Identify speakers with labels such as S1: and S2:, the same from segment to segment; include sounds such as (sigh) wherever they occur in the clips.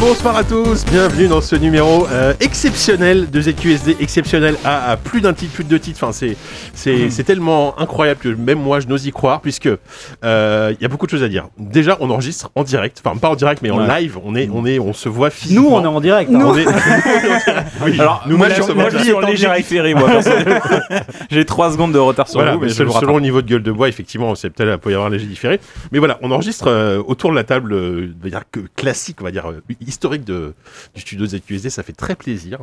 S1: Bonsoir à tous, bienvenue dans ce numéro euh, exceptionnel de ZQSD, exceptionnel à, à plus d'un titre, plus de deux titres. Enfin, c'est, c'est,
S2: Mm.
S1: c'est tellement incroyable que même moi je n'ose y croire, puisque euh, il y a beaucoup de choses à dire. Déjà, on enregistre en direct, enfin pas en direct, mais en
S2: Ouais. Mm.
S1: live. On est, on est, on se voit
S2: Nous,
S1: physiquement.
S2: on est en direct.
S3: hein.
S1: On est- (laughs) Oui,
S4: Alors,
S1: nous,
S4: moi,
S1: même,
S4: je,
S1: ça
S4: moi,
S1: va
S4: je
S1: bien.
S4: suis en léger différé, moi. personnellement. J'ai 3 secondes de retard sur
S1: Voilà,
S4: vous, mais
S1: mais
S4: je le
S1: selon,
S4: rattrape.
S1: selon le niveau de gueule de bois, effectivement, c'est peut-être peut y avoir un léger différé. Mais voilà, on enregistre euh, autour de la table, euh, on va dire que classique, on va dire euh, historique de, du studio ZQSD. Ça fait très plaisir.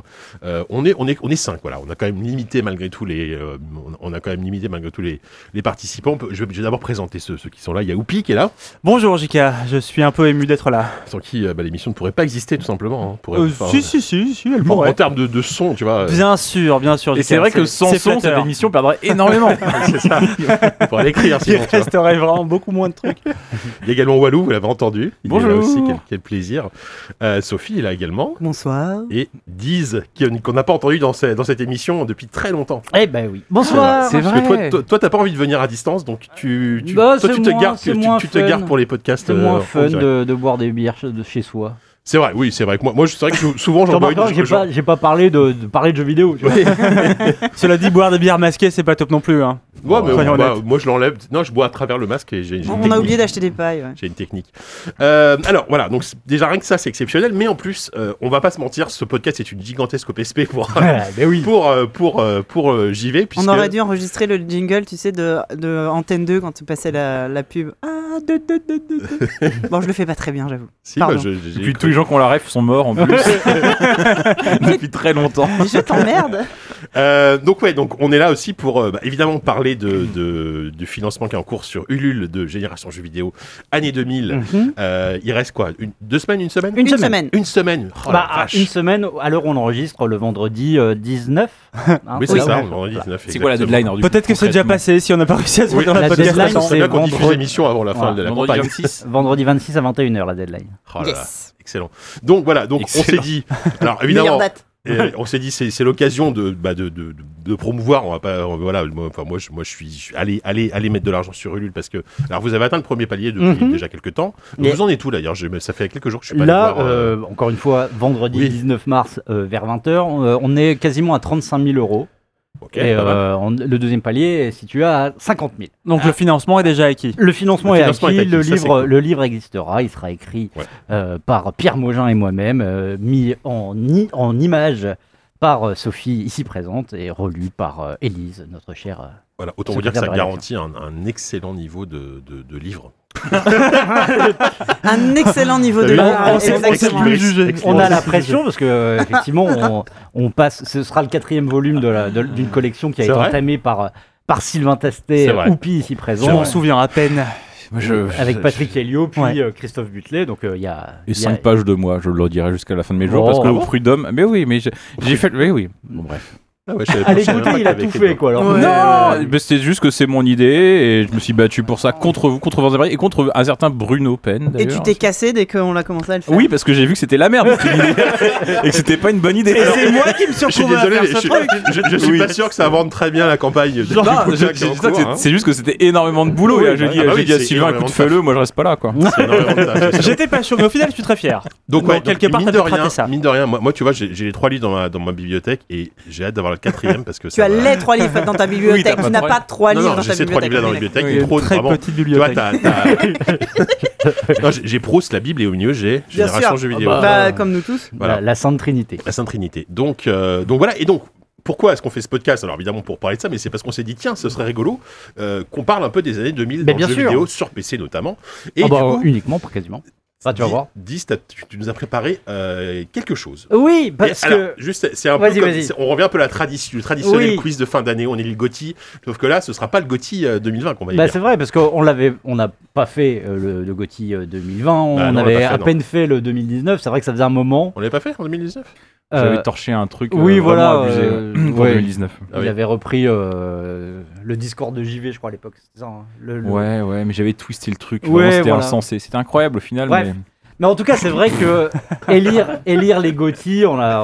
S1: Euh, on est, on est, on est cinq. Voilà, on a quand même limité malgré tout les, euh, on on a quand même limité malgré tout les, les participants. On peut- Je vais, je vais d'abord présenter ceux, ceux qui sont là. Il y a Oupi qui est là,
S2: Bonjour, Jika. Je suis un peu ému d'être là.
S1: sans qui euh, bah, l'émission ne pourrait pas exister tout simplement. hein. Pourrait-
S2: Euh,
S1: enfin,
S2: si, si, si, si, elle
S1: en, en
S2: pourrait.
S1: termes de, de son, tu
S2: (laughs)
S1: vois. euh,
S2: Bien sûr, bien sûr.
S4: Et c'est vrai que sans son, cette
S2: cette
S4: émission perdrait
S3: (laughs)
S4: énormément.
S1: c'est ça. On pourrait l'écrire
S2: Il
S1: sinon. tu vois.
S2: resterait vraiment beaucoup moins de trucs.
S1: Il y a également Walou, vous l'avez entendu. Il est là
S4: Bonjour.
S1: aussi, quel, quel plaisir. Euh, Sophie est là également.
S5: Bonsoir.
S1: Et Diz, qui- qu'on n'a pas entendu dans, ce- dans cette émission depuis très longtemps.
S2: Eh ben oui.
S1: Bonsoir.
S4: C'est
S1: Parce que toi,
S4: vrai.
S1: toi, toi, t'as pas envie de venir à distance, donc tu, tu,
S2: Bah,
S1: toi,
S2: c'est
S1: tu te
S2: moins-
S1: gardes,
S2: c'est
S1: tu,
S2: moins
S1: tu te
S2: fun.
S1: gardes pour les podcasts.
S2: C'est moins
S1: euh, en
S2: fun
S1: direct.
S2: de, de boire des bières de chez soi.
S1: C'est vrai, oui, c'est vrai. que Moi, moi je- c'est vrai que je- souvent,
S2: (laughs)
S1: j'en bois une.
S2: Remarqueras que
S1: je-
S2: J'ai pas, j'ai pas parlé de, de parler de jeux vidéo. tu vois.
S1: Ouais.
S3: Cela dit, boire des bières masquées, c'est pas top non plus. Hein.
S1: Ouais, mais
S3: Soyons
S1: moi,
S3: honnêtes.
S1: moi, je l'enlève. Non, je bois à travers le masque et j'ai. j'ai une
S5: On a
S1: technique.
S5: oublié d'acheter des pailles. ouais.
S1: J'ai une technique. Euh, alors voilà, donc c'est- déjà rien que ça c'est exceptionnel, mais en plus, euh, on va pas se mentir, ce podcast est une gigantesque OPSP
S2: (laughs)
S1: pour,
S2: Ah, ben
S1: pour, euh, pour, euh, pour, euh, JV. Puisque...
S5: On aurait dû enregistrer le jingle, tu sais, de, de Antenne 2 quand tu passais la, la pub. Ah, de, de, de, de,
S1: (laughs)
S5: de. bon, je le fais pas très bien, j'avoue.
S1: Si,
S5: Pardon.
S1: bah, je- je-
S4: Et
S1: j'ai
S4: puis
S1: cru.
S4: tous les gens qu'on la ref sont morts en plus. Depuis très longtemps.
S5: Mais je t'emmerde.
S1: Euh, donc ouais, donc on est là aussi pour euh, bah, évidemment parler de, de- du financement qui est en cours sur Ulule de Génération Jeux Vidéo année 2000.
S2: Mm. Mhm.
S1: Euh, il reste quoi une, Deux semaines, une semaine
S5: Une, semaine.
S1: Une semaine. Oh,
S2: bah,
S1: la
S2: à
S1: vache.
S2: une semaine, à l'heure où on enregistre, le vendredi euh, 19. hein.
S1: (laughs) Oui, c'est
S2: Oui.
S1: ça. on en dit 19,
S4: C'est quoi la
S1: exactement.
S4: deadline alors, du coup,
S3: Peut-être que c'est déjà
S4: concrètement
S3: passé si on n'a pas réussi à se
S1: Oui,
S3: mettre dans la
S2: la
S3: podcast.
S2: deadline,
S1: Ça
S3: avant.
S1: serait bien qu'on diffuse
S2: vendredi.
S1: l'émission avant la fin
S2: Voilà.
S1: de la
S4: Vendredi
S1: campagne.
S4: 26.
S2: Vendredi 26 à 21h, la deadline.
S1: Oh là là,
S5: Yes.
S1: Excellent. Donc voilà, donc on s'est
S4: Excellent.
S1: dit. Alors
S5: Meilleure
S1: évidemment,
S5: date.
S1: Euh, on s'est dit c'est c'est l'occasion de, bah, de, de, de- de promouvoir on va pas on- voilà moi, enfin moi je, moi je suis je- allez allez allez mettre de l'argent sur Ulule parce que alors vous avez atteint le premier palier depuis
S2: Mhm.
S1: déjà quelques temps
S2: Mais-
S1: vous en êtes tout d'ailleurs J'ai- ça fait quelques jours que je suis pas allé
S2: Là,
S1: voir, euh,
S2: euh, encore une fois, vendredi
S1: oui.
S2: 19 mars euh, vers 20h, euh, on est quasiment à 35 000 euros.
S1: ok,
S2: et
S1: pas mal.
S2: euh, on- le deuxième palier est situé à 50 000.
S3: Donc le financement est déjà acquis.
S2: Le financement,
S1: Le
S2: est,
S1: financement
S2: acquis,
S1: est acquis,
S2: le,
S1: ça, c'est
S2: livre,
S1: cool.
S2: le livre existera, il sera écrit
S1: Ouais.
S2: euh, par Pierre Mogin et moi-même, euh, mis en, i- en images par euh, Sophie ici présente et relu par euh, Élise, notre chère... euh,
S1: voilà autant
S2: ça
S1: vous dire que
S2: devient
S1: ça
S2: de la
S1: garantit un, un excellent niveau de, de, de livre (laughs)
S5: Un excellent niveau
S1: T'as
S5: de
S1: vu,
S5: date.
S2: on- on sait- on sait
S5: Exactement.
S2: plus
S3: juger.
S1: Excellent.
S2: On a la pression parce
S1: (laughs)
S2: que euh, effectivement, on, on passe. Ce sera le quatrième volume de la- de- d'une collection qui a
S1: C'est
S2: été
S1: vrai
S2: entamée par euh, par Sylvain
S1: C'est
S2: Tastet,
S1: vrai.
S2: Oupi ici
S3: Je
S2: présent,
S3: m'en souviens à peine.
S4: (laughs) Moi, je-
S2: avec Patrick Helio, puis
S3: Ouais.
S2: euh, Christophe Butlet. Donc euh, il y a.
S4: Et
S2: il y a-
S4: 5 pages de moi, je le dirai jusqu'à la fin de mes jours,
S2: Oh,
S4: parce que
S2: ah
S4: au
S1: bon
S4: prud'homme. Mais oui, mais j'ai j'ai fait. Oui, oui. Bon, bref.
S1: ah ouais, je savais pas-
S2: À
S1: je savais
S2: l'écouter,
S1: pas
S2: il a
S1: qu'il y
S2: tout
S1: avait
S2: fait quoi. Alors,
S5: Ouais.
S4: Non, mais c'est juste que c'est mon idée et je me suis battu pour ça contre vous, contre vos et contre un certain Bruno Penn.
S5: Et tu
S4: d'ailleurs.
S5: t'es cassé dès qu'on l'a commencé à le faire.
S4: Oui, parce que j'ai vu que c'était la merde cette idée. et que c'était pas une bonne idée.
S3: c'est moi qui me suis
S1: quelques- je suis désolé mais je, suis- je- je suis
S4: Oui.
S1: pas sûr que ça vende très bien la campagne
S4: Non, je- je- je- je-
S1: hein.
S4: c'est- c'est juste que c'était énormément de boulot.
S1: Oui,
S4: et là, j'ai
S1: bah
S4: dit,
S1: oui,
S4: j'ai
S1: c'est
S4: dit à Sylvain,
S1: énormément
S4: écoute,
S1: de taf.
S4: fais-le, moi je reste pas là. quoi.
S3: (laughs) J'étais pas sûr, mais au final, je suis très fier.
S1: Donc,
S3: Bon,
S1: ouais, donc,
S3: quelque part,
S1: mine,
S3: t'as
S1: de
S3: dû te
S1: rien,
S3: rater ça.
S1: mine de rien, moi, moi, tu vois, j'ai j'ai les trois livres dans ma, dans ma bibliothèque et j'ai hâte d'avoir le quatrième parce
S5: (laughs)
S1: que
S5: Tu
S1: ça
S5: as
S1: va-
S5: les trois livres
S1: (laughs)
S5: dans ta bibliothèque.
S4: t'as
S5: tu
S4: pas
S5: n'as
S4: trois-
S5: pas trois
S1: non,
S5: livres
S1: non,
S5: dans
S1: j'ai
S5: ta
S1: ces trois livres là dans la
S5: bibliothèque.
S1: bibliothèque. Ils
S3: Oui,
S1: prônent
S3: très
S1: vraiment.
S3: petite
S1: Tu vois,
S3: bibliothèque.
S1: t'as- t'as- (laughs) Non, j'ai j'ai Proust, la Bible, et au milieu, j'ai
S5: Bien
S1: Génération
S5: sûr.
S1: Jeux vidéo.
S5: Ah bah, Comme nous tous.
S1: Voilà.
S2: la, la Sainte Trinité.
S1: La Sainte Trinité. Donc, euh, donc voilà. Et donc, pourquoi est-ce qu'on fait ce podcast Alors, évidemment, pour parler de ça, mais c'est parce qu'on s'est dit, tiens, ce serait rigolo euh, qu'on parle un peu des années 2000
S2: Mais
S1: dans
S2: bien
S1: le jeu
S2: sûr.
S1: vidéo, sur PC notamment. Et
S2: Ah
S1: du
S2: bah,
S1: coup,
S2: uniquement, quasiment.
S3: Ah,
S2: Ça, tu vas
S1: Dis-
S2: voir.
S1: Dis, t'as- tu, tu nous as préparé euh, quelque chose.
S2: Oui,
S1: Et
S2: parce
S1: alors,
S2: que.
S1: juste, c'est un peu
S2: Vas-y,
S1: comme-
S2: vas-y.
S1: on revient un peu à la tradition, le traditionnel
S2: Oui.
S1: quiz de fin d'année. On est le Gotti, sauf que là, ce sera pas le Gotti euh, 2020 qu'on va y
S2: Bah,
S1: dire.
S2: c'est vrai parce qu'on l'avait, on n'a pas fait euh, le, le GOTY euh, 2020. On
S1: Bah, non, on l'a
S2: avait
S1: pas fait,
S2: à
S1: non.
S2: peine fait le 2019. C'est vrai que ça faisait un moment.
S1: On l'avait pas fait en 2019
S2: Euh,
S4: J'avais torché un truc. euh,
S2: oui,
S4: vraiment
S2: voilà,
S4: abusé,
S2: euh,
S4: ouais, pour
S2: ouais.
S4: 2019.
S1: Ah
S2: il
S1: oui.
S2: avait repris euh, le Discord de JV, je crois, à l'époque. c'est ça, hein, le- le-
S4: Ouais, ouais, mais j'avais twisté le truc.
S2: Ouais,
S4: vraiment, c'était
S2: voilà.
S4: insensé. C'était incroyable au final.
S2: Bref.
S4: mais-
S2: Mais en tout cas, c'est vrai (laughs) que élire, élire les Gauthier, on, a-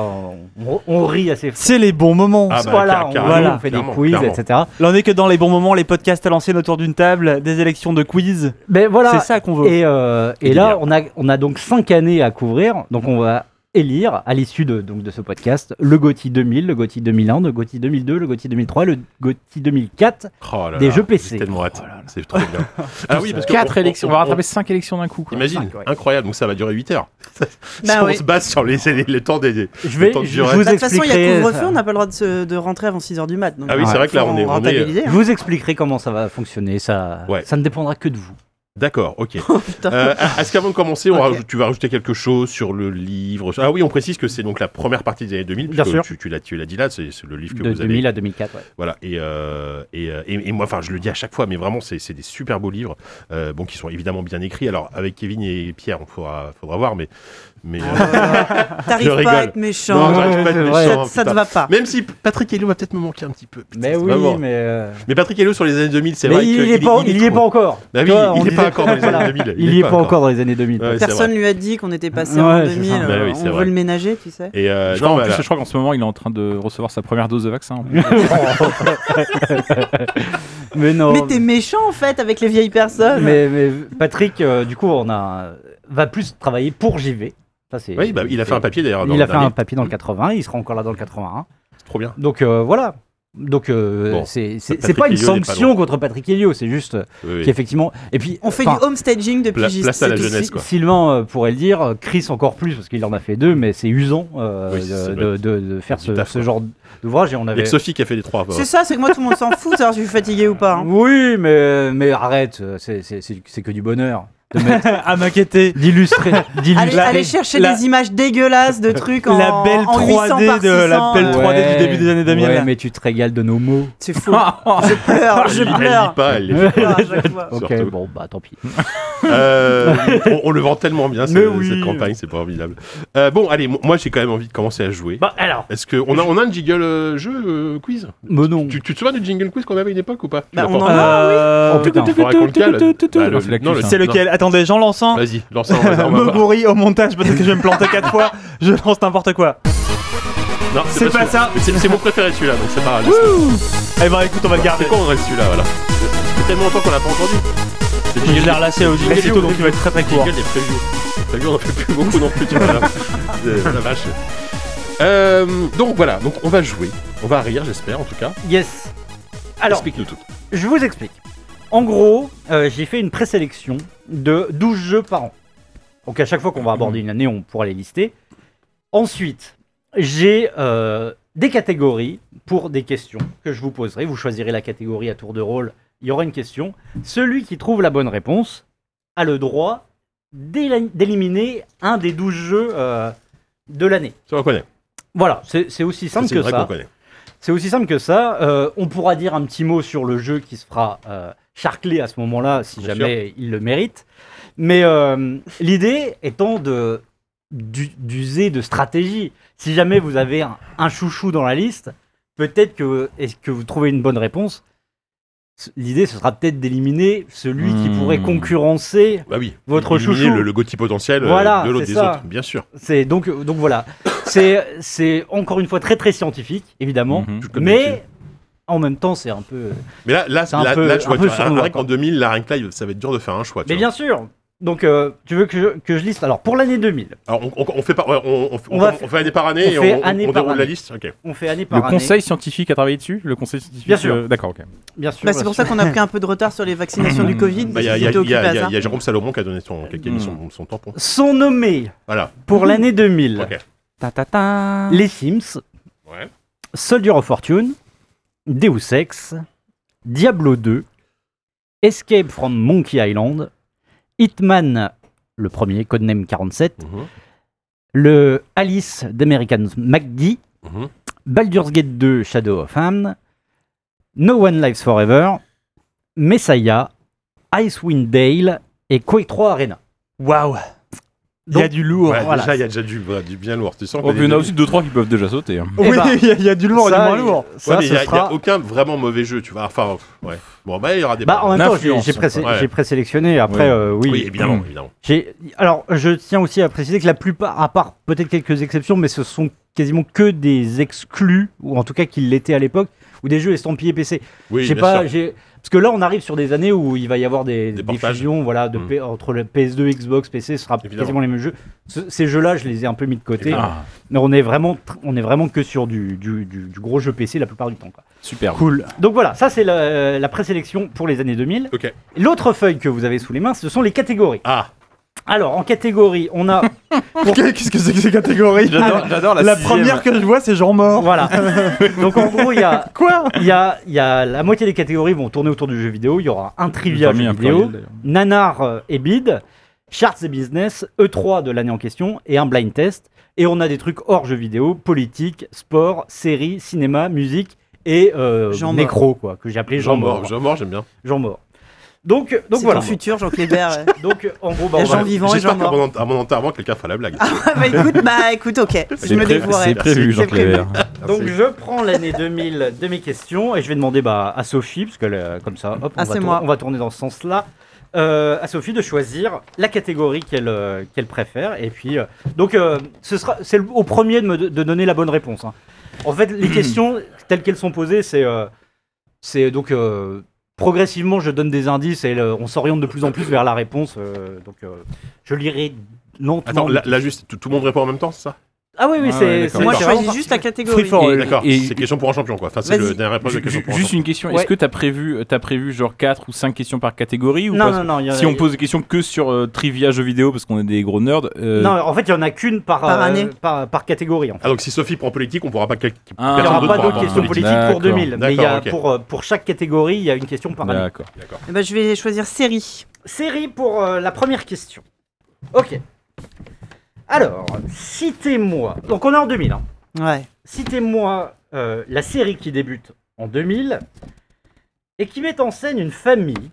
S2: on, on rit assez fort.
S3: C'est les bons moments.
S1: Ah bah,
S2: voilà,
S1: car-
S2: on,
S1: carrément,
S2: voilà, on fait des
S1: clairement,
S2: quiz,
S1: clairement.
S2: etc.
S3: Là, on est que dans les bons moments, les podcasts à l'ancienne autour d'une table, des élections de quiz.
S2: Mais voilà,
S3: C'est ça qu'on veut.
S2: Et, euh, et
S1: Et
S2: là,
S1: d'hier.
S2: on a, on a donc cinq années à couvrir. Donc, on va élire, à l'issue de, donc, de ce podcast, le GOTY 2000, le GOTY 2001, le GOTY 2002, le GOTY 2003, le GOTY 2004.
S1: Oh là
S2: Des
S1: là,
S2: jeux Oh PC.
S1: J'ai tellement hâte. C'est trop (laughs) bien. ah oui, parce que
S4: Quatre
S1: on-
S4: élections. On, va rattraper 5 élections d'un coup.
S1: on- Imagine,
S2: Cinq, ouais.
S1: incroyable, donc ça va durer 8 heures. (laughs) si
S5: Bah
S1: on
S5: oui.
S1: se base sur les, les, les temps des.
S2: Je vais,
S1: Le temps de
S2: je,
S1: durer.
S2: je vous
S5: Bah, De toute façon, il y
S2: expliquerai
S5: a couvre-feu,
S2: ça.
S5: on n'a pas le droit de, se- de rentrer avant 6h du mat. donc euh,
S1: Ah oui, c'est vrai que là,
S5: faut
S1: on est-
S5: en
S1: on est-
S5: rentabiliser,
S2: Je
S5: hein.
S2: vous expliquerai comment ça va fonctionner. Ça,
S1: Ouais.
S2: ça ne dépendra que de vous.
S1: D'accord,
S2: (laughs)
S1: ok.
S2: Oh,
S1: Euh, Est-ce qu'avant de commencer, on
S5: Ok.
S1: rajoute- tu vas rajouter quelque chose sur le livre Ah oui, on précise que c'est donc la première partie des années 2000.
S2: Bien
S1: puisque
S2: sûr.
S1: Tu, tu l'as tu l'as dit là, c'est c'est le livre que
S2: De
S1: vous avez
S2: 2000 à 2004. ouais.
S1: Voilà, et, euh, et, euh, et- et moi, enfin, je le dis à chaque fois, mais vraiment, c'est c'est des super beaux livres, euh, bon, qui sont évidemment bien écrits. Alors, avec Kevin et Pierre, on faudra, faudra voir, mais. mais euh, Je
S5: T'arrives pas
S1: rigole.
S5: à être méchant.
S1: non, j'arrive pas à être
S2: Ah, c'est
S1: méchant,
S2: vrai.
S5: ça, ça te
S1: putain.
S5: va pas.
S1: Même si Patrick Hello va peut-être me manquer un petit peu. putain,
S2: Mais
S1: ça va
S2: oui,
S1: voir.
S2: mais. euh,
S1: Mais Patrick Hello sur les années 2000, c'est
S2: mais
S1: vrai
S2: il
S1: que
S2: n'y est, pas- il y est Bah pas encore.
S1: Ah oui,
S2: Tu vois,
S1: il est
S2: on
S1: pas
S2: (laughs) disait-
S1: encore dans les
S2: voilà.
S1: années 2000.
S2: Il n'y est pas encore dans les années 2000.
S1: Ouais, c'est
S5: Personne
S1: vrai.
S5: lui a dit qu'on était passé
S2: Ouais,
S5: en
S2: c'est
S5: 2000.
S2: ça.
S5: euh,
S1: Bah oui, c'est
S5: on
S1: vrai.
S5: veut le ménager, tu sais.
S1: Et euh,
S4: Je crois,
S1: non,
S4: en
S1: voilà.
S4: plus, je crois qu'en ce moment, il est en train de recevoir sa première dose de vaccin. en plus.
S2: (laughs) Mais non.
S5: Mais t'es méchant en fait avec les vieilles personnes.
S2: mais, mais Patrick, euh, du coup, on a va plus travailler pour JV. Ça, c'est-
S1: Oui, bah, il a fait un papier d'ailleurs. dans
S2: Il
S1: le
S2: a fait
S1: dernier. Mm.
S2: un papier dans le 80, il sera encore là dans le 81.
S1: C'est trop bien.
S2: Donc euh, voilà. Donc euh,
S1: Bon.
S2: c'est c'est-
S1: Patrick
S2: c'est pas une
S1: Helio n'est pas
S2: sanction contre Patrick Helio, c'est juste
S1: Oui, oui.
S2: qu'effectivement. Et puis
S5: On fait
S2: enfin,
S5: du homestaging depuis
S1: Pla-
S5: Gis-
S1: place à
S5: c'est
S1: la
S5: tout.
S1: jeunesse,
S2: Si-
S1: quoi.
S2: Sylvain euh, pourrait le dire, euh, Chris encore plus parce qu'il en a fait deux, mais c'est usant euh,
S1: Oui, ça
S2: de,
S1: doit
S2: de- de- de faire
S1: du
S2: ce,
S1: taf,
S2: ce
S1: quoi.
S2: genre d'ouvrage et on
S1: Il y a
S2: avait.
S1: que Sophie qui a fait les trois. bah,
S5: C'est ça, c'est que moi tout le monde s'en fout, de savoir si je suis fatigué ou pas. hein.
S2: Oui, mais mais arrête, euh, c'est- c'est c'est- c'est que du bonheur de
S5: (laughs)
S2: mettre-
S3: à m'inquiéter.
S2: d'illustrer
S5: Allez,
S2: d'illustrer.
S5: allez chercher
S3: la-
S5: des images dégueulasses de trucs en,
S3: La belle
S5: en 800 par
S3: 3D de- la
S5: 600,
S3: belle
S5: euh,
S3: 3D du début des années 2000.
S2: Ouais, mais tu te régales de nos mots.
S5: C'est fou. je pleure, je
S1: Elle, elle lit
S5: pleure.
S1: pas, elle les fait.
S5: Je pleure à chaque fois.
S2: Ok,
S1: Surtout.
S2: bon bah tant pis. (laughs)
S1: Euh, on, on le vend tellement bien ce-
S2: Mais
S1: cette,
S2: oui.
S1: campagne, c'est pas formidable. Euh, bon, allez, mo- moi j'ai quand même envie de commencer à jouer.
S2: Bah alors.
S1: Est-ce que on a on a un jingle euh, jeu euh, quiz
S2: Mais non.
S1: tu, tu te souviens du jingle quiz qu'on avait à une époque ou pas Tu
S5: Bah,
S1: l'as
S5: on
S1: pas
S5: en a.
S3: Euh,
S2: Oh, putain,
S1: faudra qu'on le cale. Bah, le-
S4: Non, c'est la
S1: non,
S4: cuisse,
S1: le-
S4: hein.
S3: C'est lequel Attendez, j'en lance un.
S1: Non, Vas-y, lance un. au
S3: (laughs)
S1: hasard, on va voir.
S3: Moguri au montage, peut-être que je vais me planter quatre fois. Je lance n'importe quoi.
S1: Non,
S3: C'est pas
S1: celui-là.
S3: ça.
S1: Mais C'est c'est mon préféré celui-là, donc c'est pas grave.
S3: Eh ben écoute, on va le garder.
S1: C'est quoi on reste celui-là voilà. Ça fait tellement longtemps qu'on l'a pas entendu. C'est le
S3: Je l'ai
S1: jingle
S3: relâché au
S1: Mais c'est
S3: aussitôt,
S1: où
S3: donc il va être très très
S1: des
S3: court.
S1: jingle des previews. T'as vu, on en fait plus beaucoup non plus. tu vois, là.
S2: (laughs)
S1: Euh, La vache. Euh, donc voilà, donc on va jouer, on va rire j'espère en tout cas.
S2: Yes. Alors,
S1: Explique-nous tout.
S2: je vous explique. En gros, euh, j'ai fait une présélection de 12 jeux par an. Donc à chaque fois qu'on va aborder
S1: Mhm.
S2: une année, on pourra les lister. Ensuite, j'ai euh, des catégories pour des questions que je vous poserai. Vous choisirez la catégorie à tour de rôle. Il y aura une question. Celui qui trouve la bonne réponse a le droit d'éla- d'éliminer un des 12 jeux euh, de l'année.
S1: Ça on connaît.
S2: Voilà, c'est c'est aussi
S1: Ça,
S2: simple
S1: C'est
S2: que
S1: vrai
S2: ça.
S1: qu'on connaît.
S2: C'est aussi simple que ça. Euh, on pourra dire un petit mot sur le jeu qui se fera euh, charcler à ce moment-là, si
S1: Bien
S2: jamais il le mérite. Mais euh, l'idée étant de d'u- d'user de stratégie. Si jamais vous avez un, un chouchou dans la liste, peut-être que est-ce que vous trouvez une bonne réponse. S- L'idée, ce sera peut-être d'éliminer celui qui
S4: Hmm.
S2: pourrait concurrencer.
S1: Bah oui.
S2: Votre
S1: Éliminer
S2: chouchou.
S1: Le, le Gauthier potentiel euh,
S2: Voilà,
S1: de l'autre
S2: c'est
S1: des
S2: ça.
S1: autres, bien sûr.
S2: C'est donc euh, donc voilà. C'est c'est encore une fois très très scientifique, évidemment.
S4: Mhm.
S1: Comme d'habitude.
S2: Mais en même temps, c'est un peu
S1: mais là, là,
S2: c'est un
S1: là,
S2: peu-
S1: là, tu
S2: un
S1: vois,
S2: peu
S1: tu vois,
S2: sournois,
S1: rien
S2: quoi.
S1: qu'en 2000, la rank live, ça va être dur de faire un choix. tu
S2: euh, Mais
S1: vois.
S2: bien sûr. Donc, euh, tu veux que je, que je liste Alors, pour l'année 2000,
S1: Alors, on, on- on fait pas, on, on- on-
S2: On va
S1: on fait année par année
S2: on
S1: et on,
S2: fait
S1: on-
S2: année
S1: on
S2: par
S1: déroule
S2: année.
S1: la liste. Ok.
S2: on fait année par
S4: Le
S2: année.
S4: conseil scientifique a travaillé dessus Le conseil scientifique
S2: Bien sûr.
S4: euh, D'accord, ok.
S2: Bien sûr.
S5: Bah, c'est pour ça qu'on a pris un peu de retard sur les vaccinations du Covid.
S1: Bah, Il y a-
S5: parce qu'ils
S1: il y, a-
S5: étaient
S1: il y a-
S5: occupés à
S1: il y a-
S2: hein.
S5: ça.
S1: il y a Jérôme Salomon qui a donné son, qui a
S2: Mm.
S1: mis
S4: Hmm.
S1: son, son tampon.
S2: Sont nommés
S1: Voilà.
S5: Mhm.
S2: pour l'année 2000
S1: Ok.
S3: Ta ta ta.
S2: les Sims,
S1: Ouais.
S2: Soldier of Fortune, Deus Ex, Diablo 2, Escape from Monkey Island, Hitman, le premier, Codename 47,
S1: Mhm.
S2: le Alice d'American McGee,
S1: Mhm.
S2: Baldur's Gate 2 Shadow of Hamn, No One Lives Forever, Messiah, Icewind Dale et Quake 3 Arena.
S3: Waouh. Il y a
S2: Donc-
S3: du lourd.
S1: Ouais,
S2: voilà.
S1: Déjà, il y a déjà du, voilà, du bien lourd. Tu sens
S4: Oh,
S1: qu'il y
S4: puis
S1: a
S4: il y en a
S1: des-
S4: aussi deux trois qui peuvent déjà sauter. hein.
S2: Eh
S3: Oui,
S2: ben,
S3: (laughs) il y a- il y a du lourd et du
S2: Ça,
S3: moins lourd.
S1: Ouais,
S2: Ça,
S1: mais il
S2: ce
S1: n'y a, il y a
S2: sera.
S1: aucun vraiment mauvais jeu, tu vois. Enfin, ouais. Bon, bah, il y aura des.
S2: Bah, en
S1: bons.
S2: même temps, j'ai-
S4: L'influence,
S2: j'ai pré-
S1: ouais.
S2: j'ai présélectionné. Après,
S4: Oui.
S2: euh, oui.
S1: oui, évidemment, évidemment.
S2: J'ai- Alors, je tiens aussi à préciser que la plupart, à part peut-être quelques exceptions, mais ce sont quasiment que des exclus, ou en tout cas qu'ils l'étaient à l'époque, ou des jeux estampillés PC.
S1: Oui,
S2: J'ai
S1: bien
S2: pas,
S1: sûr.
S2: j'ai- Parce que là, on arrive sur des années où il va y avoir des,
S1: Des
S2: des
S1: portages.
S2: fusions voilà, de
S1: Mm.
S2: P- entre le PS2, Xbox, PC, ce sera
S1: Évidemment.
S2: quasiment les mêmes jeux. Ce- ces jeux-là, je les ai un peu mis de côté.
S1: Évidemment.
S4: Ah,
S2: Mais on est vraiment, tr- on est vraiment que sur du, du- du- du gros jeu PC la plupart du temps. quoi.
S4: super.
S3: Cool.
S2: Donc voilà, ça c'est la, la présélection pour les années 2000.
S1: Ok.
S2: L'autre feuille que vous avez sous les mains, ce sont les catégories.
S1: Ah,
S2: Alors, en catégorie,
S1: (laughs)
S2: on a.
S3: Qu'est-ce que c'est que ces catégories
S4: J'adore, j'adore la,
S3: La première que je vois, c'est genre mort.
S2: voilà. Donc, en gros, il y a,
S3: Quoi
S2: il y, a, il y a la moitié des catégories vont tourner autour du jeu vidéo. Il y aura un trivia jeu vidéo, nanar euh, et bid, charts et business, E3 de l'année en question et un blind test. Et on a des trucs hors jeu vidéo, politique, sport, séries, cinéma, musique et euh,
S5: Jean
S2: nécro, quoi, que j'ai appelé Jean,
S1: Jean mort,
S2: mort.
S1: Jean mort, j'aime bien.
S2: Jean mort. Donc, donc
S5: C'est ton
S2: voilà.
S5: futur, Jean Clébert.
S2: Donc, en gros, bah,
S5: Il y a
S2: on va-
S5: Jean vivant et
S1: J'espère
S5: Jean
S1: qu'à mon ent- à mon enterrement, quelqu'un fera la blague.
S5: Ah (laughs) bah écoute, bah écoute, ok. Je
S4: C'est,
S5: me
S4: pré-
S5: dévouerai.
S4: c'est prévu,
S5: C'est
S4: Jean Clébert. (laughs)
S2: Donc
S1: Merci.
S2: je prends l'année 2000 de mes questions et je vais demander bah, à Sophie, parce que euh, comme ça, hop, on,
S5: Ah,
S2: va
S5: c'est
S2: tour-
S5: moi.
S2: on va tourner dans ce sens-là, euh, à Sophie de choisir la catégorie qu'elle euh, qu'elle préfère. Et puis, euh, donc euh, ce sera, c'est le- au premier de me de donner la bonne réponse. hein. En fait,
S4: (clears throat)
S2: les questions telles qu'elles sont posées, c'est euh, c'est donc euh, progressivement, je donne des indices et le- on s'oriente de plus en plus vers la réponse. euh, donc euh, je lirai lentement.
S1: Attends, là, là, juste, tout, tout le monde répond en même temps, c'est ça
S2: Ah oui,
S4: Ouais,
S2: oui,
S4: ouais,
S2: c'est.
S4: d'accord.
S2: c'est-
S5: Moi,
S2: c'est
S5: je
S2: vraiment
S5: choisis juste la
S2: particulier.
S5: catégorie.
S3: Free for all.
S1: D'accord,
S4: et-
S1: c'est question pour un champion, quoi. Enfin, c'est
S5: Vas-y.
S1: le dernier épreuve de
S4: Ju-
S1: question
S4: ju-
S1: pour un
S4: Juste
S1: champion.
S4: une question,
S2: Ouais.
S4: est-ce que t'as prévu, t'as prévu genre 4 ou 5 questions par catégorie ou
S2: Non,
S4: pas
S2: non, non. il y en a-
S4: Si on pose des questions que sur euh, trivia jeux vidéo parce qu'on est des gros nerds, euh,
S2: Non, en fait, il n'y en a qu'une par,
S5: Par
S2: euh,
S5: année.
S2: par, par catégorie. En fait.
S1: Ah, donc si Sophie prend politique, on pourra pas. quel-
S4: Ah,
S2: Il n'y
S1: personne
S2: aura
S1: d'autre
S2: pas
S1: pourra
S2: d'autres
S1: prendre
S2: questions
S1: politique.
S2: politiques pour
S4: D'accord.
S2: 2000. Mais il y a
S1: D'accord, ok.
S2: pour, euh, pour chaque catégorie, il y a une question par année.
S4: d'accord.
S1: D'accord.
S5: Eh ben, je vais choisir série.
S2: Série pour euh, la première question. Ok. Alors, citez-moi. Donc, on est en 2000. hein.
S5: Ouais.
S2: Citez-moi euh, la série qui débute en 2000 et qui met en scène une famille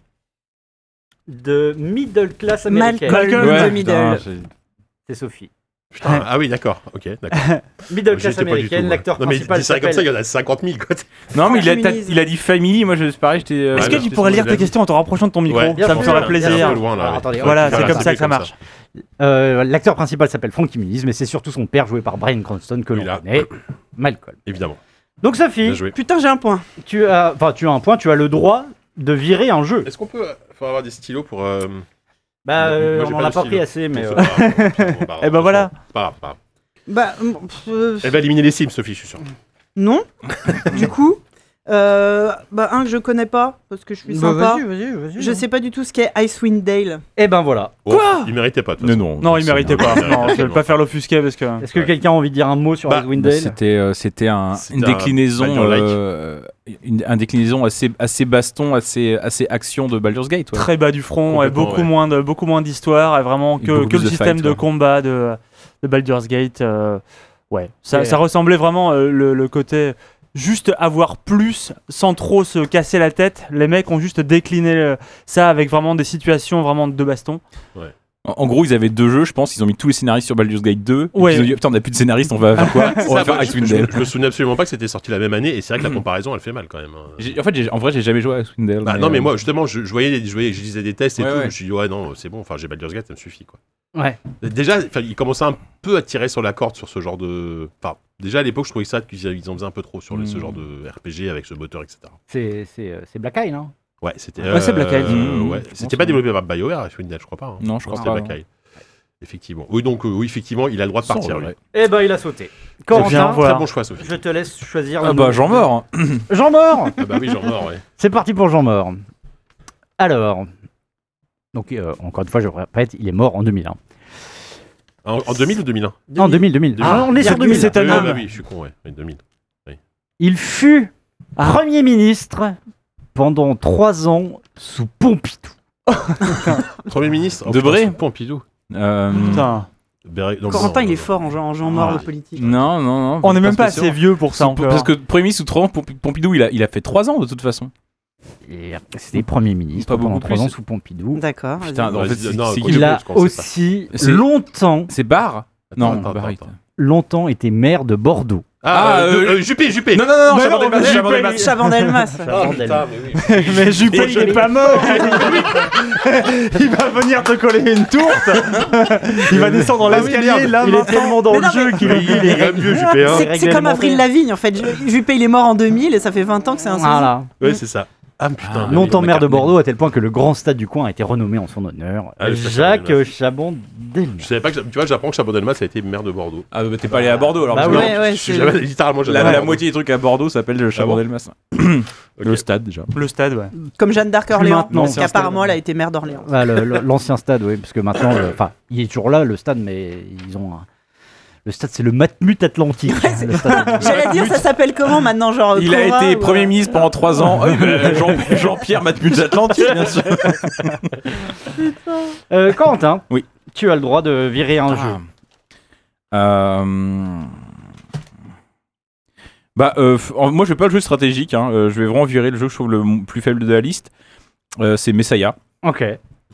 S2: de middle class américaine.
S5: Malcolm. Malcolm.
S4: Ouais,
S5: The
S4: putain,
S2: Euh,
S5: Middle.
S4: j'ai-
S2: C'est Sophie.
S1: Putain, ah oui, d'accord, ok, d'accord.
S2: Middle
S1: J'y étais pas
S2: class
S1: du tout,
S2: américaine,
S1: moi.
S2: l'acteur
S1: Non, mais dis
S2: principal.
S1: ça comme
S2: s'appelle-
S1: ça, il y en a 50 000, quoi.
S4: Non, mais il a,
S5: Féminisme.
S4: t'as- il a dit famille, moi je- c'est pareil, j'étais. euh,
S3: Est-ce que
S1: Ouais,
S3: tu
S1: je
S3: pourrais
S1: sais
S3: lire
S1: pas,
S3: tes
S1: je l'ai
S3: questions en te rapprochant de ton micro
S1: Ouais,
S3: Ça
S2: bien
S3: me
S2: sûr,
S3: ferait
S2: bien
S1: C'est un peu
S3: plaisir.
S1: loin, là.
S2: Alors,
S1: ouais.
S2: attendez,
S1: Faut-
S3: Voilà,
S1: faut
S3: c'est
S1: faire
S3: comme
S1: la
S3: ça
S1: série
S3: que ça marche.
S2: Euh, L'acteur principal s'appelle Frankie Muniz, mais c'est surtout son père joué par Brian Cranston que
S1: Oui,
S2: l'on
S1: là.
S2: connaît, Malcolm.
S1: Évidemment,
S2: Donc
S1: bien
S2: Sophie,
S1: joué.
S5: Putain, j'ai un point.
S2: tu as, enfin tu as un point, tu as le droit de virer un jeu.
S1: Est-ce qu'on peut. euh, Faut avoir des stylos pour. euh,
S2: Bah
S1: Moi,
S2: euh,
S1: j'ai pas
S2: on en a
S1: de
S2: pas
S1: stylo.
S2: pris assez, mais
S3: (laughs)
S1: pour
S2: euh,
S1: faire- Bon, bah,
S3: Eh ben voilà.
S1: c'est Pas grave, pas grave.
S5: Bah mm, pff, euh,
S1: Elle va éliminer les cibles, Sophie, je suis sûr.
S5: non. (laughs) du coup, euh, bah un que je connais pas parce que je suis sympa.
S3: Bah, vas-y, vas-y.
S5: Je sais pas du tout ce qu'est Icewind Dale.
S2: eh ben voilà.
S1: Oh,
S3: Quoi
S1: Il méritait pas, de toute
S4: Non, non.
S1: façon.
S3: Non, il méritait
S1: Non,
S3: pas. Non, je vais
S1: absolument.
S3: pas faire l'offusqué parce que.
S2: Est-ce que
S1: Ouais.
S2: quelqu'un a envie de dire un mot sur
S1: Bah,
S2: Icewind
S4: Bah,
S2: Dale
S4: C'était euh, c'était un-
S1: C'était
S4: une
S1: un
S4: déclinaison
S1: Baldur-like.
S4: euh, une- un déclinaison assez assez baston assez assez action de Baldur's Gate. ouais.
S3: Très bas du front, et
S1: Complètement,
S3: beaucoup
S1: ouais.
S3: moins de beaucoup moins d'histoire, et vraiment
S4: Et
S3: que,
S4: beaucoup
S3: que
S4: plus
S3: le
S4: de
S3: système
S4: fight,
S3: de
S4: ouais.
S3: combat de, de Baldur's Gate. euh, ouais, ça,
S2: Yeah.
S3: ça ressemblait vraiment euh, le, le côté juste avoir plus sans trop se casser la tête. Les mecs ont juste décliné euh, ça avec vraiment des situations vraiment de baston.
S4: En, en gros, ils avaient deux jeux, je pense. Ils ont mis tous les scénaristes sur Baldur's Gate 2. et
S3: Ouais.
S4: puis Ils ont dit putain, on a plus de scénaristes, on va
S2: Ah.
S4: faire quoi On va
S1: Ça,
S4: faire
S1: moi,
S4: Icewind
S1: Oh, je,
S4: Dale.
S1: je me souviens absolument pas que c'était sorti la même année, et c'est vrai que la comparaison, elle fait mal quand même. hein.
S4: J'ai- En fait, j'ai- en vrai, j'ai jamais joué à Icewind Dale.
S1: Bah non, mais
S4: euh,
S1: moi, justement, je, je voyais, je voyais, je lisais des tests et
S4: Ouais,
S1: tout.
S4: ouais.
S1: Je me suis dit, ouais, non, c'est bon, enfin, j'ai Baldur's Gate, ça me suffit, quoi.
S2: Ouais.
S1: Déjà, enfin, ils commençaient un peu à tirer sur la corde sur ce genre de. Enfin, déjà à l'époque, je trouvais ça qu'ils ils en faisaient un peu trop sur le- ce
S4: Mm.
S1: genre de RPG avec ce moteur, etc.
S2: C'est c'est euh, c'est Black Eye, non
S1: Ouais, c'était. euh,
S3: Ouais, c'est Black Isle.
S4: Mm,
S1: ouais.
S4: je pense,
S1: C'était pas
S4: ouais.
S1: développé par BioWare, Icewind Dale, je crois pas. hein.
S4: Non, je crois
S1: C'était
S4: pas,
S1: Black Isle. Effectivement. Oui, donc, euh, oui, effectivement, il a le droit de
S4: sans
S1: partir. lui.
S4: regret.
S2: Eh ben il a sauté.
S3: bien,
S2: Corentin,
S3: voilà.
S1: Très bon choix, Sophie.
S2: je te laisse choisir.
S4: Ah
S2: le
S4: bah
S2: nom.
S4: j'en meurs.
S2: Jean Mort.
S1: Ah bah oui, j'en meurs, ouais.
S2: C'est parti pour Jean Mort. Alors, donc euh, encore une fois, je répète, il est mort en 2001.
S1: En, en 2000 ou 2001
S2: Non, 2000, 2000.
S1: Ah,
S2: on est sur
S3: virgule,
S2: 2000.
S3: c'est un
S1: Oui,
S3: homme.
S1: bah oui, je suis con, ouais. Oui, 2000.
S2: Il fut
S3: Ah.
S2: Premier ministre pendant trois ans sous Pompidou.
S1: Premier ministre oh,
S4: Debré
S1: putain, c'est Pompidou.
S4: Euh,
S3: Putain,
S1: Béré- donc,
S5: Corentin,
S1: non,
S5: il est
S1: non,
S5: fort en genre, en genre mort
S3: Ah.
S5: de politique.
S4: Non, non, non.
S3: on n'est même pas assez
S4: spécialement.
S3: vieux pour ça
S4: Sous-
S3: encore.
S4: Parce que Premier ministre sous 3 ans, Pompi- Pompidou, il a, il a fait 3 ans de toute façon.
S2: Et C'était Premier ministre
S4: Pas beaucoup
S2: pendant trois
S4: plus.
S2: ans sous Pompidou.
S5: D'accord.
S4: Putain,
S5: vas-y.
S4: en fait,
S1: Vas-y,
S4: c'est-
S1: non,
S4: c'est qui
S1: je
S2: Il
S4: le-
S1: continue.
S2: a
S1: pense qu'on sait
S2: aussi
S4: C'est-
S2: longtemps,
S4: C'est Barre Non,
S1: Attends, attends,
S4: Barre,
S1: attends.
S2: longtemps été maire de Bordeaux.
S1: Ah,
S4: Ah,
S1: euh, de-
S4: euh,
S1: euh, Juppé, Juppé.
S4: Non, non, non,
S3: Mais
S4: Chaban
S3: non,
S4: Delmas,
S3: mais
S4: Chaban
S3: j'ai pas
S4: Delmas.
S5: Chaban-Delmas.
S1: Ah,
S2: Chaban
S1: putain, mais oui.
S3: (laughs) Mais Juppé, il est pas mort (laughs) Il va venir te coller une tourte (laughs) Il va descendre
S1: Ah oui,
S3: l'escalier,
S1: merde.
S3: là,
S2: Il est
S3: maintenant.
S2: tellement dans
S5: Mais
S2: le
S5: non,
S2: (laughs) jeu qu'il
S1: Il
S2: est.
S1: est- il est quand même vieux, Juppé. hein.
S5: C'est- C'est comme Avril Lavigne en fait. Ju- Juppé il est mort en 2000 et ça fait 20 ans que c'est un souci.
S2: Voilà.
S1: Ouais, c'est ça. Ah, putain.
S4: Ah,
S1: mais
S2: Longtemps
S1: oui,
S2: maire de
S1: on a
S2: Bordeaux, à tel point que le grand stade du coin a été renommé en son honneur.
S1: Ah, oui, ça,
S2: Jacques
S1: Chaban-Delmas. Je
S2: Chabon-Delmas.
S1: savais pas que ça- tu vois, j'apprends que Chaban Delmas a été maire de Bordeaux.
S4: Ah, bah, t'es pas allé à Bordeaux alors.
S2: Bah
S4: parce que
S2: ouais.
S1: Non,
S5: ouais,
S1: je suis
S5: c'est-
S1: jamais- littéralement jamais
S4: La,
S1: allé à
S4: la
S1: Bordeaux.
S4: moitié des trucs à Bordeaux s'appelle le Chaban
S1: Ah bon
S4: Delmas.
S1: (clears throat) Ok.
S4: Le stade déjà.
S3: Le stade, ouais.
S5: Comme Jeanne d'Arc Orléans.
S2: maintenant,
S5: Parce
S2: c'est un
S5: qu'apparemment elle a été maire d'Orléans.
S2: Ah, le- le- L'ancien stade, oui, parce que maintenant, le- enfin, il est toujours là, le stade, mais ils ont. un- Le stade, c'est le Matmut Atlantique. le
S5: (laughs)
S2: stade.
S5: J'allais dire ça s'appelle comment maintenant genre
S4: Il a
S5: Cora
S4: été
S5: ou, euh,
S4: Premier ministre pendant 3 ans. Oui, bah, Jean- (laughs) Jean-Pierre Matmut d'Atlantique, bien sûr.
S2: Euh, Quentin,
S4: Oui.
S2: tu as le droit de virer
S4: Ah.
S2: un jeu.
S4: Euh, Bah, euh, f- en- moi, je vais pas le jeu stratégique. hein, euh, je vais vraiment virer le jeu que je trouve le m- plus faible de la liste. Euh, c'est Messaya.
S2: Ok.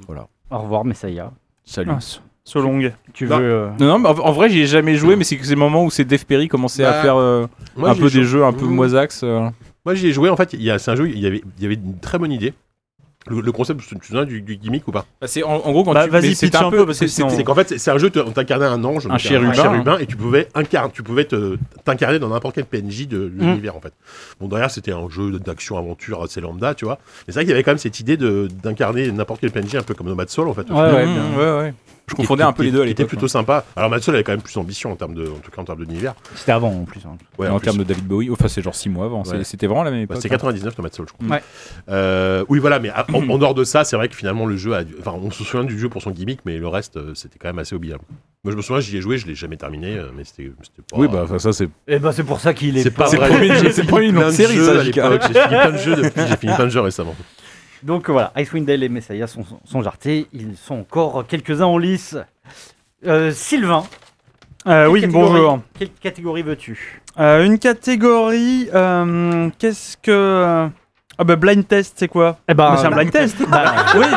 S4: Voilà.
S2: Au revoir, Messaya.
S4: Salut.
S3: Ah, Solong.
S2: Tu
S4: Non.
S2: veux. euh,
S4: Non, non, mais en, en vrai, j'y ai jamais joué, mais c'est que c'est le moment où c'est Dave Perry commençait
S1: Bah,
S4: à faire euh,
S1: Moi,
S4: un
S1: j'y
S4: peu
S1: ai joué-
S4: des jeux un peu
S1: Mmh.
S4: moisax. euh.
S1: Moi, j'y ai joué. En fait, il y a- c'est un jeu, il y, avait, il y avait une très bonne idée. Le, le concept, tu te souviens du, du gimmick ou pas
S4: Bah, c'est en, en gros quand
S3: Bah,
S4: tu
S3: vas-y,
S4: mais c'est
S3: pitch un peu, parce
S4: c'est-
S3: que sinon-
S1: C'est
S4: c'était-
S1: qu'en fait, c'est- c'est un jeu, te- on t'incarnait un ange, donc
S4: chérubin, hein.
S1: et tu pouvais, incarner, tu pouvais te- t'incarner dans n'importe quel PNJ de
S4: Mm.
S1: l'univers, en fait. Bon, derrière, c'était un jeu d'action-aventure assez lambda, tu vois. Mais c'est vrai qu'il y avait quand même cette idée de- d'incarner n'importe quel PNJ, un peu comme dans Mad Soul, en fait. au final,
S2: Ouais, ouais,
S4: Mmh,
S2: bien.
S4: ouais, ouais. Je
S1: qui-
S4: confondais
S1: qui-
S4: un peu
S1: qui-
S4: les deux à
S1: qui était
S4: l'époque.
S1: plutôt sympa. Alors, Mad Soul avait quand même plus ambition, en, termes de, en tout cas en termes d'univers.
S2: C'était avant en plus. hein.
S1: Ouais,
S4: en,
S1: en plus.
S4: termes de David Bowie, enfin c'est genre 6 mois avant, C'est-
S1: Ouais.
S4: c'était vraiment la même
S1: Bah,
S4: époque. hein.
S1: c'est 99 Thomas Soul, je crois.
S2: Ouais.
S1: Euh, oui, voilà, mais à-
S3: (clears throat)
S1: en, en dehors de ça, c'est vrai que finalement, le jeu a. dû- Enfin, on se souvient du jeu pour son gimmick, mais le reste, euh, c'était quand même assez oubliable. Moi, je me souviens, j'y ai joué, je l'ai jamais terminé, euh, mais c'était c'était pas.
S4: Oui, bah enfin, ça c'est
S2: Eh ben, c'est pour ça qu'il est.
S1: (laughs) C'est pas
S4: c'est
S1: vrai.
S4: le premier jeu- c'est le premier
S1: Plein
S4: long
S1: de
S4: série,
S1: jeux
S4: ça,
S1: à
S4: JK.
S1: l'époque, J'ai fini plein de jeux depuis, j'ai fini plein de jeux récemment.
S2: Donc voilà, Icewind Dale et Messaya sont, sont jartés. Ils sont encore quelques-uns en lice. Euh, Sylvain,
S3: Euh,
S2: quelle
S3: oui,
S2: catégorie-
S3: bonjour.
S2: Quelle catégorie veux-tu
S3: Euh, une catégorie. euh, Qu'est-ce que. Ah bah blind test, c'est quoi
S2: Eh ben,
S3: Bah, C'est un blind test. (laughs) oui,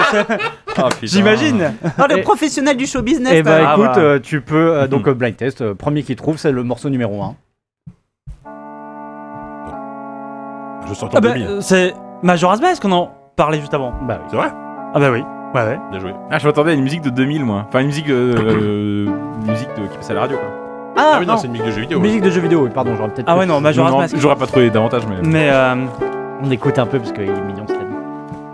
S3: (laughs)
S1: Ah,
S3: j'imagine.
S5: Oh, le
S2: Et-
S5: professionnel du show business.
S2: Eh ben
S3: Ah,
S2: écoute,
S3: bah.
S2: euh, tu peux euh, (laughs) donc euh, blind test. euh, premier qui trouve, c'est le morceau numéro 1.
S1: Je sors ton
S3: Ah bah,
S1: demi.
S3: euh, c'est Majora's Mask qu'on en parlait juste avant.
S2: Bah oui.
S1: C'est vrai
S3: Ah bah oui. Ouais ouais.
S1: Bien joué.
S4: Ah, je m'attendais à une musique de 2000 moi. Enfin une musique (coughs) euh, euh, musique de- qui passe à la radio quoi.
S1: Ah,
S3: Ah,
S1: oui, non, c'est une musique de jeux vidéo.
S2: Musique de jeux vidéo. Oui, pardon, j'aurais peut-être.
S3: Ah ouais
S2: pu-
S3: non, Majora's
S4: Non,
S3: Mask.
S4: J'aurais pas trouvé davantage mais
S3: Mais euh,
S2: On écoute un peu parce qu'il est mignon. ce lame.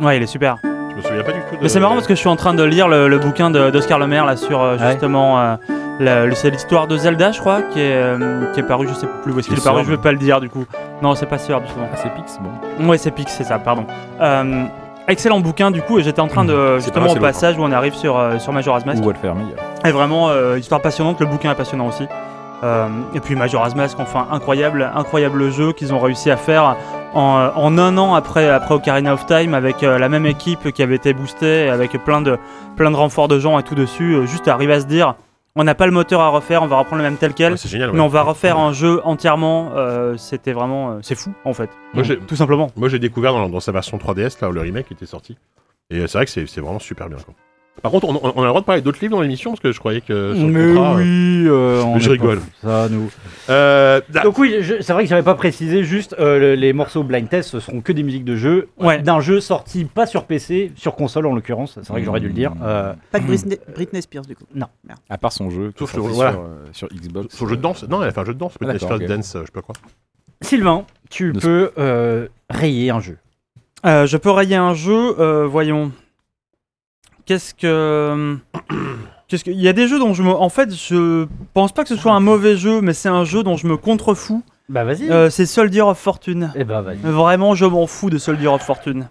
S3: ouais, il est super.
S1: ouais. Je me souviens pas du tout. De...
S3: Mais c'est marrant parce que je suis en train de lire le, le bouquin de- d'Oscar Le Maire là sur euh,
S2: Ouais.
S3: justement euh, la- le- c'est l'histoire de Zelda je crois qui est, euh, qui est paru je sais plus où est-ce qu'il est
S4: C'est
S3: paru
S4: Sœur.
S3: je vais pas le dire du coup non c'est pas sûr justement
S4: Ah, c'est Pix bon.
S3: ouais c'est Pix c'est ça pardon Euh, excellent bouquin du coup et j'étais en train de
S1: Mmh. C'est pas
S3: justement
S1: mal,
S3: au
S1: c'est long,
S3: passage où on arrive sur euh, sur Majora's Mask
S4: Ou Wolfram.
S3: est vraiment euh, histoire passionnante, le bouquin est passionnant aussi. Euh, et puis Majora's Mask, enfin incroyable, incroyable jeu qu'ils ont réussi à faire en, euh, en un an après, après Ocarina of Time avec euh, la même équipe qui avait été boostée, avec plein de, plein de renforts de gens et tout dessus, euh, juste arriver à se dire on n'a pas le moteur à refaire, on va reprendre le même tel quel,
S1: Ouais, c'est génial. ouais.
S3: mais on va refaire un jeu entièrement, euh, c'était vraiment, euh, c'est fou en fait,
S1: Moi, j'ai-
S3: tout simplement.
S1: Moi, j'ai découvert dans, dans sa version 3DS, là, le remake était sorti. Et euh, c'est vrai que c'est c'est vraiment super bien. quoi. Par contre, on, on- on a le droit de parler d'autres livres dans l'émission parce que je croyais que. sur le
S2: Mais
S1: contrat, euh,
S2: oui, euh, on
S1: je
S2: est pas
S1: rigole.
S2: fous, Ça nous.
S1: euh, ah,
S2: Donc oui, je- c'est vrai que j'avais pas précisé. Juste euh, le- les morceaux blind test, ce seront que des musiques de jeu euh,
S3: Ouais.
S2: d'un jeu sorti pas sur PC, sur console en l'occurrence. C'est vrai que j'aurais dû le dire.
S4: Mmh.
S2: Euh,
S5: Pas de Britney, Britney Spears du coup.
S4: Mm. À part son jeu qui
S1: Sauf
S4: est sorti
S1: le- voilà.
S4: sur, euh, sur Xbox.
S1: son jeu de danse Non, elle a fait un jeu de danse, peut-être
S4: d'accord, ok.
S1: Dance, euh, je sais pas quoi.
S2: Sylvain, tu
S4: Ne-
S2: peux euh, rayer un jeu.
S3: Euh, je peux rayer un jeu, euh, voyons. Qu'est-ce que. Qu'est-ce que. Il y a des jeux dont je me. En fait, je pense pas que ce soit un mauvais jeu, mais c'est un jeu dont je me contrefous.
S2: Bah vas-y.
S3: Euh, c'est Soldier of Fortune.
S2: Eh bah vas-y.
S3: Vraiment, je m'en fous de Soldier of Fortune.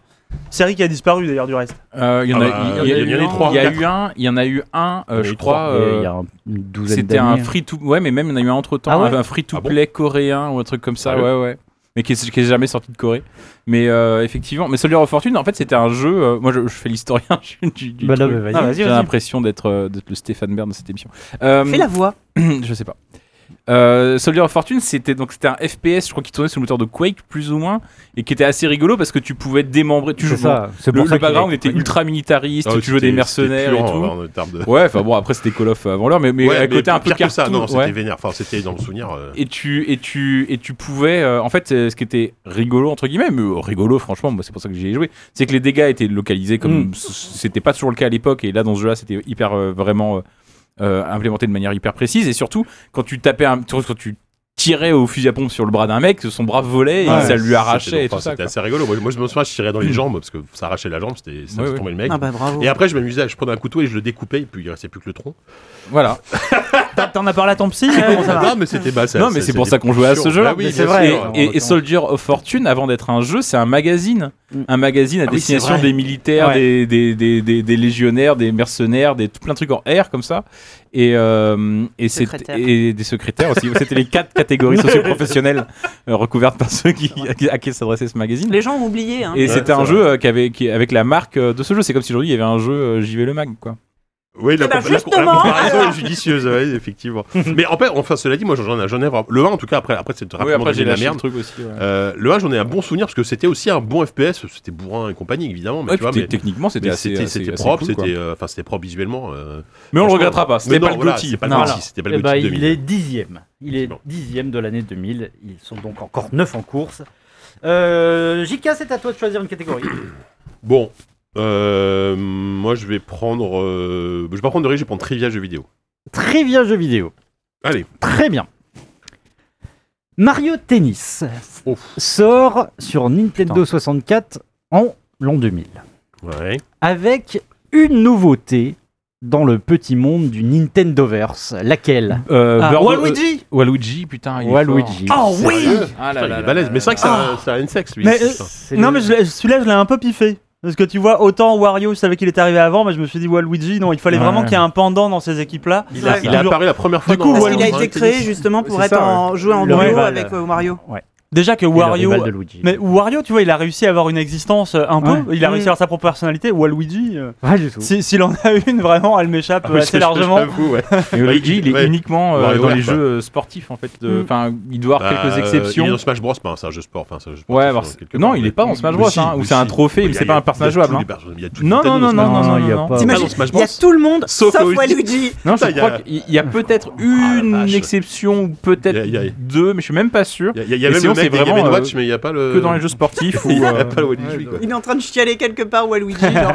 S3: Série qui a disparu d'ailleurs du reste.
S4: Euh, Il y en
S1: Ah
S4: a
S1: bah,
S4: il y a-
S1: il y en a eu
S4: il
S1: trois,
S4: y a
S1: quatre.
S4: eu un, il y en a eu un euh,
S1: Il y en a
S4: je
S1: eu
S4: crois
S1: trois.
S2: Et
S4: euh,
S2: Il y a un- une douzaine
S4: C'était un
S2: d'années.
S4: free to ouais mais même il y en a eu un entre temps
S2: Ah ouais
S4: un free to
S1: Ah bon
S4: play coréen ou un truc comme ça
S1: Ah ouais
S4: ouais ouais mais qui est, qui est jamais sorti de Corée mais euh, effectivement mais Soldier of Fortune en fait c'était un jeu euh, moi je, je fais l'historien (laughs) je suis du, du
S2: Bah non,
S4: truc.
S2: mais vas-y.
S3: Ah, vas-y,
S4: j'ai
S3: vas-y.
S4: l'impression d'être euh, d'être le Stéphane Bern de cette émission Euh,
S5: Fais la voix.
S4: (clears throat) je sais pas Euh, Soldier of Fortune, c'était donc c'était un FPS, je crois, qui tournait sur le moteur de Quake plus ou moins, et qui était assez rigolo parce que tu pouvais démembrer. Tu jouais
S2: C'est ça. C'est
S4: Le,
S2: pour ça
S4: le
S2: qu'il a
S4: background
S2: été
S4: était
S2: connu.
S4: ultra militariste,
S1: Ah ouais,
S4: tu jouais
S1: c'était-
S4: des mercenaires
S1: c'était
S4: et
S1: pur,
S4: tout.
S1: hein, en termes de-
S4: Ouais, enfin bon, après c'était Call of avant l'heure, mais, mais
S1: Ouais,
S4: à côté un peu
S1: pire que ça, non,
S4: cartoon,
S1: c'était
S4: ouais.
S1: vénère. Enfin, c'était dans le souvenir. euh,
S4: Et tu, et tu, et tu pouvais. euh, en fait, euh, ce qui était rigolo, entre guillemets, mais euh, rigolo, franchement, moi, c'est pour ça que j'y ai joué, c'est que les dégâts étaient localisés comme
S2: Mm.
S4: c- c'était pas toujours le cas à l'époque. Et là, dans ce jeu-là, c'était hyper euh, vraiment euh, euh, implémenté de manière hyper précise. Et surtout, quand tu tapais un. Quand tu tirais au fusil à pompe sur le bras d'un mec, son bras volait et
S3: Ouais,
S4: ça lui
S1: c'était-
S4: arrachait et
S1: enfin,
S4: tout ça.
S1: C'était
S4: quoi. Mm.
S1: assez rigolo. Moi, je- moi, je me souviens, je tirais dans les jambes parce que ça arrachait la jambe, c'était ça
S4: Ouais,
S1: faisait
S4: ouais.
S1: tomber le mec.
S5: Ah bah bravo.
S1: Et après, je m'amusais, je prenais un couteau et je le découpais, et puis il restait plus que le tronc.
S4: Voilà.
S3: T'as- T'en as parlé à ton psy Comment ça va (laughs)
S1: non, mais c'était bah, ça-
S4: Non, mais c'est pour ça qu'on jouait à ce
S1: Bah
S4: jeu-là.
S1: oui,
S2: Mais
S1: bien
S2: c'est vrai.
S1: sûr.
S2: Ouais,
S4: Et, et-
S2: on
S4: et Soldier of Fortune, avant d'être un jeu, c'est un magazine.
S5: Mm.
S4: Un magazine à
S3: Ah oui, c'est
S4: destination
S3: vrai.
S4: des militaires,
S3: Ouais.
S4: des, des, des, des- des légionnaires, des mercenaires, des, tout plein de trucs en R comme ça. Et, euh, et, c'est-
S5: Secrétaire.
S4: et des secrétaires aussi. C'était les quatre
S1: (laughs)
S4: catégories socioprofessionnelles euh, recouvertes par ceux qui, à qui s'adressait ce magazine.
S5: Les gens ont oublié. Hein.
S4: Et
S1: Ouais,
S4: c'était
S1: c'est
S4: un
S1: vrai.
S4: jeu euh, qui avait, qui- avec la marque euh, de ce jeu. C'est comme si aujourd'hui il y avait un jeu euh, JV Le Mag. Quoi.
S1: Oui, la,
S5: Eh ben,
S1: compa- la- la
S5: justement.
S1: comparaison est judicieuse, ouais, effectivement. mais en fait, enfin, cela dit, moi, j'en ai un Genève. Le 1, en tout cas, après, après c'est rapidement devenu de la merde.
S4: truc aussi. Ouais.
S1: Euh, le 1, j'en ai un bon souvenir parce que c'était aussi un bon FPS. C'était bourrin et compagnie, évidemment. Mais
S4: Ouais,
S1: tu vois,
S4: puis
S1: mais-
S4: techniquement, c'était
S1: mais
S4: assez,
S1: c'était
S4: assez-
S1: c'était
S4: assez
S1: propre,
S4: cool, quoi.
S1: c'était, euh, enfin, c'était propre visuellement. euh.
S4: Mais on le
S1: franchement,
S4: regrettera pas. C'était
S1: Mais
S4: pas
S1: non,
S4: le
S1: voilà,
S4: Gotti.
S1: C'était pas
S2: Non.
S1: le Gotti, c'était pas le
S2: Eh ben,
S1: Gotti
S2: il
S1: 2000.
S2: est dixième. Il est
S1: Effectivement.
S2: dixième de l'année 2000. Ils sont donc encore neuf en course. Euh, JK, c'est à toi de choisir une catégorie.
S1: Bon, euh, moi, je vais prendre. euh, Je vais pas prendre de risque, je vais prendre Trivia jeux vidéo.
S2: (coughs) Très bien jeu vidéo.
S1: Allez.
S2: Très bien. Mario Tennis
S1: Ouf.
S2: sort sur Nintendo 64 en l'an 2000.
S1: Ouais.
S2: Avec une nouveauté dans le petit monde du Nintendoverse. Laquelle
S4: Euh,
S3: Ah,
S4: Birdo-
S3: Waluigi
S4: Waluigi, putain, Ah, il est
S2: Waluigi.
S3: Oh
S2: C'est-
S3: oui
S1: Putain, il est balèze. Mais c'est vrai que c'est un- c'est un N-Sex, lui. hein.
S3: Mais, euh,
S1: c'est ça.
S2: c'est
S3: Non,
S2: le-
S3: mais je l'ai- celui-là, je l'ai un peu piffé. Parce que tu vois, autant Wario, je savais qu'il était arrivé avant, mais je me suis dit, Waluigi, non, il fallait
S4: Ouais.
S3: vraiment qu'il y ait un pendant dans ces équipes-là.
S1: Il a,
S5: Ouais.
S1: il a apparu la première fois
S3: Du coup,
S1: dans
S5: Parce
S3: Ouais,
S5: qu'il a
S3: on
S1: dans
S5: été
S1: le
S5: créé
S1: tennis.
S5: justement pour
S4: C'est
S5: être
S4: ça,
S5: en jouer en
S2: Le
S5: duo
S3: rival.
S5: avec euh, Mario.
S3: Déjà que
S2: c'est le
S3: Wario.
S2: rival de Luigi.
S3: Mais Wario, tu vois, il a réussi à avoir une existence euh, un peu.
S2: Ouais. Mm.
S3: Il a réussi
S5: Mm.
S3: à avoir sa propre personnalité. Waluigi, euh,
S2: Pas du tout.
S3: si- s'il en a une, vraiment, elle m'échappe
S1: Ah,
S3: euh,
S1: oui,
S3: assez
S1: je- je-
S3: largement.
S1: j'avoue, ouais.
S4: Et Luigi, il est
S1: Ouais.
S4: uniquement euh,
S1: Mario
S4: dans
S1: Kart,
S4: les
S1: quoi.
S4: jeux euh, sportifs en fait. de-
S5: Mm.
S4: Enfin, il doit avoir
S1: Bah,
S4: quelques
S1: euh,
S4: exceptions.
S1: Il est dans Smash Bros, hein, pas un Serge Sport. Enfin, Serge Sport,
S4: ouais,
S1: c'est
S4: alors,
S1: dans
S4: c'est-
S1: quelque
S4: non,
S1: part,
S4: il
S1: mais-
S4: est pas dans Smash
S1: Mais
S4: Bros.
S1: si,
S4: hein,
S1: mais
S4: où c'est un
S1: si.
S4: trophée,
S1: Il y
S4: mais
S1: a-
S4: c'est
S1: il y a
S4: pas un personnage
S1: tous les
S4: jouable. hein.
S1: personnages, il y a tous les
S4: Non, non,
S1: Nintendo
S4: non, non,
S1: dans Smash
S4: non,
S1: Bros.
S4: non,
S2: il y a
S4: non.
S2: pas-
S1: Ah,
S5: T'imagines
S1: dans Smash
S5: Il y a
S1: Bros.
S5: tout le monde
S1: Sauf
S5: sauf
S1: Waluigi.
S5: Waluigi.
S4: Non, je
S1: Putain, il y
S4: crois
S1: a-
S4: qu'il y a peut-être
S1: la
S4: une
S1: vache.
S4: exception ou
S1: Il y a- il y
S4: peut-être
S1: a-
S4: deux, mais je suis même pas sûr.
S1: Il y a- il y a,
S4: Et
S1: même
S4: sinon,
S1: le mec
S4: c'est
S1: des Game
S4: vraiment,
S1: Watch,
S4: euh,
S1: mais il n'y a pas le.
S4: Que dans les jeux sportifs ou.
S1: Il n'y a
S4: euh,
S1: pas le Waluigi,
S4: ouais,
S1: quoi.
S5: Il est en train de chialer quelque part Waluigi. genre.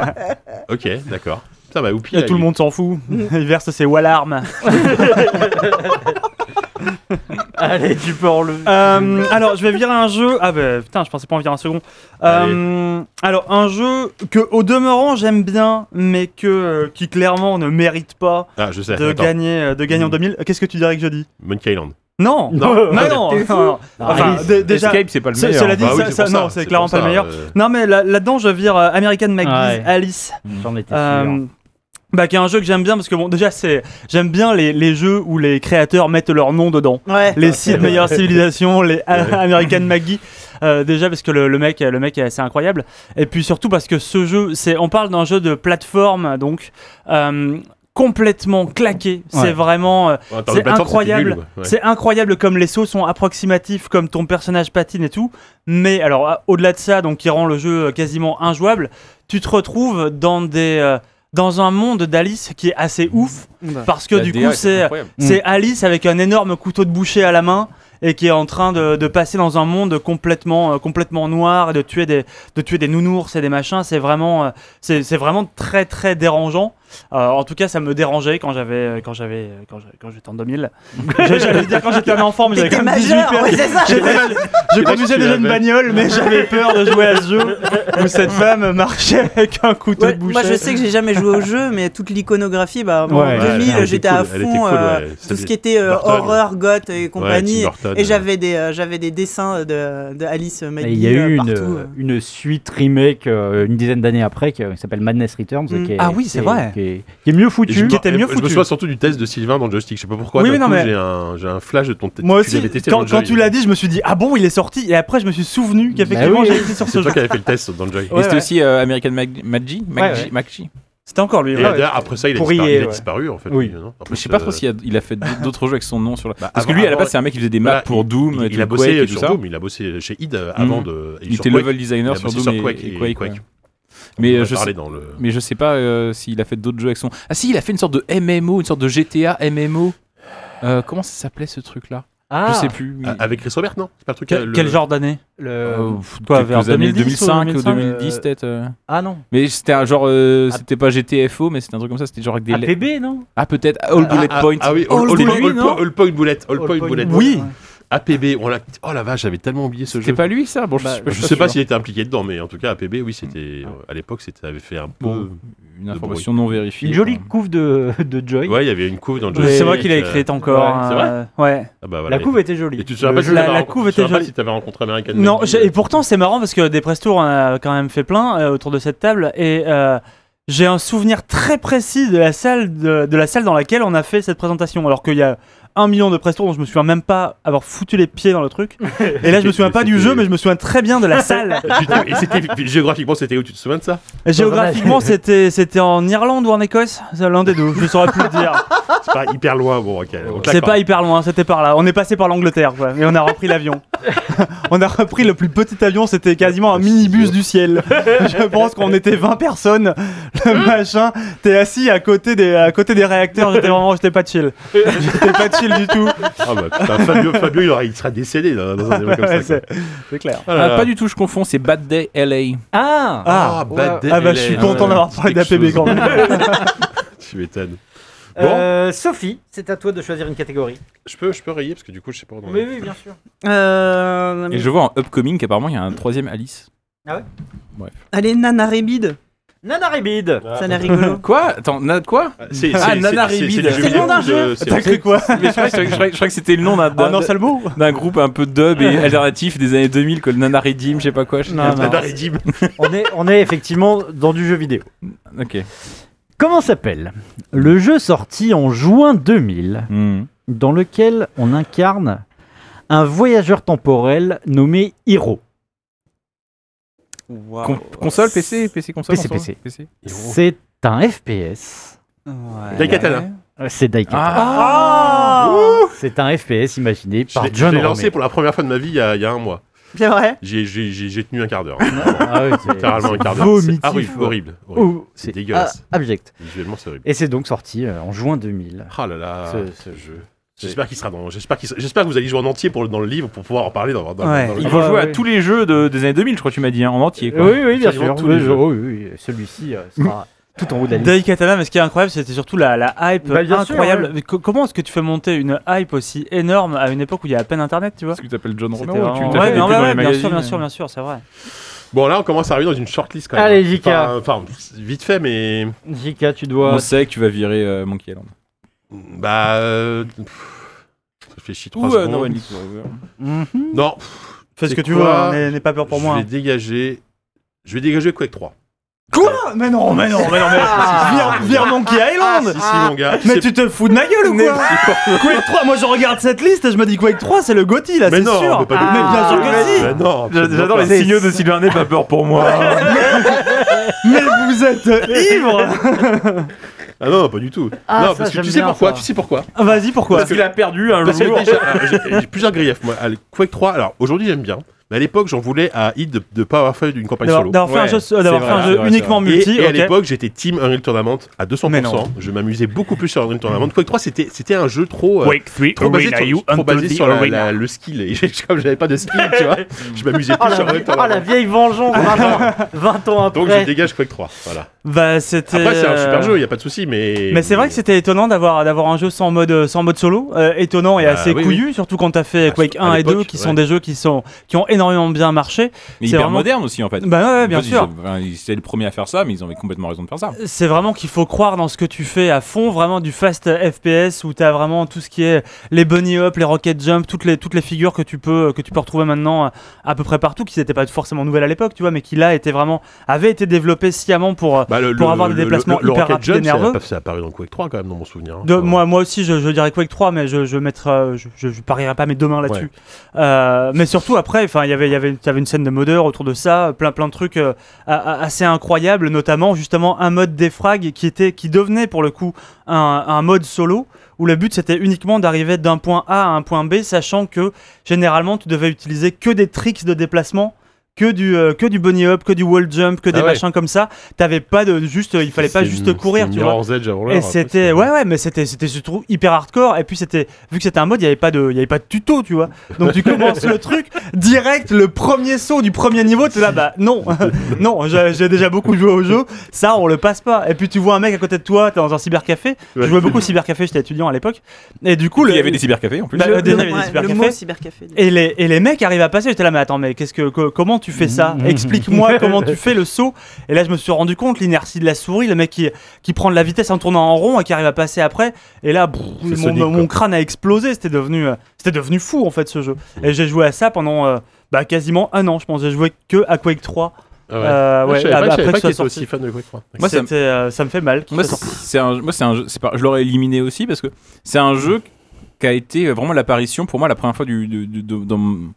S1: Ok, d'accord. Ça va, oupi.
S3: Et tout le monde s'en fout. (laughs) il verse ses Walarmes.
S2: (laughs) Allez, tu peux enlever.
S3: Euh, alors, je vais virer un jeu. Ah bah putain, je pensais pas en virer un second. Euh, alors, un jeu que, au demeurant, j'aime bien, mais que euh, qui clairement ne mérite pas
S1: Ah, je sais.
S3: de
S1: Attends.
S3: gagner, euh, de gagner en 2000. Euh, Qu'est-ce que tu dirais que je dis
S1: Monkey Island.
S2: (laughs)
S3: Non,
S2: Non.
S3: non, non, non,
S5: T'es fou.
S3: non. Enfin,
S2: Alice.
S3: dé- déjà.
S4: Escape, c'est pas le
S3: ce-
S4: meilleur.
S3: cela dit,
S1: Bah oui,
S3: ça-
S1: c'est
S3: ça-
S1: pour
S3: non,
S1: ça,
S3: c'est clairement
S1: pour
S3: pas le
S1: ça,
S3: meilleur.
S1: euh,
S3: Non, mais là- là-dedans, je vire euh, American McGee's
S2: Ouais.
S3: Alice.
S2: J'en étais sûr.
S3: Euh, bah, qui est un jeu que j'aime bien parce que bon, déjà, c'est j'aime bien les, les jeux où les créateurs mettent leur nom dedans.
S5: Ouais.
S3: Les six meilleures civilisations, les American Maggie. Euh, déjà parce que le, le mec, le mec, c'est incroyable. Et puis surtout parce que ce jeu, c'est, on parle d'un jeu de plateforme, donc euh, complètement claqué. C'est
S2: Ouais.
S3: vraiment, euh,
S1: attends,
S3: c'est
S1: le plateforme, c'était
S3: incroyable.
S1: nul, ouais.
S3: c'est incroyable comme les sauts sont approximatifs, comme ton personnage patine et tout. Mais alors, à- au-delà de ça, donc qui rend le jeu euh, quasiment injouable, tu te retrouves dans des, euh, dans un monde d'Alice qui est assez ouf parce que
S4: La
S3: du
S4: DA,
S3: coup, c'est
S4: incroyable.
S2: Mm.
S3: c'est Alice avec un énorme couteau de boucher à la main et qui est en train de, de passer dans un monde complètement, euh, complètement noir et de tuer des, de tuer des nounours et des machins. C'est vraiment, euh, c'est c'est vraiment très très dérangeant. Euh, en tout cas, ça me dérangeait quand j'avais, euh, quand j'avais, quand j'avais- quand j'étais en
S2: (laughs)
S3: 2000. J'allais dire quand j'étais un enfant, mais j'avais
S5: T'étais
S3: quand même 18
S5: majeur,
S3: ans.
S5: ouais, c'est ça.
S3: J'étais- Je
S1: que
S3: conduisais
S1: tu
S3: déjà une
S1: avais.
S3: bagnole, mais j'avais peur de jouer à ce jeu où cette femme marchait avec un couteau
S5: Ouais,
S3: de boucher.
S5: moi je sais que j'ai jamais joué au
S1: (laughs)
S5: jeu, mais toute l'iconographie, bah moi, en
S2: Ouais.
S1: Ouais, elle
S5: 2000
S1: était
S5: j'étais
S1: cool,
S5: à
S1: elle était
S5: fond
S1: cool,
S5: euh,
S1: ouais.
S5: tout
S1: C'était-
S5: ce qui était euh,
S1: Burton.
S5: horreur, goth et
S1: Ouais,
S5: compagnie.
S1: Tim Burton,
S5: et
S1: euh,
S5: j'avais des euh, j'avais des dessins de, de Alice euh,
S2: Et
S5: Maggie
S2: il y a eu
S5: euh,
S2: une,
S5: partout.
S2: euh,
S5: euh.
S2: une suite remake euh, une dizaine d'années après qui, euh, qui s'appelle Madness Returns.
S5: Mm.
S2: Qui est,
S3: Ah oui, c'est
S2: qui est-
S3: vrai.
S2: Qui est, qui est mieux
S1: Et je
S2: foutu.
S1: me-
S3: Qui était mieux
S1: Je me
S3: foutu.
S1: souviens surtout du test de Sylvain dans le joystick. Je sais pas pourquoi.
S3: Oui,
S1: d'un
S3: mais non,
S1: coup,
S3: mais-
S1: J'ai un, j'ai un flash de ton tête.
S3: Moi
S1: Tu l'avais
S3: aussi,
S1: testé dans
S3: quand,
S1: le
S3: quand
S1: Joy.
S3: tu l'as dit, je me suis dit, ah bon, il est sorti. Et après, je me suis souvenu qu'effectivement,
S2: oui.
S3: j'ai été sur ce
S1: C'est
S3: jeu.
S1: toi qui avais fait le test dans le Joy.
S4: Et c'était
S3: ouais.
S4: aussi euh, American Mag- Maggie Maggie
S2: ouais.
S4: Maggie
S3: C'était encore lui.
S1: Et
S3: ouais.
S2: ouais.
S1: d'ailleurs, après ça, il a,
S2: Pourrier,
S1: disparu, il a
S2: ouais.
S1: disparu, en fait.
S2: Oui.
S1: lui, non En
S4: Mais
S1: plus,
S4: je sais pas trop
S1: euh,
S4: s'il a, il a fait d'autres jeux avec son nom sur la.
S1: bah,
S4: Parce que
S1: avant-
S4: lui, à la
S1: avant-
S4: base, c'est un mec qui faisait des
S1: voilà,
S4: maps pour
S1: il-
S4: Doom,
S1: il,
S4: et
S1: il a
S4: tout Quake
S1: bossé
S4: et tout
S1: sur
S4: ça.
S1: Doom, il a bossé chez id euh, avant
S4: Mhm.
S1: de. et
S4: Il
S1: sur
S4: était
S1: Quake.
S4: level designer
S1: Il a
S4: sur
S1: bossé
S4: Doom
S1: sur
S4: et-
S1: Quake
S4: et
S1: et
S4: Quake.
S1: Quake.
S4: ouais. Mais
S1: On en
S4: euh,
S1: a
S4: je
S1: parlé
S4: sais,
S1: dans le.
S4: mais je sais pas euh, s'il a fait d'autres jeux avec son. Ah si, il a fait une sorte de MMO, une sorte de GTA MMO. Euh, comment ça s'appelait ce truc-là
S2: Ah,
S4: Je sais plus.
S1: Ah, Avec Chris Robert, non C'est pas un truc.
S3: Quel,
S1: euh, le-
S3: quel genre d'année
S2: le...
S4: Euh,
S3: quoi,
S4: quelques
S3: vers
S4: années
S3: 2010 ou
S4: 2005 ou
S3: 2005,
S4: 2010
S2: euh,
S4: peut-être. euh.
S2: ah non,
S4: Mais c'était un genre, euh,
S2: Ah.
S4: c'était pas GTFO, mais c'était un truc comme ça. C'était genre avec des. lettres.
S2: APB, non
S4: Ah peut-être All
S1: Ah,
S4: Bullet
S1: ah,
S4: Point.
S1: Ah oui, All,
S4: All
S1: all,
S4: Bullet,
S1: all- all-
S4: non
S1: all Point Bullet. All Point Bullet.
S2: Oui
S1: APB, on l'a. Oh la vache, j'avais tellement oublié ce
S4: C'était
S1: jeu.
S4: pas lui ça Bon, je,
S2: Bah,
S4: suis
S1: Je
S4: suis
S1: sais pas
S4: sûr.
S1: s'il était impliqué dedans, mais en tout cas, APB, oui, c'était. euh, À l'époque, c'était avait fait un peu.
S4: Bon, une information non vérifiée.
S2: Une jolie couve de, de Joy.
S1: Ouais, il y avait une couve dans le jeu.
S3: C'est moi
S1: Et,
S3: qui l'ai
S1: euh,
S3: écrite encore.
S1: Ouais, c'est
S3: euh, ouais.
S1: Ah bah voilà.
S2: La couve était jolie.
S1: Et tu te souviens
S2: Le
S1: pas
S2: jeu-
S1: si
S3: la-
S1: t'avais
S3: la
S1: rencontré-
S3: couve
S1: tu te
S3: était
S1: souviens pas
S3: jolie.
S1: si t'avais rencontré American
S3: Non,
S1: Maggie,
S3: j'ai-
S1: euh,
S3: et pourtant c'est marrant parce que des press tours on a quand même fait plein euh, autour de cette table et euh, j'ai un souvenir très précis de la salle de, de la salle dans laquelle on a fait cette présentation alors qu'il y a un million de press tours dont je me souviens même pas avoir foutu les pieds dans
S1: (laughs)
S3: le truc et là je me souviens pas du
S1: C'était-
S3: jeu mais je me souviens très bien de
S1: (laughs)
S3: la salle
S1: Putain, et c'était géographiquement c'était où tu te souviens de ça
S3: Et géographiquement c'était c'était en Irlande ou en Écosse C'est l'un des deux je saurais plus le dire
S1: C'est pas hyper loin bon ok. on claque
S3: c'est pas hyper loin c'était par là on est passé par l'Angleterre quoi et on a repris l'avion (laughs) on a repris le plus petit avion c'était quasiment un minibus du ciel (laughs) je pense qu'on était 20 personnes le machin t'es assis à côté des à côté des réacteurs j'étais vraiment j'étais pas chill j'étais pas chill du tout
S1: Ah bah putain, Fabio, Fabio il, aurait- il serait décédé dans, dans un débat comme ça.
S3: c'est
S1: quoi.
S3: c'est clair
S1: Ah, là
S4: Ah,
S1: là.
S4: pas du tout, je confonds, c'est Bad Day LA.
S2: Ah,
S3: ah
S2: ouais.
S1: Bad Day
S3: ah bah je suis
S1: LA.
S3: content
S4: euh,
S3: d'avoir parlé
S1: quelque
S3: d'APB
S1: chose.
S3: quand même
S1: Tu m'étonnes. Bon,
S2: Euh, Sophie, c'est à toi de choisir une catégorie.
S1: je peux je peux rayer parce que du coup je sais pas. où on en
S2: Mais
S1: est.
S2: oui, bien sûr.
S5: Euh,
S4: Et je vois en upcoming qu'apparemment il y a un troisième
S2: (laughs)
S4: Alice.
S5: Allez, Nana Rébide.
S2: Nana Ribid
S1: Ah,
S5: Ça n'a rigolo.
S1: (laughs)
S4: Quoi Attends, na- quoi
S1: C'est
S4: Ah, Nana Ribid. C'est le
S5: nom d'un
S1: jeu.
S2: Ah,
S3: t'as cru quoi
S4: Mais je crois que- je crois que- je crois que c'était le nom d'un-
S3: ah
S4: d'un
S3: non c'est le mot
S4: d'un groupe un peu dub et alternatif des années 2000, que le Nana Redeem, je sais pas quoi. je sais
S3: Non,
S4: pas.
S3: non.
S1: Nana Ribid.
S2: on, est, on est effectivement dans du jeu vidéo.
S4: Ok.
S2: Comment s'appelle le jeu sorti en juin 2000
S4: Hmm.
S2: dans lequel on incarne un voyageur temporel nommé Hiro
S4: Con- console, PC, PC console
S2: PC,
S4: console,
S2: PC. C'est un FPS.
S1: Daikatana.
S2: Euh, C'est
S4: Ah.
S2: Daikatana.
S3: ah
S2: C'est un FPS imaginé
S1: Je
S2: par
S1: l'ai- je
S2: John
S1: l'ai lancé
S2: Romero.
S1: pour la première fois de ma vie il y a, il y a un mois.
S5: C'est vrai
S1: J'ai- J'ai j'ai- j'ai tenu un quart d'heure.
S2: Ah oui, c'est-
S1: Littéralement un quart d'heure.
S2: vomitif,
S1: C'est ah horrible,
S2: ouais.
S1: horrible. horrible.
S2: Ouh,
S1: C'est dégueulasse.
S2: ah, abject.
S1: Visuellement, c'est horrible.
S2: Et c'est donc sorti euh, en juin 2000.
S1: Ah là là.
S2: Ce- ce
S1: jeu. J'espère qu'il sera dans. J'espère qu'il sera- j'espère que vous allez jouer en entier pour le- dans le livre pour pouvoir en parler dans, dans,
S3: Ouais.
S1: dans le
S4: Ils
S1: livre.
S4: vont
S2: Ouais,
S4: jouer à
S2: ouais.
S4: tous les jeux de- des années 2000, je crois que tu m'as dit, hein, en entier. quoi.
S2: Oui, oui, bien
S1: Absolument
S2: sûr.
S1: tous les
S2: Oui,
S1: jeux.
S2: oui, oui, Celui-ci euh,
S1: (laughs)
S2: sera tout en haut de la liste.
S3: Daikatana, mais ce qui est incroyable, c'était surtout la, la hype
S2: Bah, bien sûr,
S3: incroyable.
S2: ouais.
S3: Mais co- comment est-ce que tu fais monter une hype aussi énorme à une époque où il y a à peine Internet, tu vois
S4: Parce que tu t'appelles John
S3: C'était
S4: Romero, tu
S3: vraiment-
S4: t'appelles
S3: Ouais, non,
S4: plus
S3: bah
S4: dans
S3: ouais,
S4: les
S3: bien sûr,
S4: magazines.
S3: bien sûr, bien sûr, c'est vrai.
S1: Bon là, on commence à arriver dans une shortlist quand même.
S2: Allez, Jika.
S1: Enfin, enfin, vite fait, mais
S2: JK, tu
S4: On
S2: dois.
S4: sait que tu vas virer euh, Monkey Island.
S1: bah. euh, pff, Ça fait chier trois
S4: Ou euh,
S1: secondes.
S4: No
S1: non,
S4: One Lives Forever.
S1: pff,
S3: Mhm. Fais
S1: C'est
S3: ce que tu
S1: quoi
S3: veux, hein, n'aie n'aie pas peur pour
S1: je
S3: moi.
S1: vais dégager. Je vais dégager Quake 3.
S3: Quoi Mais non, mais non, mais non, mais. Vire- Vire Monkey Island
S1: si, si, mon gars.
S3: Ah, Mais
S1: C'est-
S3: tu te fous de ma gueule ou quoi Quake 3, moi je regarde cette liste et je me dis Quake 3, c'est le GOTY là,
S1: Mais
S3: ah, c'est
S1: non, on
S3: sûr.
S1: peut pas
S3: mais bien
S1: Ah,
S3: sûr que si
S1: mais non, absolument
S4: J'adore
S1: pas.
S4: les signaux
S2: (laughs)
S4: de Sylvain Ney, pas peur pour moi.
S3: Mais vous êtes ivre
S1: Ah non, pas du tout.
S2: Ah,
S1: non,
S2: ça,
S1: parce que
S2: j'aime
S1: tu sais
S2: bien,
S1: pourquoi,
S2: ça.
S1: tu sais pourquoi.
S3: (laughs) Vas-y, pourquoi
S4: Parce qu'il a perdu un
S1: Parce que
S4: jour.
S1: déjà, alors, j'ai j'ai plusieurs griefs. Moi, Ah, le Quake 3, alors aujourd'hui j'aime bien, mais à l'époque j'en voulais à Hit de ne pas avoir fait une campagne
S3: D'avoir
S1: solo.
S3: d'avoir fait un
S4: Ouais,
S3: jeu,
S4: c'est
S3: euh, d'avoir
S4: vrai,
S3: fait un
S4: c'est
S3: jeu
S4: vrai,
S3: uniquement
S1: Et,
S3: multi,
S1: et à
S3: ok.
S1: l'époque, j'étais team Unreal Tournament à
S3: Mais
S1: 200%.
S3: non.
S1: Je m'amusais beaucoup plus sur Unreal Tournament. Quake 3, c'était c'était un jeu trop, euh,
S6: Quake 3
S1: trop basé
S6: Arena,
S1: sur,
S6: you
S1: trop basé
S6: until
S1: sur
S6: the
S1: la-
S6: arena.
S1: la- le skill. Et j'ai- (laughs) comme j'avais pas de skill, tu
S3: (laughs)
S1: vois, je m'amusais
S3: Oh
S1: plus
S2: Ah
S1: sur
S2: la,
S1: Unreal
S2: vie- ah, la
S1: Tournament. (laughs)
S2: vieille vengeance 20 ans, 20 ans après.
S1: Donc je dégage Quake 3. Voilà.
S3: Bah, c'était.
S1: Après, c'est un super
S3: euh,
S1: jeu, il n'y a pas de souci, mais.
S3: Mais c'est vrai que c'était étonnant d'avoir d'avoir un jeu sans mode sans mode solo, euh, étonnant et
S1: Bah,
S3: assez
S1: oui,
S3: couillu, surtout quand t'as fait
S1: Ah,
S3: Quake
S1: à
S3: 1 et 2
S1: l'époque,
S3: qui
S1: ouais.
S3: sont des jeux qui sont qui ont énormément bien marché.
S4: Mais
S3: C'est
S4: hyper
S3: vraiment-
S4: moderne aussi en fait.
S3: Bah ouais, ouais, bien
S4: En fait, ils-
S3: sûr.
S4: enfin, ils- C'était les premiers à faire ça, mais ils avaient complètement raison de faire ça.
S3: C'est vraiment qu'il faut croire dans ce que tu fais à fond, vraiment du fast FPS où t'as vraiment tout ce qui est les bunny hop, les rocket jump, toutes les toutes les figures que tu peux que tu peux retrouver maintenant euh, à peu près partout, qui n'étaient pas forcément nouvelles à l'époque, tu vois, mais qui là étaient vraiment avaient été développées sciemment pour euh,
S1: Bah, le-
S3: pour
S1: le-
S3: avoir des
S1: le- le-
S3: déplacements
S1: le
S3: hyper
S1: Rocket
S3: rapides et
S1: Jump, ça-
S3: nerveux.
S1: C'est apparu dans Quake 3 quand même, dans mon souvenir. hein.
S3: De-
S1: Enfin,
S3: moi, moi aussi, je, je dirais Quake 3, mais je, je mettrai, euh, je, je, je parierai pas mes deux mains là-dessus. Euh, mais surtout après, enfin, il y avait, il y avait, t'avais une scène de modeur autour de ça, plein, plein de trucs euh, a- a- assez incroyables, notamment justement un mode défrag qui était, qui devenait pour le coup un, un mode solo où le but c'était uniquement d'arriver d'un point A à un point B, sachant que généralement tu devais utiliser que des tricks de déplacement. Que du, euh, que du bunny hop, que du wall jump, que des
S1: Ah ouais.
S3: machins comme ça. T'avais pas de juste, il fallait pas
S1: C'est
S3: juste
S1: mi-
S3: courir,
S1: c'est
S3: tu vois.
S1: Mirror's Edge avant l'heure,
S3: Et
S1: après,
S3: c'était
S1: c'est-
S3: ouais ouais mais c'était c'était je trouve hyper hardcore et puis c'était vu que c'était un mode il y avait pas de il y avait pas de tuto tu vois donc tu commences le truc direct le premier saut du premier niveau tu là bah non (laughs) non j'ai j'ai déjà beaucoup joué au jeu ça on le passe pas et puis tu vois un mec à côté de toi t'es dans un cybercafé je
S1: Ouais.
S3: jouais beaucoup au cybercafé j'étais étudiant à l'époque et du coup
S4: Cool,
S3: le-
S4: il y avait des cybercafés en plus.
S3: Bah, euh, déjà, il y avait des
S5: Ouais, le
S3: cybercafés.
S5: mot cybercafé.
S3: et les, et les mecs arrivent à passer. J'étais là, mais attends, mais qu'est-ce que, que- comment tu fais ça
S1: Mmh. (laughs)
S3: Explique-moi comment tu fais le saut. Et là, je me suis rendu compte l'inertie de la souris, le mec qui, qui prend de la vitesse en tournant en rond et qui arrive à passer après. Et là, brrr,
S1: C'est
S3: mon,
S1: Sonic,
S3: mon
S1: quoi.
S3: crâne a explosé. C'était devenu, euh, c'était devenu fou en fait ce jeu. Et j'ai joué à ça pendant euh, bah, quasiment un an, je pense. J'ai joué que à Quake 3.
S1: Ah ouais.
S3: Euh, ouais,
S1: je savais pas,
S3: ab-
S1: je savais pas
S3: après que
S1: qu'il
S3: soit
S1: était
S3: sorti.
S1: aussi fan de Quake 3.
S4: Moi, ça me-
S3: C'était, euh, ça me fait mal. qu'il
S4: Moi,
S3: soit
S4: c'est c'est un, moi, c'est un jeu. c'est pas- je l'aurais éliminé aussi parce que c'est un jeu qui a été vraiment l'apparition pour moi la première fois du, du- du- de- dans, mon-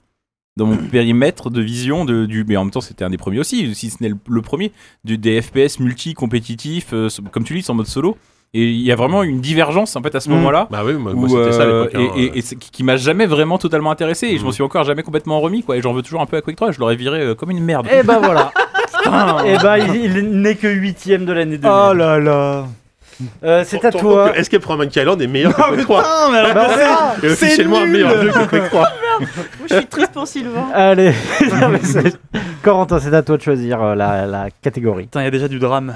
S4: dans mon périmètre de vision de, du. Mais en même temps, c'était un des premiers aussi, si ce n'est le, le premier, du, des FPS multi compétitifs, euh, comme tu dis, en mode solo. Et il y a vraiment une divergence en fait à ce
S3: Mm.
S4: moment-là.
S1: Bah oui, moi,
S4: où,
S1: moi, c'était ça à
S4: euh,
S1: l'époque. hein.
S4: et, et- et c'est- qui, qui m'a jamais vraiment totalement intéressé et je
S1: Mm.
S4: m'en suis encore jamais complètement remis quoi et j'en veux toujours un peu à Quake 3 je l'aurais viré euh, comme une merde
S2: Et ben voilà.
S3: sorti.
S2: Et ben il, il n'est que huitième de l'année 2000.
S3: Oh là là.
S2: Euh, c'est à
S1: Tant- tant
S2: toi.
S1: que Escape from Monkey Island est meilleur que Quake 3.
S3: Putain, Ah, mais alors,
S2: Bah,
S3: c'est-
S2: voilà.
S1: Et
S3: c'est
S1: officiellement un
S3: nul.
S1: meilleur jeu que Quake 3.
S5: Moi, je suis triste pour Sylvain.
S1: (laughs)
S2: Allez. (laughs) Non, mais c'est- Corentin, c'est à toi de choisir euh, la, la catégorie.
S3: Putain, il y a déjà du drame.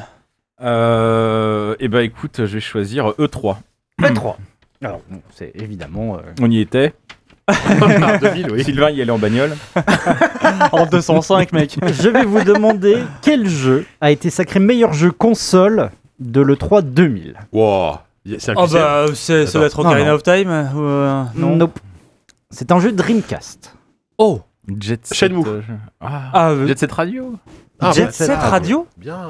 S4: euh, et bah écoute je vais choisir E E3
S2: E3. Alors, bon, c'est évidemment. euh,
S4: on y
S3: (laughs)
S4: était
S1: 2000, oui.
S4: Sylvain y allait en bagnole
S3: En 205, (laughs) mec.
S2: Je vais vous demander quel jeu a été sacré meilleur jeu console de l'E3 2000.
S1: Wow. C'est un
S4: Ah
S3: Oh
S1: QCM.
S3: bah, c'est- ça
S1: Attends.
S3: doit être
S2: Non,
S3: Ocarina
S2: non.
S3: of Time euh, ou, euh, non.
S2: Nope. C'est un jeu Dreamcast.
S3: Oh
S4: Jet Set.
S1: Shenmue.
S4: euh, je- ah.
S3: Ah, euh,
S4: Jet Set Radio
S1: Ah,
S3: Jet
S1: bah,
S3: Set
S1: ah,
S3: Radio
S1: Bien.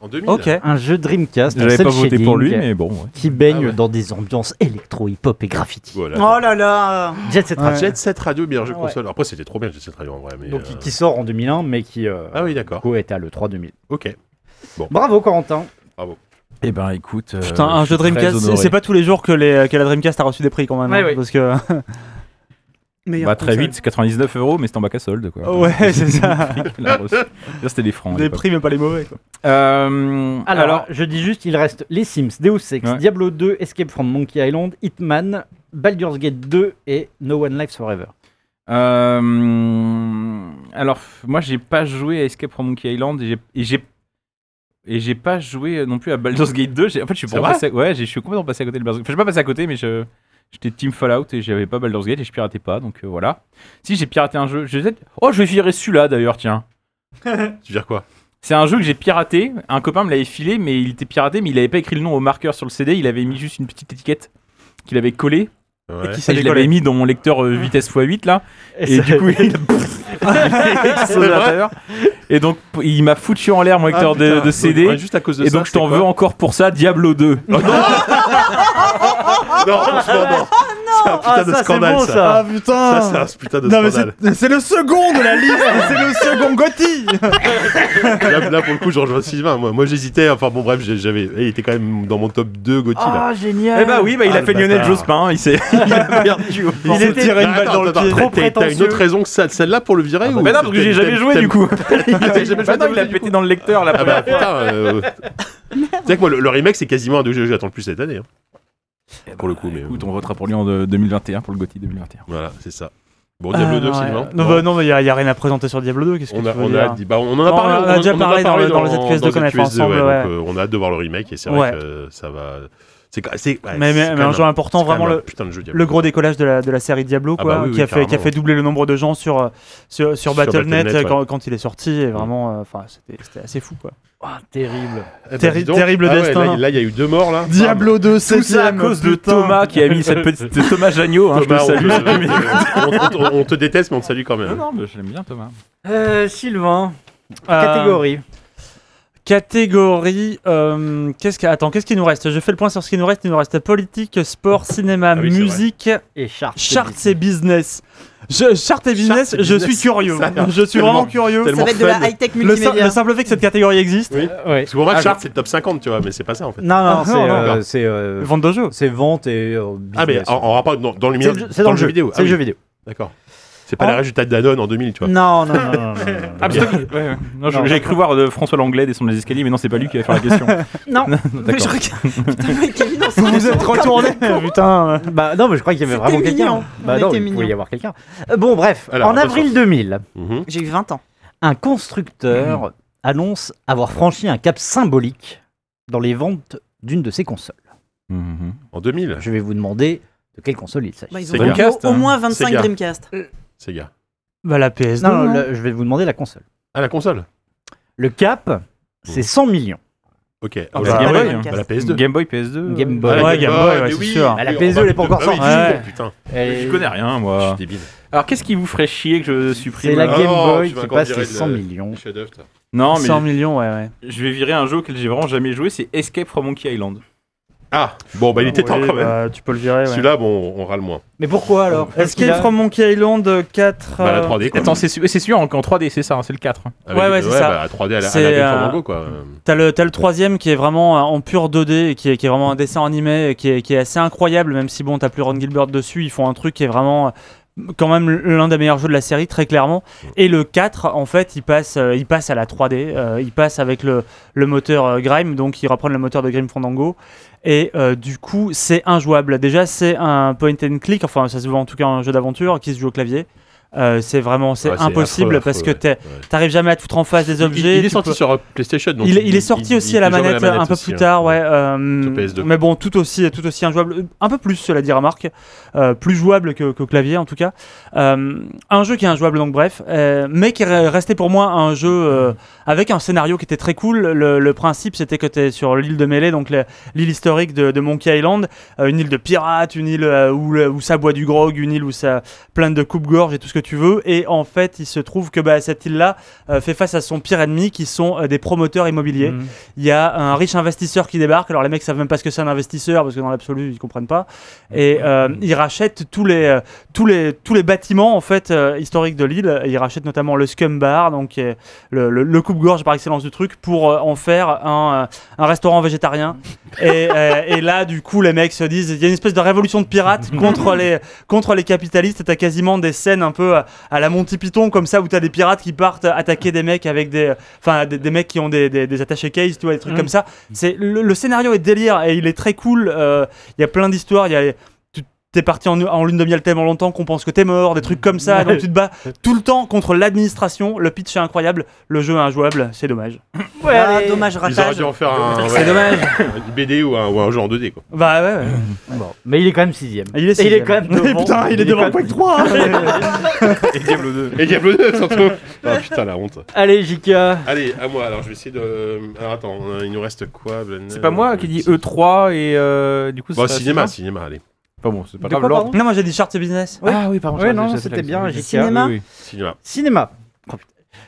S1: En 2000.
S3: Ok.
S2: Un jeu Dreamcast. un
S4: J'avais pas
S2: cel
S4: voté
S2: shading
S4: pour lui, mais bon. ouais.
S2: Qui baigne
S1: Ah ouais.
S2: dans des ambiances électro-hip-hop et graffiti.
S1: Voilà. Ah,
S5: Oh là là.
S2: Jet Set
S3: Ouais.
S2: Radio.
S1: Jet Set Radio, meilleur jeu
S2: Ouais.
S1: console. Alors Après, c'était trop bien Jet Set Radio en vrai. Mais,
S2: Donc, qui,
S1: euh,
S2: qui sort en 2001, mais qui, euh,
S1: Ah oui, d'accord.
S2: du coup, était à l'E3 2000.
S1: Ok.
S2: Bravo, Corentin.
S4: Eh ben écoute. euh,
S3: Putain, un
S4: je suis
S3: jeu Dreamcast,
S4: très
S3: c'est-
S4: honoré.
S3: c'est pas tous les jours que, les, que la Dreamcast a reçu des prix quand même.
S2: Ouais,
S3: hein,
S2: ouais.
S3: Parce (laughs) que.
S5: Meilleur
S4: Bah, très
S5: console.
S4: vite, c'est 99 euros, mais c'est en bac à solde quoi.
S3: ouais,
S4: (laughs)
S3: c'est ça.
S4: Il a reçu. Là, c'était des francs. à
S3: Des
S4: l'époque.
S3: prix, mais pas les mauvais. Quoi.
S4: Euh,
S2: Alors,
S4: alors,
S2: je dis juste, il reste les Sims, Deus Ex,
S4: Ouais.
S2: Diablo 2, Escape from Monkey Island, Hitman, Baldur's Gate 2 et No One Lives Forever.
S4: euh, alors, moi, j'ai pas joué à Escape from Monkey Island et j'ai- et j'ai et j'ai pas joué non plus à Baldur's Gate 2. J'ai- En fait, je suis
S1: C'est
S4: vraiment
S1: vrai
S4: passé, ouais, j'ai- je suis complètement passé à côté de Baldur's Gate. Enfin, je suis pas passé à côté, mais je j'étais Team Fallout et j'avais pas Baldur's Gate et je piratais pas, donc euh, voilà. Si j'ai piraté un jeu, je vais peut-être- oh, je vais virer celui-là d'ailleurs, tiens.
S1: Tu veux dire quoi
S4: C'est un jeu que j'ai piraté. Un copain me l'avait filé, mais il était piraté, mais il avait pas écrit le nom au marqueur sur le CD. Il avait mis juste une petite étiquette qu'il avait collée.
S1: Ouais.
S3: Et qui
S4: Et
S3: s'est
S4: je
S3: décollé.
S4: l'avais mis dans mon lecteur euh, vitesse x8 là. Et,
S2: ça-
S4: du coup, il a
S1: (laughs)
S4: explosé à l'intérieur. Et donc, p- il m'a foutu en l'air mon lecteur
S1: Ah,
S4: de,
S1: putain.
S4: de CD.
S1: Donc, juste à cause de
S4: et
S1: ça,
S4: donc, je
S1: c'est
S4: t'en
S1: quoi
S4: veux encore pour ça, Diablo
S1: (laughs)
S4: 2.
S1: Non, franchement, non. C'est un putain
S2: Ah,
S1: de
S2: ça, c'est
S1: scandale,
S2: bon,
S1: ça.
S2: ça.
S3: Ah putain
S1: Ça, c'est un putain de
S3: Non, mais
S1: scandale.
S3: c'est- c'est le second de la liste (laughs) C'est le second Gotti
S1: Là, là, pour le coup, je rejoins Sylvain. Moi, moi j'hésitais. Enfin, bon, bref, j'ai- j'avais. eh, Il était quand même dans mon top 2, Gauthier. là.
S2: génial
S4: Eh bah oui, bah, il
S1: Ah,
S4: a
S1: le
S4: fait Lionel
S1: bâtard. Ah,
S4: Jospin. Il
S1: (laughs)
S4: s'est il a perdu.
S3: ben Il s'est
S2: était
S3: tiré une balle
S1: Attends,
S3: dans le
S1: attends,
S3: pied.
S1: t'as- t'as-
S2: Trop
S1: T'as une
S2: prétentieux.
S1: autre raison que ça- celle-là pour le virer ou
S4: Mais non, parce que j'ai
S1: t'aimes-
S4: jamais joué
S1: t'aimes-
S4: du coup. Il
S1: t'avais jamais joué à
S4: Bah non, il a
S1: Diablo
S4: pété dans le lecteur la
S1: Ah
S4: première
S1: bah
S4: fois.
S1: putain. euh, Tu sais que moi, le, le remake, c'est quasiment un des jeux que j'attends le plus cette année. hein. Pour le coup, mais.
S4: Écoute, on votera pour lui en euh, 2021, pour le Gotti 2021.
S1: Voilà, c'est ça. Bon, Diablo 2,
S3: Ah, ouais.
S1: Sylvain.
S3: Non, bah, non, mais il y, a- il y a rien à présenter sur Diablo 2. Qu'est-ce que
S1: On
S3: tu
S1: a,
S3: veux
S1: on a
S3: dire
S1: dit- bah, on en a
S3: Non,
S1: parlé.
S3: on en a déjà
S1: en
S3: parlé dans le- dans le ZQS2
S1: dans
S3: qu'on a fait
S1: ZQS2,
S3: ensemble,
S1: ouais,
S3: ouais.
S1: donc, euh, on a hâte de voir le remake et c'est vrai
S3: Ouais.
S1: que euh, ça va. C'est quand- c'est- ouais,
S3: mais,
S1: c'est
S3: mais,
S1: quand
S3: mais un
S1: même
S3: jeu important,
S1: c'est quand
S3: vraiment
S1: même un
S3: le,
S1: putain de jeu Diablo.
S3: le gros décollage de la, de la série Diablo,
S1: Ah
S3: quoi,
S1: bah oui,
S3: qui,
S1: oui,
S3: a fait, qui a
S1: carrément.
S3: fait doubler le nombre de gens sur, euh, sur, sur
S1: Sur
S3: Battle.net
S1: Battle.net,
S3: euh, quand, quand il est sorti. Et vraiment, euh, enfin, c'était c'était assez fou. Quoi.
S2: Terrible.
S1: Eh ben,
S3: Terri-
S1: dis donc.
S3: terrible
S1: Ah ouais,
S3: destin.
S1: là, il- là, il y a eu deux morts là.
S3: 2,
S4: Tout ça à cause de Thomas qui a mis
S1: (laughs)
S4: cette petite de Thomas Jagnot, hein,
S1: Thomas,
S4: je le salue.
S1: on, on- on- on te déteste, mais on te salue quand
S4: Non,
S1: même.
S4: non, mais je l'aime bien Thomas.
S2: Euh, Sylvain, catégorie.
S3: Euh, Catégorie. euh, qu'est-ce que... Attends, qu'est-ce qu'il nous reste Je fais le point sur ce qu'il nous reste. Il nous reste politique, sport, cinéma,
S1: Ah oui, c'est vrai.
S3: musique,
S2: Et Chart.
S3: charts et business. Je, charts et business,
S1: et
S3: je
S1: business,
S3: suis curieux.
S1: ça a l'air
S3: Je suis
S1: tellement-
S3: vraiment curieux.
S1: tellement
S5: Ça va être de la
S1: fun.
S5: high-tech
S3: Le, sim-
S5: multimédia.
S3: le simple fait que cette catégorie existe.
S1: Oui.
S2: Ouais.
S1: Parce que pour moi,
S4: Ah,
S1: Chart, c'est le top 50, tu vois, mais c'est pas ça en fait.
S2: Non, non,
S3: Ah,
S2: c'est
S3: non, non.
S2: euh, c'est euh,
S3: Vente de jeux.
S2: c'est vente et euh,
S1: Ah, mais
S2: business.
S1: en, en rapport dans, dans le
S2: C'est
S1: milieu-
S2: le- c'est dans le jeu vidéo.
S1: Ah
S2: C'est le
S1: oui,
S2: jeu vidéo.
S1: D'accord. C'est pas
S3: En-
S1: les résultats de Danone en 2000, tu vois.
S3: (laughs)
S2: Non, non, non, non, non, non, non.
S4: Ah, parce que- (laughs) ouais, ouais. Non, je-
S2: Non.
S4: J'ai cru voir euh, François Langlais descendre les escaliers, mais non, c'est pas lui qui va faire la
S1: (laughs)
S4: question.
S2: (laughs) Non.
S5: Mais je
S4: D'accord.
S2: (laughs)
S5: regarde. Putain, mais Kevin, on se
S3: Vous vous êtes retourné. Putain.
S2: Bah non, mais je crois qu'il y avait
S5: C'était
S2: vraiment
S5: mignon.
S2: quelqu'un. Bah
S5: On
S2: non,
S5: était
S2: il pouvait y
S5: mignon.
S2: avoir quelqu'un. Euh, Bon, bref,
S1: Alors,
S2: en avril 2000,
S1: Mhm.
S5: J'ai eu 20 ans.
S2: un
S4: Mhm.
S2: constructeur annonce avoir franchi un cap symbolique dans les ventes d'une de ses consoles.
S4: Mhm.
S1: En 2000,
S2: Je vais vous demander de quelle console il s'agit.
S5: Bah, ils ont
S1: Sega.
S5: vendu au, au moins
S1: Sega.
S5: 25 Dreamcast.
S1: Sega.
S3: Bah la PS2.
S2: non, non,
S3: non
S2: le- je vais vous demander la console.
S1: Ah, la console
S2: Le
S4: Mmh.
S2: cap, c'est 100 millions.
S1: Ok.
S4: Ah,
S1: Ouais,
S4: bah,
S1: Game
S4: Game
S1: Boy,
S4: Boy,
S1: hein.
S5: hein.
S1: Bah, la PS2.
S4: Game Boy, PS2.
S2: Game
S4: euh,
S2: Boy.
S1: Ah, la
S3: Ouais, Game Boy,
S1: mais
S3: ouais, c'est
S1: oui.
S3: sûr.
S2: Bah, la
S1: Oui, on
S2: PS2,
S1: va-
S2: elle est pas encore
S1: Ah oui, je
S2: sortie.
S1: suis
S3: Ouais.
S1: con, Putain,
S4: Je connais rien,
S1: je suis
S4: moi.
S1: débile.
S4: Alors, qu'est-ce qui vous ferait chier que je
S2: C'est
S4: supprime
S2: la
S4: euh,
S2: Game
S1: Oh,
S2: Boy
S1: tu vas
S2: qui
S1: encore
S2: passe
S1: virer
S2: les
S1: de-
S2: 100 millions.
S1: Chef-d'œuvre, toi.
S4: Non, mais
S3: 100 millions, ouais, ouais.
S4: je vais virer un jeu que j'ai vraiment jamais joué, c'est Escape from Monkey Island.
S1: Ah, bon, bah il était temps
S3: Ouais,
S1: quand même.
S3: bah, tu peux le virer, ouais.
S1: Celui-là, bon, on râle moins.
S2: Mais pourquoi alors
S3: Escape from Monkey Island euh, 4.
S1: Bah, la
S3: euh,
S1: 3D, quoi.
S4: Attends, c'est su- c'est sûr, en, en 3D, c'est ça, hein, c'est le 4.
S1: Avec-
S3: ouais, ouais, c'est ça.
S1: bah, la 3D à la, à
S3: C'est,
S1: la Game
S3: euh,
S1: Mango, quoi.
S3: T'as le, t'as le troisième qui est vraiment euh, en pur 2D et qui est, qui est vraiment un dessin animé et qui est, qui est assez incroyable, même si bon, t'as plus Ron Gilbert dessus, ils font un truc qui est vraiment euh, quand même l'un des meilleurs jeux de la série, très clairement. Et le 4, en fait, il passe, euh, il passe à la 3D, euh, il passe avec le, le moteur euh, Grime, donc ils reprennent le moteur de Grime Fandango. Et euh, du coup, c'est injouable. Déjà, c'est un point and click, enfin, ça se voit en tout cas un jeu d'aventure qui se joue au clavier. Euh, c'est vraiment c'est
S1: Ouais, c'est
S3: impossible
S1: affreux,
S3: parce
S1: affreux,
S3: que t'es-
S1: ouais.
S3: t'arrives jamais à tout en face des
S1: Il,
S3: objets.
S1: il est
S3: tu
S1: sorti
S3: peux-
S1: sur euh, PlayStation. donc
S3: il, est- il est sorti
S1: il-
S3: aussi
S1: il
S3: à la
S1: joue
S3: manette, un peu
S1: aussi,
S3: plus
S1: hein.
S3: tard, ouais. euh,
S1: Sur PS2.
S3: Mais bon, tout aussi, tout aussi injouable, un peu plus cela dit remarque, euh, plus jouable que, que clavier en tout cas. Euh, un jeu qui est injouable donc bref, euh, mais qui est resté pour moi un jeu euh, avec un scénario qui était très cool. Le, le principe c'était que t'es sur l'île de Melee, donc la- l'île historique de, de Monkey Island, euh, une île de pirates, une île euh, où, le- où ça boit du grog, une île où ça pleine de coupe-gorge et tout ce que tu veux. Et en fait, il se trouve que bah, cette île-là euh, fait face à son pire ennemi qui sont euh, des promoteurs immobiliers.
S2: Mhm.
S3: Il y a un riche investisseur qui débarque. Alors les mecs savent même pas ce que c'est un investisseur parce que dans l'absolu ils comprennent pas. Et euh, ils rachètent tous les euh, tous les tous les bâtiments en fait euh, historiques de l'île. Ils rachètent notamment le Scum Bar, donc qui est le, le- le coupe-gorge par excellence du truc, pour euh, en faire un, euh, un restaurant végétarien. Et, euh, et là du coup les mecs se disent il y a une espèce de révolution de pirates contre les contre les capitalistes. T'as quasiment des scènes un peu à, à la Monty Python comme ça où t'as des pirates qui partent attaquer des mecs avec des enfin des, des mecs qui ont des, des, des attachés case, tu vois, des trucs
S2: Mhm.
S3: comme ça. C'est le, le scénario est délire et il est très cool. euh, Il y a plein d'histoires. Il y a tu- T'es parti en, en lune de miel tellement longtemps qu'on pense que t'es mort, des trucs comme ça. Donc tu te bats tout le temps contre l'administration. Le pitch est incroyable, le jeu est injouable, c'est dommage.
S5: Ah, dommage,
S1: Ils auraient
S5: ratage.
S1: dû en faire un.
S5: C'est dommage.
S1: Une BD ou un, ou un jeu en 2D, quoi.
S3: Bah ouais, ouais.
S2: Bon, mais il est quand même sixième.
S3: Il est,
S2: Mm. Et il est
S3: sixième.
S2: quand même devant.
S3: (laughs) Putain, il est devant Quake 3
S2: (laughs)
S4: Et Diablo 2.
S1: Et Diablo
S4: (laughs)
S1: 2, surtout. Ah putain, la honte.
S2: Allez, Jika.
S1: Allez, à moi. Alors, je vais essayer de. Alors, attends, euh, il nous reste quoi blablabla,
S4: C'est pas moi qui dis
S1: blablabla.
S4: E3 et euh, du coup
S1: Bon,
S4: ça-
S1: Euh, Bah, cinéma, cinéma, allez.
S4: Pas bon, c'est pas
S2: De
S4: grave.
S2: quoi,
S4: l'ordre.
S2: pardon
S3: Non, moi j'ai dit Chart et Business.
S2: Ouais.
S4: Ah oui, pardon.
S2: Ouais,
S4: j'ai-
S2: non,
S4: j'ai-
S2: c'était
S4: j'ai-
S2: bien,
S4: j'ai-
S2: JK.
S5: Cinéma
S4: Oui, oui.
S1: Cinéma.
S2: Cinéma. Oh, putain.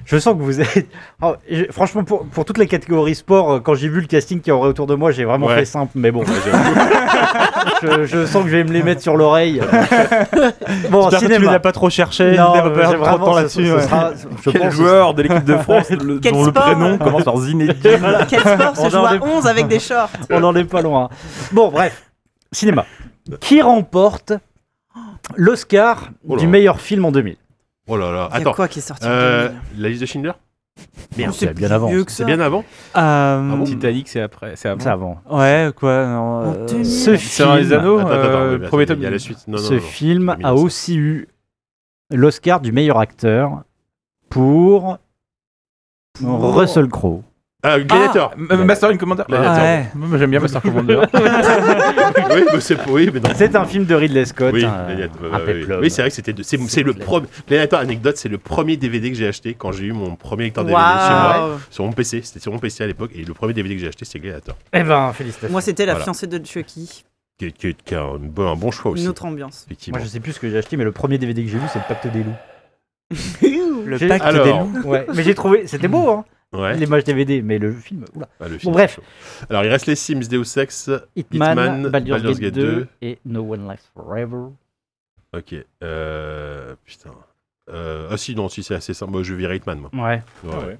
S2: Je sens que vous êtes. (laughs) Oh, je- Franchement, pour, pour toutes les catégories sport, euh, quand j'ai vu le casting qu'il y aurait autour de moi, j'ai vraiment
S1: Ouais.
S2: fait simple, mais bon,
S1: Ouais,
S2: (laughs)
S1: j'avoue.
S2: je, je sens que je vais me les mettre sur
S3: (laughs)
S2: l'oreille. bon,
S3: J'espère que tu les
S2: cinéma.
S3: as pas trop cherchés,
S2: Non,
S3: t'as pas
S2: j'ai
S3: perdu trop de
S2: vraiment,
S3: temps
S2: ce-
S3: là-dessus.
S2: ce
S3: ouais. (laughs)
S2: sera- je
S4: Quel
S2: pense-
S4: joueur de l'équipe de France le-
S5: Quel
S4: dont le
S5: sport
S4: prénom commence par Zinedine
S5: Quel sport
S2: On
S5: se joue
S2: en
S5: à
S2: est-
S5: 11 avec des shorts
S2: On n'en est pas loin. Bon, bref. Cinéma. Qui remporte l'Oscar
S1: Oh là.
S2: du meilleur film en 2000
S1: Oh là là.
S5: Il y a
S1: Attends.
S5: quoi qui est sorti en
S1: Euh,
S5: 2000?
S1: la liste de Schindler
S2: Merde,
S5: C'est
S2: c'est bien
S5: plus
S2: avant.
S5: vieux que
S1: C'est
S5: ça.
S1: bien avant
S2: Ah
S3: Euh,
S4: Titanic, c'est après. C'est
S2: C'est
S4: avant.
S2: avant.
S3: Ouais, quoi, non.
S5: En
S3: euh,
S5: 2000.
S2: Ce
S4: C'est dans les
S2: film,
S4: anneaux.
S1: Attends, attends,
S4: euh,
S1: attends, mais
S4: premier
S1: attends,
S4: tome.
S1: Il y a la suite. Non, non,
S2: ce
S1: non.
S2: film
S1: 2000,
S2: a
S1: ça.
S2: aussi eu l'Oscar du meilleur acteur pour,
S3: Pour-
S2: Russell Crowe.
S1: Ah, Gladiator
S4: M- euh, Master and Commander.
S2: Ah,
S1: Gladiator.
S3: ah, ouais.
S4: Moi, moi, J'aime bien Master and Commander.
S5: Ah,
S1: (laughs) Oui, mais c'est oui, mais non.
S2: C'est un film de Ridley Scott.
S1: Bah,
S2: hein.
S1: Oui,
S5: hein,
S2: un-
S1: Gladiator, bah,
S2: un
S1: bah, oui.
S2: peplum.
S1: Oui, c'est vrai que c'était de- c'est c'est le
S2: clair.
S1: premier Gladiator anecdote, c'est le premier DVD que j'ai acheté quand j'ai eu mon premier lecteur DVD chez moi
S5: Waouh
S1: sur mon PC, c'était sur mon PC à l'époque et le premier DVD que j'ai acheté c'est Gladiator.
S2: Eh ben, félicitations.
S5: Moi, c'était la
S1: Voilà.
S5: fiancée de Chucky.
S1: Qui, qui- qui a un bon, un bon choix aussi.
S5: Une autre
S1: (laughs)
S5: ambiance.
S1: Effectivement.
S2: Moi, je sais plus ce que j'ai acheté, mais le premier DVD que j'ai vu, c'est le Pacte des loups.
S3: Le
S2: J'ai-
S3: pacte
S1: Alors.
S3: des loups.
S2: Ouais, mais j'ai trouvé, c'était beau, hein.
S1: Ouais.
S2: l'image DVD, mais le film, oula.
S1: Ah, le film,
S2: bref.
S1: c'est chaud. Alors, il reste les Sims, Deus Ex.
S2: Hitman,
S1: Hitman,
S2: Baldur's,
S1: Baldur's
S2: Gate
S1: Gate
S2: 2,
S1: 2,
S2: et No One Lives Forever.
S1: Ok. Euh, putain. Euh, ah si, non, si, c'est assez simple. Moi, je verrai Hitman, moi.
S3: Ouais.
S1: Ouais.
S4: Ah ouais.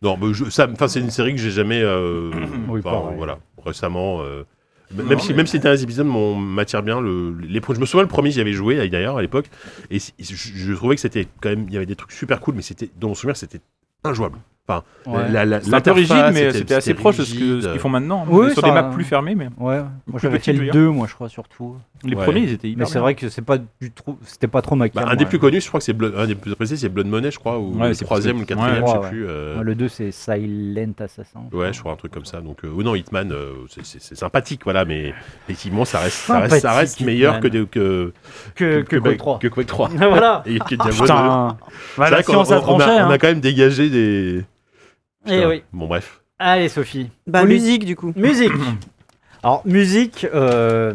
S1: Non, mais je- ça, enfin, c'est une série que j'ai jamais. euh,
S2: Oui,
S1: enfin,
S2: pareil.
S1: voilà, récemment. euh, m-
S4: Non,
S1: même si,
S4: mais-
S1: même si les épisodes m'ont- m'attirent bien, le, les, pro- je me souviens le premier, j'y avais joué euh, d'ailleurs à l'époque, et c- je, je trouvais que c'était quand même, il y avait des trucs super cool, mais c'était, dans mon souvenir, c'était injouable. Enfin,
S2: Ouais.
S1: la, la,
S4: C'est un peu
S1: l'interface,
S4: rigide, mais c'était assez proche de ce que-
S1: rigide.
S4: ce qu'ils font maintenant.
S2: Oui,
S4: mais sur
S2: ça-
S4: des maps plus fermées, mais
S2: Ouais, moi j'avais
S4: petit
S2: fait le
S4: d'ailleurs.
S2: 2, moi je crois surtout.
S4: les
S1: Ouais.
S4: premiers, ils étaient
S2: Mais
S4: hyper.
S2: c'est
S4: bien.
S2: vrai que c'est pas du trou- c'était pas trop ma
S1: Bah,
S2: cam,
S1: un des
S2: ouais.
S1: plus connus, je crois que c'est Blood- un des plus appréciés, c'est Blood Money, je crois, ou
S4: Ouais,
S1: le
S4: c'est
S1: troisième, ou le
S4: possible.
S1: quatrième,
S2: Ouais,
S1: je sais
S2: ouais.
S1: plus. euh,
S2: Ouais, Le 2 c'est Silent Assassin.
S1: Ouais, je crois un truc comme ça. Donc, euh, oh non, Hitman, euh, c'est- c'est c'est sympathique, voilà, mais effectivement, ça reste, ça reste, ça reste
S2: Sympathique,
S1: meilleur que,
S2: Hitman.
S1: des- que,
S2: Que, que, Quake 3.
S1: Que Quake (laughs) 3.
S2: voilà.
S1: Et
S2: (laughs)
S1: que Diablo 2.
S3: Putain. bah,
S1: C'est
S3: Voilà,
S1: vrai
S3: si
S1: qu'on-
S3: on
S1: on, on a,
S3: s'attranchait.
S1: on a
S3: hein.
S1: quand même dégagé des.
S2: Eh
S1: Putain.
S2: oui.
S1: Bon, bref.
S2: Allez Sophie.
S5: Bah,
S2: Oli.
S5: musique du coup.
S2: Musique. (coughs) Alors musique, euh,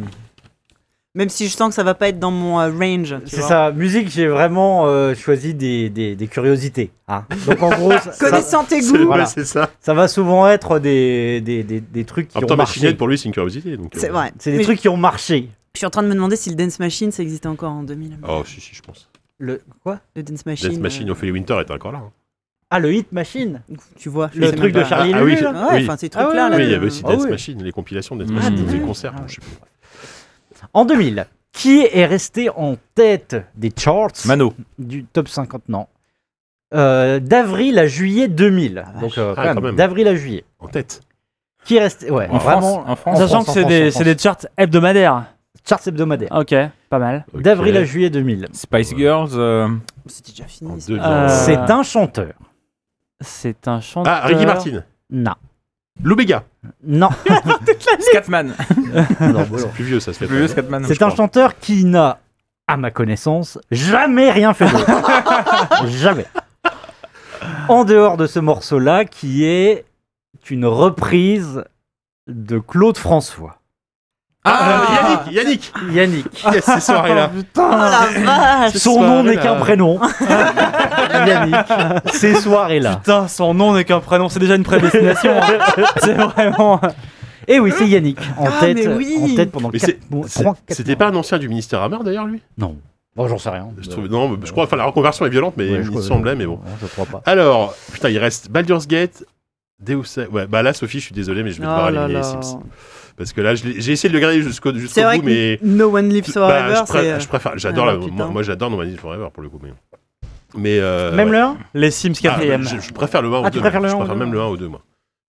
S5: Même si je sens que ça va pas être dans mon euh, range. tu
S2: c'est
S5: vois.
S2: ça. Musique, j'ai vraiment euh, choisi des, des, des curiosités. hein. Donc
S5: (laughs)
S2: en gros, ça, ça-
S5: Connaissant tes
S1: C'est
S5: goûts.
S2: Voilà.
S1: ouais, c'est ça.
S2: ça va souvent être des, des, des, des trucs qui
S1: En même
S2: ont
S1: temps,
S2: marché.
S1: Machinette, pour lui, c'est une curiosité. donc, euh,
S5: C'est vrai.
S2: C'est des
S5: Mais
S2: trucs qui ont marché.
S5: Je suis en train de me demander si le Dance Machine ça existait encore en 2000.
S1: Oh, si, si, je pense.
S2: Le quoi
S5: Le Dance Machine.
S1: Death Machine,
S5: euh,
S1: Ophélie Winter est encore là. hein.
S2: Ah le Hit Machine.
S5: tu vois. je
S2: Le
S5: sais
S2: truc
S5: même
S2: de
S5: pas.
S2: Charlie
S1: Ah,
S2: et
S1: oui,
S2: Lulu,
S1: j'ai-
S2: là.
S5: Ah ouais, enfin ces trucs là.
S2: ouais,
S5: là,
S1: Oui, il y
S5: de-
S1: avait aussi
S2: Ah
S1: Death
S2: oui.
S1: Machine, les compilations Death
S4: Mmh.
S1: Machine,
S5: Ah,
S1: les
S5: oui.
S1: concerts.
S2: Ah,
S1: bon,
S2: oui.
S1: je sais plus.
S2: En 2000, qui est resté en tête des charts
S4: Mano.
S2: du top 50 Non. Euh, d'avril à juillet 2000.
S5: Ah,
S2: Donc, euh,
S1: Ah,
S2: quand même,
S1: quand même.
S2: d'avril à juillet.
S1: En tête.
S2: Qui est resté. Ouais,
S4: En
S2: vraiment.
S4: France, en France.
S2: en
S3: Sachant
S2: France,
S3: que
S2: en
S3: c'est
S2: France, en
S3: des, c'est
S2: France.
S3: des charts hebdomadaires.
S2: charts hebdomadaires.
S3: Ok, pas mal.
S1: Ok.
S2: D'avril à juillet 2000.
S4: Spice
S1: Ouais.
S4: Girls. euh,
S5: C'était déjà
S1: En
S5: fini. ça. Oh
S1: deux
S3: Euh,
S1: dans-
S2: C'est un chanteur.
S3: C'est un chanteur.
S1: Ah,
S2: euh,
S1: Ricky Martin.
S2: Non.
S1: (laughs) Loubega.
S2: Non.
S4: Scatman.
S2: Non, bon, non.
S1: Plus vieux, ça se fait.
S4: Plus vieux Scatman.
S2: C'est un chanteur qui n'a, à ma connaissance, jamais rien fait d'autre. jamais. En dehors de ce morceau-là, qui est une reprise de Claude François.
S1: Ah, Yannick, Yannick.
S2: Yannick.
S1: Yes, ces soirées-là.
S5: Oh la vache.
S1: Cette
S2: Son nom
S1: soirée-là.
S2: n'est qu'un prénom. Yannick. Ces soirées-là.
S3: Putain, son nom n'est qu'un prénom, c'est déjà une (laughs) prédestination.
S2: (laughs)
S3: hein. c'est vraiment.
S2: Et euh. Eh oui, c'est Yannick. En,
S5: Ah,
S2: tête,
S5: mais oui.
S2: en tête pendant
S1: Mais
S2: 4
S1: c'est- c'est- C'était pas un ancien du ministère Hammer d'ailleurs, lui
S2: Non. Bon, j'en sais rien.
S1: je trouve, Non, mais je crois. Enfin, la reconversion est violente, mais
S2: Ouais, je
S1: il me
S2: crois-
S1: semblait, mais bon.
S2: Non, Je crois pas.
S1: Alors, putain, il reste Baldur's Gate, Deus Ex. Ouais, bah là, Sophie, je suis désolé, mais je vais devoir
S5: Oh là
S1: éliminer les
S5: là.
S1: Sims. Parce que là, je l'ai- j'ai essayé de le garder jusqu'au jusqu'au
S5: C'est vrai
S1: bout,
S5: que
S1: mais.
S5: No One Lives
S1: Bah,
S5: Forever,
S1: je, pré-
S5: c'est.
S1: je préfère. J'adore
S5: Ah,
S1: la-
S5: putain.
S1: Moi, moi, j'adore No Man's Forever pour le coup, mais. Mais. euh,
S2: Même
S1: ouais.
S2: le 1
S3: Les Sims
S1: Ah,
S3: 4
S1: je, je préfère le 1
S2: Ah,
S1: au
S2: tu
S1: 2.
S2: préfères le
S1: je
S2: un au
S1: préfère
S2: deux.
S1: même le 1 au 2, moi.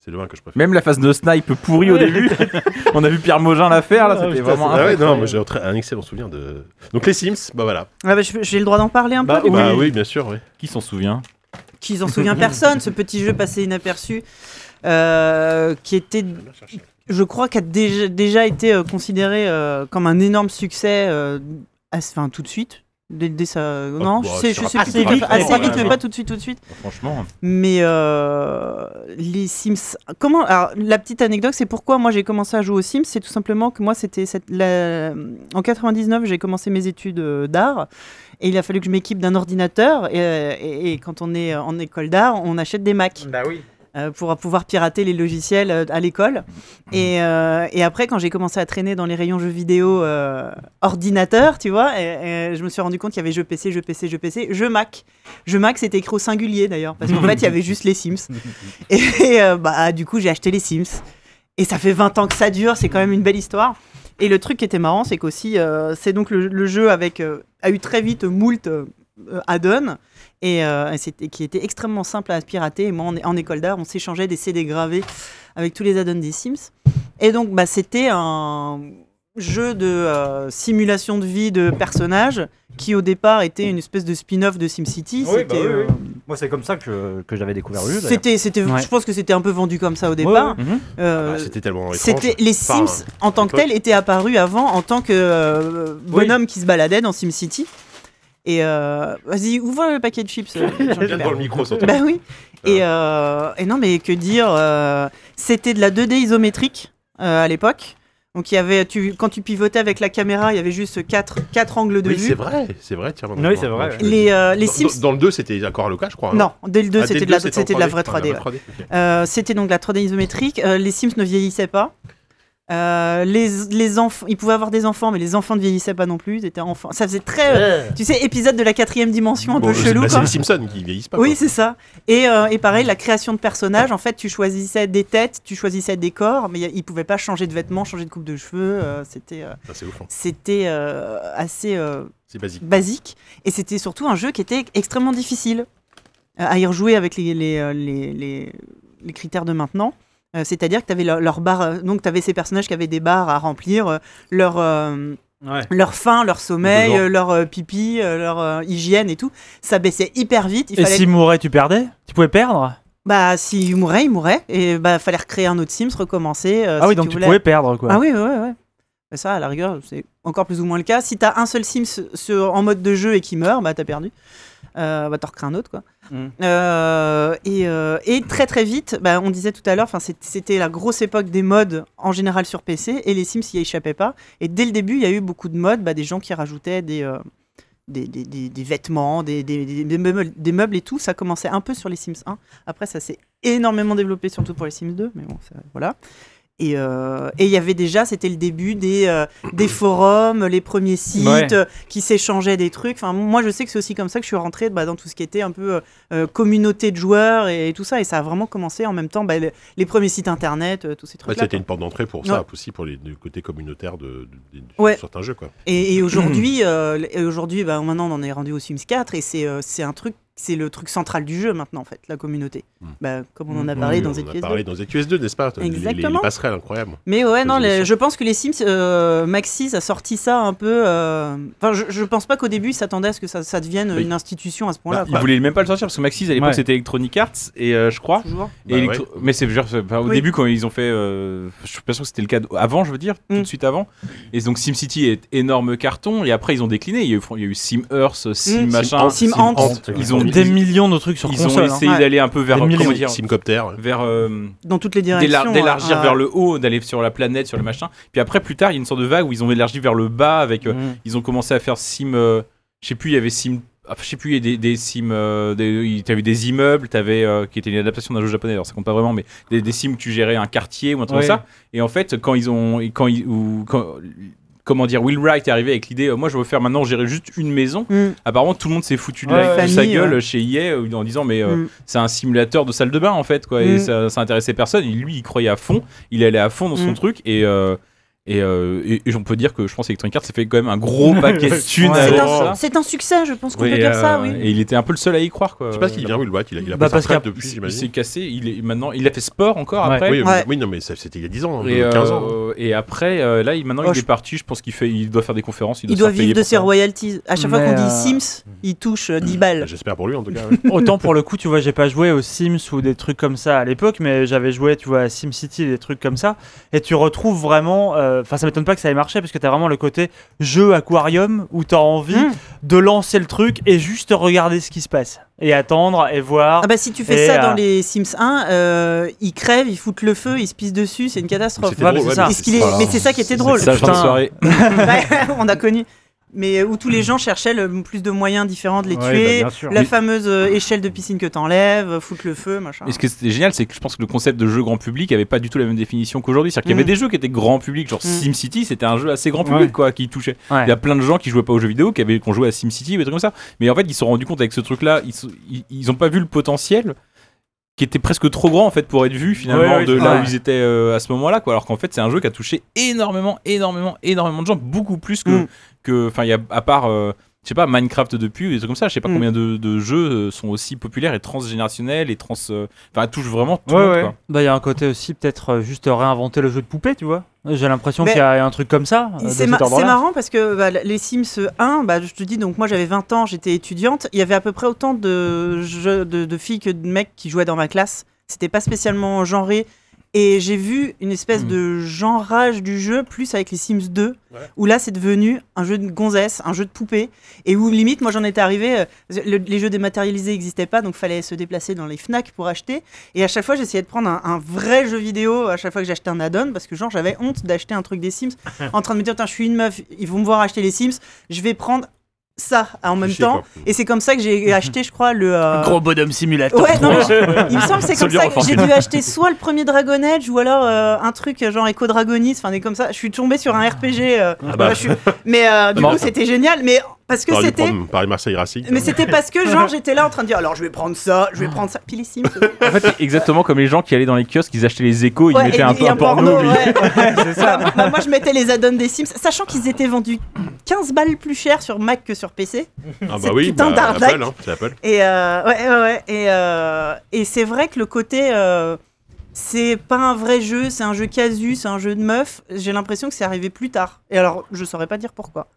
S1: C'est le 1 que je préfère.
S4: Même la phase de snipe pourrie au
S2: Ouais.
S4: début. (laughs) On a vu Pierre Mogin la faire, là,
S2: Ah,
S4: c'était
S2: putain,
S4: vraiment.
S1: Ah ouais, non,
S4: incroyable.
S1: moi j'ai un très- un excellent souvenir de. Donc les Sims, bah voilà.
S5: Ah bah, je- j'ai le droit d'en parler un peu.
S2: Bah,
S5: du coup
S1: Bah oui, bien sûr, oui.
S4: Qui s'en souvient
S5: Qu'ils en souvient personne, ce petit jeu passé inaperçu, euh, qui était, je crois, qui a déjà, déjà été euh, considéré euh, comme un énorme succès, euh, à- enfin tout de suite. Dès, dès sa- non,
S1: bah,
S5: je sais,
S1: c'est
S5: je sais
S1: rapide,
S5: plus
S2: c'est
S5: trop-
S2: rapide,
S5: assez
S2: ouais,
S5: vite,
S4: ouais.
S5: mais pas tout de suite, tout de suite.
S4: Franchement.
S5: Mais euh, les Sims. Comment Alors, la petite anecdote, c'est pourquoi moi j'ai commencé à jouer aux Sims. C'est tout simplement que moi, c'était cette- la- en 99, j'ai commencé mes études euh, d'art et il a fallu que je m'équipe d'un ordinateur. Et, euh, et- et quand on est en école d'art, on achète des Macs
S2: Bah oui.
S5: euh, pour pouvoir pirater les logiciels euh, à l'école. Et, euh, et après, quand j'ai commencé à traîner dans les rayons jeux vidéo euh, ordinateur, tu vois, et- et je me suis rendu compte qu'il y avait jeux PC, jeux PC, jeux PC, jeux Mac. Jeux Mac, c'était écrit au singulier d'ailleurs, parce qu'en fait, il y avait juste les Sims. Et euh, bah, du coup, j'ai acheté les Sims. Et ça fait 20 ans que ça dure, c'est quand même une belle histoire. Et le truc qui était marrant, c'est qu'aussi, euh, c'est donc le, le jeu avec, euh, a eu très vite moult euh, euh, add-ons et, euh, et c'était- qui était extrêmement simple à pirater. Et moi, en, en école d'art, on s'échangeait des CD gravés avec tous les add-ons des Sims. Et donc, bah, c'était un jeu de euh, simulation de vie de personnages qui, au départ, était une espèce de spin-off de SimCity.
S2: Oui, bah
S5: C'était,
S2: oui, oui.
S5: euh,
S2: Moi, c'est comme ça que, que j'avais découvert le jeu. d'ailleurs.
S5: c'était, c'était,
S3: Ouais.
S5: je pense que c'était un peu vendu comme ça au
S2: Ouais,
S5: départ.
S2: ouais.
S4: Mhm.
S5: Euh,
S1: Bah, c'était tellement étrange.
S5: c'était les
S1: Enfin,
S5: Sims en tant que
S1: l'époque.
S5: tels étaient apparus avant en tant que euh,
S2: Oui.
S5: bonhomme qui se baladait dans SimCity. Et euh, vas-y, ouvre le paquet de chips.
S1: (laughs)
S5: euh,
S1: Bien
S5: Jean-Pierre.
S1: dans le micro, Ah. surtout.
S5: Bah oui. Et, euh, et non, mais que dire euh, C'était de la 2D isométrique euh, à l'époque. Donc il y avait, tu, quand tu pivotais avec la caméra, il y avait juste quatre, quatre angles de
S1: Oui, c'est
S5: vue.
S1: vrai, c'est vrai, tiens. maintenant,
S2: Oui,
S1: je
S2: c'est
S1: me-
S2: vrai,
S1: je
S2: ouais.
S1: me-
S5: Les, euh, les
S1: hein, Dans-
S5: Sims.
S1: Dans, le 2, c'était encore le cas, je crois. hein.
S5: Non, dès le 2,
S1: Ah, dès
S5: c'était
S1: le
S5: de, la-
S1: 2,
S5: c'était
S1: en Ah,
S5: de la
S1: 3D,
S5: vraie 3D.
S1: enfin, la
S5: ouais.
S1: vraie 3D, ok.
S5: Euh, c'était donc la 3D isométrique. Euh, les Sims ne vieillissaient pas. Euh, les, les enfants, ils pouvaient avoir des enfants, mais les enfants ne vieillissaient pas non plus. Ils étaient enfants. Ça faisait très, euh, tu sais, épisode de la quatrième dimension, un
S1: Bon,
S5: peu
S1: c'est-
S5: chelou.
S1: bah,
S5: quoi.
S1: C'est les Simpsons qui vieillissent pas.
S5: Oui,
S1: quoi.
S5: c'est ça. Et, euh, et pareil, la création de personnages, en fait, tu choisissais des têtes, tu choisissais des corps, mais y a- ils pouvaient pas changer de vêtements, changer de coupe de cheveux. euh, c'était euh,
S1: Ça, c'est ouf, hein.
S5: c'était euh, assez euh,
S1: C'est basique.
S5: basique. Et c'était surtout un jeu qui était extrêmement difficile euh, à y rejouer avec les, les, euh, les- les- les critères de maintenant. Euh, C'est-à-dire que tu avais leur, leur barre, euh, donc tu avais ces personnages qui avaient des barres à remplir, euh, leur, euh,
S2: Ouais.
S5: leur faim, leur sommeil,
S1: Besoin.
S5: euh, leur euh, pipi, euh, leur euh, hygiène et tout. Ça baissait hyper vite. Il
S3: Et
S5: fallait
S3: s'il mourait, tu perdais Tu pouvais perdre
S5: Bah, s'il mourait, il mourait. Et bah, fallait recréer un autre Sims, recommencer. euh,
S3: Ah oui,
S5: si
S3: donc tu,
S5: voulais.
S3: pouvais perdre quoi.
S5: Ah oui, ouais, ouais. ouais. Mais Ça, à la rigueur, c'est encore plus ou moins le cas. Si t'as un seul Sims sur- en mode de jeu et qui meurt, bah t'as perdu. Euh, bah t'en recrées un autre, quoi.
S2: Mm.
S5: Euh, et, euh, et très très vite, bah, on disait tout à l'heure, 'fin, c'est- c'était la grosse époque des mods en général sur PC et les Sims y échappaient pas. Et dès le début, il y a eu beaucoup de mods, bah, des gens qui rajoutaient des, euh, des, des- des- des vêtements, des, des- des- des meubles, des meubles et tout. Ça commençait un peu sur les Sims 1. Après, ça s'est énormément développé, surtout pour les Sims 2, mais bon, ça- voilà. Et euh, et il y avait déjà, c'était le début des, euh, des forums, les premiers sites
S3: Ouais.
S5: euh, qui s'échangeaient des trucs. Enfin, moi, je sais que c'est aussi comme ça que je suis rentrée bah, dans tout ce qui était un peu euh, euh, communauté de joueurs et, tout ça. Et ça a vraiment commencé en même temps, bah, le- les premiers sites internet, euh, tous ces
S1: Ouais,
S5: trucs-là.
S1: Bah, C'était une porte d'entrée pour ça, aussi pour les, le côté communautaire de, de- de-
S5: Ouais.
S1: de certains jeux. Quoi.
S5: Et, et aujourd'hui, euh, et aujourd'hui, bah, maintenant, on en est rendu au Sims 4 et c'est euh, c'est un truc, c'est le truc central du jeu maintenant en fait, la communauté.
S1: Mm.
S5: Bah, comme on en a
S3: Mm.
S5: parlé
S1: Oui,
S5: dans
S1: on
S5: cette
S1: a
S5: pièce.
S1: parlé dans ZQS2, n'est-ce pas Les- les- Les,
S5: Exactement.
S1: passerelles incroyables.
S5: Mais ouais, non,
S1: Dans
S5: les-
S1: les-
S5: je pense que les Sims, euh, Maxis a sorti ça un peu. euh, Enfin, je, je pense pas qu'au début, ils s'attendaient à ce que ça, ça devienne
S1: Oui.
S5: une institution à ce point-là.
S1: Bah,
S4: Ils voulaient même pas le sortir parce que Maxis à l'époque
S3: Ouais.
S4: c'était Electronic Arts et euh, je crois.
S5: quoi, toujours.
S4: Et
S1: Bah
S4: Electro- Mais c'est je veux dire, c'est- enfin, au
S5: Oui.
S4: début quand ils ont fait, euh, je suis pas sûr que c'était le cas d- avant, je veux dire, tout
S5: Mm.
S4: de suite avant. Et donc SimCity est énorme carton et après ils ont décliné. Il y a eu, il y a eu Sim Earth, Sim
S5: Mm.
S4: machin,
S5: Sim Ant.
S4: Ils ont
S3: des
S4: ils-
S3: millions de trucs sur
S4: ils ont
S3: console. hein.
S4: essayé
S5: Ouais.
S4: d'aller un peu vers
S3: Des millions.
S4: comment
S1: Sim-
S4: dire,
S1: Simcopter.
S4: vers euh,
S5: Dans toutes les
S4: d'élar-
S5: directions.
S4: d'élargir
S5: hein,
S4: vers le haut, d'aller sur la planète, sur le machin. Puis après plus tard il y a une sorte de vague où ils ont élargi vers le bas avec euh,
S3: Mm.
S4: ils ont commencé à faire sim euh, je sais plus il y avait sim ah, je sais plus il y a des, des sim euh, des- il- t'avais des immeubles t'avais euh, qui était une adaptation d'un jeu japonais alors ça compte pas vraiment mais des, des sims que tu gérais un quartier ou un truc
S3: Ouais.
S4: comme ça et en fait quand ils ont et quand ils ou quand- comment dire Will Wright est arrivé avec l'idée euh, moi je veux faire maintenant gérer juste une maison
S5: Mm.
S4: apparemment tout le monde s'est foutu de,
S3: Ouais,
S4: la, de sa
S5: famille,
S4: gueule
S5: ouais.
S4: chez EA euh, en disant mais euh,
S5: Mm.
S4: c'est un simulateur de salle de bain en fait quoi et
S5: Mm.
S4: ça, ça intéressait personne et lui il croyait à fond il allait à fond dans son
S5: Mm.
S4: truc et euh, et, euh, et- et on peut dire que je pense que Electronic Arts s'est fait quand même un
S5: (laughs)
S4: gros paquet de thunes
S3: Ouais.
S4: à
S5: C'est
S4: faire
S5: un,
S4: ça.
S5: c'est un succès, je pense qu'on
S4: Et,
S5: peut dire ça,
S4: euh,
S5: oui.
S4: et il était un peu le seul à y croire quoi
S1: Je sais pas ce qu'il vient, Will White. Il a, il a pris sa
S3: Bah, parce
S1: retraite
S3: qu'il
S1: depuis,
S4: il s'est
S1: j'imagine.
S4: cassé il est maintenant il a fait sport encore
S3: Ouais.
S4: après
S1: Oui,
S5: Ouais.
S1: oui, non, mais ça- c'était il y a 10 ans, hein,
S4: et, euh,
S1: 15 ans.
S4: et après euh, là il, maintenant
S5: Oh,
S4: il
S5: je-
S4: est parti je pense qu'il fait il doit faire des conférences il doit,
S5: Il
S4: se faire
S5: doit
S4: payer
S5: vivre de
S4: pour
S5: ses
S4: ça.
S5: royalties. À chaque fois
S3: Mais,
S5: qu'on dit
S3: euh,
S5: Sims, il touche euh, 10 balles.
S1: J'espère pour lui, en tout cas. ouais.
S3: Autant pour le coup, tu vois, j'ai pas joué aux Sims ou des trucs comme ça à l'époque, mais j'avais joué, tu vois, à SimCity, des trucs comme ça. Et tu retrouves vraiment. euh, Enfin, ça m'étonne pas que ça ait marché, parce que t'as vraiment le côté jeu aquarium où t'as envie
S5: Mm.
S3: de lancer le truc et juste regarder ce qui se passe. Et attendre et voir.
S5: Ah bah si tu fais
S3: Et,
S5: ça
S3: euh,
S5: dans les Sims 1, euh, ils crèvent, ils foutent le feu, ils se pissent dessus, c'est une catastrophe.
S1: C'était
S3: ouais,
S1: drôle,
S3: mais
S1: ouais,
S3: c'est ça.
S1: mais
S5: Est-ce qu'il est- Mais c'est ça qui était drôle.
S4: C'est ça, fin de
S3: Putain.
S4: soirée
S5: (laughs) Ouais, on a connu. Mais euh, où tous les gens cherchaient le plus de moyens différents de les
S2: Ouais, bah,
S5: tuer.
S2: bien sûr.
S5: la
S4: Mais-
S5: fameuse euh, échelle de piscine que t'enlèves, euh, foutre le feu, machin.
S4: Et ce qui était génial, c'est que je pense que le concept de jeu grand public avait pas du tout la même définition qu'aujourd'hui. C'est-à-dire qu'il y
S5: Mm.
S4: avait des jeux qui étaient grand public, genre
S5: Mm.
S4: SimCity, c'était un jeu assez grand public,
S3: Ouais.
S4: quoi, qui touchait.
S3: Ouais.
S4: Il y a plein de gens qui jouaient pas aux jeux vidéo, qui avaient qu'on jouait à SimCity ou des trucs comme ça. Mais en fait, ils se sont rendus compte avec ce truc-là, ils, se- ils, ils ont pas vu le potentiel qui était presque trop grand en fait pour être vu finalement
S3: Ouais, ouais,
S4: de
S3: c'est
S4: là
S3: vrai.
S4: où ils étaient euh, à ce moment-là quoi alors qu'en fait c'est un jeu qui a touché énormément énormément énormément de gens beaucoup plus que
S5: Mm.
S4: que enfin il y a à part euh, je sais pas Minecraft depuis ou des trucs comme ça je sais pas
S5: Mm.
S4: combien de, de jeux euh, sont aussi populaires et transgénérationnels et trans euh, enfin touche vraiment tout
S3: Ouais,
S4: le monde
S3: ouais.
S4: quoi.
S3: Bah, il y a un côté aussi, peut-être euh, juste réinventer le jeu de poupée, tu vois. J'ai l'impression
S5: Mais-
S3: qu'il y a un truc comme ça. euh, de
S5: C'est
S3: cet
S5: ma- c'est
S3: ordre-là.
S5: marrant parce que bah, les Sims 1, bah, je te dis, donc moi j'avais 20 ans, j'étais étudiante, il y avait à peu près autant de, jeux- de, de filles que de mecs qui jouaient dans ma classe. C'était pas spécialement genré. Et j'ai vu une espèce
S3: Hmm.
S4: Mhm.
S5: de genrage du jeu, plus avec les Sims 2, où là c'est devenu un jeu de gonzesse, un jeu de poupée, et où limite moi j'en étais euh, arrivé, les jeux dématérialisés n'existaient pas, donc fallait se déplacer dans les FNAC pour acheter, et à chaque fois j'essayais de prendre un, un vrai jeu vidéo, à chaque fois que j'achetais un add-on, parce que genre j'avais honte d'acheter un truc des
S1: (laughs)
S5: Sims, en train de me dire, putain je suis une meuf, ils vont me voir acheter les Sims, je vais prendre ça hein, en même
S1: Cliché,
S5: temps,
S1: quoi.
S5: et c'est comme ça que
S1: (laughs)
S5: j'ai acheté je crois le... euh,
S6: Gros bonhomme simulateur.
S5: Ouais, non, mais je- il me semble que c'est comme
S4: Soldier
S5: ça
S4: of
S5: que j'ai dû acheter soit le premier Dragon Age ou alors euh, un truc genre Echo Dragonis, enfin des comme ça. Je suis tombé sur un RPG, euh,
S1: Ah. bah.
S5: je suis- mais
S1: (laughs)
S5: euh, du
S4: Non.
S5: coup c'était génial, mais parce que
S1: T'aurais dû
S5: c'était.
S1: prendre Paris-Marseille Racing.
S5: Mais c'était parce que genre j'étais là en train de dire alors je vais prendre ça, je vais prendre ça, puis les Sims.
S4: En fait, c'est exactement comme les gens qui allaient dans les kiosques, ils achetaient les échos, ils
S5: Ouais,
S4: mettaient
S5: et-
S4: un
S5: et
S4: peu un porno. puis-
S5: ouais.
S2: (laughs)
S5: Bah, bah, moi je mettais les add-ons des Sims, sachant qu'ils étaient vendus 15 balles plus cher sur Mac que sur PC.
S1: Ah bah
S5: cette
S1: oui,
S5: putain
S1: bah,
S5: d'arnaque.
S1: Apple, hein, c'est Apple.
S5: Et euh, ouais, ouais, ouais. et, euh, et c'est vrai que le côté, euh, c'est pas un vrai jeu, c'est un jeu casu, c'est un jeu de meuf. J'ai l'impression que c'est arrivé plus tard. Et alors, je saurais pas dire pourquoi.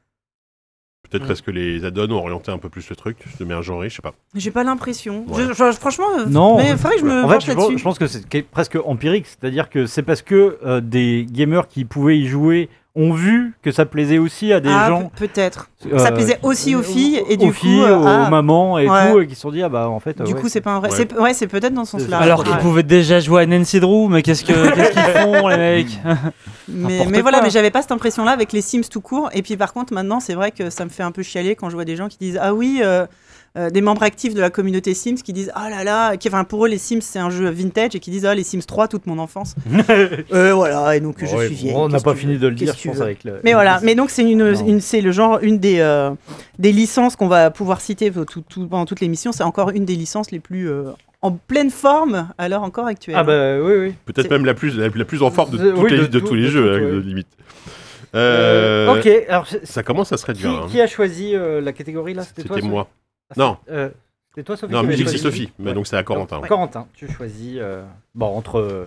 S1: Peut-être parce que les add-ons ont orienté un peu plus le truc. Je te mets un genre, je sais pas.
S5: J'ai pas l'impression.
S1: Ouais.
S5: Je- je- franchement, euh,
S2: Non.
S5: Mais faudrait que je me
S2: En fait,
S5: penche
S2: je pense,
S5: là-dessus.
S2: je pense que c'est que- presque empirique, c'est-à-dire que c'est parce que euh, des gamers qui pouvaient y jouer ont vu que ça plaisait aussi à des
S5: Ah,
S2: gens.
S5: pe- peut-être.
S2: euh,
S5: ça plaisait aussi aux filles et du
S2: aux
S5: coup,
S2: filles,
S5: euh,
S2: aux
S5: ah,
S2: mamans et
S5: Ouais.
S2: tout, et qui se sont dit ah bah en fait.
S5: du
S2: ouais,
S5: coup, c'est pas un vrai.
S1: Ouais.
S5: c'est- Ouais, c'est peut-être dans ce sens-là.
S3: (laughs) Alors qu'ils
S5: Ouais.
S3: pouvaient déjà jouer à Nancy Drew, mais qu'est-ce que- qu'est-ce qu'ils font, les mecs
S5: Mais,
S3: N'importe
S5: mais voilà,
S3: quoi.
S5: mais j'avais pas cette impression-là avec les Sims tout court. Et puis par contre, maintenant, c'est vrai que ça me fait un peu chialer quand je vois des gens qui disent Ah oui, euh, euh, des membres actifs de la communauté Sims qui disent Ah là là, qui, enfin, pour eux, les Sims, c'est un jeu vintage et qui disent Ah, les Sims 3, toute mon (laughs) enfance. et Euh, voilà, et donc je
S2: Ouais,
S5: suis
S2: bon,
S5: vieille.
S2: on n'a
S5: qu'est-ce
S2: pas
S5: que tu
S2: fini
S5: veux
S2: de le
S5: Qu'est-ce
S2: dire,
S5: que
S2: je
S5: tu
S2: pense,
S5: veux
S2: avec le.
S5: mais voilà, mais donc c'est une,
S2: Non.
S5: une- c'est le genre une des euh, des licences qu'on va pouvoir citer pour tout, tout- pendant toute l'émission. C'est encore une des licences les plus euh, en pleine forme à l'heure encore actuelle.
S2: Ah bah oui, oui.
S1: Peut-être
S5: C'est-
S1: même la plus, la, la plus en forme de,
S2: Euh,
S1: toutes
S2: oui,
S1: les-
S2: de
S1: de
S2: tout-
S1: tous les
S2: de
S1: jeux,
S2: tout,
S1: hein,
S2: ouais.
S1: limite.
S2: Euh,
S1: Euh,
S2: ok, alors c'est-
S1: Ça commence à se
S2: qui,
S1: réduire. hein.
S2: qui a choisi euh, la catégorie là
S1: C'était
S2: toi, Sophie
S1: moi.
S2: Ah,
S1: Non.
S2: c'est- euh, C'était toi, Sophie
S1: Non,
S2: qui
S1: musique
S2: avait
S1: c'est
S2: choisi
S1: Sophie. Mais
S2: Ouais.
S1: donc c'est à Corentin. hein.
S2: Donc, Corentin, tu choisis. euh, Bon, entre.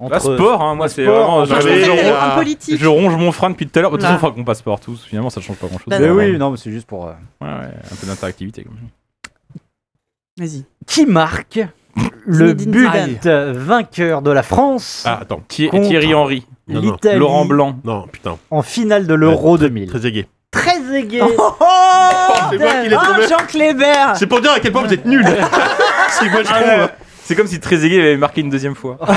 S2: Ah,
S4: Bah, sport, hein, moi c'est
S2: sport,
S4: vraiment.
S2: enfin,
S5: Je pensais
S1: j'avais-
S5: que
S1: j'en-
S5: t'allais être
S1: ah,
S5: un politique.
S4: Je ronge mon frein depuis tout à l'heure. De toute
S5: Là.
S4: façon, il faudra qu'on passe partout. Finalement, ça change pas grand chose.
S5: Bah
S2: Mais
S5: non.
S2: oui, non, mais c'est juste pour. euh,
S4: Ouais, ouais, un peu d'interactivité. quand même.
S5: Vas-y.
S2: Qui (laughs) marque le
S5: Zinedine
S2: but
S5: Zidane.
S2: euh, vainqueur de la France
S1: Ah, attends.
S4: Thi-
S2: Contre.
S4: Thierry Henry,
S1: non, non.
S2: l'Italie
S4: Laurent Blanc.
S1: Non, putain.
S2: en finale de l'Euro 2000
S1: Très aigué.
S2: Très aigué
S1: c'est moi qui l'ai
S5: Oh,
S1: trouvé.
S5: Jean Kléber
S1: C'est pour dire à quel point vous êtes nuls. c'est moi, je trouve.
S4: Ah C'est comme si Trezeguet avait marqué une deuxième fois.
S2: Oh, ouais.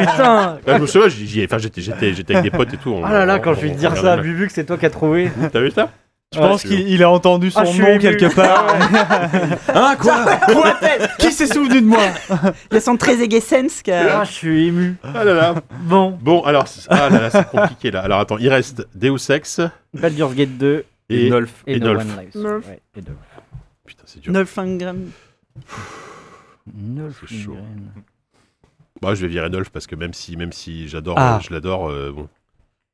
S1: (laughs)
S2: putain
S1: Bah, je me souviens, j'y- j'y- enfin, j'étais, j'étais, j'étais avec des potes et tout. on-
S2: Oh là là, quand je vais
S1: on-
S2: te
S1: on
S2: dire ça,
S1: regardait
S2: Bubu, que c'est toi qui as trouvé.
S1: le match. T'as vu ça
S3: Je pense
S1: Ouais.
S3: qu'il il a entendu son
S2: Ah, je suis
S3: nom
S2: ému.
S3: quelque part.
S4: Hein, quoi
S3: Qui s'est souvenu de moi
S5: Le son très euh, Sense.
S2: Ah, je suis ému.
S1: Ah là là.
S2: Bon,
S1: Bon, alors, c'est- ah là là, c'est compliqué là. Alors attends, il reste Deus Ex
S2: Baldur's Gate 2
S1: et.
S4: Nolf.
S2: et
S1: Nolf.
S2: No One Lives.
S5: Nolf.
S2: Ouais, et Nolf.
S1: Putain, c'est dur.
S5: Nolfangram.
S2: Nolf,
S1: C'est chaud.
S2: Ingren.
S1: Bah, je vais virer Nolf parce que même si, même si j'adore,
S3: Ah.
S1: euh, je l'adore, euh, bon.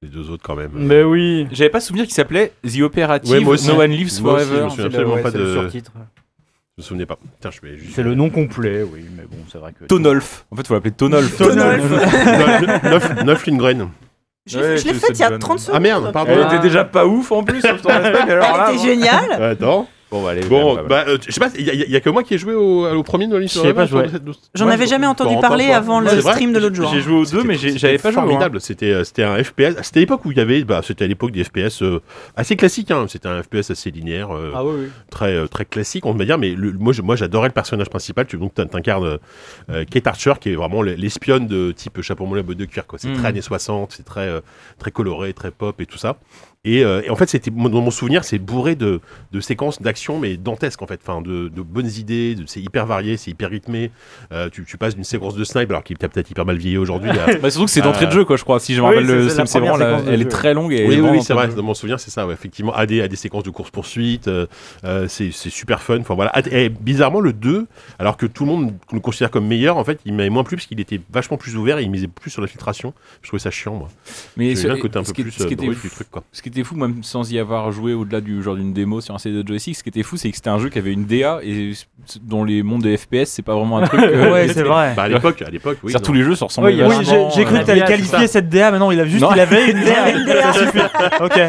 S1: Les deux autres quand même. euh,
S2: Mais oui
S4: J'avais pas souvenir qu'il s'appelait The Operative
S1: Ouais, moi aussi.
S4: No One Lives
S1: Moi aussi, je me
S4: Forever.
S1: souviens absolument
S2: ouais,
S1: pas
S2: c'est
S1: de-
S2: le surtitre.
S1: Je me souvenais pas. Putain, je vais juste.
S2: C'est le nom complet, oui, mais bon, c'est vrai que...
S4: Tonolf. En fait, faut l'appeler Tonolf.
S5: Nolf.
S1: Nolf, Nolf Lindgren.
S5: Je
S4: Ouais,
S5: l'ai- je l'ai
S4: tu
S5: faite il y a
S4: sais,
S5: 30
S4: tu
S5: secondes.
S1: Ah, merde, pardon.
S4: Elle
S1: Ah.
S4: était déjà pas ouf en plus, sauf ton aspect, mais alors là,
S5: Elle était (laughs) géniale.
S1: Attends.
S4: Bon, bah, allez,
S1: Bon,
S4: bah, bah,
S1: bah, euh, je sais pas, il y, a- y a que moi qui ai joué au, au premier de
S3: Je sais pas jouer.
S5: J'en avais jamais entendu parler avant le stream de l'autre jour. hein.
S4: J'ai joué aux deux, mais j'ai- j'avais pas joué. hein. au un.
S1: Formidable, c'était euh, c'était un FPS. C'était l'époque où il y avait, bah, c'était à l'époque des FPS euh, assez classiques. Hein. C'était un FPS assez linéaire, euh,
S2: Ah oui, oui.
S1: très euh, très classique, on va dire. Mais le- moi, je- moi, j'adorais le personnage principal. Tu donc t'in- t'incarnes euh, Kate Archer, qui est vraiment l- l'espionne de type chapeau moulin botte de cuir. quoi. C'est
S4: Mm.
S1: très années 60, c'est très euh, très coloré, très pop et tout ça. Et, euh, et en fait, c'était mon- dans mon souvenir, c'est bourré de, de séquences d'action, mais dantesques en fait. Enfin, de, de bonnes idées, de- c'est hyper varié, c'est hyper rythmé. Euh, tu, tu passes d'une séquence de snipe, alors qu'il t'a peut-être hyper mal
S4: (laughs)
S1: vieilli aujourd'hui. à-
S4: Bah, surtout que c'est d'entrée
S1: Euh,
S4: de jeu, quoi, je crois. Si je me
S2: oui,
S4: rappelle,
S2: c'est-
S4: le-
S2: c'est la
S4: c'est
S2: première
S4: vraiment la-
S2: séquence de
S4: elle est
S2: jeu.
S4: très longue et
S1: Oui,
S4: elle est
S1: oui, oui,
S4: vraiment
S1: c'est
S4: d'entrée
S1: vrai.
S4: de jeu.
S1: Dans mon souvenir, c'est ça. ouais, effectivement, à des, à des séquences de course-poursuite, euh, euh, c'est c'est super fun. Enfin, voilà. Et bizarrement, le 2, alors que tout le monde le considère comme meilleur, en fait, il m'avait moins plu parce qu'il était vachement plus ouvert et il misait plus sur la filtration. Je trouvais ça chiant, moi.
S4: Mais
S1: J'aimais
S4: ce-
S1: bien le côté un
S4: ce
S1: peu
S4: qui-
S1: plus
S4: ce qui
S1: euh,
S4: était
S1: brut
S4: fou-
S1: du truc, quoi.
S4: Ce qui était fou, même sans y avoir joué au-delà du genre d'une démo sur un CD de joystick, ce qui était fou, c'est que c'était un jeu qui avait une DA et s- dont les mondes des FPS, c'est pas vraiment un truc. euh,
S3: (laughs) Ouais, c'est vrai.
S1: Bah, à l'époque, à l'époque, oui.
S4: c'est-à-dire, tous les jeux se ressemblaient.
S2: Oui, il y a-
S3: Oui,
S4: vachement,
S3: j'ai j'ai cru
S4: euh,
S3: que t'allais
S2: la DA, c'est
S3: qualifier cette DA, mais non, il a juste
S4: Non.
S3: il
S1: (laughs)
S3: avait une DA. Ça suffit. Ok, ok.
S1: Ah non, mais
S2: Ouais, il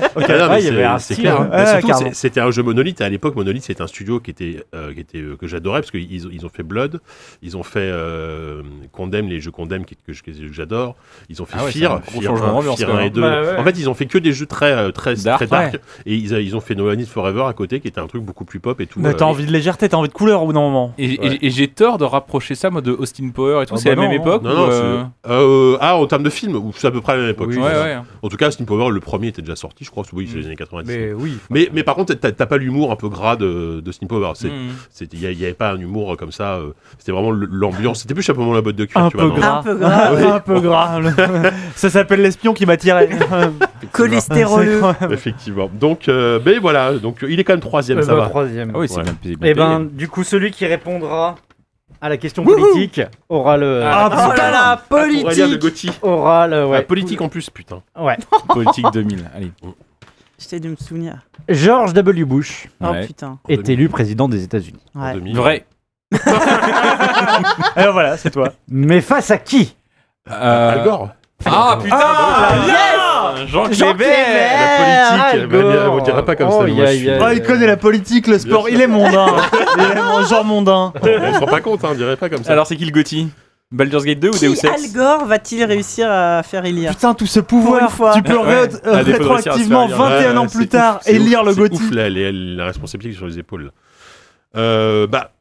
S2: y
S1: c'est-
S2: avait un
S1: c'est
S2: style,
S1: clair.
S3: ouais,
S1: Bah, surtout,
S3: carrément.
S1: c'est- C'était un jeu monolithe. Et à l'époque, monolithe, c'était un studio qui était, euh, qui était euh, que j'adorais parce qu'ils ils ont fait Blood, ils ont fait euh, Condemn, les jeux Condemn qui- que, je- que j'adore. Ils ont fait
S4: Ah ouais,
S1: Fear,
S4: c'est un gros
S1: Fear,
S4: changement d'ambiance,
S1: Fear
S4: quand
S1: 1 et
S4: même.
S1: 2.
S2: Bah ouais.
S1: En fait, ils ont fait que des jeux très euh, très
S4: Dark,
S1: très dark. Et ils, a- ils ont fait No One Is Forever à côté, qui était un truc beaucoup plus pop et tout.
S3: Mais
S1: euh,
S3: t'as envie de légèreté, t'as envie de couleur au bout d'un moment.
S4: Et, et-
S1: Ouais.
S4: et j'ai tort de rapprocher ça, moi, de Austin Power et tout.
S3: Ah
S4: c'est
S3: bah
S4: la même
S3: non,
S4: époque
S1: Non, non,
S4: ou,
S1: c'est-
S4: euh,
S1: euh, ah, en termes de film, ou c'est à peu près à la même époque.
S4: ouais,
S1: je pense.
S4: ouais.
S1: En tout cas, Steam Power, le premier était déjà sorti, je crois. Oui, c'est
S2: Mm.
S1: les années 90. Mais,
S2: Mais oui.
S1: mais, par contre, t'as t'as pas l'humour un peu gras de, de Steam Power. C'est-
S4: Mm.
S1: C'était- Il n'y avait pas un humour euh, comme ça. euh, C'était vraiment l- l'ambiance. C'était plus chapeau la botte de cuir.
S3: Un
S1: tu vois,
S3: peu
S1: non
S3: gras.
S5: Un peu gras.
S1: Oui.
S3: (laughs) Un peu gras. (laughs) Ça s'appelle l'espion qui m'a (laughs) tiré.
S5: Ah, Cholestéroleux.
S1: (laughs) Effectivement. Donc, euh, mais voilà. Donc, il est quand même troisième.
S2: Euh,
S1: ça
S2: bah,
S1: va.
S2: troisième.
S4: Ah oui, c'est
S1: Ouais.
S4: bien possible.
S2: Et ben, du coup, celui qui répondra à la question
S3: Wouhou
S2: politique aura le.
S3: Ah,
S5: Oh là là,
S1: Aurélien de
S5: politique
S1: Gauthier.
S2: aura le.
S1: La
S2: Ouais.
S1: politique en plus, putain.
S2: ouais.
S4: Politique 2000. Allez.
S5: J'étais dû me souvenir.
S2: George W. Bush
S5: Oh
S4: Ouais.
S5: putain.
S1: En
S2: est élu président des États-Unis.
S1: En
S5: Ouais.
S1: 2000.
S4: Vrai.
S3: Alors voilà, c'est toi.
S2: (laughs) Mais face à qui
S4: Euh,
S1: Al
S3: (laughs)
S1: Gore.
S4: Ah putain
S3: Ah,
S4: Jean
S5: Jean
S4: Clébert
S1: La politique.
S2: Al
S1: bah, mais,
S2: Gore.
S1: on dirait pas comme
S2: Oh,
S1: ça. mais moi,
S2: yeah,
S1: je suis-
S2: yeah.
S3: Oh, il connaît la politique, le sport,
S1: sûr.
S3: il est mondain. (laughs) il est mon- genre mondain.
S1: On se rend pas compte, hein, on dirait pas comme ça.
S4: Alors c'est qui le Gotti Baldur's Gate 2 ou Deus
S5: Qui, Al
S4: Ex
S5: Gore va-t-il réussir à faire élire
S3: Putain, tout ce
S5: Pour une
S3: pouvoir.
S5: fois.
S3: Tu peux
S4: Ouais.
S3: ré-
S1: Ah,
S4: À défaut de réussir à se faire
S3: rétroactivement
S4: lire.
S3: 21 ans
S1: Ouais,
S3: plus
S1: c'est
S3: tard
S1: ouf, c'est
S3: et lire
S1: ouf,
S3: le
S1: c'est
S3: Gotti.
S1: ouf, là, les- la responsabilité sur les épaules. Euh, bah,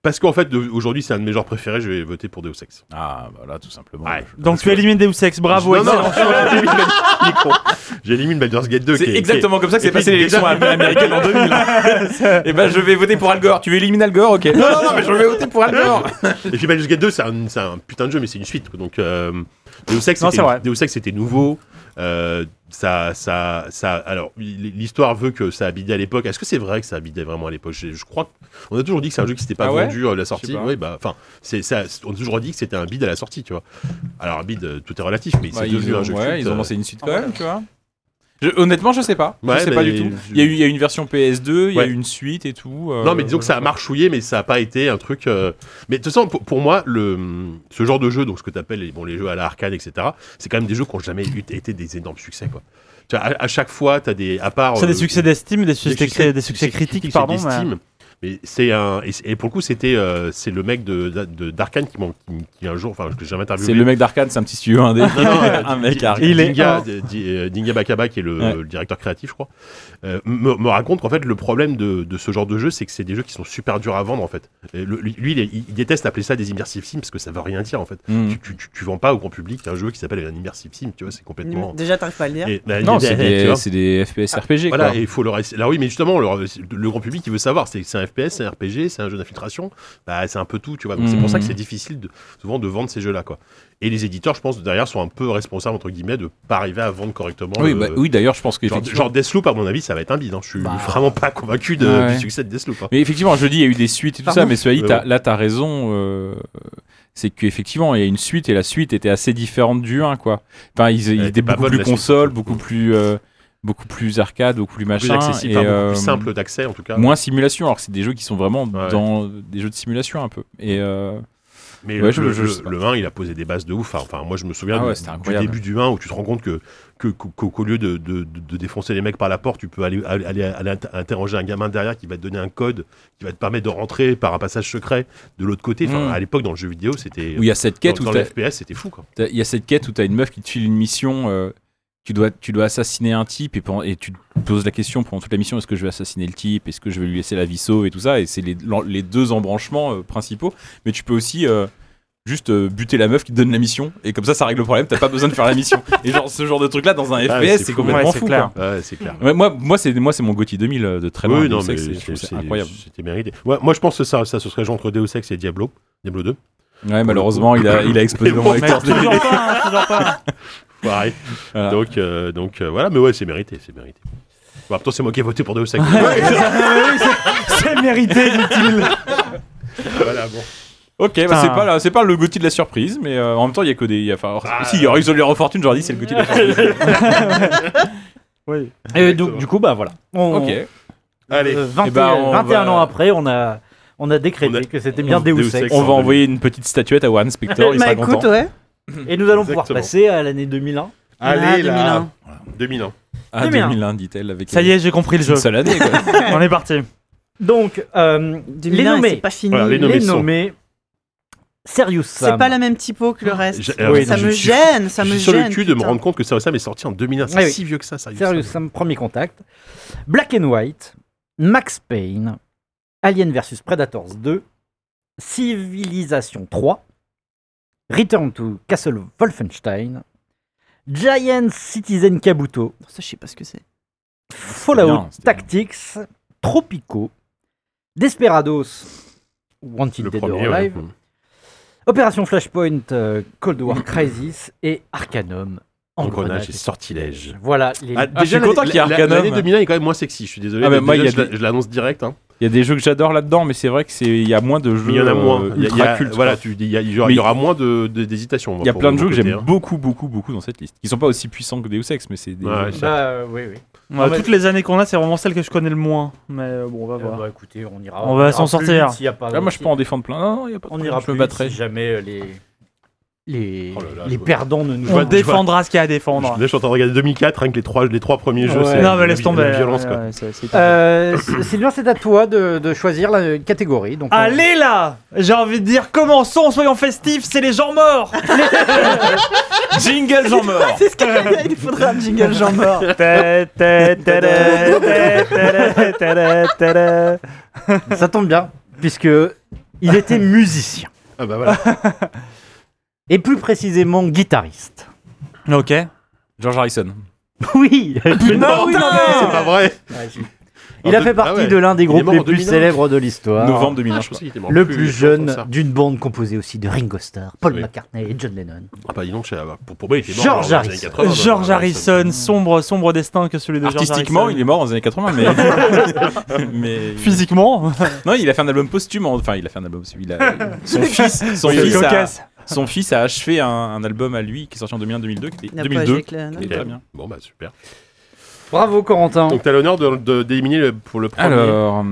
S1: parce qu'en fait, de- aujourd'hui, c'est un de mes genres préférés. Je vais voter pour Deus Ex. (laughs)
S4: Ah bah là tout simplement.
S1: Ouais.
S3: Donc tu élimines Deus Ex, bravo.
S1: Non, non,
S3: excellent.
S1: j'élimine Baldur's- il est con. J'élimine Baldur's Gate 2. qui
S4: C'est
S1: est- qui est-
S4: exactement comme ça que
S1: Et
S4: s'est
S1: puis,
S4: passée l'élection
S1: déjà-
S4: américaine en 2000. (laughs) Et ben je vais voter pour Al Gore. Tu élimines Al Gore, ok Non non non, mais je vais voter pour Al Gore.
S1: Et puis Baldur's Gate 2, c'est un, c'est un putain de jeu, mais c'est une suite. quoi. Donc, euh, Deus Ex,
S3: Non, c'est
S1: c'était-
S3: vrai.
S1: Deus Ex, c'était nouveau. Euh, ça, ça, ça. Alors, l'histoire veut que ça habitait à l'époque. Est-ce que c'est vrai que ça habitait vraiment à l'époque je, je crois. que- On a toujours dit que c'est un jeu qui s'était pas
S4: Ah ouais
S1: vendu à la sortie.
S4: pas.
S1: Oui, bah, enfin, c'est ça. c'est- On a toujours dit que c'était un bid à la sortie, tu vois. Alors, un bid, euh, tout est relatif, mais
S4: Bah,
S1: c'est
S4: ils
S1: devenu
S4: ont,
S1: un jeu
S4: ouais,
S1: culte,
S4: ils ont
S1: euh,
S4: lancé une suite quand même, tu vois. Je- honnêtement, je sais pas.
S1: Ouais,
S4: je sais pas
S1: mais
S4: du tout.
S1: je-
S4: Il y, a eu- il y a eu une version PS2, il y a
S1: Ouais.
S4: eu une suite et tout. euh,
S1: Non, mais disons que ça a marchouillé, mais ça n'a pas été un truc. euh, Mais de toute façon, pour, pour moi, le, ce genre de jeu, donc ce que tu appelles les, bon, les jeux à la arcade, etc., c'est quand même des jeux qui n'ont jamais eu- été des énormes succès. Quoi. Tu vois, à, à chaque fois, tu as des. À part.
S3: C'est
S1: euh,
S3: des succès d'estime, des
S1: des
S3: succès, des succès critiques, pardon.
S1: c'est
S3: mais-
S1: d'estime. Mais c'est un et, c'est- et pour le coup c'était euh, c'est le mec de de- d'Arkane qui, m'en- qui, qui un jour enfin que j'ai jamais interviewé
S4: C'est le mec d'Arcade, c'est un petit studio indé.
S1: (laughs) non, non, euh,
S4: (laughs) un mec
S1: Di-
S4: à
S3: Il est
S1: Dinga,
S3: un.
S1: D- Di- euh, Dinga Bakaba, qui est le,
S4: Ouais.
S1: le directeur créatif, je crois, euh, me, me raconte qu'en fait, le problème de, de ce genre de jeu, c'est que c'est des jeux qui sont super durs à vendre, en fait. Et le- lui, lui, il, est- il déteste appeler ça des immersive sims parce que ça veut rien dire, en fait.
S4: Mm.
S1: Tu, tu, tu- tu vends pas au grand public un jeu qui s'appelle un immersive sim, tu vois, c'est complètement.
S5: Déjà, t'arrives pas à le dire.
S1: Et- bah,
S4: Non,
S1: il-
S4: c'est
S1: tu
S4: des,
S1: vois.
S4: c'est des FPS RPG.
S1: Voilà,
S4: quoi.
S1: et il faut le reste- Là, oui, mais justement, le, le grand public, il veut savoir. C'est c'est un FPS, c'est un RPG, c'est un jeu d'infiltration. Bah, c'est un peu tout, tu vois. Donc, c'est
S4: Mmh.
S1: pour ça que c'est difficile, de, souvent, de vendre ces jeux-là, quoi. Et les éditeurs, je pense, derrière, sont un peu responsables, entre guillemets, de pas arriver à vendre correctement.
S4: Oui,
S1: le-
S4: bah, oui d'ailleurs, je pense que.
S1: euh, Genre, genre Deathloop, à mon avis, ça va être un bide. hein. Je suis
S4: Bah.
S1: vraiment pas convaincu de-
S4: Ouais.
S1: du succès de Deathloop. hein.
S4: Mais effectivement, je dis, il y a eu des suites et tout
S1: Pardon
S4: ça, mais cela dit,
S1: Ouais,
S4: t'as-
S1: Bah, ouais.
S4: là, t'as raison. euh, c'est qu'effectivement, il y a une suite et la suite était assez différente du 1, quoi. Enfin, ils, ils
S1: était
S4: étaient
S1: pas
S4: beaucoup
S1: bonne,
S4: plus
S1: la suite,
S4: console,
S1: surtout.
S4: beaucoup plus, euh, beaucoup plus arcade, beaucoup plus
S1: Plus
S4: machin.
S1: accessible,
S4: et,
S1: enfin, beaucoup
S4: euh,
S1: plus simple d'accès, en tout cas.
S4: Moins simulation, alors que c'est des jeux qui sont vraiment
S1: Ouais.
S4: dans des jeux de simulation un peu. Et euh,
S1: Mais
S4: Ouais,
S1: le,
S4: je-
S1: le-
S4: je- je sais pas.
S1: le 1, il a posé des bases de ouf. Enfin, moi, je me souviens
S4: Ah ouais,
S1: du-
S4: c'était
S1: du,
S4: incroyable.
S1: début du 1 où tu te rends compte que, que- qu'au- qu'au qu'au lieu de, de- de défoncer les mecs par la porte, tu peux aller, aller, aller- aller inter- interroger un gamin derrière qui va te donner un code qui va te permettre de rentrer par un passage secret de l'autre côté. Enfin,
S4: Mm.
S1: à l'époque, dans le jeu vidéo, c'était.
S4: où il y a cette quête
S1: dans,
S4: où
S1: dans
S4: t'as-
S1: le FPS, c'était fou, quoi.
S4: t'as- il y a cette quête où t'as une meuf qui te file une mission. euh, tu dois, tu dois assassiner un type et, pendant- et tu te poses la question pendant toute la mission est-ce que je vais assassiner le type Est-ce que je vais lui laisser la vie sauve et tout ça Et c'est les, l'en- les deux embranchements euh, principaux. Mais tu peux aussi euh, juste euh, buter la meuf qui te donne la mission et comme ça, ça règle le problème. T'as pas besoin de faire la
S1: (laughs)
S4: mission. Et genre, ce genre de truc là dans un
S1: Ah,
S4: FPS,
S1: mais c'est
S4: c'est
S1: fou.
S4: complètement
S3: Ouais, c'est
S4: fou.
S3: clair.
S1: Ouais, c'est clair.
S4: quoi. Ah. Ouais, moi, moi c'est moi, c'est mon Gotti 2000 euh, de très loin.
S1: Oui, non,
S4: Deus
S1: mais
S4: Ex,
S1: c'est-
S4: je trouve ça
S1: c'est-
S4: incroyable.
S1: C'était mérité. Ouais, moi, je pense que ça, ça se serait joué entre Deus Ex et Diablo. Diablo 2.
S4: Ouais, malheureusement, il a, il a explosé
S1: (laughs) Mais
S4: dans
S1: bon,
S4: mon
S3: Mais
S4: lecteur de-
S3: toujours pas, hein, toujours pas.
S1: Pareil.
S4: Voilà.
S1: Donc, euh, donc euh, voilà, mais ouais, c'est mérité, c'est mérité. Bon, en même temps, c'est moi qui ai voté pour
S4: (laughs)
S1: Deus Ex.
S3: C'est mérité, dit-il.
S1: voilà, bon.
S4: (laughs) Ok, bah,
S3: Putain.
S4: c'est pas la- c'est pas le Gotti de la surprise, mais
S1: Ah. (laughs)
S4: euh, en même temps il y a que des. il Y a- enfin, or- si il y aurait eu Soldier of Fortune, j'aurais dit c'est le Gotti de la surprise.
S3: Oui.
S2: Et
S1: Exactement.
S2: donc, du coup, bah voilà. On-
S4: Ok.
S1: Allez.
S2: euh, 21,
S4: Eh ben, on
S2: 21
S4: va-
S2: ans après, on a, on a décrété
S1: On a-
S2: que c'était
S1: on-
S2: bien Deus,
S1: Deus Ex.
S2: Ex.
S4: On va envoyer une petite statuette à Warren Spector, il
S5: bah
S4: sera
S5: écoute,
S4: content.
S5: ouais.
S2: Et nous allons pouvoir
S1: Exactement.
S2: passer à l'année 2001.
S1: Allez,
S5: Ah,
S1: là.
S5: 2001.
S1: 2001.
S4: Ah,
S2: Eh bien.
S4: 2001, dit-elle, avec
S3: Ça y est, j'ai compris le
S4: une
S3: jeu.
S4: seule année. quoi.
S3: On est parti.
S2: Donc, euh,
S5: 2001,
S2: les
S5: et c'est
S2: nommés.
S5: pas fini.
S1: Voilà, les nommés.
S2: Les
S1: sont-
S2: nommés. Serious Sam.
S5: C'est pas la même typo que le reste.
S1: J'ai- alors,
S5: ça
S1: je
S5: me
S1: suis-
S5: gêne, ça
S1: Je
S5: me
S1: suis sur
S5: gêne.
S1: le cul de me
S5: putain.
S1: rendre compte que Serious Sam est sorti en 2001. C'est
S2: Ah oui.
S1: si vieux que ça, Serious
S2: Serious
S1: Sam.
S2: Sam, premier contact. Black and White, Max Payne, Alien vs Predators 2, Civilization 3, Return to Castle Wolfenstein, Giant Citizen Kabuto,
S5: Ça, je sais pas ce que c'est.
S2: Fallout
S4: bien, c'était bien.
S2: Tactics, Tropico, Desperados, Wanted
S1: Le
S2: Dead
S1: premier.
S2: or
S1: ouais.
S2: Alive, Opération Flashpoint, euh, Cold War Crisis et Arcanum,
S1: Engrenage et sortilège.
S2: Voilà les
S1: Ah,
S4: je suis
S1: l'année-
S4: content qu'il y ait
S1: la- la-
S4: Arcanum.
S1: L'année 2001 est quand même moins sexy. Je suis désolé.
S4: Ah,
S1: mais
S4: mais moi, il
S1: déjà,
S4: y a
S1: je
S4: des-
S1: la- je l'annonce direct. hein.
S4: (laughs) Il y a des jeux que j'adore là-dedans, mais c'est vrai que c'est il y a moins de jeux.
S1: Mais il y en a
S4: euh,
S1: moins. Il y a- il y
S4: ultra
S1: a-
S4: cultes,
S1: Voilà,
S4: quoi.
S1: tu dis, il y, a- il y aura-
S4: Mais-
S1: il y aura moins de- de- d'hésitation. moi,
S4: Il y a
S1: pour
S4: plein de
S1: mon
S4: jeux que
S1: côté,
S4: j'aime
S1: hein.
S4: beaucoup, beaucoup, beaucoup dans cette liste. Qui sont pas aussi puissants que Deus Ex, mais c'est des.
S1: Ouais,
S4: jeux-
S1: ça-
S2: Bah, euh, oui, oui.
S3: Voilà,
S2: mais-
S3: Toutes les années qu'on a, c'est vraiment celle que je connais le moins. Mais euh, bon, on va
S2: Euh,
S3: voir.
S2: bah, écoutez, on ira.
S3: On va
S2: ira
S3: s'en
S2: plus
S3: sortir.
S2: vite s'il y a pas-
S4: Ah, moi, je peux en défendre plein. Non, non, il y a pas de
S2: On
S4: problème,
S2: ira
S4: Je
S2: plus
S4: me
S2: vite
S4: battrai.
S2: si jamais euh, les les,
S1: Oh là là,
S2: les
S1: je-
S2: perdants ne nous
S3: On
S1: vois- je
S3: défendra ce qu'il y a à
S1: Je-
S3: défendre.
S1: Là, je suis en train de regarder 2004, rien que les trois, les trois premiers jeux.
S2: Ouais.
S1: c'est
S3: Non, mais
S1: la-
S3: laisse
S1: la-
S3: tomber.
S1: La violence, quoi.
S3: Ouais, ouais, c'est- c'est-
S2: Euh, (coughs) c- Sylvain, c'est à toi de, de choisir la euh, catégorie. Donc, on-
S3: Allez là J'ai envie de dire commençons, soyons festifs, c'est les gens morts
S4: Jingle Jean mort
S5: C'est ce qu'il y a, il faudra un jingle Jean mort.
S3: Ta- ta- ta- ta- ta- ta- ta- ta- ta-
S2: ça tombe bien, puisque il était musicien
S1: Ah bah voilà.
S2: et plus précisément guitariste. (laughs)
S3: Ok.
S4: George Harrison.
S2: Oui.
S3: Non, oui, non, mais-
S1: C'est pas vrai.
S2: Il a fait partie
S1: Ah ouais.
S2: de l'un des
S1: Il est
S2: groupes
S1: mort
S2: les
S1: en
S2: plus
S1: 2001.
S2: célèbres de l'histoire.
S4: Novembre 2001, je
S1: Ah, Je
S4: crois.
S1: pensais qu'il était mort
S2: Le
S1: plus
S2: plus,
S1: vieux, je
S2: jeune
S1: pense,
S2: d'une bande composée aussi de Ringo Starr, Paul
S1: Oui.
S2: McCartney et John Lennon.
S1: Ah bah dis donc, je sais- pour, pour moi, il était mort.
S2: George
S1: dans les années
S2: Harrison.
S1: 80, dans-
S3: George
S1: dans-
S3: Harrison, sombre, sombre destin que celui de George
S4: Artistiquement,
S3: Harrison.
S4: il est mort dans les années 80, mais. mais...
S3: Physiquement
S4: Non, il a fait un album posthume. en- Enfin, il a fait un album posthume. Il a... Son fils, son
S3: (laughs) c'est
S4: fils, a...
S3: cocasse.
S4: son fils a achevé un, un album à lui qui est sorti en 2001-2002, qui était
S5: N'a pas
S4: 2002.
S5: Jacques Lannes.
S4: qui était
S1: Ok.
S4: très bien.
S1: Bon bah super.
S2: Bravo Corentin.
S1: Donc t'as l'honneur de- de- d'éliminer le- pour le premier,
S4: Alors,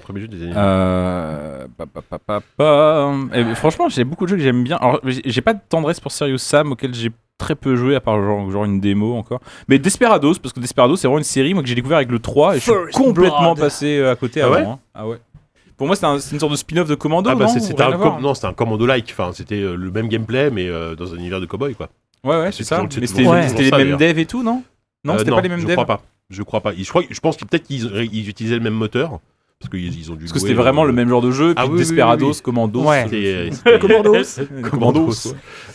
S1: premier jeu des années.
S4: euh, pa, pa, pa, pa, pa. Eh ben, franchement, j'ai beaucoup de jeux que j'aime bien. Alors, j'ai j'ai pas de tendresse pour Serious Sam, auquel j'ai très peu joué, à part genre, genre une démo encore. Mais Desperados, parce que Desperados, c'est vraiment une série moi, que j'ai découvert avec le 3 et je suis
S3: First
S4: complètement
S3: Blood.
S4: passé euh, à côté
S1: Ah
S4: avant.
S1: ouais
S4: hein. Ah ouais. Pour moi, c'est un- c'est une sorte de spin-off de Commando.
S1: Ah bah
S4: non
S1: c'est- c'était
S4: Rien
S1: un,
S4: à voir.
S1: com- non, c'était un commando-like, enfin, c'était euh, le même gameplay mais euh, dans un univers de cowboy quoi.
S4: Ouais, ouais,
S1: C'est
S4: c'est ça.
S1: toujours- c'est
S4: Mais c'était
S3: toujours-
S4: c'était
S1: toujours
S4: les
S1: ça,
S4: mêmes
S1: d'ailleurs.
S4: devs et tout, non Non,
S1: Euh,
S4: c'était pas les mêmes
S1: je
S4: devs.
S1: crois pas. Je crois pas. Je, crois, je pense que peut-être qu'ils ils utilisaient le même moteur parce qu'ils ils ont dû.
S4: Parce que c'était vraiment
S1: (laughs)
S4: le même genre de jeu.
S1: Ah
S4: puis
S1: oui, oui, oui,
S4: Desperados,
S1: oui.
S4: Commandos. euh,
S3: Ouais.
S4: (laughs)
S1: Commandos.
S4: Commandos.
S1: Commandos.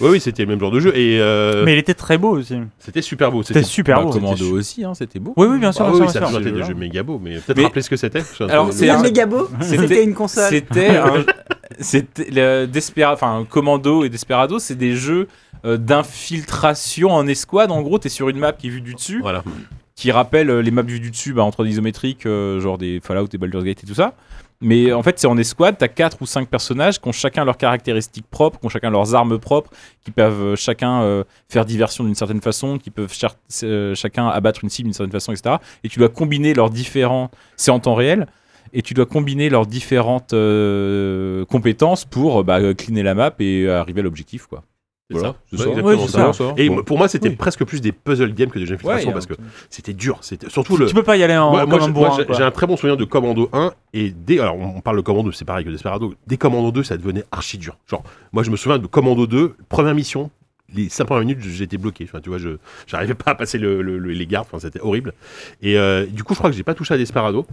S1: Oui, oui, c'était le même genre de jeu et euh,
S3: Mais il était très beau aussi.
S1: c'était super beau.
S3: C'était super
S4: Bah,
S3: beau.
S4: Commando
S1: c'était-
S4: aussi, hein, c'était beau.
S3: Oui, oui, bien sûr.
S1: Ah
S3: bien
S1: oui,
S3: sûr,
S1: ça a
S3: bien
S1: toujours
S3: sûr.
S1: été des jeux méga beaux, mais peut-être
S4: Mais-
S1: rappeler ce que c'était. je suis en train
S4: Alors,
S1: de-
S4: C'est
S5: Le
S4: un-
S5: mégabo, c'était une console.
S4: C'était un. C'était le Despera- enfin Commando et Desperado, c'est des jeux euh, d'infiltration en escouade. En gros, t'es sur une map qui est vue du dessus,
S1: Voilà.
S4: qui rappelle euh, les maps vues du dessus bah, entre isométriques, euh, genre des Fallout et Baldur's Gate et tout ça. Mais euh, en fait, c'est en escouade, t'as 4 ou 5 personnages qui ont chacun leurs caractéristiques propres, qui ont chacun leurs armes propres, qui peuvent euh, chacun euh, faire diversion d'une certaine façon, qui peuvent char- euh, chacun abattre une cible d'une certaine façon, etc. Et tu dois combiner leurs différents. C'est en temps réel. Et tu dois combiner leurs différentes euh, compétences pour euh, bah, cleaner la map et euh, arriver à l'objectif, quoi.
S1: C'est
S4: Voilà,
S1: ça.
S4: c'est
S1: Ouais,
S4: ça.
S1: exactement
S3: Oui, c'est
S1: ça.
S4: ça.
S1: Et
S4: Bon.
S1: m- pour moi, c'était
S4: Oui.
S1: presque plus des puzzle games que des jeux d'infiltration
S4: Ouais,
S1: parce que
S4: euh,
S1: c'était dur. C'était surtout le.
S3: Tu peux pas y aller en
S1: Moi, moi,
S3: comme un
S1: j'ai- moi,
S3: bourrin.
S1: j'ai-
S3: quoi.
S1: j'ai un très bon souvenir de Commando 1 et dès alors on on parle de Commando c'est pareil que Desperado dès Commando 2 ça devenait archi dur genre moi je me souviens de Commando 2 première mission les 5 premières minutes j'étais bloqué enfin tu vois je j'arrivais pas à passer le- le- le- les gardes enfin c'était horrible et euh, du coup je crois que j'ai pas touché à Desperado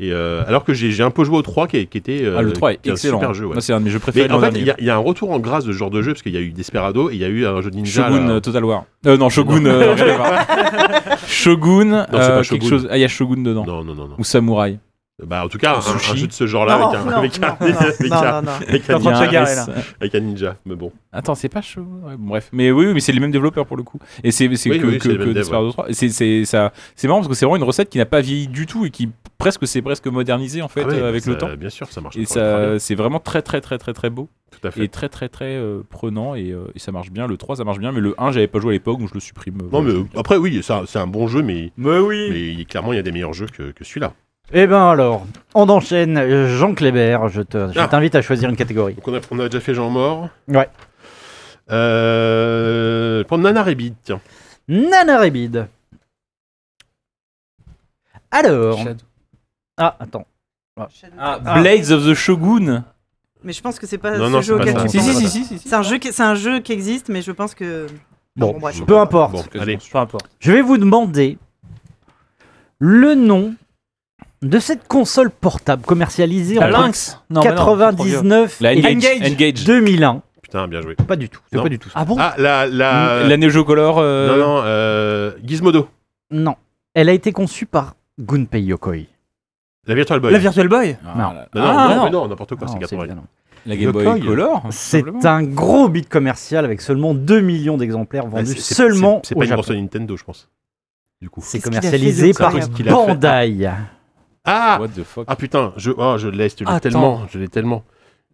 S1: et euh, alors que j'ai j'ai un peu joué au 3 qui, qui était euh,
S4: Ah, le 3 est
S1: qui est un
S4: excellent.
S1: super jeu ouais.
S4: Moi, c'est un de mes jeux préférés.
S1: mais
S4: de
S1: en
S4: l'an
S1: fait il
S4: dernier.
S1: y, a- il y a un retour en grâce de ce genre de jeu parce qu'il y a eu Desperado et il y a eu un jeu de ninja
S4: Shogun
S1: là.
S4: euh, Total War. Euh, non, Shogun. euh, rien à voir. Shogun.
S3: (laughs)
S1: c'est
S4: euh,
S1: pas
S4: quelque
S1: Shogun.
S4: chose. Ah, il y a Shogun dedans.
S1: non non non non
S4: Ou Samouraï.
S1: Bah, en tout cas, un,
S4: Sushi.
S1: un jeu de ce genre-là avec un- avec un (laughs) avec
S5: non, non,
S1: un-
S5: non.
S1: avec
S3: T'es en
S1: un
S3: train de
S1: ninja-
S3: te garer,
S4: S. euh,
S3: là.
S1: avec un ninja. Mais bon.
S4: Attends, c'est pas chaud. Ouais, bon, bref, mais oui, oui, mais c'est les mêmes développeurs pour le coup. Et c'est c'est
S1: Oui,
S4: que,
S1: oui,
S4: que,
S1: c'est les mêmes
S4: que
S1: devs,
S4: Desperados 3. Et c'est- c'est ça- c'est marrant parce que c'est vraiment une recette qui n'a pas vieilli du tout et qui presque c'est presque modernisé en fait
S1: Ah ouais,
S4: euh, avec
S1: ça-
S4: le temps.
S1: Bien sûr, ça marche.
S4: Et
S1: encore très bien.
S4: ça, c'est vraiment très très très très très beau
S1: Tout à fait.
S4: et très très très euh, prenant et, euh, et ça marche bien. Le 3 ça marche bien, mais le 1 j'avais pas joué à l'époque donc je le supprime.
S1: Non,
S4: Voilà,
S1: mais
S4: je-
S1: euh, après, oui, ça- c'est un bon jeu, mais,
S2: Mais oui
S1: mais il- clairement, il y a des meilleurs jeux que, que celui-là.
S2: Eh ben alors, on enchaîne. Euh, Jean Kléber, je te- je
S1: Ah.
S2: t'invite à choisir une catégorie.
S1: Donc, on a, on a déjà fait Jean Mort.
S2: Ouais.
S1: Euh, pour Nana Rabbit, tiens.
S2: Nana Rebid. Alors. Ah, attends.
S4: Ah, Blades of the Shogun.
S5: Mais je pense que c'est pas
S1: Non,
S5: ce
S1: Ah, non, c'est
S5: jeu
S1: pas
S5: auquel
S1: ça.
S5: tu
S1: Si,
S5: penses.
S1: si, si,
S5: C'est un jeu qui, c'est un jeu qui existe, mais je pense que
S2: Bon,
S5: bref.
S1: je-
S2: peu importe.
S1: Bon, allez.
S3: Peu importe.
S2: Je vais vous demander le nom de cette console portable commercialisée
S3: La
S2: entre
S3: Lynx Non, mais non, c'est trop vieux.
S2: 99
S4: La
S2: et
S4: Engage. Engage.
S2: 2001.
S1: Putain, bien joué.
S2: Pas du tout. C'est
S1: Non.
S2: pas du tout. ça.
S3: Ah bon
S1: Ah, la. la...
S4: La Neo Geo Color. euh,
S1: Non, non, euh, Gizmodo.
S2: Non. Elle a été conçue par Gunpei Yokoi.
S1: La Virtual Boy.
S3: La Virtual Boy
S4: Ah,
S2: Non.
S4: la-
S1: Non,
S3: Ah,
S1: non, non,
S3: non.
S1: mais non, n'importe quoi,
S2: Non,
S1: c'est
S2: c'est
S1: 80.
S2: bien, non.
S4: La Game Boy
S1: Yokoi.
S4: Color. tout simplement.
S2: C'est un gros bid commercial avec seulement 2 millions d'exemplaires
S1: Ouais,
S2: vendus
S1: Ah, c'est- c'est-
S2: Ah, seulement
S1: C'est c'est
S2: au
S1: pas une
S2: Japon.
S1: console Nintendo, je pense. Du coup.
S2: C'est
S5: Qu'est-ce qu'il a fait
S2: commercialisé
S5: de
S2: par
S1: incroyable qu'il a fait
S2: Bandai.
S1: Ah
S4: What the fuck.
S1: Ah putain, je, oh, je l'ai, je l'ai
S3: Attends.
S1: tellement, je l'ai tellement.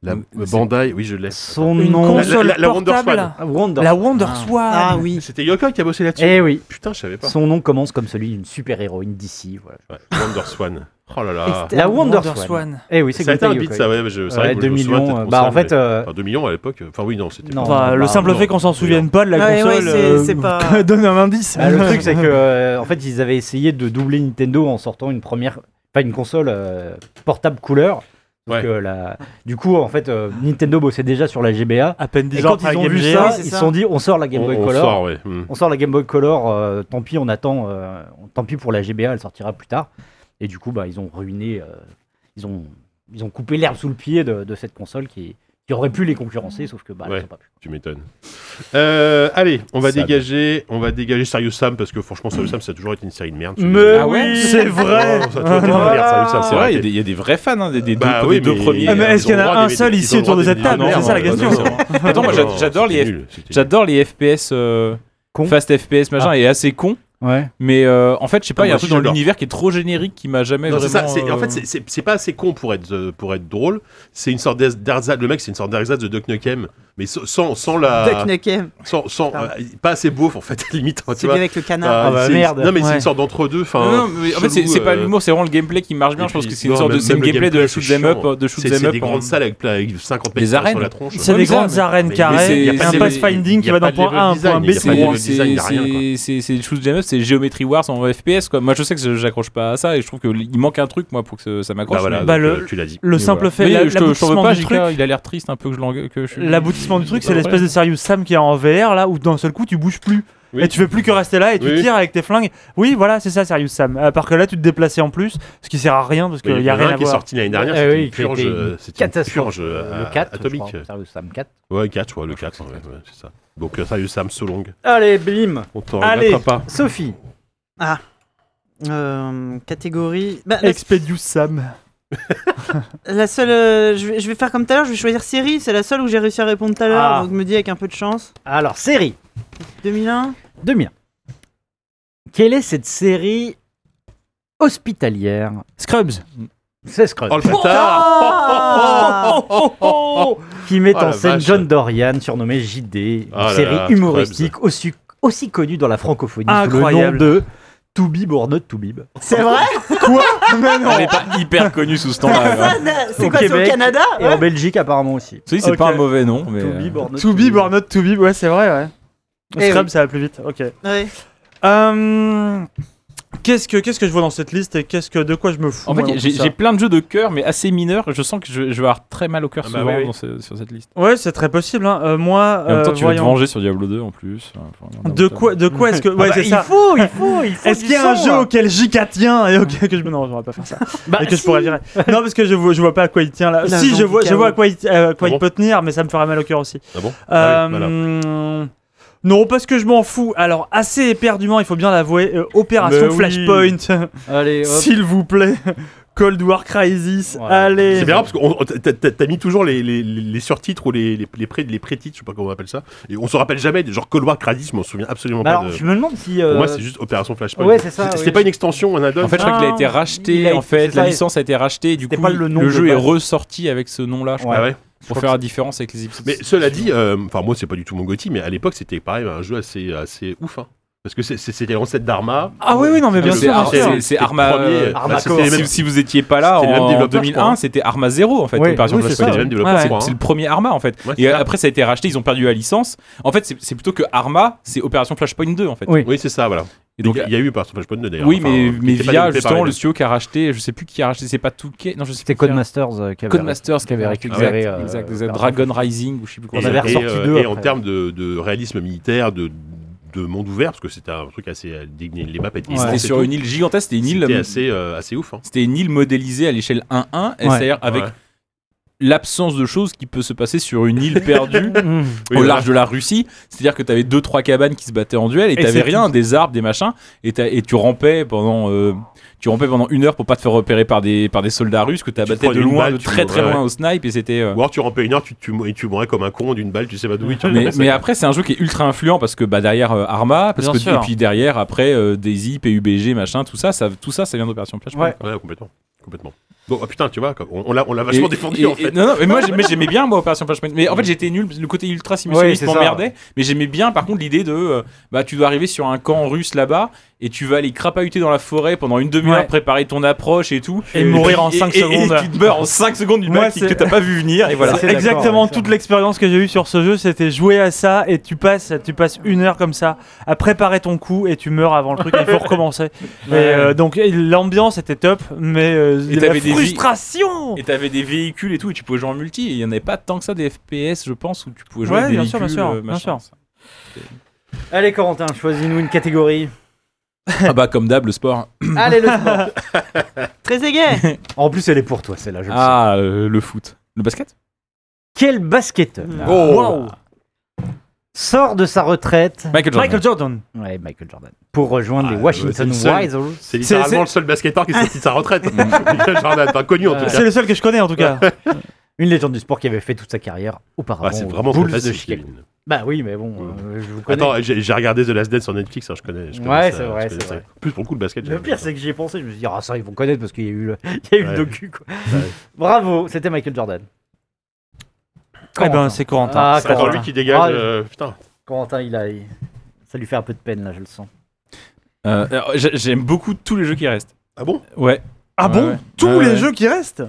S1: La
S4: Mais
S1: euh,
S4: c'est-
S1: Bandai, oui, je l'ai.
S2: Son
S3: Une
S2: nom.
S1: La- la-
S3: console
S1: la- la Wonder
S3: portable
S2: Wonder.
S3: La Wonder Swan
S5: Ah oui.
S1: C'était Yokoi qui a bossé là-dessus.
S2: Eh oui.
S1: Putain, je savais pas.
S2: Son nom commence comme celui d'une super-héroïne d'ici. Voilà.
S1: Ouais, Wonder Swan. Oh là
S3: Et
S1: là.
S3: c'était
S2: La
S3: un
S2: Wonder
S3: Swan.
S2: Swan. Eh oui, c'est
S1: Ça a été un
S2: Gunpei
S1: beat,
S2: Yokoi.
S1: ça, ouais, mais je- c'est
S2: Ouais,
S1: vrai que moi,
S2: 2
S1: je me souviens de
S2: millions.
S1: cette
S2: euh, Bah, en
S1: console,
S2: fait,
S1: mais-
S2: euh,
S1: enfin, 2 millions à l'époque. Enfin, oui, non, c'était.
S2: Non.
S1: pas-
S3: Enfin, le
S2: bah,
S3: simple
S1: non,
S3: fait qu'on s'en
S1: non.
S3: souvienne pas de la
S5: Ouais, ouais,
S3: console
S5: c'est- c'est
S3: euh,
S5: pas-
S3: (laughs) donne un indice.
S2: bah, le truc, c'est que, euh, en fait, ils avaient essayé de doubler Nintendo en sortant une première. Pas une console euh, portable couleur. Donc,
S1: Ouais.
S2: euh, la- Du coup, en fait, euh, Nintendo bossait déjà sur la GBA.
S3: à peine
S2: Et
S3: 10 ans
S2: quand
S3: après
S2: ils ont
S3: Game
S2: vu
S3: Gear.
S2: ça,
S5: oui, c'est
S2: ils se
S5: ça.
S2: sont dit on sort la Game
S1: On,
S2: Boy
S1: on
S2: Color.
S1: sort, ouais. hmm.
S2: On sort la Game Boy Color, euh, tant pis, on attend, euh, tant pis pour la GBA, elle sortira plus tard. Et du coup, bah, ils ont ruiné, euh, ils, ont, ils ont coupé l'herbe sous le pied de, de cette console qui, qui aurait pu les concurrencer, sauf que bah, elles
S1: Ouais.
S2: ont pas pu.
S1: Tu m'étonnes. Euh, allez, on va
S4: Sad.
S1: dégager, on va dégager Serious Sam parce que franchement, Serious Sam, ça a toujours été une série de merde.
S3: Mais
S4: Ah ouais
S3: oui,
S2: c'est
S3: vrai.
S1: Oh, ça a toujours été une
S3: Voilà.
S1: merde, Serious Sam,
S4: C'est vrai, il y a des- il y, a des vrais fans hein, des, des
S1: Bah
S4: deux,
S1: oui,
S4: des deux
S1: mais-
S4: premiers. euh,
S3: Ah, mais
S1: Ils
S3: est-ce
S1: ont
S3: qu'il y en
S1: le
S3: a
S1: droit
S3: un
S1: d'éviter-
S3: seul
S1: ils ont
S3: ici
S1: le
S3: autour de
S1: droit
S3: cette
S1: d'éviter-
S3: table
S1: Ah, non,
S3: C'est ça la
S1: non,
S4: bah,
S3: question.
S1: non, non, non.
S4: Attends, moi
S1: Non,
S4: j'a- j'adore les,
S1: c'était
S4: F-
S1: nul, c'était
S4: j'adore les FPS, euh,
S2: Con.
S4: fast FPS machin, et assez con.
S2: Ouais.
S4: Mais euh, en fait, je sais pas,
S1: Ah,
S4: il y a
S1: moi
S4: un truc
S1: aussi,
S4: dans
S1: j'adore.
S4: l'univers qui est trop générique qui m'a jamais
S1: Non, c'est
S4: vraiment. euh,
S1: ça, c'est- en fait, c'est- c'est c'est pas assez con pour être, euh, pour être drôle. C'est une sorte d'Az- d'Arzad. Le mec, c'est une sorte d'Arzad de Duck Nukem, mais sans, sans, sans la.
S5: Duck Nukem.
S1: Sans, sans,
S5: Pardon.
S1: euh, pas assez beauf, en fait, (laughs) limite. hein, tu
S5: Celui
S1: vois.
S5: avec le
S1: Euh,
S5: canard.
S2: Ah bah
S1: c'est-
S2: merde.
S1: Non, mais c'est
S3: Ouais.
S1: une sorte d'entre-deux. enfin,
S4: Non, non, mais en fait, c'est
S1: chelou,
S4: c'est pas
S1: euh,
S4: l'humour, c'est vraiment le gameplay qui marche bien.
S1: et
S4: Je pense
S1: puis-
S4: que c'est une
S1: non,
S4: sorte de,
S1: même-
S4: c'est le
S1: même le
S4: gameplay de la
S1: gameplay,
S4: shoot
S1: c'est
S4: them up,
S1: chiant.
S4: euh, de shoot
S1: C'est
S4: them
S1: c'est
S4: up.
S1: des
S4: en-
S1: grandes salles avec, plein- avec 50
S4: Des
S1: mètres sur
S4: arènes.
S1: la tronche.
S3: C'est
S4: Ouais,
S3: des
S4: mais ça,
S3: grandes
S4: mais-
S3: arènes
S1: mais- mais
S3: carrées,
S1: c'est-
S3: il y a un
S1: c'est-
S3: pathfinding
S1: y
S3: qui
S1: a
S3: va
S1: pas
S3: d'un
S1: de
S3: point A à un
S1: level
S3: point B.
S1: design,
S3: c'est
S1: y a pas
S3: bon.
S1: de- design, y a rien, quoi.
S4: C'est c'est- c'est le shoot 'em up, c'est Geometry Wars en FPS. Quoi. Moi, je sais que je- j'accroche pas à ça et je trouve qu'il manque un truc, moi, pour que ça- ça
S1: Bah
S4: m'accroche.
S1: voilà,
S4: mais-
S3: Bah,
S1: donc,
S3: le-
S1: euh, tu l'as dit.
S3: Le
S4: mais
S3: simple
S4: voilà.
S3: fait,
S4: Mais
S3: la-
S4: je te- je t'en veux
S3: l'aboutissement
S4: pas,
S3: du truc,
S4: JK, il a l'air triste un peu que je l'en- que je-
S3: l'aboutissement du truc, c'est
S4: Ouais.
S3: l'espèce de sérieux Sam qui est en VR là où d'un seul coup tu bouges plus
S1: Oui.
S3: et tu fais plus que rester là et tu
S1: Oui.
S3: tires avec tes flingues. Oui, voilà, c'est ça sérieux Sam. À part que là tu te déplaçais en plus, ce qui sert à rien parce qu'il
S1: Il
S3: y a
S1: en
S3: rien
S1: un
S3: à
S1: qui est
S3: voir.
S1: sorti l'année dernière,
S2: Eh
S1: c'était
S2: oui,
S1: une
S2: qui a été
S1: purge,
S2: une
S1: euh, c'était une
S2: Catastrophe.
S1: purge
S2: euh,
S1: euh,
S2: le 4,
S1: atomique.
S2: je crois, Serious Sam 4.
S1: Ouais, 4, ouais, le 4, ouais, ouais, c'est ça. Donc, euh, sérieux, Sam, so long.
S2: Allez, blim
S1: On t'en
S2: Allez,
S1: regrettera pas.
S2: Sophie,
S5: Euh, catégorie. Bah, la,
S3: Expedius Sam.
S5: la seule. euh, je, vais, je vais faire comme tout à l'heure. Je vais choisir série. C'est la seule où j'ai réussi à répondre tout à l'heure.
S2: Ah.
S5: Donc me dis avec un peu de chance.
S2: alors série
S5: 2001.
S2: 2000. Quelle est cette série hospitalière
S3: Scrubs.
S2: C'est Scrubs.
S1: Oh le bâtard
S5: Ah
S2: (laughs) qui met
S1: Oh,
S2: en
S1: la
S2: scène
S1: vache.
S2: John Dorian, surnommé JD, une
S1: Oh là
S2: série
S1: là,
S2: humoristique aussi, aussi connue dans la francophonie
S3: Incroyable.
S2: sous le nom de To Be or Not To Be.
S5: C'est vrai
S3: Mais non.
S4: Elle est pas hyper connue sous ce
S5: (laughs)
S3: (laughs)
S4: temps-là.
S5: Personne- C'est
S2: Au
S5: quoi C'est au
S2: Québec
S5: Canada
S2: (laughs) Et en Belgique apparemment aussi.
S4: Celui, c'est
S3: Ok.
S4: pas un mauvais nom, mais.
S2: To
S4: euh,
S2: Be or Not
S3: To be or not to be, ouais, c'est vrai,
S5: Eh
S3: ouais. Scrubs, ça va plus vite. Ok.
S5: Ouais.
S3: Hum, Qu'est-ce que qu'est-ce que je vois dans cette liste et qu'est-ce que de quoi je me fous
S4: En fait,
S3: moi, dans
S4: j'ai
S3: tout ça
S4: j'ai plein de jeux de cœur, mais assez mineurs. Je sens que je, je vais avoir très mal au cœur
S1: Ah bah
S4: souvent
S1: oui, oui.
S4: dans ce- sur cette liste.
S3: Ouais, c'est très possible. Hein. Euh, moi,
S4: Et en même temps, tu
S3: euh,
S4: vas te
S3: voyons.
S4: venger euh, sur Diablo 2 en plus. Enfin, un
S3: De
S4: avantage.
S3: quoi, de quoi est-ce que. Ouais,
S2: bah,
S3: c'est
S2: il
S3: ça.
S2: faut, il faut, il faut.
S3: Est-ce
S2: du
S3: qu'il y a un
S2: sang.
S3: jeu auquel JK tient et auquel que je. Non, je vais pas faire ça.
S2: Bah,
S3: et que je
S2: si.
S3: pourrais virer. Non, parce que je vois, je vois pas à quoi il tient là.
S5: L'agent
S3: si, je
S5: du
S3: vois, je
S5: chaos.
S3: vois à quoi il, euh, à quoi
S1: Ah
S3: il
S1: bon
S3: peut tenir, mais ça me fera mal au cœur aussi.
S1: Ah bon
S3: Euh,
S1: Ah oui, voilà.
S3: Non, parce que je m'en fous. Alors, assez éperdument, il faut bien l'avouer. euh, opération
S4: Mais oui.
S3: Flashpoint,
S2: Allez, hop.
S3: s'il vous plaît. (laughs) Cold War Crisis,
S2: Ouais.
S3: allez (laughs)
S1: C'est bien parce que t'as mis toujours les, les, les- les surtitres ou les, les, les pré- les pré-titres, je sais pas comment on appelle ça. Et on se rappelle jamais, genre Cold War Crisis, mais on se souvient absolument
S2: Bah
S1: pas
S2: alors,
S1: de.
S2: je me demande si.
S1: Pour
S2: euh,
S1: moi, c'est juste Opération Flashpoint.
S2: ouais, c'est ça,
S1: C'était
S2: oui.
S1: pas une extension, un add-on.
S4: En fait, je crois qu'il a été
S2: il a-
S4: racheté. En
S2: c'est
S4: fait,
S2: ça,
S4: la
S2: il-
S4: licence a été rachetée. et Du
S2: c'était
S4: coup,
S2: pas le nom de
S4: jeu est
S2: base.
S4: ressorti avec ce nom-là. je crois,
S1: Ah ouais.
S4: Pour faire la différence avec les épisodes.
S1: Mais cela dit, euh, enfin moi c'est pas du tout mon gothi, mais à l'époque c'était pareil un jeu assez assez ouf. hein. Parce que c'est- c'est- c'était l'ancêtre d'Arma.
S3: Ah oui, oui, non, mais bien
S4: C'est-
S3: sûr, bien
S4: c'est-
S3: sûr.
S4: c'est- c'est Arma.
S1: Premier,
S4: euh,
S1: bah,
S2: Arma
S1: c'était
S2: Corps.
S1: les mêmes-
S4: Si, si vous étiez pas là
S1: C'était le même
S4: en,
S1: développeur, je
S4: 2001,
S1: crois.
S4: c'était Arma 0 en fait.
S2: Ouais,
S4: par exemple, la
S1: C'était
S2: oui, c'est ça.
S1: les
S4: Spider-Man.
S1: mêmes développeurs,
S3: Ouais,
S1: je
S4: C'est
S1: crois,
S4: c'est
S1: hein.
S4: le premier Arma en fait.
S1: Ouais, c'est
S4: et
S1: ça.
S4: après, ça a été racheté, ils ont perdu la licence. En fait, c'est c'est plutôt que Arma, c'est Opération Flashpoint 2 en fait.
S2: Oui.
S1: Oui, c'est ça, voilà.
S4: Et
S1: Donc
S4: donc,
S1: il y a eu Opération Flashpoint 2 d'ailleurs.
S4: oui,
S1: Enfin,
S4: mais,
S1: qui
S4: mais
S1: était pas
S4: via
S1: développé par
S4: justement
S1: les
S4: le
S1: mêmes.
S4: studio qui a racheté, je sais plus qui a racheté, c'est pas Touquet. Non, je sais
S2: C'était
S4: plus qui a-
S2: Codemasters euh, qui avait.
S4: Codemasters qui avait récupéré.
S2: récupéré,
S4: Exact,
S2: euh,
S4: exact, exact.
S2: Opération
S4: Dragon Rising ou je sais plus
S1: Et,
S4: comment
S2: qu'on avait
S1: et,
S2: ressorti
S1: euh,
S2: deux
S1: et en
S2: après.
S1: termes de, de réalisme militaire, de, de monde ouvert, parce que c'était un truc assez. euh, Les maps étaient
S2: Ouais.
S1: immenses
S4: C'était
S1: et
S4: sur
S1: tout.
S4: une île gigantesque, c'était une île.
S1: C'était assez, euh, assez ouf. hein.
S4: C'était une île modélisée à l'échelle 1-1, et
S2: Ouais.
S4: c'est-à-dire avec
S1: Ouais.
S4: l'absence de choses qui peut se passer sur une île perdue
S2: Mmh.
S1: (laughs) Oui,
S4: au
S1: voilà.
S4: large de la Russie. C'est-à-dire que tu avais deux trois cabanes qui se battaient en duel et
S3: Et c'est
S4: t'avais rien, des arbres, des machins, et, t'as- et tu rampais pendant euh, tu rampais pendant une heure pour pas te faire repérer par des par des soldats russes que tu
S1: te
S4: abattais de
S1: prenais une
S4: loin,
S1: balle,
S4: de
S1: tu
S4: très très
S1: mourais,
S4: loin au snipe et c'était euh,
S1: Ou alors tu rampais une heure, tu, tu, et tu mourais comme un con d'une balle, tu sais pas d'où il tire.
S4: mais,
S1: Ça-
S4: mais après c'est un jeu qui est ultra influent parce que bah derrière euh, Arma parce
S3: Bien
S4: que
S3: sûr.
S4: et puis derrière après euh, Daisy PUBG machin tout ça ça tout ça ça vient d'Opération Flash
S2: Ouais.
S1: Ouais, complètement. complètement. Bon, ah, putain, tu vois, comme on, on l'a on l'a vachement
S4: Et-
S1: défendu
S4: et-
S1: en
S4: et-
S1: fait.
S4: non, non, mais moi j'ai- mais j'aimais bien moi Opération Flashpoint. Mais en fait j'étais nul, le côté ultra simulationniste
S2: Ouais, c'est ça.
S4: m'emmerdait. Mais j'aimais bien par contre l'idée de euh, bah tu dois arriver sur un camp russe là-bas et tu vas aller crapahuter dans la forêt pendant une demi-heure,
S3: Ouais.
S4: préparer ton approche et tout.
S3: Et
S4: puis-
S3: mourir en
S4: et-
S3: cinq
S4: et- et
S3: secondes.
S4: tu te meurs en 5 secondes d'une
S3: Moi,
S4: balle qui-
S3: c'est-
S4: que t'as pas vu venir et voilà.
S2: C'est
S3: C'est
S2: d'accord
S3: exactement
S2: avec ça.
S3: toute l'expérience que j'ai eue sur ce jeu, c'était jouer à ça et tu passes, tu passes une heure comme ça à préparer ton coup et tu meurs avant le truc
S4: (laughs)
S3: et il faut recommencer. Et, euh, donc et l'ambiance était top, mais euh,
S4: Et
S3: la
S4: t'avais des vies-
S3: frustration.
S4: Et t'avais des véhicules et tout et tu pouvais jouer en multi. Et il y en avait pas tant que ça des FPS je pense où tu pouvais jouer
S3: Ouais,
S4: avec des
S3: bien sûr, bien
S4: véhicules,
S3: sûr,
S4: euh,
S3: bien
S4: machin.
S2: Allez, Corentin, choisis-nous une catégorie.
S4: Ah bah comme d'hab le sport.
S2: (coughs) Allez, le sport.
S5: Très égay
S2: (coughs) En plus, elle est pour toi, celle-là, je le sais.
S4: Ah euh, le foot, le basket.
S2: Quel basketteur
S1: Oh.
S3: Waouh.
S2: sort de sa retraite
S4: Michael Jordan.
S3: Michael Jordan.
S2: Ouais, Michael Jordan. Pour rejoindre
S1: Ah,
S2: les Washington
S1: c'est le seul.
S2: Wizards.
S1: C'est littéralement
S3: c'est-
S1: le seul basketteur
S4: Ah.
S1: qui est sorti de sa
S4: (laughs)
S1: retraite. Michael Jordan, pas connu en tout cas.
S3: C'est le seul que je connais en tout cas.
S2: Une légende du sport qui avait fait toute sa carrière auparavant.
S1: Ah, c'est
S2: aux
S1: vraiment
S2: Bulls
S1: très
S2: de
S1: facile.
S2: Chicago.
S1: Kevin.
S2: Bah oui, mais bon, euh, je vous connais.
S1: Attends, j'ai j'ai regardé The Last Dance sur Netflix, hein, je connais. je connais
S2: Ouais,
S1: ça,
S2: c'est
S1: je
S2: vrai,
S1: connais
S2: c'est
S1: ça.
S2: vrai.
S1: Plus pour le coup, le basket.
S2: Le
S1: j'aime
S2: pire,
S1: bien.
S2: c'est que j'y ai pensé. Je me suis dit, ah, ça, ils vont connaître parce qu'il y a eu le, (laughs) il y a eu le
S1: euh, Ouais.
S2: docu. quoi.
S1: Ouais.
S2: Bravo, c'était Michael Jordan.
S3: Eh ben c'est Corentin.
S2: Ah,
S1: C'est Attends,
S2: Corentin.
S1: lui qui dégage.
S2: Ah,
S1: euh, Putain.
S2: Corentin, il a. il- Ça lui fait un peu de peine, là, je le sens.
S4: Euh, alors, j'ai- J'aime beaucoup tous les jeux qui restent.
S1: Ah bon
S4: Ouais.
S3: Ah
S4: Ouais,
S3: bon
S4: ouais.
S3: Tous
S4: Ouais,
S3: les
S4: ouais.
S3: jeux qui restent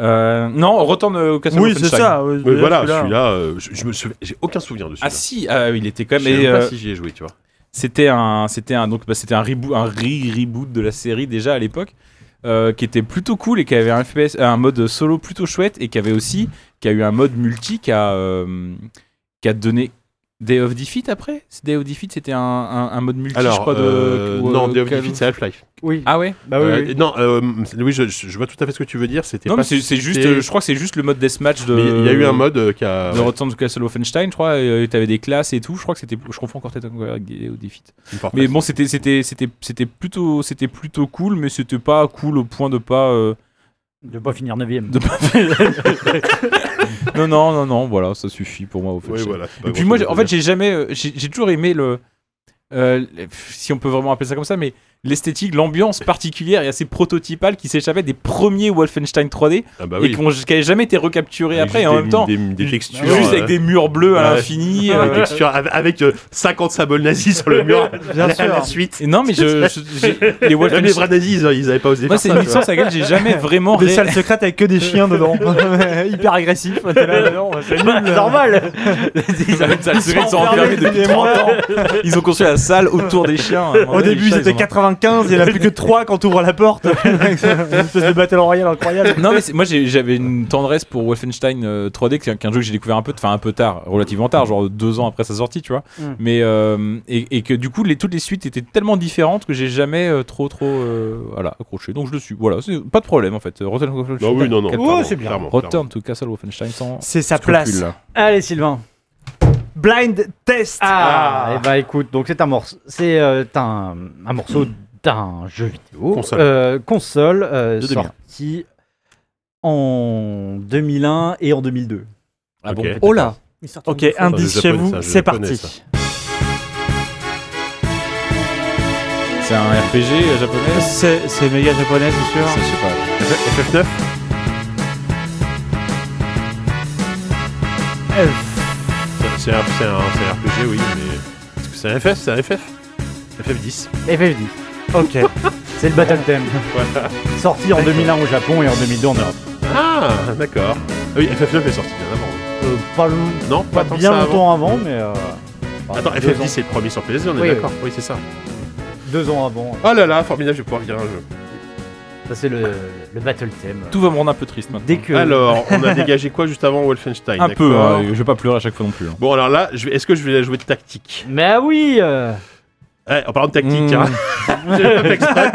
S4: Euh, non, on retourne au Castle
S3: Oui, c'est
S4: Wolfenstein.
S3: ça. ouais,
S1: Mais
S3: celui-là,
S1: voilà,
S3: celui-là.
S1: celui-là, euh, je je me souviens, j'ai aucun souvenir de celui-là.
S4: Ah si, ah, il était quand
S1: Je
S4: même.
S1: sais
S4: et,
S1: même pas
S4: euh,
S1: si j'y ai joué, tu vois.
S4: C'était un, c'était un donc bah, c'était un reboot, un re reboot de la série déjà à l'époque, euh, qui était plutôt cool et qui avait un FPS, un mode solo plutôt chouette et qui avait aussi, qui a eu un mode multi qui a, euh, qui a donné. Day of Defeat après Day of Defeat c'était un, un, un mode multi je
S1: Alors,
S4: crois de...
S1: euh,
S4: ou,
S1: non,
S4: euh,
S1: The Office,
S4: Call of-
S1: c'est Half-Life.
S2: Oui.
S4: Ah ouais
S2: bah
S1: Euh, Non, euh, oui, je, je vois tout à fait ce que tu veux dire. C'était
S4: Non
S1: pas
S4: mais c'est c'est juste,
S1: c'était-
S4: euh, je crois que c'est juste le mode deathmatch de...
S1: Mais Il y a eu un mode euh, qui a.
S4: de Return to Castle Wolfenstein, je crois, et, euh, t'avais des classes et tout, je crois que c'était, je confonds encore Ted Conqueror avec des, des feats.
S1: une forteresse.
S4: Mais bon, c'était, c'était, c'était, c'était plutôt, c'était plutôt cool, mais c'était pas cool au point de pas,
S1: (laughs)
S4: euh,
S2: De pas finir 9ème.
S4: de pas. non, non, non, non, voilà, ça suffit pour moi. Au fait,
S1: Ouais, voilà, Bah, c'est pas
S4: Et puis
S1: grand-chose
S4: moi,
S1: à
S4: j'ai- en
S1: dire.
S4: fait, j'ai jamais, euh, j'ai, j'ai toujours aimé le, euh, le- si on peut vraiment appeler ça comme ça, mais l'esthétique, l'ambiance particulière et assez prototypale qui s'échapait des premiers Wolfenstein 3D
S1: Ah bah
S4: et
S1: oui.
S4: qu'on- qui n'avait jamais été recapturé
S1: Avec
S4: après.
S1: juste
S4: et en
S1: des-
S4: même temps,
S1: des, des
S4: ju-
S1: textures,
S4: juste avec
S1: euh,
S4: des murs bleus à
S1: (laughs) ouais.
S4: l'infini.
S1: des
S4: euh,
S1: textures av- avec euh, 50 symboles nazis sur
S4: (laughs)
S1: le mur.
S3: Bien
S1: à la
S3: sûr.
S1: suite.
S4: Et Non, mais je, je- j'ai- les
S1: Même les
S4: Wolfenstein.
S1: vrais nazis, ils ils avaient pas osé
S4: Moi,
S1: faire
S4: c'est
S1: ça.
S4: une
S1: tu vois.
S4: licence à laquelle j'ai jamais vraiment.
S3: Des
S4: ré-
S3: salles secrètes avec que des
S4: (laughs)
S3: chiens dedans. (laughs) Hyper agressif. T'es là, non, c'est nul.
S2: (laughs) normal
S4: (laughs) Ils avaient une salle secrète, ils sont enfermés
S3: enfermés
S4: depuis
S3: des
S4: 30 ans. Ils ont construit la salle autour des chiens. hein, À un moment
S3: Au
S4: donné, les
S3: début,
S4: chats,
S3: c'était
S4: ils en ont-
S3: 95, il n'y en a plus que 3 quand t'ouvres
S4: (laughs)
S3: la porte. C'est une espèce de battle royale incroyable.
S4: Non mais c'est- moi j'ai- j'avais une tendresse pour Wolfenstein euh, 3D, qui est un qui est un jeu que j'ai découvert un peu, enfin un peu tard, relativement tard, genre deux ans après sa sortie, tu vois.
S2: Mm.
S4: Mais euh, et, et que du coup les, toutes les suites étaient tellement différentes que j'ai jamais euh, trop trop euh, voilà accroché. Donc je le suis. Voilà, c'est pas de problème en fait. Euh, Return to Castle
S1: Non, Bah oui, non, non.
S4: Wolfenstein,
S1: clairement,
S2: c'est bien.
S1: clairement, clairement.
S4: Return to Castle Wolfenstein sans
S3: C'est sa place.
S4: scrupule.
S2: Allez, Sylvain. Eh ben,
S3: Blind Test. Ah.
S2: Ah, et bah écoute, donc c'est un morceau, c'est euh, un, un morceau d'un jeu vidéo.
S1: Console.
S2: Euh, console euh,
S1: De 2001.
S2: sorti en 2001 et en 2002.
S4: Ah bon,
S1: Ok.
S4: peut-être
S3: Oh là
S5: Ils sortent en
S3: Ok,
S5: mille fois.
S3: indice
S1: Ça,
S3: chez
S1: je
S3: vous,
S1: connais, ça, je
S3: c'est
S1: connais,
S3: parti.
S1: ça.
S4: pas. C'est un RPG japonais
S3: C'est c'est méga japonais, c'est sûr.
S4: Ça, Je sais pas.
S1: FF9 C'est- C'est un, c'est un- c'est un RPG, oui, mais. Est-ce que c'est un FF C'est un FF FF10.
S2: FFD.
S3: Ok. (laughs)
S2: C'est le Battle (laughs) Theme.
S1: Voilà.
S2: Sorti en 2001 au Japon et en 2002 en Europe.
S1: Ah, d'accord. Ah oui, FF9 est sorti bien avant. oui.
S2: Euh, pas long-
S1: Non,
S2: pas
S1: pas, tant que
S2: bien
S1: ça avant.
S2: longtemps avant, mais. euh, bah,
S1: Attends,
S2: deux
S1: FF10
S2: ans-
S1: c'est le premier sur PS2, on est
S2: Oui,
S1: d'accord Oui, c'est ça.
S2: Deux ans avant.
S1: Oh là là, formidable, je vais pouvoir lire un jeu.
S2: Ça, c'est le, le Battle Theme.
S4: Tout va me rendre un peu triste maintenant.
S2: Dès que.
S1: Alors, on
S2: (laughs)
S1: a dégagé quoi juste avant Wolfenstein
S4: Un peu,
S1: d'accord.
S4: hein, je vais pas pleurer à chaque fois non plus. hein.
S1: Bon, alors là, je vais- est-ce que je vais la jouer de tactique
S2: Mais ah oui euh,
S1: Eh, En parlant de tactique,
S4: Mmh.
S1: (laughs) hein, j'ai pas fait exprès.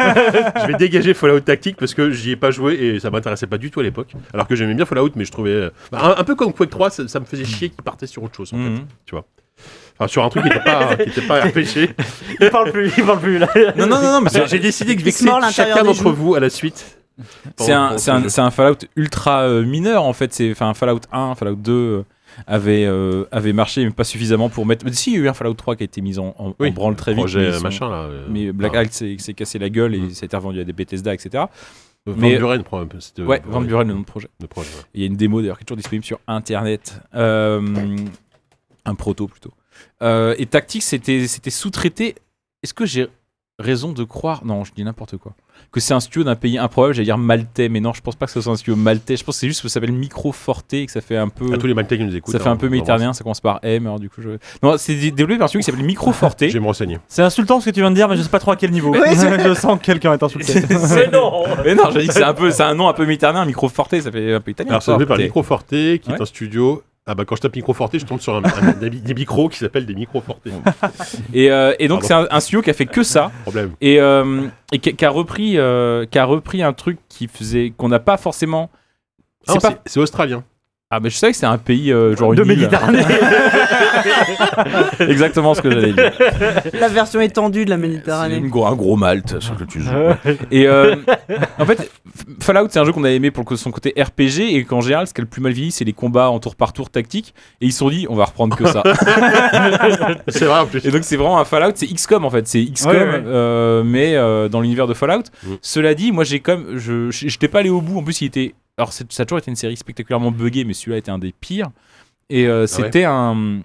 S1: je vais dégager Fallout Tactique parce que j'y ai pas joué et ça m'intéressait pas du tout à l'époque. Alors que j'aimais bien Fallout, mais je trouvais. euh, bah, un, un peu comme Quake 3, ça, ça me faisait chier qu'il partait sur autre chose en fait.
S4: Mhm.
S1: Enfin, sur un truc qui était (laughs) pas, qui était pas RPG.
S2: (laughs) Il parle plus, il parle (laughs) plus là.
S4: Non, non, non, non, mais c'est-
S1: J'ai décidé
S5: Il
S1: de
S5: se
S1: vexer
S5: mord l'intérieur des
S1: chacun d'entre
S5: joues.
S1: vous à la suite.
S4: C'est
S1: Pour-
S4: un,
S1: pour
S4: c'est
S1: ce
S4: un-
S1: jeu.
S4: c'est un Fallout ultra euh, mineur en fait. C'est enfin Fallout 1, Fallout 2 euh, avait euh, avait marché mais pas suffisamment pour mettre. Si il y a eu un Fallout 3 qui a été mis en, en, en
S1: Oui,
S4: branle très vite.
S1: projet
S4: mais ils sont-
S1: machin là. euh,
S4: Mais Black
S1: enfin,
S4: Hawk s'est s'est cassé la gueule et
S1: Mm.
S4: ça a été revendu à des Bethesda, etc.
S1: Van
S4: mais-
S1: Buren, prend un peu, c'était-
S4: Ouais, Van Buren, euh, le nom de projet.
S1: le projet. ouais.
S4: Il y a une démo d'ailleurs qui est toujours disponible sur internet. Euh, un proto plutôt. Euh, et Tactics, c'était c'était sous-traité. Est-ce que j'ai raison de croire Non, je dis n'importe quoi. Que c'est un studio d'un pays improbable, j'allais dire maltais, mais non, je pense pas que ce soit un studio maltais. Je pense que c'est juste que ça s'appelle Micro Forte et que ça fait un peu.
S1: À tous les Maltais qui nous écoutent.
S4: Ça fait
S1: hein,
S4: un peu
S1: on embrasse.
S4: méditerranéen, ça commence par M, alors du coup je. Non, c'est dé- développé par un studio qui s'appelle Micro
S1: (laughs)
S4: Forte.
S1: Je vais me renseigner.
S3: C'est insultant ce que tu viens de dire, mais je sais pas trop à quel niveau. (laughs) je sens que quelqu'un est insulté.
S2: Mais non
S4: Mais non, j'ai dit que c'est un peu, c'est un nom un peu méditerranéen, Micro Forte, ça fait un peu italien.
S1: Alors, Ah, ça fait par
S4: Forte.
S1: Microforte, qui est
S4: Ouais.
S1: un studio. Ah bah quand je tape Microforte, je tombe sur un, un- des, des micros qui s'appellent des Microforte.
S4: Et, euh, et donc c'est un, un studio qui a fait que ça.
S1: Problème.
S4: et, euh, et qui, qui a repris euh, qui a repris un truc qui faisait qu'on n'a pas forcément c'est
S1: Ah, C'est
S4: pas
S1: c'est australien.
S4: ah mais je savais que c'est un pays euh, genre
S2: De
S4: une île.
S2: Méditerranée
S4: (laughs) exactement ce que j'allais dire
S5: La version étendue de la
S4: c'est
S5: Méditerranée.
S4: une gro- un gros Malte sur lequel tu joues
S2: (laughs)
S4: et euh, en fait F- Fallout c'est un jeu qu'on a aimé pour que son côté RPG et qu'en général ce qui a le plus mal vieilli c'est les combats en tour par tour tactique et ils se sont dit on va reprendre que ça
S1: C'est vrai en plus.
S4: Et donc c'est vraiment un Fallout, c'est XCOM en fait, c'est XCOM,
S3: Ouais, ouais.
S4: euh, mais euh, dans l'univers de Fallout.
S1: Mm.
S4: Cela dit, moi j'ai comme, je, je- j'étais pas allé au bout. En plus, il était, alors c'est- ça a toujours été une série spectaculairement buggée, mais celui-là était un des pires. Et euh, c'était un,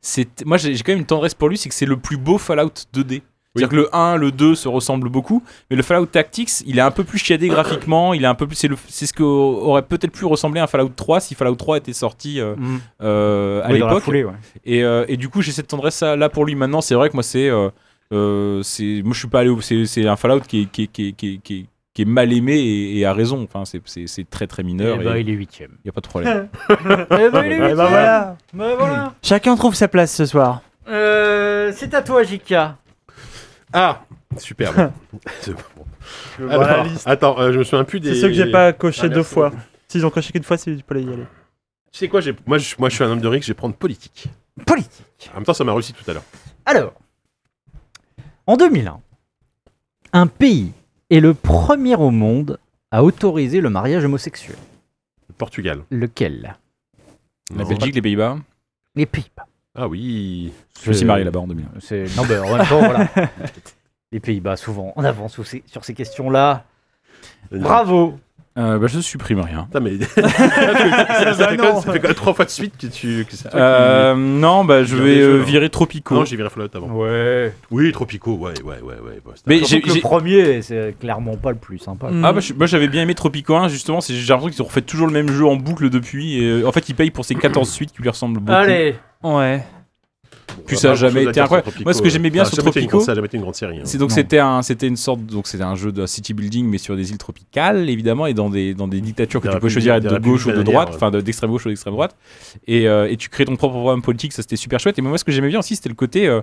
S4: c'est, moi j'ai, j'ai quand même une tendresse pour lui, c'est que c'est le plus beau Fallout 2D. C'est-à-dire que le 1, le 2 se ressemblent beaucoup, mais le Fallout Tactics, il est un peu plus chiadé graphiquement, il est un peu plus, c'est, le, c'est ce que aurait peut-être pu ressembler à un Fallout 3 si Fallout 3 était sorti euh,
S3: (laughs) Mm.
S4: euh, à
S2: Oui, dans la
S4: l'époque.
S2: foulée, ouais.
S4: Et, euh, et du coup, j'ai cette tendresse à- là pour lui. Maintenant, c'est vrai que moi, c'est. euh, euh, c'est- moi, je suis pas allé. au- C'est c'est un Fallout qui est, qui est- qui est- qui est- qui est- qui est mal aimé et, et à raison. Enfin, c'est- c'est c'est très très mineur.
S2: Eh
S4: et
S2: ben,
S4: Il
S2: il est huitième.
S4: n'y a pas de problème.
S2: Eh ben, il est
S3: Eh ben,
S2: huitième.
S3: voilà.
S2: Ben, voilà.
S3: Chacun trouve sa place ce soir.
S2: Euh, c'est à toi, Jika.
S1: Ah
S4: (laughs)
S1: Superbe. C'est bon. Alors,
S3: Voilà la liste.
S1: attends, euh, je me souviens plus des.
S3: C'est ceux que j'ai pas coché
S1: Ah,
S3: deux
S1: merci
S3: fois.
S1: beaucoup.
S3: S'ils ont coché qu'une fois, c'est- tu peux y aller.
S1: Tu sais quoi, j'ai- moi je, moi je suis un homme de règle, je vais prendre politique.
S2: Politique.
S1: En même temps, ça m'a réussi tout à l'heure.
S2: Alors, en 2001, un pays est le premier au monde à autoriser le mariage homosexuel.
S1: Le Portugal.
S2: Lequel
S4: La
S1: Non.
S4: Belgique, les Pays-Bas.
S2: Les Pays-Bas.
S1: Ah oui.
S4: Je me suis marié là-bas en 2001.
S2: C'est non, mais en même temps, voilà. (laughs) Les Pays-Bas, souvent, en avance sur ces- sur ces questions-là. Bravo
S4: Euh, bah, je supprime rien.
S1: Putain, mais.
S4: (laughs)
S1: (laughs) ça, fait- ça fait
S3: non.
S1: quoi- ça fait quoi, trois fois de suite que tu. Que c'est toi qui-
S4: Bah Euh, non, bah, je
S1: Bien
S4: vais
S1: des jeux,
S4: euh,
S1: là.
S4: virer Tropico.
S1: Non, j'ai viré Fallout avant.
S2: Ouais
S1: Oui, Tropico, ouais, ouais, ouais. ouais bah, c'était-
S4: Mais
S2: Surtout
S4: j'ai-
S2: que le
S4: j'ai-
S2: premier, c'est clairement pas le plus sympa.
S4: Ah, bah, je- moi j'avais bien aimé Tropico 1, justement. c'est- J'ai l'impression qu'ils ont refait toujours le même jeu en boucle depuis. Et, euh, en fait, ils payent pour ses 14 suites qui lui ressemblent beaucoup.
S2: Allez
S3: Ouais.
S4: Puis
S1: Bah,
S4: ça a jamais été incroyable. Moi, ce que j'aimais bien sur Tropico,
S1: ça n'a euh, jamais été une grande série. hein.
S4: C'est donc
S2: Non.
S4: c'était un c'était une sorte donc c'était un jeu de city building mais sur des îles tropicales évidemment et dans des dans des dictatures que
S1: Des
S4: tu peux
S1: républiques-
S4: choisir être
S1: des
S4: de gauche ou de
S1: républiques
S4: droite
S1: bananières,
S4: enfin de- d'extrême gauche ou d'extrême droite et, euh, et tu crées ton propre programme politique ça c'était super chouette et moi ce que j'aimais bien aussi c'était le côté euh,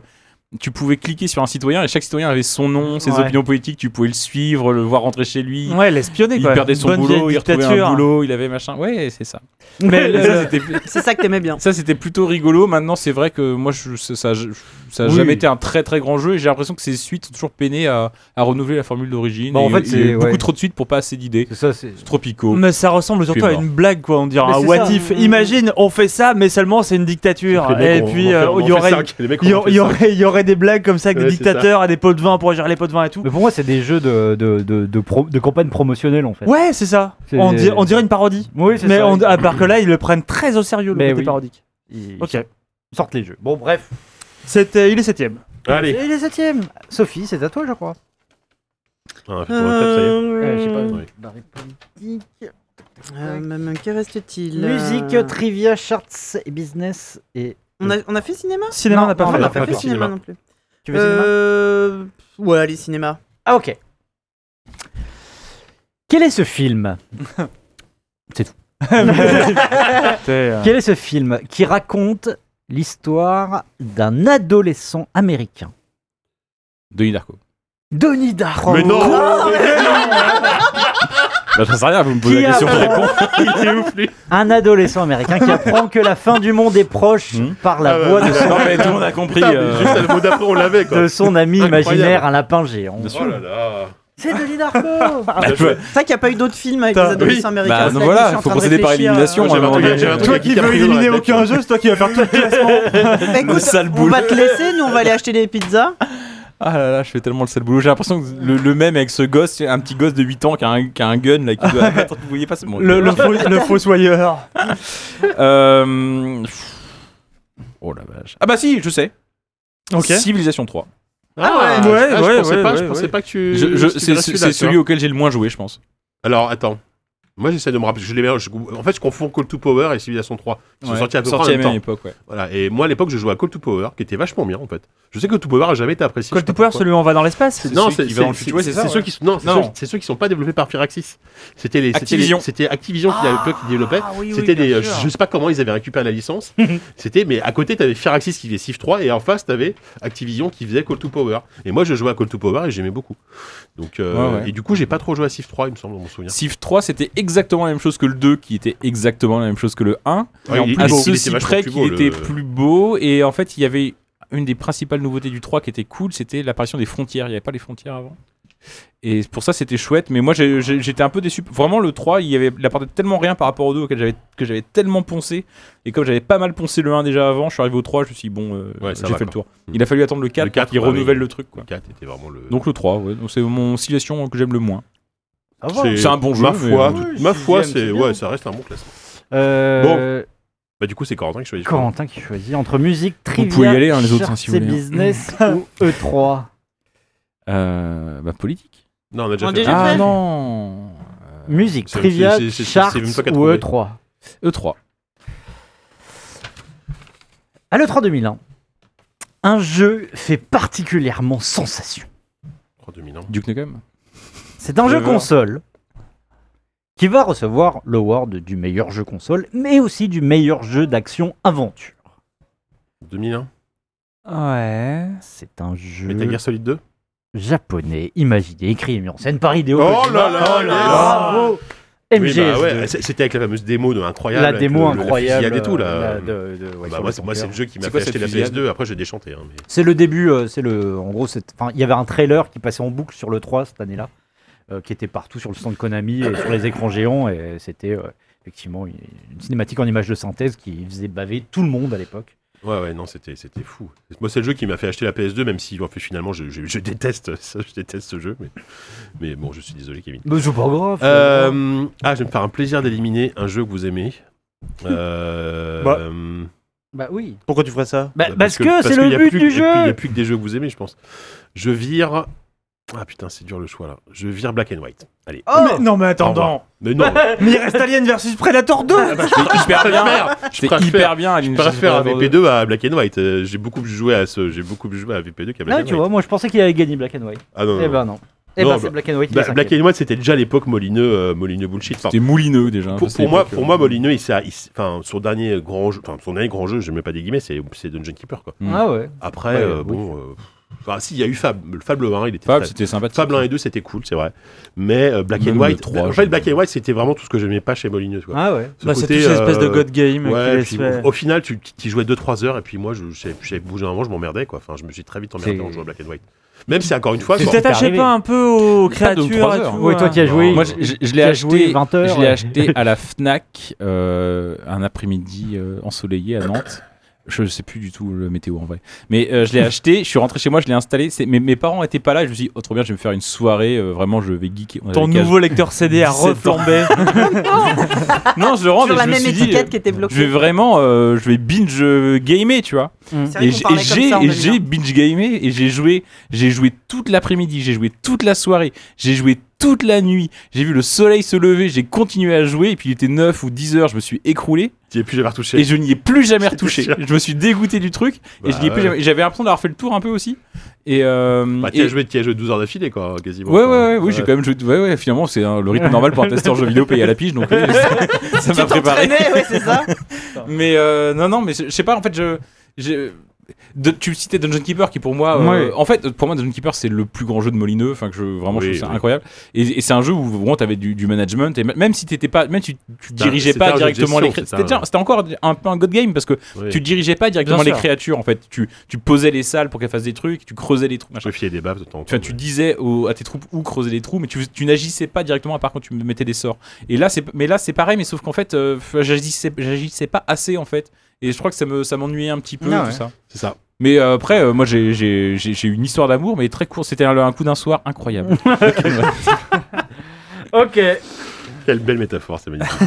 S4: tu pouvais cliquer sur un citoyen et chaque citoyen avait son nom ses
S3: Ouais.
S4: opinions politiques tu pouvais le suivre le voir rentrer chez lui
S3: Ouais, l'espionner
S4: il
S3: quoi.
S4: perdait son
S3: Bonne
S4: boulot
S3: vieille
S4: il retrouvait
S3: dictature.
S4: un boulot il avait machin ouais c'est ça
S3: Mais
S4: Et ça, (laughs)
S3: le-
S4: c'était-
S5: C'est ça que t'aimais bien.
S4: ça c'était plutôt rigolo maintenant c'est vrai que moi je, ça, ça- je- ça n'a
S2: Oui.
S4: jamais été un très très grand jeu et j'ai l'impression que ces suites ont toujours peiné à, à renouveler la formule d'origine.
S2: Bah, en
S4: Et
S2: fait,
S4: il y a eu
S2: c'est-
S4: beaucoup
S2: ouais.
S4: trop de suites pour pas assez d'idées.
S2: C'est ça, c'est.
S4: Tropicaux.
S3: Mais ça ressemble surtout à
S4: mort.
S3: une blague, quoi. On dirait
S2: Mais
S3: un
S2: c'est
S3: what
S2: ça,
S3: if.
S2: on-
S3: Imagine, on fait ça, mais seulement c'est une dictature.
S4: eh,
S3: Et puis, euh, il y aurait. Il y, aurait- il y aurait, il y aurait des blagues comme ça avec
S1: Ouais,
S3: des
S1: c'est ça.
S3: dictateurs à des pots de vin pour gérer les pots de vin et tout.
S2: Mais pour moi, c'est des jeux de, de, de, de, pro- de campagne promotionnelle en fait. ah,
S3: Ouais, c'est ça.
S2: C'est-
S3: On, dir- on dirait une parodie.
S2: Oui, c'est
S3: Mais
S2: ça.
S3: on- à part que là, ils le prennent très au sérieux, le
S2: Mais
S3: côté
S2: oui.
S3: parodique.
S2: Ils
S3: Ok.
S2: sortent les jeux. Bon, bref.
S3: C'était, il est septième.
S4: (laughs)
S1: Allez,
S2: Et les septièmes Sophie, c'est à toi, je crois. Euh,
S1: Ah, fais ton récap, ça
S4: Euh,
S1: y est.
S5: Euh, que reste-t-il euh,
S2: Musique, trivia, charts et business. Et...
S5: On a, on a fait cinéma
S3: Cinéma,
S2: Non,
S3: on n'a pas
S2: non,
S3: fait.
S5: On n'a
S1: n'a
S5: pas
S1: pas
S5: fait
S1: fait
S5: cinéma
S1: cinéma.
S5: non plus.
S2: Tu veux cinéma
S5: Euh... Ouais, allez, cinéma.
S2: Ah, ok. Quel est ce film
S3: T'es, euh,
S2: (laughs) Quel est ce film qui raconte l'histoire d'un adolescent américain
S4: Denis Darko.
S2: Donnie Darko.
S1: Mais non
S4: Bah, j'en sais rien, vous me posez
S2: Qui
S4: la question,
S2: a-
S4: je réponds.
S2: Un adolescent américain qui apprend que la fin du monde est proche
S4: Hmm.
S2: par la
S1: Ah ouais.
S2: voix de,
S4: non, mais tout le monde a compris.
S1: Putain, mais
S4: euh,
S1: Juste le mot d'après, on l'avait quoi.
S2: de son ami
S1: Incroyable.
S2: imaginaire, un lapin géant.
S4: Bien
S1: Oh là là.
S5: C'est Denis (laughs) Darko
S4: bah, je-
S5: C'est vrai qu'il n'y a pas eu d'autres films avec des
S3: Putain,
S5: adolescents américains.
S4: Bah,
S5: C'est
S4: non,
S5: vrai que je suis
S4: voilà,
S5: en
S4: faut
S5: train de
S4: procéder par
S5: réfléchir, euh,
S4: élimination.
S1: Moi, j'avais
S4: à un moment
S1: entendu-
S4: donné.
S1: j'avais entendu-
S3: Toi qui
S1: Caprio
S3: veux
S1: dans la
S3: éliminer
S1: tête.
S3: aucun jeu, c'est toi qui vas faire tout le classement.
S5: euh. Bah, écoute,
S4: sale
S5: on
S4: boule.
S5: va te laisser, nous on va aller acheter des pizzas.
S4: Ah là là, je fais tellement le sale boulot. J'ai l'impression que le, le même avec ce gosse, c'est un petit gosse de 8 ans qui a un, qui a un gun là, qui doit abattre. Vous voyez pas ce bon,
S3: Le, le, faux, le fossoyeur.
S4: Euh, pff. Oh la vache. Ah bah si, je sais.
S3: Ok.
S4: Civilisation 3.
S1: Ah
S3: ouais,
S1: ah,
S3: ouais,
S1: je pensais
S3: ouais,
S1: pas, je
S3: ouais,
S1: pensais
S3: ouais.
S1: pas que tu.
S4: Je- je-
S1: tu
S4: c'est
S1: verrais
S4: c'est
S1: celui-là, tu
S4: celui
S1: vois.
S4: auquel j'ai le moins joué, je pense.
S1: Alors attends. Moi j'essaie de me rappeler, je les mélange. je- En fait, je confonds Call to Power et Civilization 3. Ils sont
S4: Ouais.
S1: sortis à peu près en
S4: Sortis
S1: même temps.
S4: époque, ouais.
S1: Voilà. Et moi à l'époque, je jouais à Call to Power, qui était vachement bien en fait. Je sais que Call to Power a jamais été apprécié. je
S3: Cold
S1: sais pas
S3: Power,
S1: pourquoi.
S3: celui où on va dans l'espace.
S4: C'est
S1: Non,
S4: celui
S1: c'est
S4: qui va dans le
S1: c'est-
S4: futur, ouais, c'est ça,
S1: C'est
S4: ouais.
S1: ceux qui sont non, c'est
S4: Non.
S1: ceux- c'est ceux qui sont pas développés par Firaxis. C'était les c'était les-
S4: Activision.
S1: c'était Activision qui à l'époque qui développait.
S5: Ah oui, oui,
S1: C'était
S5: bien
S1: des,
S5: sûr.
S1: je sais pas comment ils avaient récupéré la licence. C'était, mais à côté, t'avais Firaxis qui faisait Civ 3 et en face, t'avais Activision qui faisait Call to Power. Et moi, je jouais à Call to Power et j'aimais beaucoup. Donc, euh,
S4: Ouais, ouais.
S1: et du coup, j'ai pas trop joué à Civ 3, il me semble, dans mon souvenir.
S4: Civ 3, c'était exactement la même chose que le 2, qui était exactement la même chose que le 1.
S1: Ouais, il-
S4: à
S1: il- il était
S4: ceci
S1: vachement
S4: près
S1: plus
S4: qu'il
S1: beau, le-
S4: était plus beau. Et en fait, il y avait une des principales nouveautés du 3 qui était cool, c'était l'apparition des frontières. Il n'y avait pas les frontières avant. Et pour ça, c'était chouette. Mais moi, j'ai- j'ai- j'étais un peu déçu. Vraiment, le 3, il, y avait, il apportait tellement rien par rapport au 2 auquel j'avais- que j'avais tellement poncé. Et comme j'avais pas mal poncé le 1 déjà avant, je suis arrivé au 3, je me suis dit, bon, euh,
S1: Ouais, ça
S4: j'ai
S1: va,
S4: fait le
S1: quoi.
S4: tour.
S1: Hmm.
S4: Il a fallu attendre le 4,
S1: Le 4,
S4: qui
S1: bah oui.
S4: renouvelle le truc.
S1: Le
S4: Quoi.
S1: 4 était vraiment le.
S4: Euh, Donc le 3, ouais. Donc c'est mon citation que j'aime le moins.
S2: Au revoir.
S4: c'est un bon jeu,
S1: Ma
S4: mais-
S1: foi,
S2: Oui,
S1: tout- ma foi,
S2: sixième, c'est
S1: c'est
S2: bien.
S1: ouais, ça reste un bon classement.
S2: Euh,
S1: Bah, du coup, c'est Corentin qui choisit.
S2: Corentin qui choisit entre musique, trivia,
S4: pouvez y aller, hein, les autres, hein, si
S2: charts et
S4: vous voulez, hein.
S2: business ou E E3.
S4: Euh, bah, politique.
S1: Non, on a déjà
S5: On a
S1: fait.
S5: déjà
S1: Ah,
S4: Ah
S5: fait.
S4: non
S2: Musique,
S1: C'est-
S2: trivia,
S1: c'est- c'est- c'est- c'est
S2: charts
S1: même pas qu'à
S2: ou E
S1: trouver.
S2: E3.
S4: E3.
S2: À l'E3 2001, un jeu fait particulièrement sensation.
S1: oh, 2000 ans.
S4: Duke Nukem
S2: C'est un
S4: Je
S2: jeu
S4: veux.
S2: console qui va recevoir l'award du meilleur jeu console, mais aussi du meilleur jeu d'action aventure.
S1: 2001.
S3: Ouais.
S2: C'est un jeu
S1: Metal Gear Solid 2.
S2: japonais, imaginé, écrit et mis en scène par Hideo
S1: Oh là
S2: Kojima.
S1: là,
S2: Oh
S1: yes.
S2: Bravo
S1: Oui,
S2: MGS2.
S1: bah ouais, c'est- c'était avec la fameuse démo de incroyable.
S2: la
S1: avec
S2: démo
S1: le- le- la
S2: incroyable.
S1: fusillade et tout,
S2: euh,
S1: là.
S2: la de- de- ouais,
S1: Bah,
S2: sur
S1: moi,
S2: le
S1: c'est moi, c'est
S2: tanker.
S1: le jeu qui m'a
S4: C'est quoi
S1: fait acheter
S4: cette
S1: la
S4: fusillade
S1: PS2. Après, j'ai déchanté. hein, mais-
S2: C'est le début, euh, c'est le, en gros, c'est- enfin, il y avait un trailer qui passait en boucle sur le 3 cette année-là, euh, qui était partout sur le stand Konami et sur les écrans géants, et c'était euh, effectivement une, une cinématique en images de synthèse qui faisait baver tout le monde à l'époque.
S1: Ouais, ouais, non, c'était c'était fou. Moi, c'est le jeu qui m'a fait acheter la PS2, même si en fait, finalement, je, je- je déteste ça, je déteste ce jeu. Mais, mais bon, je suis désolé, Kevin.
S2: Mais c'est pas grave.
S1: Euh, ah, je vais me faire un plaisir d'éliminer un jeu que vous aimez. Euh,
S3: Bah.
S1: euh,
S2: Hmm. Bah oui.
S3: Pourquoi tu ferais ça
S2: Bah, parce, que, c'est
S1: qu'il y
S2: le
S1: a
S2: but
S1: plus-
S2: du
S1: et puis, Il n'y a
S2: jeu.
S1: plus que des jeux que vous aimez, je pense. Je vire. Ah putain, c'est dur le choix là. Je vire Black and White. Allez.
S2: Oh.
S3: mais, Non, mais attends,
S1: Oh Au revoir. Ah, bah, Mais
S3: non.
S1: non, mais
S3: Mais il reste Alien versus Predator 2
S4: (laughs) C'était hyper
S1: je
S4: bien
S1: préfère- je
S4: C'était
S1: préfère
S4: hyper bien,
S1: Je préfère VP2 à Black and White. Euh, j'ai beaucoup plus joué à ce, j'ai beaucoup plus joué à VP2 qu'à Black and
S2: Là, Ah, tu
S1: White.
S2: vois, moi je pensais qu'il avait gagné Black and White.
S1: Ah non, non,
S2: Eh
S1: non.
S2: ben non. Eh
S1: Non,
S2: ben c'est
S1: bah-
S2: Black and White. qui
S1: Bah,
S2: est
S1: Black
S2: cinquième.
S1: and White, c'était déjà à l'époque Molineux, euh, Molineux bullshit. Enfin,
S4: C'était moulineux déjà.
S1: pour,
S4: Ça,
S1: pour
S4: c'est
S1: moi,
S4: l'époque,
S1: pour
S4: euh,
S1: moi, Molineux, il s'est- il s'est- enfin, son dernier grand jeu, enfin, son dernier grand jeu, je mets pas des guillemets, c'est, c'est Dungeon Keeper, quoi.
S4: White.
S2: Ah ouais.
S1: Après,
S2: Ouais,
S1: euh,
S2: oui.
S1: bon, euh, pff, Enfin, si, il y a eu Fab. Le Fable 1, il était
S4: Fable,
S1: très-
S4: c'était sympathique.
S1: Fable 1 et 2, c'était cool, c'est vrai. Mais euh, Black
S4: Même
S1: and
S4: le
S1: White.
S4: 3,
S1: en
S4: je-
S1: fait, Black and White, c'était vraiment tout ce que j'aimais pas chez Molineux. Quoi.
S2: Ah ouais.
S1: Ce
S3: Bah, c'est
S1: côté,
S3: toute cette espèce de
S1: euh,
S3: god game qui
S1: Ouais,
S3: laisse
S1: puis
S3: faire.
S1: au, au final, tu tu y jouais 2-3 heures et puis moi, je je savais je savais bouger un moment, je m'emmerdais quoi. Enfin, je me suis très vite emmerdé
S2: C'est-
S1: en jouant à Black and White. Même si, encore une fois,
S3: Tu
S1: bon,
S2: peut-être
S3: t'attachais
S2: arrivé.
S3: pas un peu aux
S4: Pas de
S3: créatures
S4: trois
S3: et
S4: heures.
S3: tout,
S2: Oui, toi
S3: hein.
S2: qui as joué.
S4: Moi, je, je- je
S2: Tu
S4: l'ai
S2: as
S4: acheté,
S2: acheté 20 heures,
S4: je l'ai
S2: ouais.
S4: acheté à la Fnac euh, un après-midi euh, ensoleillé à Nantes. Je sais plus du tout le météo en vrai. Mais euh, je l'ai acheté, je suis rentré chez moi, je l'ai installé. C'est- Mes, mes parents étaient pas là, et je me suis dit, oh, trop bien, je vais me faire une soirée, euh, vraiment, je vais geeker. On
S3: Ton
S4: avait qu'à-
S3: nouveau lecteur CD a
S4: 17 ans.
S3: reflambé.
S4: Non, je le rentre,
S5: Sur
S4: et
S5: la
S4: je me
S5: même
S4: suis dit,
S5: étiquette qui était
S4: je vais
S5: bloquée.
S4: vraiment, euh, je vais binge euh, gamer, tu vois.
S5: C'est
S4: Et
S5: vrai qu'on
S4: j'ai
S5: parlait
S4: et
S5: comme ça en
S4: j'ai- et (laughs)
S5: 2020.
S4: j'ai binge gamé et j'ai joué, j'ai joué toute l'après-midi, j'ai joué toute la soirée, j'ai joué toute la nuit, j'ai vu le soleil se lever, j'ai continué à jouer et puis il était 9 ou 10 heures, je me suis écroulé
S1: tu y es plus jamais retouché.
S4: et je n'y ai plus
S1: (laughs)
S4: jamais retouché.
S1: sûr.
S4: Je me suis dégoûté du truc et
S1: Bah,
S4: je n'y ai plus
S1: ouais.
S4: jamais- J'avais l'impression d'avoir fait le tour un peu aussi. Et, euh,
S1: Bah, tu
S4: et-
S1: as joué, t'y as joué 12 heures d'affilée quoi, quasiment.
S4: Ouais, ouais,
S1: quoi.
S4: ouais, oui, j'ai quand même joué. Ouais, ouais, finalement, c'est hein, le rythme normal pour un testeur jeu vidéo payé à la pige,
S1: (laughs)
S4: donc oui, (laughs) ça- ça m'a préparé.
S5: Traîner, ouais, c'est ça.
S4: Mais euh, non, non, mais je je sais pas, en fait, je. je- de- tu citais Dungeon Keeper qui pour moi euh,
S3: Ouais.
S4: en fait pour moi Dungeon Keeper c'est le plus grand jeu de Molineux enfin que je vraiment je
S1: Oui,
S4: trouve ça
S1: oui.
S4: incroyable et, et c'est un jeu où vraiment t'avais du, du management et m- même si t'étais pas même si tu, tu
S1: un-
S4: dirigeais
S1: c'était un
S4: pas
S1: jeu de
S4: directement les
S1: gestion,
S4: créatures
S1: c'était un-
S4: c'était c'était encore un peu un god game parce que
S1: Ouais.
S4: tu dirigeais pas directement
S3: Bien
S4: les
S3: sûr.
S4: créatures en fait tu, tu posais les salles pour qu'elles fassent des trucs tu creusais les trous machin.
S1: Je me fiais des baffes de temps en temps.
S4: Enfin, tu disais au- à tes troupes où creuser les trous, mais tu, tu n'agissais pas directement à part quand tu mettais des sorts. Et là, c'est, mais là, c'est pareil, mais sauf qu'en fait, euh, j'agissais, j'agissais pas assez en fait. Et je crois que ça, me, ça m'ennuyait un petit peu
S2: Ah
S4: tout
S2: ouais.
S4: ça.
S1: C'est ça.
S4: Mais euh, après, euh, moi, j'ai, j'ai, j'ai, j'ai eu une histoire d'amour, mais très courte. C'était un, un coup d'un soir incroyable.
S2: Ok.
S1: Quelle belle métaphore, c'est magnifique.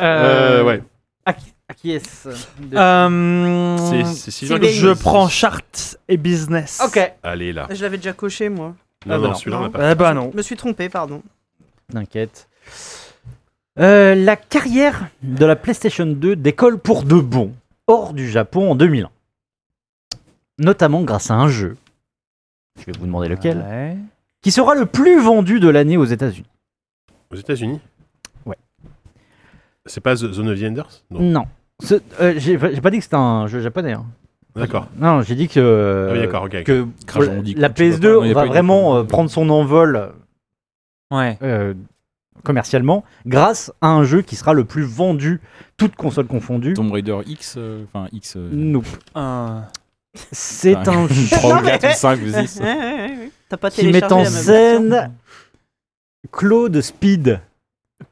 S2: Euh,
S1: Euh, ouais.
S2: À qui, à qui est-ce
S3: Euh,
S1: C'est- c'est Sylvain
S5: c'est
S1: qui-
S5: des-
S3: Je prends charte et business.
S2: Ok.
S1: Allez là.
S5: Je l'avais déjà coché, moi.
S1: Non,
S2: Ah, bah
S1: non,
S2: non.
S1: celui-là on l'a pas.
S3: Eh ben non.
S5: Je me suis trompé, pardon.
S2: T'inquiète. Euh, la carrière de la PlayStation 2 décolle pour de bon, hors du Japon en 2001. Notamment grâce à un jeu, je vais vous demander lequel,
S3: Ouais.
S2: qui sera le plus vendu de l'année aux États-Unis.
S1: Aux États-Unis
S2: Ouais.
S1: C'est pas The Zone of the Enders Non.
S2: Non. Ce- euh, J'ai j'ai pas dit que c'était un jeu japonais. hein.
S1: D'accord.
S2: Non, j'ai dit que, euh,
S1: Ah oui, d'accord, ok.
S2: que
S4: Crash Bandicoot,
S2: la
S4: tu vois
S2: PS2
S4: pas. Non, y a pas
S2: va
S4: une-
S2: vraiment euh, prendre son envol
S3: Ouais.
S2: euh, commercialement grâce à un jeu qui sera le plus vendu, toutes consoles confondues.
S4: Tomb Raider X, euh, enfin X. euh,
S2: Nope.
S3: Un-
S2: C'est
S4: Enfin,
S1: (laughs)
S2: un jeu
S4: 3 ou
S5: mais-
S4: 4 ou 5 ou 6.
S2: (laughs)
S5: Ouais, ouais, ouais, ouais. T'as pas
S2: qui met
S5: téléchargé
S2: en
S5: la même version.
S2: scène Claude Speed.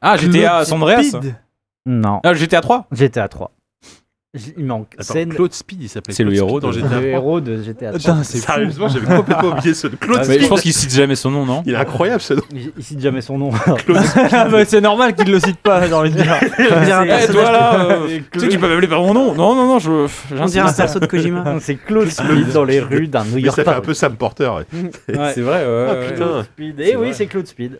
S4: Ah, GTA San Andreas
S3: Speed.
S2: Non,
S4: Ah, GTA 3
S2: GTA 3 J- Il manque
S1: Attends,
S2: scène
S1: Claude Speed, il s'appelle.
S4: C'est le
S1: Claude Speed
S4: héros
S1: dans
S4: de-
S1: GTA
S2: le
S1: trois.
S2: héros de GTA 3.
S3: Putain, c'est fou.
S1: Sérieusement, j'avais complètement oublié ce Claude
S4: Ah, mais
S1: Speed.
S4: Je pense qu'il cite jamais son nom, non
S1: Il est incroyable ce nom.
S2: Il il cite jamais
S1: (laughs)
S2: son nom.
S3: Ah, bah, c'est normal qu'il le cite pas, j'ai envie de
S2: (laughs)
S3: dire.
S5: On dirait un
S4: Eh,
S5: personnage-
S4: toi là, euh, tu sais qu'ils peuvent m'appeler par mon nom. Non, non, non, je.
S5: on dirait un
S4: j'insiste.
S5: perso de
S1: (laughs)
S5: Kojima.
S2: C'est Claude Speed dans les rues d'un New
S1: Mais ça
S2: York.
S1: fait un
S2: Paris.
S1: peu Sam Porter. ouais.
S4: (laughs)
S2: Ouais.
S4: C'est vrai, ouais,
S2: Oh,
S4: ouais.
S2: Claude
S1: ouais.
S2: Speed.
S4: C'est
S2: Et oui,
S4: vrai.
S2: c'est Claude Speed.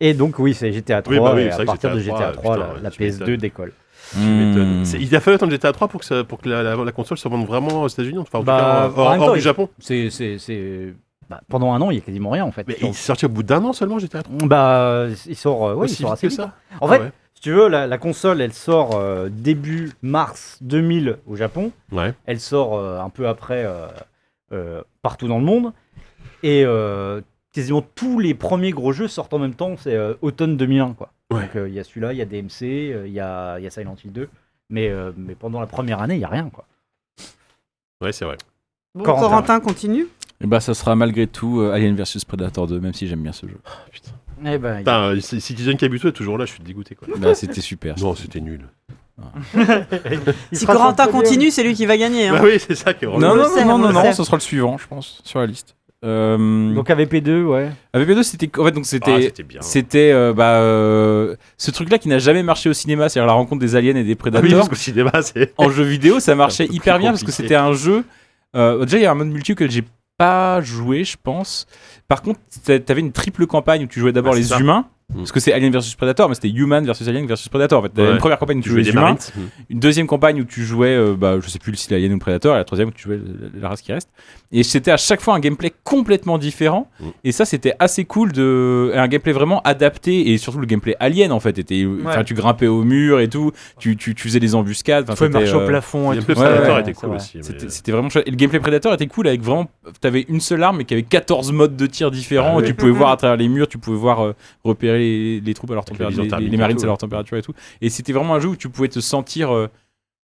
S2: Et donc oui, c'est GTA 3
S1: Oui, bah oui,
S2: et
S1: c'est
S2: à
S1: vrai que
S2: partir de
S1: GTA
S2: GTA 3,
S1: putain,
S2: la,
S1: ouais,
S2: la
S1: tu
S2: PS2
S1: m'étonnes.
S2: décolle.
S1: Tu m'étonnes.
S4: Hmm.
S1: C'est- Il a fallu attendre GTA 3 pour que, ça- pour que la, la- la console se vende vraiment aux États-Unis, enfin, en tout
S2: Bah,
S1: cas,
S2: en
S1: hors,
S2: même
S1: hors
S2: temps,
S1: du
S2: il-
S1: Japon.
S2: C'est c'est c'est bah, pendant un an, il y a quasiment rien en fait.
S1: Mais il est
S2: Donc,
S1: sorti au bout d'un an seulement, GTA 3.
S2: Bah il sort, euh, ouais, il
S1: Aussi
S2: sort
S1: vite
S2: assez
S1: que
S2: vite. Ah
S1: ça. Ah
S2: En fait, Si tu veux, la, la console, elle sort euh, début mars 2000 au Japon.
S1: Ouais.
S2: Elle sort euh, un peu après euh, euh, partout dans le monde. Et euh, quasiment tous les premiers gros jeux sortent en même temps. C'est euh, automne 2001, quoi.
S1: Ouais.
S2: Donc euh, il y a celui-là, il y a DMC, euh, il y, a, il y a Silent Hill 2. Mais, euh, mais pendant la première année, il n'y a rien, quoi.
S1: Ouais, c'est vrai.
S5: Bon,
S2: Corentin.
S5: Corentin continue.
S4: Et bah, ça sera malgré tout euh, Alien vs Predator 2, même si j'aime bien ce jeu.
S2: Eh ben,
S1: Putain, euh, C- Citizen Kabuto est toujours là, je suis dégoûté quoi.
S4: Bah, (laughs) c'était super.
S1: Non, c'était nul.
S2: il
S5: Si
S2: sera
S5: Corentin
S2: sur le podium.
S5: continue, c'est lui qui va gagner.
S1: Bah
S5: hein.
S1: oui, c'est ça qui est
S4: Non,
S1: relou.
S4: non,
S5: le
S4: non,
S5: sait,
S4: non,
S5: on
S4: non,
S5: le
S4: non,
S5: sait.
S4: ce sera le suivant, je pense, sur la liste. Euh,
S2: Donc AVP2, ouais.
S4: AVP2, c'était. En fait, donc
S1: Ah,
S4: c'était.
S1: c'était bien.
S4: c'était euh, bah, euh, ce truc-là qui n'a jamais marché au cinéma, c'est-à-dire la rencontre des aliens et des
S1: Ah oui, parce
S4: prédateurs.
S1: qu'au cinéma, c'est.
S4: en jeu vidéo, ça marchait
S1: Un peu plus
S4: hyper bien parce que
S1: compliqué.
S4: c'était un jeu. euh, déjà, il y a un mode multi que j'ai pas joué, je pense. Par contre, t'a- t'avais une triple campagne où tu jouais d'abord
S1: Ah, c'est
S4: les
S1: ça.
S4: humains, Parce que c'est Alien versus Predator, mais c'était Human versus Alien versus Predator. En fait, T'avais
S1: Ouais.
S4: une première campagne où tu
S1: Tu jouais
S4: jouais
S1: des
S4: les humains,
S1: Marines Mmh.
S4: une deuxième campagne où tu jouais, euh, bah, je sais plus si l'Alien ou le Predator, et la troisième où tu jouais le- le- la race qui reste. Et c'était à chaque fois un gameplay complètement différent.
S1: Mm.
S4: Et ça, c'était assez cool de. Un gameplay vraiment adapté, et surtout le gameplay Alien en fait. était- enfin, Tu grimpais au mur et tout, tu, tu, tu faisais des embuscades. enfin,
S3: Tu pouvais
S4: c'était,
S3: marcher au
S4: euh,
S3: plafond et
S1: Le
S3: tout.
S4: ouais,
S1: Predator
S4: ouais,
S1: était
S3: c'est
S1: cool
S3: vrai.
S1: aussi. mais- euh,
S4: C'était c'était vraiment chouette. Et le gameplay Predator était cool avec vraiment. T'avais une seule arme et qui avait 14 modes de tir différents.
S1: Ah
S4: et
S1: oui.
S4: Tu pouvais
S1: (laughs)
S4: voir à travers les murs, tu pouvais voir euh, repérer les, les troupes à leur
S1: Avec la
S4: température,
S1: vision
S4: les, les
S1: thermique et
S4: marines
S1: tout,
S4: à leur
S1: ouais.
S4: température et tout. Et c'était vraiment un jeu où tu pouvais te sentir. euh,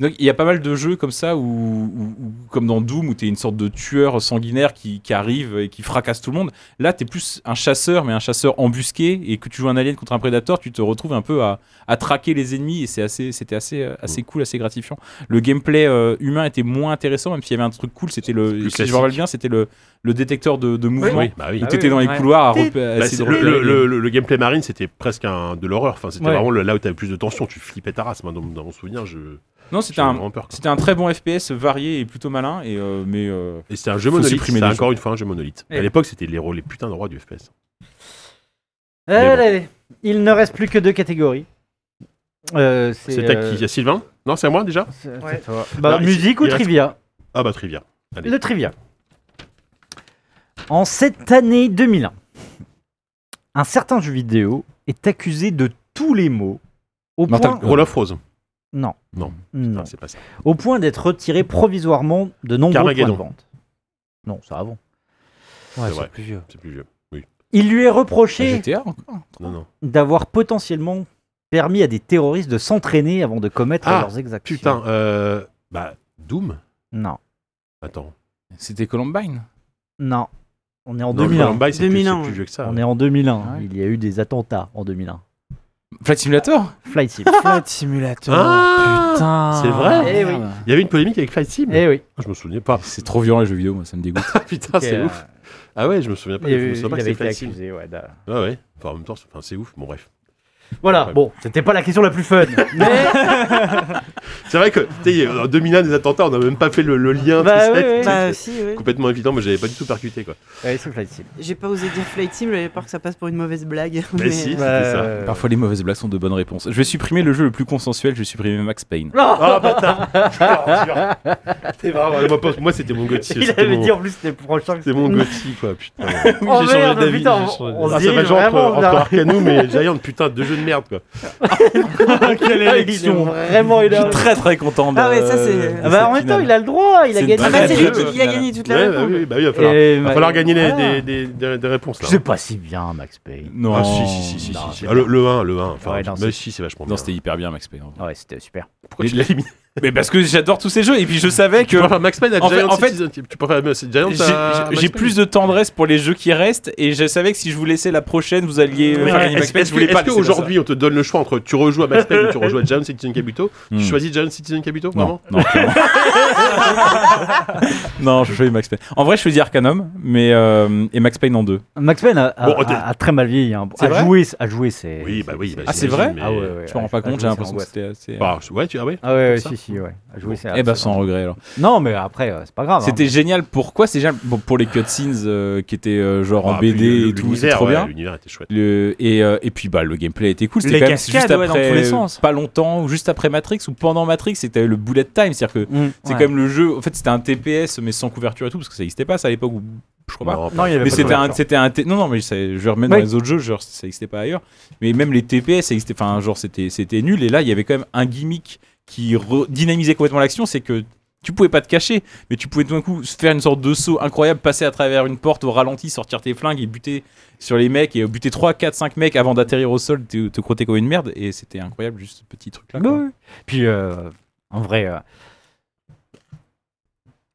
S4: donc, il y a pas mal de jeux comme ça où, où- où- comme dans Doom, où t'es une sorte de tueur sanguinaire qui, qui arrive et qui fracasse tout le monde. Là, t'es plus un chasseur, mais un chasseur embusqué. Et que tu joues un alien contre un prédateur, tu te retrouves un peu à, à traquer les ennemis. Et c'est assez, c'était assez, euh, assez cool, assez gratifiant. Le gameplay euh, humain était moins intéressant, même s'il y avait un truc cool. C'était le,
S1: Plus
S4: si je me rappelle bien, c'était le, le détecteur de, de mouvement.
S1: Oui, bah oui.
S4: Où
S2: Ah
S4: t'étais
S2: oui,
S4: dans les
S3: ouais.
S4: couloirs à, repé-
S2: Tit-
S4: à
S1: Bah,
S4: essayer
S1: c'est-
S4: de
S1: le,
S4: repérer
S1: le-
S4: les-
S1: le- le- le gameplay marine, c'était presque un, de l'horreur. Enfin, c'était
S2: Ouais.
S1: vraiment le- là où t'avais plus de tension. Tu flippais ta race. Moi, dans, dans mon souvenir, je.
S4: Non, c'était
S1: j'avais
S4: un,
S1: vraiment peur. quoi.
S4: c'était un très bon FPS varié et plutôt malin. Et, euh, mais euh,
S1: Et c'était un jeu
S4: Faut
S1: monolithe.
S4: supprimer
S1: C'était
S4: des
S1: encore une fois un jeu monolithe.
S2: Et-
S1: À l'époque, c'était les rôles, les putains de rois du FPS. Mais bon.
S2: Allez, il ne reste plus que deux catégories. Euh,
S1: C'est à qui
S2: euh,
S1: Il y a Sylvain Non, c'est à moi déjà
S2: c'est-
S5: Ouais.
S2: c'est toi. Bah,
S1: Non, il-
S2: musique ou
S1: il reste-
S2: trivia
S1: Ah bah Trivia. Allez.
S2: Le trivia. En cette année 2001, un certain jeu vidéo est accusé de tous les maux au
S4: Mortal
S2: point...
S1: Roll of Rose.
S2: Non.
S1: Non.
S2: Ah, Non.
S1: Ah, c'est pas ça.
S2: Au point d'être retiré provisoirement de nombreux points de
S1: Carmageddon.
S2: vente. Non, ça avant.
S3: Ouais,
S1: vrai.
S3: c'est plus vieux.
S1: C'est plus vieux.
S2: Il lui est
S1: Ah,
S2: reproché
S4: GTA encore.
S2: Oh,
S1: Non, non.
S2: d'avoir potentiellement permis à des terroristes de s'entraîner avant de commettre
S1: Ah,
S2: leurs exactions.
S1: Putain. euh, Bah Doom.
S2: Non,
S1: Attends.
S4: C'était Columbine.
S2: non. On est en
S1: Non,
S2: 2001.
S1: Columbine, c'est plus,
S5: 2001,
S1: c'est plus
S5: ouais.
S1: vieux que ça.
S2: On est en 2001.
S4: Ah ouais.
S2: Il y a eu des attentats en 2001.
S4: Flight Simulator
S2: Flight Sim.
S3: Flight Simulator.
S1: Ah
S3: putain.
S1: C'est vrai
S2: Eh oui.
S1: Il y avait une polémique avec Flight Sim.
S2: Eh oui.
S1: Je me souviens pas.
S4: C'est trop violent les jeux vidéo, moi ça me dégoûte.
S1: (laughs) Putain, c'est
S2: Euh,
S1: ouf. Ah ouais, je me souviens pas.
S2: Il,
S1: Je me souviens pas
S2: il
S1: que
S2: avait
S1: c'était
S2: été
S1: Flight Sim.
S2: accusé, ouais. d'a-
S1: Ah ouais. Enfin, en même temps, c'est enfin, c'est ouf. Bon, bref.
S2: Voilà,
S1: Ouais.
S2: bon, c'était pas la question la plus (laughs) fun. mais
S1: C'est vrai que, tu sais, en 2001, des attentats, on n'a même pas fait le, le lien.
S2: Bah
S1: tu sais,
S2: ouais, ouais.
S1: c'est-
S5: Bah,
S1: c'est
S5: si, oui.
S1: Complètement évident, mais j'avais pas du tout percuté
S2: (laughs)
S1: quoi.
S2: Ouais, c'est Flight Sim.
S5: J'ai pas osé dire Flight Sim, j'avais peur que ça passe pour une mauvaise blague.
S1: Mais,
S5: mais-
S1: Bah, si, c'était ça.
S2: Euh,
S4: Parfois les mauvaises blagues sont de bonnes réponses. Je vais supprimer le jeu le plus consensuel, je vais supprimer Max Payne.
S1: Ah bâtard (laughs) Putain, dur. C'est vraiment- moi, pour- Moi, c'était mon Gauthier.
S2: Il
S1: c'était
S2: avait
S1: mon-
S2: dit en plus c'était prochain.
S1: C'était mon Gauthier quoi, putain.
S2: Oui, Oh j'ai changé merde, d'avis, putain, j'ai changé on- d'avis. on se
S1: Ah,
S2: dirige vraiment
S1: entre, entre
S2: (laughs) vers-
S1: Arcanum et Giant, putain, deux jeux de merde quoi. Ah,
S2: Quelle
S4: élection.
S2: Vraiment
S3: Ah,
S4: Je suis
S2: énorme.
S4: très très content de
S5: Ah ouais, ça, c'est-
S4: de
S2: Ah bah, en
S4: cette
S2: même temps,
S4: finale.
S2: il a le droit, il a
S4: C'est
S2: gagné.
S4: une
S5: Ah bah
S4: Ouais,
S5: c'est
S4: ouais,
S5: lui
S4: ouais.
S5: qui a gagné toute la
S1: Ouais, bah
S5: réponse.
S1: oui, bah oui, il va falloir,
S2: Et
S1: va
S2: bah-
S1: falloir gagner les-
S2: Ah.
S1: des, des, des- des réponses là.
S2: C'est pas si bien, Max Payne.
S4: Non,
S1: Ah si, si, si, si,
S2: Non,
S1: si, si.
S2: c'est
S1: Ah, le, le 1, le 1. Enfin,
S2: Ouais, non,
S1: mais
S2: c'est-
S1: si, c'est vachement bien.
S4: Non, c'était hyper bien Max Payne.
S1: Hmm.
S2: Ouais, c'était super.
S1: Pourquoi tu l'as éliminé
S4: Mais parce que j'adore tous ces jeux et puis je savais que
S1: Tu préfères Max Payne à
S4: En fait-
S1: Giant
S4: en fait-
S1: Citizen Tu préfères Max- Giant
S4: j'ai- j'ai-
S1: à
S4: j'ai
S1: Max Payne
S4: plus de tendresse pour les jeux qui restent et je savais que si je vous laissais la prochaine, vous alliez euh,
S3: Ouais,
S4: faire gagner Max
S1: Est-ce
S4: Payne.
S1: est-ce
S4: Je
S1: que
S4: voulais pas
S1: est-ce
S4: laisser ça.
S1: qu'aujourd'hui on te donne le choix entre tu rejoues à Max Payne ou tu rejoues à Giant Citizen Kabuto
S4: Hmm.
S1: Tu choisis Giant Citizen Kabuto
S4: Non,
S1: vraiment
S4: non,
S1: (laughs)
S4: clairement. non, je choisis Max Payne. En vrai, je choisis Arcanum, mais euh, et Max Payne en deux.
S2: Max Payne a, a-
S1: Bon,
S2: a-
S1: t'es-
S2: a très mal vieilli. Hein.
S4: C'est
S2: À
S4: vrai
S2: jouer, à jouer, c'est.
S1: Oui, bah oui. bah
S4: Ah, c'est vrai
S1: j'imagine, mais-
S2: Ah ouais, ouais,
S4: Je me
S2: ouais,
S4: rends pas
S2: à
S4: compte, j'ai
S2: jouer, c'est
S4: l'impression que
S2: angoissant.
S4: c'était assez.
S1: Bah, ouais, tu ah ouais.
S2: Ah ouais, ouais,
S4: ça.
S2: si, si, ouais. À jouer, c'est.
S4: eh bah,
S2: c'est-
S4: sans regret alors.
S2: Non, mais après, euh, c'est pas
S1: Ah,
S2: grave. hein.
S4: C'était génial. Pourquoi c'est génial Bon, Pour les cutscenes euh, qui étaient euh, genre en
S1: Ah, puis le-
S4: BD et tout, c'est
S1: l'univers,
S4: trop
S1: ouais,
S4: bien.
S1: L'univers était chouette.
S4: Le- et, euh, et puis bah le gameplay était cool. C'était
S3: Les
S4: quand même
S3: cascades,
S4: juste
S3: ouais, dans
S4: après, euh,
S3: tous les sens.
S4: pas longtemps, ou juste après Matrix ou pendant Matrix, c'était le bullet time, c'est-à-dire que
S2: Mm,
S4: c'est
S2: ouais.
S4: quand même le jeu. En fait, c'était un TPS mais sans couverture et tout parce que ça n'existait pas ça à l'époque. ou- Je crois pas.
S1: Non,
S2: Non,
S1: pas-
S2: il y avait
S4: Mais
S2: pas de
S4: c'était un,
S2: couverture.
S4: c'était un T- non non mais ça- je remets dans
S2: Oui.
S4: les autres jeux genre ça n'existait pas ailleurs mais même les TPS ça existait enfin genre c'était c'était nul et là il y avait quand même un gimmick qui re- dynamisait complètement l'action c'est que tu pouvais pas te cacher mais tu pouvais tout d'un coup se faire une sorte de saut incroyable passer à travers une porte au ralenti sortir tes flingues et buter sur les mecs et buter 3 4 5 mecs avant d'atterrir au sol te, te crotter comme une merde et c'était incroyable juste ce petit truc là
S2: Oui, oui. Puis, euh, en vrai, euh,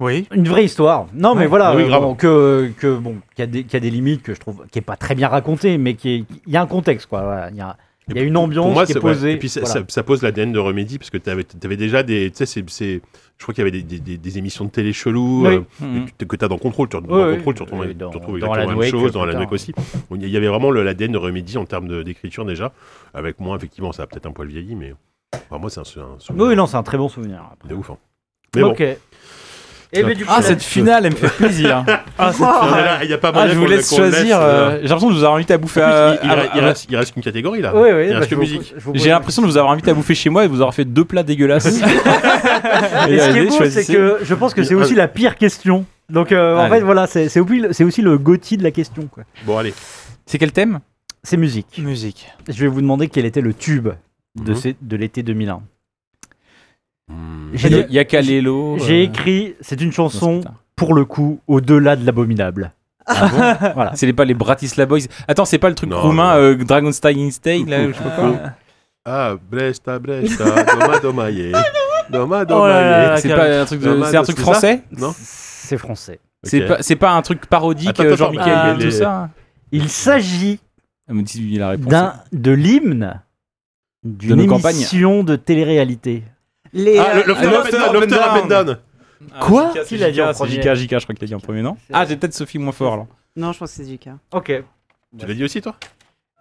S3: Oui.
S2: une vraie histoire. Non, mais
S3: Ouais.
S2: voilà,
S1: Ah oui,
S2: euh,
S1: grave.
S2: bon, que, que bon, qu'il y, a des- qu'il y a des limites que je trouve qui est pas très bien racontée, mais qui est- il y a un contexte quoi. voilà. Il y a, il y a une ambiance
S1: Pour moi,
S2: qui est
S1: c'est- ouais.
S2: posée.
S1: Et puis ça,
S2: voilà.
S1: ça- ça pose l'ADN de Remedy parce que t'avais avais déjà des. Tu sais, c'est- c'est- je crois qu'il y avait des, des- des- des émissions de télé chelou.
S2: Oui. Mm.
S1: euh,
S4: Mhm.
S1: que- que tu as dans Control, tu, re-
S2: Ouais,
S1: dans
S2: ouais.
S1: Control, tu retrouves,
S2: Et
S1: tu
S2: dans-
S1: retrouves
S2: dans
S1: exactement la
S2: Alan
S1: même
S2: Wake,
S1: chose, dans
S2: plus
S1: la
S2: tard. hein.
S1: aussi. On- Il y avait vraiment le- l'ADN de Remedy en termes de- d'écriture déjà, avec moi, effectivement, ça a peut-être un poil vieilli, mais enfin, moi, c'est un, c'est un souvenir
S2: Oui, non, c'est un très bon souvenir. après.
S1: de ouf. hein. Mais bon,
S2: Ok. Et Eh ben, du coup,
S4: Ah,
S2: là-
S4: cette finale, elle me fait plaisir.
S3: Ah, c'est-
S1: Ah, mais là, Il n'y a pas
S4: Ah,
S1: moyen
S4: je vous
S1: qu'on le-
S4: laisse
S1: qu'on le
S4: choisir.
S1: euh,
S4: euh, J'ai l'impression de vous avoir invité à bouffer. à-
S1: il- il- il-
S4: à-
S1: il
S4: à-
S1: reste- Il reste qu'une catégorie là.
S2: euh, Ouais, ouais,
S1: Il reste
S2: bah,
S1: que
S2: je vous-
S1: musique.
S2: je vous
S4: J'ai
S2: pose-
S4: l'impression de vous avoir invité à bouffer chez moi et de vous avoir fait deux plats dégueulasses.
S2: Ah, Mais ce qui est
S4: Allez,
S2: beau, c'est
S4: choisissez.
S2: que je pense que c'est aussi la pire question. Donc euh, en
S4: Allez.
S2: fait, voilà, c'est c'est aussi, le- c'est aussi le gothi de la question. quoi.
S1: Bon, allez.
S4: (laughs) C'est quel thème
S2: C'est musique.
S3: Musique.
S2: Je vais vous demander quel était le tube de,
S1: Mhm.
S2: ces- de l'été 2001.
S1: Mmh.
S2: J'ai-
S4: Il y a
S1: Oh, bah,
S4: euh, Kalelo.
S2: J'ai écrit, c'est une chanson pour le coup au-delà de l'abominable. voilà.
S4: C'est les- pas les Bratislava Boys. Attends, c'est pas le truc
S1: Non,
S4: roumain
S1: non.
S4: euh, Dragonstein State là, je sais pas quoi.
S1: Ah, Bresta, Bresta, Doma,
S2: (laughs)
S1: Domaye.
S2: Ah,
S1: Doma,
S3: Oh là là,
S1: Domaye.
S3: la
S4: C'est
S3: carte.
S4: pas un truc, de-
S1: Nomade,
S4: c'est un truc
S1: Ah, c'est ça
S4: français
S1: Non
S2: C'est français.
S4: C'est
S1: Ok.
S4: pas, c'est pas un truc parodique,
S1: Attends,
S4: euh,
S1: attends,
S4: genre
S1: attends,
S4: Michael
S3: bah,
S4: Bell, tout
S1: les-
S4: ça hein.
S2: Il s'agit
S4: Ah, mais dis-lui la réponse.
S2: d'un de l'hymne d'une
S4: nos campagnes.
S2: émission de télé-réalité.
S5: Les,
S1: Ah, le-
S5: euh,
S1: le
S4: Ah, Lofter
S1: Lofter Up
S4: Up and
S1: and Down.
S4: Down. Ah,
S2: Quoi
S4: JK, c'est
S2: Qui l'a dit en
S4: JK, c'est
S2: premier
S4: JK, JK, je crois qu'il l'a dit en premier, non
S2: C'est-
S4: Ah, j'ai peut-être Sophie moins fort là.
S5: Non, je pense que c'est
S1: (laughs)
S5: Jika.
S2: Ok.
S1: Tu l'as dit aussi, toi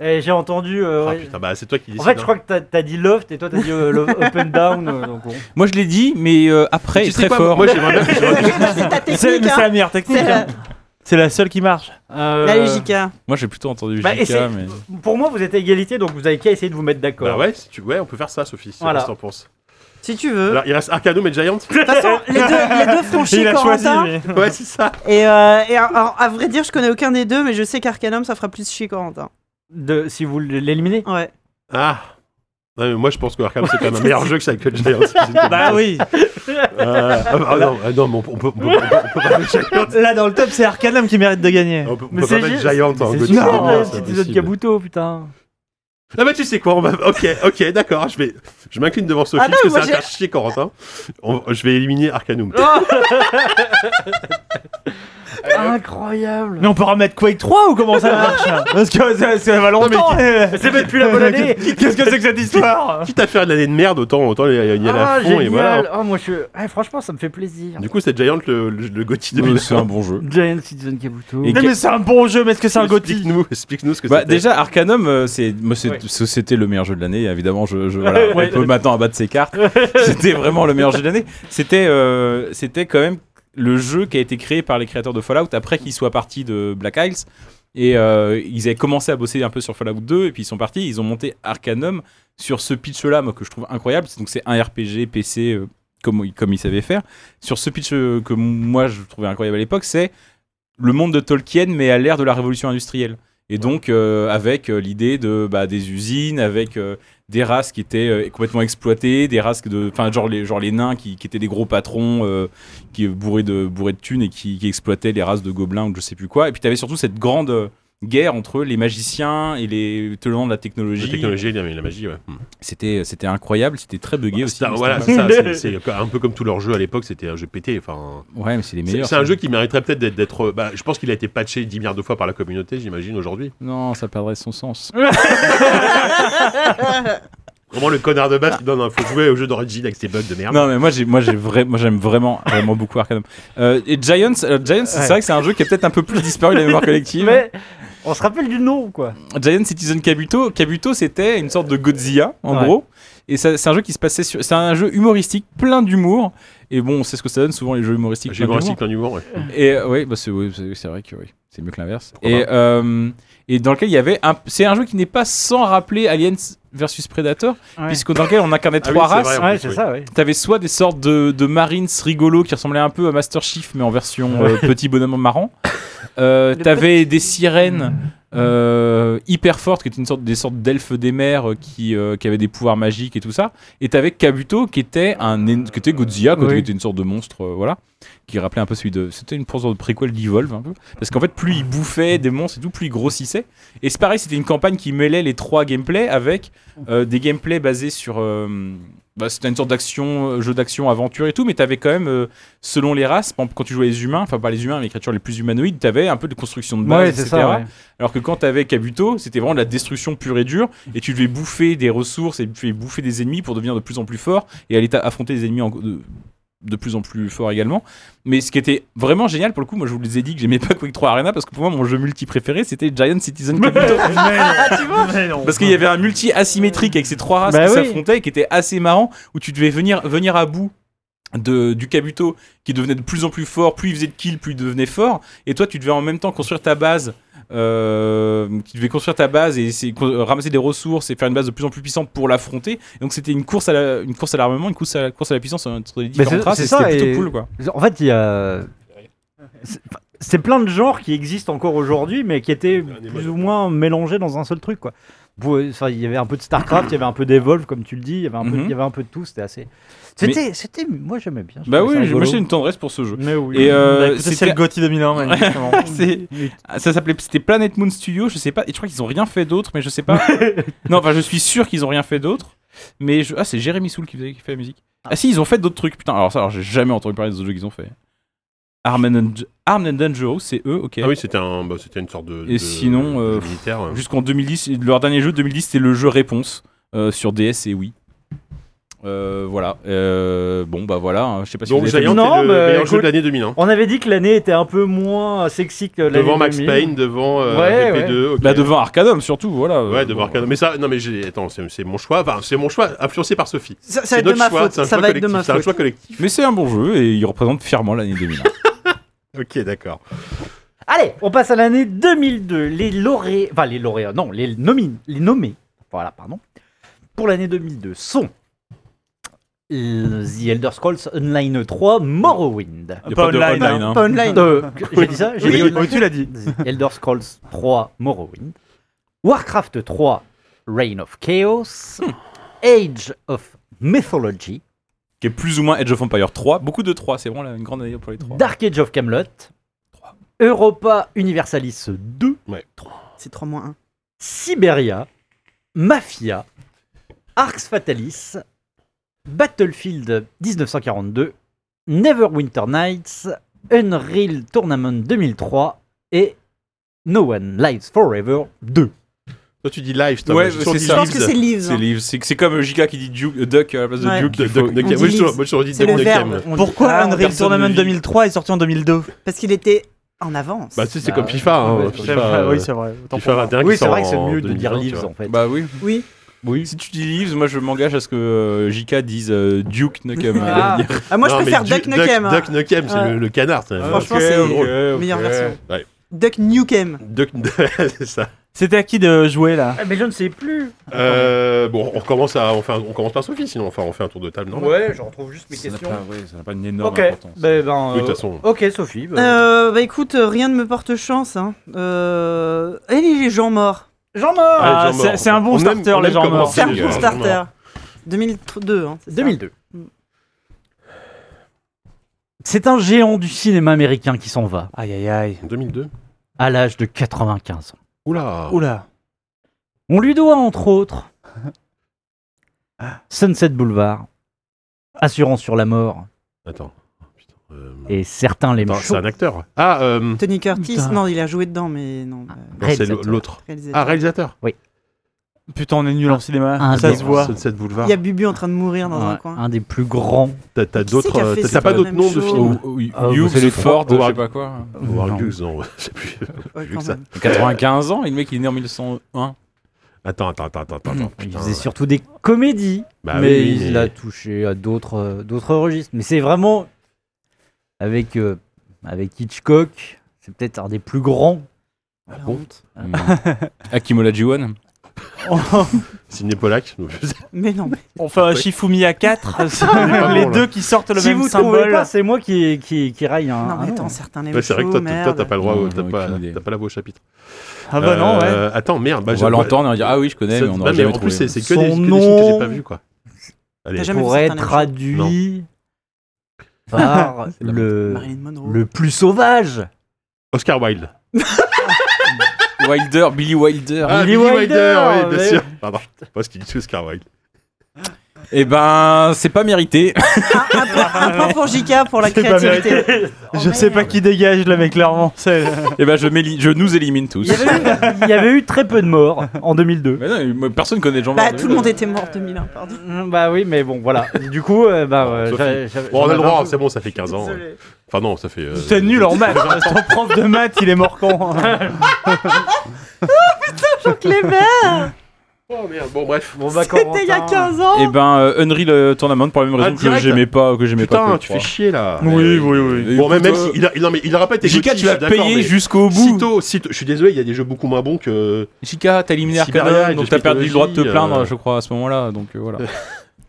S2: Et j'ai entendu. euh,
S1: Ah
S2: ouais.
S1: putain, bah c'est toi qui dis
S2: en fait, je crois que t'as as dit Loft et toi t'as dit euh, Love- Up and Down. euh, donc bon.
S4: Moi je l'ai dit, mais euh, après,
S1: Tu
S4: est
S1: sais
S4: très
S1: quoi,
S4: fort.
S1: Moi, (laughs) j'aimerais bien que j'aurais-
S5: (laughs) c'est ta
S3: C'est
S5: technique,
S3: mais c'est
S5: hein.
S3: la meilleure technique.
S5: C'est la-
S3: hein. C'est la seule qui marche.
S2: Euh,
S5: La Jika.
S4: Moi j'ai plutôt entendu
S2: Bah,
S4: JK,
S2: essaie-
S4: mais.
S2: Pour moi, vous êtes à égalité, donc vous avez qu'à essayer de vous mettre d'accord.
S1: Bah ouais, si tu... ouais, on peut faire ça, Sophie, si
S2: Voilà.
S1: qu'est-ce que t'en penses.
S5: Si tu veux.
S1: Alors, il reste Arcanum et
S2: (laughs)
S1: Giant
S5: De toute façon, les deux, les deux
S1: (laughs)
S5: font chier
S3: Il a choisi.
S5: Corentin.
S3: mais-
S1: Ouais, c'est ça.
S5: Et, euh, et alors, à vrai dire, je connais aucun des deux, mais je sais qu'Arcanum, ça fera plus chier Corentin.
S2: De, si vous l'éliminez.
S5: Ouais.
S1: Ah non, mais moi je pense que Arkham c'est quand même un meilleur jeu que Cycle Giant.
S3: Bah oui.
S1: Euh, ah, bah, ah, non, ah, non, mais on peut, on peut, on peut, on peut- on peut pas mettre Giant.
S3: Là dans le top, c'est Arcanum qui mérite de gagner.
S1: On peut, on
S2: Mais
S1: peut
S2: c'est
S1: pas mettre
S2: juste-
S1: Giant en hein,
S2: C'est
S1: Gothic.
S2: génial,
S1: Non,
S2: le
S1: Ah, bah, c'est
S2: petit épisode
S1: impossible.
S2: Kabuto, putain.
S1: Ah bah tu sais quoi, on va... ok, ok, d'accord, je vais, je m'incline devant Sophie
S5: Ah non,
S1: parce que
S5: moi,
S1: c'est un
S5: j'ai-
S1: cas chier Corentin. On- Je vais éliminer Arcanum. Ah,
S2: Incroyable.
S3: Mais on peut remettre Quake 3 ou comment ça marche hein Parce que ça, ça va longtemps. eh.
S2: C'est
S1: (laughs)
S2: depuis la bonne année.
S3: Qu'est-ce que c'est que cette histoire
S1: Quitte à faire de l'année de merde, autant, autant y aller à
S2: Ah,
S1: fond et voilà.
S2: génial. Oh, moi, je... ah, franchement, ça me fait plaisir.
S1: Du coup, c'est Giant le, le, le Gothic
S4: Oui,
S1: 2000.
S4: Oh, C'est un bon jeu.
S2: Giant Citizen Kabuto.
S4: Et-
S3: Non, mais c'est un bon jeu, mais est-ce que c'est un
S1: (laughs)
S3: Gothi
S1: Explique-nous, explique-nous ce que
S4: Bah,
S1: c'était.
S4: déjà, Arcanum, euh, c'est, moi, c'est-
S2: Ouais.
S4: c'est- c'était le meilleur jeu de l'année. Évidemment, je, je- voilà,
S3: Ouais.
S4: on peut maintenant abattre ses cartes. c'était vraiment le meilleur jeu de l'année. C'était, euh, c'était quand même le jeu qui a été créé par les créateurs de Fallout après qu'ils soient partis de Black Isles. Et euh, ils avaient commencé à bosser un peu sur Fallout 2 et puis ils sont partis. Ils ont monté Arcanum sur ce pitch-là, moi, que je trouve incroyable. Donc, c'est un RPG, PC, euh, comme, comme ils savaient faire. Sur ce pitch euh, que moi, je trouvais incroyable à l'époque, c'est le monde de Tolkien, mais à l'ère de la révolution industrielle. Et donc, euh, avec euh, l'idée de bah, des usines, avec euh, des races qui étaient euh, complètement exploitées, des races de. Enfin, genre les, genre les nains qui, qui étaient des gros patrons euh, qui bourrés de, bourrés de thunes et qui, qui exploitaient les races de gobelins ou de je sais plus quoi. Et puis, tu avais surtout cette grande euh, guerre entre les magiciens et les tenants de la
S1: la
S4: technologie.
S1: technologie, la, la magie, ouais.
S4: C'était c'était incroyable, c'était très buggé aussi.
S1: C'est un-
S4: mais
S1: voilà,
S4: c'était-
S1: c'est ça,
S4: (laughs)
S1: c'est- c'est un peu comme tous leurs jeux à l'époque, c'était un jeu pété. Enfin,
S4: Ouais, mais c'est les
S1: c'est
S4: meilleurs.
S1: c'est un
S4: ça.
S1: jeu qui mériterait peut-être d'être- d'être. Bah, je pense qu'il a été patché 10 milliards de fois par la communauté, j'imagine, aujourd'hui.
S4: Non, ça perdrait son sens.
S1: Comment le connard de
S5: Ah.
S1: base qui donne un faut jouer au jeu d'origine avec ses bugs de merde.
S4: Non, mais moi, j'ai, moi, j'ai vrai, moi, j'aime vraiment, vraiment beaucoup Arcanum. Euh, et Giants, euh, Giants, c'est
S2: Ouais.
S4: vrai que c'est un jeu qui est peut-être un peu plus disparu de la mémoire collective.
S2: Mais on se rappelle du nom, quoi.
S4: Giant Citizen Kabuto, Kabuto, c'était une sorte de Godzilla, en
S2: Ouais.
S4: gros. Et ça- c'est un jeu qui se passait sur, c'est un jeu humoristique, plein d'humour. Et bon, c'est ce que ça donne souvent les jeux humoristiques.
S1: J'ai
S4: plein
S1: eu un
S4: d'humour.
S1: cycle en humour. ouais.
S4: Et euh, oui, bah c'est oui, c'est- c'est vrai que oui, c'est mieux que l'inverse.
S1: Pourquoi
S4: Et, euh, et dans lequel il y avait un. C'est un jeu qui n'est pas sans rappeler Aliens versus Predator,
S2: Ouais.
S4: puisque dans lequel on incarnait
S1: Ah oui,
S4: trois
S1: c'est
S4: races.
S1: vrai, en
S2: Ouais,
S1: plus,
S2: c'est
S1: oui.
S2: ça, ouais.
S4: T'avais soit des sortes de, de Marines rigolos qui ressemblaient un peu à Master Chief, mais en version euh, petit bonhomme marrant. Euh,
S5: Le
S4: T'avais des sirènes euh, hyper fortes, qui étaient une sorte, des sortes d'elfes des mers euh, qui, euh, qui avaient des pouvoirs magiques et tout ça. Et t'avais Kabuto, qui était, un, éno- qui était Godzilla, quoi,
S2: Oui.
S4: qui était une sorte de monstre, euh, voilà, qui rappelait un peu celui de. C'était une sorte de préquel d'Evolve, un peu. Parce qu'en fait, plus il bouffait des monstres et tout, plus il grossissait. Et c'est pareil, c'était une campagne qui mêlait les trois gameplays avec euh, des gameplays basés sur. euh, bah, c'était une sorte d'action, euh, jeu d'action, aventure et tout, mais t'avais quand même, euh, selon les races, par exemple, quand tu jouais les humains, enfin pas les humains, mais les créatures les plus humanoïdes, t'avais un peu de construction de base,
S2: Ouais, c'est
S4: etc.
S2: ça. ouais.
S4: Alors que quand t'avais Kabuto, c'était vraiment de la destruction pure et dure, et tu devais bouffer des ressources et tu devais bouffer des ennemis pour devenir de plus en plus fort et aller t'a- affronter des ennemis en- de, de plus en plus fort également. Mais ce qui était vraiment génial pour le coup, moi je vous les ai dit que j'aimais pas Quake 3 Arena parce que pour moi mon jeu multi préféré c'était Giant
S2: (laughs)
S4: Citizen Kabuto.
S3: Ah, tu vois Mais non.
S4: Parce qu'il y avait un multi asymétrique avec ces trois races
S2: Bah
S4: qui
S2: oui.
S4: s'affrontaient qui était assez marrant où tu devais venir, venir à bout de, du Kabuto qui devenait de plus en plus fort, plus il faisait de kills, plus il devenait fort, et toi tu devais en même temps construire ta base, euh, tu devais construire ta base et essayer de con- euh, ramasser des ressources et faire une base de plus en plus puissante pour l'affronter. Et Donc c'était une course à la- une course à l'armement, une course à la course à la puissance entre les différentes
S2: Bah, c'est-
S4: races,
S2: c'est
S4: et
S2: ça,
S4: c'était plutôt
S2: et-
S4: cool quoi.
S2: En fait, il y a. c'est- C'est plein de genres qui existent encore aujourd'hui, mais qui étaient
S3: Ah,
S2: plus ou moins mélangés dans un seul truc. Quoi. Vous, euh, enfin, Il y avait un peu de StarCraft, il y avait un peu d'Evolve, comme tu le dis, il y avait un, peu,
S4: Mhm.
S2: il y avait un peu de tout, c'était assez.
S4: Mais-
S2: C'était, c'était- moi j'aimais bien. je
S4: Bah
S2: trouvais
S4: oui,
S2: ça
S4: j'ai- moi
S2: rigolo.
S4: j'ai une tendresse pour ce jeu.
S2: Mais oui.
S4: Et
S2: (laughs)
S4: euh,
S3: Bah, écoutez, c'est
S4: c'était-
S3: le Gotti 2001, exactement.
S4: C'est- Ah, ça s'appelait c'était Planet Moon Studio, je sais pas, et je crois qu'ils ont rien fait d'autre, mais je sais (laughs) pas. non, enfin je suis sûr qu'ils ont rien fait d'autre, mais je... ah c'est Jérémy Soul qui, faisait- qui fait la musique. Ah si, ils ont fait d'autres trucs. Putain, alors ça, alors, j'ai jamais entendu parler des autres jeux qu'ils ont fait. Armed and, Armed and Dangerous, c'est eux, ok.
S1: Ah oui, c'était un, bah, c'était une sorte de.
S4: Et
S1: de-
S4: sinon,
S1: de
S4: euh,
S1: militaire.
S4: Jusqu'en 2010, et leur dernier jeu 2010, c'était le jeu Réponse euh, sur DS et Wii. Euh, voilà. Euh, bon bah voilà, hein, je sais pas si
S1: Donc
S4: vous avez
S1: j'ai
S4: fait-
S2: Non,
S1: le
S5: bah,
S2: mais
S1: meilleur jeu
S2: écoute-
S1: de l'année 2001.
S2: On avait dit que l'année était un peu moins sexy que l'année
S1: Devant Max
S2: 2000.
S1: Payne, devant euh,
S2: Ouais,
S1: GP2. ok.
S4: bah devant euh, Arcadum surtout, voilà.
S1: Ouais, devant
S4: Bon.
S1: Arcadum. Mais ça, non, mais j'ai. Attends, c'est c'est mon choix. Enfin, c'est mon choix influencé par Sophie.
S5: Ça, ça va
S1: C'est
S5: être de
S1: notre
S5: ma
S1: choix.
S5: faute.
S1: C'est un
S5: Ça
S1: choix
S5: va être de
S1: collectif.
S5: ma
S1: C'est un choix
S5: faute.
S1: collectif.
S4: Mais c'est un bon jeu et il représente fièrement l'année 2000.
S1: Ok, d'accord.
S2: Allez, on passe à l'année 2002. Les lauréats, enfin les lauréats, non, les nommés, les nommés, voilà, pardon, pour l'année 2002 sont euh, The Elder Scrolls Online 3 Morrowind.
S4: Il y a pas de
S3: Online,
S4: online, hein.
S5: Pas online.
S2: Euh, j'ai dit ça J'ai dit
S3: Oui,
S2: online.
S3: tu l'as dit.
S2: The Elder Scrolls 3 Morrowind, Warcraft 3 Reign of Chaos,
S3: Hmm.
S2: Age of Mythology,
S4: qui est plus ou moins Edge of Empire 3. Beaucoup de 3, c'est vraiment là, une grande année pour les 3.
S2: Dark Age of Camelot,
S4: Trois.
S2: Europa Universalis 2,
S5: C'est 3 1.
S2: Siberia, Mafia, Arx Fatalis, Battlefield 1942, Neverwinter Nights, Unreal Tournament 2003 et No One Lives Forever 2.
S1: Toi, tu dis live. toi,
S4: Ouais,
S1: moi,
S4: mais
S1: j'ai toujours
S4: c'est
S1: dit
S5: Je
S4: ça.
S1: Leaves.
S5: pense que c'est Leaves. hein.
S4: C'est les- C'est c'est comme Giga qui dit Duke- euh, Duck à la place de
S5: Ouais.
S4: Duke. il
S1: Duck,
S4: faut-
S1: Duck, Duck.
S5: On
S1: Moi,
S5: dit
S1: j'ai toujours
S5: Leaves.
S1: moi, j'ai toujours dit
S5: C'est
S1: Duck,
S5: le
S1: Duck,
S5: verbe.
S1: Game.
S2: On dit-
S3: Pourquoi
S5: Ah,
S3: Unreal
S4: personne
S3: Tournament
S4: ne vit.
S3: 2003 est sorti en 2002
S5: Parce qu'il était en avance.
S1: Bah, tu sais, c'est
S2: Bah,
S1: comme FIFA.
S2: ouais,
S1: hein,
S2: c'est
S3: C'est
S1: FIFA,
S3: vrai,
S1: euh,
S3: Oui, c'est vrai. autant pour
S1: FIFA
S3: moi.
S1: 21 qui
S2: Oui, c'est
S1: sort
S2: vrai que c'est
S1: en
S2: mieux de
S1: 2020,
S2: dire
S1: tu vois.
S2: Leaves en fait.
S4: Bah oui.
S5: Oui.
S2: oui.
S4: Si tu dis Leaves, moi je m'engage à ce que euh, JK dise euh, Duke
S2: (laughs)
S4: Nakama.
S2: Ah.
S5: Ah, moi,
S1: Non,
S5: je
S1: mais
S5: préfère
S1: Du-
S5: Duck Nukem. hein.
S1: Duck Nukem, c'est
S5: Ouais.
S1: le- le canard. c'est-
S5: Franchement, c'est meilleure version.
S1: Ouais.
S5: Duck Nukem.
S1: Duck, c'est ça.
S3: C'était à qui de jouer là
S2: Ah, Mais je ne sais plus.
S1: Euh, bon, on commence à, on, fait un- on commence par Sophie, sinon enfin on fait un tour de table, non
S2: Ouais, je retrouve juste mes
S4: Ça n'a
S2: questions.
S4: pas, ouais, ça n'a pas une énorme
S2: Ok.
S4: importance.
S2: Ben, ben,
S1: Oui, de toute
S2: euh,
S1: façon.
S2: Ok, Sophie. ben-
S5: Euh, bah écoute, euh, rien ne me porte chance. Hein. Euh... Et les gens morts.
S2: Jean Mort
S1: Ah,
S3: Ah,
S1: les gens
S3: c'est-
S1: morts.
S3: c'est un bon
S1: On aime-
S3: starter,
S1: on
S3: les
S1: aime
S3: gens
S1: comment
S3: morts.
S5: C'est un
S1: les gens
S5: bon starter. 2002. Hein, c'est ça
S2: 2002.
S5: Mm.
S2: C'est un géant du cinéma américain qui s'en va
S3: Aïe aïe aïe.
S1: 2002.
S2: à l'âge de 95 ans.
S1: Oula.
S3: Oula.
S2: On lui doit entre autres
S1: Ah.
S2: Sunset Boulevard, Assurance sur la mort
S1: Attends. Putain, euh,
S2: et certains les
S1: attends, c'est
S2: méchants.
S1: un acteur. Ah, euh,
S5: Tony Curtis,
S3: Putain.
S5: non, il a joué dedans, mais non. bah,
S1: non, c'est
S2: réalisateur.
S1: l'autre.
S5: réalisateur.
S1: Ah, réalisateur.
S3: Putain, on est nul en cinéma.
S2: Ah,
S3: ça
S2: des-
S3: se voit.
S1: Sunset Boulevard.
S5: Il y a Bubu en train de mourir dans un
S2: Ouais, Ah,
S5: coin.
S2: un des plus grands.
S1: T'as, t'as
S5: Qui c'est
S1: d'autres.
S5: qui a fait
S1: t'as-
S5: ce
S1: T'as pas
S5: film
S1: d'autres noms de
S5: Même
S1: films.
S4: Oh,
S5: chose.
S4: oh,
S2: Ah,
S4: Hughes,
S2: c'est les
S4: Ford,
S1: trois-
S4: je sais pas quoi.
S1: Howard
S2: Non.
S1: Hughes, non, je sais plus.
S5: Ouais,
S1: vu
S5: quand
S1: que ça.
S5: même.
S4: 95 ans, et le mec il est né en 1901.
S1: Attends, attends, attends, attends, attends.
S2: Il
S1: putain.
S2: faisait surtout des comédies,
S1: Bah
S2: mais
S1: oui,
S2: il
S1: mais-
S2: a touché à d'autres euh, d'autres registres. Mais c'est vraiment avec euh, avec Hitchcock, c'est peut-être un des plus grands.
S1: Ah bon
S4: Mm. (laughs) Akimola Jiwon.
S1: Sidney Pollack. donc, je sais
S5: Mais non, mais
S3: On fait un Shifumi à
S1: (laughs)
S3: 4. (laughs)
S1: pas
S3: les
S1: bon, là.
S3: deux qui sortent le
S2: si
S3: même
S2: vous trouvez
S3: symbole.
S2: pas, c'est moi qui qui, qui raille un.
S5: non,
S2: un
S5: mais attends,
S2: nom.
S5: certains les
S1: pas, c'est vrai que
S5: chauds,
S1: toi, t- toi,
S5: merde.
S1: t'as pas le droit, au-
S4: Non,
S1: t'as,
S4: j'en ai
S1: pas,
S4: aucune idée.
S1: t'as pas la voix au chapitre.
S3: ah bah non, ouais.
S1: Euh, Attends, merde. bah,
S4: On
S1: j'ai-
S4: va l'entendre et on va dire Ah oui, je connais, mais on
S1: Non,
S4: n'aurait
S1: mais
S4: jamais
S1: en plus, c'est,
S4: trouvé.
S1: c'est que, des,
S2: Son
S1: que des films que j'ai
S2: nom.
S1: pas vus, quoi. Allez,
S5: T'as jamais vu
S2: Pourrait
S5: certains
S2: être
S5: les chauds.
S2: traduit
S1: (laughs)
S2: par le
S5: Marilyn Monroe.
S2: euh, le plus sauvage.
S1: Oscar Wilde.
S4: Wilder, Billy Wilder.
S1: Ah,
S2: Billy
S1: Billy
S2: Wilder,
S1: Wilder, oui, bien
S2: mais-
S1: sûr. Pardon, pas ce qu'il dit, c'est Oscar Wilde.
S4: Eh ben, c'est pas mérité. (laughs)
S5: Ah, un, point- un point pour Jika
S1: (laughs)
S5: pour la
S3: C'est pas mérité.
S5: créativité. Oh,
S2: Oh,
S3: Je sais pas qui dégage là, mais clairement, c'est.
S1: Euh,
S4: Eh ben, je, m'éli- je nous élimine tous.
S2: Il y, avait eu, il y avait eu très peu de morts en 2002.
S4: Mais non, moi, personne connaît Jean
S5: Bah,
S4: Bernard.
S5: tout le monde était mort en 2001,
S2: (laughs)
S5: pardon.
S2: Mm, Bah oui, mais bon, voilà. Du coup, euh, bah, euh,
S1: Sophie.
S2: j'avais- j'avais-
S1: Bon, on a le
S2: j'en avais un
S1: droit,
S2: peu-
S1: c'est bon, ça fait 15 ans. hein. Enfin, non, ça fait. euh,
S3: C'est nul
S1: (laughs)
S3: en maths. Ton prof de hein. maths, il est mort quand
S5: Clément
S1: Oh merde, bon bref.
S2: Bon, bah,
S5: C'était il y a
S2: Corentin.
S5: 15 ans.
S4: Et ben euh, Unreal euh, Tournament pour la même
S1: Ah,
S4: raison que
S1: direct.
S4: j'aimais pas que j'aimais pas.
S1: Putain,
S4: Quake
S1: tu
S4: 3.
S1: fais chier là.
S3: Oui, oui, oui.
S1: Bon, même, même
S4: Écoute,
S1: si il a, il- non, mais il aura pas été
S4: Jika,
S1: Gotti,
S4: tu
S1: je
S4: l'as
S1: suis d'accord,
S4: payé
S1: mais
S4: jusqu'au bout.
S1: Sitôt, sitôt- je suis désolé, il y a des jeux beaucoup moins bons que.
S4: Jika, t'as éliminé
S1: Siberia,
S4: Arcanum,
S1: Age
S4: donc
S1: of
S4: t'as perdu le droit de te
S1: Mythology,
S4: plaindre,
S1: euh,
S4: je crois, à ce moment-là. Donc euh, voilà.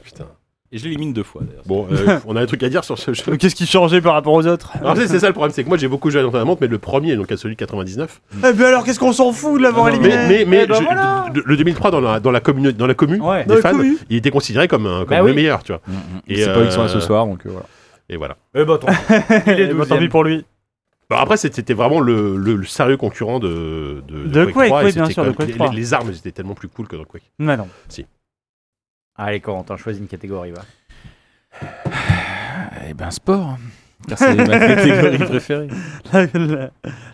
S1: Putain.
S4: Et je l'élimine deux fois d'ailleurs.
S1: Bon, euh, on a un truc à dire sur ce jeu.
S3: Donc, Qu'est-ce qui changeait par rapport aux autres
S1: Alors, c'est c'est ça le problème, c'est que moi j'ai beaucoup joué à l'entraînement, mais le premier, donc à celui de 99.
S3: Eh bien alors, qu'est-ce qu'on s'en fout de l'avoir
S4: Non, non,
S1: Mais,
S3: éliminé
S1: mais, mais
S2: Eh ben
S1: je-
S2: voilà.
S1: de- de- le 2003 dans la, dans la commune, dans la commune
S2: Ouais.
S1: des
S3: Dans la
S1: fans,
S3: commu.
S1: il était considéré comme, un- comme
S2: Bah
S1: le
S2: oui.
S1: meilleur, tu vois. Et,
S4: Et c'est pas eux qui sont là
S1: euh,
S4: ce soir, donc euh, voilà.
S1: Et voilà.
S2: Eh bah, tant pis. Il est
S3: Eh ben, Tant
S2: 12e.
S3: pis pour lui.
S1: Bon, Bah, après, c'était c'était vraiment le, le- le sérieux concurrent de, de,
S3: De Quake,
S1: 3, et
S3: oui, bien
S1: c'était quand
S3: sûr, de
S1: même-
S3: Quake
S1: les-
S3: 3.
S1: Les, les armes étaient tellement plus cool que dans Quake.
S3: Mais non.
S2: Allez, Corentin, choisis une catégorie. Va.
S4: Eh ben sport. Car c'est (laughs) ma catégorie
S2: (laughs)
S4: préférée.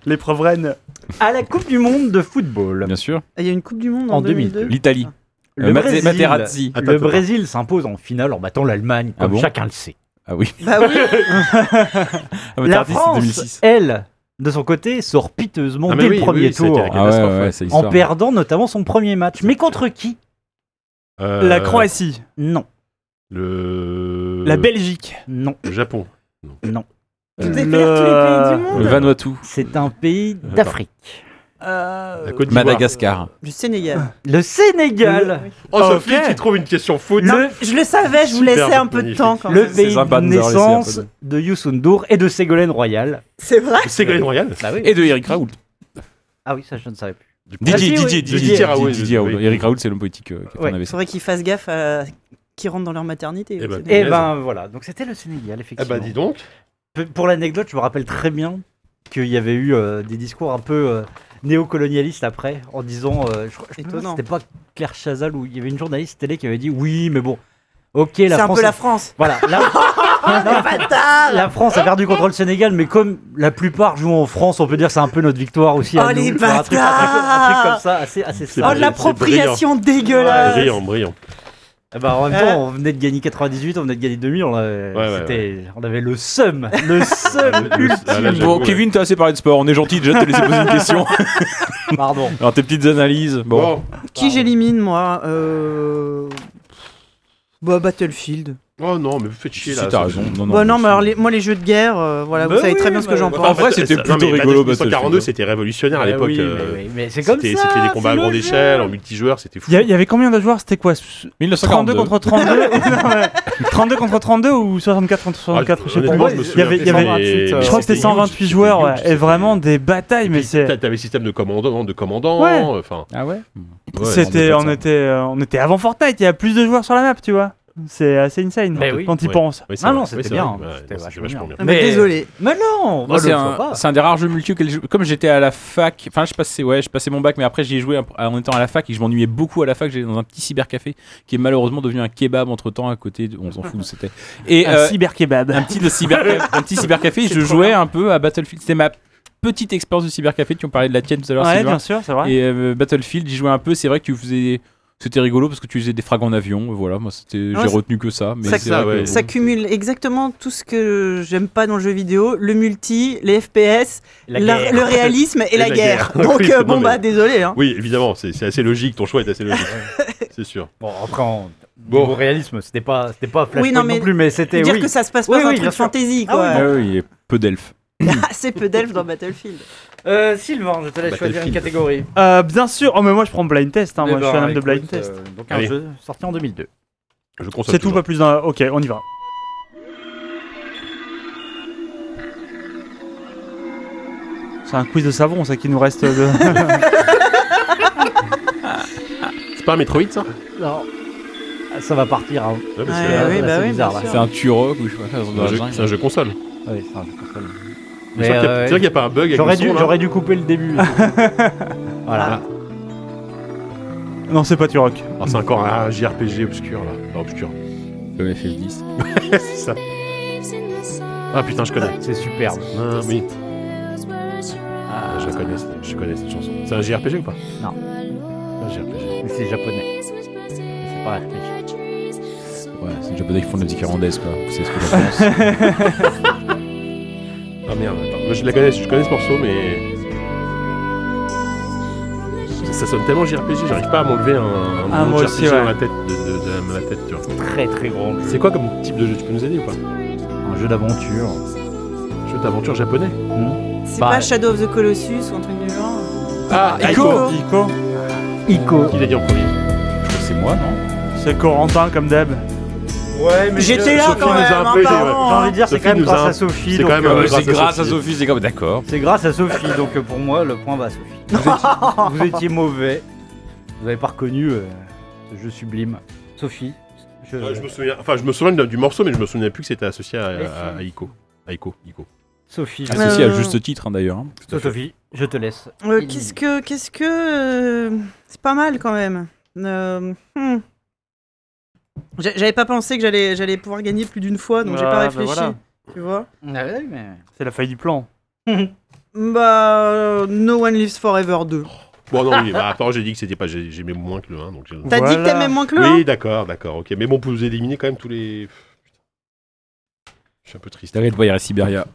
S3: L'épreuve reine.
S2: À la Coupe du Monde de football,
S4: Bien sûr.
S5: Il y a une Coupe du Monde en,
S2: En 2002.
S5: 2002.
S4: L'Italie.
S2: le
S4: Euh, Mate-
S2: Brésil,
S4: Materazzi.
S1: Attends,
S2: le
S1: attends.
S2: Brésil s'impose en finale en battant l'Allemagne,
S4: Ah
S2: comme
S4: bon
S2: chacun le sait.
S4: Ah oui.
S5: Bah oui.
S4: Ah,
S2: La
S4: Materazzi, c'est
S2: France,
S4: 2006.
S2: elle, de son côté, sort piteusement
S1: Ah, mais
S2: dès
S1: oui,
S2: le premier
S1: oui, ça a été
S2: tour,
S1: la
S4: Ah ouais,
S1: catastrophe,
S4: ouais,
S1: ouais.
S4: c'est
S2: en
S4: l'histoire.
S2: perdant notamment son premier match. Mais contre qui
S1: Euh,
S3: La Croatie.
S2: Non,
S1: Le...
S3: La Belgique.
S2: non.
S1: Le Japon.
S5: Vous avez fait l'air tous les pays
S4: Le
S5: du monde.
S4: Vanuatu.
S2: C'est un pays d'Afrique.
S3: Euh,
S1: La Côte d'Ivoire.
S4: Madagascar.
S5: Du Sénégal.
S2: Le Sénégal,
S1: Oh,
S3: Ah,
S1: Sophie
S3: ok.
S1: qui trouve une question foot.
S5: Non, je le savais, je vous
S1: Superbe,
S5: laissais un peu de
S1: magnifique.
S5: temps quand
S2: le
S5: même.
S2: pays
S4: sympa
S2: de
S4: de nous avoir laissé un peu
S2: naissance de Youssou N'Dour et de Ségolène Royal.
S5: C'est vrai
S1: C'est Ségolène Royal.
S2: Bah oui.
S4: Et de Eric Raoult.
S2: Ah oui, ça je ne savais plus.
S4: Didier,
S2: Ah, si, oui.
S4: Didier,
S2: Didier
S4: Didier,
S1: Raoult,
S4: Didier, Didier Raoult.
S1: oui.
S4: Eric Raoult, c'est l'homme politique euh, qui
S2: Ouais.
S4: en avait
S5: Il faudrait qu'ils fassent gaffe à... qu'ils rentrent dans leur maternité.
S1: Eh
S5: aussi.
S1: ben,
S2: Et
S1: Punaise.
S2: ben voilà, donc c'était le Sénégal,
S1: Eh
S2: effectivement.
S1: bah dis donc.
S2: Pe- Pour l'anecdote, je me rappelle très bien qu'il y avait eu euh, des discours un peu euh, néocolonialistes après, en disant, euh, je crois, je me demande si
S5: Étonnant.
S2: c'était pas Claire Chazal où il y avait une journaliste télé qui avait dit oui, mais bon, ok,
S5: C'est
S2: la
S5: un
S2: France,
S5: peu la France.
S2: (laughs) voilà,
S5: (laughs)
S2: la,
S5: Bâtard
S2: la France a perdu contre le Sénégal, mais comme la plupart jouent en France, on peut dire que c'est un peu notre victoire aussi. à
S5: Oh, les
S2: nous, Enfin, un, truc, un truc- un truc comme ça, assez, assez
S1: C'est
S5: Oh,
S2: simple.
S5: de l'appropriation dégueulasse
S1: Brillant, brillant.
S2: Eh ben, en
S5: Ouais.
S2: même temps, on venait de gagner 98, on venait de gagner 2000, on, avait-
S1: Ouais, ouais,
S2: c'était- on avait le seum,
S1: (laughs)
S2: le seum
S1: Le- le- ah, là,
S2: ultime.
S1: j'avoue,
S4: Bon,
S1: ouais.
S4: Kevin, t'as assez parlé de sport. On est gentil déjà de te laisser poser une question.
S2: Pardon.
S4: (laughs) Alors, tes petites analyses. Bon.
S1: Bon.
S5: Qui j'élimine, moi Euh, Bah, Battlefield.
S1: Oh non, mais vous faites chier
S4: Si
S1: là.
S4: t'as
S1: ça-
S4: raison. Non, non,
S5: bah, non,
S4: c'est-
S5: mais alors, les- moi, les jeux de guerre, euh, voilà, vous
S2: Bah
S5: savez
S2: oui,
S5: très bien ce que
S2: bah-
S5: j'en
S2: bah,
S5: pense.
S4: En vrai, c'était
S1: Non,
S4: plutôt
S1: mais
S4: rigolo.
S1: 1942,
S4: Battlefield.
S1: c'était révolutionnaire
S4: Ah
S1: à l'époque.
S2: Ah Oui, mais
S1: euh,
S2: oui, mais c'est comme
S1: C'était
S2: ça.
S1: c'était des combats à
S2: c'est
S1: grande
S2: le
S1: échelle,
S2: jeu.
S1: en multijoueur, c'était fou.
S3: Il y, a- il y avait combien de joueurs C'était quoi 32
S4: 1942.
S3: contre 32
S1: (laughs)
S3: (laughs) Non, ouais. 32 contre 32 ou 64 contre
S1: Ah,
S3: 64 Je sais pas.
S1: honnêtement,
S2: Ouais,
S1: je me
S2: il y
S1: souviens
S3: avait-
S1: plus,
S3: il y avait-
S1: mais-
S3: Je crois que c'était
S1: huge,
S3: 128 joueurs
S1: huge,
S3: ouais,
S1: c'était-
S3: et vraiment des batailles,
S1: Et
S3: mais
S1: puis,
S3: c'est.
S1: t'a- T'avais système de commandant, de commandant.
S3: Ouais.
S1: Enfin,
S4: Ah ouais
S1: ouais,
S3: C'était,
S4: on
S3: on
S4: était-
S3: était, euh, on était avant Fortnite. Il y a plus de joueurs sur la map, tu vois. C'est assez insane
S2: Mais oui.
S3: quand tu
S1: Ouais.
S3: penses.
S1: oui, c'est
S2: Ah
S1: vrai.
S2: non,
S1: Oui,
S2: c'était
S1: c'est
S2: bien.
S1: vrai. Ouais, non,
S2: C'était
S1: c'était
S2: vachement
S1: vachement bien.
S5: Mais
S2: Mais-
S5: désolé.
S2: Mais non,
S4: Moi,
S2: moi, je
S5: Ah,
S4: c'est
S2: le
S4: un,
S2: sens pas.
S4: c'est un des rares jeux multi auxquels j'ai- comme j'étais à la fac, enfin je passais ouais, je passais mon bac mais après j'y ai joué en- en étant à la fac et je m'ennuyais beaucoup à la fac, j'étais dans un petit cybercafé qui est malheureusement devenu un kebab entre-temps à côté de, on s'en
S5: (laughs)
S4: fout où c'était. Et
S3: Un
S4: euh,
S3: cyber kebab.
S4: un petit de cyber un petit cybercafé, je jouais un peu à Battlefield, c'était ma petite expérience de cybercafé, tu en parlais de la tienne tout à l'heure
S3: Ouais,
S4: Sylvain.
S3: bien sûr, c'est vrai.
S4: Et euh, Battlefield, j'y jouais un peu, c'est vrai que tu faisais c'était rigolo parce que tu faisais des frags en avion, voilà, moi c'était
S5: Ouais,
S4: j'ai
S5: ça-
S4: retenu que ça mais
S5: ça-
S4: c'est vrai
S1: ça,
S4: que-
S1: ouais.
S5: Ça cumule exactement tout ce que j'aime pas dans le jeu vidéo le multi, les FPS, la-
S2: guerre.
S5: le réalisme et, la, guerre. (laughs) Donc,
S1: Oui,
S5: euh,
S1: non,
S5: bon,
S1: mais-
S5: bah, désolé. hein.
S1: Oui, évidemment, c'est c'est assez logique, ton choix est assez logique. (laughs) C'est sûr.
S2: Bon, après, en (laughs)
S1: Bon.
S2: niveau réalisme, c'était pas, c'était pas Flashpoint
S5: Oui, non, mais-
S2: non plus, mais c'était.
S5: Dire
S2: oui.
S5: que ça se passe pas
S2: Oui,
S5: dans
S2: oui,
S5: un
S2: bien
S5: truc
S2: sûr.
S5: fantasy,
S2: Ah
S5: quoi.
S4: Ah oui, il y a peu d'elfes.
S5: (laughs) Assez peu d'elfes dans Battlefield.
S2: Euh, Sylvain, je te laisse choisir
S1: Battlefield.
S2: une catégorie.
S3: Euh, bien sûr. Oh mais moi je prends blind test. hein,
S2: Eh
S3: moi, je suis
S2: ben,
S3: un homme de
S2: écoute,
S3: blind test.
S2: euh, donc un
S1: Allez.
S2: jeu sorti en 2002.
S1: Je consomme
S3: C'est tout,
S1: toujours.
S3: pas plus d'un. Ok, on y va. C'est un quiz de savon, ça qui nous reste. De... (laughs)
S1: C'est pas un Metroid, ça
S2: Non. Ah, Ça va partir. Hein.
S1: Ouais, parce
S5: Ouais,
S1: que là,
S2: Là,
S5: oui,
S2: là,
S5: bah
S2: c'est
S5: oui,
S2: bizarre,
S5: bien
S2: là.
S4: C'est un Turok ou je sais pas, dans
S1: c'est un
S4: la
S1: jeu-
S4: jungle.
S1: C'est un jeu console.
S2: Ouais, c'est un jeu console.
S1: C'est
S2: Mais,
S1: sûr qu'il y a-
S2: euh,
S1: c'est sûr qu'il n'y a hein. pas un bug avec
S2: J'aurais
S1: le
S2: dû,
S1: son, là.
S2: j'aurais dû couper le début. voilà.
S3: non, c'est pas Turok.
S1: Ah, c'est encore un JRPG obscur, là. Enfin, obscur. (laughs)
S4: Comme FF10.
S1: C'est ça. Ah putain, je connais.
S2: C'est superbe.
S1: Ah, oui. Ah, je la connais, cette- je connais cette chanson. C'est un JRPG ou pas
S2: Non.
S1: Un JRPG.
S2: Mais c'est japonais. Mais C'est pas RPG.
S4: Ouais, c'est les japonais qui font de la musique irlandaise, quoi. C'est ce que (laughs) je pense.
S1: Ah merde, attends. Moi, je la connais, je connais ce morceau, mais. ça sonne tellement JRPG, j'arrive pas à m'enlever un, un
S3: Ah,
S1: mot
S3: moi
S1: de
S3: aussi,
S1: JRPG dans
S3: ouais. Mm.
S1: la tête. De, de- de la tête tu vois.
S2: Très très grand jeu.
S1: C'est quoi comme type de jeu Tu peux nous aider ou pas
S2: Un jeu d'aventure.
S1: Jeu d'aventure japonais
S5: C'est
S2: Bah,
S5: pas Shadow of the Colossus ou un truc du genre
S1: Ah,
S3: Ico,
S5: Ico.
S3: Ico.
S2: Ico.
S1: Qui l'a dit en premier
S4: C'est moi, non
S3: C'est Corentin comme d'hab.
S2: Ouais,
S5: J'étais là
S1: Sophie
S5: quand
S1: nous
S5: même,
S1: a
S5: hein,
S1: appelés,
S5: pardon,
S1: ouais.
S2: J'ai envie de
S5: hein.
S2: dire, c'est
S1: Sophie
S2: quand même
S1: nous a
S2: grâce
S1: un-
S2: à Sophie.
S1: c'est
S2: donc,
S1: quand même
S2: euh,
S1: un peu
S2: c'est-
S1: grâce
S4: C'est
S1: à
S4: grâce à
S1: Sophie.
S4: Sophie, c'est comme d'accord.
S2: C'est grâce à Sophie, donc euh, pour moi, le point va à Sophie. Vous étiez,
S1: (laughs)
S2: vous étiez mauvais. Vous n'avez pas reconnu euh, ce jeu sublime. Sophie, je...
S1: Ouais, Euh, je me souviens, enfin, je me souviens de- du morceau, mais je me souviens plus que c'était associé à,
S2: Mais si.
S1: à, à Ico. À Ico, Ico.
S2: Sophie,
S1: Ah,
S2: je...
S4: Associé Ah, à
S5: Euh,
S4: juste titre, hein, d'ailleurs.
S1: Tout à fait.
S2: Sophie, je te laisse.
S5: Euh, qu'est-ce que, qu'est-ce que, euh, c'est pas mal quand même. Euh, hmm. J'a- J'avais pas pensé que j'allais, j'allais pouvoir gagner plus d'une fois, donc j'ai
S3: Ah,
S5: pas
S3: bah
S5: réfléchi.
S3: voilà.
S5: Tu vois
S3: C'est la faille du plan.
S5: Bah, euh, No One Lives Forever 2.
S1: Bon, non, oui, bah, attends, j'ai dit que c'était pas, j'ai- j'aimais moins que le 1, donc j'ai-
S5: T'as dit que
S3: Voilà.
S5: t'aimais moins que le
S1: Oui, d'accord, d'accord, ok. Mais bon, vous vous éliminez quand même tous les. Putain. Je suis un peu triste.
S4: T'arrêtes de voyer à Sibéria.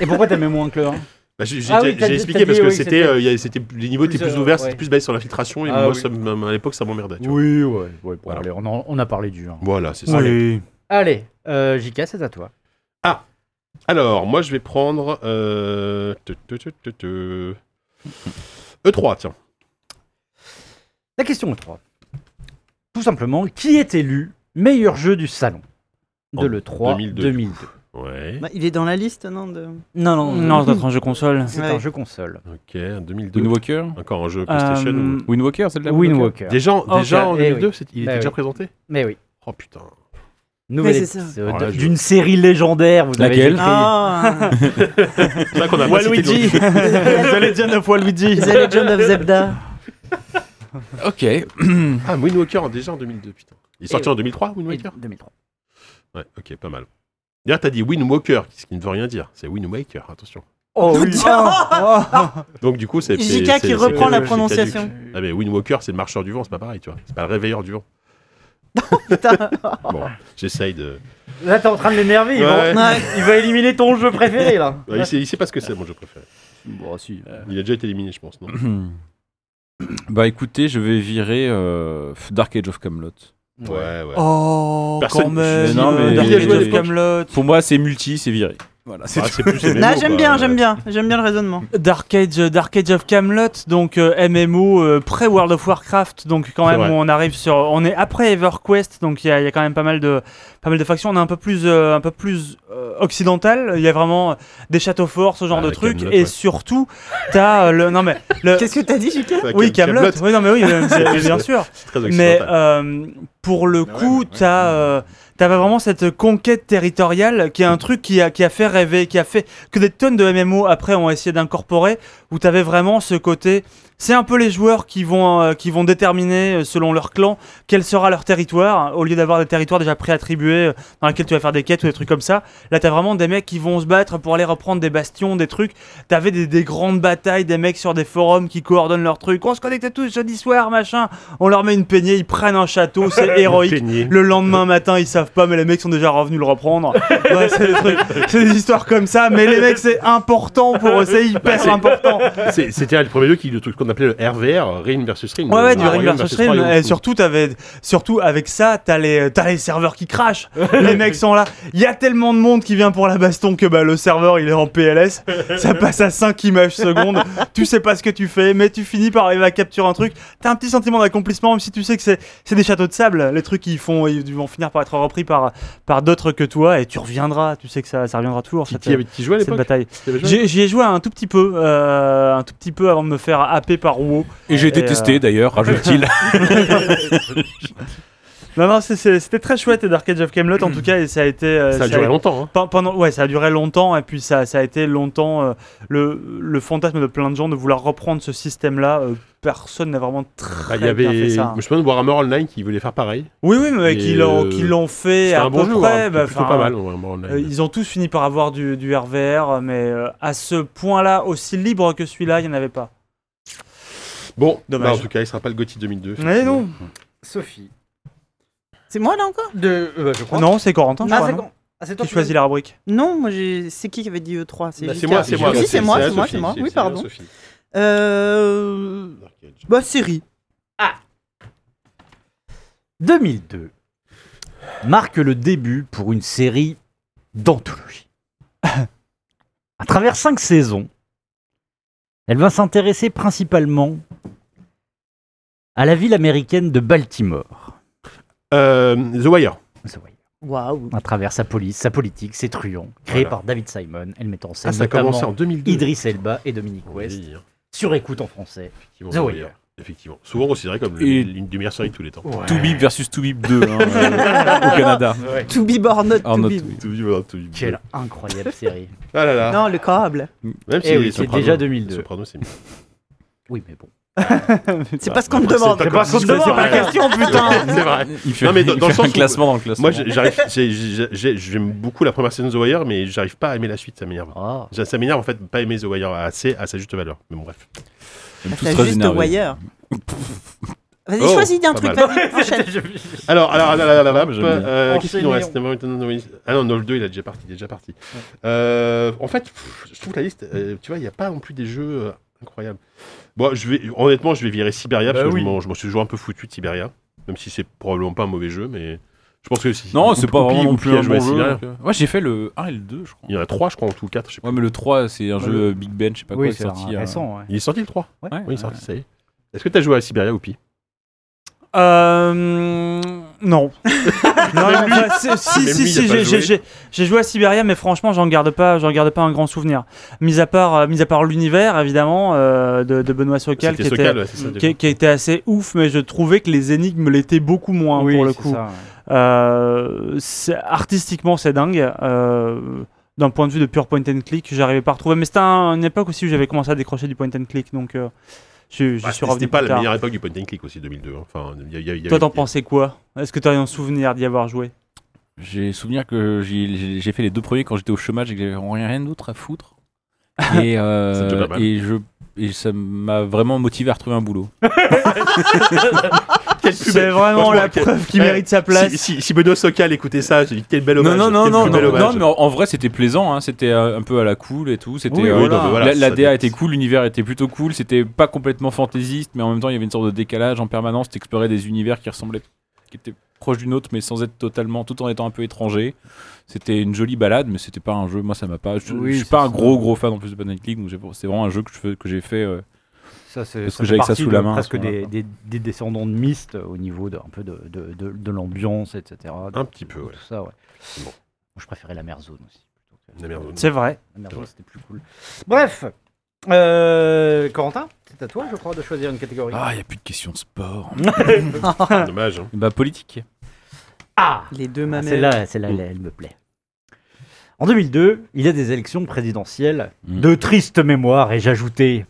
S2: Et pourquoi t'aimais moins que le 1
S1: Bah, j'ai j'ai-
S2: Ah oui,
S1: j'ai
S2: t'as dit-
S1: expliqué
S2: t'as
S1: parce
S2: dit,
S1: que
S2: oui,
S1: c'était,
S2: c'était-
S1: euh, il y a- c'était les niveaux étaient
S2: Plus,
S1: plus
S2: euh,
S1: ouverts,
S2: ouais.
S1: c'était plus basé sur la filtration et
S2: Ah
S1: moi,
S2: oui.
S1: ça me- à l'époque, ça m'emmerdait. tu vois.
S2: Oui, ouais. ouais,
S1: Voilà.
S2: allez, on, en- on a parlé du 1.
S1: Voilà, c'est ça.
S3: Oui.
S2: Allez, euh, JK, c'est à toi.
S1: Alors, moi, je vais prendre. euh, te- te- te- te- te. E3, tiens.
S2: La question 3. Tout simplement, qui est élu meilleur jeu du salon de
S1: En
S2: l'E3
S1: 2002.
S2: 2002,
S1: Ouais.
S5: Bah, il est dans la liste, non de...
S2: Non, non,
S3: Non, c'est un jeu console.
S2: c'est
S5: Ouais.
S2: un jeu console.
S1: Ok, 2002.
S4: Wind Walker
S1: Encore un jeu PlayStation.
S3: Euh,
S1: ou-
S4: Wind Walker, c'est de la
S2: Wind
S4: Walker
S2: Walker.
S1: Déjà,
S3: Ok,
S1: déjà en
S2: eh
S1: 2002,
S2: oui.
S1: c'est- il
S2: Eh
S1: était déjà
S2: oui.
S1: présenté
S2: Mais oui,
S1: Oh putain.
S2: nouvel
S5: Mais c'est ça.
S2: épisode
S1: Alors là, je-
S2: d'une série légendaire. Vous avez
S4: Laquelle
S2: décrit.
S5: Ah,
S1: C'est vrai qu'on
S2: (laughs)
S1: a pas cité
S3: Waluigi
S1: d'autres-
S3: The Legend of Waluigi
S5: The Legend of Zelda.
S4: Ok. (clears throat)
S1: Ah, Wind Walker en- déjà en 2002, putain. Il est sorti
S2: Eh oui.
S1: en 2003, Wind
S2: Et
S1: Walker
S2: 2003.
S1: Ouais, ok, pas mal. D'ailleurs, t'as dit Wind Walker, ce qui ne veut rien dire. C'est Wind Waker, attention.
S2: Oh (laughs) oui.
S1: Donc, du coup, c'est. c'est-
S5: JK
S1: c'est-
S5: qui
S1: c'est-
S5: reprend
S1: c'est-
S5: la
S1: c'est
S5: prononciation.
S1: caduque. Ah, mais Wind Walker, c'est le marcheur du vent, c'est pas pareil, tu vois. C'est pas le réveilleur du vent.
S5: Putain.
S1: Bon, j'essaye de.
S2: Là, t'es en train de l'énerver. Il,
S1: Ouais.
S2: va...
S5: Ouais.
S2: il va éliminer ton jeu préféré, là.
S1: Ouais, il, sait, il sait pas ce que c'est, mon jeu préféré.
S2: Bon, si.
S1: Il a déjà été éliminé, je pense, non
S4: Euh. (clears throat) bah écoutez, je vais virer euh, Dark Age of Camelot.
S1: Ouais, ouais.
S3: Oh,
S1: Personne-
S3: quand même
S4: Non, mais-
S3: Dark
S1: Il y a
S3: Age
S1: joué à
S3: of
S1: l'époque.
S3: Camelot.
S4: Pour moi, c'est multi, c'est viré. Voilà, c'est
S1: Ah,
S4: tout.
S1: c'est plus les
S5: Non,
S1: mémos,
S5: j'aime
S1: quoi.
S5: bien, j'aime bien, j'aime bien le raisonnement.
S3: Dark Age, euh, Dark Age of Camelot, donc euh, MMO euh, pré World of Warcraft, donc quand
S1: C'est
S3: même
S1: vrai.
S3: on arrive sur, on est après EverQuest, donc il y, a il y a quand même pas mal de, pas mal de factions. On est un peu plus, euh, un peu plus euh, occidental. Il y a vraiment euh, des châteaux forts, ce genre
S1: Ah,
S3: de trucs,
S1: Camelot,
S3: et
S1: ouais.
S3: surtout t'as euh, le, non mais le,
S5: Qu'est-ce que t'as dit, JK
S1: Ouais,
S3: oui
S1: Cam-
S3: Camelot, oui non mais oui, euh, c'est-
S1: (laughs)
S3: bien sûr.
S1: c'est très
S3: Mais
S1: occidental.
S3: euh, pour le coup, t'as euh, t'as vraiment cette conquête territoriale qui est un truc qui a, qui a fait rêver, qui a fait que des tonnes de MMO après ont essayé d'incorporer, où t'avais vraiment ce côté. C'est un peu les joueurs qui vont, euh, qui vont déterminer, euh, selon leur clan, quel sera leur territoire, hein, au lieu d'avoir des territoires déjà préattribués euh, dans lesquels tu vas faire des quêtes ou des trucs comme ça. Là, t'as vraiment des mecs qui vont se battre pour aller reprendre des bastions, des trucs. T'avais des, des grandes batailles, des mecs sur des forums qui coordonnent leurs trucs. On se connecte tous jeudi soir, machin. On leur met une peignée, ils prennent un château, c'est héroïque.
S1: Peigné.
S3: Le lendemain matin, ils savent pas, mais les mecs sont déjà revenus le reprendre. Ouais, c'est des trucs- c'est des histoires comme ça, mais les mecs, c'est important pour eux, c'est hyper
S1: c'est-
S3: important.
S1: C'est- C'était le premier jeu qui, le truc qu'on appelait le RVR, Ring versus Ring.
S3: Ouais, ouais,
S1: Le
S3: du
S1: royaume
S3: Ring versus Ring.
S1: royaume.
S3: Et surtout, t'avais, surtout, avec ça, t'as les, t'as les serveurs qui crachent.
S1: (laughs)
S3: les mecs sont là. Il y a tellement de monde qui vient pour la baston que bah, le serveur, il est en PLS. Ça passe à 5 images secondes. tu sais pas ce que tu fais, mais tu finis par arriver à capturer un truc. T'as un petit sentiment d'accomplissement, même si tu sais que c'est, c'est des châteaux de sable. Les trucs, ils, font, ils vont finir par être repris par, par d'autres que toi. Et tu reviendras. Tu sais que ça, ça reviendra toujours.
S1: Qui,
S3: cette-
S1: qui, avait- qui jouait à
S3: cette
S1: l'époque
S3: bataille.
S1: Qui avait joué
S3: J'ai- J'y ai joué un tout petit peu, euh, un tout petit peu avant de me faire happer par WoW.
S4: Et j'ai
S3: Et,
S4: détesté
S3: euh,
S4: d'ailleurs, rajoute-t-il.
S3: Non, non, c'est- c'est- c'était très chouette Dark Age of Camelot
S1: (clears throat)
S3: en tout cas et ça a été. euh,
S1: Ça a
S3: ça
S1: duré longtemps. hein.
S3: pen- Pendant, ouais, ça a duré longtemps et puis ça, ça a été longtemps euh, le, le fantasme de plein de gens de vouloir reprendre ce système-là. euh, personne n'a vraiment très
S1: Bah, Il y
S3: bien
S1: avait,
S3: fait ça. hein.
S1: je pense, Warhammer Online qui voulait faire pareil.
S3: Oui, oui, mais
S1: Et,
S3: qui l'ont
S1: euh,
S3: qui l'ont fait
S1: C'était
S3: à
S1: un bon
S3: peu
S1: jeu,
S3: près.
S1: Warhammer,
S3: bah,
S1: plutôt
S3: enfin,
S1: pas mal. Warhammer Online.
S3: euh, ils ont tous fini par avoir du, du RVR, mais euh, à ce point-là, aussi libre que celui-là, il n'y en avait pas.
S1: Bon,
S3: Dommage.
S1: bah, en tout cas, il sera pas le Gotti 2002.
S3: Mais non,
S2: (laughs) Sophie.
S5: C'est moi là encore
S2: De... euh, bah, je crois.
S3: non, c'est Corentin, je
S2: Ah,
S3: crois,
S2: c'est
S3: non
S2: con. Ah, c'est toi
S3: qui choisis la rubrique.
S5: Non, moi j'ai. C'est qui qui avait dit E3
S1: Bah,
S5: JK.
S1: C'est moi, c'est moi.
S5: Si, c'est moi,
S1: la
S5: c'est moi,
S1: Sophie,
S5: c'est moi.
S1: c'est-
S5: Oui,
S1: c'est la
S5: pardon.
S1: Sophie.
S5: Euh... Bah, série.
S2: 2002 marque le début pour une série d'anthologie. (laughs) à travers cinq saisons, elle va s'intéresser principalement à la ville américaine de Baltimore.
S1: Euh, The Wire.
S2: The Wire.
S5: Waouh.
S2: À travers sa police, sa politique, ses truands, créés
S1: Voilà.
S2: par David Simon, elle met en scène
S1: Ah, ça a
S2: notamment
S1: commencé en 2002.
S2: Idris Elba et Dominique West,
S1: Oui, hein,
S2: sur écoute en français.
S1: effectivement,
S2: The Wire.
S1: Effectivement. Souvent considéré comme le-
S4: Et-
S1: l'une des meilleures séries de tous les temps.
S4: To Beep versus To Beep 2 hein, euh, au Canada.
S5: To be born, not
S4: Or
S5: to
S4: Oh, not
S5: be.
S4: to Beep.
S1: To be or not to be.
S2: Quelle incroyable (laughs) série.
S1: Ah là là.
S5: Non, le câble.
S1: Même
S2: Eh oui, c'est
S1: Soprano-
S2: déjà 2002.
S1: Soprano, c'est mieux.
S2: Oui, mais bon.
S5: C'est pas ce qu'on me
S1: après, c'est
S5: demande.
S1: très Parce qu'on te
S3: C'est pas la
S1: demande.
S3: question, putain
S1: C'est vrai.
S4: Il fait,
S1: Non, mais dans-
S4: il
S1: dans le
S4: fait
S1: sens
S4: un
S1: où-
S4: classement dans le classement.
S1: Moi, j'ai- j'arrive, j'ai- j'ai- j'ai- j'aime beaucoup la première saison de The Wire, mais j'arrive pas à aimer la suite, ça m'énerve.
S2: (laughs) Ah.
S1: Ça ça m'énerve en fait de pas aimer The Wire assez à sa juste valeur. Mais bon, bref.
S4: Nous tous
S5: T'as
S4: très
S5: juste
S4: énervés.
S5: Wire. Vas-y,
S1: Oh,
S5: choisis un
S1: pas
S5: truc,
S1: mal.
S5: vas-y,
S2: (laughs)
S5: enchaîne.
S1: Alors, alors, alors, alors, alors, alors,
S4: J'aime bien.
S1: euh, qu'est-ce qu'il nous reste
S2: Enchaînons.
S1: Ah non, Nolf 2, il est déjà parti, il est déjà parti. Euh, en fait, pff, je trouve la liste, euh, tu vois, il n'y a pas non plus des jeux euh, incroyables. Bon, je vais, honnêtement, je vais virer Siberia, parce
S2: Bah
S1: que
S2: oui.
S1: je m'en- je m'en suis toujours un peu foutu de Siberia, même si c'est probablement pas un mauvais jeu, mais je pense que si.
S4: Non, c'est pas
S1: Oupi-
S4: vraiment non
S1: Oupi
S4: plus
S1: a
S4: un
S1: joué
S4: bon
S1: à
S4: jeu.
S1: Siberia.
S4: donc, euh. Ouais, j'ai fait le 1 et le 2, je crois.
S1: Il y en a 3, je crois, en tout, 4, je sais pas.
S4: Ouais, mais le 3, c'est un
S2: Ouais,
S4: jeu
S2: le-
S4: euh, Big Ben, je sais pas quoi,
S2: Oui,
S4: qui
S2: c'est
S4: est sorti. euh,
S2: récent. ouais.
S1: Il est sorti le 3
S4: ouais,
S1: Oui, il est
S4: ouais.
S1: sorti, ça y est. Est-ce que t'as joué à Siberia ou Pi
S3: Euh.
S1: (laughs)
S3: Non. non, non, bah, c'est- si,
S1: Même
S3: si,
S1: lui, il a pas
S3: si, j'ai-
S1: joué.
S3: j'ai j'ai- j'ai joué à Siberia, mais franchement, j'en garde pas, j'en garde pas un grand souvenir. Mis à part, euh, mis à part l'univers, évidemment, euh, de, de Benoît Socal, qui
S1: C'était
S3: était,
S1: Sokal, ouais, c'est ça. déjà.
S3: qui, qui était assez ouf, mais je trouvais que les énigmes l'étaient beaucoup moins pour le
S2: c'est
S3: coup.
S2: ça, ouais.
S3: Euh, c'est- artistiquement, c'est dingue. Euh, d'un point de vue de pure point and click, j'arrivais pas à retrouver. Mais c'était un- une époque aussi où j'avais commencé à décrocher du point and click, donc euh, je, je
S1: Bah,
S3: suis
S1: C'était
S3: revenu
S1: c'était pas
S3: plus
S1: la
S3: tard.
S1: meilleure époque du point and click aussi, 2002. hein. Enfin, il y a- il y a- il y
S3: Toi,
S1: avait-
S3: t'en pensais quoi Est-ce que t'as un souvenir d'y avoir joué
S4: J'ai souvenir que j'ai- j'ai j'ai fait les deux premiers quand j'étais au chômage et que j'avais rien, rien d'autre à
S1: (laughs)
S4: foutre. Et, euh,
S1: C'est déjà pas mal.
S4: et, je, et ça m'a vraiment motivé à retrouver un boulot.
S1: Quelle pub-
S3: C'est vraiment
S1: Franchement,
S3: la
S1: quelle-
S3: preuve qui
S1: Ouais.
S3: mérite sa
S1: Si,
S3: place.
S1: si, si Benoît Socal écoutait ça, j'ai dit quel bel
S4: Non,
S1: hommage.
S4: non, non,
S1: quel
S4: non,
S1: plus
S4: non,
S1: bel
S4: non,
S1: hommage.
S4: mais en, en vrai c'était plaisant, hein, c'était euh, un peu à la cool et tout. C'était
S1: Oui,
S4: euh,
S1: oui, non, mais voilà,
S4: la, la
S1: ça
S4: DA
S1: dé-
S4: était cool, l'univers était plutôt cool, c'était pas complètement fantaisiste, mais en même temps il y avait une sorte de décalage en permanence. T'explorais des univers qui ressemblaient, qui étaient proches d'une autre, mais sans être totalement, tout en étant un peu étranger. C'était une jolie balade, mais c'était pas un jeu. Moi ça m'a pas. Je,
S2: Oui,
S4: je suis
S2: c'est
S4: pas un
S2: ça.
S4: gros gros fan en plus de Banana Click, donc j'ai- c'est vraiment un jeu que je fais- que j'ai fait. euh,
S2: Ça, c'est
S4: Parce
S2: ça
S4: que
S2: fait
S4: j'avais ça
S2: partie
S4: sous
S2: de-
S4: la main à
S2: Presque
S4: ce moment-là,
S2: des,
S4: quoi.
S2: des, des descendants de Myst euh, au niveau de, un peu de, de, de, de l'ambiance, etc. de-
S1: Un petit peu,
S2: de
S1: ouais.
S2: Tout ça, ouais.
S1: Bon.
S2: Moi, Je préférais la mer zone aussi. plutôt que-
S1: La mer zone.
S3: C'est vrai.
S2: La mer zone, c'était plus cool. Bref, euh, Corentin, c'est à toi, je crois, de choisir une catégorie.
S4: Ah, il a plus de question de sport.
S1: Mmh. Dommage. hein.
S4: Bah, politique.
S2: Ah
S5: Les deux
S2: Ah,
S5: mamelles.
S2: Celle-là, celle-là,
S1: Mm.
S2: elle, elle me plaît. En 2002, il y a des élections présidentielles
S4: Mm.
S2: de triste mémoire, et j'ajoutais,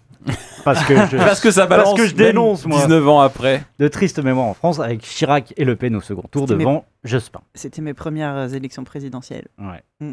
S2: parce que
S1: (laughs)
S2: je,
S4: Parce que ça
S2: Parce
S4: balance.
S2: que je
S4: même
S2: dénonce, moi.
S4: 19 ans après.
S2: de triste mémoire en France, avec Chirac et Le Pen au second tour
S5: C'était mes-
S2: devant Jospin.
S5: C'était mes premières euh, élections présidentielles.
S2: Ouais.
S5: Je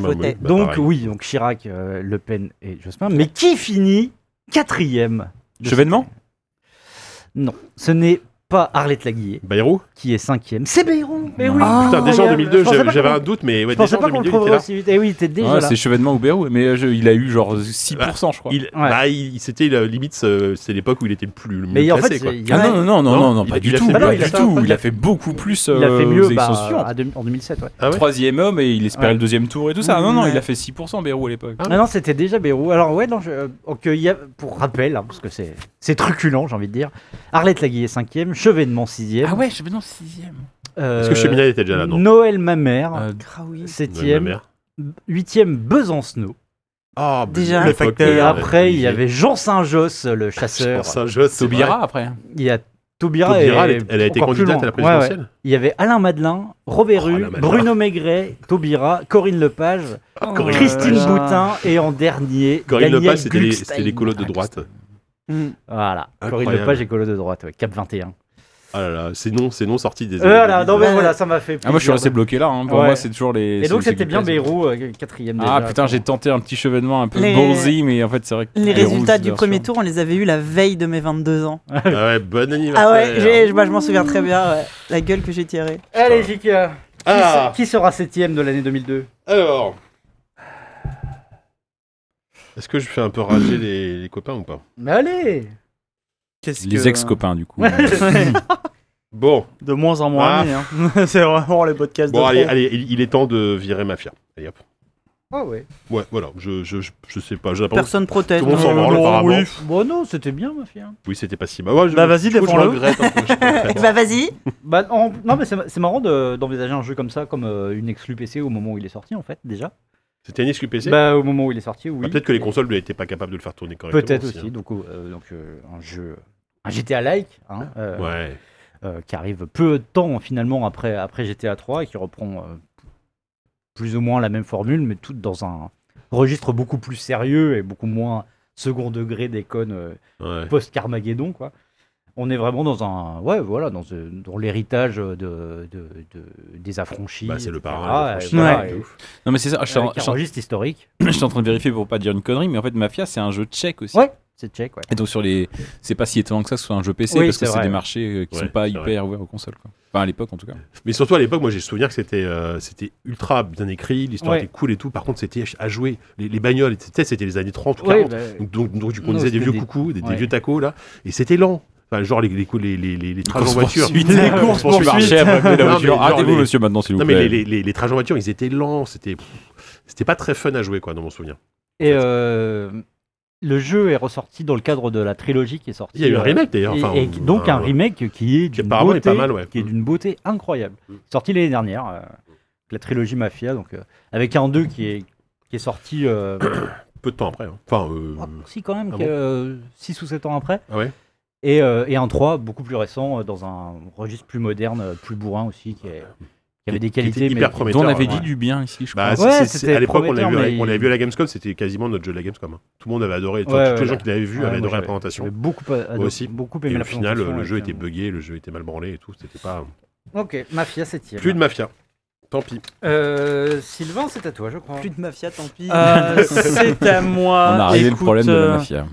S1: Bah, oui,
S5: votais.
S1: bah,
S2: donc
S1: pareil.
S2: oui, donc Chirac, euh, Le Pen et Jospin. Mais qui finit quatrième de
S4: Chevènement
S2: cette- Non, ce n'est pas Arlette Laguiller
S1: Bayrou
S2: qui est cinquième. C'est Beyron. Mais oui.
S5: Ah,
S1: Putain, déjà en
S2: incroyable.
S1: 2002,
S2: Je pensais
S1: j'avais
S2: pas
S1: j'avais
S2: qu'on-
S1: un doute, mais ouais,
S2: Je pensais
S1: déjà en
S2: pas qu'on
S1: 2002,
S2: le
S1: il était
S2: trouverait
S1: là. Ah,
S2: aussi vite. Eh oui, t'es déjà
S4: Ouais,
S2: là.
S4: Ah, c'est Chevènement ou Bérou. Mais euh, je- il a eu genre 6%, je crois.
S1: Il,
S2: Ouais.
S1: bah, il- c'était la limite, euh, c'est l'époque où il était le plus le mieux
S2: Mais en fait,
S1: classé, quoi.
S2: il, y a-
S4: Ah non, non, non, non, non, non,
S1: il
S4: pas
S1: a-
S4: du
S1: il a
S4: tout.
S1: fait-
S2: Ah non,
S4: Pas
S2: il a
S4: du
S2: fait un
S4: tout.
S2: peu-
S4: Il a fait beaucoup plus.
S2: il a fait
S4: euh, aux
S2: mieux bah,
S4: élections suivantes.
S2: à deux- en 2007. Ouais.
S1: Ah ouais
S4: Troisième homme et il espérait
S2: Ouais.
S4: le deuxième tour et tout ça.
S5: Mm,
S4: non, non,
S5: ouais.
S4: il a fait 6% Bérou à l'époque.
S1: Ah.
S2: Ah non, c'était déjà Bérou. Alors ouais, non, je, euh, ok, il y a, pour rappel, hein, parce que c'est c'est truculent, j'ai envie de dire. Arlette Laguiller cinquième, Ah Chevènement sixième.
S4: ouais, Chevènement sixième.
S2: euh,
S1: Est-ce Ah que Cheminade était déjà là Non.
S2: Noël
S4: Euh,
S2: Mamère,
S5: Ah oui.
S2: septième. Huitième, Besancenot.
S1: Ah, bah,
S5: Déjà.
S1: l'époque,
S3: Facteur.
S2: Et
S1: euh,
S2: après, il y
S1: Olivier.
S2: avait Jean Saint-Josse,
S1: Ah,
S2: le chasseur.
S1: Saint-Josse, c'est vrai.
S4: Taubira après.
S2: Il y a Taubira,
S1: Taubira, elle,
S2: et
S1: est- elle a été
S2: encore plus
S1: candidate à
S2: loin.
S1: la
S2: Ouais, ouais.
S1: présidentielle
S2: Il y avait Alain Madeleine, Robert
S1: Oh,
S2: Hue,
S1: Alain Madelin.
S2: Bruno Maigret, Taubira, Corinne Lepage,
S1: Corinne
S4: Ah,
S2: Christine
S1: Lepage.
S2: Boutin et en dernier,
S1: Corinne
S2: Daniel
S1: Lepage, c'était les-
S2: Gluckstein.
S1: c'était les colocs de droite.
S5: Mm.
S2: Voilà,
S1: Incroyable.
S2: Corinne Lepage et Colo de droite, ouais. Cap 21.
S1: Ah là là, c'est non, c'est non sorti des. années
S2: Voilà, non
S1: 2000.
S2: mais
S5: Ouais.
S2: voilà, ça m'a fait plaisir.
S4: Ah, moi je suis resté bloqué là. hein. Pour
S2: Ouais.
S4: moi, c'est toujours les.
S2: Et donc
S4: c'est- c'est
S2: c'était
S4: qui
S2: bien
S4: plaisent.
S2: Bérou, euh, quatrième déjà.
S4: Ah putain, j'ai tenté un petit chevènement un peu
S5: Les-
S4: ballsy, mais en fait, c'est vrai que.
S5: Les
S4: Bérou,
S5: résultats
S4: c'est
S5: du
S4: version.
S5: premier tour, on les avait eus la veille de mes 22 ans.
S1: Ah ouais, bon anniversaire.
S5: Ah ouais, j'ai- moi je m'en souviens très bien, ouais. la gueule que j'ai tirée.
S2: Allez, Jika.
S1: Ah,
S2: Qui sera septième de l'année 2002
S1: alors. Est-ce que je fais un peu rager les, les copains ou pas
S2: Mais allez
S3: Qu'est-ce
S4: Les
S3: que-
S4: ex-copains, du coup.
S1: Bon,
S3: (laughs) De moins en moins.
S1: Ah.
S3: amis, hein. (laughs) c'est vraiment les podcasts
S1: bon
S3: de
S1: allez,
S3: pro.
S1: allez, il, il est temps de virer Mafia. Allez hop.
S2: Ah ouais.
S1: Ouais, voilà, je, je, je, je sais pas, j'ai l'impression que
S5: Personne protège.
S1: tout le monde s'en branle
S3: Non,
S1: apparemment.
S3: oui.
S1: Oui,
S2: Bon non, c'était bien ma fille. hein.
S1: c'était pas si mal. Ouais, je-
S3: Bah, vas-y,
S1: je- je
S3: défends-le.
S1: regrette un peu, je préfère.
S5: (laughs) Bah vas-y.
S2: Bah, en- non mais c'est c'est marrant de- d'envisager un jeu comme ça, comme euh, une exclu PC au moment où il est sorti en fait déjà.
S1: C'était une exclu PC
S2: Bah au moment où il est sorti, oui.
S1: Ah, Peut-être que les consoles n'étaient pas capables de le faire tourner correctement.
S2: Peut-être aussi.
S1: hein.
S2: Donc, euh, donc euh, un jeu, un GTA like, hein, euh,
S1: Ouais.
S2: euh, qui arrive peu de temps finalement après, après GTA 3 et qui reprend euh, plus ou moins la même formule, mais tout dans un registre beaucoup plus sérieux et beaucoup moins second degré des connes euh,
S1: ouais.
S2: post-Carmageddon, quoi. On est vraiment dans un, ouais, voilà, dans, ce- dans l'héritage de, de- de- des affranchis.
S1: Bah, c'est le
S2: etc.
S1: parrain, les
S2: Et
S1: affranchis,
S2: voilà,
S3: ouais,
S2: et-
S1: de
S4: Non, mais c'est ça. Je suis en-
S2: avec
S4: je
S2: un
S4: suis en-
S2: registre historique.
S4: je suis en train de vérifier pour pas dire une connerie, mais en fait, Mafia, c'est un jeu tchèque aussi.
S2: Ouais. C'est check, ouais.
S4: Et donc sur les, c'est pas si étonnant que ça que ce soit un jeu PC
S2: Oui,
S4: parce que
S2: c'est
S4: c'est
S2: vrai,
S4: des
S2: ouais.
S4: marchés euh, qui
S1: Ouais,
S4: sont pas
S1: c'est vrai.
S4: hyper ouverts aux consoles. Quoi. Enfin à l'époque en tout cas.
S1: Mais surtout à l'époque, moi j'ai souvenir que c'était euh, c'était ultra bien écrit, l'histoire
S2: Ouais.
S1: était cool et tout. Par contre, c'était à jouer. Les, les bagnoles, etc., c'était les années 30 ou 40.
S2: Ouais, bah,
S1: Donc, donc, donc, tu
S2: Non,
S1: conduisais des
S2: c'était
S1: vieux
S2: des-
S1: coucous, des, des
S2: ouais.
S1: vieux tacos là, et c'était lent. Enfin, genre les, les, cou- les, les, les, les trajets en voiture.
S4: Course-poursuite. (laughs)
S3: Les courses
S4: Tu marchais après la
S1: Non, mais
S4: voiture.
S1: genre
S4: Arrêtez-vous
S1: les-
S4: monsieur maintenant s'il vous
S1: Non, mais
S4: plaît.
S1: les, les, les, les trajets en voiture, ils étaient lents. C'était pff, c'était pas très fun à jouer, quoi, dans mon souvenir.
S2: Et euh, le jeu est ressorti dans le cadre de la trilogie qui est sortie.
S1: Il y a eu un
S2: euh,
S1: remake d'ailleurs.
S2: et-
S1: Enfin, euh,
S2: et donc un remake qui
S1: Qui
S2: est d'une
S1: apparemment est
S2: beauté,
S1: pas mal, ouais. Mm.
S2: qui est d'une beauté incroyable. Sorti l'année dernière, euh, la trilogie Mafia, donc euh, avec un 2 qui est qui est sorti euh, (coughs)
S1: Peu de temps après. hein. Enfin, euh,
S2: ah, si quand même
S1: ah
S2: que 6 ou 7 ans après.
S1: ah ouais.
S2: Et, euh, et un 3 beaucoup plus récent euh, dans un registre plus moderne, euh, plus bourrin aussi, qui, est- qui avait des
S1: Qui était
S2: qualités.
S1: hyper
S2: mais...
S1: prometteur.
S4: Dont on avait dit
S1: ouais.
S4: du bien ici je crois.
S1: Bah, c'est-
S2: Ouais,
S1: c'est- c'est-
S2: c'était
S1: à l'époque, on l'a
S2: prometteur,
S1: vu, à-
S2: mais-
S1: on l'a vu à la Gamescom, c'était quasiment notre jeu de la Gamescom. hein. Tout le monde avait adoré. Enfin,
S2: Ouais,
S1: tous
S2: ouais,
S1: les gens
S2: ouais.
S1: qui l'avaient vu
S2: Ouais,
S1: avaient
S2: moi,
S1: adoré la
S2: j'avais-
S1: présentation.
S2: j'avais beaucoup, ado-
S1: aussi.
S2: beaucoup aimé
S1: Et
S2: la
S1: au final,
S2: présentation, euh,
S1: le jeu
S2: et
S1: était
S2: puis,
S1: buggé, le jeu était mal branlé et tout. C'était pas.
S2: euh, Ok, Mafia 7
S1: Plus de mafia. Tant pis.
S2: Euh, Sylvain, c'est à toi, je crois.
S5: Plus de mafia, tant pis. (laughs)
S3: Euh, c'est à moi.
S4: on a réglé le
S3: Écoute,
S4: problème de
S3: euh,
S4: la mafia.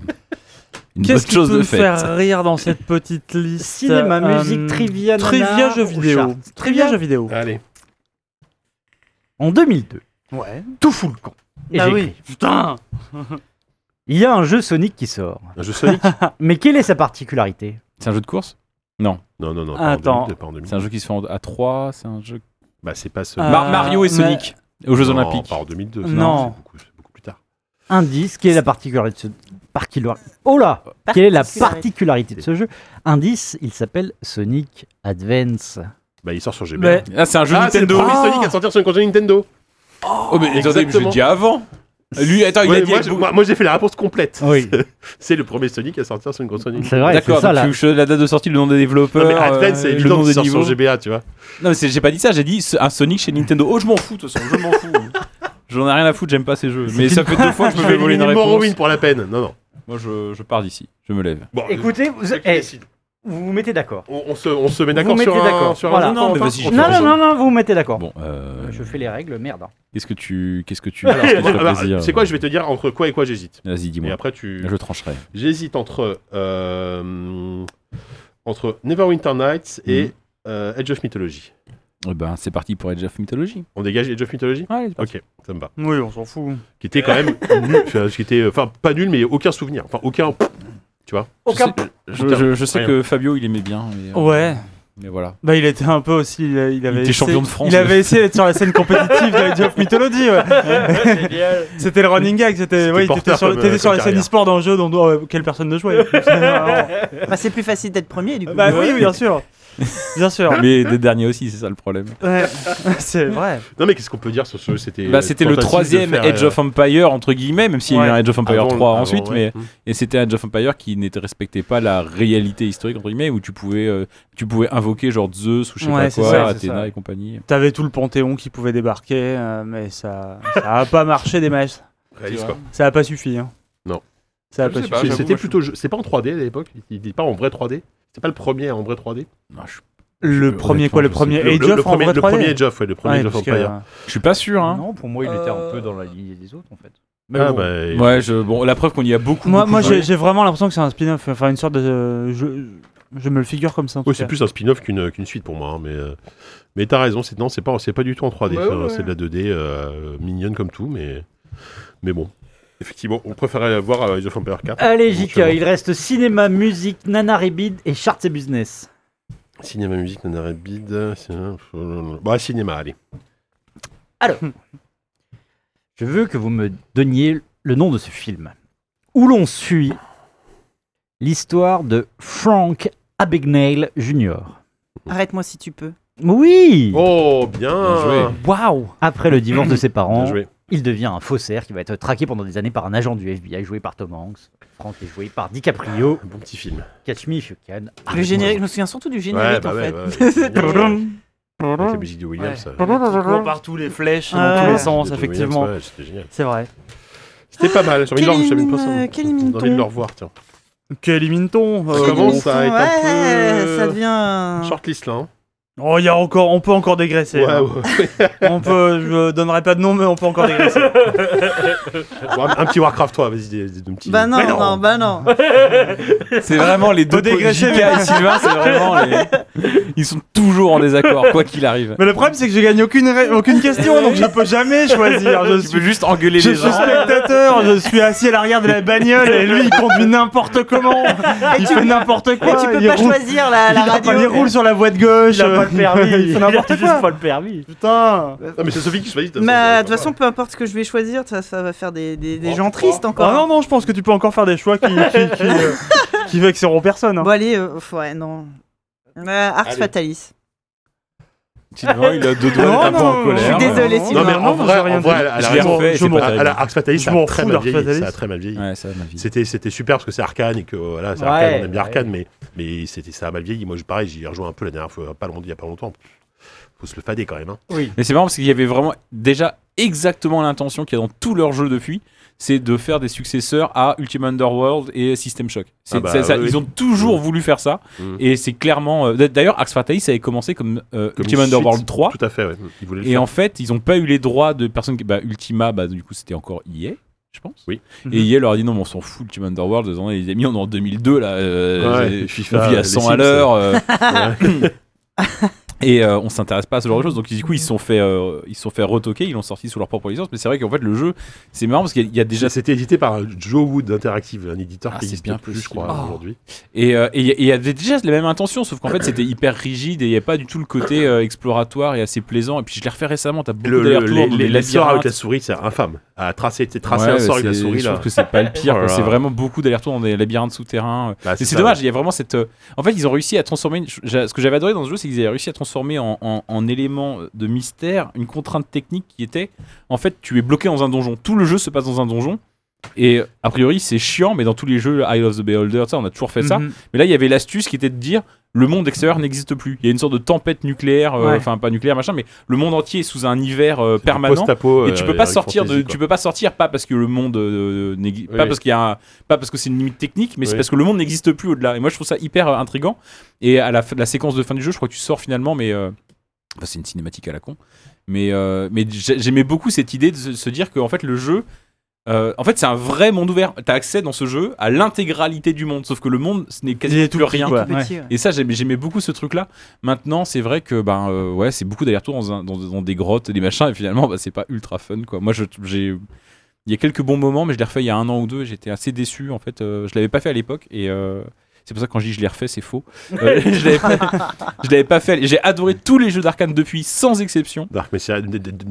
S4: Une bonne
S3: Qu'est-ce qui
S4: chose
S3: peut
S4: de
S3: me
S4: fait.
S3: faire rire dans cette petite liste
S2: Cinéma,
S3: Euh,
S2: musique, trivia, nanar,
S3: Trivia, jeux
S2: ou
S3: vidéo.
S2: chart.
S3: Trivia,
S2: Trivia.
S3: jeux vidéo.
S1: Allez.
S2: En 2002,
S3: Ouais.
S2: tout fout le camp. Et
S3: Ah
S2: j'ai
S3: oui,
S2: écrit,
S3: putain
S2: Il y a un jeu Sonic qui sort.
S1: Un jeu Sonic
S2: Mais quelle est sa particularité
S4: C'est un jeu de course
S1: Non, non, non. Pas en
S3: Attends.
S1: 2002, pas en 2000.
S4: C'est un jeu qui se fait en- à 3 C'est un jeu.
S1: Bah, c'est pas ce.
S3: Ah,
S4: Mar- Mario et
S3: mais-
S4: Sonic aux Jeux
S1: Non,
S4: Olympiques.
S1: Pas en 2002. ça,
S3: Non.
S1: C'est beaucoup, c'est beaucoup plus tard.
S2: Indice, quelle est la particularité de ce... particular- Oh là Quelle est la particularité de ce jeu Indice, il s'appelle Sonic Advance.
S1: Bah, il sort sur GB.
S3: Mais-
S4: Ah c'est un jeu
S1: ah, c'est le
S4: Nintendo.
S1: premier Sonic à sortir sur une console Nintendo.
S4: Oh mais attendez, je l'ai
S1: Exactement.
S4: dit avant. Lui attends, Ah, il
S1: Ouais,
S4: a dit
S1: moi,
S4: avec
S1: j'ai-
S4: beaucoup-
S1: moi- moi, j'ai fait la réponse complète.
S2: Oui.
S1: (laughs) c'est le premier Sonic à sortir sur une console Nintendo.
S2: C'est vrai, c'est
S4: D'accord,
S2: ça
S4: donc
S2: là.
S4: tu cherches la date de sortie, le nom des développeurs,
S1: Non, mais Advance,
S4: euh,
S1: c'est
S4: le
S1: évident
S4: nom
S1: qu'il
S4: des
S1: sort sur
S4: niveaux.
S1: GBA, tu vois.
S4: Non, mais c'est- j'ai pas dit ça, j'ai dit ce- un Sonic chez Nintendo. Oh, je m'en fous, de toute façon, je m'en fous. (laughs) J'en ai rien à foutre, j'aime pas ces jeux. Mais ça fait deux fois que je me fais voler une (laughs)
S1: éliminer
S4: réponse.
S1: Morrowind pour la peine. Non, non.
S4: Moi, je, je pars d'ici, je me lève.
S1: Bon,
S2: Écoutez, vous
S1: c'est qui
S2: eh,
S1: décide.
S2: vous, vous mettez d'accord.
S1: on, on se, on se met
S2: Vous
S1: d'accord
S2: mettez
S1: sur un,
S2: d'accord.
S1: sur un
S2: Voilà.
S1: jeu,
S4: Non,
S1: on
S4: mais
S1: part-
S4: vas-y,
S1: on
S4: je
S2: Non,
S1: fait
S2: non,
S1: un jeu.
S2: non, non, vous vous mettez d'accord.
S4: Bon, euh,
S2: Je fais les règles, merde.
S4: qu'est-ce que tu, qu'est-ce que tu, alors, qu'est-ce qui te fait
S1: Alors,
S4: plaisir euh,
S1: C'est quoi Je vais te dire entre quoi et quoi j'hésite.
S4: Vas-y,
S1: Et
S4: dis-moi.
S1: après, tu.
S4: Je trancherai.
S1: J'hésite entre. euh, Entre Neverwinter Nights
S4: Mhm.
S1: et euh, Edge of Mythology.
S4: Eh ben, c'est parti pour Age of Mythology.
S1: On dégage Edge of Mythology
S4: Allez, c'est parti.
S1: Ok, ça me va.
S3: Oui, on s'en fout.
S1: Qui était
S4: (laughs)
S1: quand même nul, enfin, qui était, euh, enfin pas nul, mais aucun souvenir, enfin aucun. Tu vois
S4: Je
S2: Aucun.
S4: sais- Je, je- je sais
S1: Rien.
S4: que Fabio, il aimait bien. Mais, euh,
S3: Ouais.
S4: Mais (laughs) voilà.
S3: Bah, il était un peu aussi. Il, il avait
S4: était
S3: essayé-
S4: champion de France,
S3: Il
S4: le
S3: avait essayé d'être sur la scène compétitive de Age of Mythology. ouais. C'était le running gag. C'était.
S1: C'était
S3: Ouais, il était
S1: porteur
S3: sur,
S1: comme,
S3: t'étais
S1: euh,
S3: sur
S1: comme
S3: la scène
S1: carrière.
S3: e-sport d'un jeu dont dont- quelle personne ne jouait. C'est marrant.
S5: Bah, c'est plus facile d'être premier du coup.
S3: bah, oui, oui, bien sûr. Bien sûr.
S4: Mais des derniers aussi, c'est ça le problème.
S3: Ouais. C'est vrai.
S1: Non mais qu'est-ce qu'on peut dire sur ce C'était.
S4: Bah, c'était le
S1: tentative de
S4: troisième
S1: faire,
S4: Edge
S1: euh,
S4: of Empire, entre guillemets, même s'il y a eu
S3: Ouais.
S4: un Edge of Empire
S1: avant-
S4: 3
S1: avant,
S4: ensuite, mais Hmm.
S1: ouais. Mm.
S4: Et c'était Age of Empire qui ne respectait pas la réalité historique, entre guillemets, où tu pouvais, euh, tu pouvais invoquer genre Zeus ou je sais
S3: Ouais,
S4: pas
S3: c'est
S4: quoi,
S3: ça, c'est
S4: Athéna
S3: ça.
S4: et compagnie.
S3: T'avais tout le Panthéon qui pouvait débarquer, euh, mais ça, ça a pas marché des matchs.
S1: Réaliste,
S4: C'est
S1: quoi.
S3: Ça a pas suffi. Hein.
S1: Non.
S3: Ça a
S4: Je
S3: pas
S4: sais
S3: suffi.
S4: pas,
S1: C'est-
S4: j'avoue,
S1: C'était
S4: moi, je-
S1: plutôt. jeu- C'est pas en 3D à l'époque Il n'est pas en vrai 3D C'était pas le premier en vrai 3D
S4: Non, je,
S3: Le
S4: Je-
S3: premier quoi, le
S4: honnêtement, je
S3: premier
S1: Le-
S3: Age
S1: le,
S3: of
S1: le
S3: en
S1: premier,
S3: vrai
S1: le
S3: 3D?
S1: premier Age of, ouais, le premier
S3: Ouais,
S1: Age of
S3: parce que, euh,
S1: Empire.
S4: je suis pas sûr. Hein.
S2: Non, pour moi, il était un peu dans la lignée des autres, en fait. Mais
S1: Ah
S2: bon.
S1: bah, et-
S4: Ouais, je, bon, la preuve qu'on y a beaucoup.
S3: Moi,
S4: beaucoup
S3: moi
S4: joué.
S3: j'ai j'ai vraiment l'impression que c'est un spin-off, enfin une sorte de. euh, je, je me le figure comme ça. En tout
S1: Oui, c'est
S3: cas.
S1: plus un spin-off qu'une qu'une suite pour moi, hein, mais euh, mais t'as raison, c'est non, c'est pas c'est pas du tout en 3D,
S2: Ouais,
S1: ça,
S2: ouais,
S1: c'est de la 2D euh, mignonne comme tout, mais mais bon. Effectivement, on préférait voir euh, Age of Empire 4.
S2: Allez,
S1: Bon,
S2: JK,
S1: c'est bon.
S2: il reste cinéma, musique, Nana Ribid et Charts et Business.
S1: Cinéma, musique, Nana Rabid. cinéma- Bah, cinéma, allez.
S2: Je veux que vous me donniez le nom de ce film. Où l'on suit l'histoire de Frank Abagnale Jr.
S5: Arrête-moi si tu peux.
S2: Oui
S1: Oh, bien,
S4: Bien joué.
S2: Waouh Après le divorce (clears throat) de ses
S1: Bien
S2: parents,
S1: joué.
S2: il devient un faussaire qui va être traqué pendant des années par un agent du FBI joué par Tom Hanks. Frank est joué par DiCaprio.
S1: Un bon petit film. bah
S2: Catch me if you can.
S5: Le générique, je me souviens surtout du générique en fait.
S1: ouais. Bien joué. Avec la musique de Williams. ça.
S3: par tous les flèches,
S5: Ouais.
S3: dans tous
S1: La
S3: les
S1: musique
S3: sens,
S1: de Williams,
S3: effectivement.
S1: ouais, C'était génial.
S3: C'est vrai.
S1: C'était pas mal. J'ai envie de
S5: Quel
S1: le- j'ai envie de
S5: mime,
S1: le-
S5: quel mime
S1: j'ai envie de
S5: ton.
S1: le revoir, tiens.
S3: Qu'élimine-t-on
S1: Ça commence à être un
S5: Ouais,
S1: peu-
S5: ça devient. un-
S1: Shortlist là. hein.
S3: Oh, il y a encore, on peut encore dégraisser.
S1: Ouais,
S3: hein.
S1: ouais.
S3: On peut, je donnerai pas de nom, mais on peut encore dégraisser.
S1: Bon, un, un petit Warcraft 3, vas-y, des, des- des petits.
S5: Bah non,
S1: Mais
S5: non, bah non.
S4: (laughs) C'est vraiment les deux
S3: Faut dégraisser,
S4: JK et Sylvain, c'est vraiment
S3: (laughs)
S4: les... Ils sont toujours en désaccord, quoi qu'il arrive.
S3: mais le problème, c'est que je gagne aucune, ré- aucune question, donc je peux jamais choisir. Je
S4: Tu peux
S3: suis,
S4: juste engueuler
S3: je
S4: les
S3: suis
S4: gens.
S3: spectateur, je suis assis à l'arrière de la bagnole et lui, il conduit n'importe comment. Il fait n'importe
S5: Mais
S3: quoi.
S5: tu peux
S3: il
S5: pas
S3: roule,
S5: choisir la, la
S3: il roule-
S5: radio.
S3: il roule sur la voie de gauche.
S2: Il a pas le permis,
S3: (laughs) il fait n'importe
S2: juste
S3: quoi.
S2: pas le permis.
S3: Putain.
S1: Non, mais c'est Sophie qui choisit.
S5: Mais Bah, de toute façon, peu importe ce que je vais choisir, ça, ça va faire des, des, des
S1: Bah, Oh,
S5: gens
S1: oh.
S5: tristes
S3: Ah non,
S5: encore. hein.
S3: non, je pense que tu peux encore faire des choix qui, (laughs) qui, qui, euh, qui vexeront personne. hein.
S5: Bon, allez, euh, f- ouais, non. Euh, Ars
S1: Allez.
S5: Fatalis.
S4: Sylvain, il a deux doigts d'être
S3: Non,
S4: un peu en
S3: non,
S4: colère.
S5: je suis désolé,
S1: euh. non, mais
S5: Sylvain.
S1: en
S3: non,
S1: vrai,
S3: j'ai rien
S1: en vrai,
S3: dit.
S1: elle a
S4: Je l'ai
S1: raison.
S4: refait,
S3: je
S1: Elle
S3: m'en
S1: a- elle a- Arx Fatalis,
S3: Je
S1: ça
S3: m'en
S1: a très
S3: fous
S1: mal
S3: d'Arx
S1: vieilli. Ça a
S3: Fatalis.
S1: très mal vieilli.
S4: Ouais, ça, ma vie.
S1: C'était, c'était super parce que c'est arcane et que voilà, c'est
S2: Ouais,
S1: arcane, on aime bien
S2: ouais.
S1: arcane, mais, mais c'était, ça a mal vieilli. Moi, je, pareil, j'y ai rejoint un peu la dernière fois, pas longtemps, il y a pas longtemps. Faut se le fader quand même. Hein.
S4: Mais c'est marrant parce qu'il y avait vraiment déjà exactement l'intention qu'il y a dans tous leurs jeux depuis, c'est de faire des successeurs à Ultima Underworld et System Shock. C'est-
S1: Ah bah,
S4: c'est ça,
S1: oui,
S4: ils
S1: oui.
S4: ont toujours
S1: Mm.
S4: voulu faire ça
S1: Mm.
S4: et c'est clairement. euh, D'ailleurs, Axe Fatalis avait commencé comme, euh,
S1: Comme
S4: Ultima
S1: une suite.
S4: Underworld 3.
S1: Tout à fait, ouais. Ils voulaient le
S4: Et
S1: faire.
S4: en fait, ils n'ont pas eu les droits de personnes qui. Bah, Ultima, bah, du coup, c'était encore EA, je pense.
S1: Oui.
S3: Mhm.
S4: Et EA leur a dit non, mais on s'en fout, Ultima Underworld, ils ont- les amis, on est en 2002, là. euh,
S1: Ouais,
S4: j'ai-
S1: et FIFA,
S4: on vit à
S1: les
S4: 100 à
S1: Sims.
S4: l'heure. euh,
S1: (laughs) Ouais.
S4: et euh, on s'intéresse pas à ce genre de choses. Donc, du coup, ils se sont fait, euh, ils se sont fait retoquer, ils l'ont sorti sous leur propre licence. Mais c'est vrai qu'en fait, le jeu, c'est marrant parce qu'il y a- il y a déjà.
S1: C'était édité par euh, Joe Wood Interactive, un éditeur
S4: Ah,
S1: qui
S4: c'est
S1: existe
S4: bien
S1: plus, je
S4: possible.
S1: crois,
S4: Oh.
S1: aujourd'hui.
S4: Et euh, et il y a- et il y avait déjà les mêmes intentions, sauf qu'en fait, c'était hyper rigide et il n'y a pas du tout le côté euh, exploratoire et assez plaisant. Et puis, je l'ai refait récemment, t'as beaucoup
S1: Le, le-
S4: d'aller-retour,
S1: les,
S4: dans
S1: les,
S4: des
S1: les sorts avec
S4: labyrinthes.
S1: la souris, c'est infâme. À tracer, c'est tracer un
S4: Ouais,
S1: sort avec la
S4: c'est-
S1: souris,
S4: Je
S1: là.
S4: trouve que c'est
S1: (laughs)
S4: pas le pire. quoi.
S1: Voilà.
S4: c'est vraiment beaucoup d'aller-retour dans des labyrinthes souterrains.
S1: Bah,
S4: Et c'est
S1: ça.
S4: dommage, il y a vraiment cette. euh, En fait, ils ont réussi à transformer. une ch- j'a- Ce que j'avais adoré dans ce jeu, c'est qu'ils avaient réussi à transformer en, en- en élément de mystère une contrainte technique qui était en fait, tu es bloqué dans un donjon. Tout le jeu se passe dans un donjon. Et a priori, c'est chiant, mais dans tous les jeux, Eye of the Beholder, ça, on a toujours fait ça.
S3: Mhm.
S4: Mais là, il y avait l'astuce qui était de dire le monde extérieur n'existe plus. Il y a une sorte de tempête nucléaire, euh,
S3: Ouais.
S4: enfin pas nucléaire, machin, mais le monde entier est sous un hiver euh,
S1: C'est du
S4: permanent
S1: post-apo,
S4: et tu
S1: euh,
S4: peux pas
S1: Eric
S4: sortir de,
S1: Fantasy, quoi.
S4: tu peux pas sortir pas parce que le monde euh, n'exi-
S1: Oui.
S4: pas parce qu'il y a un- pas parce que c'est une limite technique mais c'est
S1: Oui.
S4: parce que le monde n'existe plus au-delà et moi je trouve ça hyper euh, intriguant et à la, fin- la séquence de fin du jeu je crois que tu sors finalement mais euh, enfin, c'est une cinématique à la con mais euh, mais j'a- j'aimais beaucoup cette idée de se se dire que en fait le jeu euh, en fait, c'est un vrai monde ouvert. T'as accès dans ce jeu à l'intégralité du monde, sauf que le monde, ce n'est quasiment
S3: tout
S4: plus
S3: petit,
S4: rien.
S3: quoi. Ouais.
S5: Petit, euh, ouais.
S4: Et ça, j'aimais, j'aimais beaucoup ce truc-là. Maintenant, c'est vrai que ben euh, ouais, c'est beaucoup d'aller-retour dans, un- dans- dans des grottes, des machins, et finalement, bah, c'est pas ultra fun quoi. Moi, je- j'ai il y a quelques bons moments, mais je l'ai refait il y a un an ou deux. et J'étais assez déçu en fait. euh, je l'avais pas fait à l'époque et euh, c'est pour ça que quand je dis je l'ai refait, c'est faux. Euh, je, l'avais pas, je l'avais pas fait. J'ai adoré tous les jeux d'arcane depuis, sans exception.
S1: Dark Messiah. d- d- d-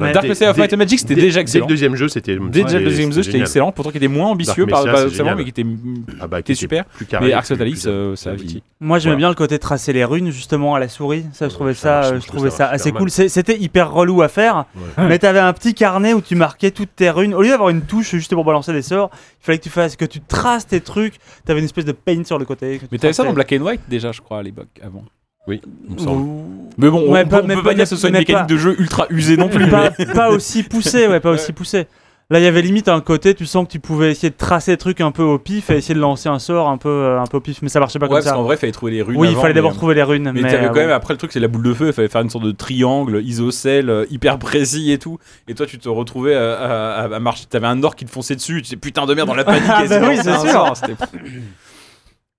S3: Ouais.
S4: Dark Messiah of
S1: dès-
S4: Might and Magic, c'était
S1: dès-
S4: déjà
S1: Dès le
S4: excellent.
S1: deuxième jeu, c'était.
S4: Dès le
S1: c'était-
S4: deuxième jeu, c'était
S1: génial.
S4: excellent. Pourtant, qui était moins ambitieux,
S1: Dark
S4: par
S1: Messiah,
S4: par-
S1: c'est
S4: notamment,
S1: génial.
S4: mais qui était,
S1: Ah bah,
S4: qui était
S1: qui était
S4: super.
S1: Plus carré,
S4: Mais
S1: plus-
S4: Arx Fatalis,
S1: plus-
S4: euh, ça a
S1: abouti.
S4: abouti.
S3: Moi, j'aimais
S1: Voilà.
S3: bien le côté tracer les runes justement à la souris. Ça, je
S1: Ouais,
S3: trouvais
S1: ça,
S3: ça,
S1: je
S3: euh,
S1: trouve
S3: je
S1: que
S3: trouvais
S1: ça
S3: ça
S1: marche
S3: assez
S1: super
S3: cool.
S1: mal.
S3: C'est- C'était hyper relou à faire,
S1: Ouais.
S3: mais t'avais un petit carnet où tu marquais toutes tes runes. Au lieu d'avoir une touche juste pour balancer des sorts, il fallait que tu fasses que tu traces tes trucs. T'avais une espèce de paint sur le côté. que tu
S4: Mais t'avais ça dans
S3: traçais.
S4: Black and White déjà, je crois, à l'époque, avant.
S1: Il me semble.
S4: Mais bon, on,
S3: Ouais,
S4: on
S3: pas-
S4: peut
S3: mais
S4: pas
S3: pas-
S4: dire que ce soit une
S3: mais
S4: mécanique
S3: pas-
S4: de jeu ultra usée non (laughs) plus.
S3: pas, pas aussi poussé, ouais, pas aussi poussé. Là, il y avait limite un côté, tu sens que tu pouvais essayer de tracer des trucs un peu au pif et essayer de lancer un sort un peu, euh, un peu au pif, mais ça marchait pas
S4: ouais,
S3: comme
S4: parce
S3: ça.
S4: qu'en vrai, il fallait trouver les runes.
S3: Oui, il
S4: avant,
S3: fallait d'abord
S4: mais-
S3: trouver les runes.
S4: Mais, t'avais
S3: euh,
S4: quand
S3: bon.
S4: même, après le truc, c'est la boule de feu, il fallait faire une sorte de triangle isocèle euh, hyper précis et tout. Et toi, tu te retrouvais euh, à, à- à marcher. T'avais un orc qui te fonçait dessus, tu sais, putain de merde, dans la panique.
S3: Ah,
S4: et c'est
S3: bah oui,
S4: lancé
S3: c'est
S4: un
S3: sûr.
S4: sort, c'était-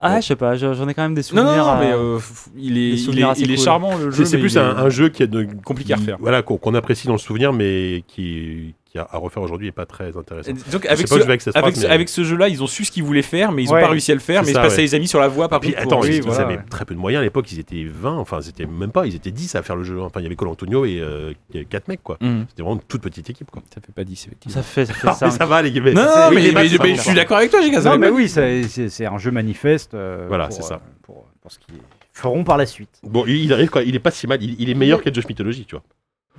S3: Ah, je sais pas, je- j'en ai quand même des
S4: Non,
S3: souvenirs.
S4: non, non, mais
S3: euh,
S4: euh, f- il est,
S3: des
S4: il est,
S3: souvenirs assez
S4: il est
S3: cool.
S4: charmant le jeu.
S1: C'est c'est
S4: mais
S1: plus
S4: il est-
S1: un, un jeu qui est de-
S4: compliqué à refaire.
S1: Voilà, qu'on qu'on apprécie dans le souvenir, mais qui, qui à, à refaire aujourd'hui est pas très intéressant.
S4: Donc avec
S1: je sais pas où
S4: ce,
S1: je vais avec cette
S4: avec,
S1: phrase,
S4: ce-
S1: mais-
S4: avec ce jeu-là, ils ont su ce qu'ils voulaient faire, mais ils
S2: Ouais.
S4: ont pas réussi à le faire,
S1: C'est
S4: mais ils
S1: ça,
S4: se passaient
S1: ouais.
S4: les amis sur la voie par
S1: Ah, Puis
S4: contre,
S1: attends,
S4: pour-
S1: ils,
S4: oui,
S1: ils
S4: voilà,
S1: avaient
S4: ouais.
S1: très peu de moyens à l'époque, ils étaient 20, enfin ils étaient même pas, ils étaient 10 à faire le jeu. Enfin, il y avait Colantonio et euh, 4 mecs quoi.
S4: Mhm.
S1: C'était vraiment une toute petite équipe quoi.
S4: Ça fait pas 10, effectivement.
S3: Ça fait,
S4: (laughs)
S3: ça fait
S1: Ah,
S3: ça.
S1: mais ça va les gars.
S4: Non,
S1: Oui,
S4: mais,
S1: les
S4: mais-
S1: matchs, ça
S4: mais
S1: va.
S4: je suis d'accord avec toi, Jika. ça
S2: Non,
S4: fait
S2: mais
S4: pas-
S2: oui, c'est- c'est c'est un jeu manifeste. euh,
S1: Voilà,
S2: pour,
S1: c'est
S2: euh,
S1: ça.
S2: Pour, pour ce qu'ils feront par la suite.
S1: Bon, il il arrive quoi, il est pas si mal, il, il est meilleur que Josh Mythology, tu vois.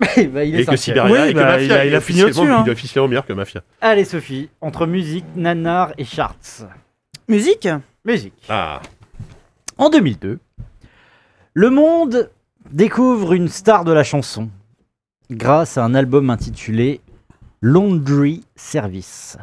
S2: (laughs) Eh ben, il est
S1: Et que
S2: sorti.
S1: Siberia
S3: Oui,
S1: et que
S3: bah,
S1: Mafia,
S3: il a- il a
S1: est
S3: fini au-dessus,
S1: officiellement-
S3: hein.
S1: Il est officiellement meilleur que Mafia.
S2: Allez, Sophie, entre musique, nanar et charts.
S5: Musique
S2: Musique.
S1: Ah,
S2: En 2002, le monde découvre une star de la chanson grâce à un album intitulé Laundry Service.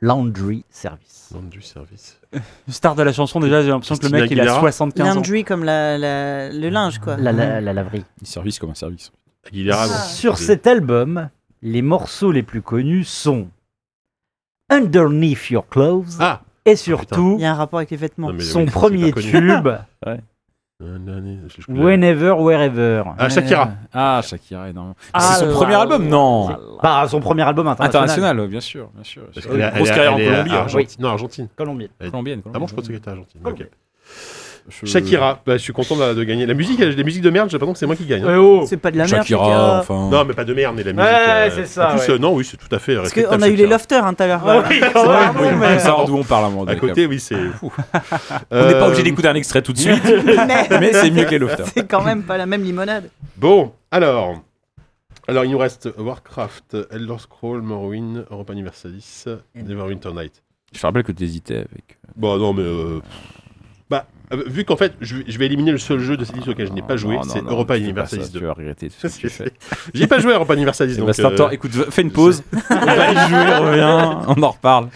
S2: Laundry Service.
S1: nom du service.
S3: Star de la chanson, déjà, j'ai l'impression que le mec,
S1: Christina
S3: il a
S1: Aguilera.
S3: 75 ans.
S5: Laundry comme la- la- le linge, quoi.
S2: La, la, la laverie.
S4: Service comme un service.
S1: Aguilera, bon.
S2: Ah. Sur cet album, les morceaux les plus connus sont Underneath Your Clothes
S1: Ah
S2: et
S5: Il
S2: surtout
S5: y a un rapport avec les vêtements.
S1: Non, mais oui,
S2: son
S1: c'est pas
S2: premier
S1: connu.
S2: tube
S1: Euh, non, non, je- je-
S2: Whenever Wherever.
S1: Ah, Shakira.
S4: Ah, Shakira, énorme.
S2: Ah
S4: c'est son
S2: là
S4: premier
S2: là
S4: album,
S2: là
S4: non
S2: Bah, son premier album international.
S4: International, bien sûr, bien sûr. Grosse
S1: Parce qu'elle est- elle est-
S4: carrière en
S1: elle est
S4: Colombie. hein.
S1: Argentine. Non, Argentine.
S2: Colombienne.
S4: Colombienne.
S1: Ah bon, je pensais qu'elle était argentine. Ok.
S2: Colombienne.
S4: Je-
S1: Shakira, bah, je suis content de, de gagner. La musique, elle- les musiques de merde, j'ai l'impression que c'est moi qui gagne. hein.
S2: Eh oh
S5: C'est pas de la merde.
S4: Shakira, enfin.
S1: Non, mais pas de merde, mais la musique.
S2: Ouais, c'est ça,
S1: En plus,
S2: ouais.
S1: euh, non, oui, c'est tout à fait.
S5: Parce
S1: respectable,
S5: qu'on a eu les
S1: Shakira.
S5: lofters hein, tout à l'heure.
S2: Ah
S5: voilà.
S2: oui,
S4: hein. Ouais,
S1: (laughs)
S2: quand même.
S4: oui,
S1: mais-
S4: mais savoir d'où on parle à un moment
S1: À
S4: donné,
S1: côté, oui, c'est. Euh,
S4: quand même. On n'est pas obligé d'écouter un extrait tout de suite,
S5: Mais
S4: mais c'est mieux que les Lofters.
S5: c'est quand même pas la même limonade.
S1: Bon, alors. Alors, il nous reste Warcraft, Elder Scrolls, Morrowind, Europa Universalis, Neverwinter Night.
S4: Je te rappelle que tu hésitais avec.
S1: Bon, non, mais. euh, Bah, euh, vu qu'en fait, je, vais- je vais éliminer le seul jeu de cette liste auquel je n'ai pas joué,
S4: Non, non,
S1: c'est
S4: non,
S1: Europa
S4: tu fais pas ça,
S1: Universalis 2.
S4: Tu vas regretter tout ce que tu fais.
S1: (laughs) J'ai pas joué à Europa Universalis,
S4: Eh
S1: donc.
S4: ben, c'est un
S1: euh,
S4: temps. écoute, fais une pause, on va y jouer, on revient, on en reparle.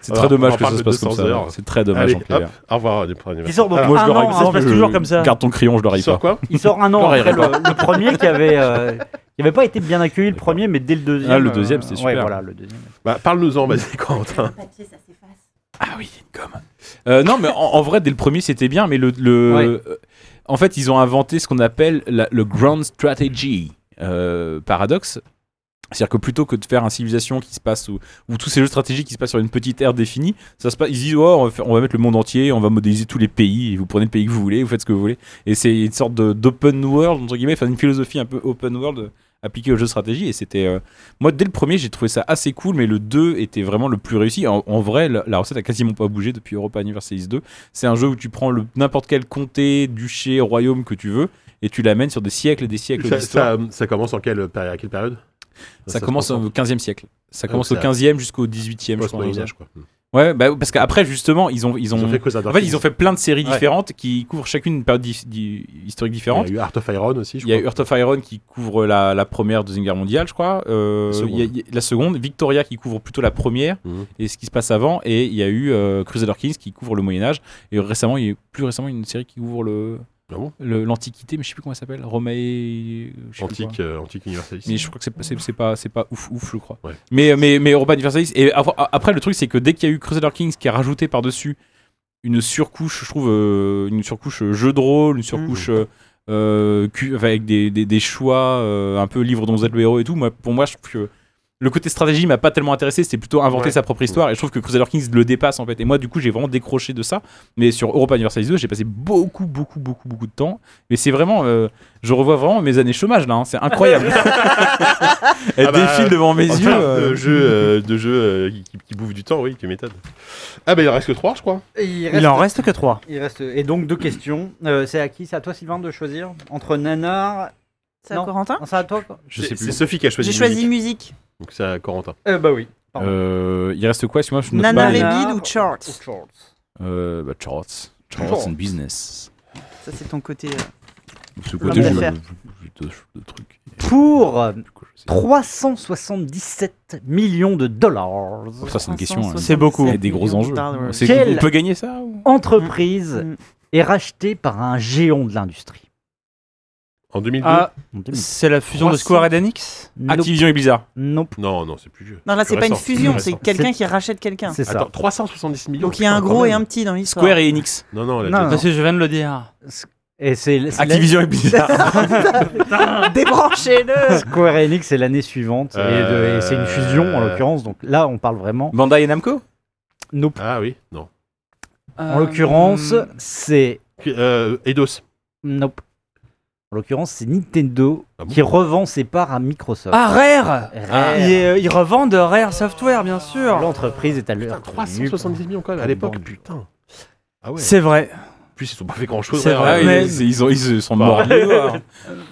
S4: C'est
S1: Alors,
S4: très
S1: on en
S4: dommage que ça
S1: parle
S4: se
S1: de
S4: passe comme
S1: 200
S4: ça.
S1: heures.
S4: C'est très dommage,
S1: Allez,
S4: en
S1: hop, au revoir, Europa
S2: Il
S1: Universalis.
S2: sort donc
S1: Ah,
S3: Moi, je
S2: un
S3: le
S2: an,
S3: règle, ça se passe
S2: je-
S3: toujours comme ça.
S4: Garde ton crayon, je le
S1: Il
S4: raye
S1: sort
S4: pas.
S1: quoi
S2: il sort un an
S4: Non,
S2: après
S4: il
S2: le, le premier qui avait, euh, qui avait pas été bien accueilli le premier, mais dès le deuxième. euh,
S4: Ah, le deuxième, c'était
S2: ouais,
S4: super.
S2: voilà, le deuxième.
S1: Bah, parle-nous-en,
S4: (laughs)
S1: vas-y, Quentin.
S6: papier, ça s'efface.
S4: Ah oui, il y a une gomme. Euh, non, mais en, en vrai, dès le premier, c'était bien, mais le. le-
S2: Ouais.
S4: euh, en fait, ils ont inventé ce qu'on appelle la- le Grand Strategy euh, paradoxe. C'est-à-dire que plutôt que de faire un civilisation qui se passe ou, ou tous ces jeux stratégiques qui se passent sur une petite aire définie, ça se passe, ils disent oh, on, va faire- on va mettre le monde entier, on va modéliser tous les pays, et vous prenez le pays que vous voulez, vous faites ce que vous voulez. Et c'est une sorte de- d'open world, entre guillemets, enfin une philosophie un peu open world euh, appliquée au jeu de stratégie. Et c'était. euh, moi, dès le premier, j'ai trouvé ça assez cool, mais le 2 était vraiment le plus réussi. En, en vrai, la, la recette a quasiment pas bougé depuis Europa Universalis 2. C'est un jeu où tu prends le- n'importe quel comté, duché, royaume que tu veux, et tu l'amènes sur des siècles et des siècles
S1: Ça,
S4: d'histoire.
S1: ça, ça commence en quelle, péri- à quelle période
S4: Ça, commence au 15e siècle. Ça
S1: Ah,
S4: commence
S1: donc
S4: au
S1: ça-
S4: 15e jusqu'au 18e, je crois.
S1: post-moyen-âge, quoi.
S4: Ouais, bah, parce qu'après, justement, ils ont, ils ont,
S1: fait Crusader
S4: en fait,
S1: Kings.
S4: ils ont fait plein de séries
S2: Ouais.
S4: différentes qui couvrent chacune une période di- di- historique différente.
S1: Il y a eu Art of Iron aussi, je
S4: Il y a
S1: crois.
S4: Earth of Iron qui couvre la, la première, deuxième guerre mondiale, je crois. Euh,
S1: La seconde.
S4: il y a- il y a la seconde. Victoria qui couvre plutôt la première
S1: Mhm.
S4: et ce qui se passe avant. Et il y a eu euh, Crusader Kings qui couvre le Moyen Âge. Et récemment, il y a eu plus récemment une série qui couvre le
S1: Ah bon
S4: le- l'Antiquité, mais je sais plus comment elle s'appelle. Romae. je sais plus quoi.
S1: Antique, euh, antique universaliste.
S4: Mais je crois que c'est pas, c'est- c'est pas, c'est pas ouf, ouf, je crois.
S1: Ouais.
S4: Mais, mais, mais Europa Universalis. Et après, après, le truc, c'est que dès qu'il y a eu Crusader Kings qui a rajouté par-dessus une surcouche, je trouve, euh, une surcouche euh, jeu de rôle, une
S1: Mmh.
S4: surcouche. euh, euh, cu- enfin, avec des, des- des choix euh, un peu livre dont vous êtes le héros et tout. Moi, pour moi, je trouve que le côté stratégie m'a pas tellement intéressé. C'était plutôt inventer
S1: Ouais.
S4: sa propre histoire. Et je trouve que Crusader Kings le dépasse en fait. Et moi, du coup, j'ai vraiment décroché de ça. Mais sur Europa Universalis 2, j'ai passé beaucoup, beaucoup, beaucoup, beaucoup de temps. Mais c'est vraiment, euh, je revois vraiment mes années chômage là. hein. C'est incroyable. (laughs) Elle
S1: Ah bah,
S4: défile devant mes
S1: En
S4: yeux.
S1: termes
S4: euh.
S1: de
S4: (laughs)
S1: jeux, euh, de jeux euh, qui, qui- qui bouffent du temps, oui, tu m'étonnes. Ah bah il en reste que 3 je crois.
S3: Il en reste que 3.
S2: Il reste et donc deux questions. Euh, c'est à qui C'est à toi Sylvain de choisir entre nanar.
S5: C'est à
S2: Non.
S5: Corentin
S2: Non, c'est à toi. quoi.
S4: Je
S1: C'est-
S4: sais plus.
S1: C'est Sophie qui a choisi.
S5: J'ai
S1: une
S5: choisi
S1: musique.
S5: musique.
S1: Donc c'est à Corentin.
S2: Euh, bah oui. Pardon.
S4: Euh, il reste quoi si moi je note
S5: Nana
S4: pas les-
S5: Rébide
S2: Nanar
S5: ou Charts
S4: Euh, bah, charts. Charts
S2: Charts.
S4: and business.
S5: Ça, c'est ton côté. euh,
S4: Ce
S5: côté,
S3: Ah,
S4: côté,
S5: je-
S3: bah,
S4: je,
S5: d'affaires.
S4: trucs.
S2: Pour euh, 377 millions de dollars.
S4: Ça, c'est une question. hein.
S5: 377
S3: C'est beaucoup.
S4: Il y a des gros
S5: millions de
S4: enjeux.
S5: dollars.
S4: C'est-
S2: Quel-
S4: On peut gagner ça ou-
S2: Entreprise
S5: Mm.
S2: est rachetée par un géant de l'industrie.
S1: En 2002
S3: Ah,
S2: En 2000.
S3: c'est la fusion de
S2: 300.
S3: Square et d'Enix
S2: Nope.
S4: Activision et Blizzard.
S2: Nope.
S1: Non, non, c'est plus vieux.
S5: Non, là, c'est
S1: Plus
S5: pas une
S1: récent,
S5: fusion,
S1: plus
S5: c'est
S1: récent.
S5: quelqu'un
S2: C'est-
S5: qui rachète quelqu'un.
S2: C'est ça.
S1: Attends, 370 millions.
S5: Donc, il y a
S1: putain,
S5: un
S1: quand
S5: gros et
S1: même.
S5: un petit dans l'histoire.
S4: Ah. Square et Enix.
S3: Ah,
S1: Non, non, la
S2: Non,
S1: deuxième-
S3: Parce que je viens de le dire.
S2: Et c'est c'est l'année-
S4: Activision est bizarre.
S2: (laughs)
S5: Débranchez-le
S2: Square Enix, c'est l'année suivante. et de- Et, c'est une fusion, en
S1: Euh.
S2: l'occurrence. Donc là, on parle vraiment.
S4: Bandai et Namco
S2: Nope.
S1: Ah oui, non.
S4: Euh,
S5: Euh,
S2: En l'occurrence, c'est.
S1: Euh, Eidos.
S2: Nope. En l'occurrence, c'est Nintendo
S1: Ah bon
S2: qui revend ses parts à Microsoft.
S3: Ah, Rare
S2: Rare.
S3: ils, euh, ils revendent Rare Software, bien sûr.
S2: L'entreprise est à
S1: Putain,
S2: l'heure.
S1: 370 millions quand même à
S2: Comme
S1: l'époque,
S2: bande.
S1: putain. Ah ouais.
S3: C'est vrai.
S1: En plus, ils ont pas fait grand chose.
S3: C'est
S4: Ah,
S3: vrai,
S4: ils-
S3: mais-
S4: ils, ils ont- ils se sont morts de doigts.
S1: (laughs)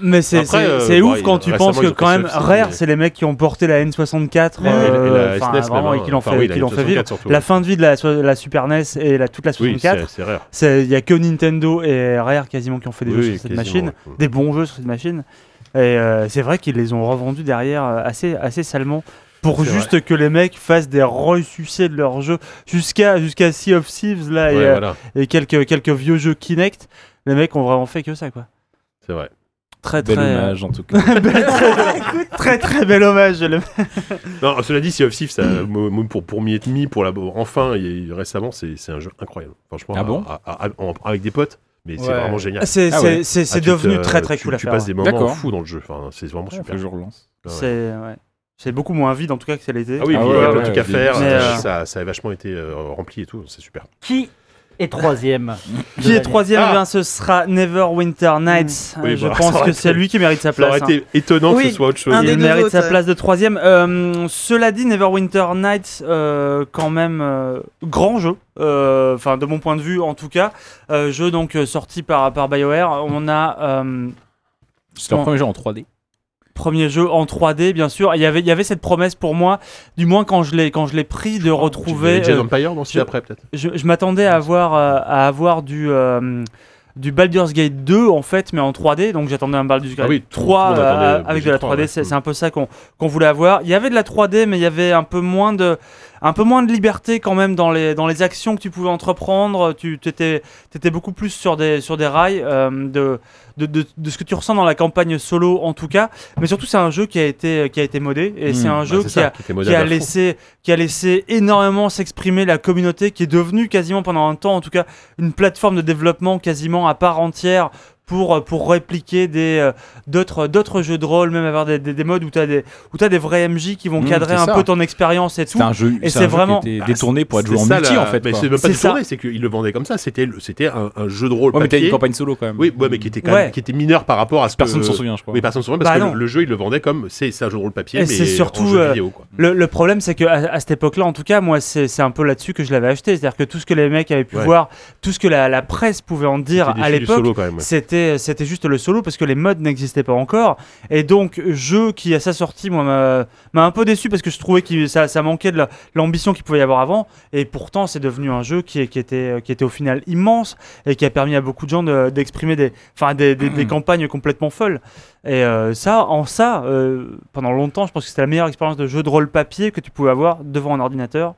S3: Mais c'est
S1: Après,
S3: c'est-
S1: euh,
S3: c'est
S1: bon,
S3: ouf
S1: ils-
S3: quand tu
S1: récemment,
S3: penses que
S1: ils ont
S3: quand
S1: fait
S3: même
S1: Soft,
S3: Rare,
S1: mais-
S3: c'est les mecs qui ont porté la N64
S1: Et- et la-
S3: euh,
S1: et la
S3: enfin,
S1: SNES,
S3: vraiment,
S1: même, hein.
S3: et qui l'ont
S1: enfin,
S3: fait,
S1: oui,
S3: qui
S1: la
S3: l'ont fait vivre.
S1: 64 surtout.
S3: La fin de vie de la, so- la Super NES et la, toute la
S1: Oui,
S3: 64,
S1: c'est c'est rare.
S3: c'est- il y a que Nintendo et Rare quasiment qui ont fait des
S1: Oui,
S3: jeux
S1: oui,
S3: sur cette
S1: quasiment,
S3: machine,
S1: ouais.
S3: des bons jeux sur cette machine. Et euh, c'est vrai qu'ils les ont revendus derrière euh, assez, assez salement pour
S1: C'est
S3: juste que les mecs fassent des ressucés de leurs jeux jusqu'à jusqu'à Sea of Thieves là, et,
S1: Ouais,
S3: euh,
S1: voilà,
S3: et quelques, quelques vieux jeux Kinect. Les mecs ont vraiment fait que ça quoi.
S1: c'est vrai.
S3: Très (laughs) très euh,
S4: Bel hommage, en tout cas.
S3: (laughs) très très bel hommage. Le...
S1: Non, cela dit, Sea of Thieves, ça, mo- mo- pour, pour m'y être mis, pour la, enfin, et récemment, c'est c'est un jeu incroyable. Franchement,
S4: Ah bon
S1: à- à- à- en- avec des potes, mais c'est
S2: Ouais.
S1: vraiment génial.
S3: C'est
S4: Ah ouais.
S3: c'est- c'est- c'est
S1: Ah, tu
S3: devenu
S1: te-
S3: très très
S1: tu-
S3: cool à
S1: Tu
S3: faire. hein.
S1: passes
S3: ouais.
S1: des moments
S4: D'accord.
S1: fous dans le jeu. Enfin, c'est vraiment
S4: Faut
S1: super.
S4: que je relance.
S1: Ouais.
S3: C'est ouais. C'est beaucoup moins vide en tout cas que ça l'était.
S1: Ah oui,
S4: Ah
S1: puis
S4: ouais,
S1: il y
S4: ouais,
S1: a plein de
S4: ouais,
S1: trucs à
S4: ouais.
S1: faire.
S3: Mais,
S1: euh,
S3: euh,
S1: Ça, ça a vachement été euh, rempli et tout. C'est super.
S2: Qui est
S3: (laughs)
S2: troisième de
S3: Qui est
S2: l'année
S3: troisième
S1: Ah.
S3: eh bien, Ce sera Neverwinter Nights. Euh,
S1: Oui,
S3: je
S1: bah, ça
S3: pense
S1: aurait
S3: que
S1: été-
S3: c'est lui qui mérite sa
S1: Ça aurait
S3: place. hein.
S1: été étonnant que
S5: Oui,
S1: ce soit autre chose.
S5: un des
S3: Il
S5: deux
S3: mérite
S5: autres,
S3: sa
S5: ouais.
S3: place de troisième. Euh, cela dit, Neverwinter Nights, euh, quand même euh, grand jeu, Euh, enfin de mon point de vue en tout cas, Euh, jeu donc euh, sorti par par BioWare. On a euh,
S4: C'est leur
S3: Bon.
S4: premier jeu en 3D.
S3: premier jeu en 3D bien sûr. Il y avait il y avait cette promesse pour moi, du moins quand je l'ai quand je l'ai pris de retrouver.
S1: Jedi
S3: euh,
S1: Empire, non, c'est
S3: je-
S1: après peut-être.
S3: je, je m'attendais à avoir, euh, à avoir du, euh, du Baldur's Gate 2 en fait, mais en 3D. Donc j'attendais un Baldur's Gate
S1: Ah oui, tout-
S3: 3
S1: tout le monde
S3: euh,
S1: attendait le
S3: avec de la
S1: BG3,
S3: 3D.
S1: ouais. Mm.
S3: C'est c'est un peu ça qu'on qu'on voulait avoir. Il y avait de la 3D, mais il y avait un peu moins de, un peu moins de liberté quand même dans les, dans les actions que tu pouvais entreprendre. Tu étais, beaucoup plus sur des, sur des rails euh, de, de, de- de ce que tu ressens dans la campagne solo en tout cas. Mais surtout, c'est un jeu qui a été, qui a été modé et
S4: Mmh,
S3: c'est un
S1: Bah,
S3: jeu
S1: c'est
S3: qui
S1: ça,
S3: a
S1: était
S3: qui
S1: moderne à
S3: a
S1: fond.
S3: laissé qui a laissé énormément s'exprimer la communauté qui est devenue quasiment pendant un temps en tout cas une plateforme de développement quasiment à part entière pour, euh, pour répliquer des euh, d'autres d'autres jeux de rôle même avoir des, des, des modes où tu as des où t'as des vrais MJ qui vont
S4: Mmh,
S3: cadrer
S4: c'est
S3: un
S4: ça.
S3: peu ton expérience et tout
S4: C'était un jeu,
S3: Et
S4: c'est
S3: c'est
S4: un jeu
S3: vraiment-
S4: qui était
S1: Ah,
S4: détourné pour être
S1: C'est
S4: joué en
S1: ça,
S4: multi
S1: la-
S4: en fait.
S1: Mais
S4: quoi.
S1: c'est même pas
S3: C'est ça.
S1: détourné, c'est qu'ils le vendaient comme ça. C'était le- c'était un un jeu de rôle
S4: Ouais, mais t'as
S1: papier.
S4: une campagne solo quand même.
S1: Oui, ouais, mais qui était quand
S3: Ouais.
S1: même- qui était mineur par rapport à ce
S4: Personne ne
S1: que-
S4: s'en souvient, je crois.
S1: Oui, personne ne s'en souvient parce que
S3: Bah non.
S1: le, le jeu, il le vendait comme c'est c'est un jeu de rôle papier,
S3: Et
S1: mais
S3: c'est surtout,
S1: en jeu
S3: euh,
S1: vidéo. Quoi.
S3: Le, le problème, c'est que à, à cette époque-là, en tout cas, moi, c'est c'est un peu là-dessus que je l'avais acheté. C'est-à-dire que tout ce que les mecs avaient pu
S1: Ouais.
S3: voir, tout ce que la, la presse pouvait en dire
S1: C'était des
S3: à
S1: filles du
S3: l'époque,
S1: solo, quand même. ouais.
S3: C'était, c'était juste le solo parce que les modes n'existaient pas encore. Et donc, jeu qui, à sa sortie, moi, m'a, m'a un peu déçu parce que je trouvais que ça, ça manquait de la- l'ambition qu'il pouvait y avoir avant. Et pourtant, c'est devenu un jeu qui, est- qui était, qui était au final immense et qui a permis à beaucoup de gens de- d'exprimer des, enfin, des, des- des campagnes complètement folles. Et euh, ça, en ça, euh, pendant longtemps, je pense que c'était la meilleure expérience de jeu de rôle papier que tu pouvais avoir devant un ordinateur.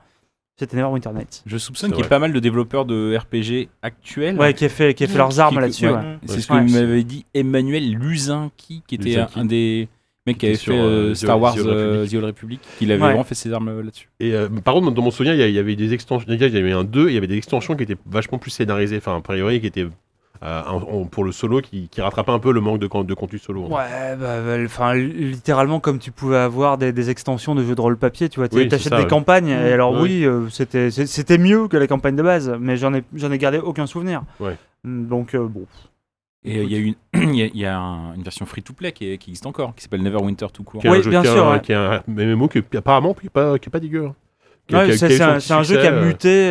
S3: C'était Neverwinter Nights.
S4: Je soupçonne
S1: C'est
S4: qu'il y a
S1: vrai.
S4: pas mal de développeurs de RPG actuels.
S3: Ouais, qui a fait, qui a fait leurs armes là-dessus.
S4: ouais.
S3: ouais.
S1: Bah,
S4: C'est ce que
S3: Ouais.
S4: m'avait dit Emmanuel Luzinki, qui était un,
S1: Luzinki.
S4: un des mecs qui avait
S1: était sur,
S4: fait euh,
S1: euh,
S4: Star
S1: The-
S4: Wars
S1: The Old
S4: euh,
S1: Republic.
S4: The Old Republic, qu'il avait
S3: Ouais.
S4: vraiment fait ses armes euh, là-dessus.
S1: Et euh, par contre, dans mon souvenir, il y a- il y avait des extensions. Il y avait un 2, il y avait des extensions qui étaient vachement plus scénarisées, enfin, a priori, qui étaient euh, en- en- pour le solo, qui, qui rattrapaient un peu le manque de, con- de contenu solo. hein.
S3: Ouais, bah, bah, enfin, li- littéralement comme tu pouvais avoir des, des extensions de jeux de rôle papier, tu vois, tu
S1: Oui, c'est
S3: t'achètes
S1: ça,
S3: des
S1: ouais.
S3: campagnes. Et alors
S1: Ouais.
S3: oui, euh, c'était c'est- c'était mieux que la campagne de base, mais j'en ai j'en ai gardé aucun souvenir.
S1: Ouais.
S3: Mm, Donc euh, bon.
S4: Et euh, il y a une, (clears throat) il y a, il y a un- une version free-to-play qui, est- qui existe encore, qui s'appelle Neverwinter tout court.
S1: Qui est
S3: Oui,
S1: un jeu
S3: bien
S1: qui est
S3: sûr,
S1: un-
S3: ouais.
S1: qui est un MMO qui est- apparemment qui est pas, qui est pas dégueu. hein. Qui a-
S3: Ouais,
S1: qui a-
S3: c'est
S1: qui a eu
S3: c'est
S1: son
S3: un,
S1: petit
S3: c'est un jeu qui a
S1: succès, euh,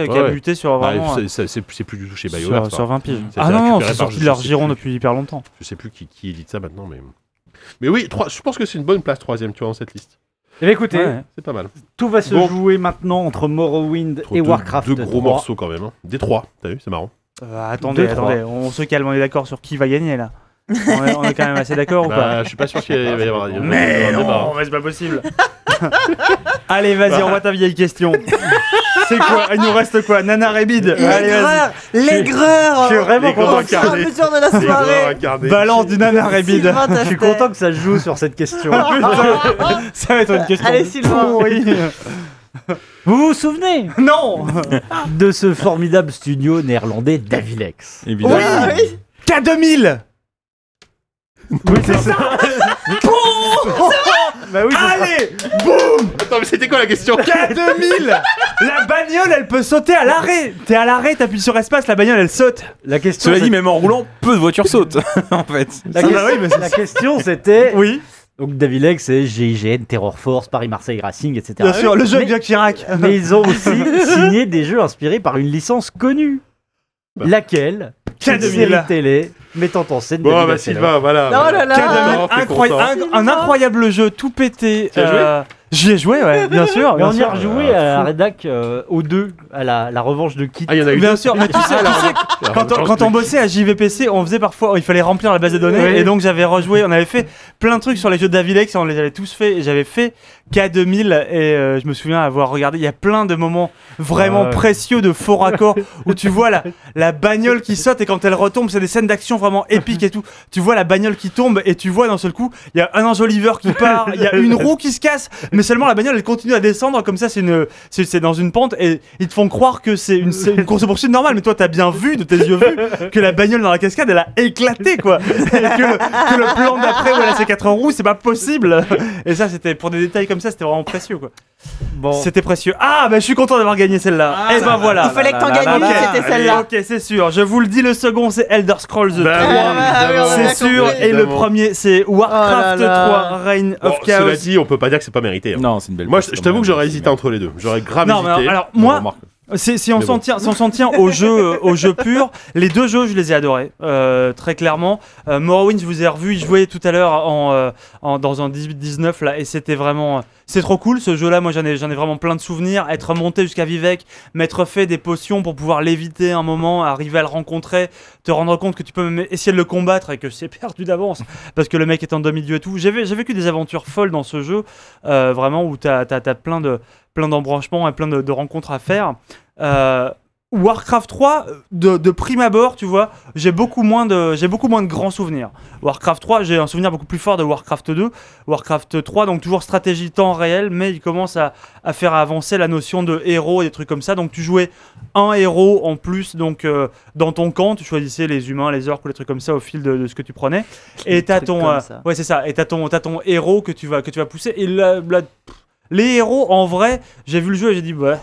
S3: muté, qui a
S1: ouais.
S3: muté sur
S1: bah,
S3: vraiment.
S1: c'est- c'est- C'est c'est plus du tout chez
S3: euh,
S1: BioWare.
S3: sur,
S1: ça.
S3: sur 20 piges.
S1: Ça a
S3: Ah
S1: été
S3: non, non,
S1: récupéré
S3: c'est
S1: par
S3: sorti
S1: je
S3: de leur
S1: sais plus.
S3: giron depuis hyper longtemps.
S1: Je sais plus qui, qui édite ça maintenant, mais. Mais oui, trois- je pense que c'est une bonne place troisième, tu vois, dans cette liste.
S2: Eh bien, écoutez,
S3: Ouais.
S1: C'est pas mal.
S2: tout va se
S1: Bon.
S2: jouer maintenant entre Morrowind
S1: Trop-
S2: et
S1: deux-
S2: Warcraft.
S1: Deux gros
S2: 3.
S1: morceaux quand même. hein. Des trois, t'as vu, c'est marrant.
S3: Euh, attendez,
S2: Deux,
S3: attendez, on se calme, on est d'accord sur qui va gagner là. on, est, on est quand même assez d'accord ou pas
S1: Bah, je suis pas sûr qu'il va y
S3: (laughs)
S1: avoir. il va y avoir un
S3: Mais
S1: débat, hein.
S3: (laughs) non, mais c'est pas possible. Allez, vas-y, envoie ta vieille question. (laughs) C'est quoi Il nous reste quoi Nana Rebid Allez, vas-y.
S5: L'aigreur L'aigreur
S2: je suis vraiment
S5: au fur
S1: content
S5: et à
S1: qu'il y ait-
S5: mesure de la
S1: C'est vraiment
S5: soirée
S1: incarné.
S3: Balance du Nana Rebid. (laughs)
S5: Sylvain
S2: Je suis
S5: Tastet.
S2: content que ça se joue sur cette question.
S5: (laughs)
S3: Ça va être une question.
S5: Allez, Sylvain.
S3: pourrie.
S2: vous vous souvenez
S3: Non
S2: de ce formidable studio néerlandais Davilex
S4: Évidemment.
S5: Oui, oui.
S3: K2000
S2: Oui, c'est ça. bah oui, c'est ça.
S3: Allez Boum
S1: Attends, mais c'était quoi la
S3: (laughs)
S1: question
S3: K2000 La bagnole, elle peut sauter à l'arrêt T'es à l'arrêt, t'appuies sur espace, la bagnole, elle saute
S2: La question.
S4: Cela dit,
S2: c'est-
S4: même en roulant, peu de voitures sautent, (laughs) en fait.
S3: Ah bah
S2: La, question-
S3: oui, mais c'est-
S2: la question c'était.
S3: Oui,
S2: Donc Davilex, c'est GIGN, Terror Force, Paris Marseille Racing, etc.
S3: bien sûr, le jeu
S2: mais-
S3: de Jacques Chirac
S2: Mais ils ont aussi signé des jeux inspirés par une licence connue.
S1: Bah.
S2: Laquelle Une série
S3: K2000
S2: télé mettant en scène
S1: Bon,
S2: David
S1: bah,
S2: Hasselhoff.
S1: Sylvain, voilà.
S5: Oh là là.
S1: Voilà.
S3: K2000,
S1: Laurent fait
S3: Ah, incroy-
S1: content.
S3: un, un incroyable jeu, tout pété
S1: Tu as joué
S3: euh, J'y ai joué,
S2: (laughs)
S3: ouais, bien sûr
S2: Mais
S3: bien
S2: on y
S3: sûr.
S2: a rejoué à la rédac euh, aux deux, à la, la revanche de Kit.
S1: Ah, il y en a eu Ah, bah,
S3: Bien sûr, mais tu sais, tu sais, quand, on, quand on bossait à JVPC, on faisait parfois, oh, il fallait remplir la base de données,
S2: Oui.
S3: et donc j'avais rejoué, on avait fait plein de trucs sur les jeux d'Avilex, et on les avait tous fait, et j'avais fait K2000, et euh, je me souviens avoir regardé, il y a plein de moments vraiment
S2: Ouais.
S3: précieux de faux raccords, où tu vois la, la bagnole qui saute, et quand elle retombe, c'est des scènes
S1: (laughs)
S3: d'action vraiment épiques et tout, tu vois la bagnole qui tombe, et tu vois d'un seul coup, il y a un enjoliveur qui part, il y
S5: (laughs)
S3: a une roue qui se casse, mais seulement la bagnole elle continue à descendre, comme ça c'est une, c'est c'est dans une pente et ils te font croire que c'est une, c'est une course poursuite normale, mais toi t'as bien vu de tes yeux vus que la bagnole dans la cascade elle a éclaté quoi, et que, que le plan d'après où elle a ses quatre roues c'est pas possible. Et ça c'était pour des détails comme ça c'était vraiment précieux quoi.
S2: Bon,
S3: C'était précieux. Ah bah je suis content d'avoir gagné celle-là. et ben voilà.
S5: Ah, bah, Il fallait que t'en gagnes
S3: là,
S5: une,
S3: là,
S5: c'était
S3: Allez,
S5: celle-là.
S3: Ok c'est sûr. Je vous le dis le second c'est Elder Scrolls 3.
S1: Bah
S5: Ah, bah, ah, oui, on a bien
S3: c'est sûr
S5: compris.
S3: et le
S1: Évidemment.
S3: premier c'est Warcraft
S5: Oh là là.
S3: 3 Reign
S1: Bon,
S3: of Chaos.
S1: cela dit, on peut pas dire que c'est pas mérité. hein.
S4: Non, c'est une belle.
S1: Moi,
S4: place,
S1: je, je
S4: quand
S1: t'avoue
S4: même.
S1: que j'aurais hésité
S4: Mais-
S1: entre les deux. J'aurais grave
S3: Non, mais
S1: hésité.
S3: alors
S4: on
S3: moi,
S4: remarque.
S3: Si, si on
S1: Mais
S3: s'en
S1: bon.
S3: tient, si on s'en tient au jeu, euh, au jeu pur, les deux jeux, je les ai adorés, euh, très clairement. Euh, Morrowind, je vous ai revu, y jouer tout à l'heure en, euh, en- dans un 18-19 là, et c'était vraiment, euh, c'est trop cool ce jeu-là. Moi, j'en ai, j'en ai vraiment plein de souvenirs. Être monté jusqu'à Vivek, m'être fait des potions pour pouvoir l'éviter un moment, arriver à le rencontrer, te rendre compte que tu peux même essayer de le combattre et que c'est (laughs) perdu d'avance parce que le mec est en demi-dieu et tout. J'ai, vé- j'ai vécu des aventures folles dans ce jeu, euh, vraiment où t'as, t'as, t'as plein de plein d'embranchements et plein de, de rencontres à faire. Euh, Warcraft 3, de, de prime abord, tu vois, j'ai beaucoup, moins de, j'ai beaucoup moins de grands souvenirs. Warcraft 3, j'ai un souvenir beaucoup plus fort de Warcraft 2. Warcraft 3, donc toujours stratégie temps réel, mais il commence à, à faire avancer la notion de héros et des trucs comme ça. Donc tu jouais un héros en plus, donc euh, dans ton camp, tu choisissais les humains, les orques ou les trucs comme ça au fil de, de ce que tu prenais. Et t'as
S5: trucs
S3: ton,
S5: comme
S3: euh,
S5: ça.
S3: ouais c'est ça, et t'as ton, t'as ton héros que tu vas, que tu vas pousser. Et là, là, pff, les héros en vrai, j'ai vu le jeu et j'ai dit bah.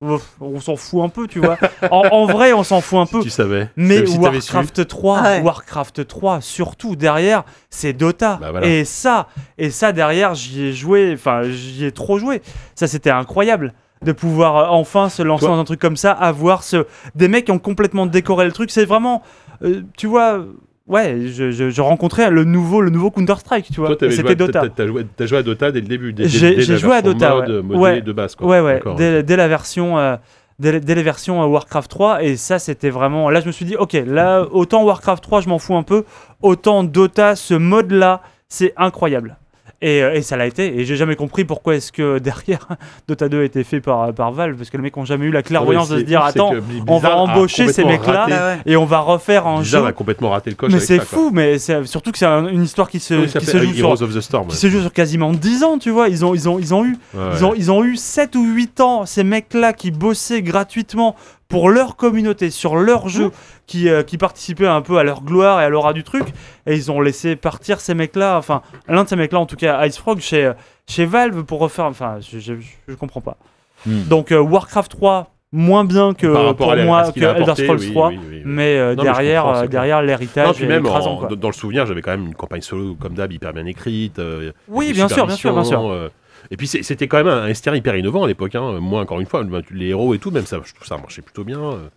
S3: ouf, On s'en fout un peu, tu vois. En, en vrai, on
S1: (laughs)
S3: s'en fout un peu.
S1: Tu savais.
S3: Mais
S1: Même si t'avais su.
S3: Warcraft 3,
S5: Ah ouais.
S3: Warcraft 3, surtout derrière, c'est Dota.
S1: Bah voilà.
S3: Et ça, et ça derrière, j'y ai joué, enfin j'y ai trop joué. Ça c'était incroyable de pouvoir euh, enfin se lancer
S1: Toi-
S3: dans un truc comme ça, avoir ce des mecs qui ont complètement décoré le truc. C'est vraiment, euh, tu vois, ouais, je, je- je rencontrais le nouveau le nouveau Counter Strike, tu vois.
S1: Toi,
S3: Et
S1: t'avais joué,
S3: C'était
S1: à-
S3: Dota.
S1: t'as- t'as joué, t'as joué à Dota dès le début. dès- dès-
S3: J'ai-
S1: dès
S3: j'ai
S1: la
S3: joué à
S1: version
S3: Dota,
S1: Mode,
S3: ouais.
S1: modulée
S3: Ouais.
S1: de base, quoi.
S3: Ouais, ouais,
S1: D'accord.
S3: dès, dès la version. euh, Dès, dès les versions euh, Warcraft 3 et ça c'était vraiment là je me suis dit ok
S1: (laughs)
S3: là autant Warcraft 3 je m'en fous un peu autant Dota ce mode là c'est incroyable et, euh, et ça l'a été et j'ai jamais compris pourquoi est-ce que (laughs) derrière Dota 2 a été fait par, euh, par Valve parce que les mecs ont jamais eu la
S1: Non, mais
S3: clairvoyance de
S1: Ah c'est
S3: se dire
S1: ouf, c'est
S3: attends
S1: que Blizzard
S3: on va
S1: a
S3: embaucher ces
S1: complètement
S3: mecs-là.
S1: raté-
S5: Ah ouais.
S3: et on va refaire un
S1: Blizzard
S3: jeu
S1: a complètement raté le coche.
S3: mais
S1: avec
S3: c'est
S1: ça, quoi.
S3: fou mais c'est surtout que c'est un- une histoire qui se,
S1: Oui, ça
S3: qui
S1: fait
S3: se joue sur
S1: Heroes of the Storm.
S3: qui se joue sur quasiment 10 ans tu vois ils ont ils ont ils ont eu
S1: ouais. Ouais.
S3: ils ont, ils ont eu 7 ou 8 ans, ces mecs-là qui bossaient gratuitement pour leur communauté, sur
S1: Mhm.
S3: leur jeu, qui, euh, qui participaient un peu à leur gloire et à l'aura du truc. Et ils ont laissé partir ces mecs-là, enfin, l'un de ces mecs-là, en tout cas, Ice Frog, chez, euh, chez Valve pour refaire. Enfin, je, je, je comprends pas.
S4: Hmm.
S3: Donc, euh, Warcraft 3, moins bien que
S1: Par rapport
S3: pour
S1: à la- à
S3: moi
S1: ce
S3: que
S1: qu'il a
S3: Elder
S1: apporté,
S3: Scrolls
S1: oui,
S3: 3.
S1: oui, oui, oui.
S3: Mais euh,
S1: Non, mais je
S3: derrière,
S1: comprends, c'est
S3: euh,
S1: clair.
S3: derrière
S1: Non,
S3: l'héritage
S1: puis
S3: est
S1: même en-
S3: écrasant. quoi.
S1: dans dans le souvenir, j'avais quand même une campagne solo, comme d'hab, hyper bien écrite. euh,
S3: Oui,
S1: des
S3: bien
S1: super
S3: sûr, bien sûr, bien sûr.
S1: missions, euh, et puis c'est- c'était quand même un un STR hyper innovant à l'époque. hein. Moi, encore une fois, ben, tu- les héros et tout, même ça, je trouve ça marchait plutôt bien. euh.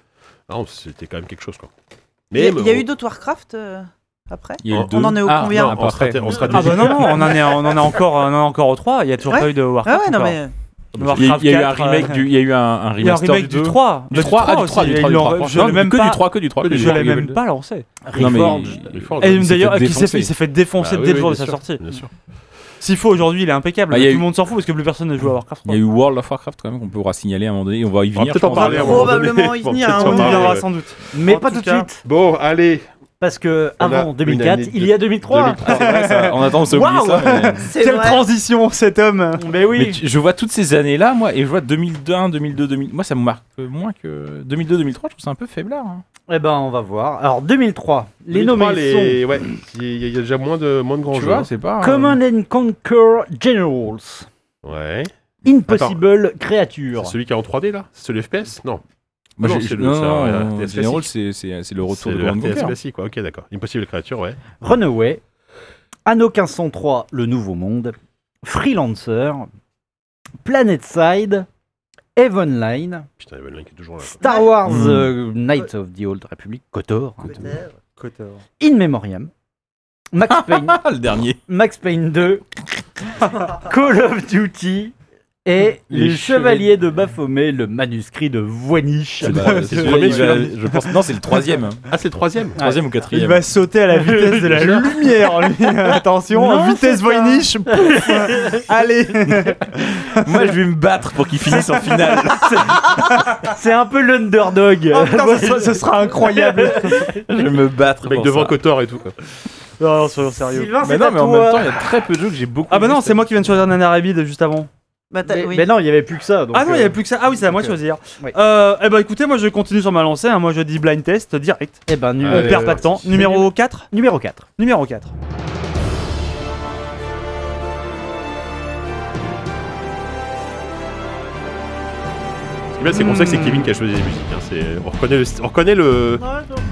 S1: Non, c'était quand même quelque chose. Quoi.
S5: Il y a- il y a
S1: bon,
S5: eu d'autres Warcraft euh, après
S4: Il y a eu
S1: On-
S4: deux.
S5: on en est au
S4: Ah,
S5: combien
S4: non,
S1: on
S4: après.
S1: straté- on stratégie.
S3: Ah bah
S1: (laughs)
S3: non, non, on en est, on en est encore, on en est encore au 3, il y a toujours
S5: Ouais.
S3: pas eu de
S5: Ah
S3: Warcraft.
S5: ouais, non
S3: encore.
S5: mais.
S4: Il y a- il y a eu un
S3: Warcraft quatre,
S4: remake
S3: euh,
S4: du. Il y a eu un, un
S3: Il y a un
S4: remaster
S3: remake du 3.
S4: Du 3, ah, du 3, du 3, du 3.
S3: Je l'ai même
S4: que
S3: pas,
S4: du 3, que du 3.
S1: que du
S3: je l'ai même pas lancé.
S4: Non, mais-
S1: Reforged. Reforged.
S3: Et
S4: il s'est
S3: d'ailleurs,
S4: fait
S3: qui s'est fait,
S4: défoncer.
S3: il s'est fait défoncer
S1: Bah
S3: dès
S1: oui,
S3: le jour
S1: oui,
S3: de sa
S1: bien sûr,
S3: sortie.
S1: bien sûr.
S3: S'il faut aujourd'hui, il est impeccable.
S4: Bah, il y a
S3: Tout
S4: eu-
S3: le monde s'en fout parce que plus personne ne joue à Warcraft.
S4: Il y a eu World of Warcraft quand même qu'on pourra signaler à un moment donné. On va y
S1: On va
S4: venir. je
S1: peut-être en
S4: pense.
S1: parler à un moment donné.
S5: Probablement y
S1: Ah, On va
S5: venir,
S1: peut-être
S5: hein,
S1: en
S3: On y
S1: parler,
S3: viendra
S1: ouais.
S3: sans doute.
S2: mais
S3: en
S2: pas
S3: tout
S2: tout de
S3: cas-
S2: suite.
S1: Bon, allez,
S2: Parce que
S1: On a
S2: avant
S1: une
S2: 2004,
S1: année de-
S2: il y a 2003.
S1: 2003.
S4: Ouais, (laughs) ça, on attend, on s'est oublié
S3: Waouh
S4: ça.
S1: (laughs)
S4: mais-
S5: C'est
S3: Quelle
S5: vrai.
S3: transition, cet homme
S2: Mais oui.
S4: Mais tu- je vois toutes ces années-là, moi, et je vois 2001, 2002, 2000. Moi, ça me marque euh, moins que 2002, 2003. Je trouve ça un peu faiblard. hein.
S2: Eh ben, on va voir. Alors 2003, les
S1: 2003,
S2: nommés
S1: les- Ah. ouais, il y, a- il y a déjà moins de, moins de grands
S4: Tu
S1: jeux. hein.
S4: vois, c'est pas.
S2: sont
S4: euh,
S2: Command and Conquer Generals,
S1: Ouais.
S2: Impossible Creature,
S1: C'est celui qui est en 3D là C'est celui FPS Non.
S4: Moi,
S1: Non,
S4: j'ai-
S1: c'est le-
S4: non,
S1: c'est
S4: non,
S1: un
S4: non,
S1: RTS
S4: General, c'est c'est- c'est le retour
S1: C'est
S4: de
S1: le
S4: Grand
S1: RTS
S4: Conquer.
S1: classique, quoi. Ok, d'accord. Impossible créature, ouais.
S2: Runaway, Anno 1503, Le Nouveau Monde, Freelancer, Planetside, Heavenline,
S1: Putain, il y a Line qui est toujours là. quoi.
S2: Star Wars
S4: Mm.
S2: euh, Knights of the Old Republic, Kotor, hein,
S5: Peut-être.
S2: In Memoriam, Max Payne,
S4: (laughs) Ah, le dernier.
S2: Max Payne 2, Call of Duty et Les,
S4: Les
S2: Chevaliers de Baphomet, le manuscrit de Voynich.
S4: C'est pas- c'est
S1: le
S4: celui-là,
S1: premier,
S4: il va-
S1: celui-là.
S4: Je pense. Non, c'est le
S1: (laughs)
S4: troisième.
S1: Ah, c'est le troisième
S4: Troisième ou
S3: Il
S4: quatrième.
S3: va sauter à la vitesse de la lumière,
S4: (laughs)
S3: lui. Attention,
S2: Non,
S3: vitesse
S2: c'est pas-
S3: Voynich.
S4: (laughs)
S3: pouf. Allez.
S4: Moi, je vais me battre pour qu'il finisse
S1: (laughs)
S4: en finale.
S2: C'est un peu l'underdog. (laughs)
S3: Oh, putain, ce, sera, ce sera incroyable.
S4: je vais me battre.
S1: Le mec
S4: pour
S1: devant
S4: ça.
S1: Kotor et tout, quoi.
S3: Non, non, soyons sérieux.
S2: Sylvain,
S4: Bah
S2: c'est à
S4: non, mais en
S2: toi.
S4: même temps, il y a très peu de jeux que j'ai beaucoup.
S3: Ah bah non,
S4: aimé.
S3: c'est moi qui viens de choisir Nana Rabid juste avant.
S5: Bah, t'as-
S2: Mais,
S5: oui.
S2: mais non, il n'y avait plus que ça. donc,
S3: ah non, il n'y
S2: euh,
S3: avait plus que ça. Ah oui, c'est à moi de
S2: donc,
S3: choisir.
S2: oui.
S3: Euh, eh bah écoutez, moi je continue sur ma lancée. hein. Moi je dis blind test direct.
S2: eh ben, nu-
S3: On
S1: Allez,
S3: perd
S1: ouais,
S3: pas de temps.
S1: c'est-
S3: Euh, Numéro 4
S2: numéro 4.
S3: Numéro 4.
S1: Ce qui est bien, c'est qu'on sait que c'est Kevin qui a choisi les musiques. hein. C'est- On reconnaît le. On reconnaît le...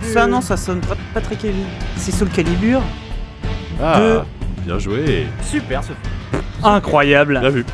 S5: Ça, non, ça sonne pas, pas très Cali- C'est Soul Calibur.
S1: Ah, bien joué.
S2: Super ce
S3: Incroyable.
S1: Bien vu.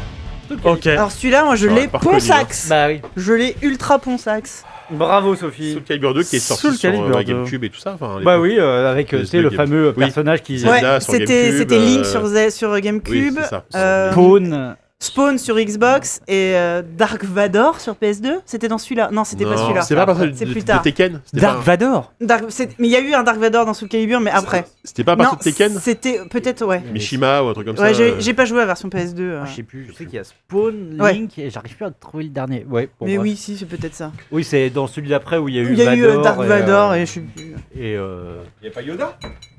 S3: Ok.
S5: Alors celui-là, moi, je
S1: Ça,
S5: l'ai
S1: par Cody,
S5: Ponsax.
S2: Bah oui.
S5: Je l'ai ultra Ponsax.
S2: Bravo Sophie.
S1: Soul Calibur 2 qui est sorti
S3: Soul
S1: sur euh,
S3: Calibur 2.
S1: GameCube et tout ça. Enfin, à
S2: Bah
S1: l'époque.
S2: oui, euh, avec euh,
S1: Les
S2: tu sais, le
S1: deux
S2: fameux
S1: Oui.
S2: personnage qui
S1: Ouais. Zelda
S5: ouais,
S1: sur
S5: c'était
S1: GameCube,
S5: c'était Link
S1: euh,
S5: sur, Z- sur
S1: Oui,
S5: GameCube,
S1: c'est ça.
S5: euh,
S2: Spawn.
S5: Spawn sur Xbox et euh, Dark Vador sur PS2. C'était dans celui-là. Non, c'était pas
S1: Non,
S5: celui-là.
S1: C'est pas parce que
S5: C'est
S1: de,
S5: plus
S1: de
S5: tard.
S1: Tekken c'était
S3: Dark
S1: pas-
S3: Vador.
S5: Dark- c'est- Mais il y a eu un Dark Vador dans Soul Calibur, mais après.
S1: C'était pas à
S5: non,
S1: partir de Tekken
S5: c'était peut-être ouais.
S1: Mishima ou un truc comme
S5: Ouais,
S1: ça euh, Ah,
S5: j'ai j'ai pas joué à la version PS2. euh.
S2: Je sais plus, je sais qu'il y a Spawn,
S5: Ouais.
S2: Link, et j'arrive plus à trouver le dernier. Ouais, bon,
S5: mais
S2: bref.
S5: oui, si, c'est peut-être ça.
S2: Oui, c'est dans celui d'après où il y a eu
S5: Il y a eu euh,
S2: Vador
S5: Dark
S2: et,
S5: Vador
S2: euh,
S5: et je suis. plus-
S2: et, euh,
S4: Il y a pas Yoda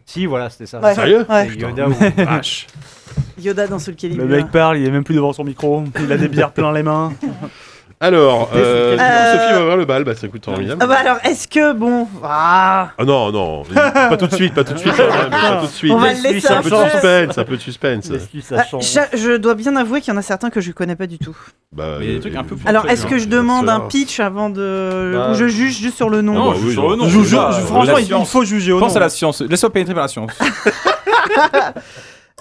S2: Si, voilà, c'était ça.
S5: Ouais.
S1: Sérieux
S5: Ouais,
S2: Yoda
S1: Putain, vache.
S5: (laughs) Yoda dans Soul Calibur.
S3: Le mec parle, il est même plus devant son micro. Il a des bières plein les mains.
S1: Alors,
S2: C'était
S1: euh,
S2: Soul
S5: Calibur.
S1: Sophie va voir le bal, bah ça coûte formidable.
S5: Ah bah alors, est-ce que bon, ah,
S1: Ah non,
S5: (laughs)
S1: non, pas tout de suite, pas tout de suite, quand même, pas tout de suite.
S5: on va le
S2: laisse-lui
S5: laisser
S1: C'est un
S5: un
S1: peu
S5: peu.
S1: de suspense, un peu de suspense.
S2: Laisse-lui sa
S5: Ah,
S2: chance.
S5: je, je dois bien avouer qu'il y en a certains que je connais pas du tout.
S1: Bah,
S4: Mais des trucs un peu plus-
S5: Alors,
S4: Très
S5: est-ce
S1: bien,
S5: que je
S1: bien
S5: demande
S1: sûr.
S5: un pitch avant de,
S2: Bah,
S5: ou je juge juste sur le nom
S4: Non,
S1: bah
S4: je
S1: oui,
S4: suis
S1: non.
S4: sur le nom.
S3: Je- je-
S4: Déjà,
S3: je-
S4: euh,
S3: franchement,
S4: la
S3: il, il
S4: science.
S3: faut juger au
S4: Pense
S3: nom.
S4: à la science. Laisse-toi pénétrer par la science.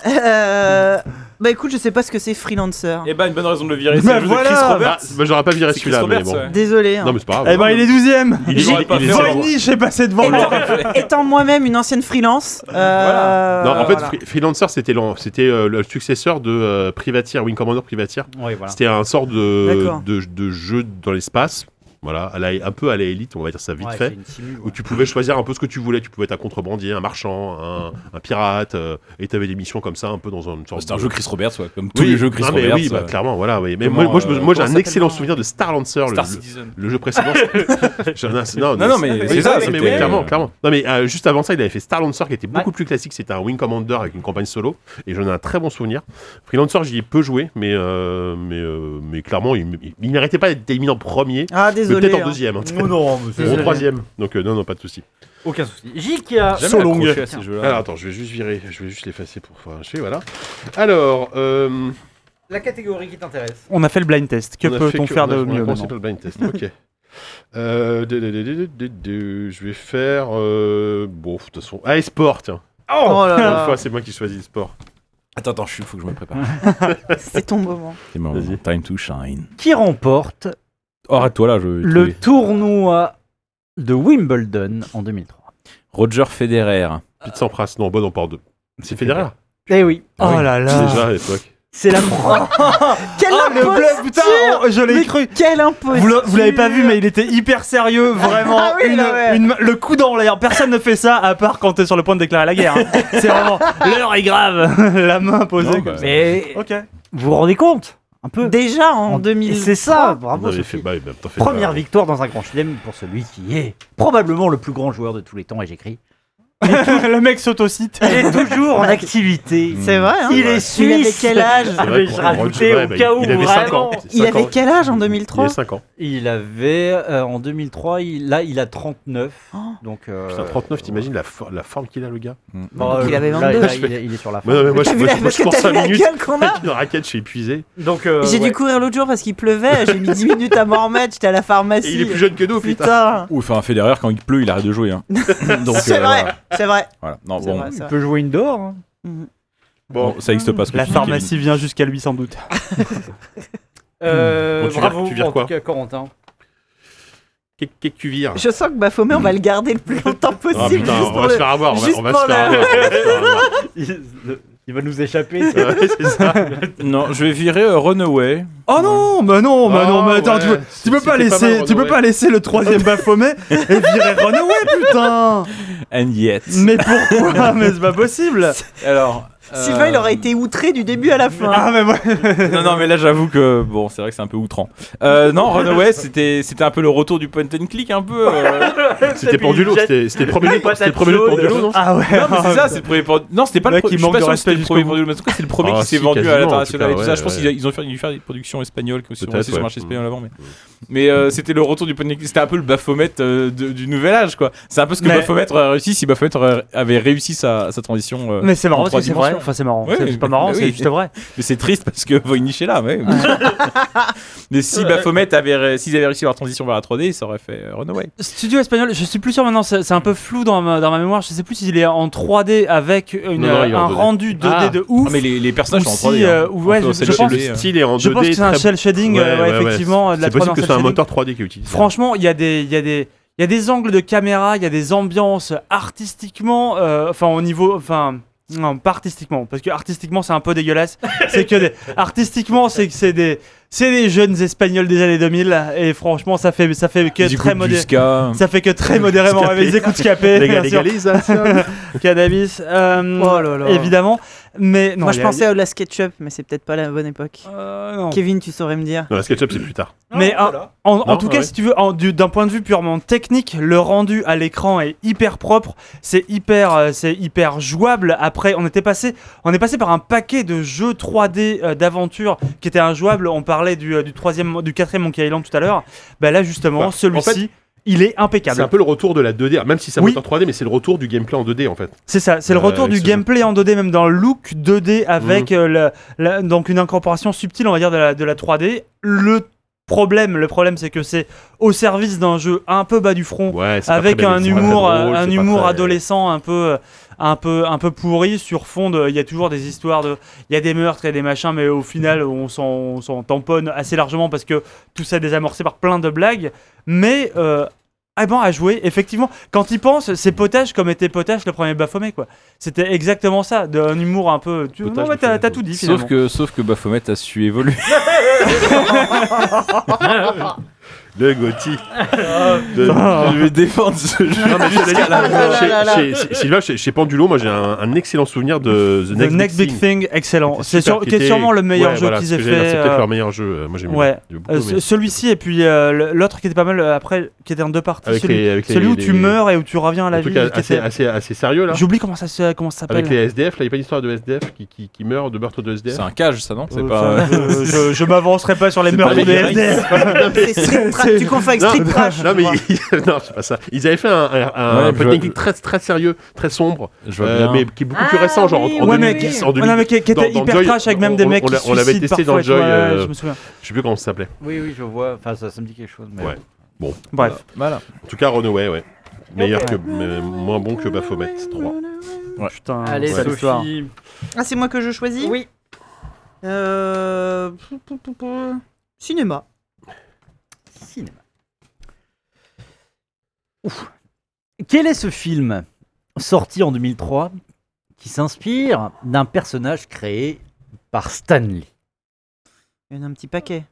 S5: Euh, Bah écoute, je sais pas ce que c'est freelancer.
S4: Et bah, une bonne raison de le virer.
S3: Bah
S4: c'est le jeu de
S3: voilà,
S4: Chris
S3: bah,
S4: Roberts.
S1: Bah, j'aurais pas viré
S4: C'est
S1: celui-là,
S4: Chris
S1: mais
S4: Roberts,
S1: bon.
S4: ouais.
S5: Désolé. hein.
S1: Non, mais c'est pas grave.
S3: Eh ben, il est 12ème.
S1: Il
S4: Il
S1: est-
S4: aurait pas
S1: il est-
S4: fait en-
S3: Voynich est passé devant
S5: Étant,
S3: moi.
S5: étant moi-même une ancienne
S1: (laughs)
S5: freelance. euh,
S1: Non, en fait,
S5: voilà.
S1: Free- Freelancer, c'était l'an- c'était, euh, le successeur de euh, Privateer, Wing Commander Privateer.
S2: Ouais,
S4: Ah.
S2: voilà.
S1: C'était un sort de,
S5: D'accord.
S1: de, de jeu dans l'espace, voilà, à la- un peu à la élite, on va dire ça vite
S2: Ouais,
S1: fait.
S2: c'est une simu,
S1: où
S2: ouais.
S1: tu pouvais choisir un peu ce que tu voulais. Tu pouvais être un contrebandier, un marchand, un, un pirate, euh, et t'avais des missions comme ça, un peu dans une sorte
S4: C'est un
S1: de-
S4: jeu Chris Roberts, ouais, comme tous
S1: Oui,
S4: les jeux Chris
S1: non, mais
S4: Roberts.
S1: Oui, bah,
S4: euh,
S1: clairement, voilà. oui. Mais
S4: Comment,
S1: moi, moi, je me-
S4: euh,
S1: moi, j'ai
S4: comment
S1: un
S4: ça
S1: excellent
S4: s'appelle,
S1: souvenir de Star Lancer, le-
S4: Star
S1: le,
S4: Citizen.
S1: le
S4: (laughs)
S1: jeu précédent. J'en ai un- non,
S4: Non, non, mais
S1: oui,
S4: c'est ça,
S1: oui, mais
S4: c'était-
S1: oui, clairement, clairement. Non, mais euh, juste avant ça, il avait fait Star Lancer qui était beaucoup
S2: Ouais.
S1: plus classique. C'était un Wing Commander avec une campagne solo. Et j'en ai un très bon souvenir. Freelancer, j'y ai peu joué, mais, euh, mais, euh, mais clairement, il, il- il méritait pas d'être éliminé en premier,
S5: Ah
S1: mais
S5: désolé.
S1: peut-être en
S5: hein.
S1: deuxième. hein.
S2: Non, non, mais
S1: Ou en
S2: c'est-
S1: troisième. Donc, euh, non, non, pas de souci.
S2: aucun souci. J.K.
S4: Jamais
S3: Solong.
S4: accroché à ces jeux-là.
S1: Alors attends, je vais juste virer, je vais juste l'effacer pour faire un chier, voilà. Alors, euh,
S2: La catégorie qui t'intéresse.
S3: On a fait le blind test. Que
S1: on a fait
S3: peut-on faire
S1: on a-
S3: de
S1: on a
S3: mieux
S1: commencé
S3: maintenant
S1: par le blind test. Ok. (laughs) Euh, de- de- de- de- de- de- je vais faire euh, bon de toute façon ah et sport tiens
S5: Oh, là
S2: (laughs) Ah.
S1: Encore une
S5: là,
S1: fois c'est moi qui choisis le sport
S4: Attends, attends, je suis, faut que je me prépare.
S5: c'est ton
S1: (laughs)
S5: moment.
S4: C'est bon,
S1: Vas-y.
S4: time to shine.
S2: Qui remporte
S4: Oh, arrête-toi là, je vais
S2: le
S4: trouver.
S2: tournoi de Wimbledon en 2003
S4: Roger Federer.
S1: Pete Sampras non bon on part deux c'est Federer
S2: Eh oui,
S3: Oh
S4: oui.
S3: là là.
S1: déjà à l'époque
S2: c'est la Ah, première.
S5: Quel
S3: Oh, le
S5: imposteur
S3: bluff, putain, oh, je l'ai
S5: Mais
S3: cru.
S5: Quel imposteur
S3: Vous l'a- vous l'avez pas vu, mais il était hyper (laughs) sérieux, vraiment.
S5: Ah oui,
S3: Une-
S5: là, ouais.
S3: une- le coup dans l'air. Personne ne fait ça à part quand t'es sur le point de déclarer la guerre. hein. C'est vraiment l'heure est grave. (laughs) la main posée.
S4: Non,
S3: comme
S4: bah,
S2: Mais
S3: ça. Ok.
S2: vous vous rendez compte Un peu.
S5: Déjà en
S2: Et
S5: 2000.
S2: c'est Ah, ça,
S1: on
S2: bravo.
S1: avait fait
S2: Sophie.
S1: bah, bah, t'as fait
S2: Première
S1: bah,
S2: victoire dans un grand chelem pour celui qui est probablement le plus grand joueur de tous les temps, et j'écris
S3: (laughs) le mec s'autocite.
S2: Il est toujours en activité.
S5: C'est vrai, hein
S2: Il est
S5: Il avait
S2: suisse.
S5: quel âge
S1: C'est vrai
S2: Je
S1: qu'on-
S2: rajoutais
S1: ouais,
S2: au
S1: bah,
S2: cas où,
S1: il avait cinq
S2: vraiment.
S1: ans.
S5: Il
S1: Cinq
S5: avait
S1: ans.
S5: quel âge en
S1: Il avait
S5: 2003
S1: 5 ans.
S2: Il avait euh, en 2003, il, là il a 39.
S5: Oh.
S2: Donc euh,
S1: Putain, 39, t'imagines la, for- la forme qu'il a, le gars
S2: bah,
S5: Donc, il
S2: euh,
S5: avait
S2: là,
S5: 22.
S1: (laughs)
S2: là, il, est- il est sur la fin.
S1: Moi, non, mais moi, je,
S5: T'as vu
S1: moi,
S5: la-
S1: je- moi,
S5: parce
S1: je
S5: que
S1: cours
S5: t'as
S1: 5
S5: vu la
S1: minutes.
S5: gueule qu'on a
S1: (laughs) Avec une raquette, je suis épuisé.
S2: Donc euh,
S5: J'ai
S2: ouais.
S5: dû courir l'autre jour parce qu'il pleuvait, j'ai mis 10 minutes à m'en remettre, j'étais à la pharmacie. Oh,
S1: Et il est plus jeune que nous, putain.
S5: Putain, Ah,
S4: Ou enfin, Federer, quand il pleut, il arrête de jouer. hein. Donc,
S5: c'est
S4: euh,
S5: vrai,
S4: voilà.
S5: c'est vrai.
S4: Voilà. Non,
S5: C'est
S4: bon,
S5: vrai, c'est
S2: il
S5: vrai.
S2: peut jouer indoor. hein.
S1: Bon,
S4: bon, ça existe pas. ce que
S3: La
S4: tu dis, Kevin.
S3: pharmacie vient jusqu'à lui sans doute.
S2: Euh,
S1: Hmm. Bon, tu vires-
S2: bravo
S1: tu vires
S2: en
S1: quoi
S2: tout cas, Corentin.
S1: qu'est- qu'est-ce que tu vires
S5: Je sens que Baphomet, on va le garder le plus longtemps possible.
S1: Ah putain,
S5: juste
S1: on
S5: pour
S1: va
S5: le-
S1: se faire avoir. On va,
S5: juste
S1: on va
S5: pour
S1: se faire
S5: le-
S1: avoir, on va se faire avoir.
S2: (laughs) Il, il va nous (laughs) échapper. c'est-
S1: Ouais, c'est ça.
S4: Non, je vais virer euh, Runaway.
S3: Oh non, mais non, mais non, mais
S1: Oh,
S3: attends,
S1: ouais.
S3: tu peux, tu peux
S1: C'était
S3: Ah pas laisser,
S1: mal,
S3: tu peux
S1: Renaud,
S3: pas laisser le troisième (laughs) Baphomet et virer Runaway, putain.
S4: And yet.
S3: Mais (laughs) pourquoi Mais c'est pas possible.
S4: (laughs) Alors. euh,
S5: Sylvain, il aurait été outré du début à la fin.
S3: Ah mais moi,
S4: non, non, mais là, j'avoue que bon, c'est vrai que c'est un peu outrant. Euh, non, Runaway, c'était, c'était un peu le retour du point and click, un peu. euh.
S1: C'était pendulo, c'était c'était le premier lot- c'était le premier lot de pendulo, non
S3: ah ouais.
S4: (laughs) Non, mais c'est ça, c'est le premier. pendu- Non, c'était pas
S3: Le
S4: le
S3: mec,
S4: premier.
S3: il
S4: Je suis
S3: manque
S4: pas
S3: de
S4: sûr que
S3: respect
S4: c'était le premier
S3: jusqu'au
S4: pendu, mais en tout cas, c'est le premier
S1: Ah,
S4: qui s'est
S1: si,
S4: vendu à
S1: quasiment, en tout
S4: l'international et
S1: cas,
S4: tout ça. Je
S1: ouais,
S4: pense
S1: ouais.
S4: qu'ils a- ils ont fait- dû faire des productions espagnoles qui aussi ont
S1: Peut-être,
S4: passé sur
S1: ouais.
S4: le marché espagnol avant. Mais,
S1: Mm.
S4: mais euh, c'était le retour du point and click. C'était un peu le Baphomet euh, de- du nouvel âge, quoi. C'est un peu ce que
S3: Mais-
S4: Baphomet aurait réussi si Baphomet aurait- avait réussi sa, sa transition. euh,
S3: Mais c'est
S4: en
S3: marrant, parce
S4: trois
S3: que c'est vrai. bah
S4: dimensions.
S3: Enfin, c'est marrant.
S4: Ouais,
S3: c'est c'est pas marrant,
S4: mais
S3: c'est
S4: oui.
S3: juste vrai.
S4: Mais c'est triste parce que Voynich est là, ouais. (laughs) Mais si Baphomet avait, ré- s'ils avaient réussi leur transition vers la 3D, ça aurait fait euh, Runaway.
S3: Studio espagnol, je suis plus sûr maintenant, c'est c'est un peu flou dans ma, dans ma mémoire. Je sais plus s'il est en 3D avec une,
S1: Non, non,
S3: euh,
S1: il est en
S3: un
S1: 2D.
S3: rendu 2D de ouf.
S4: Ah, mais les, les personnages
S3: Ou
S4: sont en
S3: si,
S4: 3D. hein.
S3: euh, ouais,
S4: Enfin,
S3: je-
S4: c'est
S3: je
S4: le-
S3: pense-
S4: le-
S1: Le style est en 2D.
S3: je pense que c'est un
S1: très-
S3: shell shading,
S1: Ouais,
S3: euh, ouais,
S1: ouais, ouais.
S3: effectivement, de la
S1: C'est
S3: 3D en
S1: possible que c'est un
S3: cel shading.
S1: moteur 3D qui est utilisé.
S3: Franchement, il y a des, il y a des, il y a des angles de caméra, il y a des ambiances artistiquement, euh, enfin au niveau, enfin. Non, pas artistiquement, parce que artistiquement c'est un
S5: (laughs)
S3: peu dégueulasse. c'est que des, artistiquement c'est que c'est des, c'est des jeunes espagnols des années 2000 et franchement ça fait, ça fait que
S4: Ils
S3: très
S4: écoutent du
S3: modéré.
S4: ska.
S3: Ça fait que très modérément
S1: Scapé.
S3: avec des écoutes capées,
S1: Les gars,
S3: bien sûr,
S1: légalisation.
S3: cannabis, euh,
S5: Oh là là.
S3: évidemment. Mais non,
S5: Moi,
S3: il
S5: je
S3: y a-
S5: pensais à la SketchUp, mais c'est peut-être pas la bonne époque.
S3: Euh, non.
S5: Kevin, tu saurais me
S1: (laughs)
S5: dire.
S1: Non, la SketchUp, c'est plus tard.
S3: Mais
S4: Non,
S3: en-
S4: voilà.
S3: en, en
S1: Non,
S3: tout
S1: ah
S3: cas,
S1: ouais.
S3: si tu veux, en- du- d'un point de vue purement technique, le rendu à l'écran est hyper propre, c'est hyper, euh, c'est hyper jouable. Après, on était passé, on est passé par un paquet de jeux 3D euh, d'aventure qui étaient injouables. On parlait du, euh, du troisième, du quatrième Monkey Island tout à l'heure. Bah là, justement,
S1: Bah,
S3: celui-ci,
S1: en fait,
S3: il est
S1: C'est un
S3: impeccable.
S1: peu le retour de la 2D, même si c'est un
S3: Oui.
S1: moteur 3D, mais c'est le retour du gameplay en 2D en fait.
S3: C'est ça, c'est le
S1: Euh, Mhm.
S3: retour
S1: avec
S3: du
S1: ce
S3: gameplay en 2D, même dans le look 2D avec euh, la- la- donc une incorporation subtile, on va dire, de la, de la 3D. Le problème, le problème, c'est que c'est au service d'un jeu un peu bas du front
S1: Ouais, c'est pas
S3: avec
S1: très bien
S3: un
S1: écrit, c'est pas
S3: humour, euh,
S1: très drôle,
S3: un
S1: c'est pas
S3: humour
S1: très-
S3: adolescent un peu, euh, un peu, un peu pourri sur fond. de- Il y a toujours des histoires de, il y a des meurtres et des machins, mais au final, on s'en, on s'en tamponne assez largement parce que tout ça est désamorcé par plein de blagues. Mais euh, ah ben à jouer, effectivement, quand il pense, c'est potage comme était potage le premier Baphomet quoi. C'était exactement ça, d'un humour un peu. Tu,
S1: Potage
S3: non, ouais,
S1: de
S3: t'as,
S1: Fred.
S3: t'as tout dit finalement.
S4: Sauf que, sauf que Baphomet a su évoluer.
S1: (laughs) Le Gotti.
S3: Ah.
S4: je vais défendre ce jeu.
S1: Sylvain, chez, chez Pendulo, moi j'ai un, un excellent souvenir de The
S3: The
S1: Next,
S3: Next Big Thing, excellent.
S1: C'était
S3: C'est,
S1: super,
S3: sûr-
S1: qui
S3: qui est
S1: était-
S3: sûrement le meilleur
S1: Ouais,
S3: jeu
S1: voilà,
S3: qu'ils
S1: ce
S3: aient
S1: que j'allais dire,
S3: fait.
S1: C'est peut-être
S3: euh,
S1: leur meilleur jeu. euh, Moi j'ai
S3: ouais. Euh, ce-
S1: aimé.
S3: celui-ci et puis euh, le- l'autre qui était pas mal euh, après qui était en deux parties
S1: Avec
S3: celui,
S1: les- avec les-
S3: celui où
S1: les-
S3: tu meurs et où tu reviens à la
S1: Un
S3: vie
S1: truc
S3: qui
S1: assez,
S3: était-
S1: assez, assez sérieux là.
S3: j'oublie comment ça se comment ça s'appelle
S1: Avec les SDF, là, il n'y a pas d'histoire de SDF qui, qui, qui meurt, de meurtre de SDF.
S4: C'est un cage, ça, non C'est
S3: Euh,
S4: pas.
S3: ça, je, je- je m'avancerai pas sur les
S1: C'est pas
S3: meurtres des
S1: les Games.
S3: SDF
S5: C'est Street Trash, tu confonds avec
S1: Non,
S5: Street Trash.
S1: non, mais (laughs) ils- non, c'est pas ça. Ils avaient fait un, un, un-
S4: Ouais,
S1: un
S4: je
S1: point
S4: vois-
S1: technique très, très sérieux, très sombre,
S4: (laughs) Je vois
S1: euh,
S4: bien.
S1: mais qui est beaucoup plus récent, genre en-
S5: oui,
S1: en,
S3: ouais, mais
S1: 2010, en
S3: Ouais, non,
S1: 2000.
S3: mais qui, qui était
S1: dans- dans
S3: hyper
S1: Joy,
S3: trash avec
S1: on-
S3: même des
S1: on-
S3: mecs
S1: on l'a-
S3: qui
S1: on l'avait
S3: suicident
S1: testé dans
S3: parfois,
S1: Joy,
S3: ouais,
S1: euh,
S3: je me souviens
S1: Je sais plus comment ça s'appelait.
S2: Oui, oui, je vois. Enfin, ça, ça me dit quelque chose. Mais...
S1: Ouais.
S3: bref
S4: Voilà.
S1: En tout cas, Runaway, ouais. Meilleur que, mais moins bon que Baphomet 3.
S3: putain
S2: Allez,
S3: cette histoire.
S2: Sophie.
S5: Ah, c'est moi que je choisis
S2: Oui.
S5: Euh, pou, pou, pou, pou. Cinéma.
S2: Cinéma. Ouf. Quel est ce film sorti en 2003 qui s'inspire d'un personnage créé par Stanley
S5: Il y en a un petit paquet.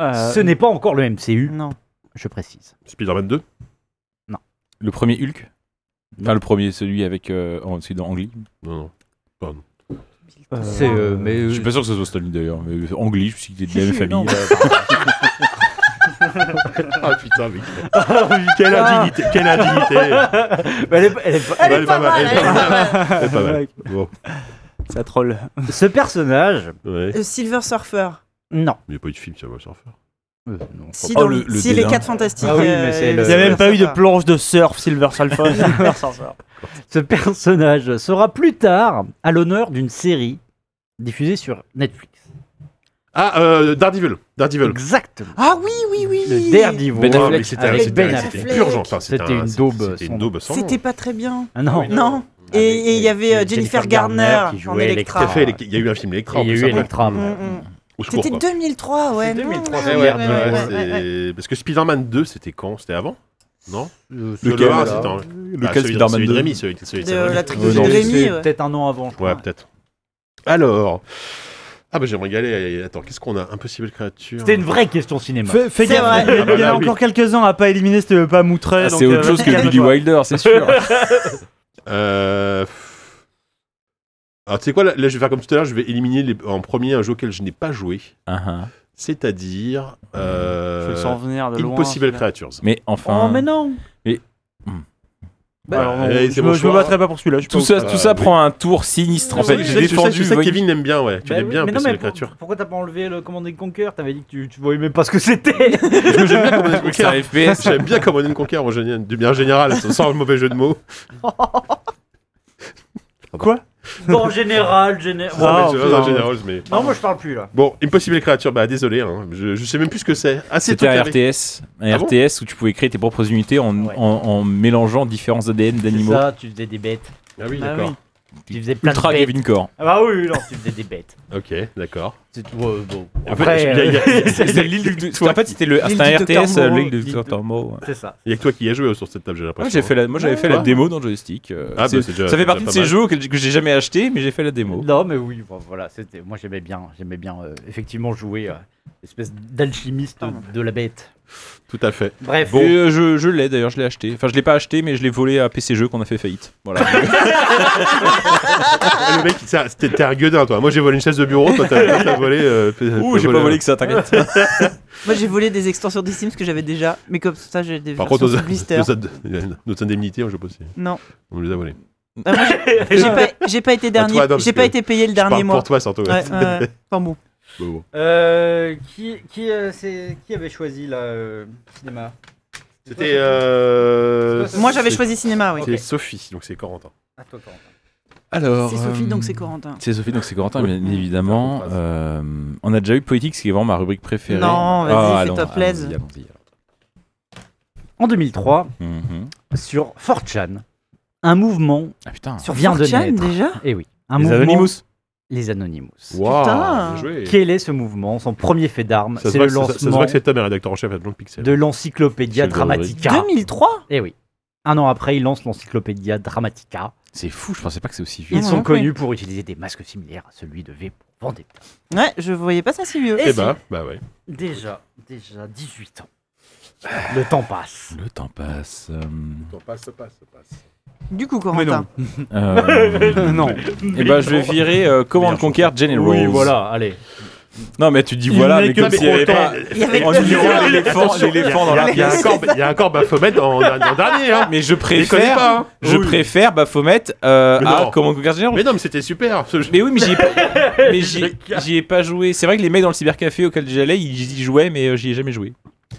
S3: Euh,
S2: Ce n'est pas encore le MCU,
S5: Non.
S2: je précise.
S1: Spider-Man 2
S4: Le premier Hulk Enfin, le premier, celui avec. Euh, en- c'est dans Angly.
S1: Non, non.
S3: euh,
S2: C'est, euh, mais,
S4: Je
S1: (laughs)
S2: euh,
S4: suis pas sûr que ce soit Stanley d'ailleurs. mais Angly, je me suis dit que c'était de
S2: Si,
S4: la
S2: si,
S4: même
S2: non,
S4: famille.
S2: bah, pardon.
S1: (laughs) Ah putain, mais
S3: Ah.
S1: quelle indignité, quelle indignité.
S2: Elle est- (laughs) elle est pas-
S1: Elle est pas mal, elle est pas
S5: hein.
S1: (laughs) mal. Elle est pas mal. Bon,
S3: Ça troll.
S2: Ce personnage,
S1: ouais.
S5: Euh, Silver Surfer.
S1: Oh,
S2: non. Euh,
S1: Il n'y a pas eu de film sur le surfer.
S5: Si,
S4: Oh,
S5: dans-
S4: le- le
S5: si les
S4: délin.
S5: 4 fantastiques. euh,
S2: Ah oui, mais c'est le-
S3: Il n'y a même pas eu de
S5: Surfer.
S3: planche de surf, Silver Surfer. Silver Surfer.
S2: Ce personnage sera plus tard à l'honneur d'une série diffusée sur Netflix.
S1: Ah, euh, Daredevil. Daredevil.
S2: Exactement.
S5: Ah oui, oui, oui.
S2: Le Daredevil.
S4: Ben
S1: Ah,
S4: Affleck
S1: mais c'était
S2: avec
S1: c'était-
S2: Ben
S1: c'était
S5: Affleck.
S1: une purge, enfin,
S2: C'était
S1: un-
S2: une daube
S1: C'était une
S2: sans
S1: daube sans nom.
S5: C'était pas très bien.
S2: Ah non.
S5: Non. Et- Et il y avait euh, Jennifer Garner
S2: qui
S5: en
S2: jouait
S1: Tout à
S5: Electra.
S1: fait, il y a eu un film Electra. en
S2: Et Ah. il y a
S1: plus,
S2: eu
S1: après.
S2: Electra.
S5: Mm,
S2: voilà.
S5: mm.
S1: Au secours,
S5: C'était
S1: quoi.
S5: 2003, ouais.
S2: C'est 2003,
S5: Ouais,
S1: Ouais,
S5: ouais,
S1: ouais,
S5: ouais,
S1: ouais,
S5: ouais,
S1: c'est-
S5: ouais, ouais.
S1: Parce que Spider-Man 2, c'était quand C'était avant Non
S2: Euh,
S1: Le
S4: Lequel,
S1: Loire,
S4: là
S1: c'était en- Ah,
S4: Lequel
S1: celui-
S4: Spider-Man
S1: celui de
S4: 2
S1: Rémi, celui, celui-
S5: De
S1: celui-
S5: la
S1: celui-
S5: trilogie
S4: Euh, non,
S5: de
S4: mais
S5: Rémi.
S2: C'est
S5: ouais.
S2: peut-être un an avant, je
S3: Ah.
S2: crois.
S1: Ouais, peut-être. Alors. Ah, bah j'aimerais y aller. Et Attends, qu'est-ce qu'on a Impossible créature.
S2: C'était une vraie question cinéma.
S3: Fais, fais
S5: C'est vrai.
S3: gaffe, il y en a- il y en
S1: Ah
S3: a
S1: bah oui.
S3: encore quelques-uns à pas éliminer, c'était pas moutré.
S4: Ah, C'est autre
S3: euh,
S4: chose que Billy Wilder, c'est sûr.
S1: Euh... Alors, tu sais quoi là, là, je vais faire comme tout à l'heure, je vais éliminer les- en premier un jeu auquel je n'ai pas joué.
S4: Ah, ah.
S1: C'est-à-dire.
S3: Je
S1: Euh...
S3: veux s'en venir de loin. hein,
S1: Impossible
S3: celui-là.
S1: Creatures.
S4: Mais
S2: Oh,
S4: enfin,
S2: mais non
S3: Bah, alors, non,
S1: Allez, c'est
S3: je
S1: mon
S3: me- je me
S1: choix.
S3: battrai pas pour celui-là. je
S4: tout
S3: pense.
S4: ça,
S1: Ah,
S4: tout ça
S1: oui.
S4: prend un tour sinistre. En
S1: Je sais,
S4: fait,
S1: je
S4: j'ai
S1: sais- je sais-
S4: défendu.
S1: je sais que
S4: Vogue-
S1: Kevin l'aime bien, ouais. Tu
S2: Bah
S1: l'aimes
S2: oui,
S1: bien,
S2: mais non, mais
S1: Impossible
S2: pour-
S1: Creatures.
S2: pourquoi t'as pas enlevé le Command and Conquer T'avais dit que tu,
S3: (laughs)
S2: tu voyais même pas ce
S1: (laughs)
S2: que c'était. (laughs)
S1: Parce que j'aime bien Command and
S4: (laughs) C'est
S1: Conquer.
S4: un FPS.
S1: J'aime bien Command and Conquer, en général, (laughs) de manière générale, sans le mauvais jeu de mots.
S2: en général, général.
S3: Ah,
S1: mais, je-
S3: putain.
S1: en général, mais-
S2: Non, moi je parle plus là.
S1: Bon, Impossible Creatures, bah désolé, hein, je, je sais même plus ce que c'est. Ah, c'est
S4: C'était
S1: toi
S4: un
S1: qui avais-
S4: RTS, un
S1: Ah bon
S4: RTS où tu pouvais créer tes propres unités en,
S2: Ouais.
S4: en, en mélangeant différents ADN
S2: C'est
S4: d'animaux.
S2: ça, tu faisais des bêtes.
S1: Ah oui,
S4: Bah
S3: Ah
S1: d'accord.
S2: Tu faisais plein
S4: Ultra
S2: de bêtes.
S4: Kevin Core.
S2: Ah bah oui, non, tu faisais des bêtes.
S1: Ok, d'accord.
S2: C'est tout. ouais, bon.
S1: il y
S2: Après,
S1: a- il y a-
S2: euh, (laughs)
S4: C'était l'île du. c'était- En fait, c'était le.
S5: L'île
S4: C'était un
S5: du Dr.
S4: RTS, euh,
S5: Moreau.
S4: l'île du
S2: L'île
S4: Dr. Moreau. ouais.
S2: c'est ça.
S1: Il y a que toi qui y as joué euh, sur cette table, j'ai
S4: Ouais,
S1: l'impression.
S4: j'ai fait la, moi j'avais fait la
S1: Ouais.
S4: démo dans le joystick. euh,
S1: Ah, bah,
S4: c'est-
S1: c'est déjà-
S4: ça fait
S1: c'est
S4: partie de
S1: déjà pas
S4: ces
S1: mal.
S4: jeux que, que j'ai jamais acheté, mais j'ai fait la démo.
S2: Non, mais oui, bon, voilà, c'était. Moi j'aimais bien, j'aimais bien euh, effectivement jouer euh, espèce d'alchimiste de la bête.
S1: Tout à fait.
S2: Bref.
S4: Et, euh, je je l'ai d'ailleurs, je l'ai acheté. Enfin, je l'ai pas acheté, mais je l'ai volé à PC Jeux qu'on a fait faillite. (laughs) Voilà.
S1: Ah, le mec, il- ça, c'était- t'es un gueudin, toi. Moi, j'ai volé une chaise de bureau, toi, t'as toi, t'as volé. euh, t'as
S4: Ouh, j'ai pas volé que ça, t'inquiète.
S5: Moi, j'ai volé des extensions des Sims que j'avais déjà, mais comme ça, j'ai des
S1: Par
S5: versions
S1: contre,
S5: sous
S1: nos,
S5: blister.
S1: nos ad- euh, nos indemnités, je pense.
S5: Non,
S1: On nous les a volées.
S5: j'ai pas, j'ai pas été dernier,
S1: toi, non, parce
S5: j'ai pas
S1: que
S5: été payé le
S1: Je
S5: dernier
S1: parle
S5: mois.
S1: pour toi, surtout. ouais.
S5: Ouais, ouais, (laughs) ouais. Enfin bon.
S1: (laughs) Bon, bon.
S2: Euh, qui, qui, euh, c'est- qui avait choisi là, euh, cinéma
S1: C'était. euh,
S2: C'est toi,
S5: Moi, j'avais
S1: c'est-
S5: choisi cinéma, oui.
S1: C'est Sophie, donc c'est Corentin.
S2: À toi, Corentin.
S4: Alors.
S5: C'est Sophie, donc c'est Corentin.
S4: C'est Sophie, donc c'est Corentin, bien
S5: Oui.
S4: évidemment. Euh, on a déjà eu Poétique, ce qui est vraiment ma rubrique préférée.
S5: Non, vas-y,
S4: Ah,
S5: fais-toi
S4: allons-
S5: plaise.
S4: allons-y, allons-y, alors.
S2: En 2003,
S4: Mhm.
S2: sur 4chan, un mouvement
S4: Ah putain.
S5: Sur
S2: vient de
S5: 4chan,
S2: naître.
S5: déjà
S2: Eh oui. Un
S4: Les
S2: mouvement-
S4: Anonymous.
S2: Les Anonymous.
S1: Waouh,
S5: Putain.
S1: bien joué.
S2: Quel est ce mouvement Son premier fait d'armes,
S1: Ça se
S2: c'est
S1: voit
S2: le
S1: que- ça- ça se voit
S2: lancement
S1: que c'est Tom, est rédacteur en chef à Blonde Pixel.
S2: de l'encyclopédia
S4: C'est le-
S2: Dramatica.
S5: 2003
S2: Eh oui. Un an après, ils lancent l'encyclopédia Dramatica.
S4: C'est fou, je pensais pas que c'est aussi vieux.
S2: Ils
S5: Ouais,
S2: sont
S5: ouais.
S2: connus pour utiliser des masques similaires à celui de V pour Vendetta.
S5: Ouais, je voyais pas ça si vieux.
S1: Eh bah, bah ouais.
S2: Déjà, déjà 18 ans. Le temps passe.
S4: Le temps passe. euh,
S1: passe, passe, passe.
S5: Du coup,
S3: Mais non.
S5: Corentin.
S4: euh,
S3: Non.
S4: Et bah, je vais virer euh, Command Conquer General.
S2: Oui, voilà, allez.
S4: Non, mais tu dis
S3: Il
S4: voilà,
S3: n'est
S4: mais
S3: que
S4: comme s'il y avait
S3: breton.
S4: pas.
S5: Il y avait
S4: En ignorant l'éléphant,
S1: Attention,
S4: l'éléphant dans
S1: il y a-
S4: la
S1: Il y a
S4: pièce.
S1: encore- il y a encore Baphomet en en dernier, hein.
S4: Mais je
S1: Déconnez
S4: préfère.
S1: pas, hein.
S4: Je
S1: Oui.
S4: préfère Baphomet euh,
S1: Mais
S4: à
S1: non.
S4: Command Conquer General.
S1: Mais non, mais c'était super. ce jeu.
S4: Mais oui, mais j'y ai pas, mais j'y ai- j'y ai pas joué. C'est vrai que les mecs dans le cybercafé auquel j'allais, ils y jouaient, mais euh, j'y ai jamais joué.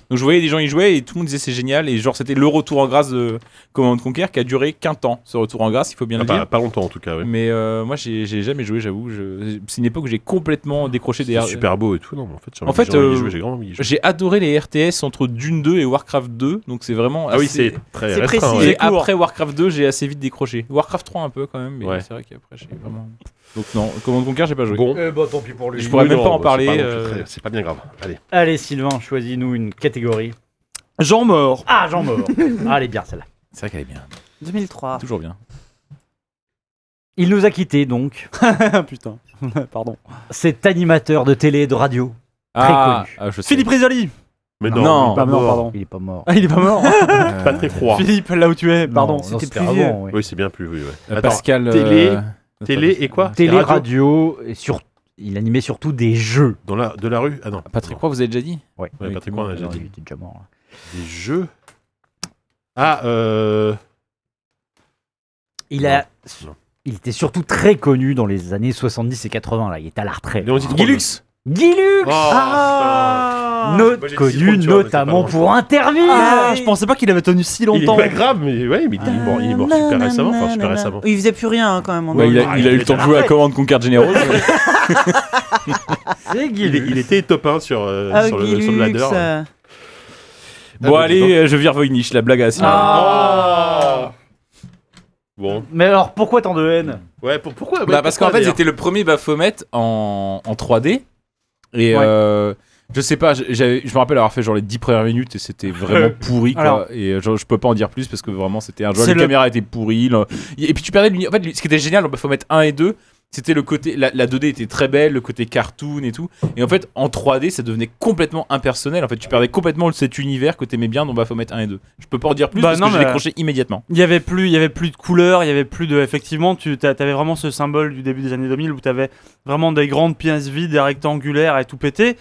S4: Donc je voyais des gens y jouer et tout le monde disait c'est génial. Et genre, c'était le retour en grâce de Command Conquer qui a duré qu'un temps. Ce retour en grâce, il faut bien
S1: Ah,
S4: le dire.
S1: Pas pas longtemps, en tout cas, ouais.
S4: Mais euh, moi, j'ai j'ai jamais joué, j'avoue. Je- C'est une époque où j'ai complètement décroché des
S1: Ah, C'était
S4: R-
S1: super beau et tout, non, mais en fait, j'ai
S4: En fait,
S1: j'ai envie d'y
S4: euh,
S1: jouer, j'ai grand envie d'y jouer.
S4: J'ai adoré les RTS entre Dune 2 et Warcraft 2, donc c'est vraiment.
S1: Ah oui,
S4: assez-
S1: c'est très
S5: c'est
S1: restreint.
S5: précis.
S1: ouais.
S4: Et
S5: C'est court.
S4: après Warcraft 2, j'ai assez vite décroché. Warcraft 3 un peu quand même, mais
S1: Ouais.
S4: c'est vrai qu'après j'ai vraiment. Donc non, Command Conquer, j'ai pas joué.
S1: Bon.
S2: bah tant pis pour
S4: Je pourrais même
S1: Non,
S4: pas en
S1: bah,
S4: parler.
S1: c'est pas-
S4: euh,
S1: c'est très- C'est pas bien grave. Allez.
S2: Allez Sylvain, choisis-nous une catégorie.
S3: Jean mort.
S2: Ah, Jean Mort. ah, elle est bien celle-là.
S4: C'est vrai qu'elle est bien.
S5: 2003.
S4: Toujours bien.
S2: Il nous a quittés donc.
S3: Ah, Putain. (laughs) Pardon.
S2: Cet animateur de télé et de radio. connu.
S4: ah, je sais.
S3: Philippe Risoli.
S1: Mais
S4: non, Non. il est
S3: Pas mort, pardon.
S2: Il est pas Ah, mort.
S3: Ah, il est pas
S2: (laughs)
S3: mort.
S4: Euh,
S1: Patrick Roy.
S3: Philippe, là où tu es, (laughs) pardon.
S2: Non, non,
S3: C'était plus
S2: avant,
S3: vieux.
S2: oui.
S1: Oui, c'est bien plus. Oui, ouais.
S4: euh,
S1: Attends,
S4: Pascal.
S1: télé-
S4: euh,
S1: télé et quoi
S2: Télé, radio et sur il animait surtout des jeux.
S1: Dans la, de la rue Ah non.
S4: Patrick
S1: Non.
S4: Roy, vous avez déjà dit
S2: Ouais.
S1: Ouais,
S4: Oui,
S1: Patrick
S4: tout
S1: Roy, on a
S2: Non,
S1: déjà dit.
S2: il était déjà mort. hein.
S1: Des jeux Ah, euh.
S2: Il, a,
S1: Non.
S2: il était surtout très connu dans les années 70 et 80. Là, il est à la retraite.
S1: Léon Zitrone.
S4: Guilux
S2: Guilux
S1: Oh,
S2: Ah
S1: putain.
S2: Note-
S1: Moi, j'ai dit
S2: Connu
S1: Zitrone, tu vois, mais c'est pas
S2: notamment
S1: bon.
S2: pour Interville
S3: Ah, je pensais pas qu'il avait tenu
S1: Il
S3: si
S1: est
S3: longtemps.
S1: pas grave, mais, ouais,
S5: Ah,
S1: mais il, est mort, il est mort super récemment. Enfin, super récemment.
S5: Il faisait plus rien hein, quand même. en
S4: Bah,
S5: dehors
S4: il,
S5: de-
S4: a, il a eu le temps de jouer à Command Conquer Generals.
S2: C'est
S1: Il, est-
S2: Guilux
S1: il était top 1 sur, euh,
S5: Ah,
S1: sur, le, sur le
S5: Guilux,
S1: ladder.
S5: euh,
S4: bon,
S1: Ah,
S4: allez, euh, je vire Voynich, la blague à Simon. Ah.
S1: Bon.
S2: Mais alors, pourquoi tant de haine
S1: Ouais, pour- pourquoi
S3: Ah
S1: ouais,
S4: Bah, parce qu'en
S1: pourquoi,
S4: fait,
S1: d'ailleurs
S4: j'étais le premier Baphomet en, en 3D. Et
S2: Ouais.
S4: euh, je sais pas, j'- j'avais- je me rappelle avoir fait genre les 10 premières minutes et c'était vraiment
S3: (laughs)
S4: pourri. Quoi.
S3: Alors-
S4: et euh, genre, je peux pas en dire plus parce que vraiment, c'était un jeu.
S3: C'est
S4: La
S3: le-
S4: caméra était pourrie. le- Et puis tu perdais l'uni- En fait, ce qui était génial dans Baphomet 1 et 2, c'était le côté. La, la 2D était très belle, le côté cartoon et tout. Et en fait, en 3D, ça devenait complètement impersonnel. En fait, tu perdais complètement cet univers que t'aimais bien dans Baphomet 1 et 2. Je peux pas en dire plus
S3: Bah,
S4: parce
S3: non,
S4: que j'ai
S3: mais-
S4: décroché immédiatement.
S3: Il y avait plus, il y avait plus de couleurs, il y avait plus de. Effectivement, tu avais vraiment ce symbole du début des années 2000 où tu avais vraiment des grandes pièces vides, des rectangulaires et tout pété.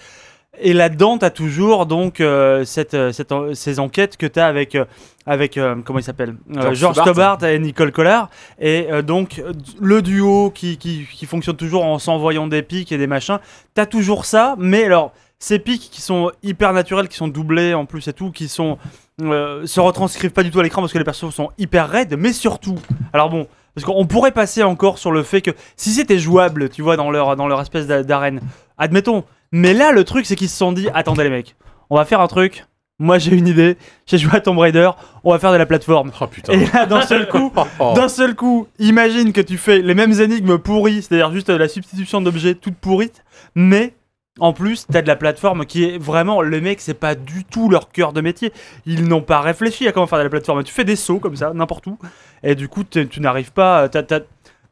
S3: Et là-dedans, t'as toujours donc euh, cette, euh, cette en- ces enquêtes que t'as avec euh, avec euh, comment il s'appelle Euh,
S4: George
S3: George
S4: Stobart.
S3: Stobart et Nicole Collard et euh, donc euh, le duo qui, qui, qui fonctionne toujours en s'envoyant des pics et des machins. T'as toujours ça, mais alors ces pics qui sont hyper naturels, qui sont doublés en plus et tout, qui sont euh, se retranscrivent pas du tout à l'écran parce que les persos sont hyper raides, mais surtout, alors bon, parce qu'on pourrait passer encore sur le fait que si c'était jouable, tu vois, dans leur, dans leur espèce d'a- d'arène, admettons, mais là le truc c'est qu'ils se sont dit, attendez les mecs, on va faire un truc, moi j'ai une idée, j'ai joué à Tomb Raider, on va faire de la plateforme.
S1: Oh putain.
S3: (laughs) Et là, d'un seul coup,
S1: Oh. (laughs)
S3: d'un seul coup, imagine que tu fais les mêmes énigmes pourries, c'est-à-dire juste euh, la substitution d'objets toute pourrite, mais en plus, t'as de la plateforme qui est vraiment. Les mecs, c'est pas du tout leur cœur de métier. Ils n'ont pas réfléchi à comment faire de la plateforme. Tu fais des sauts comme ça, n'importe où, et du coup, t'es- tu n'arrives pas. euh, t'as- t'as-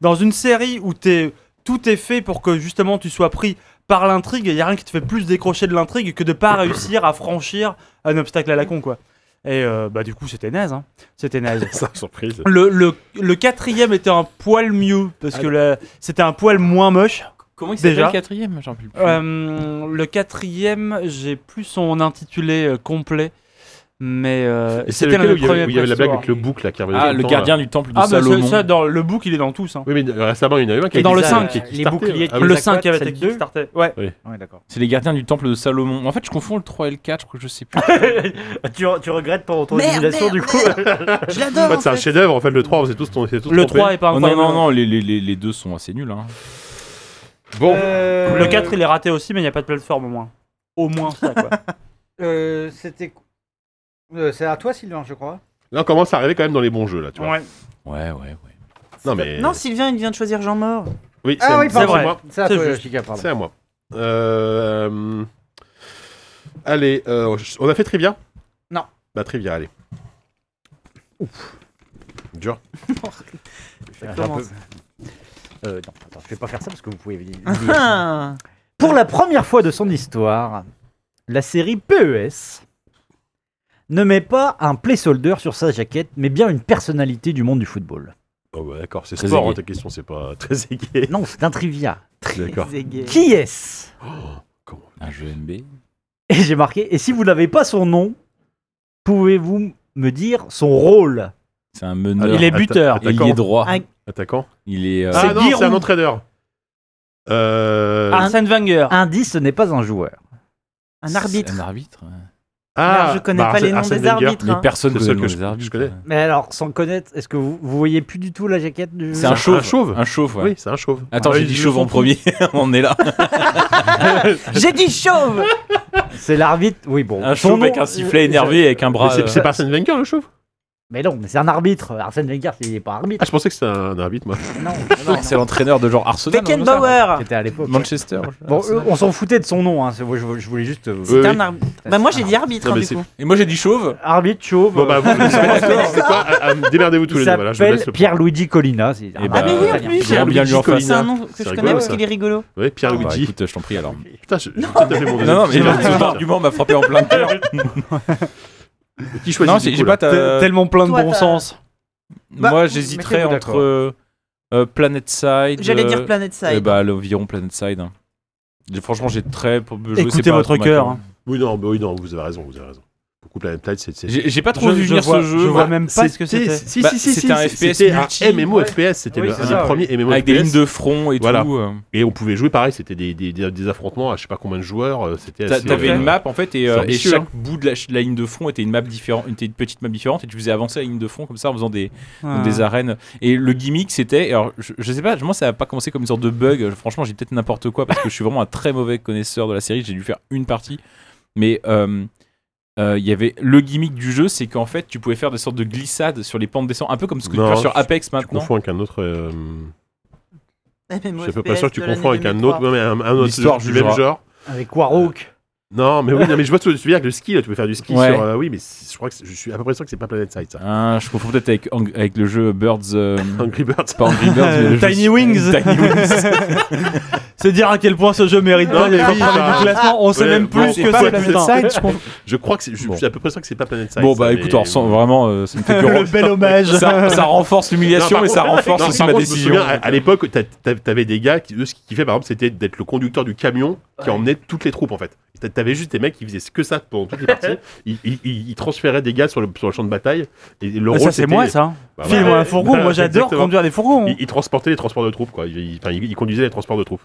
S3: Dans une série où t'es- tout est fait pour que justement tu sois pris par l'intrigue, il y a rien qui te fait plus décrocher de l'intrigue que de pas réussir à franchir un obstacle à la con, quoi. Et euh, bah, du coup, c'était naze, hein. C'était naze.
S1: Ça, surprise.
S3: Le, le, le quatrième était un poil mieux, parce que la- c'était un poil moins moche.
S4: Comment il
S3: s'appelle, Déjà. le
S4: quatrième J'en plus.
S3: Euh, le quatrième, j'ai plus son intitulé euh, complet, mais euh,
S1: Et c'est
S3: c'était
S1: lequel
S3: le
S1: où il y avait,
S3: premier hein.
S1: où il y avait la blague
S3: Presto
S1: avec le bouc là qui revenait tout
S4: Ah, le
S1: temps,
S4: gardien du temple de
S3: Ah, bah, ça-
S4: Salomon.
S3: ça, dans le book, il est dans tous. hein.
S1: là. Oui, mais euh, récemment, il y en a eu un qui a
S3: dans
S1: été-
S3: le cinq,
S1: qui a été
S2: les boucliers
S1: kickstarté. Ah oui,
S3: le
S2: Isaac
S3: 5
S2: Watt,
S3: avait
S2: c'est
S3: été
S2: le deux
S3: kickstarté. Ouais.
S2: Ouais, d'accord.
S4: C'est les gardiens du temple de Salomon. En fait, je confonds le 3 et le 4, je crois que je sais
S1: Ah,
S4: plus.
S2: Ah, Tu, tu regrettes pour ton
S5: Merde,
S2: élimination
S5: merde,
S2: du coup (laughs)
S5: Je
S1: En
S5: l'adore.
S1: fait,
S5: en
S1: c'est un
S5: fait.
S1: chef-d'œuvre. En fait, le 3, on s'est tous, on s'est tous
S3: Le
S1: trompés.
S3: 3 est pas
S4: Oh, non,
S3: incroyable.
S4: non, non, les, les- les- les deux sont assez nuls. Hein.
S1: Bon.
S2: Euh,
S3: Le 4, il est raté aussi, mais il n'y a pas de plateforme au moins. Au moins ça, quoi.
S2: euh, C'était. Euh, c'est à toi, Sylvain, je crois.
S1: Là, on commence à arriver quand même dans les bons jeux là, tu vois.
S3: Ouais.
S4: Ouais, ouais, ouais.
S1: Non, mais.
S5: Non, Sylvain, il vient de choisir Jean-Mort.
S1: oui, c'est
S2: Ah oui,
S1: c'est
S2: pardon.
S1: moi.
S2: C'est à
S3: C'est
S2: toi,
S3: juste.
S2: Chica, pardon.
S1: C'est à moi. Euh, Allez, euh, on a fait Trivia
S2: Non.
S1: Bah, Trivia, allez. Ouf. Dur.
S2: Ah, j'ai un
S5: Commence.
S2: peu- Euh, non, attends, je vais pas faire ça parce que vous (laughs) pouvez.
S5: Ah,
S2: Pour la première fois de son histoire, la série PES ne met pas un placeholder sur sa jaquette, mais bien une personnalité du monde du football.
S1: Oh, bah, d'accord, c'est
S4: Très
S1: sport,
S4: aigué.
S1: hein, ta question, c'est pas très aigué.
S2: Non, c'est un trivia.
S1: D'accord.
S5: c'est gay.
S2: Qui est-ce
S4: Un jeu NB.
S2: Et j'ai marqué, et si vous n'avez pas son nom, pouvez-vous me dire son rôle
S4: C'est un meneur.
S3: Il est
S1: Atta-
S3: buteur.
S4: Et il
S1: Attaquant.
S4: est droit.
S5: Ah,
S1: Attaquant.
S4: Il est. euh,
S1: Ah
S3: C'est
S1: non,
S3: Giroud.
S1: c'est un entraîneur. Euh... Ah,
S3: Arsène Wenger.
S2: Indice, ce n'est pas un joueur.
S5: (laughs) Un arbitre. Ah,
S4: Un arbitre. ouais.
S5: Alors, je connais
S1: bah,
S5: pas les
S1: Arsène-
S5: noms
S1: Arsène
S5: des
S1: Wenger.
S5: arbitres.
S4: Mais
S5: hein.
S4: personne
S1: C'est
S4: connaît
S1: seul
S4: le nom
S1: que
S4: des
S1: je- je
S4: arbitres,
S1: connais.
S4: ouais.
S2: Mais alors, sans connaître, est-ce que vous, vous voyez plus du tout la jaquette du
S4: C'est un
S1: C'est un
S4: chauve.
S1: chauve.
S4: Un chauve, ouais.
S1: Oui, c'est un chauve.
S4: Attends,
S1: Ah,
S4: j'ai
S1: ils
S4: dit
S1: le
S4: chauve en
S1: font
S4: premier. (laughs) On est là.
S5: J'ai dit (laughs) chauve.
S2: C'est l'arbitre. Oui, bon.
S4: Un
S2: son
S4: chauve
S2: nom-
S4: avec un sifflet énervé, avec un
S1: Mais
S4: bras.
S1: c'est-
S4: euh,
S1: c'est pas Arsène Wenger le chauve
S2: euh, Mais non, mais c'est un arbitre. Arsène Wenger, il n'est pas arbitre.
S1: Ah, je pensais que c'était un arbitre, moi.
S2: Non,
S4: (laughs)
S2: non,
S4: non, C'est l'entraîneur de genre
S1: hein,
S4: Arsenal. non, non, ça
S5: Beckenbauer.
S2: C'était à l'époque.
S4: Manchester.
S2: Bon,
S4: Arsenal.
S2: euh, on s'en foutait de son nom. hein, c'est- moi, je, je voulais juste. euh,
S1: Oui, oui.
S5: C'est un arbitre. Bah moi j'ai dit arbitre
S1: Non,
S5: hein,
S1: mais
S5: du
S1: c'est-
S5: coup.
S4: Et moi j'ai dit chauve.
S2: Arbitre chauve.
S1: Bon, bah,
S2: euh,
S1: vous, vous
S2: (laughs)
S1: savez quoi Ah, ah, Démerdez-vous tous
S2: il
S1: les deux. Voilà, je vous
S2: s'appelle
S1: laisse le ben,
S2: Pierre-Luigi Colina. c'est-
S4: Eh
S2: Ah,
S4: bah,
S5: mais oui, en
S2: très bien.
S5: plus.
S4: Bien, bien lui en face.
S5: C'est un nom que
S1: C'est
S5: je
S1: rigolo,
S5: connais parce
S1: ça.
S5: qu'il est rigolo.
S1: Ouais, Pierre
S4: Bah,
S1: Luigi.
S4: écoute, je t'en prie alors.
S1: Putain, je, je t'ai tapé mon
S4: Non, non, mais
S1: deuxième. Ah,
S4: ton argument m'a frappé en plein cœur.
S1: (laughs) Qui choisit
S4: Non,
S1: du
S4: j'ai
S1: coup,
S4: j'ai
S1: là
S4: pas ta.
S3: Tellement plein de
S5: Toi,
S3: bon
S5: t'as-
S3: sens.
S5: Bah,
S4: Moi, j'hésiterais
S2: mettez-vous
S4: entre euh, euh, Planet Side.
S5: J'allais
S4: euh,
S5: dire Planet
S4: eh
S5: Side.
S4: bah, l'environ Planet Side. hein. J'ai- Franchement, j'ai très. je sais
S3: Écoutez
S4: pas
S3: votre
S4: trop ma
S3: cœur.
S4: com.
S3: hein.
S1: Oui, non, bah oui, non, vous avez raison, vous avez raison. Beaucoup Planet Tide, c'est. c'est-
S4: J'ai j'ai pas trop
S3: Je-
S4: vu
S3: je
S4: venir
S3: vois-
S4: ce jeu.
S3: je vois même pas ce que c'était.
S1: Si,
S4: Bah,
S1: si, si,
S4: c'était
S1: si,
S4: un
S1: si,
S4: FPS
S1: C'était un
S4: multi,
S1: MMO
S4: ouais.
S1: FPS, c'était
S2: Oui,
S1: le
S2: c'est
S1: un des
S2: ça,
S1: premiers MMO
S4: Avec des
S1: FPS.
S4: lignes de front et
S1: Voilà.
S4: tout. euh.
S1: Et on pouvait jouer pareil, c'était des, des, des- des affrontements à je sais pas combien de joueurs. euh, C'était
S4: T'a-
S1: assez,
S4: T'avais
S1: euh,
S4: une map en fait et, euh, et
S1: ambitieux,
S4: chaque
S1: hein.
S4: bout de la, de la ligne de front était une map différente, une petite- petite map différente et tu faisais avancer la ligne de front comme ça en faisant des,
S3: Ah.
S4: des arènes. Et le gimmick c'était, alors je, je sais pas, moi ça a pas commencé comme une sorte de bug. Euh, Franchement j'ai peut-être n'importe quoi parce que je suis vraiment un très mauvais connaisseur de la série. J'ai dû faire une partie, mais euh, euh, il y avait le gimmick du jeu, c'est qu'en fait tu pouvais faire des sortes de glissades sur les pentes des descente, un peu comme ce que
S1: Non,
S4: tu fais sur
S1: tu-
S4: Apex
S1: Tu
S4: maintenant.
S1: confonds avec un autre. euh, je
S5: MMO Eh,
S1: suis à peu pas sûr que tu
S5: de l'année
S1: confonds avec un autre,
S5: 2003.
S1: ouais, mais un, un autre
S4: L'histoire
S1: jeu du même
S4: jugera.
S1: genre.
S2: Avec Warhawk.
S1: Non, mais oui, non, mais je vois ce que tu veux dire avec le ski. Là, tu peux faire du ski
S4: Ouais.
S1: sur. euh, oui, mais c'est- je crois que c'est- je suis à peu près sûr que c'est pas Planet Side ça.
S4: Ah, je confonds peut-être avec, Ang- avec le jeu Birds.
S1: (laughs)
S4: euh,
S1: Angry Birds.
S4: pas Angry Birds, mais le jeu-
S3: Tiny Wings.
S4: Tiny Wings.
S3: C'est dire à quel point ce jeu mérite
S1: Non,
S3: pas
S1: mais (laughs)
S3: d'être
S1: oui,
S3: premier
S1: bah,
S3: du classement. On sait
S1: ouais,
S3: même
S1: bon,
S3: plus
S1: c'est
S3: ce que
S1: pas
S3: c'est.
S2: Ah,
S1: Planet
S3: putain.
S4: Side, je
S1: (laughs)
S4: confonds-
S1: Je crois que c'est- je
S4: Bon.
S1: suis à peu près sûr que c'est pas Planet Side.
S4: (laughs) Bon,
S1: ça,
S4: bah écoute,
S1: mais-
S4: on ressent vraiment, euh, ça me
S1: (laughs)
S4: fait que
S3: Le bel hommage.
S4: ça, ça renforce
S1: Non, par
S4: l'humiliation et ça
S1: contre-
S4: renforce
S1: non,
S4: aussi
S1: par
S4: ma
S1: contre, je me
S4: décision.
S1: souviens, à, à l'époque, t'a- t'a- t'avais des gars qui, eux, ce qu'ils faisaient, par exemple, c'était d'être le conducteur du camion qui emmenait toutes les troupes, en fait. T'a- T'avais juste des mecs qui faisaient que ça pendant (laughs) toutes les parties. Ils, ils- ils- ils transféraient des gars sur le, sur le champ de bataille. Et le
S3: Mais
S1: rôle,
S3: ça, c'est
S1: c'était-
S3: moi, ça. hein.
S1: bah, voilà.
S3: File-moi un fourgon.
S1: Voilà,
S3: Moi, j'adore
S1: exactement.
S3: conduire des fourgons.
S1: Ils, ils transportaient les transports de troupes, quoi. Ils, ils- enfin, ils- ils conduisaient les transports de troupes.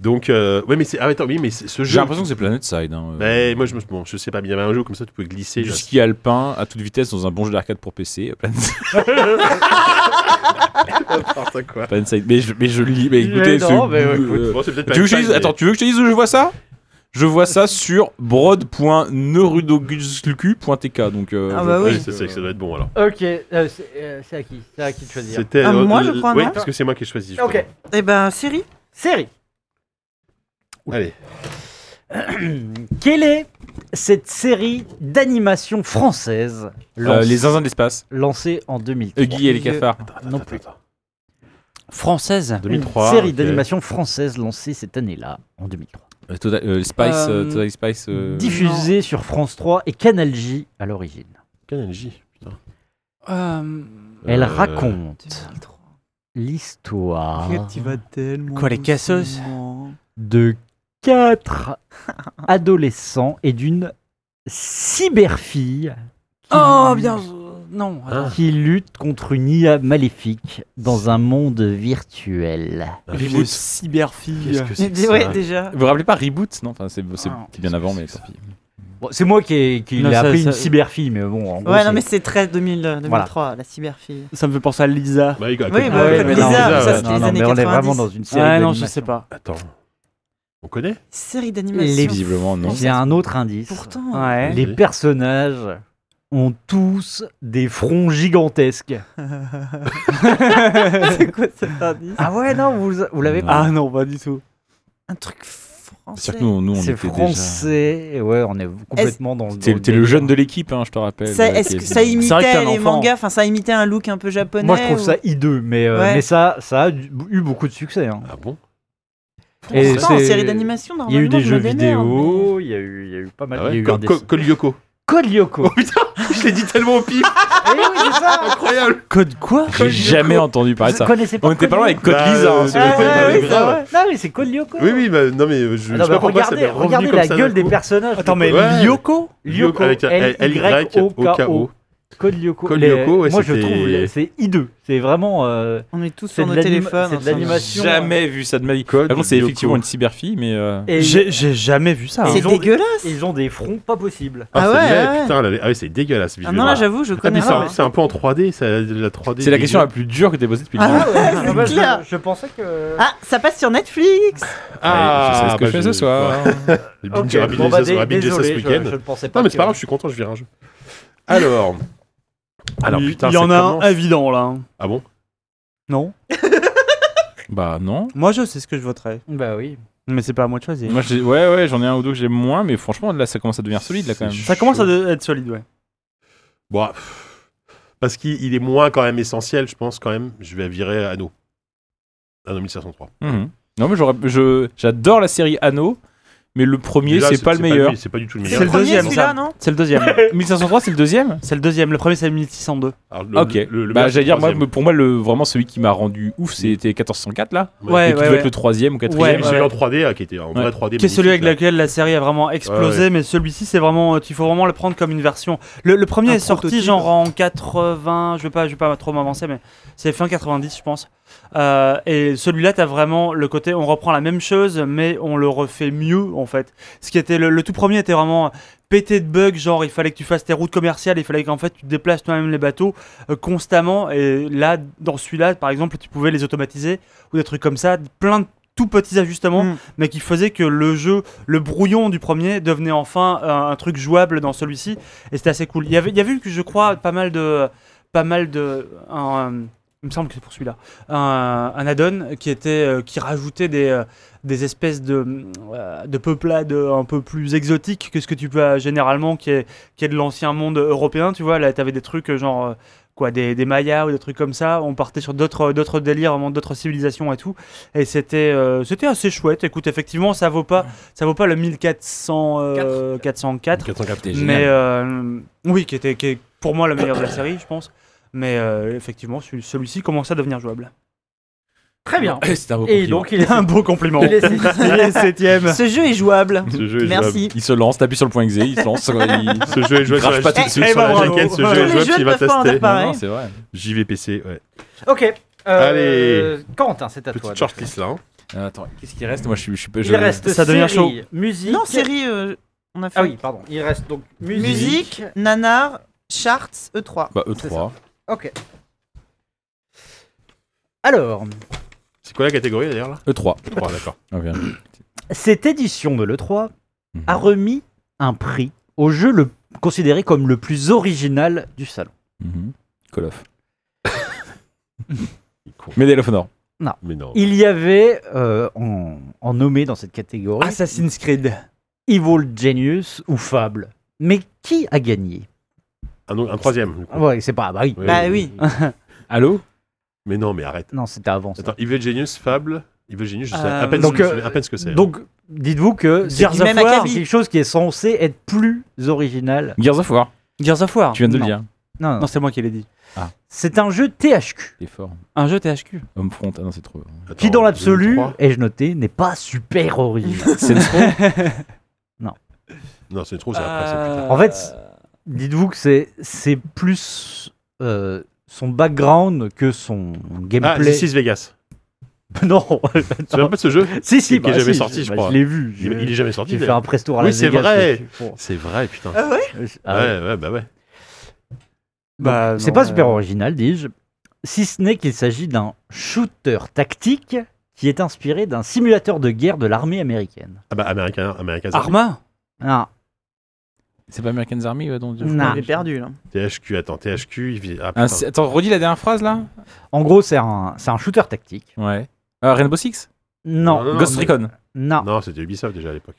S1: Donc, euh, ouais, mais c'est. ah, attends, oui, mais c'est- ce jeu.
S4: J'ai l'impression que c'est Planet Side. hein, euh,
S1: Mais moi, je me. Bon, je sais pas, mais il y avait un jeu comme ça, tu pouvais glisser. (laughs)
S4: Du
S1: là.
S4: ski alpin à toute vitesse dans un bon jeu d'arcade pour PC. euh, (laughs) Planet Side.
S1: N'importe quoi.
S4: Planet Side. Mais je, mais je lis. Mais écoutez,
S2: Mais non,
S4: ce-
S2: mais ouais,
S4: euh,
S2: écoute.
S1: Bon, c'est peut-être
S4: tu veux que je
S1: Planet
S4: dise-
S1: Side,
S4: Attends, tu veux que je te dise où je vois ça Je vois ça sur broad.neurudogulscu.tk. Donc, euh,
S5: Ah
S4: je
S5: bah
S4: pense
S1: mais-
S5: oui.
S1: c'est-
S4: que-
S1: c'est- ça doit être bon alors.
S2: Ok, euh, c'est euh, c'est à qui C'est à qui de choisir
S1: C'était.
S5: Ah,
S1: euh,
S5: moi, je
S1: euh,
S5: prends,
S1: Oui,
S5: non
S1: parce que c'est moi qui ai choisi. je
S2: Ok,
S5: Eh ben, Siri.
S2: série.
S1: Allez.
S2: Quelle est cette série d'animation française
S4: Euh,
S2: lancée,
S4: les zinzins de l'espace.
S2: lancée en
S1: Euh,
S2: 2003
S4: Huggy et les cafards.
S2: Non plus.
S3: Française.
S1: 2003.
S2: Une série
S1: ok.
S2: d'animation française lancée cette année-là, en 2003.
S4: Euh, Total, euh, Spice. euh,
S5: Euh,
S4: Total Spice. euh,
S2: Diffusée sur France 3 et Canal J à l'origine.
S1: Canal J, putain.
S2: Elle
S1: Euh,
S2: raconte l'histoire
S5: tellement.
S3: Quoi, les casseuses (laughs)
S5: doucement.
S2: de quatre adolescents et d'une cyberfille qui,
S3: Oh, bien. Non.
S1: Hein
S3: attends.
S2: qui lutte contre une IA maléfique dans un monde virtuel.
S1: Un
S3: Reboot
S1: reboot.
S3: cyberfille.
S1: Qu'est-ce que c'est que
S5: Mais-
S1: ça
S5: Ouais, déjà.
S4: Vous vous rappelez pas Reboot Non, enfin, c'est c'est
S3: Ah.
S4: bien avant, mais tant pis.
S2: Bon, c'est moi qui, ai- qui
S3: Non,
S2: l'ai
S3: ça-
S2: appelé
S3: ça-
S2: une cyberfille, mais bon, en gros,
S5: Ouais, non,
S2: c'est-
S5: mais c'est très euh, 2000, 2003, la cyberfille.
S3: Ça me fait penser à Lisa.
S1: Bah, écoute,
S5: Oui,
S1: attends,
S5: bah,
S1: ouais,
S5: c'est
S1: mais
S5: bizarre,
S1: non,
S5: ça,
S1: ouais.
S5: c'était les
S2: Ah non, non,
S5: années
S2: mais on est
S5: 90.
S2: vraiment dans une série
S3: Ah non,
S2: d'animation.
S3: je sais pas.
S1: Attends. On connaît
S5: Série
S2: Les-
S5: d'animation.
S4: Visiblement, non.
S2: J'ai un autre indice.
S5: Pourtant.
S1: Ah. (laughs)
S3: Ouais.
S2: Les personnages ont tous des fronts gigantesques.
S5: c'est (laughs) quoi cet indice
S2: Ah ouais, non, vous, vous l'avez
S4: Non.
S2: pas.
S3: Ah non, pas du tout.
S5: Un truc
S4: C'est
S5: français.
S4: que nous, nous, on
S2: C'est
S4: était déjà.
S2: français. et Ouais, on est complètement dans le.
S4: T'es
S2: dans
S4: t'es le jeune de
S2: délire.
S4: l'équipe, hein, je te rappelle.
S5: Ça,
S4: euh,
S5: est-ce
S4: qui
S5: que
S4: est-
S5: ça
S3: C'est vrai que t'es
S5: imitait
S3: un
S5: les
S3: enfant.
S5: mangas Enfin, ça imitait un look un peu
S4: E
S5: japonais.
S2: Moi, je trouve
S5: ou-
S2: ça hideux, mais, euh,
S5: Ouais.
S2: mais ça, ça a du- eu beaucoup de succès. hein.
S1: Ah bon
S2: Et
S5: Pourtant, en
S2: c'est-
S5: série d'animation,
S2: Il y a
S5: normalement.
S2: eu des
S5: je me
S2: jeux
S5: démerde, mais-
S2: vidéo, il y, a eu, il y a eu pas mal.
S1: ah
S2: il y a
S1: ouais,
S2: eu un
S1: Col- Col-
S2: dessin.
S1: Col Lyoko.
S2: Code Lyoko.
S1: Oh putain Je l'ai dit tellement au pif
S2: Eh oui, c'est ça.
S1: Incroyable
S3: Code quoi
S4: J'ai jamais entendu parler de
S2: Vous
S4: ça.
S2: connaissez pas
S4: On était
S2: Code
S4: pas loin avec Code
S1: Bah,
S4: Lisa. hein,
S1: euh,
S4: c'est-
S2: Lyoko
S1: Ouais,
S2: Ah ouais,
S1: ouais,
S2: ouais,
S1: ouais,
S2: c'est
S1: grave.
S2: vrai. Non, mais c'est Code Lyoko.
S1: Oui, oui, bah, non, mais je, je
S2: Ah
S1: sais
S2: non, mais
S1: pas pourquoi ça
S2: regardez,
S1: m'est revenu
S2: regardez
S1: comme
S2: la
S1: ça d'un
S2: gueule des
S1: coup.
S2: personnages.
S3: Attends, mais
S1: Ouais.
S3: Lyoko
S2: Lyoko,
S1: avec un
S2: L-
S1: L-
S2: Y- O- K- O. Code Lyoko.
S1: Code
S2: les-
S1: Lyoko, ouais,
S2: Moi, je
S1: c'était-
S2: trouve les- c'est hideux. C'est vraiment. euh,
S5: On est tous
S2: C'est
S5: sur
S2: de
S5: nos
S2: l'anima-
S5: téléphones.
S2: c'est de
S5: en ce moment.
S2: l'animation. hein.
S4: Jamais vu ça de ma vie.
S1: Code
S4: Par contre, c'est
S1: Lyoko.
S4: effectivement une cyberfille, mais. euh,
S2: et
S3: J'ai j'ai jamais vu ça.
S2: Et-
S3: hein.
S5: C'est
S2: Ils ont des-
S5: dégueulasse.
S2: Ils ont des fronts pas possibles.
S1: Ah,
S5: Ah
S1: c'est
S5: ouais,
S1: laid,
S5: ouais.
S1: putain, la- ah ouais, c'est dégueulasse.
S5: Ah non, là,
S1: visuellement.
S5: j'avoue, je
S1: Ah,
S5: connais
S1: puis c'est
S5: pas.
S1: un- c'est un peu en 3D, ça, la 3D.
S4: C'est la question la plus dure que t'aies posée
S2: Ah.
S4: depuis le début.
S5: c'est bah, je- clair.
S2: je, pensais que.
S5: Ah, ça passe sur Netflix.
S1: Ah,
S4: Ouais, je sais ce que
S1: bah,
S4: je fais ce soir.
S1: J'ai binge- j'ai binge ça- j'ai binge ça ce week-end.
S2: bah, je ne pensais pas.
S1: Non, mais c'est pas grave, je suis content, je vire un jeu. Alors. Alors,
S3: Il-
S1: putain,
S3: il y
S1: ça
S3: en a
S1: commence.
S4: Eh.
S3: un évident là. hein.
S1: Ah bon
S3: Non
S4: Bah non.
S3: Moi je sais ce que je voterais.
S2: Bah oui.
S3: Mais c'est pas à moi de choisir.
S4: Moi, j'ai- ouais, ouais, j'en ai un ou deux que j'aime moins, mais franchement, là, ça commence à devenir solide, là, quand même.
S3: Ça commence à de- être solide, ouais.
S1: Bon, ah, pff, parce qu'il il est moins quand même essentiel, je pense quand même. Je vais virer Anno. Anno 1503.
S4: Mhm. Non, mais j'aurais- je- j'adore la série Anno, mais le premier,
S1: Celui-là,
S4: c'est pas le meilleur.
S1: C'est pas du tout le
S5: C'est
S1: meilleur.
S5: le
S3: le deuxième,
S5: premier
S3: ça.
S5: celui-là, non
S3: C'est le (laughs) deuxième.
S4: 1503, c'est le deuxième
S3: c'est le deuxième. Le premier, c'est 1602.
S1: Alors, le-
S4: Ok.
S1: le- le
S4: bah,
S1: meilleur, c'est
S4: j'allais
S1: le
S4: dire, moi,
S1: troisième.
S4: pour moi, le, vraiment, celui qui m'a rendu ouf, c'était 1404 là.
S1: Ouais,
S4: et qui devait être le troisième ou quatrième.
S1: Et
S3: ouais,
S1: celui
S3: ouais.
S1: en 3D euh, qui était en vrai
S4: Ouais.
S1: 3D.
S3: Qui est celui avec
S1: magnifique,
S3: lequel la série a vraiment explosé,
S1: Ouais,
S3: mais celui-ci, c'est vraiment. euh, Il faut vraiment le prendre comme une version. Le, le premier
S5: Un
S3: est sorti
S5: prototype.
S3: genre en 80, je vais pas, je vais pas trop m'avancer, mais c'est fin 90, je pense. Euh, et celui-là, t'as vraiment le côté, on reprend la même chose, mais on le refait mieux en fait. Ce qui était le, le tout premier était vraiment pété de bugs, genre il fallait que tu fasses tes routes commerciales, il fallait qu'en fait tu déplaces toi-même les bateaux euh, constamment. Et là, dans celui-là, par exemple, tu pouvais les automatiser ou des trucs comme ça, plein de tout petits ajustements,
S5: Mm.
S3: mais qui faisaient que le jeu, le brouillon du premier devenait enfin un, un truc jouable dans celui-ci. Et c'était assez cool. Il y avait, il y avait eu, je crois, pas mal de, pas mal de, un- il me semble que c'est pour celui-là, un, un add-on qui était, euh, qui rajoutait des, euh, des espèces de, euh, de peuplades un peu plus exotiques que ce que tu peux euh, généralement, qui est, qui est de l'ancien monde européen, tu vois. Là, t'avais des trucs euh, genre euh, quoi, des, des Mayas ou des trucs comme ça. On partait sur d'autres, euh, d'autres délires, vraiment d'autres civilisations et tout. Et c'était, euh, c'était assez chouette. Écoute, effectivement, ça vaut pas, ça vaut pas le 1400, euh, 404.
S4: 404,
S3: Mais euh, oui, qui était qui est pour moi le meilleur de la série, je pense. Mais euh, effectivement, celui- celui-ci commence à devenir jouable.
S2: Très bien.
S4: c'est un beau
S2: Et
S4: compliment.
S2: donc, il
S3: (laughs)
S2: est.
S3: Un beau compliment.
S2: il est-
S3: Il est septième.
S5: Ce jeu est jouable.
S1: euh, Ce jeu est jouable.
S5: Merci.
S4: Il se lance, t'appuies sur le point XE, il se lance. il-
S1: (laughs) Ce jeu est jouable.
S4: crache
S1: sur
S4: pas
S1: la-
S4: tout de suite
S1: Eh
S4: sur
S1: ben,
S4: la
S1: bravo.
S3: jaquette,
S1: Ce jeu
S5: Tous
S1: est
S5: les
S1: jouable,
S5: jeux
S1: tu
S5: ne
S1: vas
S5: peuvent pas en
S1: tester.
S5: dire pareil.
S4: Non, c'est vrai.
S1: JVPC, ouais.
S2: (laughs) Ok. euh,
S1: Allez.
S2: Quentin, c'est à toi.
S1: Petite shortlist là. hein.
S4: Euh, Attends, qu'est-ce qui reste Moi, je suis. je suis pas-
S2: Il
S4: je-
S2: reste
S3: Ça devient
S2: série, musique.
S5: Non, série, euh, on a fait.
S2: Ah oui, pardon. Il reste donc musique.
S5: Musique, nanar, charts, E E3.
S4: Bah,
S5: C'est
S4: E3.
S5: ça.
S2: Ok. Alors,
S1: C'est quoi la catégorie d'ailleurs là
S4: E3.
S1: Trois, d'accord.
S4: E Ah, bien.
S2: cette édition de l'E3
S4: Mhm.
S2: a remis un prix au jeu le, considéré comme le plus original du salon.
S4: Mhm. Call of. Medal of Honor.
S1: Mais non.
S2: Il y avait euh, en, en nommé dans cette catégorie
S3: Assassin's Creed.
S2: Evil Genius ou Fable. Mais qui a gagné
S1: Un, autre- un troisième. du coup.
S2: Ouais, c'est pas. Bah oui.
S1: Euh,
S5: Bah oui.
S4: Allô
S1: Mais non, mais arrête.
S2: Non, c'était avant. ça.
S1: Attends, Evil Genius, Fable. Evil Genius, je sais
S3: Euh,
S1: à peine ce
S2: donc,
S1: que
S2: euh,
S1: c'est- à peine ce que c'est. hein.
S2: Donc, dites-vous que c'est
S3: Gears
S5: du
S3: of
S5: même
S3: War.
S5: acabit.
S2: quelque chose qui est censé être plus original.
S4: Gears of War.
S3: Gears of War.
S4: Tu viens de
S2: Non.
S4: le dire.
S2: Non, non,
S3: Non, c'est moi qui l'ai dit.
S2: C'est un jeu THQ
S4: T'es fort.
S3: Un jeu THQ.
S4: Homefront. Ah non, c'est trop.
S1: Attends,
S2: qui, dans
S1: Evil
S2: l'absolu,
S1: 3.
S2: ai-je noté, n'est pas
S3: (laughs)
S2: super original.
S4: C'est trop.
S1: Non, c'est trop, c'est après. c'est plus tard.
S2: En fait, dites-vous que c'est c'est plus euh, son background que son
S1: Ah,
S2: gameplay.
S1: c'est 6 Vegas. (laughs)
S2: (laughs) non,
S1: Tu te souviens pas de ce jeu
S2: si si,
S1: Qui- qui est
S2: bah,
S1: jamais
S2: si,
S1: sorti, je
S2: bah,
S1: crois.
S2: l'ai vu.
S1: il, il est jamais sorti.
S2: J'ai fait
S1: d'ailleurs.
S2: un press tour à
S1: Oui,
S2: la
S1: c'est
S2: Vegas
S1: vrai.
S2: dessus, pour-
S1: C'est vrai, putain.
S5: Ah ouais
S2: Ah ouais.
S1: ouais, ouais, bah ouais.
S3: Bah,
S2: C'est
S3: non,
S2: pas super
S3: euh,
S2: original, dis-je. Si ce n'est qu'il s'agit d'un shooter tactique qui est inspiré d'un simulateur de guerre de l'armée américaine.
S1: Ah bah, américain, américain, ça-
S3: Arma.
S2: Ah,
S4: C'est pas American's Army ouais, dont
S2: Non.
S5: J'ai perdu là.
S1: THQ, attends, THQ, il vit- ah,
S4: Ah,
S1: putain.
S4: c'est- Attends, redis la dernière phrase là
S2: en gros, c'est un, c'est un shooter tactique.
S4: Ouais. Euh, Rainbow Six
S2: Non,
S1: Non, non,
S4: Ghost
S1: mais-
S4: Recon
S2: non.
S1: Non, c'était Ubisoft déjà à l'époque.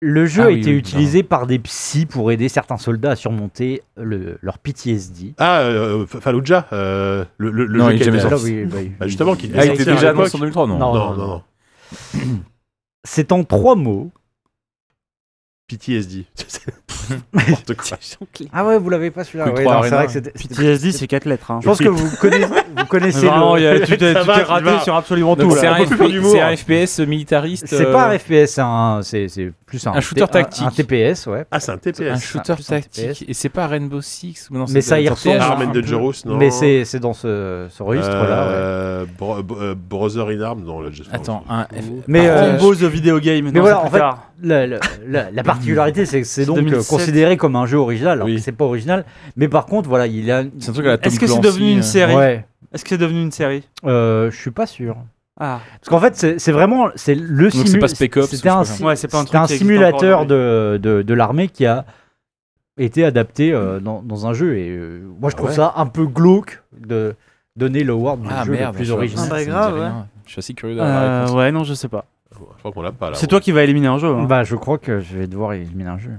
S2: Le jeu
S4: Ah
S2: a
S4: oui,
S2: été
S4: oui,
S2: utilisé par des psys pour aider certains soldats à surmonter le- leur PTSD.
S1: Ah, euh, F- Fallujah, euh, le, le, le
S4: Non,
S1: jeu
S4: il est
S1: qui
S4: jamais
S1: avait-
S4: sorti.
S2: Ah oui, oui, oui.
S1: Bah, justement, qu'il-
S4: Ah, il
S1: sorti
S4: était
S1: à
S4: déjà
S1: l'époque.
S4: annoncé en 2003, non,
S2: Non.
S1: Non, non, non.
S2: C'est en trois mots.
S1: PTSD. (laughs)
S2: (laughs)
S1: C'est N'importe quoi.
S2: Ah ouais, vous l'avez pas celui-là.
S4: Quick
S2: Ouais,
S4: Trois
S2: non, c'est
S4: Arena.
S2: vrai que c'était- c'était-
S3: PTSD, c'est 4 lettres. Hein.
S2: Je pense que vous connaissez, vous connaissez le-
S3: Vraiment,
S4: (laughs)
S3: il y a- tu t'es
S1: Ça
S3: tu
S1: va,
S3: t'es
S1: tu vas.
S3: raté sur absolument
S4: Donc
S3: tout.
S4: c'est
S3: là.
S4: un,
S1: peut plus
S4: FP
S1: faire d'humour.
S4: c'est un FPS militariste.
S2: C'est
S4: euh,
S2: pas un FPS, c'est un- hein, c'est c'est plus un,
S4: Un shooter tactique.
S2: Un, TPS, ouais.
S1: Ah, c'est un
S4: Un
S1: TPS.
S4: shooter
S2: plus un
S4: tactique. Et c'est pas Rainbow Six ou non, c'est-
S2: Mais ça y
S4: attends,
S2: ressemble.
S4: TH.
S2: Ah,
S1: Armen
S2: un
S1: de
S2: peu.
S1: Joros, non.
S2: Mais c'est c'est dans ce, ce registre-là. ouais.
S1: Euh, Bro- Bro- euh, Brother in Arms, non, là, je-
S4: Attends, un F-
S2: Mais,
S4: Par
S2: euh,
S4: contre,
S3: Rambo the Video Game.
S2: Mais voilà, en fait, la, la- la- la particularité, c'est que c'est donc euh,
S3: 2007.
S2: considéré comme un jeu original, alors
S1: Oui.
S2: que c'est pas original. Mais par contre, voilà, il a.
S4: c'est un truc à la Tom
S3: Est-ce que c'est
S4: Clancy,
S3: devenu
S4: euh,
S3: une série
S2: Ouais.
S3: Est-ce que c'est devenu une série
S2: Euh, je suis pas sûr.
S3: Ah,
S2: Parce qu'en fait, c'est c'est vraiment c'est le
S4: Donc c'est
S2: simu-
S4: pas Spec Ops,
S2: C'était
S4: ou
S2: un,
S4: je sais pas.
S2: si-
S3: ouais, c'est pas un
S2: c'était
S3: truc.
S2: un
S3: qui existe encore
S2: simulateur
S3: aujourd'hui.
S2: de, de, de l'armée qui a été adapté euh, dans, dans un jeu. Et euh, moi, je
S1: Ah
S2: trouve
S1: ouais.
S2: ça un peu glauque de donner l'award du
S4: Ah
S2: jeu
S4: merde,
S2: le plus
S4: je vois-
S2: original.
S5: Ah bah,
S4: ça me dit
S5: grave,
S4: rien. Je suis assez curieux d'avoir la
S3: Euh,
S4: réponse.
S3: ouais, non, je sais pas.
S1: Je crois qu'on l'a pas là.
S3: C'est toi qui vas éliminer un jeu. hein.
S2: Bah, je crois que je vais devoir éliminer un jeu.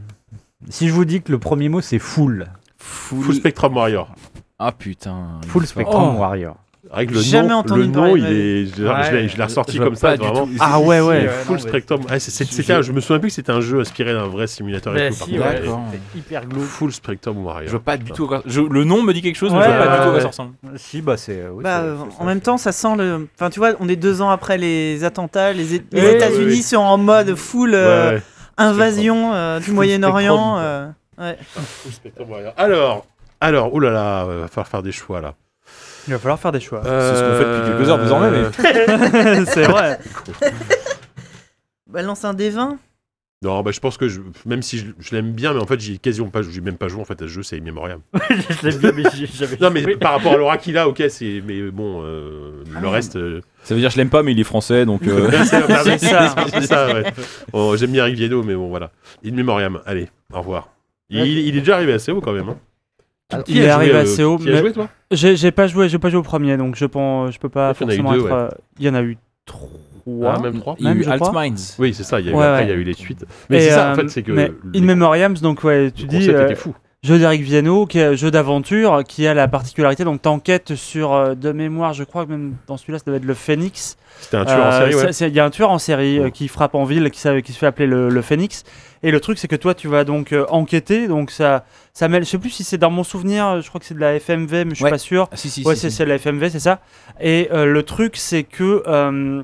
S2: Si je vous dis que le premier mot c'est full,
S1: Full Spectrum Warrior.
S4: Ah putain.
S2: full
S4: il est fort.
S2: Spectrum Warrior.
S1: Règle le
S5: Jamais
S1: nom,
S5: entendu
S1: le
S5: parler
S1: nom
S5: de
S1: il
S5: ma vie.
S1: est, je l'ai-
S2: Ouais.
S1: je l'ai- je l'ai ressorti
S4: Je vois
S1: comme ça,
S4: pas du
S1: vraiment.
S4: tout.
S3: Ah ouais,
S4: euh,
S3: ouais.
S2: Ouais, non,
S1: Full
S2: mais-
S1: spectrum. Ouais, c'est- c'est-
S4: Ce
S1: c'était un-
S4: sujet.
S1: je me souviens plus que c'était un jeu inspiré d'un vrai simulateur et
S2: Bah,
S1: tout. par
S2: si,
S1: contre.
S2: ouais,
S4: D'accord.
S2: c'est hyper glauque.
S1: Full spectrum Mario.
S4: Je vois pas du tout. à quoi- je- le nom me dit quelque chose, mais
S2: Ouais,
S4: je vois pas
S2: ouais,
S4: du tout à quoi
S2: ouais.
S4: ça ressemble.
S2: Si, bah c'est. euh, oui,
S5: Bah,
S2: c'est-
S5: euh,
S2: c'est ça,
S5: en même
S2: c'est-
S5: temps, ça sent le. Enfin, tu vois, on est deux ans après les attentats. Les, les
S1: Ouais,
S5: États-Unis
S1: ouais, ouais.
S5: sont en mode full euh,
S1: Ouais, ouais.
S5: invasion euh, du Moyen-Orient. euh, ouais.
S1: Full spectrum Mario. Alors, alors, oh là là, euh, va falloir faire des choix là.
S3: Il va falloir faire des choix.
S4: C'est ce qu'on fait depuis quelques heures désormais, mais-
S3: (laughs) c'est vrai.
S5: Balance Bah, un des 20
S1: Non, bah, je pense que je- même si je, je l'aime bien, mais en fait, j'ai quasiment pas, j'ai même pas joué en fait à ce jeu, c'est immémorial.
S2: Je l'ai bien, mais j'y- j'avais.
S1: Non, mais
S2: Oui.
S1: par rapport à l'aura qu'il a, ok, c'est, mais bon, euh, le reste. euh,
S4: Ça veut dire je l'aime pas, mais il est français, donc.
S3: (laughs)
S4: euh,
S1: (laughs) c'est
S3: ça.
S1: c'est ça, ouais. Bon, j'aime bien Eric Viano, mais bon, voilà. In memoriam, allez, au revoir. Il, il est déjà arrivé assez haut quand même. hein.
S2: Alors,
S1: a
S3: il est
S1: joué,
S3: arrivé
S1: euh,
S3: assez haut,
S1: Qui a
S3: mais-
S1: joué, toi
S3: J'ai j'ai pas joué, j'ai pas joué au premier, donc je pense, je peux pas
S1: Je crois qu'il y en
S3: forcément
S1: a eu
S3: être.
S1: deux,
S3: euh, Il y en a eu trois.
S1: Ah, même trois
S4: Il y a
S3: Même,
S4: eu
S3: je
S4: Alt
S3: crois.
S4: Minds.
S1: Oui, c'est ça, il y a eu,
S3: Ouais,
S1: après,
S3: ouais.
S1: il y a eu les suites. Mais c'est
S3: Et,
S1: ça, en
S3: euh,
S1: fait, c'est que.
S3: mais
S1: le-
S3: In Memoriam, donc ouais,
S1: le
S3: tu dis.
S1: concept
S3: euh,
S1: était fou.
S3: Jeu d'Eric Viano, qui est un jeu d'aventure, qui a la particularité, donc t'enquêtes sur, euh, de mémoire, je crois que même dans celui-là, ça devait être le Phoenix.
S1: C'était un tueur en
S3: Euh,
S1: série, ouais.
S3: ça- c'est- Il y a un tueur en série euh,
S1: Ouais.
S3: qui frappe en ville, qui, s'a- qui se fait appeler le, le Phoenix. Et le truc, c'est que toi, tu vas donc euh, enquêter, donc ça, ça mêle, je sais plus si c'est dans mon souvenir, euh, je crois que c'est de la FMV, mais je suis
S4: Ouais.
S3: pas sûr.
S4: Ah, si, si,
S3: Ouais,
S4: si,
S3: c'est
S4: si.
S3: c'est la FMV, c'est ça. Et euh, le truc, c'est que euh,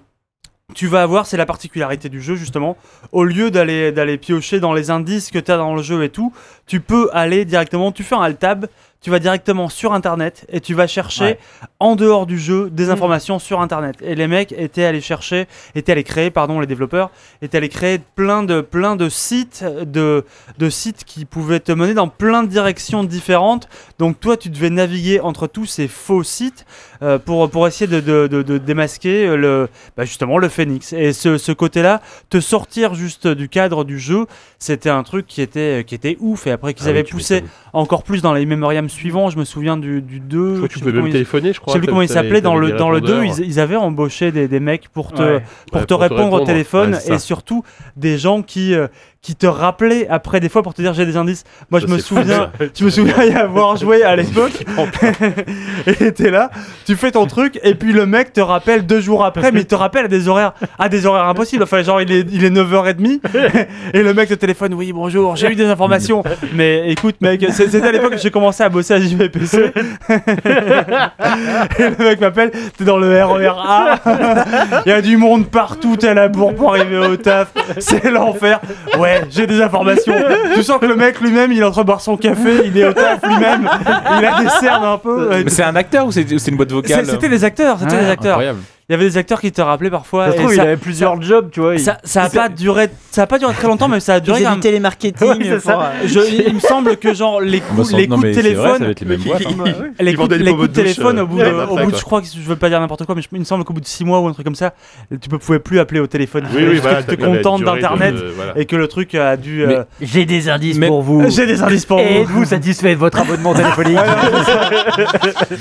S3: tu vas avoir, c'est la particularité du jeu justement, au lieu d'aller d'aller piocher dans les indices que tu as dans le jeu et tout, tu peux aller directement, tu fais un alt tab, tu vas directement sur internet et tu vas chercher
S4: Ouais. Mm.
S3: en dehors du jeu des informations sur internet. Et les mecs étaient allés chercher, étaient allés créer, pardon, les développeurs étaient allés créer plein de plein de sites de de sites qui pouvaient te mener dans plein de directions différentes. Donc toi, tu devais naviguer entre tous ces faux sites euh, pour, pour essayer de, de- de- de démasquer euh, le, bah, justement le phénix. Et ce, ce côté-là, te sortir juste du cadre du jeu, c'était un truc qui était, qui était ouf. Et après qu'ils
S1: Ah oui,
S3: avaient
S1: tu
S3: poussé
S1: m'étonnes.
S3: encore plus dans les mémoriams suivants, je me souviens du, du
S1: Je crois
S3: 2.
S1: que
S3: je
S1: tu pouvais
S3: sais plus
S1: même
S3: comment il-
S1: téléphoner, je
S3: je
S1: crois.
S3: sais plus comment il
S1: T'avais-
S3: s'appelait, dans
S1: t'avais
S3: le,
S1: des
S3: dans le 2,
S1: répondeurs.
S3: ils, ils avaient embauché des, des mecs pour te,
S2: Ouais.
S3: pour
S1: Ouais,
S3: te répondre, au
S1: répondre.
S3: téléphone
S1: Ouais, c'est ça.
S3: et surtout des gens qui, euh, qui te rappelaient après des fois pour te dire j'ai des indices. Moi
S1: Ça,
S3: je me
S1: c'est fou,
S3: souviens,
S1: ça.
S3: je me souviens y avoir joué
S1: (laughs)
S3: à l'époque (laughs) et t'es là, tu fais ton truc et puis le mec te rappelle deux jours après mais il te rappelle à des horaires à des horaires impossibles. Enfin genre il est, il est 9h30
S1: (laughs)
S3: et le mec te téléphone oui bonjour j'ai eu des informations mais écoute mec c'est- c'était à l'époque que j'ai commencé à bosser à JVPC (laughs) et le mec m'appelle, t'es dans le RER A. (laughs) Il y a du monde partout, t'es à la bourre pour arriver au taf. C'est l'enfer. Ouais, j'ai des informations. Tu sens que le mec lui-même, il est en train de boire son café, il est au taf lui-même. Il a des cernes un peu.
S4: Mais c'est un acteur ou c'est ou c'est une boîte
S3: C'est-
S4: vocale
S3: C'était des acteurs, c'était
S4: Ah,
S3: des acteurs.
S4: Incroyable.
S3: Il y avait des acteurs qui te rappelaient parfois.
S2: Ça se
S3: et
S2: trouve, il
S3: ça-
S2: avait plusieurs jobs, tu vois. il-
S3: ça, ça a pas duré, ça a pas duré très longtemps, mais ça a
S5: Ils
S3: duré.
S5: faisaient
S3: quand
S5: du
S3: même.
S5: télémarketing.
S2: Ouais, c'est
S5: pour,
S2: ça.
S5: euh,
S3: Je- il me semble que genre les
S4: Bah,
S3: coups,
S4: sans-
S3: les
S4: non,
S3: coups de
S4: mais c'est vrai,
S3: téléphone,
S4: ça va être les mêmes boîtes.
S3: (laughs)
S4: hein.
S2: euh,
S3: les
S1: Ils
S3: coups,
S1: vendaient des
S3: les
S1: pommes
S3: coups de
S1: de douche,
S3: téléphone
S1: euh,
S3: au bout,
S1: ouais,
S3: de,
S1: après,
S3: au bout de-
S1: quoi.
S3: je crois que je veux pas dire n'importe quoi mais je- il me semble qu'au bout de 6 mois ou un truc comme ça tu ne pouvais plus appeler au téléphone tu
S1: Oui, oui,
S3: juste
S1: voilà.
S3: que tu te
S1: t'avais la
S3: contentes
S1: durée de- euh.
S3: d'internet
S1: voilà.
S3: et que le truc a dû
S4: Mais-
S3: euh,
S2: J'ai des indices
S4: Mais-
S2: pour
S3: (laughs)
S2: vous.
S3: j'ai des indices pour vous
S4: (laughs)
S2: Êtes-vous satisfait de votre abonnement téléphonique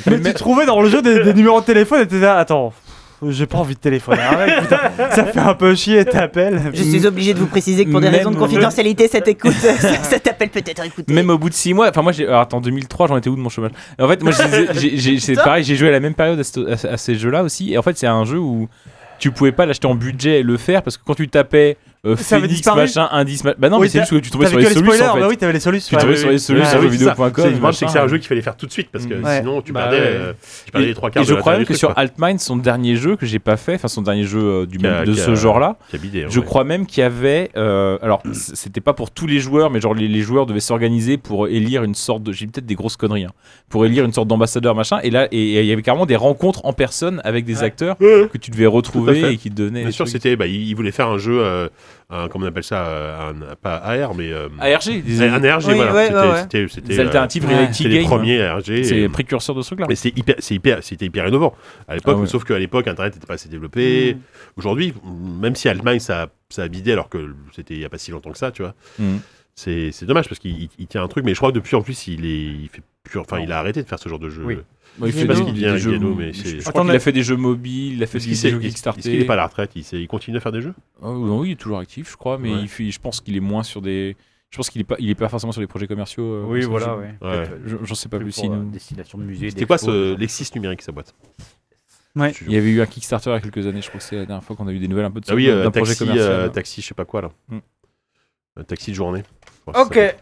S3: mais tu trouvais dans le jeu des, des numéros de téléphone et t'étais là attends j'ai pas envie de téléphoner
S4: (laughs)
S3: arrête, putain, ça fait un peu chier t'appelles
S5: Je suis obligé de vous préciser que pour des
S4: Même-
S5: raisons de confidentialité, cette écoute, cet appel peut être écouté.
S4: Même au bout de 6 mois, enfin moi j'ai. alors, attends, 2003, j'en étais où de mon chômage En fait, moi j'ai- j'ai-
S3: (laughs)
S4: j'ai- c'est pareil, j'ai joué à la même période à, ce- à- à ces jeux-là aussi. Et en fait, c'est un jeu où tu pouvais pas l'acheter en budget et le faire parce que quand tu tapais euh,
S3: Ça avait
S4: Phoenix,
S3: disparu.
S4: machin, indice, ma- bah non,
S3: Oui,
S4: mais c'est
S3: t'as-
S4: juste que tu tombais
S3: t'avais
S4: sur les
S3: que les
S4: solutions.
S3: spoilers
S4: en fait.
S3: bah oui Ah, t'avais les
S4: Tu
S3: solutions
S4: tombais sur les
S1: Ouais, ah
S4: solutions sur
S1: oui, c'est ça.
S4: jeuxvideo.com.
S1: C'est- moi, je sais que c'est
S4: machin.
S1: un jeu qu'il fallait faire tout de suite parce que
S3: Ouais.
S1: sinon tu
S4: Bah
S1: perdais,
S4: ouais.
S1: euh, tu perdais les trois quarts
S4: Et
S1: de
S4: je
S1: la
S4: crois
S1: taille
S4: même
S1: du
S4: que
S1: truc,
S4: sur
S1: quoi.
S4: Altmind, son dernier jeu que j'ai pas fait, enfin son dernier jeu euh, du
S1: Qui a-
S4: même- de
S1: qui a-
S4: ce genre-là,
S1: Cabidé,
S4: je
S1: ouais.
S4: crois même qu'il y avait, euh,
S1: (clears throat)
S4: alors c- c'était pas pour tous les joueurs, mais genre les, les joueurs devaient s'organiser pour élire une sorte de, j'ai peut-être des grosses conneries, hein, pour élire une sorte d'ambassadeur machin. Et là, et- et il y avait carrément des rencontres en personne avec des acteurs
S1: Ouais.
S4: que tu devais
S1: Tout à
S4: retrouver
S1: fait.
S4: et qui te donnaient.
S1: Bien
S4: des
S1: sûr,
S4: trucs.
S1: c'était. Bah, il, il voulait faire un jeu, euh, un, comment on appelle ça, euh, un, pas AR, mais euh,
S4: ARG, Ah, des,
S1: un ARG,
S5: Oui,
S1: voilà.
S5: ouais,
S1: c'était,
S5: ouais, ouais.
S1: c'était, c'était,
S4: des
S1: euh,
S4: alternatives
S3: ouais.
S4: reality
S1: c'était les
S4: game.
S1: premiers ARG. et-
S4: C'est les précurseurs de ce truc-là.
S1: Mais c'est hyper, c'est hyper, c'était hyper innovant à l'époque,
S4: Ah ouais. Mm.
S1: sauf qu'à l'époque, Internet n'était pas assez développé. Aujourd'hui, même si Allemagne, ça, a- ça a bidé alors que c'était il n'y a pas si longtemps que ça, tu vois.
S4: Mhm.
S1: C'est, c'est dommage parce qu'il il- il tient un truc, mais je crois que depuis, en plus, il, est, il fait plus, enfin, il a arrêté de faire ce genre de jeu.
S2: Oui.
S4: Bon, il
S1: Je
S4: fait
S1: sais pas
S4: des-
S1: ce qu'il
S4: des
S1: devient,
S4: jeux-
S1: Guillaume, mais
S4: je-
S1: c'est-
S4: Je crois qu'il a fait des jeux mobiles, il a fait
S1: Est-ce
S4: des
S1: qu'il, s'est-
S4: jeux
S1: est-ce-
S4: Kickstarter.
S1: est-ce qu'il est pas à la retraite il, s'est- il continue à faire des jeux
S4: Ah oui, non, il est toujours actif, je crois, mais
S1: Ouais.
S4: il fait- je pense qu'il est moins sur des. Je pense qu'il est pas, il est pas forcément sur les projets commerciaux. euh,
S2: Oui,
S4: parce que
S2: voilà, ouais.
S1: Ouais.
S4: je- J'en sais pas
S2: Plus
S4: plus.
S2: pour,
S4: s'il
S2: euh,
S4: nous-
S2: Destination de musée. hein.
S1: C'était quoi
S2: d'expo,
S1: ce
S2: des-
S1: Lexis numérique, sa boîte
S3: Ouais.
S1: Tu-
S4: Il y avait eu un Kickstarter il y a quelques années, je crois que c'est la dernière fois qu'on a eu des nouvelles un peu de
S1: Ah oui,
S4: d'un
S1: euh,
S4: projet
S1: taxi,
S4: commercial.
S1: euh, taxi, je sais pas quoi là.
S4: Hmm.
S1: Euh, taxi de journée. Je crois que ça
S2: Ok,
S1: s'appelle.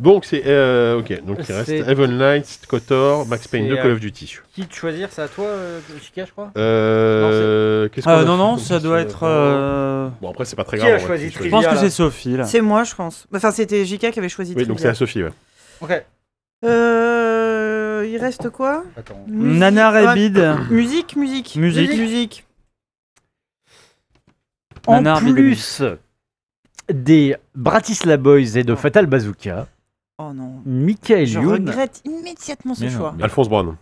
S1: Donc c'est euh, ok. Donc il reste
S2: C'est-
S1: Heaven Knight, Kotor, Max Payne
S2: C'est,
S1: 2,
S2: euh,
S1: Call of Duty.
S2: qui de choisir C'est à toi, euh, Chica, je crois
S1: Euh, qu'est-ce qu'on
S3: Euh,
S1: a
S3: non,
S1: fait
S3: non,
S1: comme
S3: ça doit
S1: c'est-
S3: être. euh,
S1: Bon après c'est pas très
S2: Qui
S1: grave.
S2: a
S1: en vrai,
S2: choisi
S1: c'est-
S3: Je
S1: c'est-
S2: Trivia,
S3: pense que
S2: là
S3: c'est Sophie là.
S5: C'est moi, je pense. Enfin, c'était JK qui avait choisi
S1: Oui donc c'est
S5: Trivia.
S1: à Sophie. Ouais.
S2: Ok.
S5: Euh, il reste quoi
S2: Attends.
S5: Musique.
S3: Nana
S5: Ouais.
S3: Rabid.
S5: Musique, musique.
S3: Musique.
S5: Musique.
S2: En
S3: Nanar
S2: plus des Bratislava Boys et de Fatal Bazooka,
S5: Oh non.
S2: Michael
S5: Je
S2: Youn.
S5: regrette immédiatement ce
S4: Mais non,
S5: choix.
S4: mais-
S1: Alphonse Brown.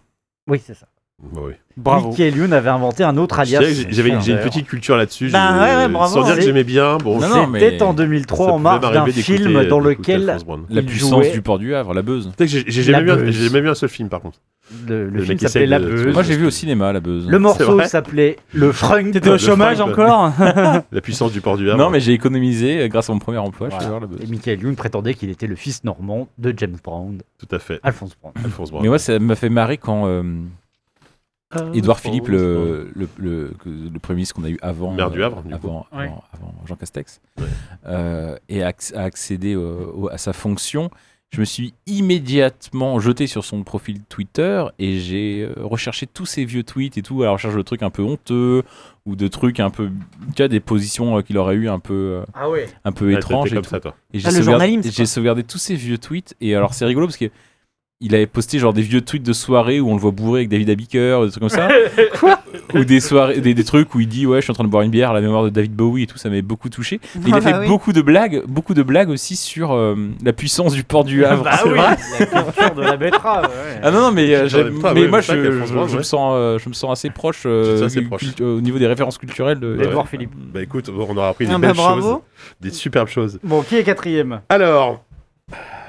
S2: Oui, c'est ça.
S1: Bah oui.
S3: Bravo.
S2: Michael Youn avait inventé un autre
S1: Je
S2: alias.
S1: sais que j'ai- J'avais j'ai une petite culture là-dessus.
S5: Bah
S1: je-
S5: ouais, ouais, bravo,
S1: Sans dire que
S2: c'est-
S1: j'aimais bien. Bon,
S4: Non,
S1: ça
S4: non, mais-
S2: C'était en 2003 en
S1: pouvait
S2: marche d'un
S1: m'arriver d'écouter- euh,
S2: film dans
S1: d'écouter
S2: lequel
S1: Alphonse Brown.
S4: La
S2: Il
S4: puissance
S2: jouait-
S4: du port du Havre, la buzz.
S1: Tu sais que j'ai- J'ai
S2: La
S1: jamais, vu un-
S2: Beuse.
S1: j'ai jamais vu un seul film par contre.
S2: le, le
S1: Le
S2: film
S1: mec essaie
S2: s'appelait
S1: de-
S2: La
S1: de-
S2: Beuze.
S4: Moi, j'ai vu au cinéma la buzz.
S2: Le morceau
S1: vrai
S2: s'appelait Le Frunk.
S3: T'étais au
S1: Le
S3: chômage
S1: Frank, (laughs)
S3: encore (laughs)
S1: La puissance du port du Havre.
S4: Non, mais j'ai économisé euh, grâce à mon premier emploi. Je
S2: Voilà.
S4: suis allé voir la Beuse.
S2: Et Michael Youn prétendait qu'il était le fils normand de James Brown,
S1: Tout à fait.
S2: Alphonse Brown.
S1: Alphonse Brown.
S4: Ah, Mais moi, ça m'a fait marrer quand
S1: Oh,
S4: Edouard Philippe, le, le, le, que- le premier ministre qu'on a eu avant.
S1: Maire du
S4: euh,
S1: Havre, du coup.
S4: avant,
S3: Ouais.
S4: avant- avant Jean Castex,
S1: Ouais.
S4: euh, et a, acc- a accédé euh, au- à sa fonction. Je me suis immédiatement jeté sur son profil Twitter et j'ai euh, recherché tous ses vieux tweets et tout à la recherche de trucs un peu honteux ou de trucs un peu. Tu vois, des positions euh, qu'il aurait eu un peu, euh,
S2: Ah ouais
S4: un peu
S1: Ouais, t'es-
S4: étranges. et
S1: t'es comme
S4: tout.
S1: ça, toi.
S4: Et j'ai
S5: Ah, le
S4: sauvegardé,
S5: journalisme,
S4: j'ai sauvegardé tous ces vieux tweets. Et alors, c'est rigolo parce que il avait posté genre des vieux tweets de soirées où on le voit bourré avec David Abiker, des trucs comme ça. Ou des, soirées, des, des trucs où il dit Ouais, je suis en train de boire une bière à la mémoire de David Bowie et tout. Ça m'avait beaucoup touché. Et il
S5: Ah
S4: a fait
S5: bah oui.
S4: beaucoup de blagues, beaucoup de blagues aussi sur euh, la puissance du port du
S3: (laughs)
S4: Havre.
S1: Ah
S2: Bah
S4: C'est
S2: oui,
S4: vrai
S2: la culture de la betterave. ouais.
S4: ah non, non mais, euh,
S1: J'en ai
S4: j'aime-
S1: pas,
S4: mais
S1: ouais,
S4: moi
S1: c'est
S4: je,
S1: vrai qu'il y
S4: je-
S1: a François,
S4: je me
S1: ouais.
S4: sens, euh, je me sens assez proche, euh,
S1: Je me sens assez
S4: du-
S1: proche.
S4: cult- au niveau des références culturelles de
S1: Ouais.
S2: Edouard Philippe.
S1: Bah écoute, on aura appris des
S5: Ah bah
S1: belles choses.
S5: bravo.
S1: Des superbes choses.
S2: Bon, qui est quatrième
S1: Alors,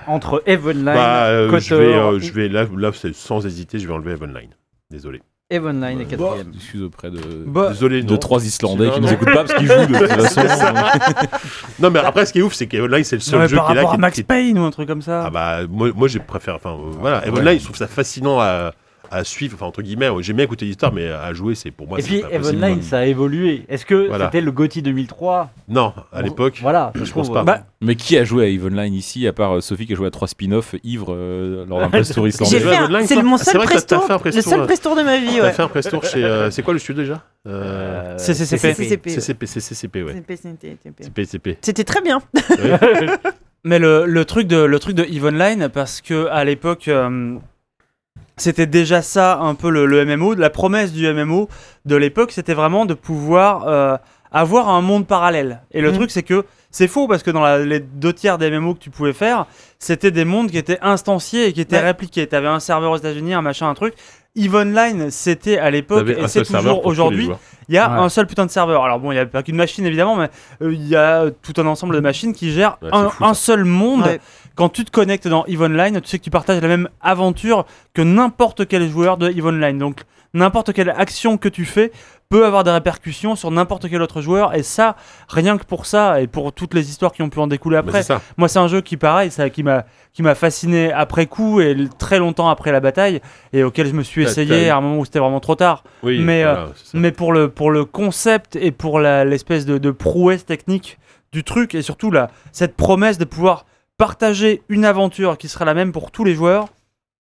S2: Entre Evenline,
S1: bah, euh,
S2: Kotor,
S1: je vais, euh, je vais- là, là, c'est sans hésiter, je vais enlever Evenline. Désolé.
S2: Evenline
S1: bah,
S2: est quatrième.
S4: Excuse auprès de
S3: Bah,
S1: Désolé,
S4: Euh, de
S1: non.
S4: trois Islandais
S1: C'est
S4: qui
S1: pas-
S4: nous écoutent pas parce qu'ils jouent de toute façon.
S1: Non, mais après, ce qui est ouf, c'est qu'Evenline, c'est le seul
S3: Ouais,
S1: jeu
S3: Par
S1: qui est là.
S3: rapport
S1: qui
S3: à
S1: est-
S3: Max
S1: qui est-
S3: Payne ou un truc comme ça.
S1: Ah bah, moi, moi j'ai préféré. Enfin, euh, voilà, Evenline, je trouve ça fascinant à, à suivre. Enfin, entre guillemets, ouais, j'aime bien écouter l'histoire, mais à jouer, c'est pour moi.
S2: Et
S1: bah, c'est
S2: puis
S1: pas possible.
S2: Evenline, ça a évolué. Est-ce que
S1: Voilà.
S2: c'était le GOTY 2003
S1: Non, à l'époque.
S2: Voilà,
S1: je
S2: je trouve.
S1: pense pas.
S3: Bah,
S4: Mais qui a joué à Evenline ici, à part euh, Sophie qui a joué à trois spin-offs euh, ivre euh, lors d'un press tour
S5: J'ai
S1: J'ai
S4: islandais
S1: joué
S5: fait
S1: à
S5: un-
S1: Bloodline,
S5: C'est
S1: toi
S5: mon
S1: C'est
S5: seul
S1: vrai que t'as- t'as fait un
S5: presto.
S1: presto,
S5: Le seul
S1: là.
S5: presto de ma vie,
S1: T'as
S5: ouais.
S1: fait un press tour chez. euh, c'est quoi le studio déjà Euh,
S2: Euh,
S3: CCCP.
S5: CCCP, ouais.
S1: CCP, CCCP, ouais. CPCP.
S5: C'était très bien.
S3: Mais le, le truc de le truc de Eve Online parce que à l'époque euh, c'était déjà ça un peu le, le MMO. La promesse du MMO de l'époque c'était vraiment de pouvoir euh, avoir un monde parallèle. Et le
S5: Mhm.
S3: truc c'est que c'est faux parce que dans la- les deux tiers des MMO que tu pouvais faire c'était des mondes qui étaient instanciés et qui étaient
S5: Ouais.
S3: répliqués. T'avais un serveur aux États-Unis un machin un truc. Eve Online c'était à l'époque
S1: T'avais
S3: et
S1: un
S3: c'est
S1: seul serveur pour
S3: toujours
S1: tous les
S3: aujourd'hui
S1: joueurs.
S3: il y a
S2: Ouais.
S3: un seul putain de serveur. Alors bon, il n'y a pas qu'une machine évidemment, mais euh, il y a tout un ensemble de machines qui gèrent
S1: Mm. Ouais, c'est
S3: un,
S1: fou, ça.
S3: un seul monde.
S5: Ouais.
S3: Quand tu te connectes dans EVE Online, tu sais que tu partages la même aventure que n'importe quel joueur de EVE Online. Donc n'importe quelle action que tu fais peut avoir des répercussions sur n'importe quel autre joueur. Et ça, rien que pour ça, et pour toutes les histoires qui ont pu en découler
S1: Bah,
S3: après,
S1: c'est ça.
S3: moi, c'est un jeu qui, pareil, ça, qui m'a, qui m'a fasciné après coup et l- très longtemps après la bataille, et auquel je me suis
S1: T'as-
S3: essayé
S1: t'as-
S3: à un moment où c'était vraiment trop tard.
S1: Oui,
S3: Mais,
S5: euh,
S1: voilà, c'est ça.
S3: Mais pour le, pour le concept et pour la- l'espèce de, de prouesse technique du truc, et surtout la, cette promesse de pouvoir partager une aventure qui sera la même pour tous les joueurs,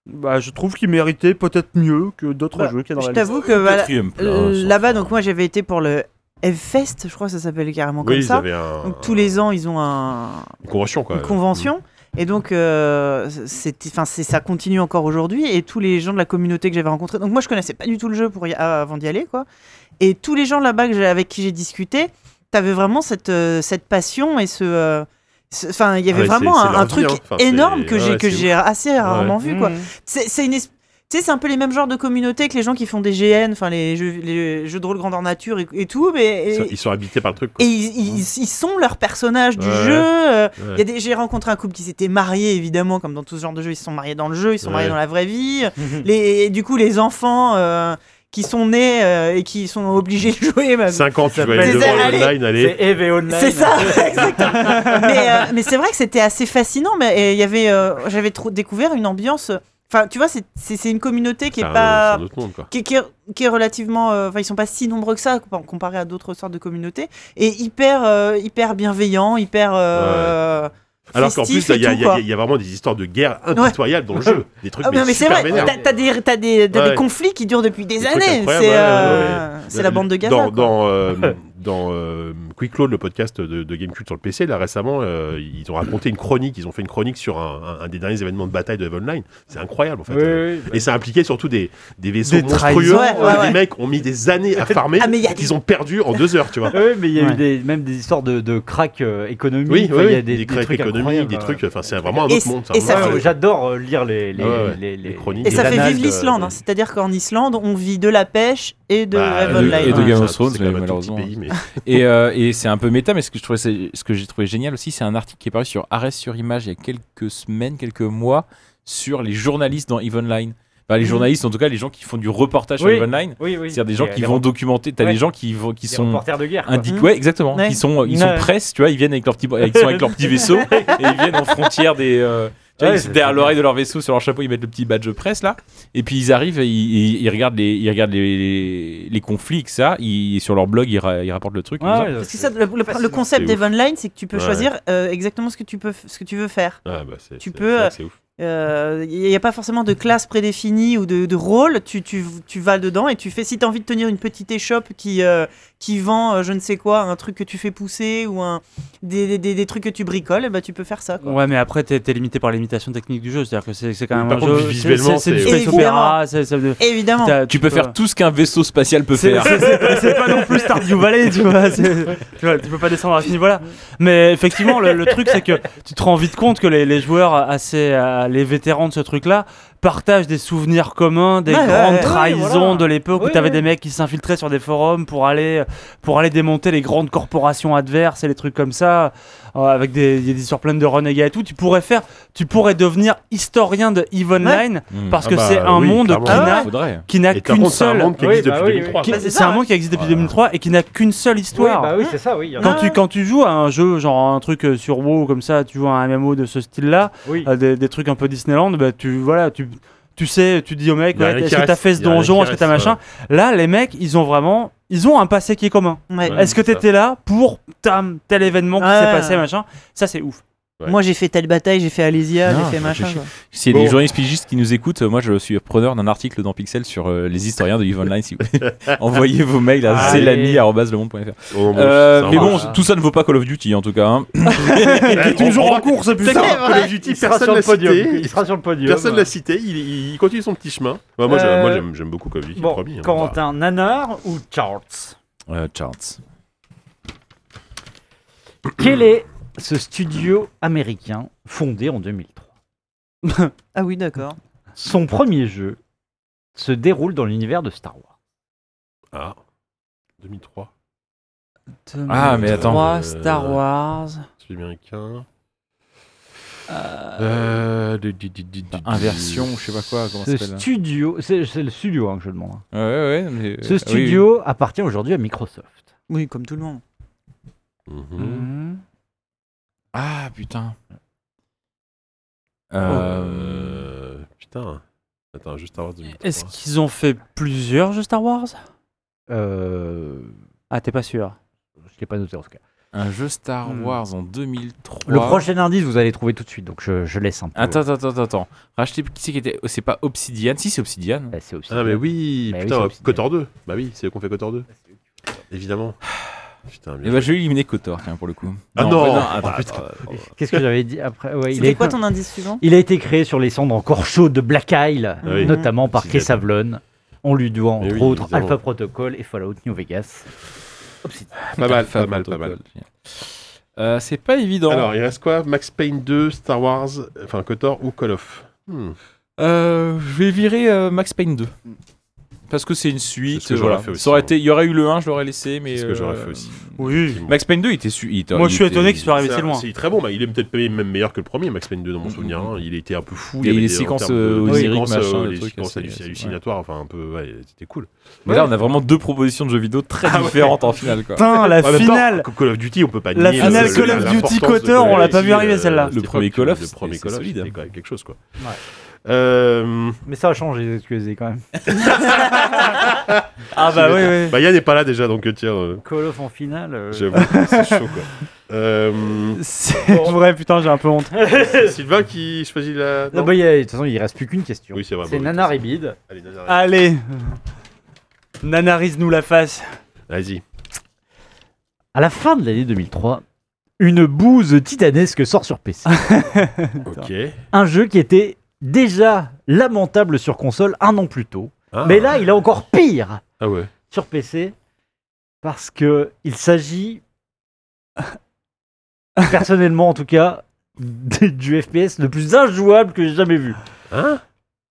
S3: bah, je trouve qu'il méritait peut-être mieux que d'autres
S5: Bah,
S3: jeux qu'il y a dans
S5: Je
S3: la liste.
S5: t'avoue que voilà,
S4: Quatrième hein, place.
S5: Euh, là-bas, donc moi j'avais été pour le F-Fest, je crois que ça s'appelle carrément
S1: Oui,
S5: comme
S1: ils
S5: ça.
S1: avaient un-
S5: Donc tous les ans, ils ont un,
S1: une convention, quoi. Mm.
S5: une convention. Et donc, euh, c'était- enfin, c'est- ça continue encore aujourd'hui. Et tous les gens de la communauté que j'avais rencontrés. Donc, moi, je connaissais pas du tout le jeu pour y- ah, avant d'y aller, quoi. Et tous les gens là-bas que j'ai- avec qui j'ai discuté, t'avais vraiment cette, euh, cette passion et ce. euh, ce- Enfin, il y
S1: Ah
S5: avait
S1: ouais,
S5: vraiment
S1: c'est- c'est
S5: un,
S1: leur
S5: un
S1: vie,
S5: truc
S1: hein. Enfin, c'est-
S5: énorme que
S1: ouais,
S5: j'ai
S1: ouais,
S5: que
S1: c'est
S5: j'ai assez rarement vu, quoi.
S3: Mmh.
S5: C'est c'est une es- tu sais, c'est un peu les mêmes genres de communautés que les gens qui font des GN, enfin les jeux, les jeux de rôle grandeur nature et, et tout, mais
S1: Ils
S5: et,
S1: sont, ils sont habités par le truc.
S5: et
S1: Quoi.
S5: ils, ils- ils sont leurs personnages du
S1: Ouais.
S5: jeu. euh,
S1: Ouais.
S5: il y a des- J'ai rencontré un couple qui s'était marié, évidemment, comme dans tout ce genre de jeu, ils se sont mariés dans le jeu, ils se sont mariés
S1: Ouais.
S5: dans la vraie vie. les, et du coup, les enfants euh, qui sont nés euh, et qui sont obligés de jouer. bah,
S1: 5 ans, tu vas aller
S5: C'est
S1: devant
S5: ça,
S1: online, allez.
S2: (laughs) C'est Eve Online.
S5: c'est ça, (laughs) exactement. mais euh, mais c'est vrai que c'était assez fascinant. Mais et il y avait, euh, j'avais trou- découvert une ambiance Enfin, tu vois, c'est- c'est c'est une communauté qui
S1: C'est
S5: est
S1: un-
S5: pas
S1: c'est un autre monde, quoi.
S5: qui, qui est- qui est relativement. euh, Enfin, ils sont pas si nombreux que ça compa- comparé à d'autres sortes de communautés. Et hyper, euh, hyper bienveillant, hyper. euh,
S1: Alors qu'en plus,
S5: festif
S1: il y, a-
S5: et
S1: il
S5: tout,
S1: y a-
S5: quoi.
S1: il y a vraiment des histoires de guerre impitoyables dans le jeu. Des trucs
S5: Ah, mais,
S1: mais
S5: mais c'est
S1: super
S5: vrai,
S1: vénères.
S5: t'as t'as des, t'as des, t'as
S1: Ouais.
S5: des conflits qui durent depuis des,
S1: Des trucs
S5: années.
S1: incroyables,
S5: C'est
S1: ouais,
S5: euh, c'est la bande de Gaza.
S1: Dans,
S5: quoi.
S1: dans, euh,
S5: (laughs)
S1: dans euh, Quick Load, le podcast de, de Gamecube sur le PC, là récemment, euh, ils ont raconté une chronique, ils ont fait une chronique sur un, un- un des derniers événements de bataille de Eve Online. C'est incroyable en fait. Euh, Et ça impliquait surtout des, des vaisseaux
S3: Des trahisons,
S1: monstrueux
S5: ouais,
S1: que
S5: ouais,
S1: les
S5: ouais.
S1: mecs ont mis des années à farmer
S5: Ah, mais il y a
S1: et qu'ils ont perdu en deux heures, tu
S2: (laughs)
S1: vois.
S2: Oui, mais il y a
S3: Ouais.
S2: eu des, même des histoires de, de crack euh, économique.
S1: Oui,
S2: enfin,
S1: oui,
S2: il y a
S1: des,
S2: des,
S1: cracks
S2: trucs
S1: économiques, des
S2: incroyables.
S1: trucs. Enfin, c'est vraiment un
S5: Et
S1: autre
S5: c-
S1: monde. c'est
S5: et
S1: un
S5: ça
S1: autre
S2: Ouais,
S5: fait-
S1: monde.
S2: ouais, J'adore euh, lire les, les,
S1: Ah ouais, ouais.
S2: les- les-
S1: Les chroniques.
S5: Et ça
S1: Les
S5: fait
S1: annales
S5: vivre
S1: de-
S5: l'Islande. hein.
S1: de-
S5: C'est-à-dire qu'en Islande, on vit de la pêche et de
S1: Bah,
S5: Eve
S4: et de-
S5: Online.
S4: et de
S5: Ouais.
S4: Game
S1: c'est
S4: of
S1: un-
S4: Thrones,
S1: c'est quand même un tout
S4: malheureusement.
S1: petit pays, mais-
S4: Et, euh, et c'est un peu méta, mais ce que je trouvais, c'est- ce que j'ai trouvé génial aussi, c'est un article qui est paru sur Arrest sur Image il y a quelques semaines, quelques mois, sur les journalistes dans Eve Online. Enfin, les journalistes, en tout cas, les gens qui font du reportage
S2: Oui.
S4: sur Eve Online.
S2: Oui, oui.
S4: C'est-à-dire des gens
S2: Les-
S4: qui
S2: les
S4: vont
S2: rep-
S4: documenter. T'as
S2: Ouais.
S4: des gens qui vont, qui
S2: les
S4: sont
S2: reporters de guerre. quoi. Hein
S4: indiqués, ouais, exactement.
S5: Ouais.
S4: Qui sont, ils sont
S2: Ouais.
S4: presse, tu vois, ils viennent avec leur petit, ils sont avec leur
S2: (laughs)
S4: petit vaisseau et ils viennent en frontière des. euh, tu vois,
S2: Ouais,
S4: ils-
S2: c'est-
S4: derrière l'oreille de leur vaisseau, sur leur chapeau, ils mettent le petit badge presse là, et puis ils arrivent, et ils, ils- ils regardent les, ils regardent les, les, les conflits, que ça. Ils, sur leur blog, ils, ra- ils rapportent le truc.
S2: Ouais,
S4: en disant,
S2: ouais,
S5: Parce que
S2: c'est-
S5: ça, le, le- le
S2: fascinant.
S5: concept
S1: C'est
S5: d'Eve Online, c'est que tu peux
S1: Ouais.
S5: choisir euh, exactement ce que tu peux, f- ce que tu veux faire.
S1: Ah, bah, c'est-
S5: Tu
S1: c'est-
S5: peux,
S1: c'est vrai que c'est ouf.
S5: Il n'y Euh, a pas forcément de classe prédéfinie ou de, de rôle. Tu, tu, tu vas dedans et tu fais. Si tu as envie de tenir une petite échoppe qui, euh, qui vend euh, je ne sais quoi, un truc que tu fais pousser ou un, des, des- des- des trucs que tu bricoles, eh ben, tu peux faire ça. quoi.
S3: Ouais, mais après, t'es t'es limité par les limitations techniques du jeu. C'est-à-dire que c'est c'est quand
S1: Oui,
S3: même
S1: par
S3: un
S1: contre,
S3: jeu. c'est-
S1: visuellement,
S3: c'est c'est du
S1: c'est-
S3: space
S5: Évidemment.
S3: opéra. c'est- c'est-
S5: Évidemment.
S3: t'as-
S4: Tu peux faire tout ce qu'un vaisseau spatial peut
S3: C'est
S4: faire.
S3: c'est- c'est- c'est pas non plus Stardew Valley, tu vois. c'est- Tu, vois, tu peux pas descendre à ce niveau-là. Mais effectivement, le, le truc, c'est que tu te rends vite compte que les, les joueurs assez, euh, les vétérans de ce truc-là, partagent des souvenirs communs, des
S5: Ouais, ouais,
S3: grandes
S5: ouais,
S3: trahisons
S2: voilà.
S3: de l'époque
S2: Oui,
S3: où t'avais
S2: oui.
S3: des mecs qui s'infiltraient sur des forums pour aller, pour aller démonter les grandes corporations adverses et les trucs comme ça, euh, avec des, des histoires pleines de renégats et tout. Tu pourrais faire, tu pourrais devenir historien de Eve Online
S4: Hmm.
S3: parce
S1: Ah
S3: que
S1: bah
S3: c'est un
S1: oui,
S3: monde
S1: clairement.
S3: qui
S5: Ah
S3: n'a-
S5: ouais.
S4: Faudrait.
S3: qui n'a
S1: Et par
S3: qu'une
S1: contre, c'est un
S3: seule
S1: monde qui
S2: Oui,
S1: existe
S2: bah
S1: depuis
S2: oui,
S1: 2003.
S3: qui-
S5: Bah, c'est
S3: c'est
S5: ça,
S3: un
S5: ouais.
S3: monde qui existe depuis
S1: Voilà.
S3: 2003 et qui n'a qu'une seule
S2: Oui,
S3: histoire.
S2: bah oui, c'est ça, oui. il y en a-
S3: Quand,
S5: Ouais.
S3: tu, quand tu joues à un jeu, genre un truc euh, sur WoW comme ça, tu joues à un MMO de ce style-là,
S2: Oui.
S1: Ah,
S3: euh, des, des trucs un peu Disneyland, bah, tu, voilà, tu, tu sais, tu dis au mec,
S1: Y a
S3: ouais,
S1: rien qui
S3: est-ce que t'as
S1: reste,
S3: fait ce
S1: y a rien
S3: donjon,
S1: qui
S3: est-ce que t'as
S1: reste,
S3: machin. Là, les mecs, ils ont vraiment, ils ont un passé qui est commun.
S5: Ouais.
S1: Ouais.
S3: Est-ce que
S1: c'est ça.
S3: t'étais là pour tam, tel événement qui
S5: Ouais.
S3: s'est passé, machin Ça, c'est ouf.
S1: Ouais.
S5: Moi, j'ai fait telle bataille, j'ai fait Alésia,
S4: Non,
S5: j'ai fait
S4: je-
S5: machin.
S4: je-
S5: quoi.
S4: S'il y a
S1: Bon.
S4: des journalistes pigistes qui nous écoutent, euh, moi je suis preneur d'un article dans Pixel sur euh, les historiens de Yves Online. Si vous... (laughs) Envoyez vos mails à
S2: Allez.
S4: zelami.lemonde.fr.
S1: Oh, mon
S4: Euh,
S1: Dieu,
S4: mais
S1: ça
S4: bon,
S1: marche.
S4: tout ça ne vaut pas Call of Duty en tout cas. hein.
S1: Ouais, on- on va-
S3: course,
S1: Putain, Call of Duty,
S2: Il sera
S1: personne
S2: sur
S1: l'a
S2: le podium.
S1: cité.
S2: Il sera sur le podium.
S1: Personne l'a cité, il, il continue son petit chemin. Bah, moi, je-
S2: Euh,
S1: moi, j'aime j'aime beaucoup Call of Duty,
S2: Bon,
S1: promis. hein. Bah,
S2: Quentin Nanar ou
S4: (coughs)
S2: Charts
S4: Euh, charts.
S2: Quel est ce studio américain fondé en 2003
S5: (laughs) Ah oui, d'accord.
S2: Son premier jeu se déroule dans l'univers de Star Wars.
S1: ah, 2003,
S4: Ah, mais attends.
S1: Euh,
S3: Star Wars.
S1: c'est américain. Euh, du- du- du- du- du-
S4: Inversion, je sais pas quoi, comment
S2: Ce
S4: ça s'appelle hein.
S2: studio, c'est c'est le studio hein, que je demande. hein.
S4: Ouais, ouais, ouais, mais- ah
S2: Ce
S4: Euh, oui,
S2: studio appartient aujourd'hui à Microsoft.
S5: Oui, comme tout le monde.
S1: Mhm.
S3: Hmm. Mmh.
S4: oui. Ah putain. Euh,
S1: Euh, Putain. Attends, juste avant 2003.
S3: Est-ce qu'ils ont fait plusieurs jeux Star Wars
S2: Euh,
S3: Ah, t'es pas sûr
S2: je l'ai pas noté en tout cas.
S4: Un jeu Star
S3: Hmm.
S4: Wars en 2003.
S2: Le prochain indice, vous allez le trouver tout de suite, donc je, je laisse un peu.
S4: Attends, attends, attends, attends. Racheter qui c'est qui était oh, C'est pas Obsidian Si, c'est Obsidian.
S2: Bah, c'est aussi.
S1: Ah, mais oui,
S2: Bah oui,
S1: putain,
S2: c'est Obsidian.
S1: Cotor 2. Bah oui, c'est eux qu'on fait Cotor 2. Évidemment. Putain,
S4: Eh
S1: bien.
S4: ben, je vais éliminer Kotor, tiens, pour le coup.
S1: Ah non
S4: bah
S1: Oh,
S4: attends,
S1: putain.
S4: attends, attends.
S2: Qu'est-ce que j'avais dit après Ouais, il, a
S5: C'était
S2: été,
S5: quoi ton indice
S1: (laughs)
S5: suivant
S2: il a été créé sur les cendres encore chaudes de Black Isle,
S1: Ah oui.
S2: notamment par
S1: C'est
S2: Chris
S1: bien.
S2: Avlon. On lui doit
S1: Eh
S2: entre
S1: oui,
S2: autres
S1: évidemment.
S2: Alpha Protocol et Fallout New Vegas. Obsidian.
S1: Pas mal, pas
S4: Alpha
S1: mal, pas mal.
S4: Protocol. Euh, c'est pas évident.
S1: Alors, il reste quoi Max Payne 2, Star Wars, enfin Kotor ou Call of Hmm.
S4: Euh, je vais virer euh, Max Payne 2. Parce que c'est une suite.
S1: C'est ce que
S4: voilà.
S1: j'aurais fait aussi,
S4: Ça aurait
S1: hein.
S4: été, il y aurait eu le 1, je l'aurais laissé, mais.
S1: C'est ce que j'aurais
S4: euh,
S1: fait aussi.
S3: Oui.
S4: Max Payne 2, il était. su- il était-
S3: Moi,
S4: il
S3: je suis
S4: était-
S3: étonné que ce soit arrivé
S1: C'est
S3: si
S1: un-
S3: loin.
S1: C'est très bon, bah, il est peut-être payé même meilleur que le premier Max Payne 2 dans mon
S4: Mm,
S1: souvenir. hein. Il était un peu fou.
S4: Il y avait
S1: avait
S4: des
S1: des- en
S4: séquences,
S1: termes de-
S4: euh,
S1: des
S4: oniriques,
S1: séquences, euh,
S4: machin,
S1: des
S4: des trucs
S1: séquences
S4: assez-
S1: halluc- hallucinatoires, enfin un peu, ouais, c'était cool.
S4: Mais là, on a vraiment deux propositions de jeux vidéo très
S1: Ah ouais.
S4: différentes en finale, quoi.
S1: (laughs)
S3: Putain, la
S1: En même temps,
S3: finale
S1: Call of Duty, on peut pas
S3: La
S1: nier
S3: finale
S1: le-
S3: Call of
S1: le-
S3: Duty
S1: l'importance de
S3: Cotter,
S1: Call of
S3: on l'a pas
S1: Duty,
S3: vu arriver,
S1: euh,
S3: celle-là.
S1: à
S4: Le
S1: cette
S4: premier
S1: époque,
S4: Call of,
S1: le premier
S4: c'est-
S1: Call
S4: c'est
S1: of,
S4: solide.
S1: c'était quand même quelque chose quoi. Euh,
S2: Mais ça a changé, excusez quand même.
S3: Ah bah oui, oui.
S1: bah, Yann n'est pas là déjà, donc euh, tiens, euh,
S2: Call of en finale. euh,
S1: j'avoue, c'est chaud quoi. Euh,
S3: (laughs) C'est vrai, putain, j'ai un peu honte.
S1: Sylvain qui choisit la.
S2: non,
S1: non
S2: bah, il y a- de toute façon, il reste plus qu'une question.
S1: Oui, c'est vrai.
S2: c'est
S1: bah,
S2: Nana Ribid.
S1: Allez, Nazareth.
S3: Allez, nanarise-nous la face.
S1: Vas-y.
S2: À la fin de l'année 2003, une bouse titanesque sort sur (laughs) PC.
S1: Ok.
S2: un jeu qui était déjà lamentable sur console un an plus tôt.
S1: Ah.
S2: Mais là, il est encore pire
S1: Ah ouais.
S2: sur PC parce que il s'agit, personnellement en tout cas, d- du FPS le plus injouable que j'ai jamais vu.
S1: Hein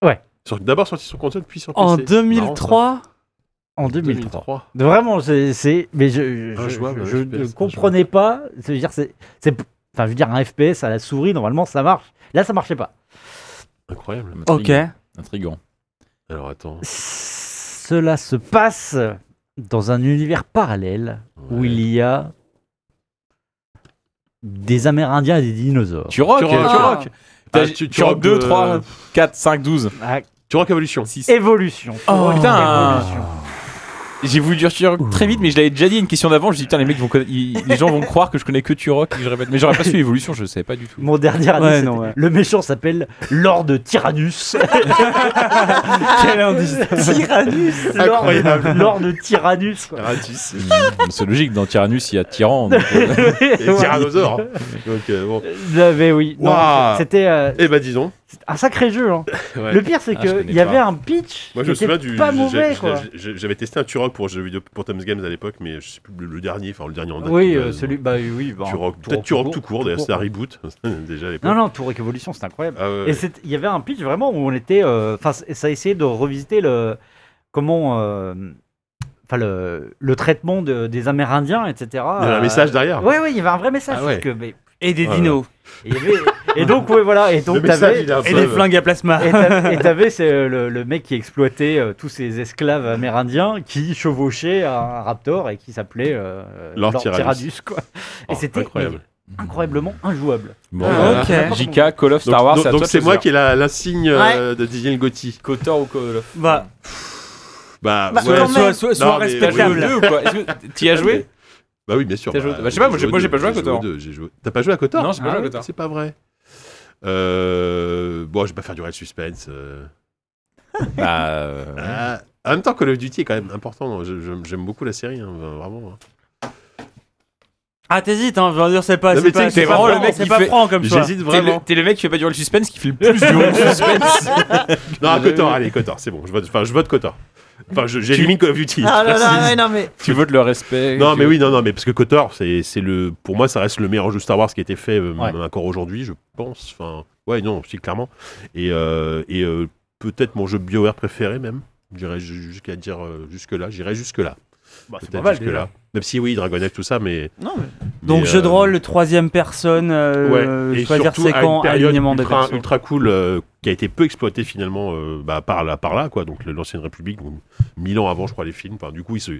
S2: Ouais.
S1: Sur- D'abord sorti sur console, puis sur PC.
S3: En
S1: Marrant,
S3: 2003
S2: En
S1: ça.
S2: 2003. Vraiment, c'est. c'est- Mais je, je-
S1: Injouable,
S2: je
S1: un
S2: ne
S1: FPS,
S2: comprenais pas. C'est-à-dire, c'est. c'est- Enfin, je veux dire, un FPS à la souris, normalement, ça marche. Là, ça marchait pas.
S1: Incroyable.
S3: Ok.
S4: Ah. Intrigant.
S1: Alors attends.
S2: Cela se passe dans un univers parallèle où
S1: Ouais.
S2: il y a des Amérindiens et des dinosaures.
S4: Tu rock, tu
S1: Tu rock.
S3: Ah.
S4: rock. T'as-
S1: Ah, tu-
S4: Tu
S1: tu
S4: rock
S1: rock
S4: 2,
S1: le-
S4: 3, 4, 5, 12,
S2: Ah,
S1: Tu rock Evolution.
S4: 6.
S2: évolution.
S4: Oh, putain.
S2: Évolution.
S4: J'ai voulu dire Turok très vite, mais je l'avais déjà dit à une question d'avant. Je dis putain, les mecs vont conna- ils- les gens vont croire que je connais que Turok. et que je répète. Mais j'aurais pas su l'évolution, je le savais pas du tout.
S2: Mon dernier indice,
S3: Ouais,
S2: c'était-
S3: non, ouais.
S2: le méchant s'appelle Lord Tyrannus.
S3: Quel indice
S2: Tyrannus
S1: Incroyable.
S2: Lord, Lord Tyrannus. quoi. (laughs)
S1: Ratus.
S4: Hum, C'est logique, dans Tyrannus, il y a Tyran. donc, euh,
S1: Et Tyrannosaure. Donc euh, bon.
S2: Non, mais oui. Non,
S1: Waouh.
S2: C'était euh,
S1: Eh bah dis donc.
S2: c'était un sacré jeu. hein.
S1: Ouais.
S2: Le pire, c'est
S4: Ah, je
S2: qu'il
S4: connais
S2: y
S4: pas.
S2: avait un pitch
S1: Moi,
S2: qui
S1: je me souviens
S2: était
S1: du.
S2: pas
S1: j'ai-
S2: mauvais.
S1: j'ai-
S2: quoi.
S1: j'ai- J'avais testé un Turok pour, jeux vidéo- pour Tom's Games à l'époque, mais je sais plus le, le dernier, enfin le dernier en date.
S2: Oui,
S1: qui,
S2: euh, celui. Bah oui, bah,
S1: Turok.
S2: Turok
S1: Peut-être Turok tout court, d'ailleurs,
S2: tout
S1: c'était un reboot. (laughs) déjà à l'époque.
S2: Non, non, Tour Révolution, c'est incroyable.
S1: Ah, ouais,
S2: Et
S1: ouais.
S2: c'est- il y avait un pitch vraiment où on était. euh, Enfin, c- ça essayait de revisiter le. Comment. euh, Enfin, le, le traitement de- des Amérindiens, etc. Il y
S1: Il y a un message derrière.
S2: euh, Ouais, ouais, il y avait un vrai message.
S1: Ah
S2: sauf
S1: ouais.
S2: que, mais-
S3: Et des
S1: Voilà.
S3: dinos.
S2: et, il y avait- et donc, ouais, voilà. Et
S1: Le
S2: donc,
S1: message,
S2: t'avais.
S1: il est un
S3: Et
S1: peu-
S3: des flingues à plasma.
S2: Et t'avais- et t'avais c'est, euh, le, le mec qui exploitait euh, tous ces esclaves amérindiens qui chevauchaient un, un raptor et qui s'appelait euh,
S1: Lord
S2: Lord
S1: Tyrannus.
S2: Tyrannus, quoi.
S1: Oh,
S2: et c'était
S1: incroyable.
S2: mais, incroyablement injouable.
S4: Bon,
S1: Ah,
S4: voilà.
S3: ok.
S4: JK, Call of Star
S1: Donc-
S4: Wars,
S1: donc-
S4: c'est à
S1: donc
S4: toi de
S1: c'est moi
S4: choisir.
S1: qui ai la, la signe euh, de Daniel Gotti.
S4: Cotor ou Call of
S3: Bah,
S1: Bah,
S5: Bah,
S1: ouais,
S5: quand
S1: soit-
S5: même.
S3: soit, soit, soit
S1: Non, mais-
S4: T'as
S1: Ah,
S4: joué aux
S3: respectable.
S4: deux ou quoi Est-ce que T'y as joué
S1: Bah oui, bien sûr.
S4: T'as joué- bah, je sais pas, moi, j'ai-
S1: aux
S4: moi, j'ai
S1: deux,
S4: pas joué à
S1: aux
S4: Kotor.
S1: deux, j'ai joué- T'as pas joué à Kotor
S4: Non, j'ai pas
S1: Ah
S4: joué à
S1: ouais,
S4: Kotor.
S1: C'est pas vrai. Euh, Bon, je vais pas faire durer le suspense. euh.
S4: Bah. euh,
S1: Ah, en même temps, Call of Duty est quand même important. Je- je- J'aime beaucoup la série, hein, vraiment.
S3: Ah, t'hésites, hein, je veux dire, c'est pas.
S1: Non,
S3: C'est
S1: mais tu sais
S3: pas,
S1: que t'es
S3: c'est pas
S1: vraiment le
S3: franc,
S4: mec
S3: c'est
S4: qui
S3: pas
S4: fait-
S3: franc comme choix.
S1: J'hésite
S4: T'es le,
S1: vraiment.
S4: t'es le mec qui fait pas durer le suspense, qui fait le plus durer le suspense. (laughs)
S1: Non, Kotor, allez, Kotor, c'est bon. Je vote, enfin, je vote Kotor. Enfin, je- j'élimine Call of Duty.
S5: Ah là
S1: Merci.
S5: là, ouais, non, mais.
S4: tu votes le respect.
S1: Non,
S4: tu-
S1: mais oui, non, non, mais parce que Kotor, c'est c'est le. Pour moi, ça reste le meilleur jeu Star Wars qui a été fait euh,
S2: Ouais.
S1: encore aujourd'hui, je pense. Enfin, ouais, non, si, clairement. Et, euh, et euh, peut-être mon jeu BioWare préféré, même. J'irais ju- jusqu'à dire euh, jusque-là. J'irais jusque-là.
S2: Ah, c'est
S1: Peut-être
S2: pas mal,
S1: Bah, jusque-là. Même si, oui, Dragon Age, tout ça, mais.
S5: Non,
S3: Donc,
S1: mais,
S3: jeu de
S1: euh,
S3: rôle, troisième personne, euh,
S1: ouais, et
S3: choisir
S1: surtout à
S3: séquent,
S1: une période
S3: alignement des
S1: ultra,
S3: persos.
S1: ultra cool euh, qui a été peu exploité finalement euh, bah, par là, par là quoi. Donc le- l'ancienne République, donc, mille ans avant, je crois les films. Enfin, du coup, il se,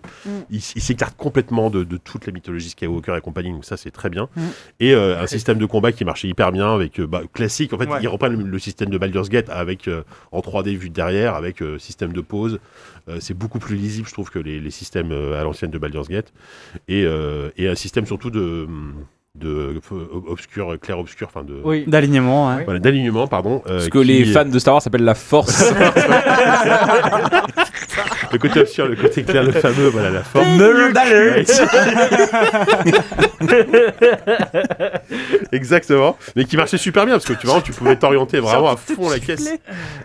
S1: il, s- il s'écarte complètement de, de toute la mythologie Skywalker et compagnie. Donc ça, c'est très bien.
S5: Mm.
S1: Et euh, un système de combat qui marchait hyper bien avec euh, bah, classique. En fait,
S3: Ouais.
S1: ils reprennent le, le système de Baldur's Gate avec euh, en 3D vu de derrière, avec euh, système de pause. Euh, c'est beaucoup plus lisible, je trouve, que les, les systèmes euh, à l'ancienne de Baldur's Gate et, euh, et un système surtout de hum, de euh, ob- obscur clair obscur enfin de
S2: Oui.
S3: D'alignement, ouais.
S2: Oui.
S1: voilà, d'alignement, pardon. euh,
S4: Ce que
S1: qui-
S4: les fans de Star Wars appellent la
S1: (laughs)
S4: force.
S1: Le côté obscur, le côté clair, le fameux, voilà
S4: (laughs)
S1: la forme. Exactement. Mais qui marchait super bien parce que tu, vraiment, tu pouvais t'orienter vraiment à fond la caisse.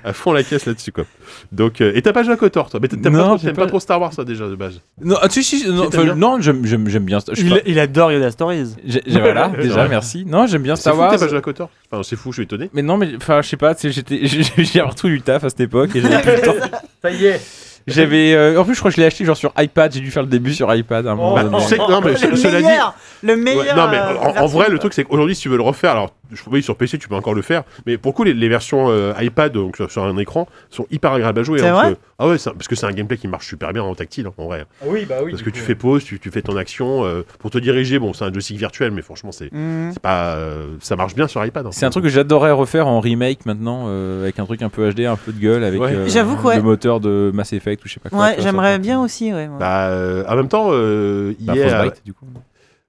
S1: À fond la caisse là-dessus, quoi. Donc, euh, et t'as pas joué à Kotor, toi. Mais t'a- t'aimes pas,
S4: Non,
S1: trop-
S4: j'ai
S1: t'aimes
S4: pas-
S1: pas trop Star Wars, toi, déjà, de base.
S4: non, ah, si, si, non,
S1: Si, t'aimes
S4: enfin,
S1: bien.
S4: non, j'aime, j'aime, j'aime bien. Star- je sais
S3: Il,
S4: pas.
S3: il adore Yoda Stories.
S4: J'ai- j'ai- voilà,
S1: (laughs)
S4: déjà,
S1: Ouais.
S4: merci. Non, j'aime bien
S1: C'est
S4: Star
S1: fou que
S4: Wars.
S1: t'aies pas joué à Kotor. Enfin, c'est fou, je suis étonné.
S4: Mais non, mais enfin, je sais pas, tu sais, j'étais, (laughs) j'ai j'ai retrouvé du taf à cette époque et j'avais plus le temps.
S1: (laughs)
S2: Ça y est.
S4: J'avais, euh, en plus, je crois que je l'ai acheté genre sur iPad. J'ai dû faire le début sur iPad. à un moment
S1: Bah,
S4: donné. (laughs)
S1: tu sais que- non, mais
S5: Le
S1: cela dit.
S5: meilleur, le
S1: Ouais,
S5: meilleur.
S1: non, mais
S5: euh,
S1: en- en,
S5: version,
S1: vrai, le
S5: quoi.
S1: truc, c'est qu'aujourd'hui, si tu veux le refaire, alors je- oui, sur PC, tu peux encore le faire. Mais pour le coup, les, les versions euh, iPad, donc sur, sur un écran, sont hyper agréables à jouer.
S5: C'est
S1: parce
S5: vrai
S1: que- ah ouais, c'est un- parce que c'est un gameplay qui marche super bien en tactile, hein, en vrai.
S2: Oui, bah oui.
S1: parce que tu fais pause, tu, tu fais ton action. euh, pour te diriger, bon, c'est un joystick virtuel, mais franchement, c'est
S5: Hmm.
S1: c'est pas, euh, ça marche bien sur iPad. hein.
S4: C'est un truc que j'adorerais refaire en remake maintenant, euh, avec un truc un peu HD, un peu de gueule, avec
S1: Ouais.
S4: euh,
S5: J'avoue que ouais.
S4: le moteur de Mass Effect ou je sais pas quoi. tu
S5: Ouais,
S4: vois,
S5: j'aimerais
S4: ça-
S5: bien aussi, ouais. ouais.
S1: Bah, euh, en même temps, euh,
S4: Bah,
S1: EA,
S4: Frostbite, du coup.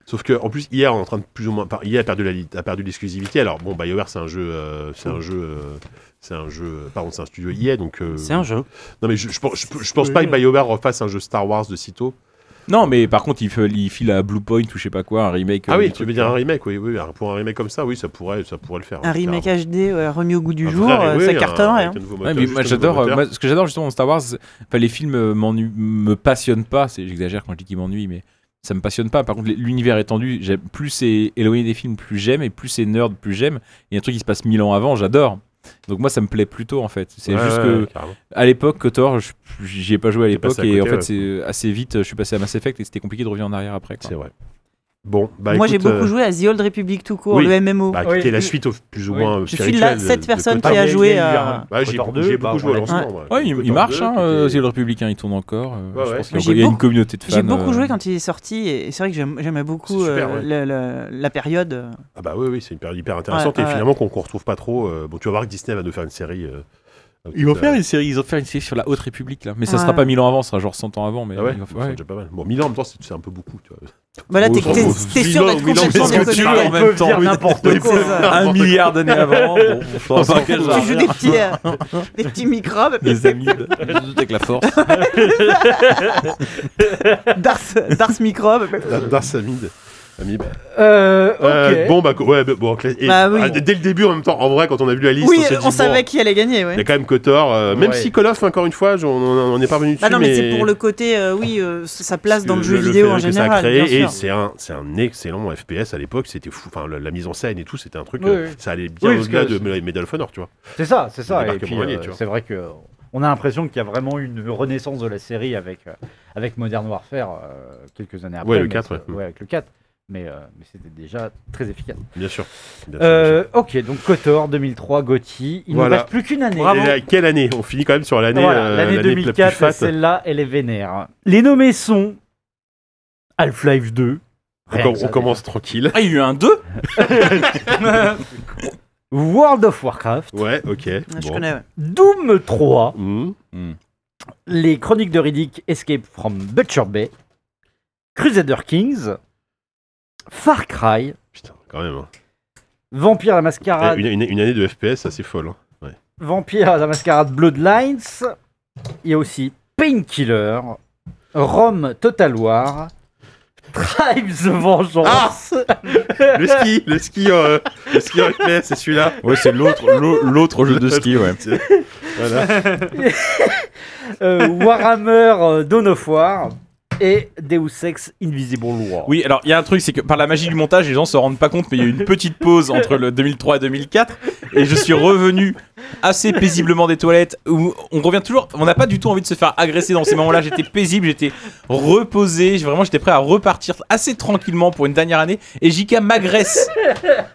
S1: Sauf que en plus hier on est en train de plus ou moins par- hier a perdu la li- a perdu l'exclusivité. Alors bon BioWare c'est un jeu euh, c'est un jeu euh, c'est un jeu euh, pardon, c'est un studio IA donc euh,
S3: C'est un jeu.
S1: Non mais je, je, pense- je- je pense pas que BioWare refasse un jeu Star Wars de sitôt.
S4: Non, mais par contre, il, fait- il file à Blue Point ou je sais pas quoi, un remake. euh,
S1: Ah
S4: du
S1: oui, tu
S4: truc,
S1: veux dire
S4: quoi.
S1: un remake oui oui, un- pour un remake comme ça oui, ça pourrait ça pourrait le faire.
S5: Un
S1: hein,
S5: remake
S1: carrément.
S5: HD ouais, remis au goût du
S1: Un
S5: jour,
S1: vrai-
S5: euh,
S1: oui,
S5: ça
S1: un-
S5: cartonnerait.
S1: avec
S5: hein.
S1: un nouveau
S4: Ouais,
S1: moteur,
S4: mais
S1: juste
S4: moi
S1: un nouveau
S4: j'adore, euh,
S1: moteur.
S4: moi, ce que j'adore justement dans Star Wars, c'est- enfin, les films euh, m'ennuient- me passionnent pas, c'est- j'exagère quand je dis qu'ils m'ennuient, mais ça me passionne pas. Par contre, l'univers étendu, j'aime- plus c'est éloigné des films, plus j'aime, et plus c'est nerd, plus j'aime. Il y a un truc qui se passe mille ans avant, j'adore. Donc moi ça me plaît plutôt en fait. C'est
S1: Ouais,
S4: juste
S1: ouais,
S4: que
S1: ouais, carrément.
S4: à l'époque, Kotor, je- j'y ai pas joué à
S1: T'es
S4: l'époque
S1: passé à
S4: et en
S1: côté,
S4: fait, c'est assez vite, je suis passé à Mass Effect et c'était compliqué de revenir en arrière après. quoi.
S1: c'est vrai. Bon, bah
S5: Moi, j'ai
S1: écoute,
S5: beaucoup
S1: euh,
S5: joué à The Old Republic tout court,
S1: oui,
S5: le MMO.
S1: Bah,
S2: Oui.
S1: qui était la suite au plus ou
S4: Oui.
S1: moins. euh,
S5: Je suis la
S1: spirituelle
S5: cette
S1: de- de
S5: personne
S1: Kotor.
S5: qui a joué euh, à.
S1: Bah, j'ai j'ai
S2: Kotor
S1: beaucoup
S2: 2, bah,
S1: joué au
S2: on l'a dit.
S1: lancement. moi.
S4: Ouais, il,
S1: Kotor
S4: il marche,
S1: 2,
S4: hein,
S1: qui
S4: euh,
S1: était-
S4: The Old Republic 1, il tourne encore. euh,
S1: Ouais,
S4: je
S1: ouais.
S4: pense qu'il y a
S5: Moi,
S4: encore-
S5: j'ai
S4: il y a une
S5: beaucoup-
S4: communauté de fans.
S5: J'ai beaucoup
S4: euh,
S5: joué quand il est sorti et c'est vrai que j'aime- j'aimais beaucoup
S1: C'est super,
S5: euh,
S1: ouais.
S5: le- le- la période. euh.
S1: Ah bah oui, oui c'est une période hyper intéressante
S5: Ouais,
S1: et
S5: ouais.
S1: finalement qu'on qu'on retrouve pas trop. euh, bon, tu vas voir que Disney va nous faire une série. euh,
S4: Ils vont
S1: euh,
S4: faire une série, ils vont faire une série sur la Haute République là, mais ça
S5: Ouais.
S4: sera pas 1000 ans avant, ça sera genre 100 ans avant, mais
S1: Ah ouais,
S4: ils vont faire-
S1: c'est déjà pas mal. Bon, Milan en même temps, c'est c'est un peu beaucoup. Tu vois.
S5: Bah là,
S4: Oh,
S5: t'es
S4: oh,
S5: t'es-
S4: oh,
S5: t'es sûr d'être complètement
S1: Milan, Milan, qu'est-ce que tu
S5: déconné.
S1: veux
S4: en même temps,
S1: (laughs)
S2: dire
S4: oui.
S2: n'importe quoi.
S5: C'est ça.
S4: Un milliard d'années avant, (laughs) bon, on s'en cache,
S5: Tu joues des petits, euh, des petits microbes,
S4: des amis, avec la force.
S5: Dars, Dars microbes.
S1: Dar- Darsamide. Amibe.
S2: Euh, ok.
S1: Euh, bon, bah, co- ouais, bah, bon, cla- et-
S5: Bah oui.
S1: ah, dès dès le début, en même temps, en vrai, quand on a vu la liste,
S5: Oui,
S1: on s'est dit,
S5: on savait qui allait gagner.
S1: il
S5: Ouais.
S1: y a quand même Kotor, euh, même
S2: Ouais.
S1: si Call of, encore une fois, j'en- on n'est pas venu dessus.
S5: Ah non, mais c'est pour le côté, euh, oui, euh, sa place dans le, jeu vidéo
S1: fait
S5: en
S1: que
S5: général.
S1: Ça a créé,
S5: bien
S1: et
S5: sûr.
S1: c'est un, c'est un excellent FPS à l'époque, c'était fou. Enfin, la, la mise en scène et tout, c'était un truc.
S2: Oui,
S1: euh,
S2: oui.
S1: Ça allait bien
S2: Oui, parce
S1: au-delà
S2: que
S1: de Medal of Honor, tu vois.
S2: (laughs) C'est ça, c'est ça. Et
S1: débarque
S2: puis,
S1: au Montpellier,
S2: euh,
S1: tu vois.
S2: c'est vrai que euh, on a l'impression qu'il y a vraiment une renaissance de la série avec, euh, avec Modern Warfare euh, quelques années après.
S1: Ouais, le
S2: mais
S1: 4,
S2: c'est-
S1: ouais.
S2: avec le 4. Mais, euh, mais c'était déjà très efficace.
S1: Bien sûr. Bien sûr, bien sûr.
S2: Euh, ok, donc Kotor, 2003, Gotti. Il ne
S1: Voilà.
S2: reste plus qu'une année.
S1: Et là, quelle année On finit quand même sur l'année
S2: Voilà,
S1: euh, l'année
S2: l'année
S1: la
S2: 2004,
S1: plus fat.
S2: celle-là, elle est vénère. Les nommés sont Half-Life 2.
S1: Donc, on, on commence tranquille.
S4: Ah, il y a eu un 2
S3: (laughs)
S2: World of Warcraft,
S1: Ouais, ok.
S5: Je
S1: bon.
S5: connais. ouais.
S2: Doom 3,
S1: Hmm.
S2: Les Chroniques de Riddick, Escape from Butcher Bay, Crusader Kings, Far Cry,
S1: Putain, quand même. hein.
S2: Vampire la Mascarade,
S1: Eh, Une, une- une année de FPS assez folle. hein.
S2: Vampire la Mascarade Bloodlines, il y a aussi Painkiller, Rome Total War, Tribes Vengeance,
S1: Le ski, le ski, euh, le ski en FPS, c'est celui-là.
S4: Ouais, c'est l'autre, l'au- l'autre jeu de ski, ouais.
S1: Voilà.
S2: euh, Warhammer euh, Dawn of War et Deus Ex Invisible War.
S4: Oui, alors il y a un truc, c'est que par la magie du montage, les gens se rendent pas compte, mais il y a eu une petite pause entre le 2003 et 2004, et je suis revenu assez paisiblement des toilettes où on revient toujours, on n'a pas du tout envie de se faire agresser dans ces moments-là. J'étais paisible, j'étais reposé, j'ai- vraiment j'étais prêt à repartir assez tranquillement pour une dernière année, et JK m'agresse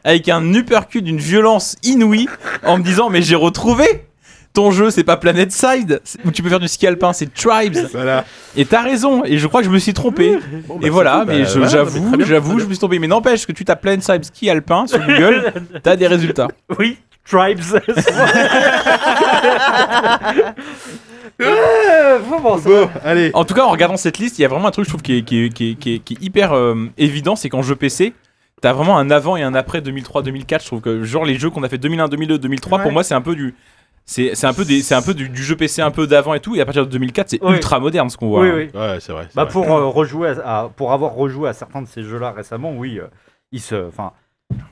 S4: avec un uppercut d'une violence inouïe en me disant mais j'ai retrouvé. Ton jeu, c'est pas Planet Side, c'est- où tu peux faire du ski alpin, c'est Tribes.
S1: voilà.
S4: Et t'as raison, et je crois que je me suis trompé.
S1: Bon, bah,
S4: Et voilà,
S1: c'est tout,
S4: mais
S1: bah,
S4: je-
S1: voilà, mais
S4: j'avoue,
S1: très bien,
S4: j'avoue,
S1: très
S4: je me suis tombé. Mais n'empêche que tu tapes plein Side Ski Alpin sur Google, t'as des résultats.
S2: Oui, Tribes. (laughs) Euh,
S1: bien. Bon, allez.
S4: En tout cas, en regardant cette liste, il y a vraiment un truc, je trouve, qui est, qui est- qui est- qui est- qui est hyper euh, évident, c'est qu'en jeu PC, t'as vraiment un avant et un après 2003-2004. Je trouve que, genre, les jeux qu'on a fait 2001, 2002, 2003, pour
S5: Ouais.
S4: moi, c'est un peu du... C'est c'est un peu, des, c'est un peu du, du jeu PC un peu d'avant et tout, et à partir de 2004, c'est
S2: Oui.
S4: ultra moderne ce qu'on voit.
S2: oui, oui.
S1: Ouais, c'est vrai. c'est
S2: Bah
S1: vrai.
S2: pour euh, rejouer à, à- pour avoir rejoué à certains de ces jeux-là récemment, oui, euh, ils se, enfin,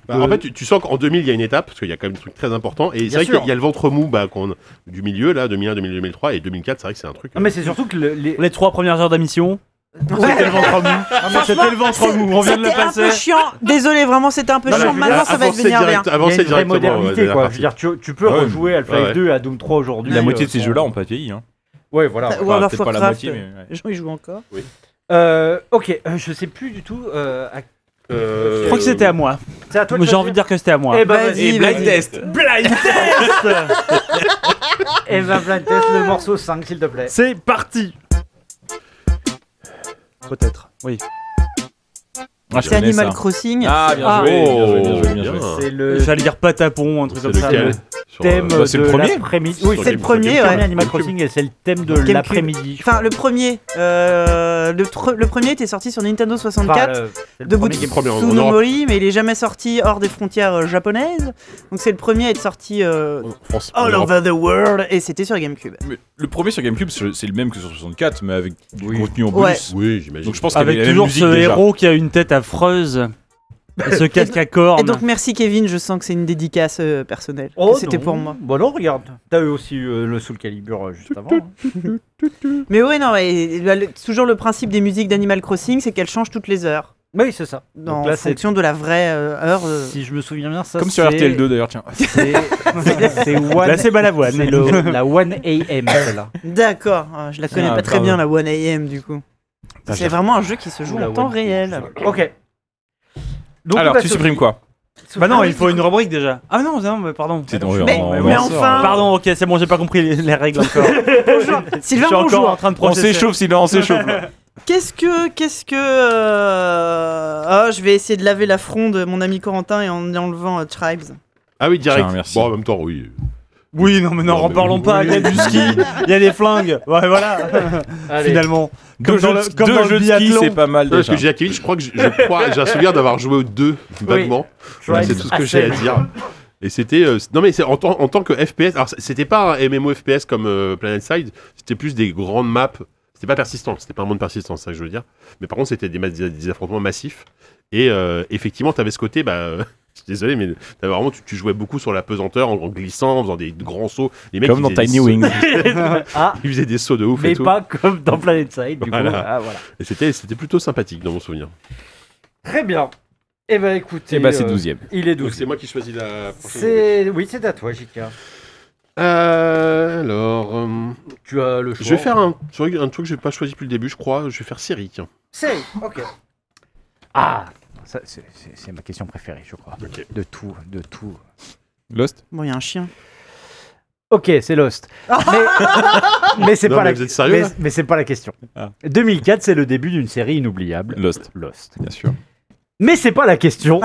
S1: Bah, En fait, tu, tu sens qu'en 2000, il y a une étape, parce qu'il y a quand même un truc très important. Et c'est vrai qu'il y a-
S2: sûr.
S1: il y a le ventre mou bah, qu'on- du milieu, là, 2001, 2002, 2003, et 2004, c'est vrai que c'est un truc. euh,
S2: non mais c'est surtout que le- les,
S3: Les trois premières heures d'émission.
S2: Ouais.
S3: Ah, mais C'était le ventre mou. On vient de le
S5: C'était un
S3: passer.
S5: peu chiant. Désolé, vraiment, c'était un peu
S1: Non, mais
S5: chiant.
S1: je veux
S5: Maintenant,
S1: dire,
S5: ça va
S1: avancer
S5: devenir bien.
S1: direct- avancer
S2: il y a une vraie
S1: directement, euh, ouais,
S2: modernité
S1: dernière
S2: quoi. Je
S1: partie.
S2: veux dire, tu, tu peux
S1: Ah ouais,
S2: rejouer à Half-Life
S1: ouais, ouais.
S2: 2 à Doom 3 aujourd'hui.
S4: La
S2: euh,
S4: moitié de ces
S2: sans-
S4: jeux-là ont pas vieilli. Hein.
S2: Ouais, voilà.
S5: Ou alors
S4: peut-être pas la
S5: Warcraft. Ah,
S4: moitié, mais ouais.
S5: J'en y joue encore.
S2: Euh, ok, euh, je sais plus du tout euh, à
S3: Je crois que c'était à moi.
S2: C'est à toi de
S3: J'ai envie de dire que c'était à moi.
S2: Euh, Eh ben,
S5: Vas-y,
S2: vas-y.
S4: Et Blind
S5: vas-y.
S4: Test.
S2: Blind Test Eh ben, Blind Test, le morceau 5, s'il te plaît.
S3: C'est parti Peut-être. Oui.
S4: Ah, je
S5: C'est
S4: connais
S5: Animal
S4: ça.
S5: Crossing.
S4: Ah, bien
S3: Ah.
S4: joué, bien joué, bien joué, bien joué.
S1: Bien.
S2: C'est le
S3: J'allais dire patapon, un truc
S1: C'est
S3: comme ça.
S1: lequel
S3: mais-
S1: Sur, euh,
S2: thème
S4: bah, c'est
S2: de
S4: le premier.
S2: l'après-midi. Oui,
S1: Sur
S2: c'est le
S1: GameCube.
S2: premier,
S5: ouais.
S2: Animal
S1: GameCube.
S2: Crossing, et c'est le thème de
S5: GameCube.
S2: l'après-midi.
S5: Enfin, le premier. euh, le, tr- le premier était sorti sur Nintendo 64. de
S2: bout
S1: Game- premier en- en
S5: Tsunomori, mais il est jamais sorti hors des frontières euh, japonaises. Donc c'est le premier à être sorti euh,
S1: en France.
S2: Oh,
S1: en
S5: all
S1: Europe.
S5: over the world et c'était sur GameCube.
S4: Mais le premier sur GameCube, c'est c'est le même que sur 64, mais avec du
S2: Oui.
S4: contenu en
S5: Ouais.
S4: bonus.
S1: Oui, j'imagine.
S4: Donc je pense qu'il y avait
S3: Avec
S4: la même
S3: toujours
S4: musique
S3: ce
S4: déjà.
S3: héros qui a une tête affreuse. Et ce casque à cornes.
S5: Et donc merci Kevin, je sens que c'est une dédicace euh, personnelle.
S2: Oh,
S5: que c'était pour moi.
S2: Bon, alors regarde, t'as eu aussi euh, le Soul Calibur euh, juste avant. hein.
S5: Mais ouais, non, ouais, et là, le- toujours le principe des musiques d'Animal Crossing, c'est qu'elles changent toutes les heures.
S2: Oui, c'est ça.
S5: dans-
S2: Donc là,
S5: en
S2: c'est-
S5: fonction de la vraie euh, heure. euh.
S2: si je me souviens bien, ça
S4: Comme sur
S2: c'est-
S4: RTL2 d'ailleurs, tiens.
S2: (laughs) C'est
S3: (laughs)
S2: c'est One.
S3: Là, Bah, c'est Balavoine. (laughs)
S2: c'est le- la 1 AM, celle-là.
S5: D'accord, ah, je la connais
S4: Ah,
S5: pas très
S4: pardon.
S5: bien la 1AM du coup.
S4: Ah,
S5: C'est
S4: j'ai-
S5: vraiment un jeu qui se joue
S2: La
S5: en temps
S2: 1
S5: réel. (laughs)
S2: Ok. Donc, on
S4: Alors,
S2: passe
S4: tu
S2: au-
S4: supprimes quoi
S3: Bah non, il faut une rubrique déjà. Ah non, non, mais pardon.
S4: C'est dans-
S5: Mais-
S4: on-
S3: mais
S4: on en
S5: enfin-
S4: sort, hein.
S3: Pardon, ok, c'est bon, j'ai pas compris les, les règles encore. je
S5: Sylvain,
S3: suis encore en
S5: bonjour.
S3: train
S4: On
S3: de processer.
S4: s'échauffe, sinon on s'échauffe. là.
S5: Qu'est-ce que. Qu'est-ce que. euh, ah, je vais essayer de laver la fronde, mon ami Corentin, et en enlevant euh, Tribes.
S1: Ah oui, direct.
S4: Tiens, merci.
S1: Bon, en même temps, oui.
S3: (laughs) Oui, non, mais n'en
S1: Non, mais
S3: reparlons
S1: oui.
S3: pas. Il y a du ski, il y a des flingues. Ouais, voilà.
S2: Allez.
S3: Finalement.
S4: Deux
S3: Comme dans
S4: jeux de
S3: le- comme
S4: deux
S3: dans le
S4: jeux de ski,
S3: biathlon.
S4: c'est pas mal
S1: Non, parce
S4: déjà.
S1: que j'ai activé, je crois que je, je crois, j'ai un souvenir d'avoir joué aux deux vaguement. Voilà, c'est tout ce que j'ai à dire. Et c'était euh, non mais c'est en, tant- en tant que FPS, alors c- c'était pas un MMO FPS comme euh, PlanetSide, c'était plus des grandes maps. C'était pas persistant, c'était pas un monde persistant, c'est ça que je veux dire. Mais par contre, c'était des, ma- des- des affrontements massifs. Et euh, effectivement, t'avais ce côté, bah, euh, (laughs) je suis désolé, mais t'avais vraiment, tu, tu jouais beaucoup sur la pesanteur en, en glissant, en faisant des grands sauts. Les mecs,
S4: Comme
S1: ils
S4: dans
S1: faisaient des
S4: Tiny
S1: sauts-
S4: Wing.
S2: (laughs) Ah,
S1: Ils faisaient des sauts de ouf
S2: mais
S1: et tout.
S2: pas comme dans Planet Side, du coup.
S1: Voilà.
S2: Ah, voilà.
S1: Et c'était, c'était plutôt sympathique dans mon souvenir.
S2: Très bien. Eh ben écoutez.
S4: Et bah, c'est
S2: euh,
S4: 12ème.
S2: Il est
S1: Donc
S2: 12.
S1: c'est moi qui choisis la prochaine.
S2: C'est oui, c'est à toi, JK.
S1: Euh, alors. euh,
S2: Tu as le choix.
S1: Je vais faire un, sur un truc que j'ai pas choisi depuis le début, je crois. Je vais faire Siri, tiens.
S2: C'est OK. Ah, ça, c'est- c'est c'est ma question préférée, je crois.
S1: Ok.
S2: De tout, de tout.
S4: Lost
S5: Bon, il y a un chien.
S2: Ok, c'est Lost. Mais, mais c'est
S1: Non,
S2: pas
S1: mais
S2: la.
S1: vous êtes sérieux,
S2: mais-
S1: là
S2: mais c'est pas la question.
S4: Ah.
S2: 2004, c'est le début d'une série inoubliable,
S4: Lost,
S2: Lost.
S4: bien sûr.
S2: Mais c'est pas la question.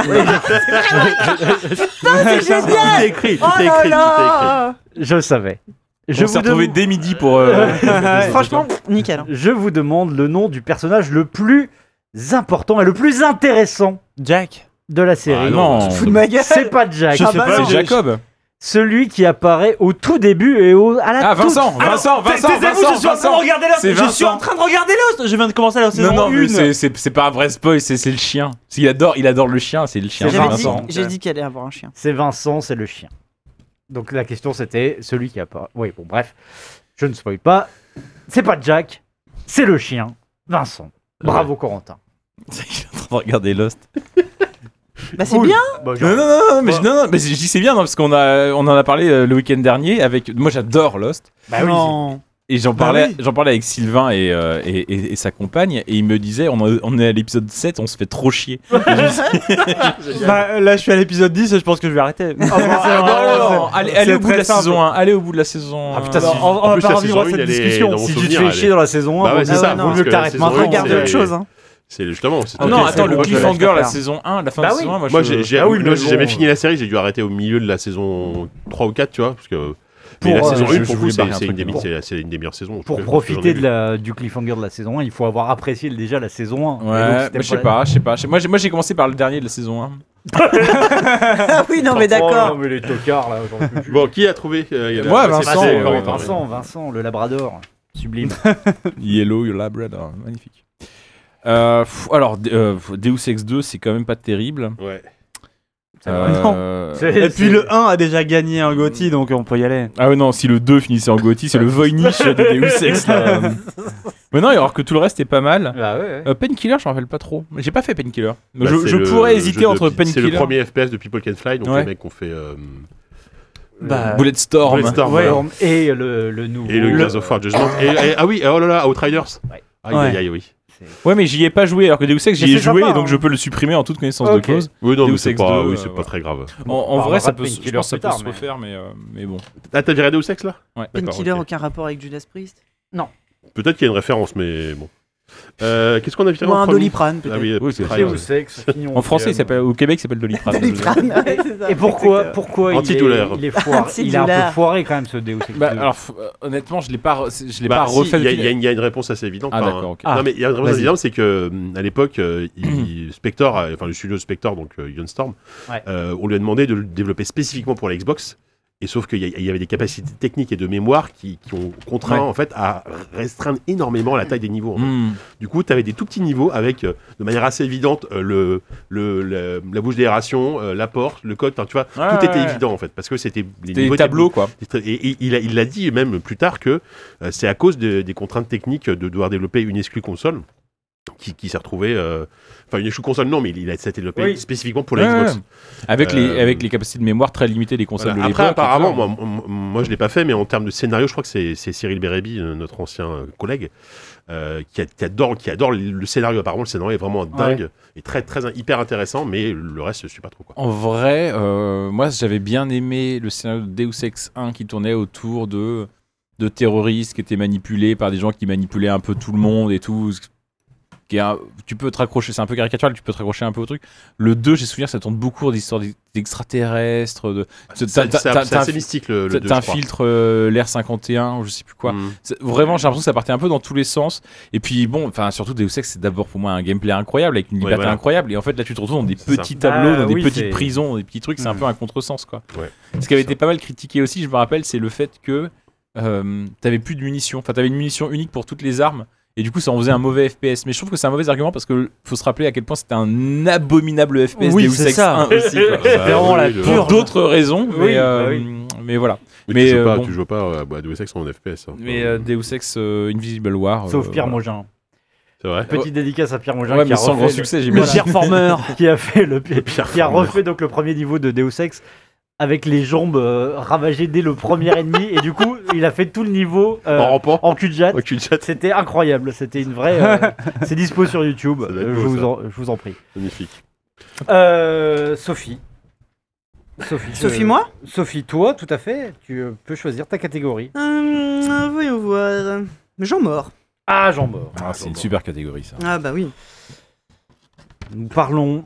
S5: c'est génial
S1: Tout est écrit, tout
S5: Oh
S1: est
S5: là
S1: écrit, tout
S5: là
S2: je le savais. Je
S4: Je
S2: vous,
S4: s'est retrouvé
S2: dem-
S4: dès midi pour. euh,
S5: Franchement, nickel. hein.
S2: je vous demande le nom du personnage le plus important et le plus intéressant
S3: Jack.
S2: de la
S1: Ah
S2: série.
S4: Bah, non.
S5: Fous de ma gueule
S2: C'est pas Jack.
S3: Je sais
S2: bah
S3: pas,
S2: non.
S4: C'est Jacob.
S2: Celui qui apparaît au tout début et au, à la
S4: Ah,
S2: toute
S4: Vincent, Vincent, Vincent,
S3: Taisez-vous,
S4: Vincent,
S3: je suis en train de
S4: Vincent.
S3: regarder Lost.
S4: C'est
S3: Je suis
S4: Vincent.
S3: en train de regarder Lost. Je viens de commencer la
S4: Non,
S3: saison
S4: non, mais
S3: 1.
S4: c'est- c'est c'est pas un vrai spoil, c'est c'est le chien. Il adore, il adore le chien, c'est le chien.
S2: C'est
S4: c'est
S5: J'avais dit,
S4: Vincent.
S5: j'ai dit qu'il allait avoir un chien.
S2: C'est Vincent, c'est le chien. Donc la question c'était celui qui apparaît. Oui, bon, bref, je ne spoil pas. C'est pas Jack, c'est le chien, Vincent. Bravo Corentin.
S4: Il est en train de regarder Lost.
S5: Bah, c'est bien
S4: Non, non, non, non, mais, je- non, non, mais je dis c'est bien, non, parce qu'on a, on en a parlé euh, le week-end dernier avec. Moi, j'adore Lost.
S2: Bah oui,
S5: Non.
S4: Et j'en
S3: Bah
S4: parlais,
S3: oui.
S4: j'en parlais avec Sylvain et, euh, et, et- et sa compagne, et il me disait on, en- on est à l'épisode 7, on se fait trop chier.
S3: Bah, là, je suis à l'épisode 10 et je pense que je vais arrêter.
S4: Ah, non, non, non, allez, allez au
S3: c'est
S4: bout de la
S3: très simple.
S4: saison 1. Allez au bout de la saison
S2: Ah, putain,
S4: un.
S2: si-
S3: on, on
S1: en
S3: va
S1: plus,
S3: pas
S1: la
S3: revivre
S1: saison
S3: cette
S1: une, elle est
S3: discussion.
S1: dans mon
S2: si tu te
S1: souvenir,
S2: fais
S1: elle
S2: chier
S1: est-
S2: dans la saison 1,
S1: Bah ouais, c'est ça.
S5: non,
S2: vaut
S1: parce
S2: mieux
S1: que
S2: que
S1: la
S2: t'arrêtes
S1: saison
S2: maintenant.
S1: un,
S5: Regarde
S1: c'est-
S5: autre chose. hein.
S1: C'est justement. c'est-
S4: Ah non,
S3: Ok,
S4: attends,
S3: c'est
S4: le
S3: bon,
S2: je vais
S4: cliffhanger,
S2: la
S4: la
S2: faire.
S4: saison 1, la fin
S2: Bah
S4: de la
S2: oui.
S4: saison 1, moi,
S1: Moi,
S4: je...
S1: j'ai j'ai-
S2: Ah oui,
S1: moi,
S2: mais
S1: j'ai
S2: bon,
S1: jamais fini
S2: euh.
S1: la série, j'ai dû arrêter au milieu de la saison 3 ou 4, tu vois. Parce que.
S2: Pour,
S1: mais la
S2: euh,
S1: saison
S4: je-
S1: 1,
S4: je
S1: pour le
S4: voulais
S1: coup,
S4: barrer
S1: c'est
S4: un
S1: c'est une,
S4: truc,
S1: des-
S4: mais
S1: c'est la- c'est une des meilleures saisons.
S2: Pour
S1: que- que
S2: profiter
S1: j'en ai
S2: de
S1: vu.
S2: la- du cliffhanger de la saison 1, il faut avoir apprécié déjà la saison 1. Et donc,
S4: Ouais,
S2: c'était
S4: mais je sais
S2: la-
S4: pas, je sais pas. je sais- Moi, j'ai- moi, j'ai commencé par le dernier de la saison 1.
S5: Ah oui, non, mais
S2: Oh,
S5: d'accord.
S2: mais les tocards là,
S4: (laughs)
S2: j'en peux plus.
S1: Bon, qui a trouvé euh, il y en a-
S4: Moi,
S1: c'est
S4: Vincent,
S1: passé,
S4: euh,
S1: Corentin, ouais.
S2: Vincent, Vincent, le Labrador,
S4: (laughs)
S2: sublime.
S4: Yellow, Your Labrador, magnifique. Euh, pff, alors, D- euh, pff, Deus Ex 2, c'est quand même pas terrible.
S1: Ouais.
S2: C'est vrai.
S4: Euh,
S2: C'est-
S3: Et puis le 1 a déjà gagné un
S1: Mm.
S3: Gotti, donc on peut y aller.
S4: Ah ouais, non, si le 2 finissait en Gotti, (laughs) c'est le Voynich de Deus Ex. là. (laughs) mais non, alors que tout le reste est pas mal.
S2: Bah ouais, ouais.
S4: Euh, Painkiller, je m'en rappelle pas trop. J'ai pas fait Painkiller. Mais
S1: Bah,
S4: je
S1: c'est
S4: je
S1: le
S4: pourrais
S1: jeu
S4: hésiter
S1: de-
S4: entre
S1: C'est le
S4: Painkiller
S1: premier FPS de People Can Fly, donc
S4: Ouais.
S1: les mecs ont fait. euh,
S3: Bah,
S4: Bulletstorm.
S1: Bulletstorm,
S3: Ouais.
S1: voilà.
S2: Et le, le nouveau.
S1: Et le Gears of War Judgment. Et- et- Ah oui, oh là là, Outriders.
S2: Ouais.
S1: Aïe, aïe, aïe, oui.
S2: c'est-
S4: Ouais, mais j'y ai pas joué, alors que Deus Ex,
S2: Mais
S4: j'y ai
S2: c'est
S4: joué,
S2: sympa,
S4: et donc
S2: hein.
S4: je peux le supprimer en toute connaissance de
S2: Ok.
S4: cause.
S1: Oui, non,
S4: Deus
S1: mais c'est
S4: Ex
S1: pas,
S4: 2,
S1: oui, c'est
S4: euh,
S1: pas très grave.
S4: En, en
S2: on
S4: vrai, ça
S2: parlera de
S4: peut, se- je
S2: Painkiller
S4: pense que ça
S2: plus
S4: peut
S2: tard,
S4: se
S2: mais-
S4: refaire, mais, euh, mais bon.
S1: Ah, t'as viré Deus Ex là
S4: Ouais.
S1: D'accord,
S5: Painkiller,
S1: ok.
S5: aucun rapport avec Judas Priest.
S1: Peut-être qu'il y a une référence, mais bon. Euh, Qu'est-ce qu'on a viré
S5: Ou
S1: en
S5: un
S1: premier
S5: Doliprane,
S1: Ah
S5: peut-être.
S1: oui,
S4: Oui, c'est-
S1: Prime.
S2: C'est où c'est que ça finit
S4: En français, il s'appelle, au Québec, il s'appelle Doliprane.
S5: Doliprane, ouais, c'est ça.
S2: Et pourquoi,
S5: Exactement.
S2: pourquoi il, est,
S1: Antidouleur.
S2: il est foiré
S5: (laughs)
S2: Il a un peu
S5: Antidouleur.
S2: foiré quand même ce Deus Ex.
S4: Bah,
S2: 2.
S4: alors, f- euh, honnêtement, je l'ai pas, re- je l'ai
S1: Bah,
S4: pas
S1: si,
S4: refait.
S1: Il y, a-
S4: depuis-
S1: il y a une- il y a une réponse assez évidente.
S4: Ah,
S1: Enfin,
S4: d'accord, ok.
S1: Non, mais il y a une réponse
S4: Vas-y.
S1: évidente, c'est que hum, à l'époque, euh, il- Spector, euh, enfin le studio de Spector, donc euh, Ion Storm,
S2: Ouais.
S1: euh, on lui a demandé de le développer spécifiquement pour la Xbox. Et sauf qu'il y, a- il y avait des capacités techniques et de mémoire qui, qui ont contraint
S4: Ouais.
S1: en fait à restreindre énormément la taille des niveaux. en fait.
S4: Hmm.
S1: Du coup, tu avais des tout petits niveaux avec, euh, de manière assez évidente, euh, le, le- le- la bouche d'aération, euh, la porte, le code. enfin, Tu vois,
S4: Ouais,
S1: tout était
S4: Ah, ouais, ouais.
S1: évident en fait parce que c'était les
S4: C'était
S1: niveaux
S4: des
S1: étaient
S4: tableaux, quoi.
S1: et, et- il a- il l'a dit même plus tard que euh, c'est à cause de- des contraintes techniques de devoir développer une exclue console qui, qui s'est retrouvée. euh, Enfin, une exclue console, non, mais il a été développé
S2: Oui.
S1: spécifiquement pour la
S4: Ouais,
S1: Xbox.
S4: ouais. Avec, les,
S1: Euh,
S4: avec les capacités de mémoire très limitées des consoles
S1: Voilà.
S4: de
S1: Après,
S4: l'époque. hein.
S1: apparemment,
S4: et
S1: moi, moi, moi, je l'ai pas fait, mais en termes de scénario, je crois que c'est c'est Cyril Bérébi, euh, notre ancien euh, collègue, euh, qui, a- qui adore, qui adore le scénario. Apparemment, le scénario est vraiment dingue et très, très hyper intéressant, mais le reste, je suis pas trop quoi.
S4: En vrai, euh, moi j'avais bien aimé le scénario de Deus Ex 1 qui tournait autour de, de terroristes qui étaient manipulés par des gens qui manipulaient un peu tout le monde et tout. ce Qui est un- tu peux te raccrocher, c'est un peu caricatural, tu peux te raccrocher un peu au truc. Le 2, j'ai souvenir, ça tourne beaucoup d'histoires d'extraterrestres. de- t'as-
S1: C'est
S4: t'as-
S1: c'est
S4: t'as-
S1: assez
S4: t'as un fi-
S1: mystique le, Euh, le
S4: t'as-
S1: deux,
S4: t'as un
S1: je crois.
S4: filtre euh, l'air 51 ou je sais plus quoi.
S1: Mm.
S4: C'est- Vraiment, j'ai l'impression que ça partait un peu dans tous les sens. Et puis bon, enfin surtout Deus Ex, c'est d'abord pour moi un gameplay incroyable avec une
S1: Ouais,
S4: liberté
S1: voilà.
S4: incroyable. Et en fait là, tu te retrouves dans des
S1: C'est Mm.
S4: petits
S2: ça.
S4: tableaux,
S2: Bah
S4: dans des
S2: oui, c'est-
S4: petites prisons, dans des petits trucs. C'est un
S2: Mhm.
S4: peu un contresens quoi.
S1: Ouais.
S4: Ce qui avait
S1: Ça.
S4: été pas mal critiqué aussi, je me rappelle, c'est le fait que euh, t'avais plus de munitions. Enfin, t'avais une munition unique pour toutes les armes. Et du coup, ça en faisait un mauvais FPS. Mais je trouve que c'est un mauvais argument parce que faut se rappeler à quel point c'était un abominable FPS
S3: Oui,
S4: Deus
S3: c'est
S4: Ex
S3: ça.
S4: 1 aussi.
S2: (laughs)
S4: quoi.
S1: Bah,
S3: vraiment
S1: oui,
S3: la
S1: le-
S3: pure-
S4: Pour d'autres raisons, mais,
S2: Oui, bah
S4: euh, mais voilà.
S1: Mais,
S4: Mais,
S1: tu, joues
S4: euh,
S1: pas,
S4: bon.
S1: tu joues pas euh, à Deus Ex en FPS. hein.
S4: Mais euh, Deus Ex euh, Invisible War.
S2: Sauf
S4: euh,
S2: Pierre
S4: voilà.
S2: Mogin.
S1: C'est vrai.
S2: Petite dédicace à Pierre Mogin
S4: Ouais,
S2: qui,
S4: mais
S2: a
S4: sans
S2: refait
S4: grand
S2: le-
S4: succès,
S3: Le
S4: j'imagine.
S3: Pierre Former.
S2: (laughs) qui a fait le
S1: Pierre
S2: qui a
S1: Farmer.
S2: refait donc le premier niveau de Deus Ex avec les jambes euh, ravagées dès le premier ennemi et du coup il a fait tout le niveau euh,
S1: en rampant. (laughs)
S2: en cul de jatte.
S1: Au cul de jatte.
S2: C'était incroyable, c'était une (laughs) vraie. euh, c'est dispo sur YouTube,
S1: Ça doit être
S2: euh, je,
S1: beau,
S2: vous
S1: ça.
S2: en, je vous en prie.
S1: Magnifique.
S2: Euh, Sophie. Sophie,
S5: Sophie,
S2: euh,
S5: moi
S2: Sophie, toi, tout à fait, tu euh, peux choisir ta catégorie.
S5: Hum, Voyons voir. Jean mort.
S2: Ah, j'en mort.
S4: Ah, c'est une super catégorie ça.
S5: Ah bah oui.
S2: Nous parlons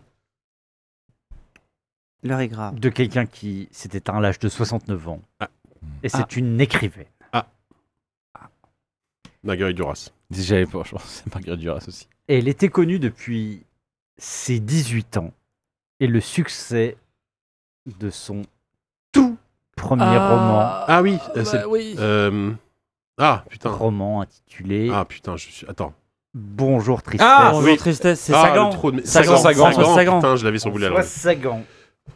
S5: L'heure est grave.
S2: de quelqu'un qui s'est éteint à l'âge de 69 ans.
S1: Ah.
S2: Et c'est une écrivaine.
S1: Marguerite Duras.
S4: (laughs) J'avais pas, je pense, c'est Marguerite Duras aussi.
S2: Et elle était connue depuis ses 18 ans. Et le succès de son tout premier
S1: Ah oui, euh, c'est- euh, Ah
S2: roman,
S1: putain.
S4: Oh.
S2: roman intitulé
S1: Ah putain, je suis. Attends.
S2: Bonjour Tristesse.
S3: Ah,
S1: oui.
S3: bonjour tristesse, c'est
S1: Ah,
S3: Sagan.
S1: le trou de-
S3: Sagan,
S1: Sagan,
S3: Sagan, Sagan.
S1: Putain, je l'avais sur le bout de la
S2: François
S1: langue.
S2: Sagan.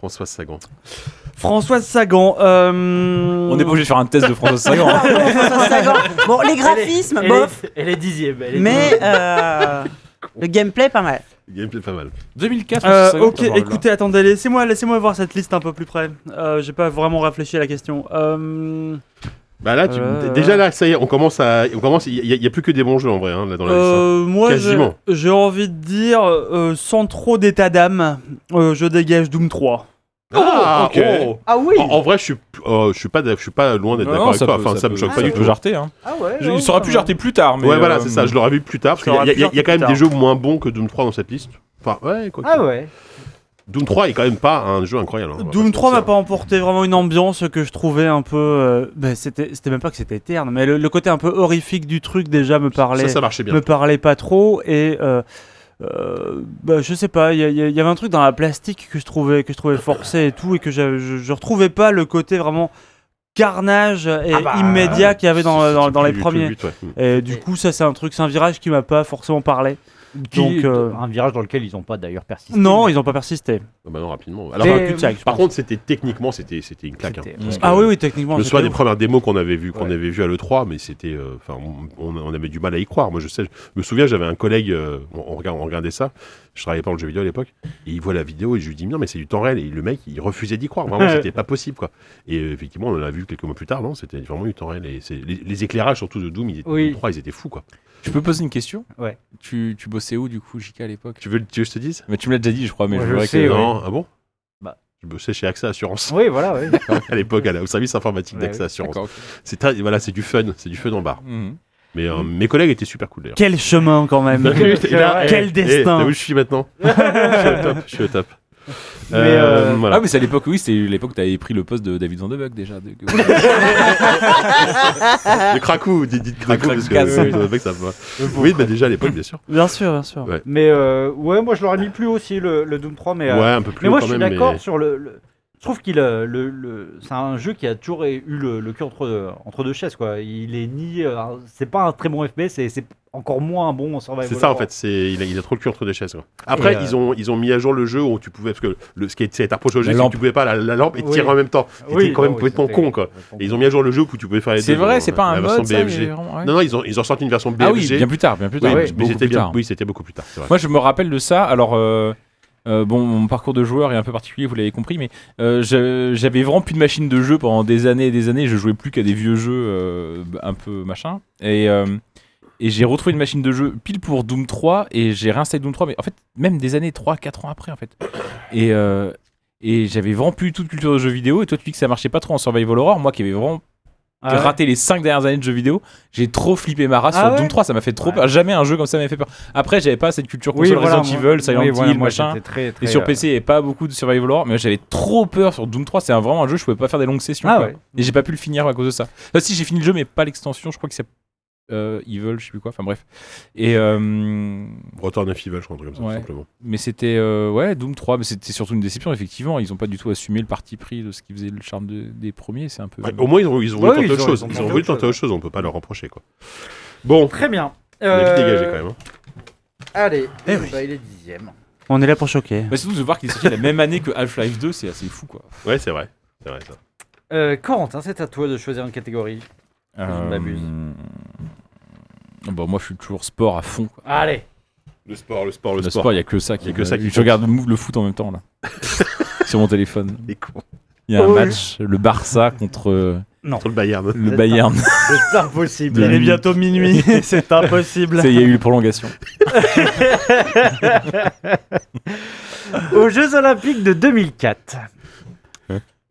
S1: François Sagan.
S3: Françoise Sagan. euh,
S4: On n'est pas obligé de faire un test de François Sagan. (laughs) hein.
S5: Pardon, François Sagan. Bon, les graphismes,
S2: elle
S5: bof.
S2: Est, elle est dixième. elle est
S5: Mais
S2: dixième.
S5: euh, le gameplay, pas mal.
S1: Gameplay pas mal.
S4: 2004.
S3: Euh,
S4: François Sagan,
S3: ok,
S4: ce genre-là.
S3: écoutez, attendez, laissez-moi, laissez-moi voir cette liste un peu plus près. Euh, J'ai pas vraiment réfléchi à la question. Euh,
S1: Bah là, tu-
S3: Euh,
S1: déjà là, ça y est, on commence à. On commence. Il y, a- il y a plus que des bons jeux en vrai hein, là dans la liste.
S3: euh, moi, j'ai-
S1: Quasiment.
S3: j'ai envie de dire, euh, sans trop d'état d'âme, euh, je dégage Doom 3.
S1: Ah,
S4: ok.
S1: oh.
S2: ah oui.
S1: En, en vrai, je suis, euh, je suis pas, je suis pas loin d'être
S4: Non,
S1: d'accord
S4: non,
S1: avec
S4: ça
S1: toi.
S4: peut-
S1: Enfin,
S4: ça
S1: ça me
S4: peut-
S1: choque
S4: ça
S1: pas du
S4: peut
S1: tout.
S4: jarter, hein.
S2: Ah ouais.
S4: Il sera plus jarter plus tard, mais.
S1: ouais, voilà,
S4: euh,
S1: c'est ça. Je l'aurais vu plus tard parce
S3: Ça
S1: qu'il y, a-
S3: aurait
S1: il y a-
S3: pu
S1: il y a quand même
S3: tard.
S1: des jeux moins bons que Doom 3 dans cette liste. Enfin, ouais. Quoi que.
S2: Ah ouais.
S1: Doom 3 est quand même pas un jeu incroyable. hein, on va
S3: Doom
S1: se
S3: 3 m'a
S1: mentir.
S3: pas emporté vraiment une ambiance que je trouvais un peu. euh, bah, c'était, c'était même pas que c'était terne, mais le, le côté un peu horrifique du truc déjà me parlait.
S1: Ça, ça marchait bien.
S3: me parlait pas trop et euh, euh, bah, je sais pas, il y, a- il y a- il y avait un truc dans la plastique que je trouvais que je trouvais forcé et tout et que je, je, je retrouvais pas le côté vraiment carnage et
S2: Ah bah,
S3: immédiat qu'il y avait dans,
S1: C'est-
S3: dans,
S1: c'est
S3: dans
S1: plus
S3: les
S1: du tout le
S3: premiers.
S1: but, ouais. Mm.
S3: Et du coup, ça c'est un truc, c'est un virage qui m'a pas forcément parlé.
S2: Qui-
S3: Donc, euh,
S2: un virage dans lequel ils n'ont pas d'ailleurs persisté.
S3: Non, ils ont pas persisté.
S1: Ah bah non, rapidement.
S2: Mais-
S1: Alors,
S3: Enfin, cul-de-sac, je
S1: par
S3: pense.
S1: contre, c'était techniquement, c'était c'était une claque. hein.
S2: C'était-
S1: Parce que
S3: Ah oui, oui, techniquement.
S1: Le
S3: c'était
S1: soir des
S3: ouf.
S1: premières démos qu'on avait vu qu'on
S2: Ouais.
S1: avait vu à l'E3, mais c'était, euh, enfin, on, on- on avait du mal à y croire. Moi, je sais, je me souviens, j'avais un collègue, euh, on, on regard- on regardait ça. je travaillais pas dans le jeu vidéo à l'époque, et il voit la vidéo et je lui dis, non, mais c'est du temps réel. Et le mec, il refusait d'y croire. Vraiment, c'était pas possible, quoi. Et euh, effectivement, on en a vu quelques mois plus tard, non, c'était vraiment du temps réel. Et c'est- les, les éclairages, surtout de Doom, ils étaient,
S2: Oui.
S1: Doom 3, ils étaient fous, quoi.
S4: Je peux poser une question
S2: Ouais.
S4: Tu, tu bossais où du coup, JK à l'époque
S1: Tu veux, tu veux que je te dise
S4: Mais tu me l'as déjà dit, je crois, mais
S2: Moi,
S4: je
S2: je
S4: voudrais
S2: sais,
S4: que.
S2: ouais.
S1: Non, ah bon
S2: Bah.
S1: Je bossais chez AXA Assurance
S2: Oui, voilà, oui.
S1: (laughs) à l'époque, à la- au service informatique
S2: Ouais,
S1: d'AXA
S2: oui.
S1: Assurance.
S4: D'accord, ok.
S1: C'est très- voilà, c'est du fun, c'est du fun en barre.
S4: Mhm.
S1: Mais euh, mes collègues étaient super cool d'ailleurs.
S3: Quel chemin
S1: (laughs)
S3: quand même
S1: Et là,
S2: vrai.
S1: eh,
S3: Quel
S1: eh,
S3: destin.
S1: t'as vu où je suis maintenant Je suis au top. Je suis au top.
S2: Mais,
S1: Euh,
S2: euh,
S1: voilà.
S4: Ah, mais c'est à l'époque, oui, c'est l'époque où t'avais pris le poste de David Vandebuck déjà. (laughs) de-
S1: Le cracou, dites, dites cracou, parce que
S4: cracasse.
S1: euh, ça fait que ça va. Oui, bah, déjà à l'époque, bien sûr.
S3: Bien sûr, bien sûr.
S2: Mais euh, ouais, moi je l'aurais mis plus haut aussi le, le Doom 3,
S1: (laughs)
S2: mais,
S1: Ouais,
S2: euh,
S1: un peu plus
S2: mais moi
S1: haut
S2: je
S1: quand
S2: suis
S1: même.
S2: d'accord
S1: Mais...
S2: sur le, le- Je trouve qu'il euh, le, le- c'est un jeu qui a toujours eu le, le cul entre, entre deux chaises quoi. Il est ni euh, un- c'est pas un très bon FPS et c'est encore moins un bon survival.
S1: C'est ça en
S2: horror.
S1: fait, c'est il a, il a trop le cul entre des chaises. quoi. Après,
S2: Et, euh,
S1: ils ont ils ont mis à jour le jeu où tu pouvais parce que le, ce qui était approché au jeu,
S4: La
S1: c'est que
S4: lampe.
S1: tu pouvais pas la, la lampe et
S2: Oui.
S1: tirer en même temps. C'était quand
S2: non,
S1: même
S2: oui,
S1: complètement
S2: c'était-
S1: con quoi. Et ils ont mis à jour le jeu où tu pouvais faire les deux.
S4: C'est vrai,
S1: genre,
S4: c'est pas
S1: la
S4: un
S1: version
S4: mode. ça,
S1: BFG.
S4: mais vraiment, ouais.
S1: Non, non, ils ont, ils ont sorti une version BFG.
S4: Ah oui, bien plus tard, bien plus
S1: Oui,
S4: tard.
S1: mais
S4: beaucoup
S1: c'était
S4: plus
S1: bien.
S4: tard.
S1: Oui, c'était beaucoup plus tard. c'est vrai.
S4: Moi, je me rappelle de ça. Alors, euh, euh, bon, mon parcours de joueur est un peu particulier, vous l'avez compris, mais euh, je- j'avais vraiment plus de machine de jeu pendant des années et des années. Je jouais plus qu'à des vieux jeux euh, un peu machin. Et, euh, et j'ai retrouvé une machine de jeu pile pour Doom 3 et j'ai réinstallé Doom 3, mais en fait, même des années 3, 4 ans après, en fait. Et. euh, et j'avais vraiment plus toute culture de jeux vidéo. Et toi, tu dis que ça marchait pas trop en survival horror. Moi, qui avais vraiment
S2: Ah ouais.
S4: raté les 5 dernières années de jeux vidéo, j'ai trop flippé ma race
S2: Ah
S4: sur
S2: ouais
S4: Doom 3. Ça m'a fait trop
S2: Ouais.
S4: peur. Jamais un jeu comme ça m'avait fait peur. Après, j'avais pas cette culture
S2: Oui,
S4: console
S2: voilà,
S4: Resident
S2: moi-
S4: Evil, Silent
S2: oui, voilà,
S4: Hill,
S2: moi,
S4: machin.
S2: j'étais très, très,
S4: Et sur
S2: euh,
S4: PC, il n'y avait pas beaucoup de survival horror, mais j'avais trop peur sur Doom 3. C'est un- vraiment un jeu, je pouvais pas faire des longues sessions.
S2: Ah
S4: quoi.
S2: ouais.
S4: Et j'ai pas pu le finir à cause de ça. Là, si j'ai fini le jeu, mais pas l'extension, je crois que c'est euh, Evil, je sais plus quoi. Enfin bref. Et euh,
S1: Return of Evil, je crois, un truc comme ça,
S4: Ouais.
S1: tout simplement.
S4: mais c'était euh, ouais Doom 3, mais c'était surtout une déception effectivement. Ils ont pas du tout assumé le parti pris de ce qui faisait le charme de- des premiers. C'est un peu.
S1: Ouais, au moins, ils ont, ils ont
S2: Ouais,
S1: voulu
S2: ils
S1: tenter autre
S2: ont-
S1: chose.
S2: ils ont
S1: Ils
S2: tenté
S1: ont voulu
S2: autre
S1: tenter autre chose, on peut pas leur reprocher, quoi. Bon,
S2: euh, Très bien.
S1: on est vite
S2: Euh,
S1: dégagé quand même. hein.
S2: Allez,
S3: Eh oui.
S2: bah, il est dixième.
S3: On est là
S1: (laughs)
S3: pour choquer.
S4: Mais surtout de voir qu'il est sorti la même année que Half-Life 2, c'est assez fou quoi.
S1: Ouais, c'est vrai. C'est vrai, ça.
S2: Euh, Corentin, c'est à toi de choisir une catégorie. On abuse.
S4: Euh, Bon, moi je suis toujours sport à fond. Quoi.
S2: Allez.
S1: Le sport, le sport, le,
S4: Le
S1: sport.
S4: sport, il y a que ça qui.
S1: Y a que ça qui
S4: je regarde le le foot en même temps
S1: (laughs)
S4: là. sur mon téléphone.
S1: Les cons.
S4: Il y a un
S2: Oh, oui.
S4: match, le Barça contre euh,
S1: Contre le Bayern.
S4: le
S2: C'est
S4: Bayern.
S2: C'est impossible.
S4: De
S3: Il est
S4: nuit.
S3: bientôt minuit, c'est impossible.
S4: Ça, Il y a eu une prolongation.
S2: Aux Jeux Olympiques de 2004,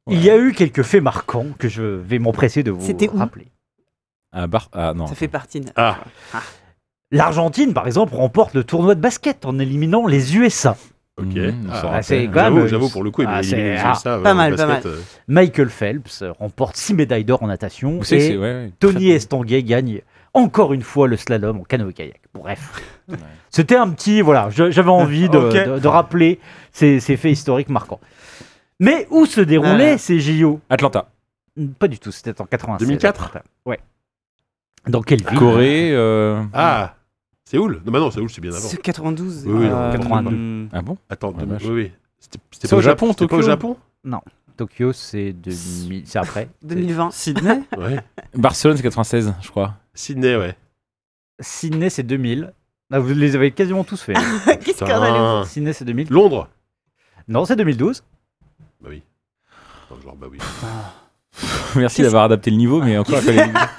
S2: il y a eu quelques faits marquants que je vais m'empresser de vous
S5: C'était où
S2: rappeler.
S4: Un bar... Ah non.
S5: Ça fait partie.
S2: (laughs)
S5: de-
S1: Ah,
S2: L'Argentine, par exemple, remporte le tournoi de basket en éliminant les USA.
S1: ok.
S4: Mmh,
S1: Ah,
S4: ça
S2: Ah, c'est
S4: rappelle.
S2: quand même-
S1: J'avoue, j'avoue, pour le coup, il
S2: Ah,
S1: m'a
S2: c'est-
S1: éliminé les
S2: ah,
S1: USA,
S5: pas
S1: euh,
S5: mal,
S1: au
S5: pas
S1: basket, euh,
S2: Michael Phelps remporte 6 médailles d'or en natation.
S4: Vous savez que c'est-
S2: Et
S4: ouais, ouais.
S2: Tony Estanguet gagne encore une fois le slalom en canoë-kayak. Bref. C'était un petit. Voilà, je- j'avais envie de,
S3: Ok.
S2: de- de rappeler ces, ces faits historiques marquants. Mais où se déroulaient
S5: Ah.
S2: ces JO
S4: Atlanta.
S2: Pas du tout, c'était en 96.
S1: 2004?
S2: Ouais. Dans quelle ville
S4: Corée. euh,
S1: Ah, Séoul Non, bah non, Séoul, c'est bien avant.
S5: C'est 92.
S1: Oui, oui, non,
S3: Euh,
S2: 82.
S3: hmm.
S4: Ah bon
S1: Attends,
S4: Ouais,
S1: deux-
S4: vache.
S1: oui, oui. C'était- C'était
S4: C'est au Japon,
S1: c'était pas au
S4: Tokyo
S1: Japon
S2: Tokyo, c'est 2000.
S5: (laughs)
S2: C'est après.
S5: 2020.
S3: Sydney
S1: Ouais.
S4: Barcelone, c'est 96, je crois. (laughs)
S1: Sydney, ouais.
S2: Sydney, c'est 2000. Ah, vous les avez quasiment tous
S1: (laughs)
S2: fait.
S5: Qu'est-ce qu'on a lu
S1: Putain.
S2: Sydney, c'est 2000.
S1: Londres
S2: Non, c'est 2012.
S1: Bah oui. Attends, Genre, bah oui.
S4: Merci
S5: Qu'est-ce-
S4: d'avoir adapté le niveau, mais encore,
S2: (laughs)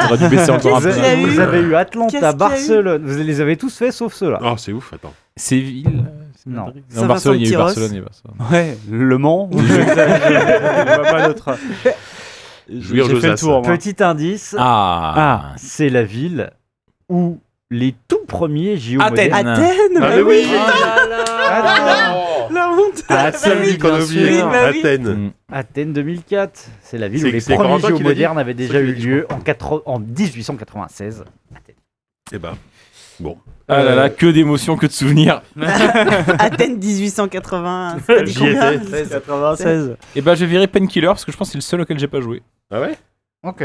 S4: on aurait dû baisser encore un
S5: Qu'est-ce
S4: peu.
S5: qu'il y a eu
S2: Vous avez eu
S5: Qu'est-ce qu'il y
S2: Atlanta,
S5: a eu
S2: Barcelone. Vous les avez tous fait sauf ceux-là.
S1: Oh, c'est ouf, attends.
S4: Séville euh, c'est
S2: Non.
S4: Madrid
S5: Saint-Vincent
S4: Barcelone, il y a eu
S5: de Tyrosse.
S4: Barcelone. il y a eu Barcelone.
S3: Ouais, Le Mans.
S2: (laughs)
S3: (laughs)
S1: Jouir
S3: J'ai fait le
S1: Josas.
S3: tour. moi.
S2: Petit indice,
S4: Ah,
S2: c'est la ville où les tout premiers JO
S4: Athènes.
S2: modernes-
S5: Athènes
S1: Ah,
S5: bah
S1: mais oui
S2: Athènes,
S5: La honte
S3: Ah,
S5: Bah
S3: Athènes,
S5: oui.
S3: qu'on a oublié.
S5: Oui, bah oui.
S1: Athènes.
S4: Mm.
S2: Athènes 2004, c'est la ville où
S1: C'est-
S2: les
S1: c'est
S2: premiers
S1: Corentin
S2: JO
S1: qui l'a dit.
S2: modernes avaient déjà
S1: qui l'a
S2: eu
S1: dit, je
S2: lieu en, quatre- en 1896.
S1: Eh ben,
S4: Ah là là, que d'émotions, que de souvenirs.
S5: Athènes 1880. c'est pas dit
S1: J'y
S5: combien
S1: étais.
S3: 96.
S4: Eh Et ben, je verrai Painkiller parce que je pense que c'est le seul auquel j'ai pas joué.
S1: Ah ouais
S2: Ok.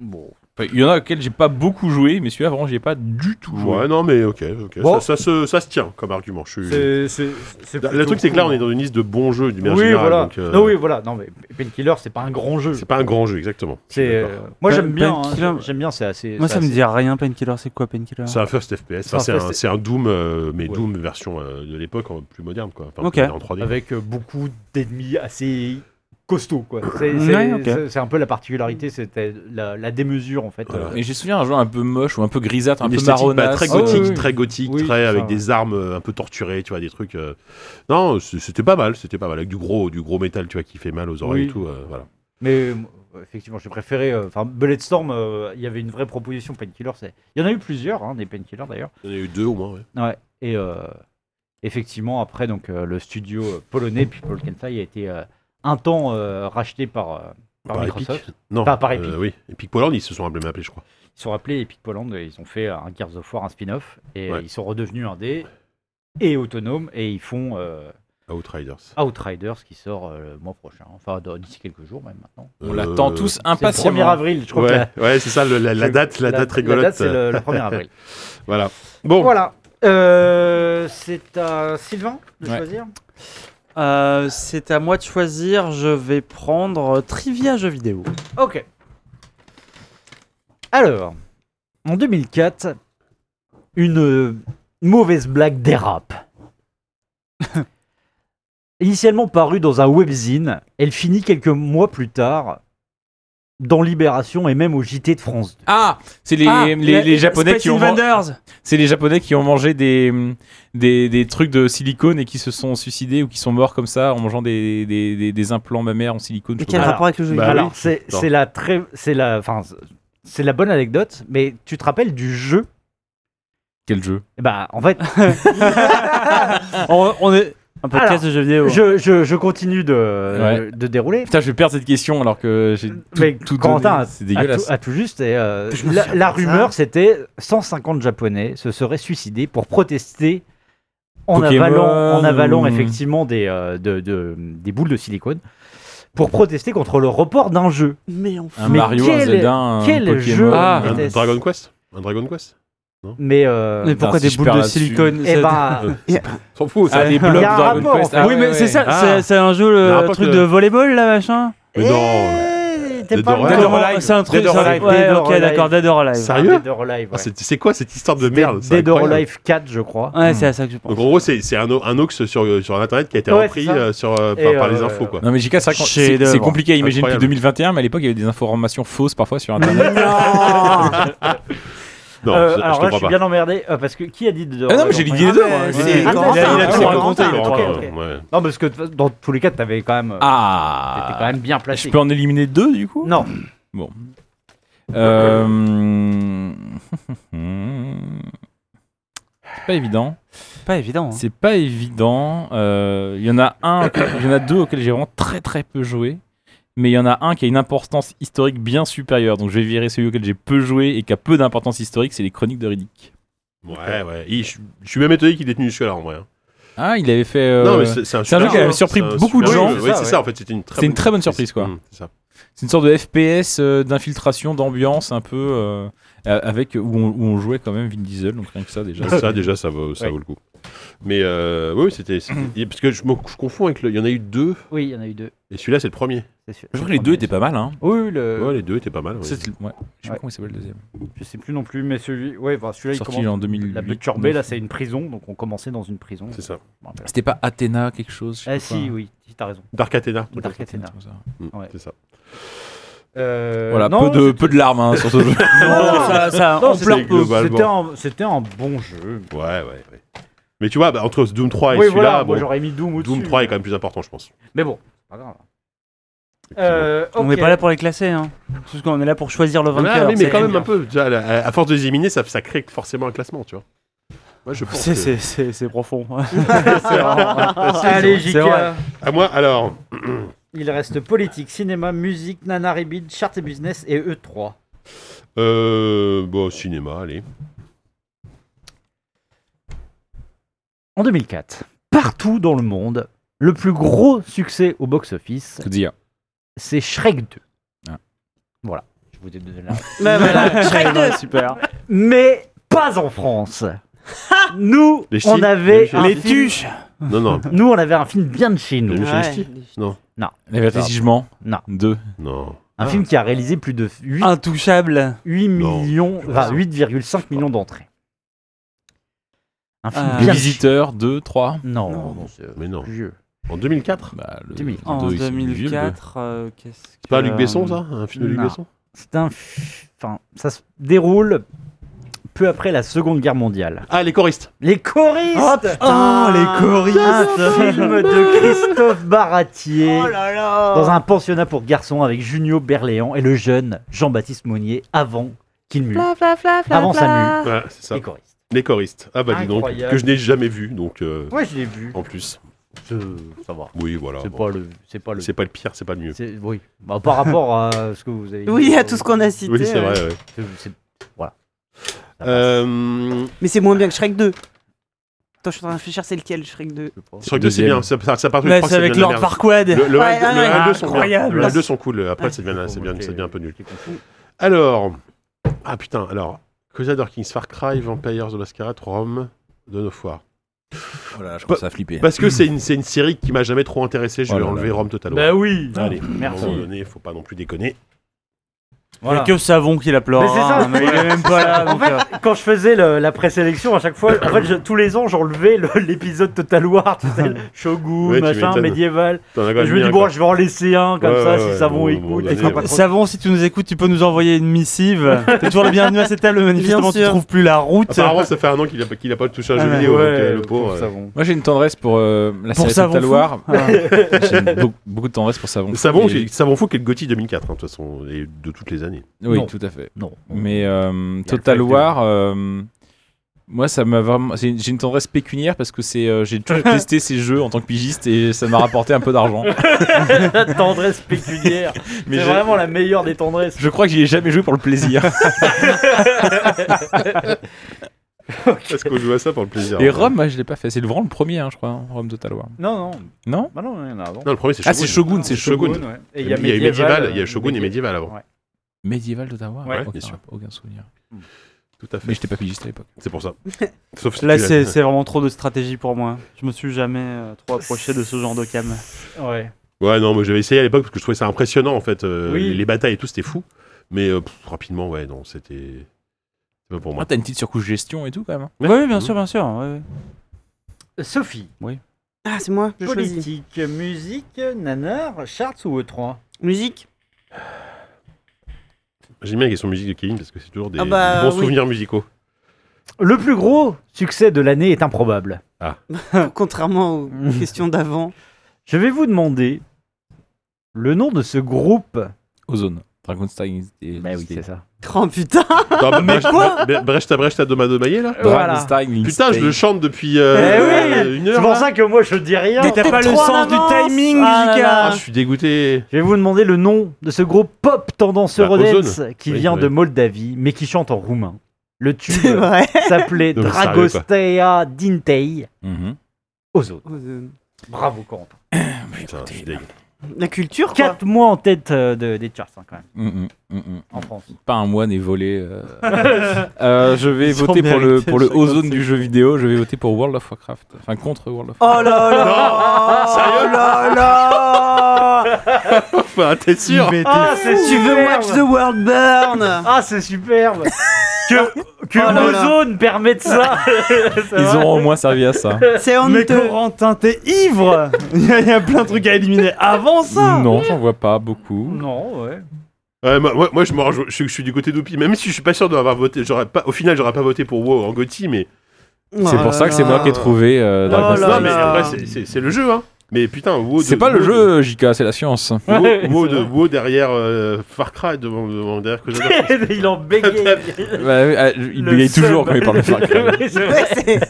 S4: Bon. Enfin, il y en a auxquels j'ai pas beaucoup joué, mais celui-là, vraiment, j'y ai pas du tout joué.
S1: Ouais, non, mais ok, ok.
S2: Bon.
S1: Ça, ça se, ça se tient comme argument. Je suis-
S2: C'est- c'est- c'est
S1: Le
S2: plutôt
S1: truc, c'est que là,
S2: cool. hein.
S1: on est dans une liste de bons jeux du manière
S2: Oui,
S1: générale,
S2: voilà.
S1: donc, euh,
S2: Non, oui, voilà. Non, mais Painkiller, c'est pas un grand jeu.
S1: C'est pas un grand jeu, exactement.
S2: C'est,
S1: D'accord.
S2: euh, moi,
S3: Pain-
S2: j'aime bien. hein,
S3: Painkiller-
S2: j'aime bien, c'est assez.
S3: Moi,
S2: c'est
S3: ça me
S2: assez-
S3: dit rien, Painkiller. C'est quoi Painkiller
S1: C'est un first FPS.
S3: C'est
S1: Enfin,
S3: un
S1: C'est un,
S3: first-
S1: c'est un Doom, euh, mais
S2: Ouais.
S1: Doom version euh, de l'époque, en plus moderne, quoi. Enfin,
S3: Ok.
S1: plus en 3D.
S2: Avec euh, beaucoup d'ennemis assez costauds, quoi. C'est,
S3: Ouais,
S2: c'est-
S3: ok.
S2: c'est- c'est un peu la particularité, c'était la, la démesure, en fait.
S1: Voilà.
S2: euh,
S4: Et j'ai souvenir un jeu un peu moche ou un peu grisâtre, un
S1: Une
S4: peu
S1: esthétique, bah,
S4: marronasse.
S1: très
S2: Ah, oui,
S1: gothique,
S2: oui.
S1: très gothique,
S2: Oui,
S1: très
S2: c'est
S1: avec
S2: ça,
S1: des armes euh, un peu torturées, tu vois, des trucs. euh, Non, c- c'était pas mal, c'était pas mal avec du gros, du gros métal, tu vois, qui fait mal aux oreilles
S2: Oui.
S1: et tout. euh, voilà.
S2: Mais euh, effectivement, j'ai préféré. euh, Enfin, Bulletstorm, euh, il y avait une vraie proposition Painkiller. c'est- Il y en a eu plusieurs, hein, des Painkillers d'ailleurs.
S1: Il y en a eu deux au moins. Ouais.
S2: Ouais. Et euh, effectivement, après, donc euh, le studio euh, polonais People Can Fly a été euh, un temps euh, racheté par, euh, par, Microsoft.
S1: Epic Non.
S2: Par- par Epic.
S1: euh, oui. Epic Poland, ils se sont même appelés, je crois.
S2: Ils sont appelés Epic Poland. et Ils ont fait un Gears of War, un spin-off, et
S1: Ouais.
S2: ils sont redevenus indés et autonomes, et ils font euh,
S1: Outriders.
S2: Outriders qui sort euh, le mois prochain. Enfin, dans- d'ici quelques jours même maintenant.
S4: On
S1: Euh,
S4: l'attend tous
S2: C'est le 1er
S4: impatiemment.
S2: avril, je crois. que
S1: Ouais,
S2: la-
S1: ouais c'est ça, le- la, la date, la, date rigolote.
S2: La date, c'est le- le 1er avril.
S1: Voilà. (laughs) Bon,
S2: Voilà. Euh, c'est à Sylvain de
S4: Ouais.
S2: choisir.
S6: Euh, c'est à moi de choisir. Je vais prendre euh, Trivia jeux vidéo.
S2: Ok. Alors, en 2004, une euh, mauvaise blague dérape. Initialement parue dans un webzine, elle finit quelques mois plus tard dans Libération et même au JT de France 2.
S4: Ah, c'est les,
S6: Ah,
S4: les,
S6: la-
S4: les japonais qui ont man-
S6: Invaders.
S4: c'est les japonais qui ont mangé des, des des trucs de silicone et qui se sont suicidés ou qui sont morts comme ça en mangeant des des, des, des implants mammaires en silicone. je
S5: Mais
S4: sais
S5: quel
S4: pas.
S2: Alors,
S5: rapport avec le jeu
S1: bah
S5: vidéo
S2: Alors, c'est
S1: Attends.
S2: c'est la très, c'est la, enfin, c'est la bonne anecdote, mais tu te rappelles du jeu
S4: Quel jeu
S2: Bah, en fait,
S6: on, on est un podcast
S2: Alors,
S6: de jeux vidéo.
S2: je, je- je continue de,
S4: Ouais.
S2: de dérouler.
S4: Putain, je vais perdre cette question alors que j'ai
S2: Mais
S4: tout, tout
S2: Corentin
S4: donné.
S2: a-
S4: C'est
S2: À tout,
S4: dégueulasse.
S2: à tout juste, et, euh,
S5: Je me ah,
S2: la,
S5: souviens
S2: la
S5: pas de ça.
S2: rumeur c'était 150 Japonais se seraient suicidés pour protester en
S4: Pokémon
S2: avalant, en avalant
S4: ou-
S2: effectivement des, euh, de- de- des boules de silicone pour protester contre le report d'un jeu.
S5: Mais enfin.
S4: Un
S2: Mais
S4: Mario, un
S2: quel-
S4: Zelda, un
S2: quel
S4: Pokémon.
S2: jeu
S6: Ah.
S1: un
S2: Était-ce-
S1: Dragon Quest Un Dragon Quest
S2: Mais euh,
S6: Mais pourquoi
S4: si
S6: des
S4: je
S6: boules
S4: perds
S6: de
S4: là-dessus.
S6: silicone
S2: eh
S6: ça-
S2: ben,
S1: S'en fout, ça.
S4: Ah, les blocs
S2: Il y a un
S4: Dragon
S2: rapport,
S4: Quest.
S2: en fait.
S4: Ah,
S6: bah. oui, mais
S4: ouais,
S6: c'est
S4: ouais.
S6: ça,
S4: Ah.
S6: c'est- c'est un jeu,
S1: Le
S6: le
S1: rapport
S6: truc
S1: que-
S6: de volleyball là, machin
S1: Mais non.
S2: eh, t'es
S1: Dead
S2: pas
S1: or
S2: loin.
S1: Alive.
S4: or Alive.
S6: C'est un truc,
S4: Dead or
S6: c'est un-
S4: Alive.
S6: ouais,
S2: Dead or
S6: ok,
S2: Alive.
S6: d'accord, Dead or Alive.
S1: Ça- Sérieux
S2: Dead or Alive, ouais.
S1: Ah, c'est c'est quoi cette histoire de merde c'est
S2: Dead or
S1: incroyable.
S2: Alive 4, je crois.
S6: Ouais, c'est à ça que je pense.
S1: Donc en gros, c'est c'est un, o- un ox sur, sur Internet qui a été
S2: Ouais, c'est
S1: repris
S2: ça.
S1: euh, sur, euh, par,
S2: Et,
S1: par les
S2: euh,
S1: infos, quoi.
S4: Non mais JK, c'est vrai qu'on- c'est
S6: Chef-d'œuvre.
S4: c'est compliqué à imaginer depuis
S1: Incroyable.
S4: 2021, mais à l'époque il y avait des informations fausses parfois sur internet.
S1: Non,
S2: Euh,
S1: je- je, te
S2: alors là, je
S1: crois
S2: suis
S1: pas.
S2: bien emmerdé euh, parce que qui a dit Dead or
S4: Ah non, mais
S2: Alive
S4: j'ai
S2: en
S4: lié les deux. moi.
S5: ouais,
S4: J'ai-
S5: c'est-
S4: Ah,
S5: Corentin,
S4: il a- il a
S5: Corentin,
S4: tout
S5: Corentin.
S4: raconté.
S2: ok,
S1: Encore,
S2: ok.
S1: ouais.
S2: Non, parce que dans tous les cas, t'avais quand même. euh, T'étais quand
S4: Ah.
S2: même bien
S4: Je
S2: placé.
S4: peux en éliminer deux du coup
S2: Non,
S4: (laughs) Euh, C'est pas évident.
S6: C'est pas évident. hein.
S4: C'est pas évident. Euh, Il y en a un, auquel- il y en a deux auxquels j'ai vraiment très très peu joué. Mais il y en a un qui a une importance historique bien supérieure. Donc je vais virer celui auquel j'ai peu joué et qui a peu d'importance historique, c'est les chroniques de Riddick.
S1: Ouais, ouais. Il- je, je suis même étonné qu'il ait tenu jusque-là, en vrai. hein.
S4: Ah, il avait fait. euh,
S1: Non, mais c'est c'est un,
S4: c'est un
S1: super hein.
S4: jeu qui avait surpris
S1: C'est un
S4: beaucoup de gens.
S1: super jeu. Oui, c'est ça, en fait. C'était une très
S4: C'est une très bonne surprise, quoi.
S1: Mm, c'est ça.
S4: C'est une sorte de FPS euh, d'infiltration, d'ambiance un peu euh, euh, avec où on, où on jouait quand même Vin Diesel, donc rien que ça déjà.
S1: Donc ça, déjà, ça vaut, ça
S2: Ouais.
S1: vaut le coup. Mais euh, oui, c'était. c'était- Parce que je, me- je confonds avec le. Il y en a eu deux,
S2: oui, il y en a eu deux.
S1: et celui-là, c'est le premier.
S2: c'est sûr.
S4: Je crois que les deux étaient pas mal, hein.
S2: Oui, le...
S1: Ouais, les deux étaient pas mal. ouais.
S4: C'est- ouais. Je sais pas
S2: Ouais.
S4: comment il s'appelle le deuxième.
S2: je sais plus non plus, mais celui, ouais, enfin, celui-là, il
S4: Sorti
S2: commence.
S4: en 2008.
S2: La Butcher Bay, là, c'est une prison, donc on commençait dans une prison.
S1: C'est ça.
S2: Je me rappelle.
S4: C'était pas Athéna quelque chose je sais
S2: Ah
S4: pas
S2: si,
S4: quoi.
S2: oui, si, t'as raison.
S1: Dark Athena.
S4: Ou
S2: Dark Athena.
S4: comme ça.
S1: Mm,
S2: Ouais.
S1: C'est ça.
S2: Euh,
S4: Voilà,
S2: non,
S4: peu, de, peu de larmes hein, sur ce
S2: (laughs)
S4: jeu.
S6: Non, ça, ça,
S2: non,
S6: on
S2: c'est-
S6: pleure
S1: c'est
S6: peu.
S1: global.
S2: C'était un, c'était un bon jeu.
S1: Ouais, ouais, ouais. Mais tu vois, bah, entre Doom 3 et
S2: oui,
S1: celui-là,
S2: voilà, moi
S1: bon,
S2: j'aurais mis Doom au
S1: Doom 3 est quand même plus important, je pense.
S2: Mais bon, c'est pas grave.
S1: Effectivement.
S2: Euh,
S6: On n'est
S2: ok.
S6: pas là pour les classer, hein. Parce qu'on est là pour choisir le
S1: Ah,
S6: vainqueur.
S1: oui, mais
S6: c'est-
S1: quand même un peu. déjà, à, à force de les éliminer, ça, ça crée forcément un classement, tu vois. Moi, je pense.
S6: C'est-
S1: que-
S6: C'est c'est- c'est profond.
S2: Allez,
S6: C'est vrai.
S2: JK.
S1: À moi, alors.
S2: Il reste politique, cinéma, musique, nana ribid, chart et business et E E3.
S1: Euh, bon, cinéma, allez.
S2: En 2004, partout dans le monde, le plus gros succès au box-office,
S4: Faut dire.
S2: c'est Shrek 2.
S4: Ah.
S2: Voilà. Je je vous ai donné la-
S5: Bah, voilà. Shrek 2.
S3: Super.
S2: Mais pas en France. Nous,
S1: Les chi-
S2: on avait
S1: les chi-
S2: un
S1: les
S2: film-
S1: tuches. Non, non.
S2: Nous, on avait un film bien de chez nous.
S1: Le
S5: Ouais.
S1: Ch'ti
S4: Les vertigigements.
S2: Non.
S4: Deux.
S1: Non.
S2: Un film qui a réalisé plus de 8,
S3: Intouchable.
S2: 8
S1: Non.
S2: millions, enfin, 8,5 millions d'entrées. Un film
S3: Euh,
S4: Les
S2: bien de
S4: visiteurs. Deux, trois.
S2: chez- Non,
S3: Non.
S2: non, c'est
S1: Mais non.
S2: vieux.
S1: En 2004
S4: Bah, le-
S2: 2000.
S4: le
S3: En
S4: deux, il s'est mis vieux, le deux.
S3: 2004, euh, qu'est-ce que.
S1: C'est pas Luc Besson, ça Un film de Luc
S2: non.
S1: Besson
S2: C'est un. f- Enfin, ça se déroule peu après la Seconde Guerre mondiale.
S1: Ah, les choristes
S2: Les choristes
S3: Oh, les
S2: Un
S3: choristes
S2: film de Christophe Baratier.
S5: Oh là là.
S2: dans un pensionnat pour garçons avec Junio Berléand et le jeune Jean-Baptiste Monnier avant qu'il mue.
S5: Fla, fla, fla, fla,
S2: Avant
S5: fla.
S2: Samu.
S1: Ouais, c'est ça.
S2: Les choristes.
S1: Les choristes. Ah, bah dis donc.
S2: Incroyable.
S1: Que je n'ai jamais vu, donc. euh,
S2: Ouais, je l'ai vu.
S1: En plus.
S2: Ça va.
S1: Oui, voilà.
S2: C'est
S1: Ah, bon. bah,
S2: pas le. C'est pas le.
S1: C'est pas le pire, c'est pas le mieux.
S2: c'est- Oui. Bah, par rapport à ce que vous avez. dit,
S5: Oui, à
S2: euh,
S5: tout ce qu'on a cité.
S1: Oui, c'est
S5: ouais.
S1: vrai, ouais.
S2: c'est- c'est- Voilà. Ça passe,
S1: Euh,
S5: Mais c'est moins bien que Shrek 2. Attends, je suis en train de réfléchir, c'est lequel Shrek 2
S2: je pense.
S1: C'est vrai que c'est
S4: Deuxième.
S1: bien, ça, ça, ça part je
S3: Là,
S1: crois que
S3: c'est
S1: ça
S3: avec
S1: devient de la merde.
S3: Lord Farquaad.
S1: Le, le,
S5: Ouais,
S1: un- le
S5: ouais,
S1: un et le deux sont bien.
S3: incroyable.
S1: Le un et le deux sont cool. Après, ça devient, ça
S2: bah,
S1: devient, ça devient un peu nul. Alors, ah putain, alors, que j'adore Kings, Far Cry, Vampires, The Masquerade, Rome, Dawn of War.
S4: Oh là là, je
S1: Bah-
S4: commence à flipper.
S1: Parce que c'est une, c'est une série qui m'a jamais trop intéressé, je
S4: Oh
S1: vais
S4: là
S1: enlever
S4: là.
S1: Rome totalement.
S3: Bah oui.
S1: Allez,
S2: merci.
S1: à un moment donné, faut pas non plus déconner.
S3: Il y a que Savon qui l'applaudit.
S2: Mais c'est ça.
S3: Mais il est même pas là.
S2: En
S3: donc,
S2: fait,
S3: euh,
S2: quand je faisais le- la présélection, à chaque fois, en fait, je- tous les ans, j'enlevais le- (laughs) l'épisode Total War, tu sais, le Shogun,
S1: Ouais, tu
S2: machin,
S1: m'étonnes.
S2: médiéval.
S1: T'en as quand
S2: Et
S1: même
S2: je me
S1: mis
S2: dis,
S1: un,
S2: bon,
S1: quoi.
S2: je vais en laisser un, comme
S1: Ouais,
S2: ça,
S1: ouais,
S2: si
S1: ouais,
S2: Savon
S1: bon,
S2: écoute.
S1: bon,
S2: il fera
S1: allez,
S2: pas trop-
S3: Savon, si tu nous écoutes, tu peux nous envoyer une missive. T'es toujours le bienvenu à cette table, mais manifestement, tu
S5: sûr.
S3: trouves plus la route.
S1: Apparemment, ça fait un an qu'il a, pas- qu'il a pas touché un jeu
S3: Ah,
S1: vidéo,
S3: ouais,
S1: donc, euh, le pauvre.
S2: Pauvre
S1: euh.
S2: Savon.
S4: Moi j'ai une tendresse pour euh, la
S3: Pour
S4: série
S3: Savon
S4: Total
S3: Fou.
S4: War.
S3: Ah.
S4: J'ai beaucoup, beaucoup de tendresse pour Savon. Fou,
S1: Savon,
S4: mais-
S1: j'ai- Savon Fou qui est le Gotti 2004, hein, de toute façon, et de toutes les années.
S4: Oui,
S2: Non.
S4: tout à fait.
S2: Non.
S4: Mais euh,
S1: le
S4: Total
S1: Fighter.
S4: War, euh, moi ça m'a vraiment. c'est une- J'ai une tendresse pécuniaire parce que c'est euh, j'ai (laughs) toujours testé ces jeux en tant que pigiste et ça m'a rapporté un peu d'argent.
S2: (laughs) La tendresse pécuniaire.
S4: Mais
S2: c'est
S4: j'ai-
S2: vraiment la meilleure des tendresses.
S4: Je crois que j'y ai jamais joué pour le plaisir.
S1: Est-ce qu'on joue à ça pour le plaisir
S4: Et
S1: hein.
S4: Rome, moi, je l'ai pas fait. C'est vraiment le premier, hein, je crois, hein, Rome Total War.
S2: Non, non.
S4: Non
S2: Bah non, il y en a avant.
S1: Non, le premier, c'est
S4: Ah, c'est Shogun,
S1: Shogun.
S4: c'est
S1: Shogun.
S4: Shogun.
S2: ouais. Et
S1: Il y a euh, eu Medieval, il y a eu Shogun
S2: euh,
S1: et Medieval avant.
S4: Médiéval Total War
S1: Ouais,
S4: Aucun-
S1: bien sûr.
S4: Aucun souvenir.
S1: Tout à fait.
S4: Mais j'étais pas pigiste à l'époque.
S1: C'est pour ça. Sauf si
S3: Là,
S1: tu l'as-
S3: c'est c'est vraiment trop de stratégie pour moi. Je me suis jamais euh, trop approché de ce genre de cam.
S2: Ouais.
S1: Ouais, non, mais j'avais essayé à l'époque parce que je trouvais ça impressionnant en fait. euh,
S2: Oui.
S1: les, les batailles et tout, c'était fou. Mais euh, pff, rapidement, ouais, non, c'était. C'est pas pour
S4: Moi,
S1: moi.
S4: Ah, t'as une petite surcouche gestion et tout quand même. hein.
S3: Oui, bien
S1: Mmh.
S3: sûr, bien sûr. ouais.
S2: Sophie,
S5: Ah, c'est moi, je choisis.
S2: politique, musique, nanar, charts ou E E3
S5: Musique
S1: J'aime bien la question musique de Kevin parce que c'est toujours des,
S5: Ah bah,
S1: des bons
S5: oui.
S1: souvenirs musicaux.
S2: Le plus gros succès de l'année est improbable.
S5: Contrairement aux
S2: Mmh.
S5: questions d'avant.
S2: Je vais vous demander le nom de ce groupe.
S4: Ozone. Dragonstein. et-
S2: Bah ça.
S5: Oh putain
S1: Non, mais quoi Brecht à Brecht à Domadomaillé là
S2: Voilà.
S4: Dragonstein, Lynx
S1: Euh, Putain, je
S4: Stain.
S1: le chante depuis euh,
S2: Eh oui
S1: une
S2: C'est
S1: heure.
S2: pour
S1: là.
S2: ça que moi je dis rien.
S3: Mais t'as pas le
S5: trois
S3: sens
S5: en
S3: du
S5: avance.
S3: timing,
S5: Ah là
S3: Jika.
S1: Ah, je suis dégoûté.
S2: Je vais vous demander le nom de ce groupe pop tendance
S1: Bah,
S2: Eurodance
S1: Ozone.
S2: qui
S1: Oui,
S2: vient
S1: oui.
S2: de Moldavie mais qui chante en roumain.
S5: (laughs)
S2: Le tube
S5: C'est vrai.
S2: s'appelait
S1: Non, mais sérieux,
S2: Dragostea Dintei
S4: Mhm.
S2: Ozo.
S5: Euh,
S2: Bravo Corentin.
S1: Putain, je suis dégueu.
S5: La culture, quoi.
S2: 4 mois en tête euh, de- des charts hein, quand même
S4: Mhm, mhm.
S2: en France.
S4: Pas un moine est volé. euh. Euh, je vais
S3: Sans
S4: voter pour le,
S3: mériter,
S4: pour le
S3: ça
S4: ozone
S3: compte.
S4: du jeu vidéo. Je vais voter pour World of Warcraft. Enfin, contre World of Warcraft.
S5: Oh là là
S1: Sérieux
S5: Oh là là
S1: Enfin, t'es sûr
S3: Mais t'es-
S2: Ah c'est
S5: Tu veux
S2: superbe
S5: watch the world burn
S2: Ah c'est superbe que que
S5: Oh là là.
S2: Ozone permette ça.
S4: Ils auront au moins servi à ça.
S5: C'est
S3: Mais
S5: honteux
S3: Corentin, t'es ivre Il y, a- il y a plein de trucs à éliminer avant ça
S4: non, j'en vois pas beaucoup.
S2: Non ouais.
S1: Ouais, moi, moi, moi, je, me rejou- je, suis- je suis du côté d'Oupi, même si je suis pas sûr d'avoir voté. J'aurais pas, au final, j'aurais pas voté pour WoW en Gotti, mais
S4: C'est pour ça que c'est moi qui ai trouvé euh,
S5: Oh
S4: Dragon's
S5: là
S1: non,
S4: Dogma.
S1: mais
S5: là.
S1: après, c'est- c'est c'est le jeu, hein. Mais putain, WoW.
S4: C'est
S1: de-
S4: pas le
S1: WoW de-
S4: jeu, JK, c'est la science.
S1: WoW,
S2: Ouais,
S1: WoW
S2: c'est
S1: de-
S2: vrai.
S1: WoW derrière euh, Far Cry, devant, devant- derrière que
S2: (laughs)
S1: j'adore.
S2: Il en bégayait.
S4: Bah, euh, il
S2: Le
S4: bégaye
S2: seum.
S4: toujours
S2: (laughs)
S4: quand il parle de Far Cry.
S2: Ouais, c'est vrai.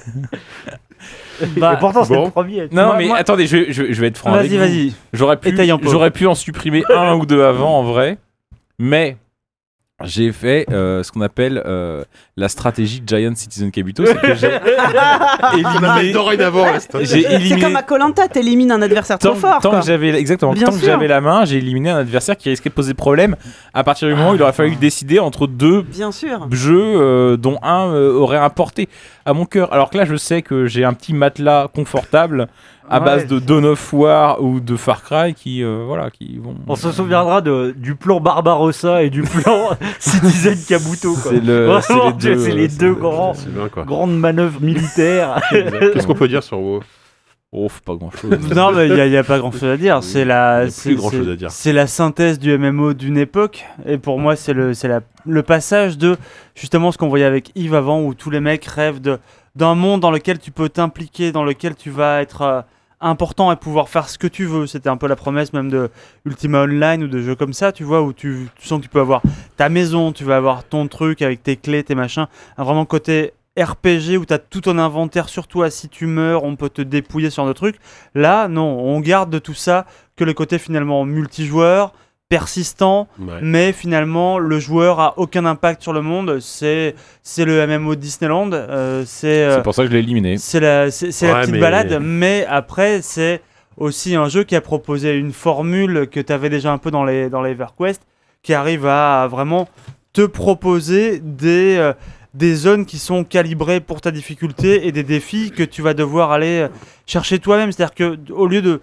S3: Bah,
S2: Et pourtant c'est
S1: bon.
S2: le premier.
S4: Non,
S3: Moi-
S4: mais
S3: moi-
S4: attendez, je, je- je vais être franc. avec
S3: Vas-y,
S4: vous.
S3: vas-y.
S4: J'aurais pu,
S3: Étaye un peu.
S4: j'aurais pu en supprimer un ou deux avant en vrai, mais j'ai fait euh, ce qu'on appelle euh, la stratégie Giant Citizen Kabuto, c'est que j'ai éliminé,
S1: Dorénavant, la
S4: Ah, j'ai
S5: C'est
S4: éliminé-
S5: comme à Colanta, t'élimines un adversaire
S4: tant,
S5: trop fort.
S4: tant
S5: quoi.
S4: que j'avais exactement
S5: Bien
S4: tant que
S5: sûr.
S4: j'avais la main, j'ai éliminé un adversaire qui risquait de poser problème à partir du moment où il aurait
S3: Ah.
S4: fallu décider entre deux
S5: Bien sûr.
S4: jeux euh, dont un euh, aurait importé à mon cœur. Alors que là, je sais que j'ai un petit matelas confortable à
S2: Ouais.
S4: base de Dawn of War ou de Far Cry qui euh, voilà qui vont
S2: On se souviendra de, du plan Barbarossa et du
S3: (laughs)
S2: plan Citizen Kabuto. quoi.
S4: C'est le-
S2: Vraiment,
S4: c'est les
S2: Dieu,
S4: deux, euh,
S2: c'est les
S4: c'est
S2: deux
S4: le-
S2: grands-
S1: C'est bien,
S2: (laughs)
S1: quoi.
S2: grandes manœuvres militaires.
S1: Qu'est-ce qu'on peut dire sur WoW
S4: Oh, faut pas grand chose. (laughs)
S3: Non, mais (laughs) il n'y a, pas grand chose à dire. C'est
S1: Il y a
S2: Ah,
S3: la,
S1: plus
S3: c'est-
S1: grand-chose
S3: c'est-
S1: à dire.
S3: c'est la synthèse du MMO d'une époque. Et pour moi, c'est le, c'est la- le passage de justement ce qu'on voyait avec Yves avant, où tous les mecs rêvent de, d'un monde dans lequel tu peux t'impliquer, dans lequel tu vas être euh, important et pouvoir faire ce que tu veux. C'était un peu la promesse même de Ultima Online ou de jeux comme ça, tu vois, où tu, tu sens que tu peux avoir ta maison, tu vas avoir ton truc avec tes clés, tes machins. Un vraiment côté RPG où tu as tout ton inventaire sur toi. Si tu meurs, on peut te dépouiller sur nos trucs. Là, non, on garde de tout ça que le côté finalement multijoueur, persistant,
S1: Ouais.
S3: mais finalement, le joueur a aucun impact sur le monde. C'est c'est le MMO Disneyland. euh, c'est euh,
S4: C'est pour ça que je l'ai éliminé.
S3: c'est la c'est c'est
S1: Ouais,
S3: la petite
S1: mais-
S3: balade. Mais après, c'est aussi un jeu qui a proposé une formule que tu avais déjà un peu dans les dans les EverQuest, qui arrive à vraiment te proposer des euh, des zones qui sont calibrées pour ta difficulté et des défis que tu vas devoir aller euh, chercher toi-même. C'est-à-dire que au lieu de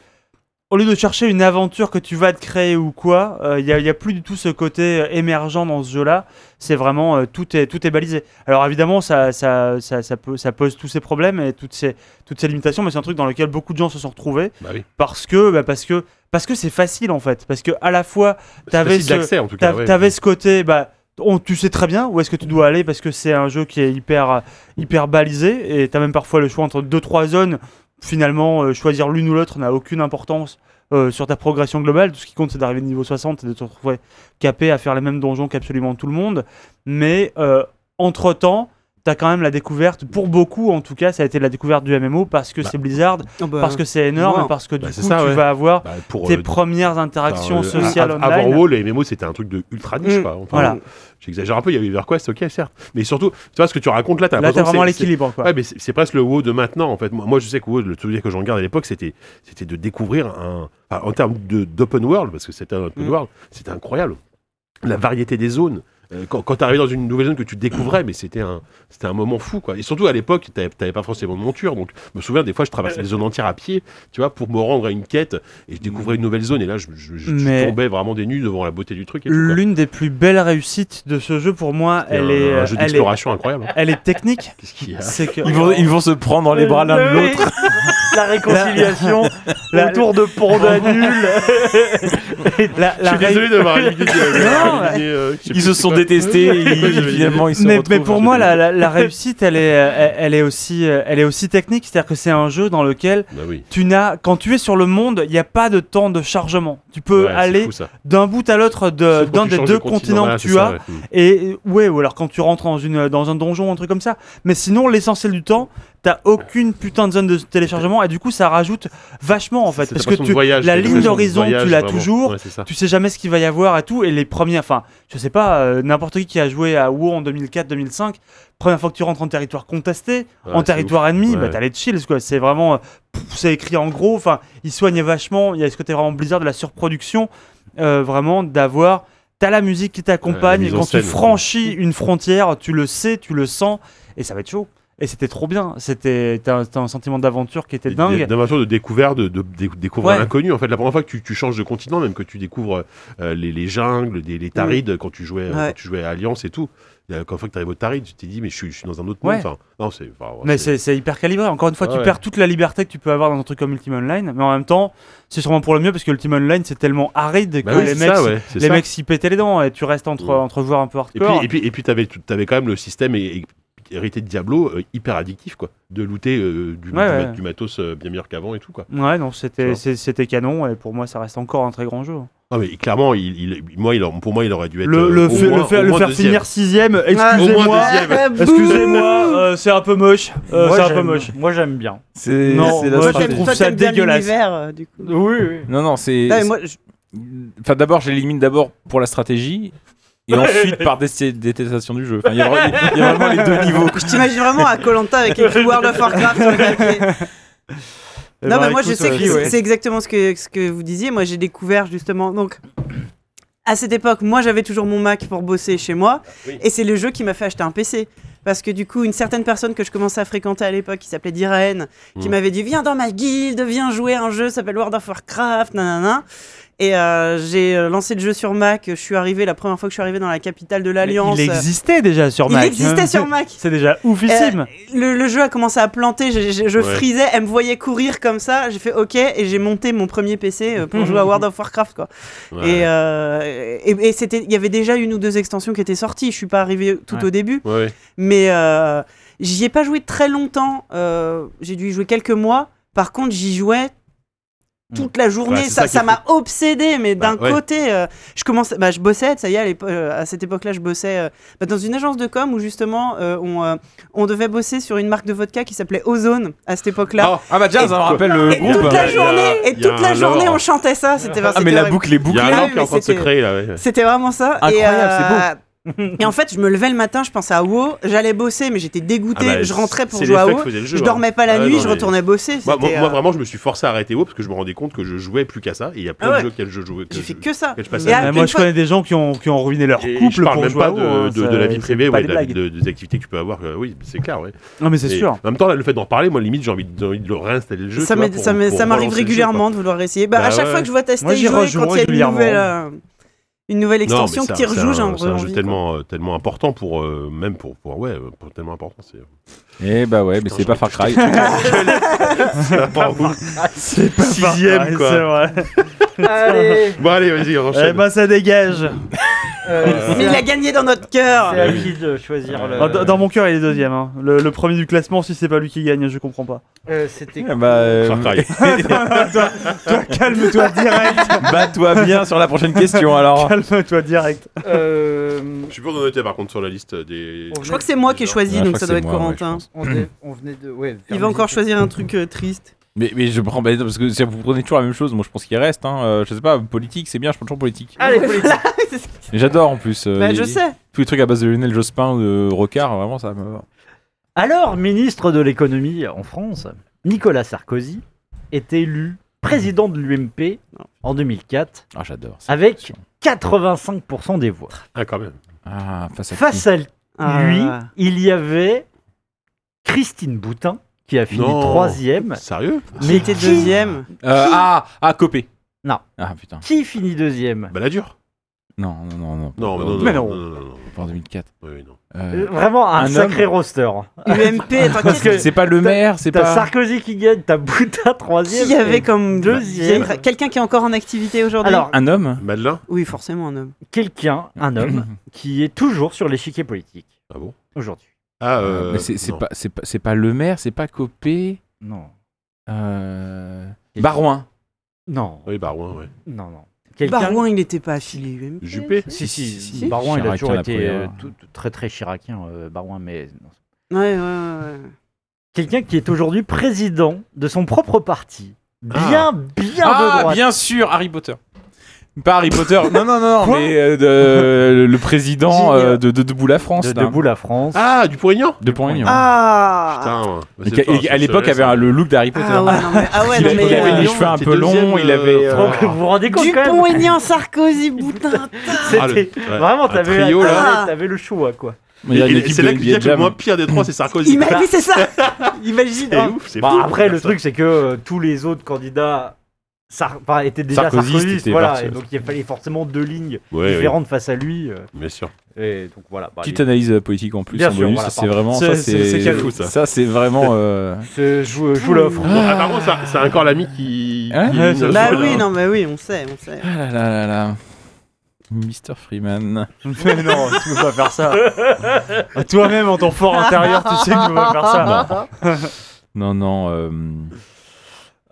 S3: au lieu de chercher une aventure que tu vas te créer ou quoi, il n'y a, y a plus du tout ce côté euh, émergent dans ce jeu-là. C'est vraiment euh, tout est tout est balisé. Alors évidemment, ça ça, ça, ça peut- ça pose tous ces problèmes et toutes ces toutes ces limitations, mais c'est un truc dans lequel beaucoup de gens se sont retrouvés
S1: Bah oui.
S3: parce que bah, parce que parce que c'est facile en fait, parce que à la fois t'avais
S1: Facile
S3: ce,
S1: d'accès, en tout cas.
S3: T'av-
S1: ouais.
S3: T'avais ce côté, bah, on, tu sais très bien où est-ce que tu dois aller parce que c'est un jeu qui est hyper, euh, hyper balisé et t'as même parfois le choix entre deux trois zones. Finalement, euh, choisir l'une ou l'autre n'a aucune importance euh, sur ta progression globale. Tout ce qui compte, c'est d'arriver niveau 60 et de te retrouver capé à faire les mêmes donjons qu'absolument tout le monde. Mais euh, entre temps. T'as quand même la découverte, pour beaucoup en tout cas, ça a été la découverte du MMO parce que
S1: Bah.
S3: c'est Blizzard,
S5: Oh bah,
S3: parce que c'est énorme,
S5: moi.
S3: et parce que du
S1: Bah,
S3: coup
S1: c'est ça,
S3: tu
S1: ouais.
S3: vas avoir
S1: Bah, pour,
S3: tes
S1: euh,
S3: premières
S1: Enfin,
S3: interactions
S1: euh,
S3: sociales
S1: av-
S3: online.
S1: Avant WoW, les MMO, c'était un truc de ultra niche.
S3: Mm.
S1: quoi. Enfin,
S3: Voilà.
S1: J'exagère un peu, il y avait EverQuest, ok, certes. Mais surtout, tu vois ce que tu racontes là, t'as
S3: Là, t'as
S1: l'impression que
S3: vraiment
S1: c'est- c'est-
S3: l'équilibre. quoi.
S1: Ouais, mais c'est c'est presque le WoW de maintenant, en fait. Moi, moi, je sais que WoW, le souvenir que j'en garde à l'époque, c'était c'était de découvrir un. enfin, en termes de- d'open world, parce que c'était un open
S3: Mm.
S1: world, c'était incroyable. La variété des zones. Euh, Quand, quand tu dans une nouvelle zone que tu découvrais, mais c'était un, c'était un moment fou, quoi. Et surtout à l'époque, t'avais t'avais pas forcément de monture, donc je me souviens des fois, je traversais les zones entières à pied, tu vois, pour me rendre à une quête, et je découvrais une nouvelle zone, et là, je, je- je- je
S3: Mais-
S1: tombais vraiment des nues devant la beauté du truc. Et tout, quoi.
S3: L'une des plus belles réussites de ce jeu pour moi,
S1: C'est
S3: elle
S1: un,
S3: est, euh,
S1: un jeu
S3: elle est,
S1: d'exploration incroyable. hein.
S3: elle est technique.
S1: (laughs) Qu'est-ce qu'il y a
S3: C'est que
S4: Ils vont, ils vont se prendre
S3: Oh,
S4: dans les bras l'un de l'autre.
S2: (laughs) la réconciliation
S3: La-
S2: autour de Panda nul.
S3: la,
S1: Je
S3: la
S1: suis désolé d'avoir euh, éliminé.
S3: Non,
S4: Ils se sont (laughs) détestés. ils- finalement, ils se
S3: mais,
S4: retrouvent.
S3: mais pour moi, la, la- la réussite, elle est, euh, elle, elle est aussi, euh, elle est aussi technique. C'est-à-dire que c'est un jeu dans lequel
S1: Bah oui.
S3: tu n'as, quand tu es sur le monde, il n'y a pas de temps de chargement. Tu peux
S1: Ouais, c'est
S3: aller
S1: fou, ça.
S3: d'un bout à l'autre de-
S1: Sauf quand
S3: d'un
S1: tu
S3: des
S1: changes
S3: deux
S1: de continent,
S3: continents
S1: voilà,
S3: que
S1: c'est
S3: tu
S1: ça,
S3: as.
S1: ouais. Mm.
S3: Et euh, ouais, ou alors quand tu rentres dans, une, euh, dans un donjon, un truc comme ça. Mais sinon, l'essentiel du temps, t'as aucune putain de zone de téléchargement et du coup, ça rajoute vachement en fait.
S1: C'est
S3: Parce
S1: ta
S3: que
S1: façon de
S3: tu,
S1: voyage,
S3: la
S1: c'est ta
S3: ligne
S1: façon de
S3: d'horizon, tu
S1: voyage,
S3: l'as
S1: vraiment.
S3: toujours.
S1: Ouais, c'est ça.
S3: tu sais jamais ce qu'il va y avoir et tout. Et les premiers, enfin, je sais pas, euh, n'importe qui qui a joué à WoW en 2004-2005, première fois que tu rentres en territoire contesté,
S1: Ouais,
S3: en
S1: c'est
S3: territoire ennemi,
S1: Ouais.
S3: bah t'as les chills quoi. C'est vraiment, euh, pff, c'est écrit en gros. Enfin, ils soignent vachement. Il y a ce côté vraiment Blizzard de la surproduction, euh, vraiment d'avoir. T'as la musique qui
S1: Ouais, la
S3: t'accompagne, et
S1: mise en
S3: quand
S1: scène,
S3: tu
S1: quoi.
S3: franchis une frontière, tu le sais, tu le sens, et ça va être chaud. Et c'était trop bien, c'était t'as un, t'as un sentiment d'aventure qui était
S1: Il y a
S3: dingue.
S1: D'aventure de découverte, de, de- de- découvrir
S3: Ouais.
S1: l'inconnu. En fait, la première fois que tu, tu changes de continent, même que tu découvres euh, les, les jungles, des-
S3: Mm.
S1: les tarides, quand, tu jouais, euh,
S5: Ouais.
S1: quand tu jouais à Alliance et tout, euh, quand une fois que tu arrives au taride, tu t'es dit, mais je, suis- je suis dans un autre
S3: Ouais.
S1: monde. Enfin, non, c'est. enfin, ouais,
S3: Mais
S1: c'est-
S3: c'est c'est hyper calibré. Encore une fois,
S1: Ouais,
S3: tu
S1: ouais.
S3: perds toute la liberté que tu peux avoir dans un truc comme Ultima Online, mais en même temps, c'est sûrement pour le mieux parce que Ultima Online c'est tellement aride que
S1: Bah oui,
S3: les
S1: c'est
S3: mecs,
S1: ça, ouais, c'est
S3: les
S1: ça.
S3: mecs s'y pétaient les dents et tu restes entre
S1: Ouais.
S3: entre joueurs un peu
S1: Et puis,
S3: hardcore.
S1: et puis, et puis, t'avais, tout- t'avais quand même le système é- é- hérité de Diablo euh, hyper addictif, quoi. De looter euh, du, du
S3: Ouais,
S1: mat-
S3: ouais.
S1: du matos euh, bien meilleur qu'avant et tout, quoi.
S3: Ouais, non,
S1: Tu
S3: c'était
S1: vois.
S3: c'est- c'était canon et pour moi ça reste encore un très grand jeu.
S1: Non, Ah, mais clairement, il, il- moi, il, en- pour moi, il aurait dû être.
S3: Le,
S1: euh,
S3: le,
S1: au
S3: fait-
S1: moins-
S3: le faire,
S1: au
S3: le
S1: moins
S3: faire
S1: deuxième.
S3: finir sixième,
S1: Au moins
S3: excusez-moi,
S1: deuxième.
S3: excusez-moi, euh, c'est un peu moche, euh,
S2: Moi,
S3: c'est un peu
S2: j'aime-
S3: moche.
S2: Moi j'aime bien.
S4: C'est
S3: Non,
S4: c'est la
S5: Toi, t'aimes-
S3: moi, je
S4: stratégie.
S3: trouve
S5: toi,
S3: ça
S5: t'aimes bien
S3: dégueulasse.
S5: l'univers, euh, du coup.
S2: Oui, oui.
S4: Non, non, c'est.
S5: Non, mais moi, je-
S4: Enfin, d'abord, je l'élimine d'abord pour la stratégie.
S5: (laughs)
S4: et ensuite par dé- détestation du jeu. Enfin, il y a vra- il y a vraiment les deux
S5: (laughs)
S4: niveaux.
S5: Je t'imagine vraiment à
S4: (laughs)
S5: Colanta avec écrit World of Warcraft sur le papier.
S3: Eh
S5: Non,
S3: ben,
S5: mais moi, je
S3: écoute,
S5: sais que
S3: Sophie,
S5: c'est
S3: ouais.
S5: c'est exactement ce que, ce que vous disiez. Moi, j'ai découvert justement. Donc, à cette époque, moi, j'avais toujours mon Mac pour bosser chez moi.
S1: Oui.
S5: Et c'est le jeu qui m'a fait acheter un PC. Parce que du coup, une certaine personne que je commençais à fréquenter à l'époque, qui s'appelait Diraen, qui
S1: Mm.
S5: m'avait dit Viens dans ma guilde, viens jouer à un jeu, ça s'appelle World of Warcraft, nanana. Et euh, j'ai euh, lancé le jeu sur Mac. Je suis arrivé, la première fois que je suis arrivé dans la capitale de
S3: Mais
S5: l'Alliance.
S3: Il existait déjà
S5: euh.
S3: sur
S5: Il
S3: Mac. hein.
S5: existait
S3: (laughs)
S5: sur Mac.
S3: C'est déjà oufissime.
S5: Euh, le, le jeu a commencé à planter, je, je- je
S1: Ouais.
S5: frisais, elle me voyait courir comme ça, j'ai fait ok et j'ai monté mon premier PC euh, pour jouer
S1: (laughs)
S5: à World of Warcraft quoi.
S1: Ouais.
S5: Et, euh, et, et c'était, il y avait déjà une ou deux extensions qui étaient sorties, je suis pas arrivé tout
S3: Ouais.
S5: au début,
S1: Ouais, ouais.
S5: mais euh, j'y ai pas joué très longtemps, euh, j'ai dû y jouer quelques mois. Par contre, j'y jouais toute la journée,
S1: Ouais, c'est
S5: ça
S1: ça qui
S5: ça
S1: est
S5: m'a obsédé, mais
S1: Bah,
S5: d'un
S1: ouais.
S5: côté, euh, je commençais, bah, je bossais, ça y est, à, l'épo- euh, à cette époque-là, je bossais euh, bah, dans une agence de com où justement euh, on, euh, on devait bosser sur une marque de vodka qui s'appelait Ozone à cette époque-là.
S1: Ah,
S4: Ah bah tiens,
S5: Et-
S4: ça me rappelle le
S5: et
S4: groupe.
S5: toute
S1: bah,
S5: la
S1: il y a-
S5: journée, et
S1: il y a
S5: toute la
S1: un
S5: journée,
S1: lore.
S5: on chantait ça, c'était
S4: Ah mais
S5: c'était
S4: la
S5: horrible.
S4: boucle est
S1: Il y
S4: bouclée.
S1: a
S5: Ah
S1: un an
S5: oui,
S1: qui est en
S5: mais
S1: train de se
S5: c'était-
S1: créer là. ouais.
S5: C'était vraiment ça.
S3: Incroyable,
S5: et, euh, et en fait, je me levais le matin, je pensais à WoW, j'allais bosser, mais j'étais
S1: Ah
S5: dégoûté.
S1: bah,
S5: je rentrais pour
S1: c'est
S5: jouer à
S1: les faits que
S5: WoW.
S1: faisait le jeu,
S5: Je
S1: hein.
S5: dormais pas la
S1: Ah,
S5: nuit,
S1: non,
S5: je
S1: mais-
S5: retournais bosser.
S1: Moi, moi-
S5: c'était,
S1: moi,
S5: euh,
S1: vraiment, je me suis forcé à arrêter WoW parce que je me rendais compte que je jouais plus qu'à ça. Et il y a
S5: Ah
S1: plein de
S5: ouais.
S1: jeux auxquels je jouais.
S5: J'ai fait
S1: je-
S5: que ça.
S1: que je passais
S5: Et
S1: à
S5: à-
S3: Ouais,
S5: une
S3: moi, je
S5: fois-
S3: connais des gens qui ont, qui ont ruiné leur
S1: Et
S3: couple
S1: je parle
S3: pour
S1: même
S3: jouer
S1: pas
S3: à
S1: de,
S3: WoW, hein,
S1: de- de
S3: ça-
S1: la vie
S3: c'est
S1: privée,
S3: pas
S1: ouais,
S3: des
S1: de la vie
S3: blagues.
S1: de- des activités que tu peux avoir. euh, oui, c'est clair. Ouais.
S3: Non, mais c'est
S1: Et
S5: (laughs)
S3: sûr.
S1: En même temps, là, le fait d'en parler, moi, limite, j'ai envie, de- j'ai envie de le réinstaller le jeu.
S5: ça
S1: tu vois,
S5: m'est-
S1: pour-
S5: ça m'est-
S1: pour
S5: ça m'arrive
S1: relancer le jeu, quoi.
S5: régulièrement de vouloir essayer. Bah,
S1: Bah
S5: à chaque
S1: ouais.
S5: fois que je vois tester
S3: Moi,
S5: y
S3: j'y
S5: jouer,
S3: rejoins
S5: quand il y a une
S3: régulièrement.
S5: nouvelle, euh, une nouvelle
S1: Non, mais
S5: extension
S1: c'est un-
S5: qui
S1: c'est un-
S5: rejoue, j'ai envie.
S1: C'est un jeu
S5: quoi.
S1: tellement, euh, tellement important pour. euh, même pour. pour- Ouais, pour- tellement important. C'est
S4: Et bah ouais, mais c'est pas Far Cry.
S1: c'est pas
S3: Ouais,
S1: sixième,
S3: c'est
S1: quoi.
S3: vrai.
S2: bah, Allez
S1: (laughs) Bon, allez, vas-y, on
S3: Eh
S1: enchaîne.
S3: ben, ça dégage.
S2: Euh,
S5: Mais il a gagné dans notre cœur.
S2: C'est à qui de choisir
S3: Ah, Dans
S2: le.
S3: dans mon cœur, il est deuxième. hein. Le, le premier du classement, si c'est pas lui qui gagne, je
S1: (laughs)
S3: comprends pas.
S2: Euh, C'était.
S5: (laughs)
S4: Ah bah, euh,
S1: Far
S4: (laughs)
S1: Cry.
S3: Calme-toi direct.
S4: Bats-toi bien sur la prochaine question alors.
S3: Calme-toi direct.
S2: euh,
S1: Je suis pas de noter, par contre, sur la liste des.
S2: On
S5: Je crois que c'est moi qui ai choisi,
S4: Ouais, Ah, je
S5: donc
S4: crois
S5: ça
S4: que
S5: doit
S4: c'est
S5: être
S4: moi, ouais,
S5: Corentin.
S4: je pense.
S2: on, est- on venait de. Ouais,
S5: Il va
S2: vers-
S5: encore choisir un truc euh, triste.
S4: Mais, mais je prends, bah, non, parce que si vous prenez toujours la même chose, moi je pense qu'il reste. Hein. Euh, je sais pas, politique, c'est bien, je prends toujours politique.
S5: (laughs)
S2: Allez, politique.
S4: Et J'adore en plus. euh,
S5: Bah,
S4: les-
S5: je sais.
S4: Tous les trucs à base de Lionel Jospin ou de Rocard, vraiment ça me.
S2: Alors, ministre de l'économie en France, Nicolas Sarkozy est élu président de l'UMP en 2004
S4: Ah, j'adore. ça.
S2: avec 85% des voix.
S1: Ah, quand même.
S4: Ah, face à qui
S2: Face à lui,
S5: Ah.
S2: il y avait Christine Boutin qui a fini
S1: Non.
S2: troisième.
S1: Sérieux
S2: Mais
S5: T'es
S2: qui,
S5: deuxième.
S4: Euh, Ah, ah, Copé.
S2: Non.
S4: Ah putain.
S2: qui finit deuxième
S1: Baladur
S4: Non, non, non, non.
S1: Bah, Non, mais non, non.
S3: Mais
S1: non,
S3: non.
S1: non, non, non.
S4: Pas En 2004.
S1: Oui, oui, non.
S4: Euh,
S2: Euh, Vraiment un,
S4: Un
S2: sacré
S4: homme.
S2: roster.
S5: UMP, attends,
S2: Parce que-
S4: c'est pas le maire, c'est
S2: T'as
S4: pas.
S2: Sarkozy qui gagne, t'as Boutin troisième.
S5: qui y avait comme
S2: Deuxième.
S5: deuxième Quelqu'un qui est encore en activité aujourd'hui
S2: Alors,
S4: Un homme
S1: Madeleine
S5: Oui, forcément un homme.
S2: quelqu'un, un homme,
S5: Mm-hmm.
S2: qui est toujours sur l'échiquier politique
S1: Ah bon
S2: aujourd'hui.
S1: Ah,
S4: Euh,
S1: euh.
S4: mais c'est c'est
S1: non.
S4: pas, c'est pas, c'est pas le maire, c'est pas Copé.
S2: Non.
S4: Euh... Barouin.
S2: Non,
S1: Oui, Barouin, ouais.
S2: non, non. Quelqu'un.
S5: Barouin, il n'était pas affilié UMP.
S1: Juppé
S2: Si, si, si,
S4: Si,
S2: Barouin, il a
S4: Chirac,
S2: toujours
S4: il y en a
S2: été
S4: pour
S2: euh,
S4: hier.
S2: tout- tout- très très chiracien, euh, Barouin, mais. non.
S5: Ouais, ouais, ouais.
S2: Quelqu'un qui est aujourd'hui président de son propre parti. Bien, bien de
S4: Ah,
S2: droite.
S4: bien sûr, Harry Potter. Pas Harry
S1: (laughs)
S4: Potter, non, non, non, non, mais euh, de- le président
S2: Génial.
S4: euh, de, de Debout la France.
S2: De
S4: là.
S2: debout la France.
S1: Ah, du Poirignon
S4: De Poirignon.
S5: Ah
S1: Putain,
S4: hein.
S1: bah,
S4: Et
S1: c'est
S4: qu'à-
S1: fort,
S4: et
S1: ça,
S4: à l'époque,
S1: ça,
S4: avait
S1: ça.
S4: un- le look d'Harry Potter.
S5: Ah ouais, non, mais, ah ouais,
S4: il,
S5: non,
S4: avait-
S5: mais,
S4: il avait les
S5: euh,
S4: cheveux un
S1: t'es
S4: peu longs,
S1: deuxième,
S4: il
S1: euh,
S4: avait. euh,
S2: Donc, vous vous rendez compte quand même
S5: Dupont-Aignan, Sarkozy, Boutin.
S1: Ah, le-
S2: C'était-
S1: ouais.
S2: Vraiment,
S1: Un
S2: t'avais
S1: trio,
S5: là.
S2: t'avais le choix, quoi.
S4: il y a une
S1: Et- et
S4: équipe
S1: C'est
S4: de
S1: là que je
S4: NBA
S1: disais que le
S4: Jam.
S1: moins pire des trois, c'est Sarkozy.
S5: Imagine, c'est ça Imagine
S1: C'est ouf, c'est
S2: Bah,
S1: fou.
S2: après, le truc, c'est que euh, tous les autres candidats Sar- enfin, étaient déjà
S4: Sarkozy,
S2: sarkozystes,
S4: c'était
S2: voilà,
S4: parti.
S2: et donc il fallait forcément deux lignes
S1: Ouais, ouais,
S2: différentes face à lui. euh,
S1: bien sûr.
S2: et donc voilà. bah,
S4: Petite analyse euh, politique en plus,
S2: Bien
S4: en
S2: sûr,
S4: bonus,
S2: voilà,
S4: ça c'est
S2: pardon.
S4: vraiment.
S3: C'est-
S4: Ça
S3: c'est-
S4: c'est
S3: c'est
S1: calme. Fou, ça.
S4: ça, c'est vraiment. euh,
S2: je, je vous- je vous l'offre.
S1: (laughs) Bon, ah, par contre, ça- c'est un corps l'ami qui.
S4: Hein
S1: qui-
S3: Ouais,
S1: qui-
S3: c'est-
S5: Bah
S1: voilà.
S5: oui, non, mais oui, on sait, on sait.
S4: Ah là là là là. Mr. Freeman.
S3: Mais non, tu peux pas faire ça. Toi-même, en ton fort intérieur, tu sais que tu peux pas
S5: Ah,
S3: faire ça.
S4: Non. (laughs) Non, non. euh,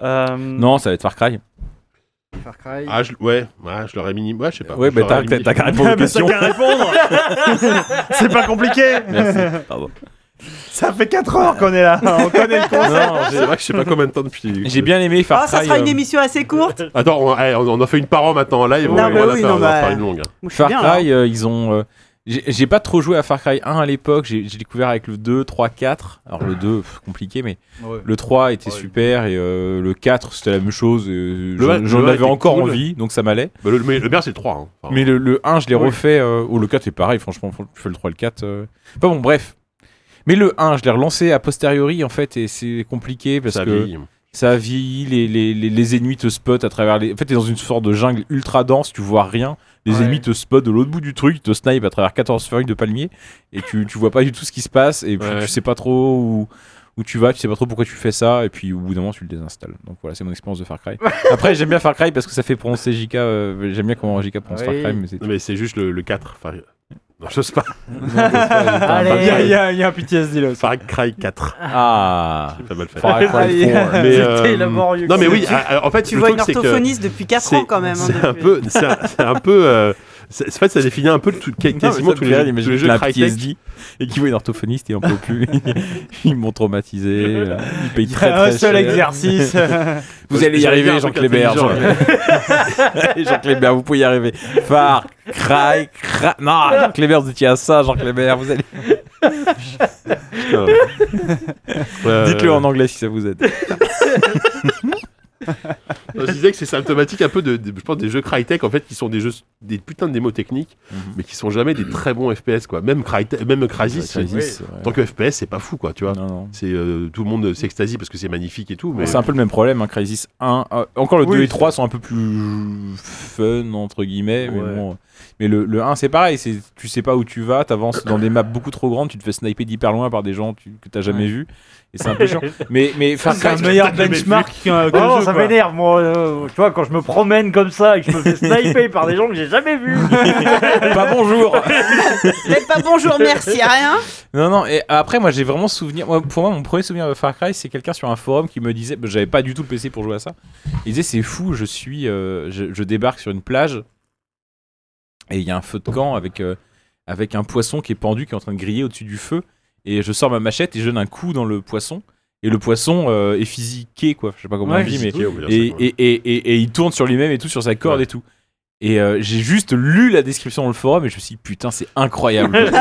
S3: Euh,
S4: Non, ça va être Far Cry.
S2: Far Cry.
S1: Ah, je, ouais, ouais, je l'aurais mini. Ouais, je sais pas.
S4: Ouais,
S1: Je
S4: bah
S1: l'aurais
S4: t'as- t'as
S1: mini-
S4: t'as qu'à répondre aux
S3: mais t'as
S4: questions. (laughs)
S1: (laughs)
S3: qu'à répondre. C'est pas compliqué.
S4: Merci. Pardon.
S6: Ça fait 4 heures qu'on est là, on connaît le concept.
S1: (laughs) C'est vrai que je sais pas combien de temps depuis.
S4: J'ai bien aimé Far
S5: Ah, ça
S4: Cry,
S5: sera une
S4: euh,
S5: émission assez courte.
S1: Attends, on, eh, on- on en fait une par an maintenant en live.
S5: Non,
S1: on, va-
S5: mais
S1: on va
S5: oui,
S1: faire-
S5: non,
S1: on va
S5: bah,
S1: faire une longue. hein.
S5: Moi, je suis
S4: Far
S5: bien, hein. là.
S4: Cry, euh, ils ont. euh, j'ai j'ai pas trop joué à Far Cry 1 à l'époque, j'ai j'ai découvert avec le 2, 3, 4. Alors le 2, pff, compliqué, mais le 3 était
S1: Ouais.
S4: super et euh, le 4, c'était la même chose. euh,
S1: Le un-
S4: J'en j'en
S1: le un
S4: avais
S1: était
S4: encore
S1: cool.
S4: envie, donc ça m'allait.
S1: Bah, le, mais le meilleur, c'est le 3. hein. Enfin,
S4: Mais le, le 1, je l'ai
S1: Oui.
S4: refait. euh, ou le 4, c'est pareil, franchement, faut- je fais le 3 le 4. euh. Enfin bon, bref. Mais le 1, je l'ai relancé a posteriori, en fait, et c'est compliqué parce
S1: ça
S4: que
S1: vieillit. hein.
S4: ça a vieilli, les, les, les, les ennemis te spotent à travers les... En fait, t'es dans une sorte de jungle ultra dense, tu vois rien. Les
S6: Ouais.
S4: ennemis te spotent de l'autre bout du truc, ils te snipe à travers 14 feuilles de palmier, et tu, tu vois pas du tout ce qui se passe, et puis
S1: Ouais.
S4: tu sais pas trop où, où tu vas, tu sais pas trop pourquoi tu fais ça, et puis au bout d'un moment, tu le désinstalles. Donc voilà, c'est mon expérience de Far
S2: (laughs)
S4: Cry. Après, j'aime bien Far Cry parce que ça fait prononcer JK, euh, j'aime bien comment JK prononce Far
S2: Oui.
S4: Cry, mais
S2: (laughs)
S4: c'est...
S1: Non, mais c'est juste le, le 4. Enfin, non, je sais pas.
S6: Il y, a- il y
S2: Ah, Allez,
S6: a- il y a un PTSD
S4: Euh,
S6: là.
S1: Far Cry 4.
S4: Ah
S1: J'ai pas mal fait.
S4: Far Cry
S2: (laughs) Allez.
S4: 4.
S1: Mais,
S2: C'était
S1: euh,
S2: laborieux.
S1: Non, mais oui,
S2: Tu-
S1: ah, ah, en fait,
S5: Tu
S1: le
S5: vois
S1: truc,
S5: une
S1: c'est que-
S5: orthophoniste depuis 4 ans quand même. hein,
S1: C'est un
S5: depuis.
S1: peu, c'est un, c'est un peu. euh, c'est- en fait, ça définit un peu le tout-
S4: (laughs)
S1: quasiment tous les jeux, tous les jeux
S4: la
S1: Crytek.
S4: PTSD et qui voit une orthophoniste et un peu
S1: (laughs)
S4: plus. Ils m'ont traumatisé. euh, Ils payent très très
S6: Un seul
S4: cher. (laughs)
S6: exercice.
S4: Vous allez y
S1: J'allais
S4: arriver,
S1: dire un
S4: Jean
S1: truc
S4: Clébert. Jean
S1: intelligent,
S4: (laughs)
S1: (laughs)
S4: Jean Clébert, vous pouvez y arriver. Far, cry, cra... Non,
S1: (laughs)
S4: Jean Clébert, vous étiez à ça, Jean Clébert. Vous allez...
S1: Putain.
S4: (laughs)
S1: Euh,
S4: Dites-le en anglais si ça vous aide.
S1: Je disais que c'est symptomatique un peu de, de- je pense, des jeux Crytek en fait qui sont des jeux des putains de démos techniques, mais qui sont jamais des très bons FPS quoi. Même Crytek, même Crysis,
S4: Ouais,
S1: en tant que FPS, c'est pas fou quoi, tu vois.
S4: Non, non.
S1: C'est euh, tout le monde s'extasie parce que c'est magnifique et tout, mais
S4: C'est un peu le même problème, hein, Crysis 1. euh, encore le
S6: Oui,
S4: 2 et 3 sont un peu plus fun, entre guillemets. Mais,
S2: Ouais.
S4: bon, mais le, le 1, c'est pareil. c'est- Tu sais pas où tu vas, t'avances dans des maps beaucoup trop grandes, tu te fais sniper d'hyper loin par des gens tu- que t'as jamais vus. Et c'est un
S6: (laughs)
S4: peu chiant. Mais, mais Far
S6: C'est
S4: Cry,
S6: un meilleur benchmark qu'un que
S2: Oh,
S6: le jeu.
S2: ça
S6: quoi.
S2: m'énerve, moi. euh, tu vois, quand je me promène comme ça et que je me fais sniper par des gens que j'ai jamais
S6: (laughs)
S2: vus.
S4: (laughs) pas bonjour.
S5: Même pas bonjour, merci, rien.
S4: Non, non, et après, moi j'ai vraiment souvenir. moi, pour moi, mon premier souvenir de Far Cry, c'est quelqu'un sur un forum qui me disait. bah, J'avais pas du tout le PC pour jouer à ça. Il disait C'est fou, je suis. euh, je, je débarque sur une plage et il y a un feu de camp avec, euh, avec un poisson qui est pendu, qui est en train de griller au-dessus du feu. Et je sors ma machette et je donne un coup dans le poisson. Et le poisson euh, est physiqué, quoi. Je sais pas comment on dit, mais et, et, et, et- et il tourne sur lui-même et tout, sur sa corde
S1: Ouais.
S4: et tout. Et euh, j'ai juste lu la description dans le forum et je me suis dit, putain, c'est incroyable.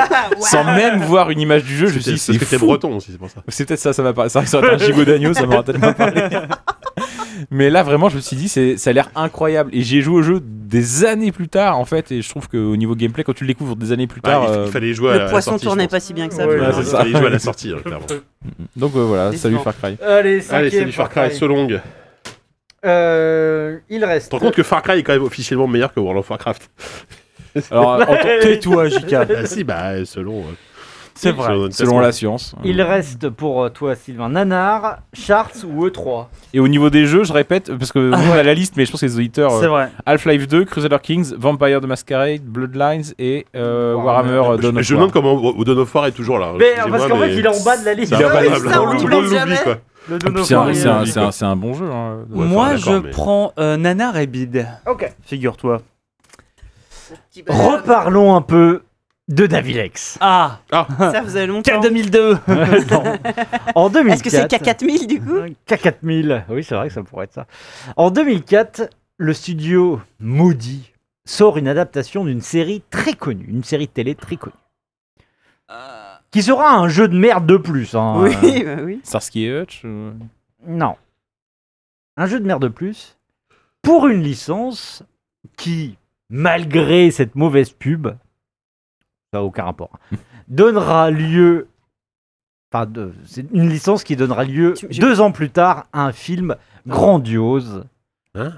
S4: Sans même voir une image du jeu, je me suis dit,
S1: c'est
S4: c'est
S1: que t'es
S4: fou.
S1: breton aussi, c'est pour ça.
S4: C'est peut-être ça, ça m'a parlé. C'est vrai que ça aurait été un gigot d'agneau, ça m'aurait peut-être pas parlé. Mais là, vraiment, je me suis dit, c'est- ça a l'air incroyable. Et j'ai joué au jeu des années plus tard, en fait. Et je trouve qu'au niveau gameplay, quand tu le découvres des années plus
S1: Ah,
S4: tard.
S1: il-
S4: euh,
S1: il fallait jouer à
S5: Le
S1: la
S5: poisson
S1: sortie, je
S5: tournait
S1: pense.
S5: pas si bien que ça.
S2: Ouais,
S1: Ouais,
S5: putain.
S1: c'est ça. Il fallait jouer à la sortie, hein, clairement.
S4: Donc euh, voilà,
S5: Décevant.
S4: salut Far
S2: (laughs)
S4: Cry.
S2: Allez,
S1: Allez,
S2: cinquième.
S1: salut Far Cry, Solong. Tu
S2: Euh, il reste.
S1: te rends compte que Far Cry est quand même officiellement meilleur que World of (laughs) Warcraft
S4: Alors, en tant-
S6: Tais-toi, JK.
S4: Ah,
S1: Bah si, bah selon. euh,
S6: C'est vrai.
S1: notre
S4: selon la science.
S2: Il reste pour euh, toi, Sylvain, Nanar, Charts ou E E3
S4: Et au niveau des jeux, je répète, parce que on a la liste, mais je pense que les auditeurs. euh,
S6: C'est vrai.
S4: Half-Life 2, Crusader Kings, Vampire the Masquerade, Bloodlines et euh, Warhammer, euh, Dawn
S1: Je
S4: of
S1: je me
S4: War.
S1: demande comment o- Dawn of War est toujours là.
S2: Mais,
S1: Excusez-moi,
S2: Parce qu'en
S1: mais
S2: fait, il est en bas de la liste.
S1: c'est
S4: Il est en bas de la
S1: incroyable.
S4: liste. Ça, on
S1: Tout le
S5: l'oublie
S1: monde l'oublie,
S5: jamais.
S1: quoi.
S2: Le
S4: Et Ah, puis c'est
S2: Donovan.
S4: un- C'est un,
S1: Warhammer.
S4: c'est un- c'est un bon jeu. hein.
S1: Ouais,
S6: Moi,
S1: enfin,
S6: je
S1: d'accord, mais-
S6: prends euh, Nana Rabid.
S2: Ok.
S6: Figure-toi.
S2: Reparlons un peu de Davilex.
S6: Ah
S5: Ça faisait longtemps.
S2: (laughs) 2002 En 2004.
S5: Est-ce que c'est K4000 du coup
S2: K4000 Oui, c'est vrai que ça pourrait être ça. En 2004, le studio Maudit sort une adaptation d'une série très connue, une série de télé très connue. Qui sera un jeu de merde de plus. hein.
S5: Oui, bah oui.
S4: Starsky et Hutch euh,
S2: Non. Un jeu de merde de plus pour une licence qui, malgré cette mauvaise pub, ça n'a aucun rapport, hein,
S1: (laughs)
S2: donnera lieu. Enfin, de- c'est une licence qui donnera lieu
S5: Tu- j'ai-
S2: deux ans plus tard à un film grandiose
S1: Hein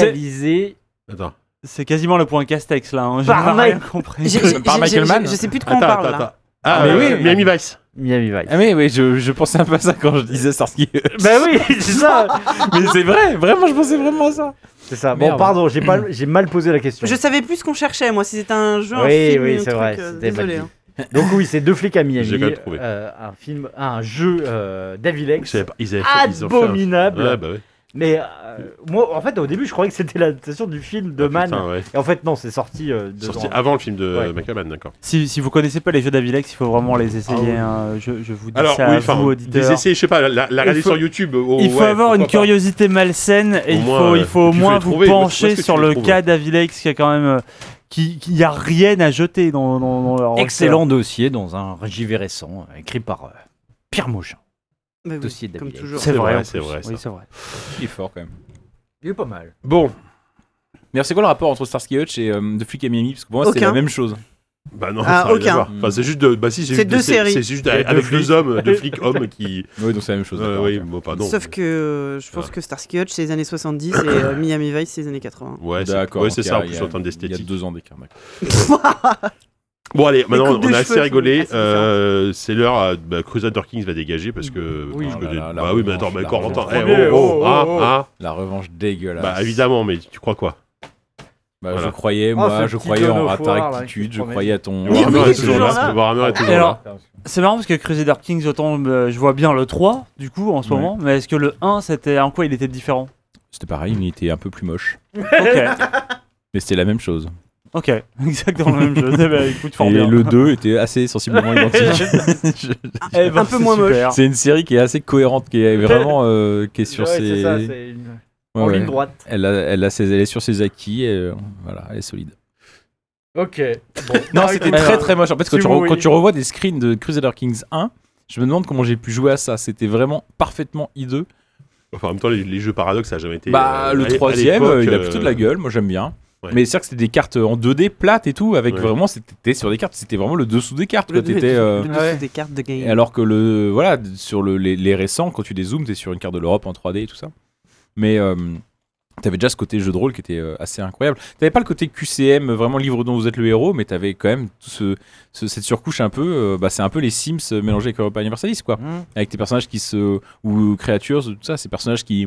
S2: réalisé
S1: Attends.
S6: C'est quasiment le point Castex là. hein. J'ai
S2: Par
S6: pas rien
S2: Mike.
S6: compris. (laughs)
S5: J'ai- j'ai-
S4: Par
S5: j'ai-
S4: Michael
S5: j'ai-
S4: Mann.
S5: Je sais plus de quoi on
S1: Attends,
S5: parle
S1: attends,
S5: là.
S1: attends. Ah,
S4: Mais
S1: mais
S4: oui.
S1: oui, Miami Vice.
S2: Miami Vice.
S4: Ah mais oui, je, je pensais un peu à ça quand je disais Starsky et Hutch.
S2: Ben oui, (laughs) c'est ça.
S1: (laughs)
S4: mais c'est vrai, vraiment, je pensais vraiment à ça.
S2: C'est ça. Bon,
S4: Merde.
S2: pardon,
S1: (clears throat)
S2: j'ai pas- j'ai mal posé la question.
S5: Je savais plus ce qu'on cherchait, moi, si c'était un jeu, un
S2: Oui,
S5: film,
S2: oui,
S5: un
S2: c'est
S5: truc,
S2: vrai,
S5: euh,
S2: c'était
S5: Désolé.
S2: mal dit.
S5: hein.
S2: Donc oui, c'est deux flics à Miami.
S1: J'ai quand même trouvé.
S2: euh, un film, un jeu euh, Davilex
S1: Je savais pas. Ils avaient fait- ils ont fait un-
S2: abominable
S1: Ouais, bah ouais.
S2: Mais euh, moi, en fait, au début, je croyais que c'était l'adaptation du film de Man.
S1: Ah, Putain, ouais.
S2: Et en fait, non, c'est sorti euh, deux
S1: Sorti
S2: ans.
S1: avant le film de
S2: Ouais.
S1: McAllen, d'accord.
S6: Si, si vous connaissez pas les jeux d'Avilex, il faut vraiment les essayer.
S2: Ah oui.
S6: hein. je, je vous dis
S1: Alors,
S6: ça
S1: oui,
S6: à
S1: enfin,
S6: vous,
S1: des
S6: auditeurs.
S1: essais, je sais pas, la, la regarder
S6: faut-
S1: sur YouTube. oh,
S6: il faut
S1: ouais,
S6: avoir une
S1: pourquoi pas.
S6: curiosité malsaine et
S1: Au
S6: il
S1: moins,
S6: faut,
S1: euh,
S6: il faut
S1: et
S6: au
S1: puis il faut
S6: moins
S1: les
S6: vous
S1: trouver. Où est-ce- où est-ce
S6: pencher
S1: que tu
S6: sur
S1: les
S6: le
S1: trouves
S6: cas d'Avilex qui a quand même. euh, qui n'y a rien à jeter dans, dans- dans leur.
S2: Excellent dossier dans un JV récent, euh, écrit par euh, Pierre Mauchin.
S5: Bah oui,
S2: Dossier de
S5: comme
S2: David
S5: toujours.
S1: C'est vrai,
S6: en
S1: c'est
S6: plus.
S1: vrai, ça.
S6: Oui, c'est vrai.
S4: Il est fort quand même.
S2: Il est pas mal.
S1: Bon,
S4: D'ailleurs, c'est quoi le rapport entre Starsky et Hutch et euh, The Flick à Miami Parce que pour moi, c'est
S5: Aucun.
S4: la même chose.
S1: bah non,
S5: Ah,
S1: ça n'a rien à
S5: aucun.
S1: voir. Enfin, c'est juste de. Bah si,
S5: C'est
S1: juste
S5: deux
S1: de-
S5: séries.
S1: C'est juste
S4: C'est
S1: avec
S4: deux
S1: deux hommes, deux flics hommes qui.
S4: Oui, donc c'est la même chose.
S1: Euh,
S4: d'accord.
S1: Oui, bon, pardon.
S5: Sauf que euh, je pense
S1: Ouais.
S5: que Starsky Hutch, c'est les années 70 et euh, Miami Vice, c'est les années 80.
S1: Ouais, c'est
S4: D'accord.
S1: ouais, c'est
S4: donc il y
S1: ça,
S4: a-
S1: en
S4: il
S1: plus,
S4: y a-
S1: en termes
S4: Il y a
S1: d'esthétique.
S4: deux ans d'écart, d'accord.
S1: Bon, allez, maintenant,
S5: coupes de
S1: on a
S5: cheveux
S1: assez
S5: sont
S1: rigolé.
S5: assez
S1: euh, C'est l'heure. à- Bah, Crusader Kings va dégager parce que.
S4: Oui.
S1: je
S4: Oh
S1: me
S4: là
S1: dis-
S4: là, la
S1: Bah oui, mais
S4: revanche,
S1: attends, mais
S4: la
S1: Corentin.
S4: revanche.
S1: eh,
S4: Premier,
S1: oh,
S4: oh,
S1: oh, ah,
S4: oh.
S1: ah.
S4: La revanche dégueulasse.
S1: Bah évidemment, mais tu crois quoi
S4: Bah,
S1: Voilà.
S4: Je croyais,
S2: Oh,
S4: moi,
S2: ce
S4: je
S2: petit
S4: croyais en
S2: tonneau
S4: à ta
S2: foire, là,
S4: rectitude,
S2: qui
S4: je
S2: se
S4: croyais à ton.
S5: Oui,
S1: Warhammer
S5: oui,
S1: est toujours
S5: toujours
S1: là.
S5: là.
S1: Warhammer est
S4: (laughs)
S1: toujours
S6: Et alors,
S1: là.
S6: C'est marrant parce que Crusader Kings, autant euh, je vois bien le 3 du coup en ce
S4: Ouais.
S6: moment, mais est-ce que le 1 c'était en quoi il était (laughs) différent
S4: C'était pareil, mais il était un peu plus moche.
S6: Ok,
S4: Mais c'était la même chose.
S6: ok, (laughs) exactement le même jeu. Eh ben, écoute, fort
S4: Et
S6: bien.
S4: le 2 était assez sensiblement identique. Je-
S6: Eh ben,
S5: Un peu
S6: c'est
S5: moins moche.
S6: super.
S4: c'est une série qui est assez cohérente, qui est vraiment. euh, qui est sur
S2: Ouais,
S4: ses.
S2: c'est ça, c'est une-
S4: Ouais,
S2: en
S4: ouais.
S2: ligne droite.
S4: Elle, a- elle, a ses- elle est sur ses acquis, et, euh, voilà, elle est solide.
S2: Ok.
S4: (laughs) Non, c'était
S6: écoute,
S4: très
S6: alors,
S4: très moche. En fait, quand
S2: si
S4: tu,
S2: vous
S4: re-
S2: voulez-
S4: quand tu revois des screens de Crusader Kings 1, je me demande comment j'ai pu jouer à ça. C'était vraiment parfaitement hideux.
S1: Enfin, en même temps, les, les jeux paradoxes, ça a jamais été.
S4: bah,
S1: euh, à-
S4: le
S1: à
S4: troisième,
S1: l'époque,
S4: euh, il a
S1: euh,
S4: plutôt de la gueule. Moi, j'aime bien.
S1: Ouais.
S4: Mais c'est vrai que c'était des cartes en 2D plates et tout, avec
S1: Ouais.
S4: vraiment, c'était sur des cartes, c'était vraiment le dessous des cartes.
S5: Le
S4: quoi.
S5: deux-
S4: T'étais, euh,
S5: le
S2: Ah
S5: dessous
S2: ouais.
S5: des cartes de
S4: et
S5: game.
S4: alors que le, voilà, sur le- les, les récents, quand tu dézoomes, t'es sur une carte de l'Europe en 3D et tout ça. Mais euh, t'avais déjà ce côté jeu de rôle qui était euh, assez incroyable. T'avais pas le côté QCM, vraiment livre dont vous êtes le héros, mais t'avais quand même tout ce, ce- cette surcouche un peu, euh, bah, c'est un peu les Sims euh, mélangés avec Europa Universalis, quoi avec tes personnages qui se ou créatures tout ça ces personnages qui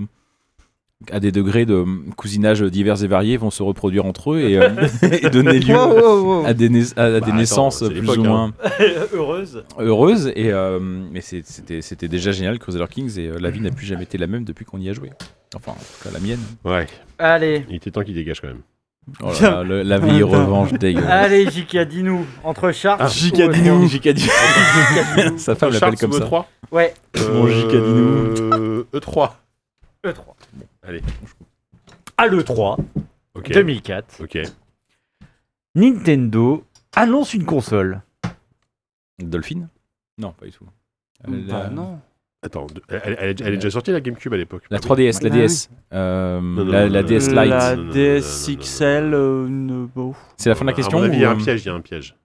S4: à des degrés de cousinage divers et variés vont se reproduire entre eux et, euh, (laughs) et donner lieu
S5: Wow, wow, wow.
S4: à des, nais- à- à des
S1: Bah, attends,
S4: naissances
S1: c'est
S4: plus
S1: l'époque,
S4: ou
S1: hein.
S4: moins
S2: Heureuse.
S4: heureuses et euh, mais c'est- c'était c'était déjà génial Crusader Kings et euh, la vie n'a plus jamais été la même depuis qu'on y a joué enfin en tout cas la mienne
S1: euh, Ouais,
S2: Allez.
S1: il était temps qu'il
S4: (laughs)
S1: dégage quand même.
S4: Oh là là, le- la vie revanche dégueulasse
S2: Allez, Jika, dis-nous. Entre Sharp.
S1: Ah,
S2: Jika,
S4: sa femme l'appelle comme ça
S1: E3
S2: Ouais,
S4: Euh, (laughs)
S1: Mon Jicadinou.
S4: E
S1: E3.
S2: E3.
S1: Allez.
S2: E À l'E3
S1: Ok.
S2: 2004,
S1: Ok.
S2: Nintendo annonce une console.
S4: Dolphine non pas du tout Elle,
S6: Bah,
S4: euh,
S6: non.
S1: Attends, de- elle, elle- elle est- elle est déjà sortie la GameCube à l'époque.
S4: la
S1: Ah oui.
S4: 3DS la
S5: Ah
S4: DS euh,
S1: Non, non,
S4: la
S1: non,
S4: la
S1: non,
S4: DS
S1: non,
S4: Lite
S1: non,
S6: La
S1: non, non, non,
S6: DS
S1: non, non.
S6: XL, euh, ne- bon.
S4: C'est la fin de la
S1: Ah, À
S4: question
S1: mon avis,
S4: ou,
S1: il y a un
S4: euh,
S1: piège, il y a un piège.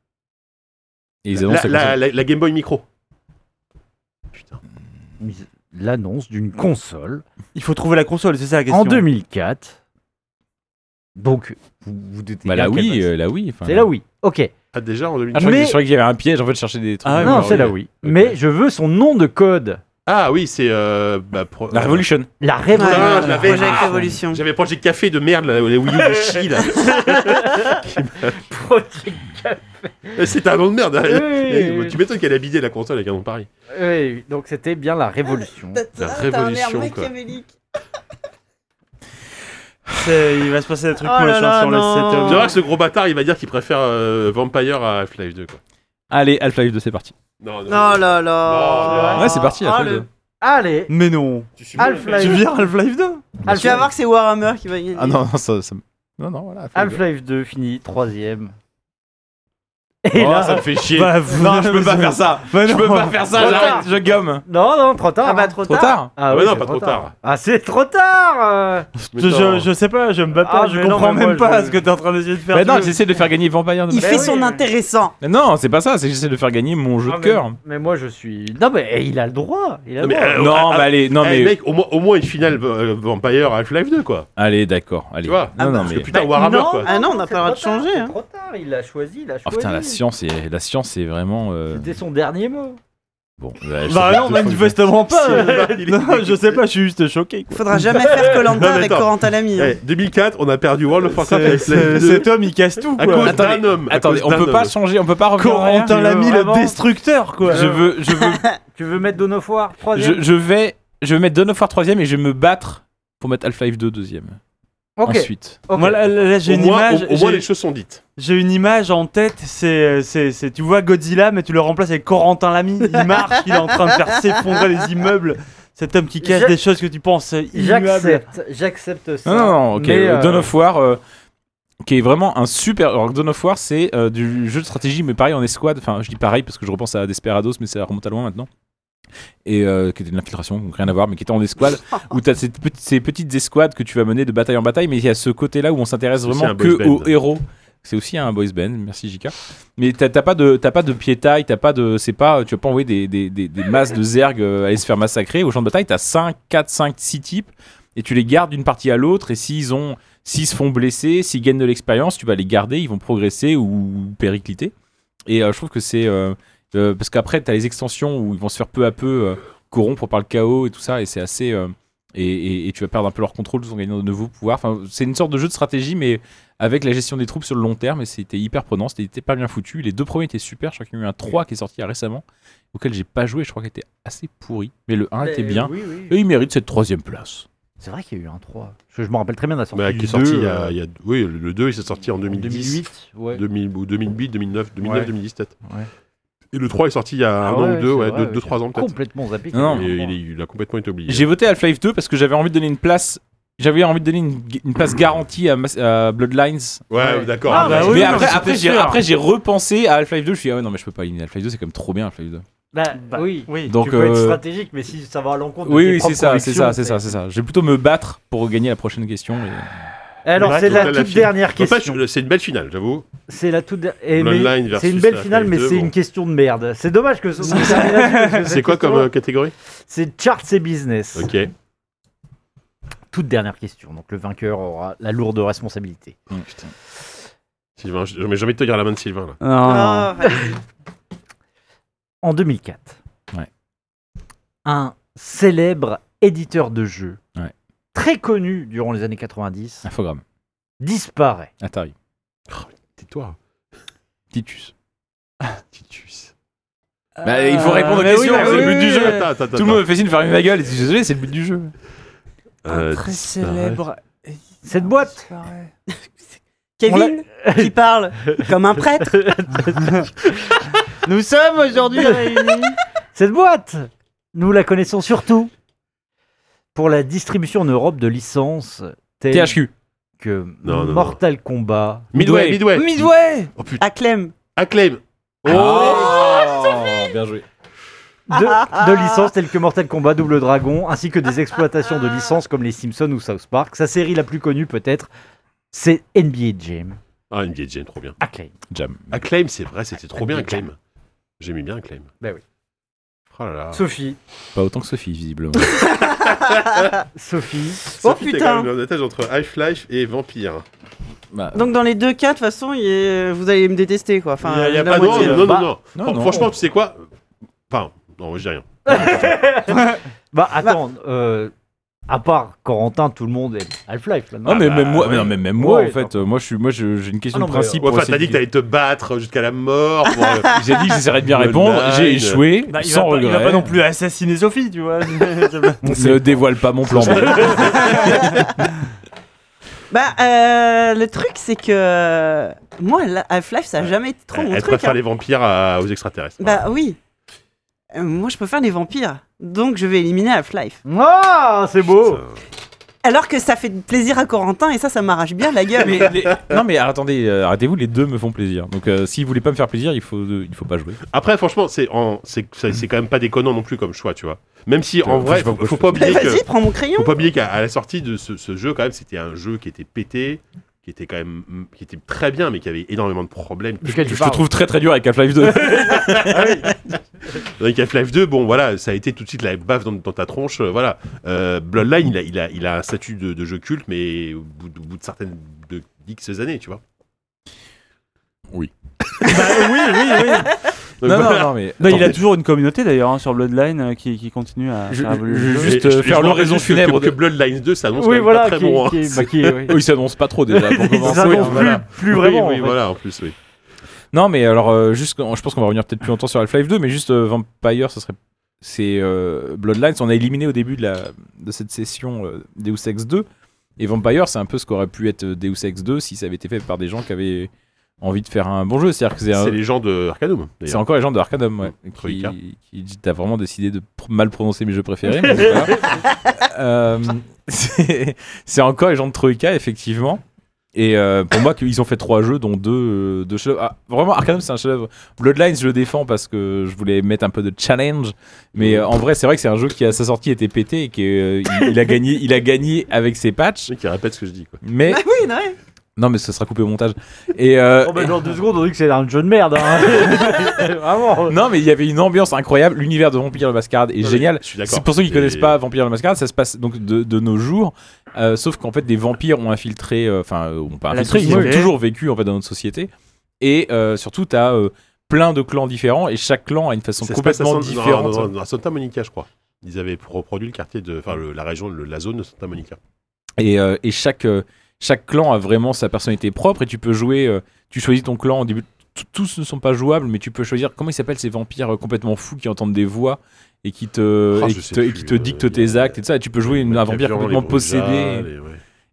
S4: et ils annoncent
S1: La,
S4: la
S1: la-
S4: console
S1: la- la Game Boy Micro. Putain.
S2: L'annonce d'une console
S6: Il faut trouver la console, c'est ça la question.
S2: en 2004. Donc, vous vous doutez
S4: Bah
S2: bien
S4: la
S2: qu'elle
S4: oui,
S2: passe.
S4: la oui. enfin.
S2: C'est la oui. Ok.
S1: Ah, déjà en
S4: Ah,
S1: 2000.
S4: je croyais que-
S2: Mais-
S4: je croyais qu'il y avait un piège en fait de chercher des trucs.
S6: Ah, ouais,
S2: non,
S1: bah,
S2: c'est
S1: oui.
S2: la oui. Mais je veux son nom de code.
S1: Ah oui, c'est. euh, bah, pro-
S4: La Revolution.
S2: La
S5: Ouais,
S2: révolution.
S1: Putain, je
S5: ouais,
S1: l'avais.
S5: Project
S1: Ah.
S5: Revolution.
S1: J'avais projet café de merde, là, les Wii U de Chi, là. C'est un nom de merde. hein.
S2: Oui.
S1: Tu m'étonnes qu'elle a bidé la console avec un nom pareil.
S2: Oui, donc c'était bien la révolution.
S1: La révolution, quoi.
S6: C'est- Il va se passer des trucs
S5: Oh là
S6: moches hein,
S5: là,
S6: sur le
S5: non.
S6: setup.
S1: Tu verras que ce gros bâtard, il va dire qu'il préfère euh, Vampire à Half-Life 2, quoi.
S4: Allez, Half-Life 2, c'est parti.
S1: Non,
S5: Non, là
S1: Ah.
S5: là.
S4: ouais, c'est parti.
S5: Ah,
S4: Half-Life
S5: le-
S4: 2.
S2: Allez,
S6: Mais non. Tu
S2: Half-Life
S6: viens Half-Life 2
S5: Tu vas voir que c'est Warhammer qui va gagner.
S4: Ah non, non, ça, ça- non, non, voilà. Half-Life 2.
S2: Half-Life 2 finit troisième.
S1: Oh,
S2: Et là,
S1: ça me fait chier.
S6: Bah, vous-
S4: Non, je peux pas faire ça.
S6: (laughs) Bah,
S4: Je
S6: non.
S4: peux pas faire ça.
S2: Trop
S4: J'arrête, je gomme.
S2: non, non, trop tard.
S5: Ah bah
S2: hein.
S5: trop
S4: Trop
S5: tard.
S4: tard.
S2: Ah
S1: Ouais,
S2: oui,
S1: non,
S2: c'est
S1: pas trop tard.
S2: Ah, c'est trop tard. euh.
S1: Mais
S6: Je,
S1: non.
S6: je, je sais pas, je me bats pas,
S2: Ah,
S6: je
S2: mais non,
S6: comprends
S2: mais
S6: même
S2: moi,
S6: pas
S2: je-
S6: ce que t'es en train d'essayer de faire.
S4: Bah non,
S6: Je-
S4: j'essaie de faire gagner Vampire de
S5: Il
S2: Mais
S5: fait
S2: oui.
S5: son intéressant.
S4: Mais Non, c'est pas ça, c'est que j'essaie de faire gagner mon jeu
S2: Ah,
S4: de
S2: mais-
S4: cœur.
S2: Mais moi, je suis. Non, mais eh, il a le droit. Il a le
S1: Non, mais,
S2: droit.
S1: euh,
S4: Non,
S1: ah,
S4: mais allez, non,
S1: Eh,
S4: mais.
S1: mec, au moins, au moins une finale euh, Vampire Half-Life 2, quoi.
S4: Allez, d'accord, allez.
S1: Tu vois
S2: Ah,
S4: Non, non,
S1: Parce que
S4: mais.
S1: putain, Warhammer, quoi.
S5: Ah non, on n'a
S2: c'est
S5: pas le droit de
S2: trop tard,
S5: changer,
S2: c'est
S5: hein.
S2: trop tard, il l'a choisi, il a
S4: Oh
S2: choisi.
S4: putain, la science est, la science est vraiment. euh,
S2: C'était son dernier mot.
S4: Bon. bah, je sais
S6: Bah
S4: pas,
S6: non,
S4: deux fois que je-
S6: manifestement pas.
S3: euh,
S1: C'est-
S6: (laughs) Non, je sais pas, je suis juste choqué. quoi.
S5: Faudra jamais faire
S1: Non, mais
S5: Colanta avec
S1: attends.
S5: Corentin Lamy. hein.
S1: Eh, 2004, on a perdu World of Warcraft
S6: C'est-
S1: avec
S6: c'est-
S1: Half-Life 2.
S6: Cet homme, il casse tout.
S1: À
S6: quoi.
S1: cause
S4: Attendez,
S1: d'un homme. à
S4: Attendez,
S1: cause
S4: on
S1: d'un
S4: peut pas
S1: homme.
S4: changer, on peut pas revenir. en arrière
S6: Corentin l'a mis le
S2: Vraiment.
S6: destructeur, quoi.
S4: Je veux,
S2: (laughs)
S4: je veux
S2: Tu veux mettre Donofoire
S4: je,
S2: 3ème
S4: je vais je vais mettre Dawn of War 3 et je vais me battre pour mettre Half-Life 2 deuxième.
S2: Ok.
S4: Ensuite.
S2: ok.
S3: Moi, là, là, j'ai
S1: Au
S3: une
S1: moins, au-
S3: image.
S1: au moins,
S3: j'ai-
S1: les choses sont dites.
S3: J'ai une image en tête, c'est, euh, c'est, c'est- tu vois Godzilla, mais tu le remplaces avec Corentin Lamy. Il marche, il est en train de faire s'effondrer les immeubles. Cet homme qui cache
S2: J'a-
S3: des choses que tu penses immuables.
S2: J'accepte, j'accepte ça.
S4: Non, non, non, ok.
S2: mais,
S4: euh, Dawn
S2: euh,
S4: of War, euh, qui est vraiment un super. Alors, Dawn of War, c'est euh, du jeu de stratégie, mais pareil en escouade. Enfin, je dis pareil parce que je repense à Desperados, mais ça remonte à loin maintenant. Et euh, qui était de l'infiltration, donc rien à voir, mais qui était en escouade, où tu as ces, petites- ces petites escouades que tu vas mener de bataille en bataille, mais il y a ce côté-là où on s'intéresse
S1: C'est aussi
S4: vraiment
S1: un boys
S4: que aux
S1: band.
S4: héros. C'est aussi un boys band, merci JK. Mais t'as t'as pas de t'as pas de piétail, t'as pas de c'est pas tu vas pas envoyer des, des, des, des masses de zergs euh, aller se faire massacrer au champ de bataille. T'as 5, 4, 5, 6 types et tu les gardes d'une partie à l'autre et s'ils ont s'ils se font blesser, s'ils gagnent de l'expérience, tu vas les garder, ils vont progresser ou péricliter. Et euh, je trouve que c'est euh, euh, parce qu'après t'as les extensions où ils vont se faire peu à peu euh, corrompre par le chaos et tout ça et c'est assez euh, et, et- et tu vas perdre un peu leur contrôle tout en gagnant de nouveaux pouvoirs. Enfin, c'est une sorte de jeu de stratégie mais avec la gestion des troupes sur le long terme et c'était hyper prenant, c'était c'était pas bien foutu. Les deux premiers étaient super, je crois qu'il y en a eu un 3 qui est sorti là récemment, auquel j'ai pas joué, je crois qu'il était assez pourri, mais le 1 était
S2: mais
S4: bien
S2: oui, oui.
S4: et il mérite cette troisième place.
S2: C'est vrai qu'il y a eu un 3. Parce que je me rappelle très bien de la sortie.
S1: Bah,
S2: du
S1: qui est sorti
S2: 2,
S1: il y
S2: euh,
S1: a, il y a- oui, le 2, il s'est sorti en 2010.
S2: 2008. Ouais.
S1: 2000, ou 2008, 2009, 2009,
S4: Ouais.
S1: 2010 peut-être.
S4: Ouais.
S1: Et le 3 est sorti il y a
S2: Ah
S1: un an
S2: ouais,
S1: ou deux,
S2: c'est
S1: ouais,
S2: vrai,
S1: deux,
S2: ouais,
S1: deux,
S2: j'ai
S1: trois ans peut-être.
S2: Complètement zappé.
S4: Non,
S1: Et il, est- il a complètement été oublié.
S4: J'ai voté Half-Life 2 parce que j'avais envie de donner une place, j'avais envie de donner une, une place garantie à, Mas- à Bloodlines.
S1: Ouais, d'accord.
S3: Ah, bah
S1: Ouais.
S3: oui,
S4: mais
S3: non,
S4: après,
S3: mais c'était
S4: après, j'ai,
S3: sûr.
S4: après, j'ai repensé à Half-Life 2, je suis dit, ah ouais non mais je peux pas éliminer Half-Life 2, c'est quand même trop bien Half-Life 2.
S2: Bah,
S3: Bah,
S2: oui.
S3: Oui.
S4: Donc
S2: tu peux être
S4: euh,
S2: stratégique, mais si ça va à l'encontre de
S4: oui,
S2: tes
S4: oui c'est
S2: propres
S4: ça, c'est ça,
S2: convictions,
S4: c'est ça, c'est ça. Je vais plutôt me battre pour gagner la prochaine question. et-
S2: Alors,
S3: Ouais,
S2: c'est la
S1: total, la
S2: toute
S1: fille.
S2: dernière
S1: Enfin,
S2: question.
S1: je- C'est une belle finale, j'avoue.
S2: C'est la toute. der- eh, mais
S1: Bloodline
S2: C'est
S1: versus
S2: une belle
S1: la
S2: finale, mais
S1: FF2,
S2: c'est
S1: bon.
S2: une question de merde. C'est dommage
S1: (laughs)
S2: que ce soit terminé là-dessus, parce que
S1: C'est
S2: cette
S1: quoi comme
S2: question-là,
S1: euh, catégorie
S2: C'est charts et business.
S1: Ok.
S2: Toute dernière question. Donc le vainqueur aura la lourde responsabilité.
S4: euh,
S1: Sylvain, je mais j'ai envie de te dire la main de Sylvain là.
S5: Ah,
S2: En 2004,
S4: Ouais.
S2: un célèbre éditeur de jeux,
S4: Ouais.
S2: très connu durant les années 90,
S4: Infogramme,
S2: disparaît.
S4: Atari,
S1: Tais-toi.
S4: Titus.
S1: Titus. Euh,
S4: Bah, il faut répondre
S2: Ah
S4: aux
S3: mais oui,
S4: questions,
S3: bah
S4: c'est le
S3: oui.
S4: but du jeu.
S1: Attends, attends, attends.
S4: Tout le monde me fait signe de fermer ma gueule, et je suis désolé, c'est le but du jeu.
S1: Euh,
S3: Très
S1: disparaît.
S3: célèbre.
S2: Cette boîte
S5: Kevin qui parle comme un prêtre.
S2: Nous sommes aujourd'hui réunis. Cette boîte, nous la connaissons surtout pour la distribution en Europe de licences telles
S4: THQ.
S2: que
S1: Non, non,
S2: Mortal Kombat.
S1: Midway, Midway.
S3: Midway
S1: Oh putain.
S5: Acclem.
S1: Acclaim.
S2: Ah.
S4: Ah, Oh, bien joué.
S2: De, de licences telles que Mortal Kombat, Double Dragon, ainsi que des exploitations de licences comme les Simpsons ou South Park. Sa série la plus connue peut-être, c'est NBA Jam.
S1: Ah, NBA Jam, trop bien.
S2: Acclaim.
S4: Jam.
S1: Acclaim, c'est vrai, c'était trop bien
S2: Acclaim.
S1: Acclaim. J'aimais bien Acclaim.
S2: Bah oui.
S1: Oh là là.
S2: Sophie.
S4: Pas autant que Sophie, visiblement.
S2: Sophie.
S5: Oh,
S1: Sophie, t'es
S5: putain.
S1: quand même en otage entre Half-Life et Vampire.
S4: Bah,
S5: Donc dans les deux cas, de toute façon, il est- vous allez me détester quoi. Enfin,
S3: Il y a- il y a
S5: la
S1: Ah non,
S5: moitié.
S1: non, non,
S2: Bah,
S1: non.
S4: non,
S1: Fran-
S4: non.
S1: Franchement, tu sais quoi Enfin, non, moi, je dis rien.
S2: Bah attends, euh, à part Corentin, tout le monde est Half-Life là. non
S4: Non, Ah, mais
S1: bah,
S4: même moi,
S1: ouais.
S4: mais non, mais même moi
S2: Ah, Ouais,
S4: en fait, euh, moi je suis, moi je- j'ai une question
S2: Ah non,
S4: de
S2: mais,
S4: principe.
S1: Ouais,
S4: pour
S1: enfin, t'as
S4: essayer
S1: dit
S4: de-
S1: que t'allais te battre jusqu'à la mort. pour, euh,
S4: J'ai dit que j'essaierais de bien répondre.
S1: Bloodline.
S4: J'ai échoué
S3: Bah, il,
S4: sans
S3: va pas, il va
S4: regret.
S3: pas non plus assassiner Sophie, tu vois.
S4: Ne dévoile pas mon plan. B.
S5: Bah, euh, le truc, c'est que euh, moi, la- Half-Life, ça a jamais été trop mon
S1: elle
S5: truc.
S1: préfère
S5: hein.
S1: les vampires à- aux extraterrestres.
S5: Bah oui. Euh, moi, je préfère les vampires. Donc, je vais éliminer Half-Life.
S2: (laughs) Ah, c'est beau
S1: Putain.
S5: Alors que ça fait plaisir à Corentin et ça, ça m'arrache bien la (laughs) gueule.
S4: Mais les- Non mais attendez, euh, arrêtez-vous, les deux me font plaisir. Donc euh, si vous voulez pas me faire plaisir, il faut, euh, il faut pas jouer.
S1: Après, franchement, c'est en- c'est c'est- c'est quand même pas déconnant non plus comme choix, tu vois. Même si en
S4: Je
S1: vrai,
S4: sais pas
S1: faut,
S4: pourquoi
S1: faut
S4: je
S1: pas
S5: Mais
S1: oublier que,
S5: vas-y, prends mon crayon.
S1: faut pas oublier qu'à à la sortie de ce, ce jeu, quand même, c'était un jeu qui était pété, qui était quand même, qui était très bien, mais qui avait énormément de problèmes.
S2: Duquel tu
S4: Je te
S2: parles.
S4: trouve très très dur avec Half-Life 2.
S1: Avec Half-Life 2, bon, voilà, ça a été tout de suite la baffe dans, dans ta tronche, euh, voilà. Euh, Bloodline, il a, il a, il a un statut de, de jeu culte, mais au bout, de- au bout de certaines de X années, tu vois. Bah,
S3: oui,
S4: (laughs)
S3: oui, oui.
S1: Donc,
S4: non, (laughs) non,
S1: voilà.
S4: non, mais.
S3: Bah, il a
S4: attendez.
S3: toujours une communauté d'ailleurs hein, sur Bloodline euh, qui, qui continue à.
S4: Je-
S3: faire évoluer
S4: je-
S3: le jeu.
S4: juste,
S1: Et-
S4: euh,
S1: et je
S4: faire
S1: me rappelle
S4: l'oraison
S1: juste que-
S4: funèbre
S1: Que,
S4: de-
S1: Bloodline 2, ça annonce quand
S2: Oui,
S1: même
S2: voilà,
S1: pas très
S2: qui,
S1: bon. hein.
S2: qui est- bah, qui est- oui.
S4: Eux, ils s'annoncent pas trop
S3: (laughs)
S4: déjà. Pour
S2: Ils
S4: commencer.
S2: s'annoncent
S4: Oui,
S2: plus,
S4: voilà.
S2: plus
S1: Oui,
S2: vraiment.
S1: oui,
S2: en fait.
S1: voilà, en plus, oui.
S4: Non mais alors, euh, juste, je pense qu'on va revenir peut-être plus longtemps sur Half-Life 2, mais juste euh, Vampire, ça serait. c'est euh, Bloodlines. On a éliminé au début de, la, de cette session euh, Deus Ex 2. Et Vampire, c'est un peu ce qu'aurait pu être euh, Deus Ex 2 si ça avait été fait par des gens qui avaient envie de faire un bon jeu. C'est-à-dire que c'est un-
S1: C'est les gens de Arcanum.
S4: c'est encore les gens de Arcanum, ouais,
S1: Mm.
S4: qui,
S1: Troïka.
S4: qui dit, t'as vraiment décidé de pr- mal prononcer mes jeux préférés.
S1: (laughs)
S4: mais c'est pas grave. Euh, c'est c'est encore les gens de Troika, effectivement. Et euh, pour moi, ils ont fait trois jeux, dont deux, euh, deux chefs-d'œuvre. Ah, vraiment, Arcanum, c'est un chef-d'œuvre. Bloodlines, je le défends parce que je voulais mettre un peu de challenge. Mais euh, en vrai, c'est vrai que c'est un jeu qui, à sa sortie, était pété et qu'il il a, gagné- il a gagné avec ses patchs.
S1: ceux qui répètent ce que je dis. Quoi.
S4: Mais.
S5: Bah oui, non, ouais.
S4: Non, mais ce sera coupé au montage. Et. euh,
S2: Oh, bah, dans (laughs) deux secondes, on dit que c'est un jeu de merde. hein. (laughs) Vraiment.
S4: Non, mais il y avait une ambiance incroyable. L'univers de Vampire la Mascarade
S2: Ah
S4: est
S1: Non, mais
S4: génial.
S1: Je suis d'accord.
S4: C'est pour ceux qui
S1: Et-
S4: connaissent pas Vampire la Mascarade, ça se passe donc de, de nos jours. Euh, sauf qu'en fait, des vampires ont infiltré, euh, enfin, euh, ont pas
S3: La
S4: infiltré, ils ont
S3: société.
S4: toujours vécu en fait dans notre société. Et euh, surtout, tu as plein de clans différents et chaque clan a une façon
S1: Ça se passe à
S4: complètement
S1: San-
S4: différente.
S1: non, non, non, à Santa Monica, je crois. Ils avaient reproduit le quartier de, enfin le- la région, le- la zone de Santa Monica.
S4: Et, euh, et chaque, euh, chaque clan a vraiment sa personnalité propre et tu peux jouer, euh, tu choisis ton clan au début. t- Tous ne sont pas jouables, mais tu peux choisir comment ils s'appellent ces vampires euh, complètement fous qui entendent des voix et qui te,
S1: Ah,
S4: et
S1: je
S4: qui
S1: sais
S4: te, et
S1: plus,
S4: qui te
S1: euh,
S4: dictent
S1: il y a-
S4: tes actes et tout ça. Et tu peux jouer une, un vampire
S1: Capion,
S4: complètement
S1: les Brujas,
S4: possédé.
S1: les- ouais.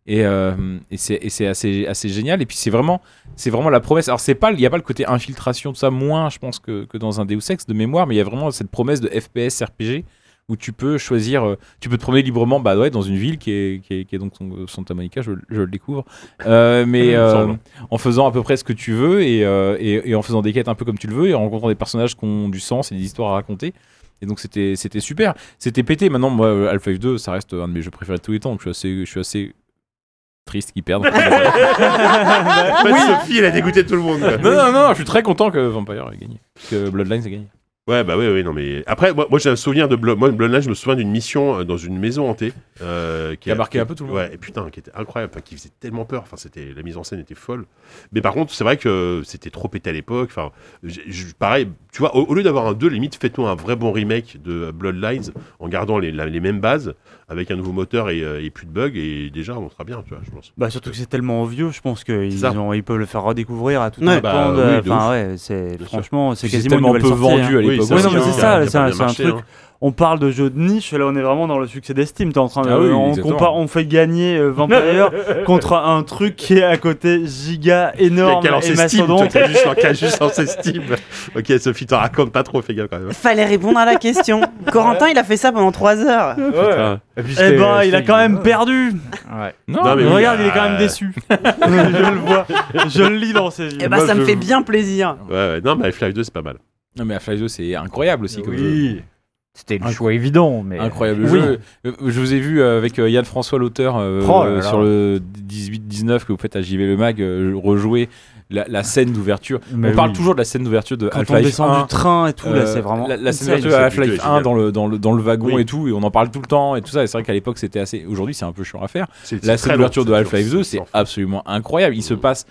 S4: Et, euh, et c'est et c'est assez, assez génial. Et puis c'est vraiment, c'est vraiment la promesse. Alors c'est pas, il n'y a pas le côté infiltration, tout ça, moins, je pense, que, que dans un Deus Ex de mémoire, mais il y a vraiment cette promesse de FPS RPG où tu peux choisir, euh, tu peux te promener librement bah ouais, dans une ville qui est, qui est, qui est donc son- Santa Monica, je, je le découvre, Euh, mais
S1: (laughs) Il me
S4: euh,
S1: semble.
S4: en faisant à peu près ce que tu veux et, euh, et- et en faisant des quêtes un peu comme tu le veux et en rencontrant des personnages qui ont du sens et des histoires à raconter. Et donc c'était c'était super, c'était pété. Maintenant, moi, euh, Half-Life 2, ça reste un de mes jeux préférés de tous les temps, donc je suis assez, je suis assez triste qu'ils perdent.
S1: En fait, Sophie, elle a dégoûté tout le monde. quoi.
S4: non, non, non, je suis très content que Vampire ait gagné, que Bloodlines ait gagné.
S1: (laughs) Ouais, bah oui, oui, non, mais après, moi, moi, j'ai un souvenir de Blo- moi, Bloodline, je me souviens d'une mission euh, dans une maison hantée euh,
S4: Qui a marqué un peu tout le monde.
S1: Ouais, et putain, qui était incroyable, enfin, qui faisait tellement peur. Enfin, c'était la mise en scène était folle. Mais par contre, c'est vrai que c'était trop pété à l'époque. Enfin, j'ai- je- pareil, tu vois, au, au lieu d'avoir un 2, limite, faites-nous un vrai bon remake de Bloodlines en gardant les, la- les mêmes bases avec un nouveau moteur et, euh, et plus de bugs et déjà, on sera bien, tu vois, je pense.
S3: Bah surtout que c'est tellement vieux, je pense qu'ils
S1: ça.
S3: ont- ils peuvent le faire redécouvrir à tout
S5: Ouais.
S3: un
S1: Bah,
S3: pan de-
S1: oui, de
S3: Enfin ouais, c'est
S1: sûr.
S3: franchement c'est
S4: Puis C'est
S3: quasiment une
S4: tellement peu
S3: nouvelle sortie,
S4: vendu à
S3: hein.
S1: Oui,
S4: l'époque.
S1: ça
S3: Oui, non,
S1: aussi,
S3: mais
S1: hein,
S3: c'est
S1: qui a-
S3: ça,
S1: qui a
S3: c'est
S1: pas
S3: un-
S1: bien
S3: c'est un
S1: marché, hein.
S3: truc- On parle de jeux de niche, là on est vraiment dans le succès des Steam. T'es en train de,
S4: Ah oui,
S3: on,
S4: exactement.
S3: compare- on fait gagner euh, Vampire contre un truc qui est à côté giga énorme
S1: Quelqu'un
S3: et
S1: lancé Steam, toi,
S3: mastodonte.
S1: t'as juste, t'as juste lancé Steam.
S3: (laughs)
S1: Ok, Sophie, t'en raconte pas trop, fais gaffe quand même.
S5: Fallait répondre à la
S1: (laughs)
S5: question. Corentin, il a fait ça pendant 3 heures.
S1: Putain.
S3: Eh
S2: euh,
S3: ben, il a quand
S2: Ah.
S3: même perdu.
S4: Non,
S1: Non, mais
S4: Ah, mais
S1: oui,
S3: Regarde,
S1: euh,
S3: il est quand même déçu. je le vois, je le lis dans ses yeux.
S5: Eh ben,
S1: Moi,
S5: ça me
S1: je-
S5: fait bien plaisir.
S1: Ouais, ouais, non, mais Half-Life 2, c'est pas mal.
S4: non, mais Half-Life 2, c'est incroyable aussi. Comme jeu.
S2: Oui. C'était le
S4: Inc-
S2: choix évident, mais.
S4: Incroyable
S2: Oui.
S4: jeu. Euh, Je vous ai vu euh, avec euh, Yann François, l'auteur, euh,
S2: Oh là
S4: euh,
S2: là.
S4: sur le 18-19 que vous faites à JV Le Mag, euh, rejouer la, la scène d'ouverture.
S2: Mais
S4: on parle
S2: oui.
S4: toujours de la scène d'ouverture de
S3: Quand on
S4: Half-Life
S3: descend
S4: 1.
S3: du train et tout, là c'est vraiment.
S4: la, la scène
S3: insane.
S4: d'ouverture de
S1: cette
S4: Half-Life
S1: vidéo est
S4: 1
S1: géniale.
S4: dans le, dans, le, dans le wagon
S1: Oui.
S4: et tout, et on en parle tout le temps et tout ça. Et c'est vrai qu'à l'époque, c'était assez. Aujourd'hui, c'est un peu chiant à faire.
S1: C'est-
S4: La
S1: c'est très
S4: scène d'ouverture
S1: long,
S4: de
S1: c'est
S4: Half-Life
S1: dur, Mm.
S4: 2,
S1: c'est
S4: c'est
S1: sans fin.
S4: absolument incroyable. Il se passe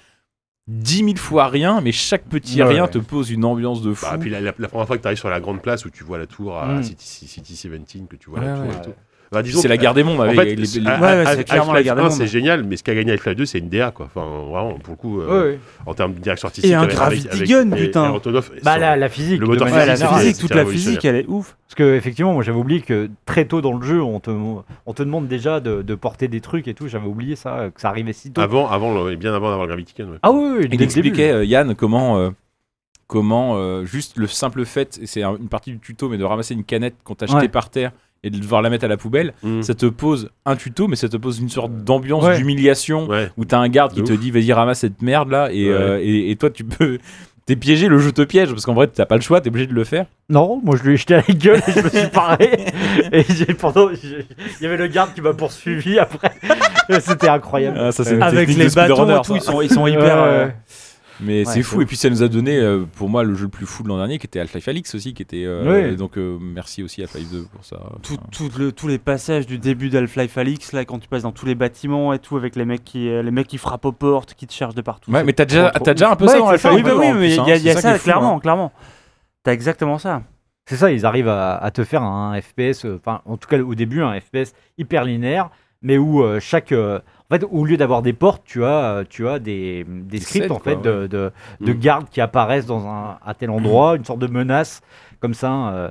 S4: 10 000 fois rien, mais chaque petit
S2: Ouais,
S4: rien
S2: ouais.
S4: te pose une ambiance de fou.
S1: Bah, puis la, la- la première fois que tu arrives sur la grande place où tu vois la tour à
S3: Mm.
S1: City, City 17, que tu vois la
S4: Hmm. Ouais,
S1: tour
S4: ouais.
S1: et tout. Bah, disons
S4: c'est
S1: que,
S4: la guerre des mondes
S1: En
S4: avec
S1: fait, ah,
S4: les- les-
S1: à- à-
S3: Ouais, ouais, c'est
S1: Half-Life
S3: clairement la guerre des
S1: 1,
S3: mondes.
S1: c'est génial, mais ce qu'a gagné Half-Life 2, c'est une DA, quoi. Enfin, vraiment, pour le coup, euh, en termes de direction artistique.
S3: Et un
S1: avec-
S3: Gravity
S1: avec-
S3: Gun,
S1: et- et
S3: putain.
S1: Antonov,
S2: Bah,
S1: sur-
S2: la, la physique.
S1: Le moteur
S3: Ouais,
S2: de manière
S3: la
S1: général,
S3: physique,
S1: c'est
S3: toute la
S1: révolutionnaire.
S3: physique, elle est ouf.
S2: Parce que effectivement, moi j'avais oublié que très tôt dans le jeu, on te, on te demande déjà de, de porter des trucs et tout. J'avais oublié ça, euh, que ça arrivait si tôt.
S1: Avant, avant, le- bien avant d'avoir Gravity Gun, ouais.
S2: Ah oui, oui, dès
S4: Il
S2: le
S4: expliquait,
S2: début.
S4: euh, Yann, comment, euh, comment euh, juste le simple fait, et c'est un- une partie du tuto, mais de ramasser une canette qu'on t'a jetée
S2: Ouais.
S4: par terre et de devoir la mettre à la poubelle,
S1: Mm.
S4: ça te pose un tuto, mais ça te pose une sorte d'ambiance
S2: Ouais.
S4: d'humiliation
S1: Ouais.
S4: où t'as un garde qui
S1: De
S4: te dit vas-y ramasse cette merde là et,
S1: Ouais.
S4: euh, et, et toi tu peux. (laughs) T'es piégé, le jeu te piège parce qu'en vrai t'as pas le choix, t'es obligé de le faire.
S2: Non, moi je lui ai jeté à la gueule et je me suis paré. et j'ai, pendant, j'ai- il y avait le garde qui m'a poursuivi après. C'était incroyable.
S4: Ah, ça, c'est une
S3: Avec
S4: technique
S3: les
S4: de speedrunner,
S3: bâtons et
S4: ça.
S3: tout, ils sont, ils sont hyper.
S2: Ouais,
S3: euh,
S2: ouais.
S4: Mais
S3: c'est
S4: c'est fou. Et puis ça nous a donné, euh, pour moi, le jeu le plus fou de l'an dernier, qui était Half-Life Alix aussi, qui était. euh,
S2: Oui.
S4: Donc euh, merci aussi à Half-Life 2 pour ça.
S3: tout,
S4: Enfin,
S3: tout le, tous les passages du début d'Half-Life Alix, là, quand tu passes dans tous les bâtiments et tout, avec les mecs qui, euh, les mecs qui frappent aux portes, qui te cherchent de partout.
S4: Ouais,
S3: c'est
S4: mais t'as déjà,
S3: trop, trop
S4: t'as déjà un peu
S3: ouf.
S4: ça
S3: Ouais,
S4: dans
S3: c'est
S4: Half-Life
S3: Oui, bah
S4: 2,
S3: oui,
S4: en
S3: mais il y
S4: plus,
S3: a,
S4: hein.
S3: il y a
S4: C'est
S3: ça,
S4: qui est fou,
S3: clairement,
S4: hein.
S3: clairement. T'as exactement ça.
S2: C'est ça, ils arrivent à, à te faire un FPS, euh, enfin en tout cas au début un FPS hyper linéaire, mais où euh, chaque, euh, en fait, au lieu d'avoir des portes, tu as, euh, tu as des, des
S4: Des
S2: scripts
S4: scènes,
S2: en fait
S4: quoi,
S2: de, de, de
S1: Mm.
S2: gardes qui apparaissent dans un à tel endroit, une sorte de menace comme ça. euh,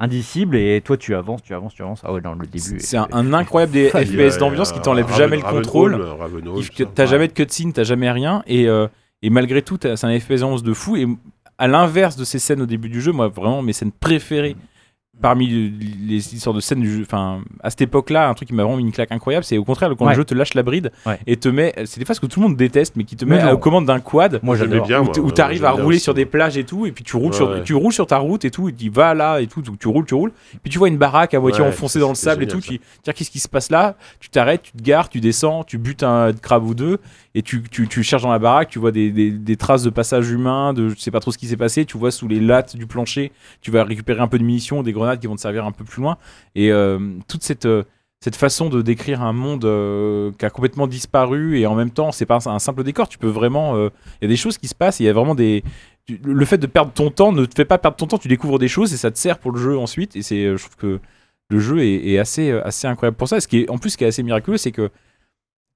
S2: indicible et toi tu avances, tu avances, tu avances. Ah ouais, dans le début.
S4: C'est un, un incroyable des
S1: Il y a-
S4: FPS d'ambiance qui t'enlève
S1: euh,
S3: Ah,
S1: Raven-
S4: jamais le
S1: Ravenhall,
S4: contrôle.
S1: euh, Ravenhall,
S4: Il-
S1: tout ça.
S4: T'as
S1: (laughs)
S4: jamais de cutscene, t'as jamais rien. Et, euh, et malgré tout, t'as- c'est un FPS 11 de fou. Et à l'inverse de ces scènes au début du jeu, moi, vraiment, mes scènes préférées
S1: Mm.
S4: parmi les histoires de scènes du jeu, enfin, à cette époque-là, un truc qui m'a vraiment mis une claque incroyable, c'est au contraire quand
S2: Ouais.
S4: le jeu te lâche la bride
S2: Ouais.
S4: et te met. C'est des phases que tout le monde déteste, mais qui te met
S2: Mais non.
S4: aux commandes d'un quad.
S2: Moi
S1: J'aimais
S2: j'adore.
S1: bien.
S4: où
S1: moi,
S4: t- où
S1: ouais,
S4: t'arrives à
S1: j'aime bien
S4: rouler
S1: aussi.
S4: sur des plages et tout, et puis tu roules,
S1: Ouais,
S4: sur,
S1: ouais.
S4: tu roules sur ta route et tout, et tu dis va là et tout, donc tu roules, tu roules, puis tu vois une baraque à moitié
S1: Ouais,
S4: enfoncée dans le
S1: c'est
S4: sable et
S1: génial,
S4: tout, tu dis tiens qu'est-ce qui se passe là Tu t'arrêtes, tu te gares, tu descends, tu butes un crabe ou deux, et tu, tu, tu cherches dans la baraque, tu vois des, des- des traces de passage humain, de je sais pas trop ce qui s'est passé, tu vois sous les lattes du plancher, tu vas récupérer un peu de munitions, des grenades qui vont te servir un peu plus loin, et euh, toute cette... euh, cette façon de décrire un monde euh, qui a complètement disparu et en même temps c'est pas un simple décor tu peux vraiment euh, il y a des choses qui se passent, il y a vraiment des. tu- Le fait de perdre ton temps ne te fait pas perdre ton temps, tu découvres des choses et ça te sert pour le jeu ensuite. Et c'est, euh, je trouve que le jeu est, est assez, euh, assez incroyable pour ça. Et ce qui est, en plus, ce qui est assez miraculeux, c'est que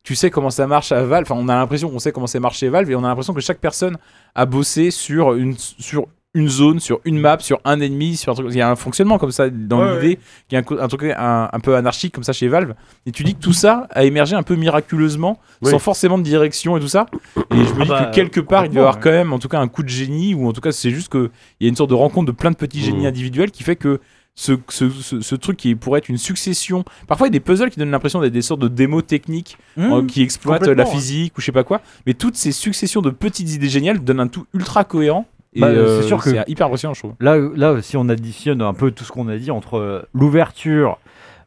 S4: tu sais comment ça marche à Valve. Enfin, on a l'impression qu'on sait comment ça marche chez Valve et on a l'impression que chaque personne a bossé sur une, sur une zone, sur une map, sur un ennemi, sur un truc. Il y a un fonctionnement comme ça dans
S3: Ouais,
S4: l'idée, qui est un, co- un truc un, un peu anarchique comme ça chez Valve. Et tu dis que tout ça a émergé un peu miraculeusement,
S1: Oui.
S4: sans forcément de direction et tout ça. Et je me
S2: Ah
S4: dis
S2: bah,
S4: que quelque part, il doit y avoir
S2: complètement,
S4: quand même, en tout cas, un coup de génie, ou en tout cas, c'est juste qu'il y a une sorte de rencontre de plein de petits génies
S1: Mhm.
S4: individuels qui fait que ce, ce, ce- ce truc qui pourrait être une succession. Parfois, il y a des puzzles qui donnent l'impression d'être des sortes de démos techniques
S3: Hum.
S4: euh, qui exploitent la
S3: Mmh. complètement, hein.
S4: physique ou je sais pas quoi. Mais toutes ces successions de petites idées géniales donnent un tout ultra cohérent. Et
S2: Bah, c'est
S4: euh,
S2: sûr que-
S4: c'est hyper impressionnant, je trouve.
S2: Là, euh, là, si on additionne un peu tout ce qu'on a dit entre euh, l'ouverture,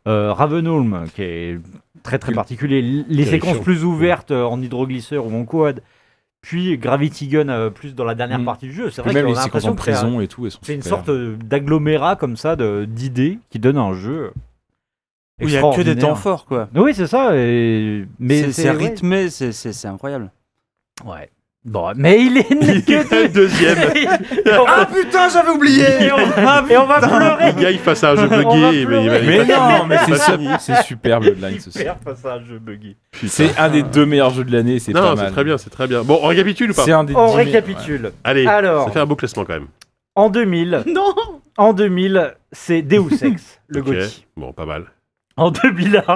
S2: euh, Ravenholm, qui est très très particulier, l- les
S1: Terrifiant.
S2: séquences plus ouvertes euh, en hydroglisseur ou en quad, puis Gravity Gun euh, plus dans la dernière
S4: Mm.
S2: partie du jeu. C'est
S4: Puis
S2: vrai
S4: même
S2: qu'on
S4: les
S2: a
S4: séquences
S2: l'impression
S4: en
S2: que c'est un-
S4: prison et tout. elles sont
S2: c'est une
S4: super.
S2: sorte euh, d'agglomérat comme ça de- d'idées qui donne un jeu.
S3: Où il y a que des
S2: extraordinaire.
S3: temps forts, quoi.
S2: Oui, c'est ça. Et... Mais
S3: C'est- c'est rythmé, c'est- c'est c'est incroyable.
S2: Ouais. Ouais. Bon, mais il est né que du- (laughs)
S1: Deuxième,
S2: Et on va-
S3: putain, j'avais oublié
S2: et on va- et on va (laughs) pleurer.
S1: il gagne face à un jeu
S2: On va
S1: bugué.
S2: pleurer.
S1: mais il-
S4: Mais
S1: il-
S4: non, mais c'est,
S1: pas
S4: su-
S1: fini.
S4: c'est super Bloodlines aussi.
S2: Super face à un jeu buggy.
S1: Putain.
S4: C'est un des deux meilleurs jeux de l'année, c'est pas
S1: Non,
S4: mal.
S1: c'est très bien, c'est très bien. Bon, on récapitule ou pas
S4: C'est un des
S2: On
S4: dix meilleurs-
S2: récapitule.
S1: Allez, ça
S2: Alors,
S1: fait un beau classement quand même.
S2: en 2000,
S5: (laughs) Non
S2: en 2000, c'est Deus
S5: (laughs)
S2: Ex, le
S1: Ok.
S2: Gotti.
S1: Bon, pas mal.
S2: En 2001,
S5: Ah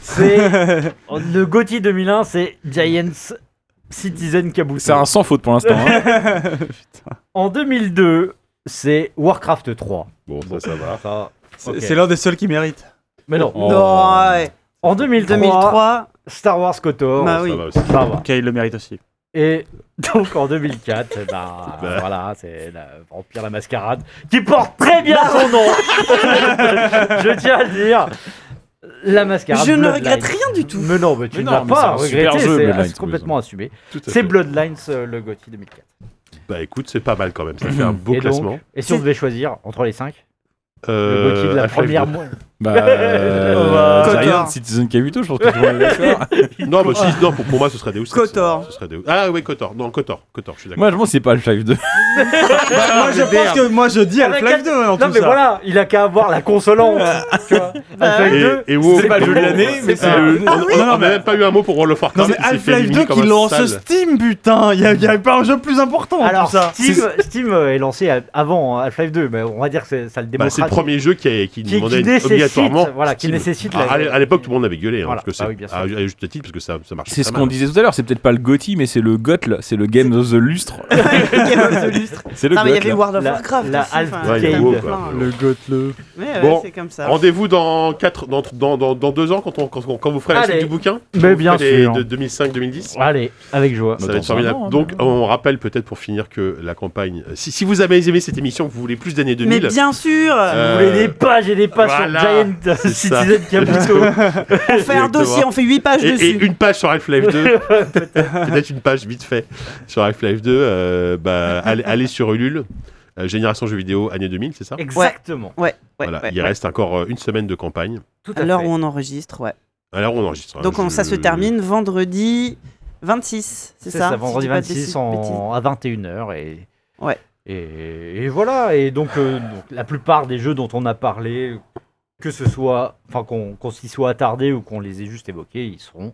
S2: c'est
S5: (laughs)
S2: le Gotti 2001, c'est Giants Citizen Kabuto.
S4: ouais. C'est un sans faute pour
S2: (laughs)
S4: l'instant. hein.
S2: En 2002, c'est Warcraft 3.
S1: Bon, ça, ça va.
S3: C'est
S2: Ok.
S3: c'est l'un des seuls qui mérite.
S2: Mais non.
S4: Oh.
S5: Non, ouais.
S2: En 2003,
S5: 2003,
S2: Star Wars KOTOR.
S5: Bah
S1: Oh, Ça
S5: oui.
S1: va aussi.
S2: Ça va.
S3: Ok, il le mérite aussi.
S2: Et donc en 2004, bah,
S1: Bah.
S2: voilà, c'est la Vampire la Mascarade qui porte très bien
S5: (laughs)
S2: son nom. je tiens à le dire. La Mascarade.
S5: je ne
S2: Bloodlines.
S5: regrette rien du tout.
S2: Mais non, mais tu
S4: Mais
S2: ne
S4: non,
S2: vas
S4: mais c'est
S2: pas
S4: un super
S2: regretter,
S4: jeu,
S2: c'est
S4: Bloodlines,
S2: c'est complètement assumé.
S1: Tout à
S2: C'est
S1: fait.
S2: Bloodlines, euh, le Gotti 2004.
S1: Bah écoute, c'est pas mal
S4: (clears throat)
S1: quand même. Ça fait un beau
S2: Et donc,
S1: classement.
S2: Et si on devait choisir entre les 5 Le Gotti
S1: Euh,
S2: de la
S1: Half-Life
S2: première
S1: 2. (laughs)
S2: mois.
S5: (laughs)
S4: Bah,
S5: Oh,
S3: bah,
S4: euh, Giant
S5: Cotard.
S4: Citizen Kabuto, je pense que tout le monde est d'accord.
S5: (laughs)
S4: (laughs)
S1: Non, bah, si, non pour, pour moi, ce serait Deus. Ex.
S5: Kotor.
S1: Ce serait Deus. Ah oui, Kotor. Non, Kotor. Kotor, je suis d'accord.
S4: Moi, je pense que c'est pas le 5 2.
S1: Ah,
S3: moi, je pense que moi, je dis Half-Life 2 dans
S2: Non
S3: tout
S2: mais
S3: ça.
S2: voilà, il a qu'à avoir la consolante.
S1: (laughs)
S2: tu vois. Half-Life
S1: Bah, Et-
S2: 2,
S1: et WoW.
S4: C'est pas le jeu de l'année, Ah
S2: c'est
S4: mais
S2: pas-
S4: c'est le.
S1: On- on-
S3: non,
S1: on a
S3: Ah, mais-
S1: même pas eu un mot pour World of Warcraft.
S3: Non, mais
S1: C'est- c'est fait
S3: Half-Life
S1: éliminer
S3: 2
S1: comme
S3: qui
S1: un
S3: lance
S1: sale.
S3: Steam, putain Il n'y avait pas un jeu plus important
S2: Alors
S3: tout ça
S2: Steam, Steam euh, est lancé à- avant hein, Half-Life 2, mais on va dire que c'est- ça le
S1: Bah, c'est
S2: démocratise.
S1: le premier jeu qui, a- qui
S2: qui,
S1: demandait
S2: qui nécessite,
S1: obligatoirement.
S2: voilà, qui
S1: Steam.
S2: nécessite
S1: Ah,
S2: la-
S1: à l'é- à l'époque, tout le monde avait gueulé. hein,
S2: Voilà.
S1: parce que c'est
S2: Bah oui, bien sûr.
S1: à, à juste titre, parce que ça, ça marche.
S4: (laughs) C'est ce qu'on disait tout à l'heure, c'est peut-être pas le GOTY, mais c'est le GOTL, c'est le Game of the
S5: (laughs)
S4: Lustre.
S5: Game of the Lustre.
S4: C'est le
S5: Non, mais il y
S4: GOTL.
S5: avait World of
S2: La-
S5: Warcraft.
S2: la
S5: aussi, enfin,
S2: Half-Life
S1: Ouais, il y a
S5: il y en
S1: WoW,
S5: plein.
S1: quoi.
S3: Le GOTLE.
S5: Ouais, ouais,
S1: Bon.
S5: c'est comme ça.
S1: Rendez-vous dans, quatre, dans, dans, dans, dans deux ans quand, on, quand, on- quand vous ferez la
S2: Allez.
S1: suite du bouquin.
S2: Mais
S1: Quand vous
S2: bien
S1: ferez les-
S2: sûr.
S1: De 2005-2010.
S2: Allez, avec joie.
S1: Ça
S4: Bah,
S1: va être
S4: dans
S1: formidable.
S4: un an,
S1: Donc,
S4: hein.
S1: on rappelle peut-être pour finir que la campagne. Si, si vous avez aimé cette émission, que vous voulez plus d'années 2000.
S5: Mais bien sûr,
S1: Euh,
S2: Vous voulez des pages et des pages
S1: voilà,
S2: sur Giant
S1: c'est ça.
S2: (laughs) Citizen
S1: (laughs)
S2: Caputo
S5: on fait un
S1: exactement.
S5: dossier, on fait 8 pages
S1: Et, et
S5: dessus.
S1: une page sur Half-Life 2,
S5: (laughs)
S1: peut-être une page vite fait sur Half-Life 2. euh, bah, allez, allez sur Ulule, euh, Génération Jeux Vidéo, année 2000, c'est ça
S2: Exactement.
S5: Ouais,
S1: Voilà,
S5: ouais,
S1: il
S5: ouais.
S1: reste encore euh, une semaine de campagne.
S2: Tout à
S5: À l'heure
S2: fait.
S5: où on enregitre, ouais.
S1: Alors on enregistre. hein,
S5: Donc on-
S1: je-
S5: ça se termine vendredi 26, c'est ça si je
S2: vendredi
S5: dis pas de
S2: 26
S5: bêtises.
S2: en, à 21h. Et,
S5: Ouais.
S2: et, et voilà. Et donc, euh, donc, la plupart des jeux dont on a parlé, que ce soit, enfin, qu'on qu'on s'y soit attardé ou qu'on les ait juste évoqués, ils seront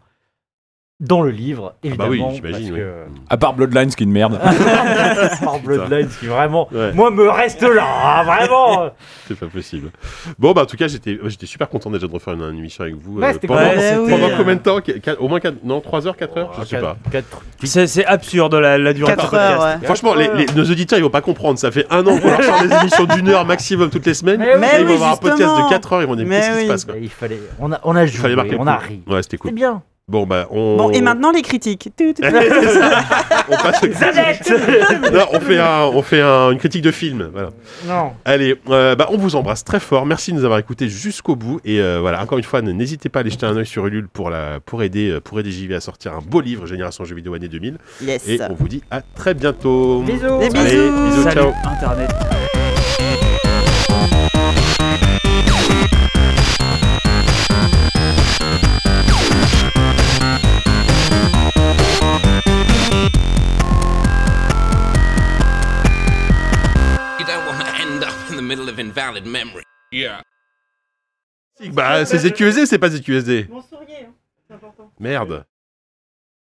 S2: dans le livre,
S1: bah
S2: évidemment.
S1: oui, j'imagine,
S2: parce que-
S4: À part Bloodlines, qui est une merde.
S2: (laughs) Par Bloodlines, qui vraiment.
S1: Ouais.
S2: Moi, me reste là, hein,
S1: (laughs)
S2: vraiment.
S1: C'est pas possible. Bon, bah, en tout cas, j'étais ouais, j'étais super content déjà de refaire une, une émission avec vous. euh,
S2: Ouais, c'était
S1: pendant,
S2: cool. Ouais,
S1: pendant
S5: c'était-
S1: combien de temps Qu- quatre- Au moins 4, non, 3 heures, 4 heures Je sais pas.
S6: C'est c'est absurde la, la durée par
S5: 4 heures,
S6: podcast.
S5: ouais.
S1: Franchement, les, les- nos auditeurs, ils vont pas comprendre. Ça fait un an qu'on leur sort des émissions d'une heure maximum toutes les semaines.
S2: Mais
S1: Et ils
S5: Eh oui,
S1: vont avoir un podcast
S5: justement.
S1: de 4 heures, ils vont dire
S5: Mais
S1: qu'est-ce qui
S5: oui.
S1: se passe quoi.
S2: Il fallait. On a, on a
S1: Il
S2: joué,
S1: fallait marquer le
S2: on a
S1: coup.
S2: ri.
S1: Ouais, c'était
S2: C'est
S1: cool.
S2: bien.
S1: Bon, bah, on.
S5: Bon, et maintenant les critiques. Tout, tout, tout.
S1: (laughs) on
S5: (laughs)
S1: passe au- (laughs) Non, on fait, un- on fait un- une critique de film. Voilà.
S2: Non.
S1: Allez, euh, bah, on vous embrasse très fort. Merci de nous avoir écoutés jusqu'au bout. Et euh, voilà, encore une fois, ne- n'hésitez pas à aller jeter un œil sur Ulule pour, la, pour, aider, euh, pour aider JV à sortir un beau livre, Génération Jeux vidéo année 2000.
S5: Yes.
S1: Et on vous dit à très bientôt.
S2: Bisous.
S5: Des
S1: Allez,
S5: bisous.
S1: bisous,
S6: Salut,
S1: ciao.
S6: Internet.
S7: You don't want to end up in the middle of invalid memory. Yeah.
S1: Bah, c'est ZQSD, c'est pas ZQSD. Merde.